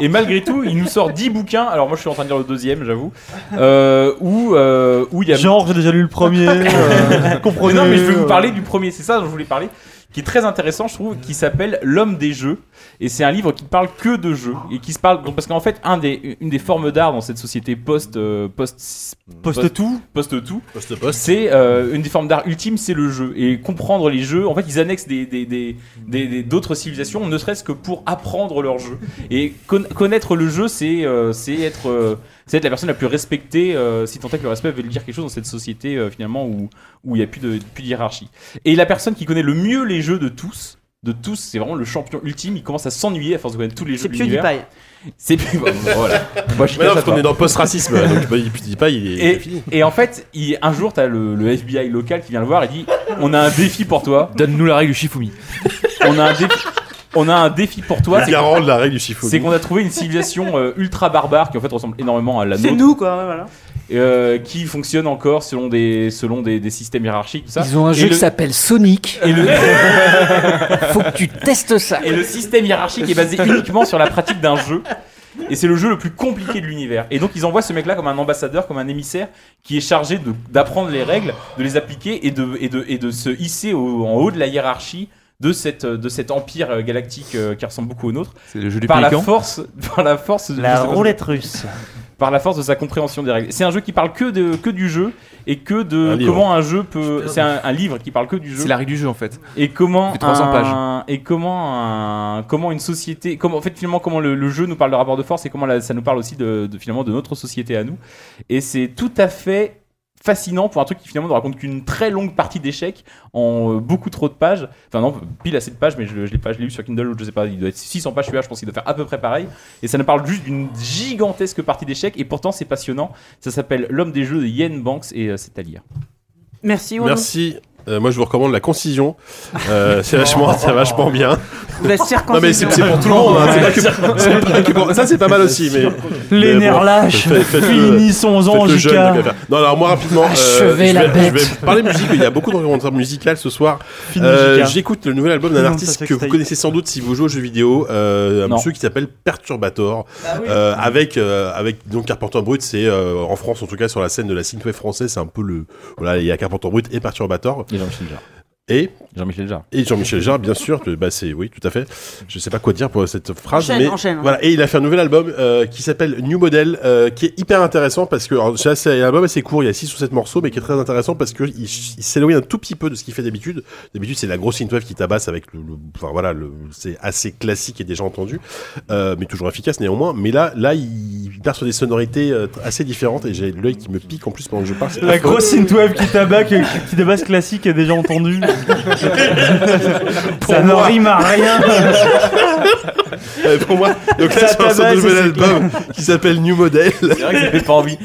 Speaker 3: et malgré tout il nous sort 10 bouquins alors moi je suis en train de lire le deuxième j'avoue euh, où euh, où il y a
Speaker 6: Genre, j'ai déjà lu
Speaker 3: (laughs)
Speaker 6: le premier. euh, comprenez.
Speaker 3: Mais non, mais je vais vous parler du premier, c'est ça dont je voulais parler, qui est très intéressant, je trouve, qui s'appelle L'homme des jeux. Et c'est un livre qui ne parle que de jeux. Et qui se parle. Parce qu'en fait, un des, une des formes d'art dans cette société post. euh, post,
Speaker 6: Post-tout
Speaker 3: Post-tout. C'est euh, une des formes d'art ultime, c'est le jeu. Et comprendre les jeux, en fait, ils annexent des, des, des, des- des- d'autres civilisations, ne serait-ce que pour apprendre leur jeu. Et con- connaître le jeu, c'est, euh, c'est être. euh, c'est être la personne la plus respectée, euh, si tant est que le respect veut dire quelque chose dans cette société euh, finalement où où il n'y a plus de plus de hiérarchie. Et la personne qui connaît le mieux les jeux de tous, de tous, c'est vraiment le champion ultime. Il commence à s'ennuyer à force de connaître tous les jeux de l'univers. C'est plus (laughs) voilà. Moi, je
Speaker 1: Mais non,
Speaker 3: cache
Speaker 1: parce
Speaker 3: pas.
Speaker 1: qu'on est dans post-racisme, donc je peux- il dis pas, il est.
Speaker 3: Et, et en fait, il- un jour, t'as le, le FBI local qui vient le voir et dit On a un défi pour toi.
Speaker 5: Donne-nous la règle du Shifumi.
Speaker 3: On a un défi. On a un défi pour toi.
Speaker 1: Le
Speaker 3: c'est-
Speaker 1: garant de la règle du Shifumi.
Speaker 3: C'est qu'on a trouvé une civilisation euh, ultra barbare qui en fait ressemble énormément à la
Speaker 4: C'est
Speaker 3: nôtre.
Speaker 4: nous, quoi, ouais, voilà.
Speaker 3: euh, qui fonctionne encore selon des, selon des, des systèmes hiérarchiques, tout ça.
Speaker 8: Ils ont un
Speaker 3: Et
Speaker 8: jeu
Speaker 3: le-
Speaker 8: qui s'appelle Sonic.
Speaker 3: Et
Speaker 8: (laughs)
Speaker 3: le...
Speaker 8: Faut que tu testes ça.
Speaker 3: Et le système hiérarchique est basé uniquement sur la pratique d'un jeu. Et c'est le jeu le plus compliqué de l'univers. Et donc ils envoient ce mec-là comme un ambassadeur, comme un émissaire, qui est chargé de- d'apprendre les règles, de les appliquer et de, et de, et de se hisser au- en haut de la hiérarchie de, cette, de cet empire euh, galactique euh, qui ressemble beaucoup au nôtre.
Speaker 13: C'est le jeu du
Speaker 3: par la
Speaker 13: pélican.
Speaker 3: force, (laughs) par la force, de-
Speaker 2: La
Speaker 3: je sais pas-
Speaker 2: roulette russe.
Speaker 3: Par la force de sa compréhension des règles. C'est un jeu qui parle que, de, que du jeu et que de
Speaker 13: Un livre.
Speaker 3: comment un jeu peut. C'est un, un livre qui parle que du jeu.
Speaker 13: C'est la règle du jeu en fait.
Speaker 3: Et comment
Speaker 13: Il fait 300
Speaker 3: un-
Speaker 13: pages.
Speaker 3: Et comment un- comment une société, comment en fait finalement comment le, le jeu nous parle de rapport de force et comment la- ça nous parle aussi de, de, finalement de notre société à nous. Et c'est tout à fait fascinant pour un truc qui finalement ne raconte qu'une très longue partie d'échecs en euh, beaucoup trop de pages. Enfin non, pile assez de pages, mais je, je l'ai pas, je l'ai lu sur Kindle ou je sais pas, il doit être 600 pages celui-là, je pense qu'il doit faire à peu près pareil. Et ça nous parle juste d'une gigantesque partie d'échecs et pourtant c'est passionnant. Ça s'appelle L'homme des jeux de Ian Banks et euh, c'est à lire.
Speaker 4: Merci, Wano.
Speaker 1: Merci. Euh, moi, je vous recommande la concision. Euh, c'est vachement, c'est vachement bien.
Speaker 4: La
Speaker 1: Non, mais c'est
Speaker 4: circoncision.
Speaker 1: c'est pour tout le monde. hein. C'est pas
Speaker 4: Ouais,
Speaker 1: que-
Speaker 4: la
Speaker 1: c'est pas que pour- Ça, c'est pas mal aussi. Mais,
Speaker 6: Les
Speaker 1: mais
Speaker 6: nerfs lâches,
Speaker 1: faites- faites-le-
Speaker 6: finissons-en,
Speaker 1: faites-le
Speaker 6: Jika.
Speaker 1: jeune, le gars. Non, alors moi rapidement, euh,
Speaker 6: Achevez
Speaker 1: je,
Speaker 6: la
Speaker 1: vais, je
Speaker 6: bête.
Speaker 1: vais parler musique. Il y a beaucoup de recommandations musicales ce soir.
Speaker 6: Fini,
Speaker 1: Euh,
Speaker 6: Jika.
Speaker 1: J'écoute le nouvel album d'un
Speaker 6: Non, ça
Speaker 1: artiste
Speaker 6: fait
Speaker 1: que vous
Speaker 6: extrait.
Speaker 1: connaissez sans doute si vous jouez aux jeux vidéo, euh, un
Speaker 3: Non.
Speaker 1: monsieur qui s'appelle Perturbator,
Speaker 4: Ah
Speaker 1: euh, avec euh, avec donc Carpenter Brut. C'est euh, en France en tout cas sur la scène de la synthwave française, c'est un peu le voilà. Il y a Carpenter Brut et Perturbator.
Speaker 3: Et Jean-Michel Jarre.
Speaker 1: Et
Speaker 3: Jean-Michel Jarre.
Speaker 1: Et Jean-Michel Jarre, bien sûr. que- Bah c'est oui, tout à fait. Je sais pas quoi dire pour cette phrase,
Speaker 4: Enchaîne,
Speaker 1: mais
Speaker 4: enchaîne.
Speaker 1: voilà. Ah, Et il a fait un nouvel album euh, qui s'appelle New Model, euh, qui est hyper intéressant parce que alors, c'est assez- un album assez court, il y a 6 ou 7 morceaux, mais qui est très intéressant parce que il, il s'éloigne un tout petit peu de ce qu'il fait d'habitude. D'habitude, c'est la grosse synthwave qui tabasse avec le, le- enfin voilà, le- c'est assez classique et déjà entendu, euh, mais toujours efficace néanmoins. Mais là, là, il, il part sur des sonorités euh, assez différentes et j'ai l'œil qui me pique en plus pendant que je parle. c'est
Speaker 6: La
Speaker 1: affreux.
Speaker 6: grosse
Speaker 1: (laughs)
Speaker 6: synthwave qui tabac, qui qui débasse classique est
Speaker 3: (laughs)
Speaker 6: déjà entendue.
Speaker 1: Pour
Speaker 6: Ça ne
Speaker 1: moi.
Speaker 6: rime
Speaker 1: (laughs)
Speaker 6: à rien.
Speaker 1: Euh, pour moi, donc là,
Speaker 6: Ça
Speaker 1: sur
Speaker 6: tabasse
Speaker 1: ce
Speaker 6: et
Speaker 1: nouvel
Speaker 6: c'est
Speaker 1: album qui s'appelle New Model.
Speaker 3: C'est vrai que ça fait pas envie.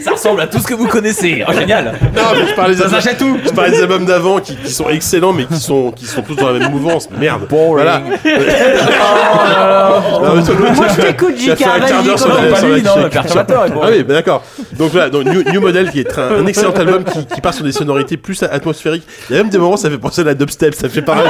Speaker 3: ça ressemble à tout ce que vous connaissez. Oh, génial.
Speaker 1: Non, mais je parlais des
Speaker 3: Ça
Speaker 1: albums-
Speaker 3: s'achète tout.
Speaker 1: Je parlais des albums d'avant qui, qui sont excellents, mais qui sont, qui sont tous dans la même mouvance. Merde. Voilà. Euh, Non, mais toi, l'autre,
Speaker 4: Moi,
Speaker 1: tu as
Speaker 4: je
Speaker 1: (laughs) fait-
Speaker 4: t'écoute,
Speaker 1: tu as fait
Speaker 4: JK,
Speaker 1: un
Speaker 4: vas-y,
Speaker 1: quart d'heure sur
Speaker 4: commence.
Speaker 1: la- sur la-
Speaker 4: Pas lui,
Speaker 1: sur la-
Speaker 4: non, Perturbator, il faut-
Speaker 1: Ah oui, bah d'accord. Donc voilà, donc New, New Model qui est un, un excellent album qui, qui part sur des sonorités plus atmosphériques. Il y a même des moments, ça fait penser à la dubstep, ça fait pareil.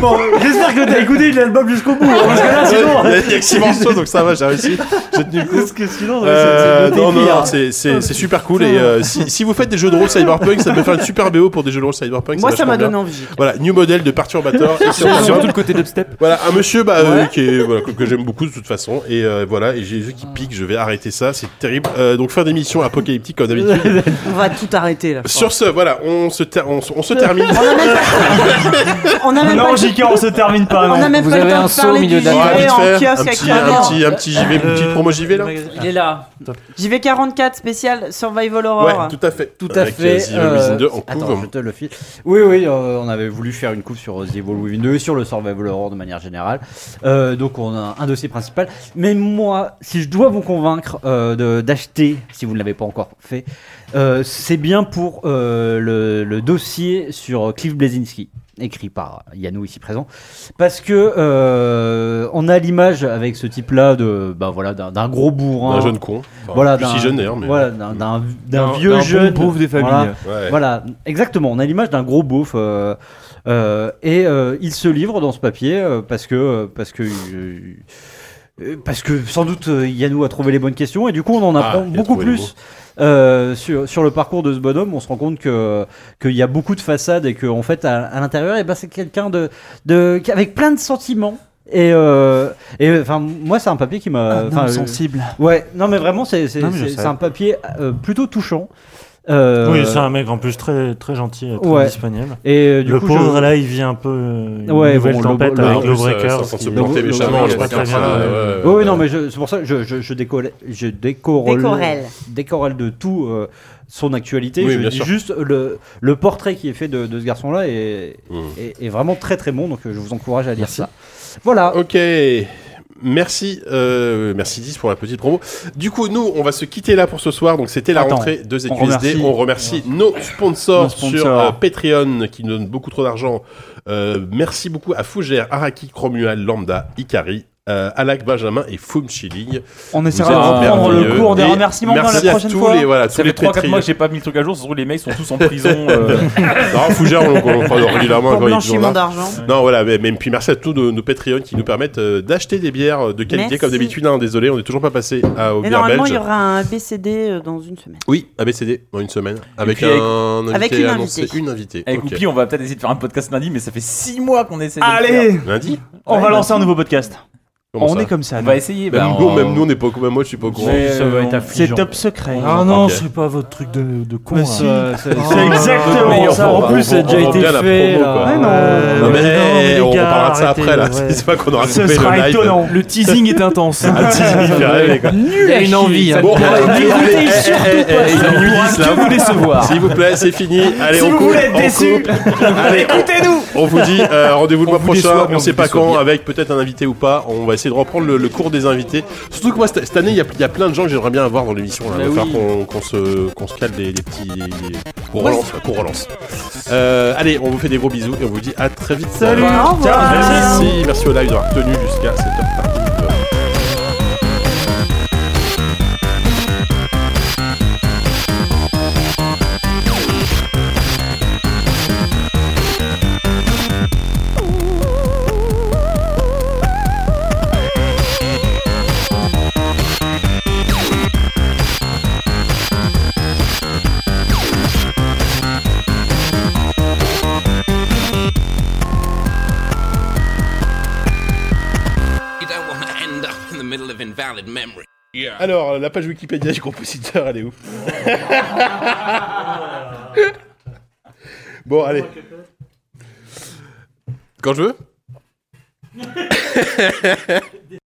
Speaker 2: Bon, j'espère que t'as écouté l'album jusqu'au bout. hein, Parce que là, sinon.
Speaker 1: Il y a- il y a que six morceaux, donc ça va, j'ai réussi. J'ai tenu le coup.
Speaker 2: Parce que sinon,
Speaker 1: Euh,
Speaker 2: c'est- c'est-
Speaker 1: non, non,
Speaker 2: pire.
Speaker 1: non, c'est c'est- c'est super cool. Et euh, si, si vous faites des jeux de rôle cyberpunk, ça peut faire une super BO pour des jeux de rôle cyberpunk.
Speaker 4: Moi,
Speaker 1: c'est
Speaker 4: ça m'a
Speaker 1: vachement
Speaker 4: donné
Speaker 1: bien.
Speaker 4: envie.
Speaker 1: Voilà, new model de
Speaker 6: (laughs)
Speaker 1: Perturbator. et
Speaker 13: Surtout- surtout le côté dubstep.
Speaker 1: Voilà, un monsieur bah, euh, qui est, voilà, que, que j'aime beaucoup de toute façon. Et euh, voilà, et j'ai les yeux qui piquent, je vais arrêter ça, c'est terrible. Euh, donc, fin d'émission apocalyptique comme
Speaker 6: (laughs)
Speaker 1: d'habitude.
Speaker 4: On va tout arrêter là.
Speaker 1: Sur ce, voilà, on se, ter- on, se- on se termine.
Speaker 4: On a même
Speaker 6: Non,
Speaker 4: pas
Speaker 6: JK, on se termine pas.
Speaker 4: On a même pas le temps de parler du
Speaker 1: On va
Speaker 4: JV
Speaker 1: vite
Speaker 4: en
Speaker 1: faire un
Speaker 4: kiosque
Speaker 1: petit,
Speaker 4: avec
Speaker 1: un
Speaker 4: Clément.
Speaker 1: petit, un petit JV, une
Speaker 6: Euh,
Speaker 1: petite promo JV là.
Speaker 4: Il est là.
Speaker 7: Ah,
Speaker 4: JV 44 spécial Survival
Speaker 1: Ouais,
Speaker 4: Horror.
Speaker 1: tout à fait.
Speaker 7: Tout à
Speaker 1: Avec,
Speaker 7: fait.
Speaker 1: euh, The Evil Within
Speaker 7: euh,
Speaker 1: 2 en
Speaker 7: attends,
Speaker 1: couve.
Speaker 7: je te le file. Oui, oui, euh, on avait voulu faire une coupe sur euh, The Evil Within 2 et sur le Survival Horror de manière générale. Euh, donc, on a un dossier principal. Mais moi, si je dois vous convaincre euh, de- d'acheter, si vous ne l'avez pas encore fait, euh, c'est bien pour euh, le, le dossier sur Cliff Blazinski, écrit par Yannou ici présent. Parce que euh, on a l'image avec ce type-là de bah, voilà, d'un d'un gros bourrin.
Speaker 1: D'un jeune con. Enfin,
Speaker 7: voilà,
Speaker 1: plus
Speaker 7: d'un-
Speaker 1: si jeune d'ailleurs, mais-
Speaker 7: Voilà, d'un- d'un d'un
Speaker 13: D'un-
Speaker 7: vieux
Speaker 13: d'un bon
Speaker 7: jeune.
Speaker 13: beauf des familles.
Speaker 7: Voilà.
Speaker 1: Ouais.
Speaker 7: Voilà, exactement. On a l'image d'un gros beauf. euh, euh, et euh, il se livre dans ce papier euh, parce que. euh, parce que euh, euh, parce que sans doute euh, Yannou a trouvé les bonnes questions et du coup on en
Speaker 1: Ah,
Speaker 7: apprend
Speaker 1: il a
Speaker 7: beaucoup
Speaker 1: trouvé les
Speaker 7: plus euh, sur, sur le parcours de ce bonhomme. On se rend compte que qu'il y a beaucoup de façades et que en fait à, à l'intérieur et ben c'est quelqu'un de, de qui- avec plein de sentiments et euh, et enfin moi c'est un papier qui m'a
Speaker 6: Un homme
Speaker 7: enfin, euh,
Speaker 6: Ah, sensible.
Speaker 7: ouais non mais vraiment c'est c'est
Speaker 6: Non, mais je
Speaker 7: c'est-
Speaker 6: savais.
Speaker 7: c'est un papier euh, plutôt touchant. Euh,
Speaker 9: Oui, c'est un mec en plus très, très gentil, et très
Speaker 7: (laughs) Ouais.
Speaker 9: disponible.
Speaker 7: Et, euh, du
Speaker 9: le
Speaker 7: coup,
Speaker 9: pauvre,
Speaker 7: je-
Speaker 9: là, il vit un peu euh, une
Speaker 7: Ouais,
Speaker 9: nouvelle
Speaker 7: bon, le-
Speaker 9: tempête
Speaker 7: le-
Speaker 9: avec
Speaker 7: en
Speaker 9: le
Speaker 1: plus, euh,
Speaker 9: breaker.
Speaker 1: sans
Speaker 9: qui-
Speaker 1: se planter
Speaker 9: qui
Speaker 1: méchamment,
Speaker 9: marche
Speaker 1: il
Speaker 9: pas
Speaker 1: est
Speaker 9: très
Speaker 1: sorti,
Speaker 9: bien,
Speaker 1: euh,
Speaker 9: ouais.
Speaker 1: ouais,
Speaker 7: Oui,
Speaker 1: ouais.
Speaker 7: non, mais je- c'est pour ça que je, je, je décorrèle- je décorrèle-
Speaker 4: Décorrèle.
Speaker 7: décorrèle de tout euh, son actualité.
Speaker 1: Oui,
Speaker 7: je
Speaker 1: bien
Speaker 7: dis
Speaker 1: sûr.
Speaker 7: juste le, le portrait qui est fait de, de ce garçon-là est,
Speaker 1: Mmh.
Speaker 7: est, est vraiment très très bon, donc euh, je vous encourage à lire ça. Voilà.
Speaker 1: Ok. Merci, euh, merci 10 pour la petite promo. Du coup, nous, on va se quitter là pour ce soir. Donc, c'était la
Speaker 6: Attends,
Speaker 1: rentrée de
Speaker 6: on
Speaker 1: ZQSD.
Speaker 6: remercie-
Speaker 1: On remercie nos sponsors,
Speaker 6: Nos sponsors.
Speaker 1: sur euh, Patreon qui nous donnent beaucoup trop d'argent. Euh, merci beaucoup à Fougère, Araki, Cromual, Lambda, Ikari, euh, Alak Benjamin et Foum Chilling.
Speaker 6: On essaiera
Speaker 1: Vous
Speaker 6: de
Speaker 1: êtes
Speaker 6: reprendre le
Speaker 1: merveilleux.
Speaker 6: cours des
Speaker 1: Et
Speaker 6: remerciements dans la
Speaker 1: merci à
Speaker 6: prochaine
Speaker 1: tous
Speaker 6: fois.
Speaker 1: Les, voilà, tous
Speaker 3: Ça
Speaker 1: les
Speaker 3: fait 3-4
Speaker 1: pétris.
Speaker 3: mois que j'ai pas mis le truc à jour, ça se trouve les mecs sont tous
Speaker 1: (laughs)
Speaker 3: en prison. euh.
Speaker 1: non, Fougère, on, on, enfin, on lit la main
Speaker 3: Pour
Speaker 1: quand il est
Speaker 3: blanchiment
Speaker 1: toujours là.
Speaker 3: d'argent.
Speaker 1: Non, voilà, mais, mais puis merci à tous nos, nos Patreons qui nous permettent euh, d'acheter des bières de qualité
Speaker 4: Merci.
Speaker 1: comme d'habitude. hein, désolé, on n'est toujours pas passé à, aux
Speaker 4: Mais
Speaker 1: bières
Speaker 4: normalement,
Speaker 1: belges.
Speaker 4: il y aura un BCD euh, dans une semaine.
Speaker 1: Oui, ABCD dans une semaine avec,
Speaker 3: puis avec-
Speaker 1: un invité
Speaker 4: Avec une
Speaker 1: annoncé,
Speaker 4: invitée.
Speaker 1: une invitée.
Speaker 3: Avec
Speaker 1: ok.
Speaker 3: Oupi, on va peut-être essayer de faire un podcast lundi, mais ça fait 6 mois qu'on essaie de le
Speaker 6: Allez
Speaker 3: faire.
Speaker 1: Lundi
Speaker 6: On
Speaker 3: Ouais,
Speaker 6: va
Speaker 3: lundi.
Speaker 6: lancer un nouveau podcast.
Speaker 1: Comment
Speaker 6: on
Speaker 1: ça
Speaker 6: est comme ça.
Speaker 3: On
Speaker 6: nous.
Speaker 3: va essayer.
Speaker 1: Même, nous,
Speaker 7: bah,
Speaker 1: même nous, on n'est pas au courant. Même moi, je suis pas au courant.
Speaker 6: Mais, euh,
Speaker 9: Ça va être
Speaker 6: C'est
Speaker 9: affligeant.
Speaker 6: top secret.
Speaker 9: Ah non,
Speaker 1: Ok.
Speaker 9: c'est pas votre truc de, de con.
Speaker 6: Mais
Speaker 9: là.
Speaker 6: si. Ah, c'est- c'est exactement
Speaker 9: Mais
Speaker 6: ça.
Speaker 9: on-
Speaker 6: En plus,
Speaker 9: on-
Speaker 6: ça a
Speaker 9: on
Speaker 6: déjà
Speaker 9: vend
Speaker 6: été
Speaker 9: bien la
Speaker 6: fait,
Speaker 9: promo,
Speaker 6: là.
Speaker 9: quoi.
Speaker 6: Mais non.
Speaker 9: Ouais,
Speaker 1: Non, mais, eh,
Speaker 9: mais non,
Speaker 1: on
Speaker 9: les gars,
Speaker 1: reparlera de ça
Speaker 9: arrêtez,
Speaker 1: après là.
Speaker 9: ouais.
Speaker 1: (laughs) C'est pas qu'on aura
Speaker 9: Ce
Speaker 1: coupé
Speaker 9: sera
Speaker 1: le live.
Speaker 9: étonnant.
Speaker 13: Le teasing est intense.
Speaker 1: Un teasing,
Speaker 5: (laughs)
Speaker 1: il fait rêver, quoi.
Speaker 13: Nul à chier. Ça
Speaker 5: hein.
Speaker 1: Bon,
Speaker 13: me paraît-
Speaker 1: allez,
Speaker 13: N'écoutez
Speaker 1: allez,
Speaker 13: surtout
Speaker 1: eh,
Speaker 13: pas ça,
Speaker 1: eh, eh,
Speaker 13: on
Speaker 1: il
Speaker 13: pourra
Speaker 1: glisse, là.
Speaker 13: que vous décevoir.
Speaker 1: S'il vous plaît, c'est fini. Allez,
Speaker 13: Si
Speaker 1: on
Speaker 13: vous
Speaker 1: coupe,
Speaker 13: voulez être
Speaker 1: on
Speaker 13: déçus,
Speaker 1: coupe.
Speaker 13: (laughs)
Speaker 1: Allez, on-
Speaker 13: écoutez-nous.
Speaker 1: (laughs) On vous dit euh, rendez-vous le
Speaker 13: On
Speaker 1: mois
Speaker 13: vous
Speaker 1: prochain.
Speaker 13: déçoit,
Speaker 1: On
Speaker 13: on
Speaker 1: sait
Speaker 13: vous
Speaker 1: pas
Speaker 13: déçoit
Speaker 1: quand,
Speaker 13: bien.
Speaker 1: avec peut-être un invité ou pas. On va essayer de reprendre le, le cours des invités. Surtout que moi, cette, cette année, il y a, il y a plein de gens que j'aimerais bien avoir dans l'émission. Là. Il
Speaker 13: Bah
Speaker 1: va falloir qu'on, qu'on se, qu'on se cale des, des petits. Qu'on relance, quoi, qu'on relance. Euh, allez, on vous fait des gros bisous et on vous dit à très vite.
Speaker 6: Salut. Au
Speaker 1: Ciao.
Speaker 6: revoir.
Speaker 1: Merci, merci au live d'avoir tenu jusqu'à cette heure tardive.
Speaker 14: You don't want to end up in the middle of invalid memory. Yeah.
Speaker 1: Alors, la page Wikipédia du compositeur, elle est (laughs) où Bon, (laughs) allez. Quand je veux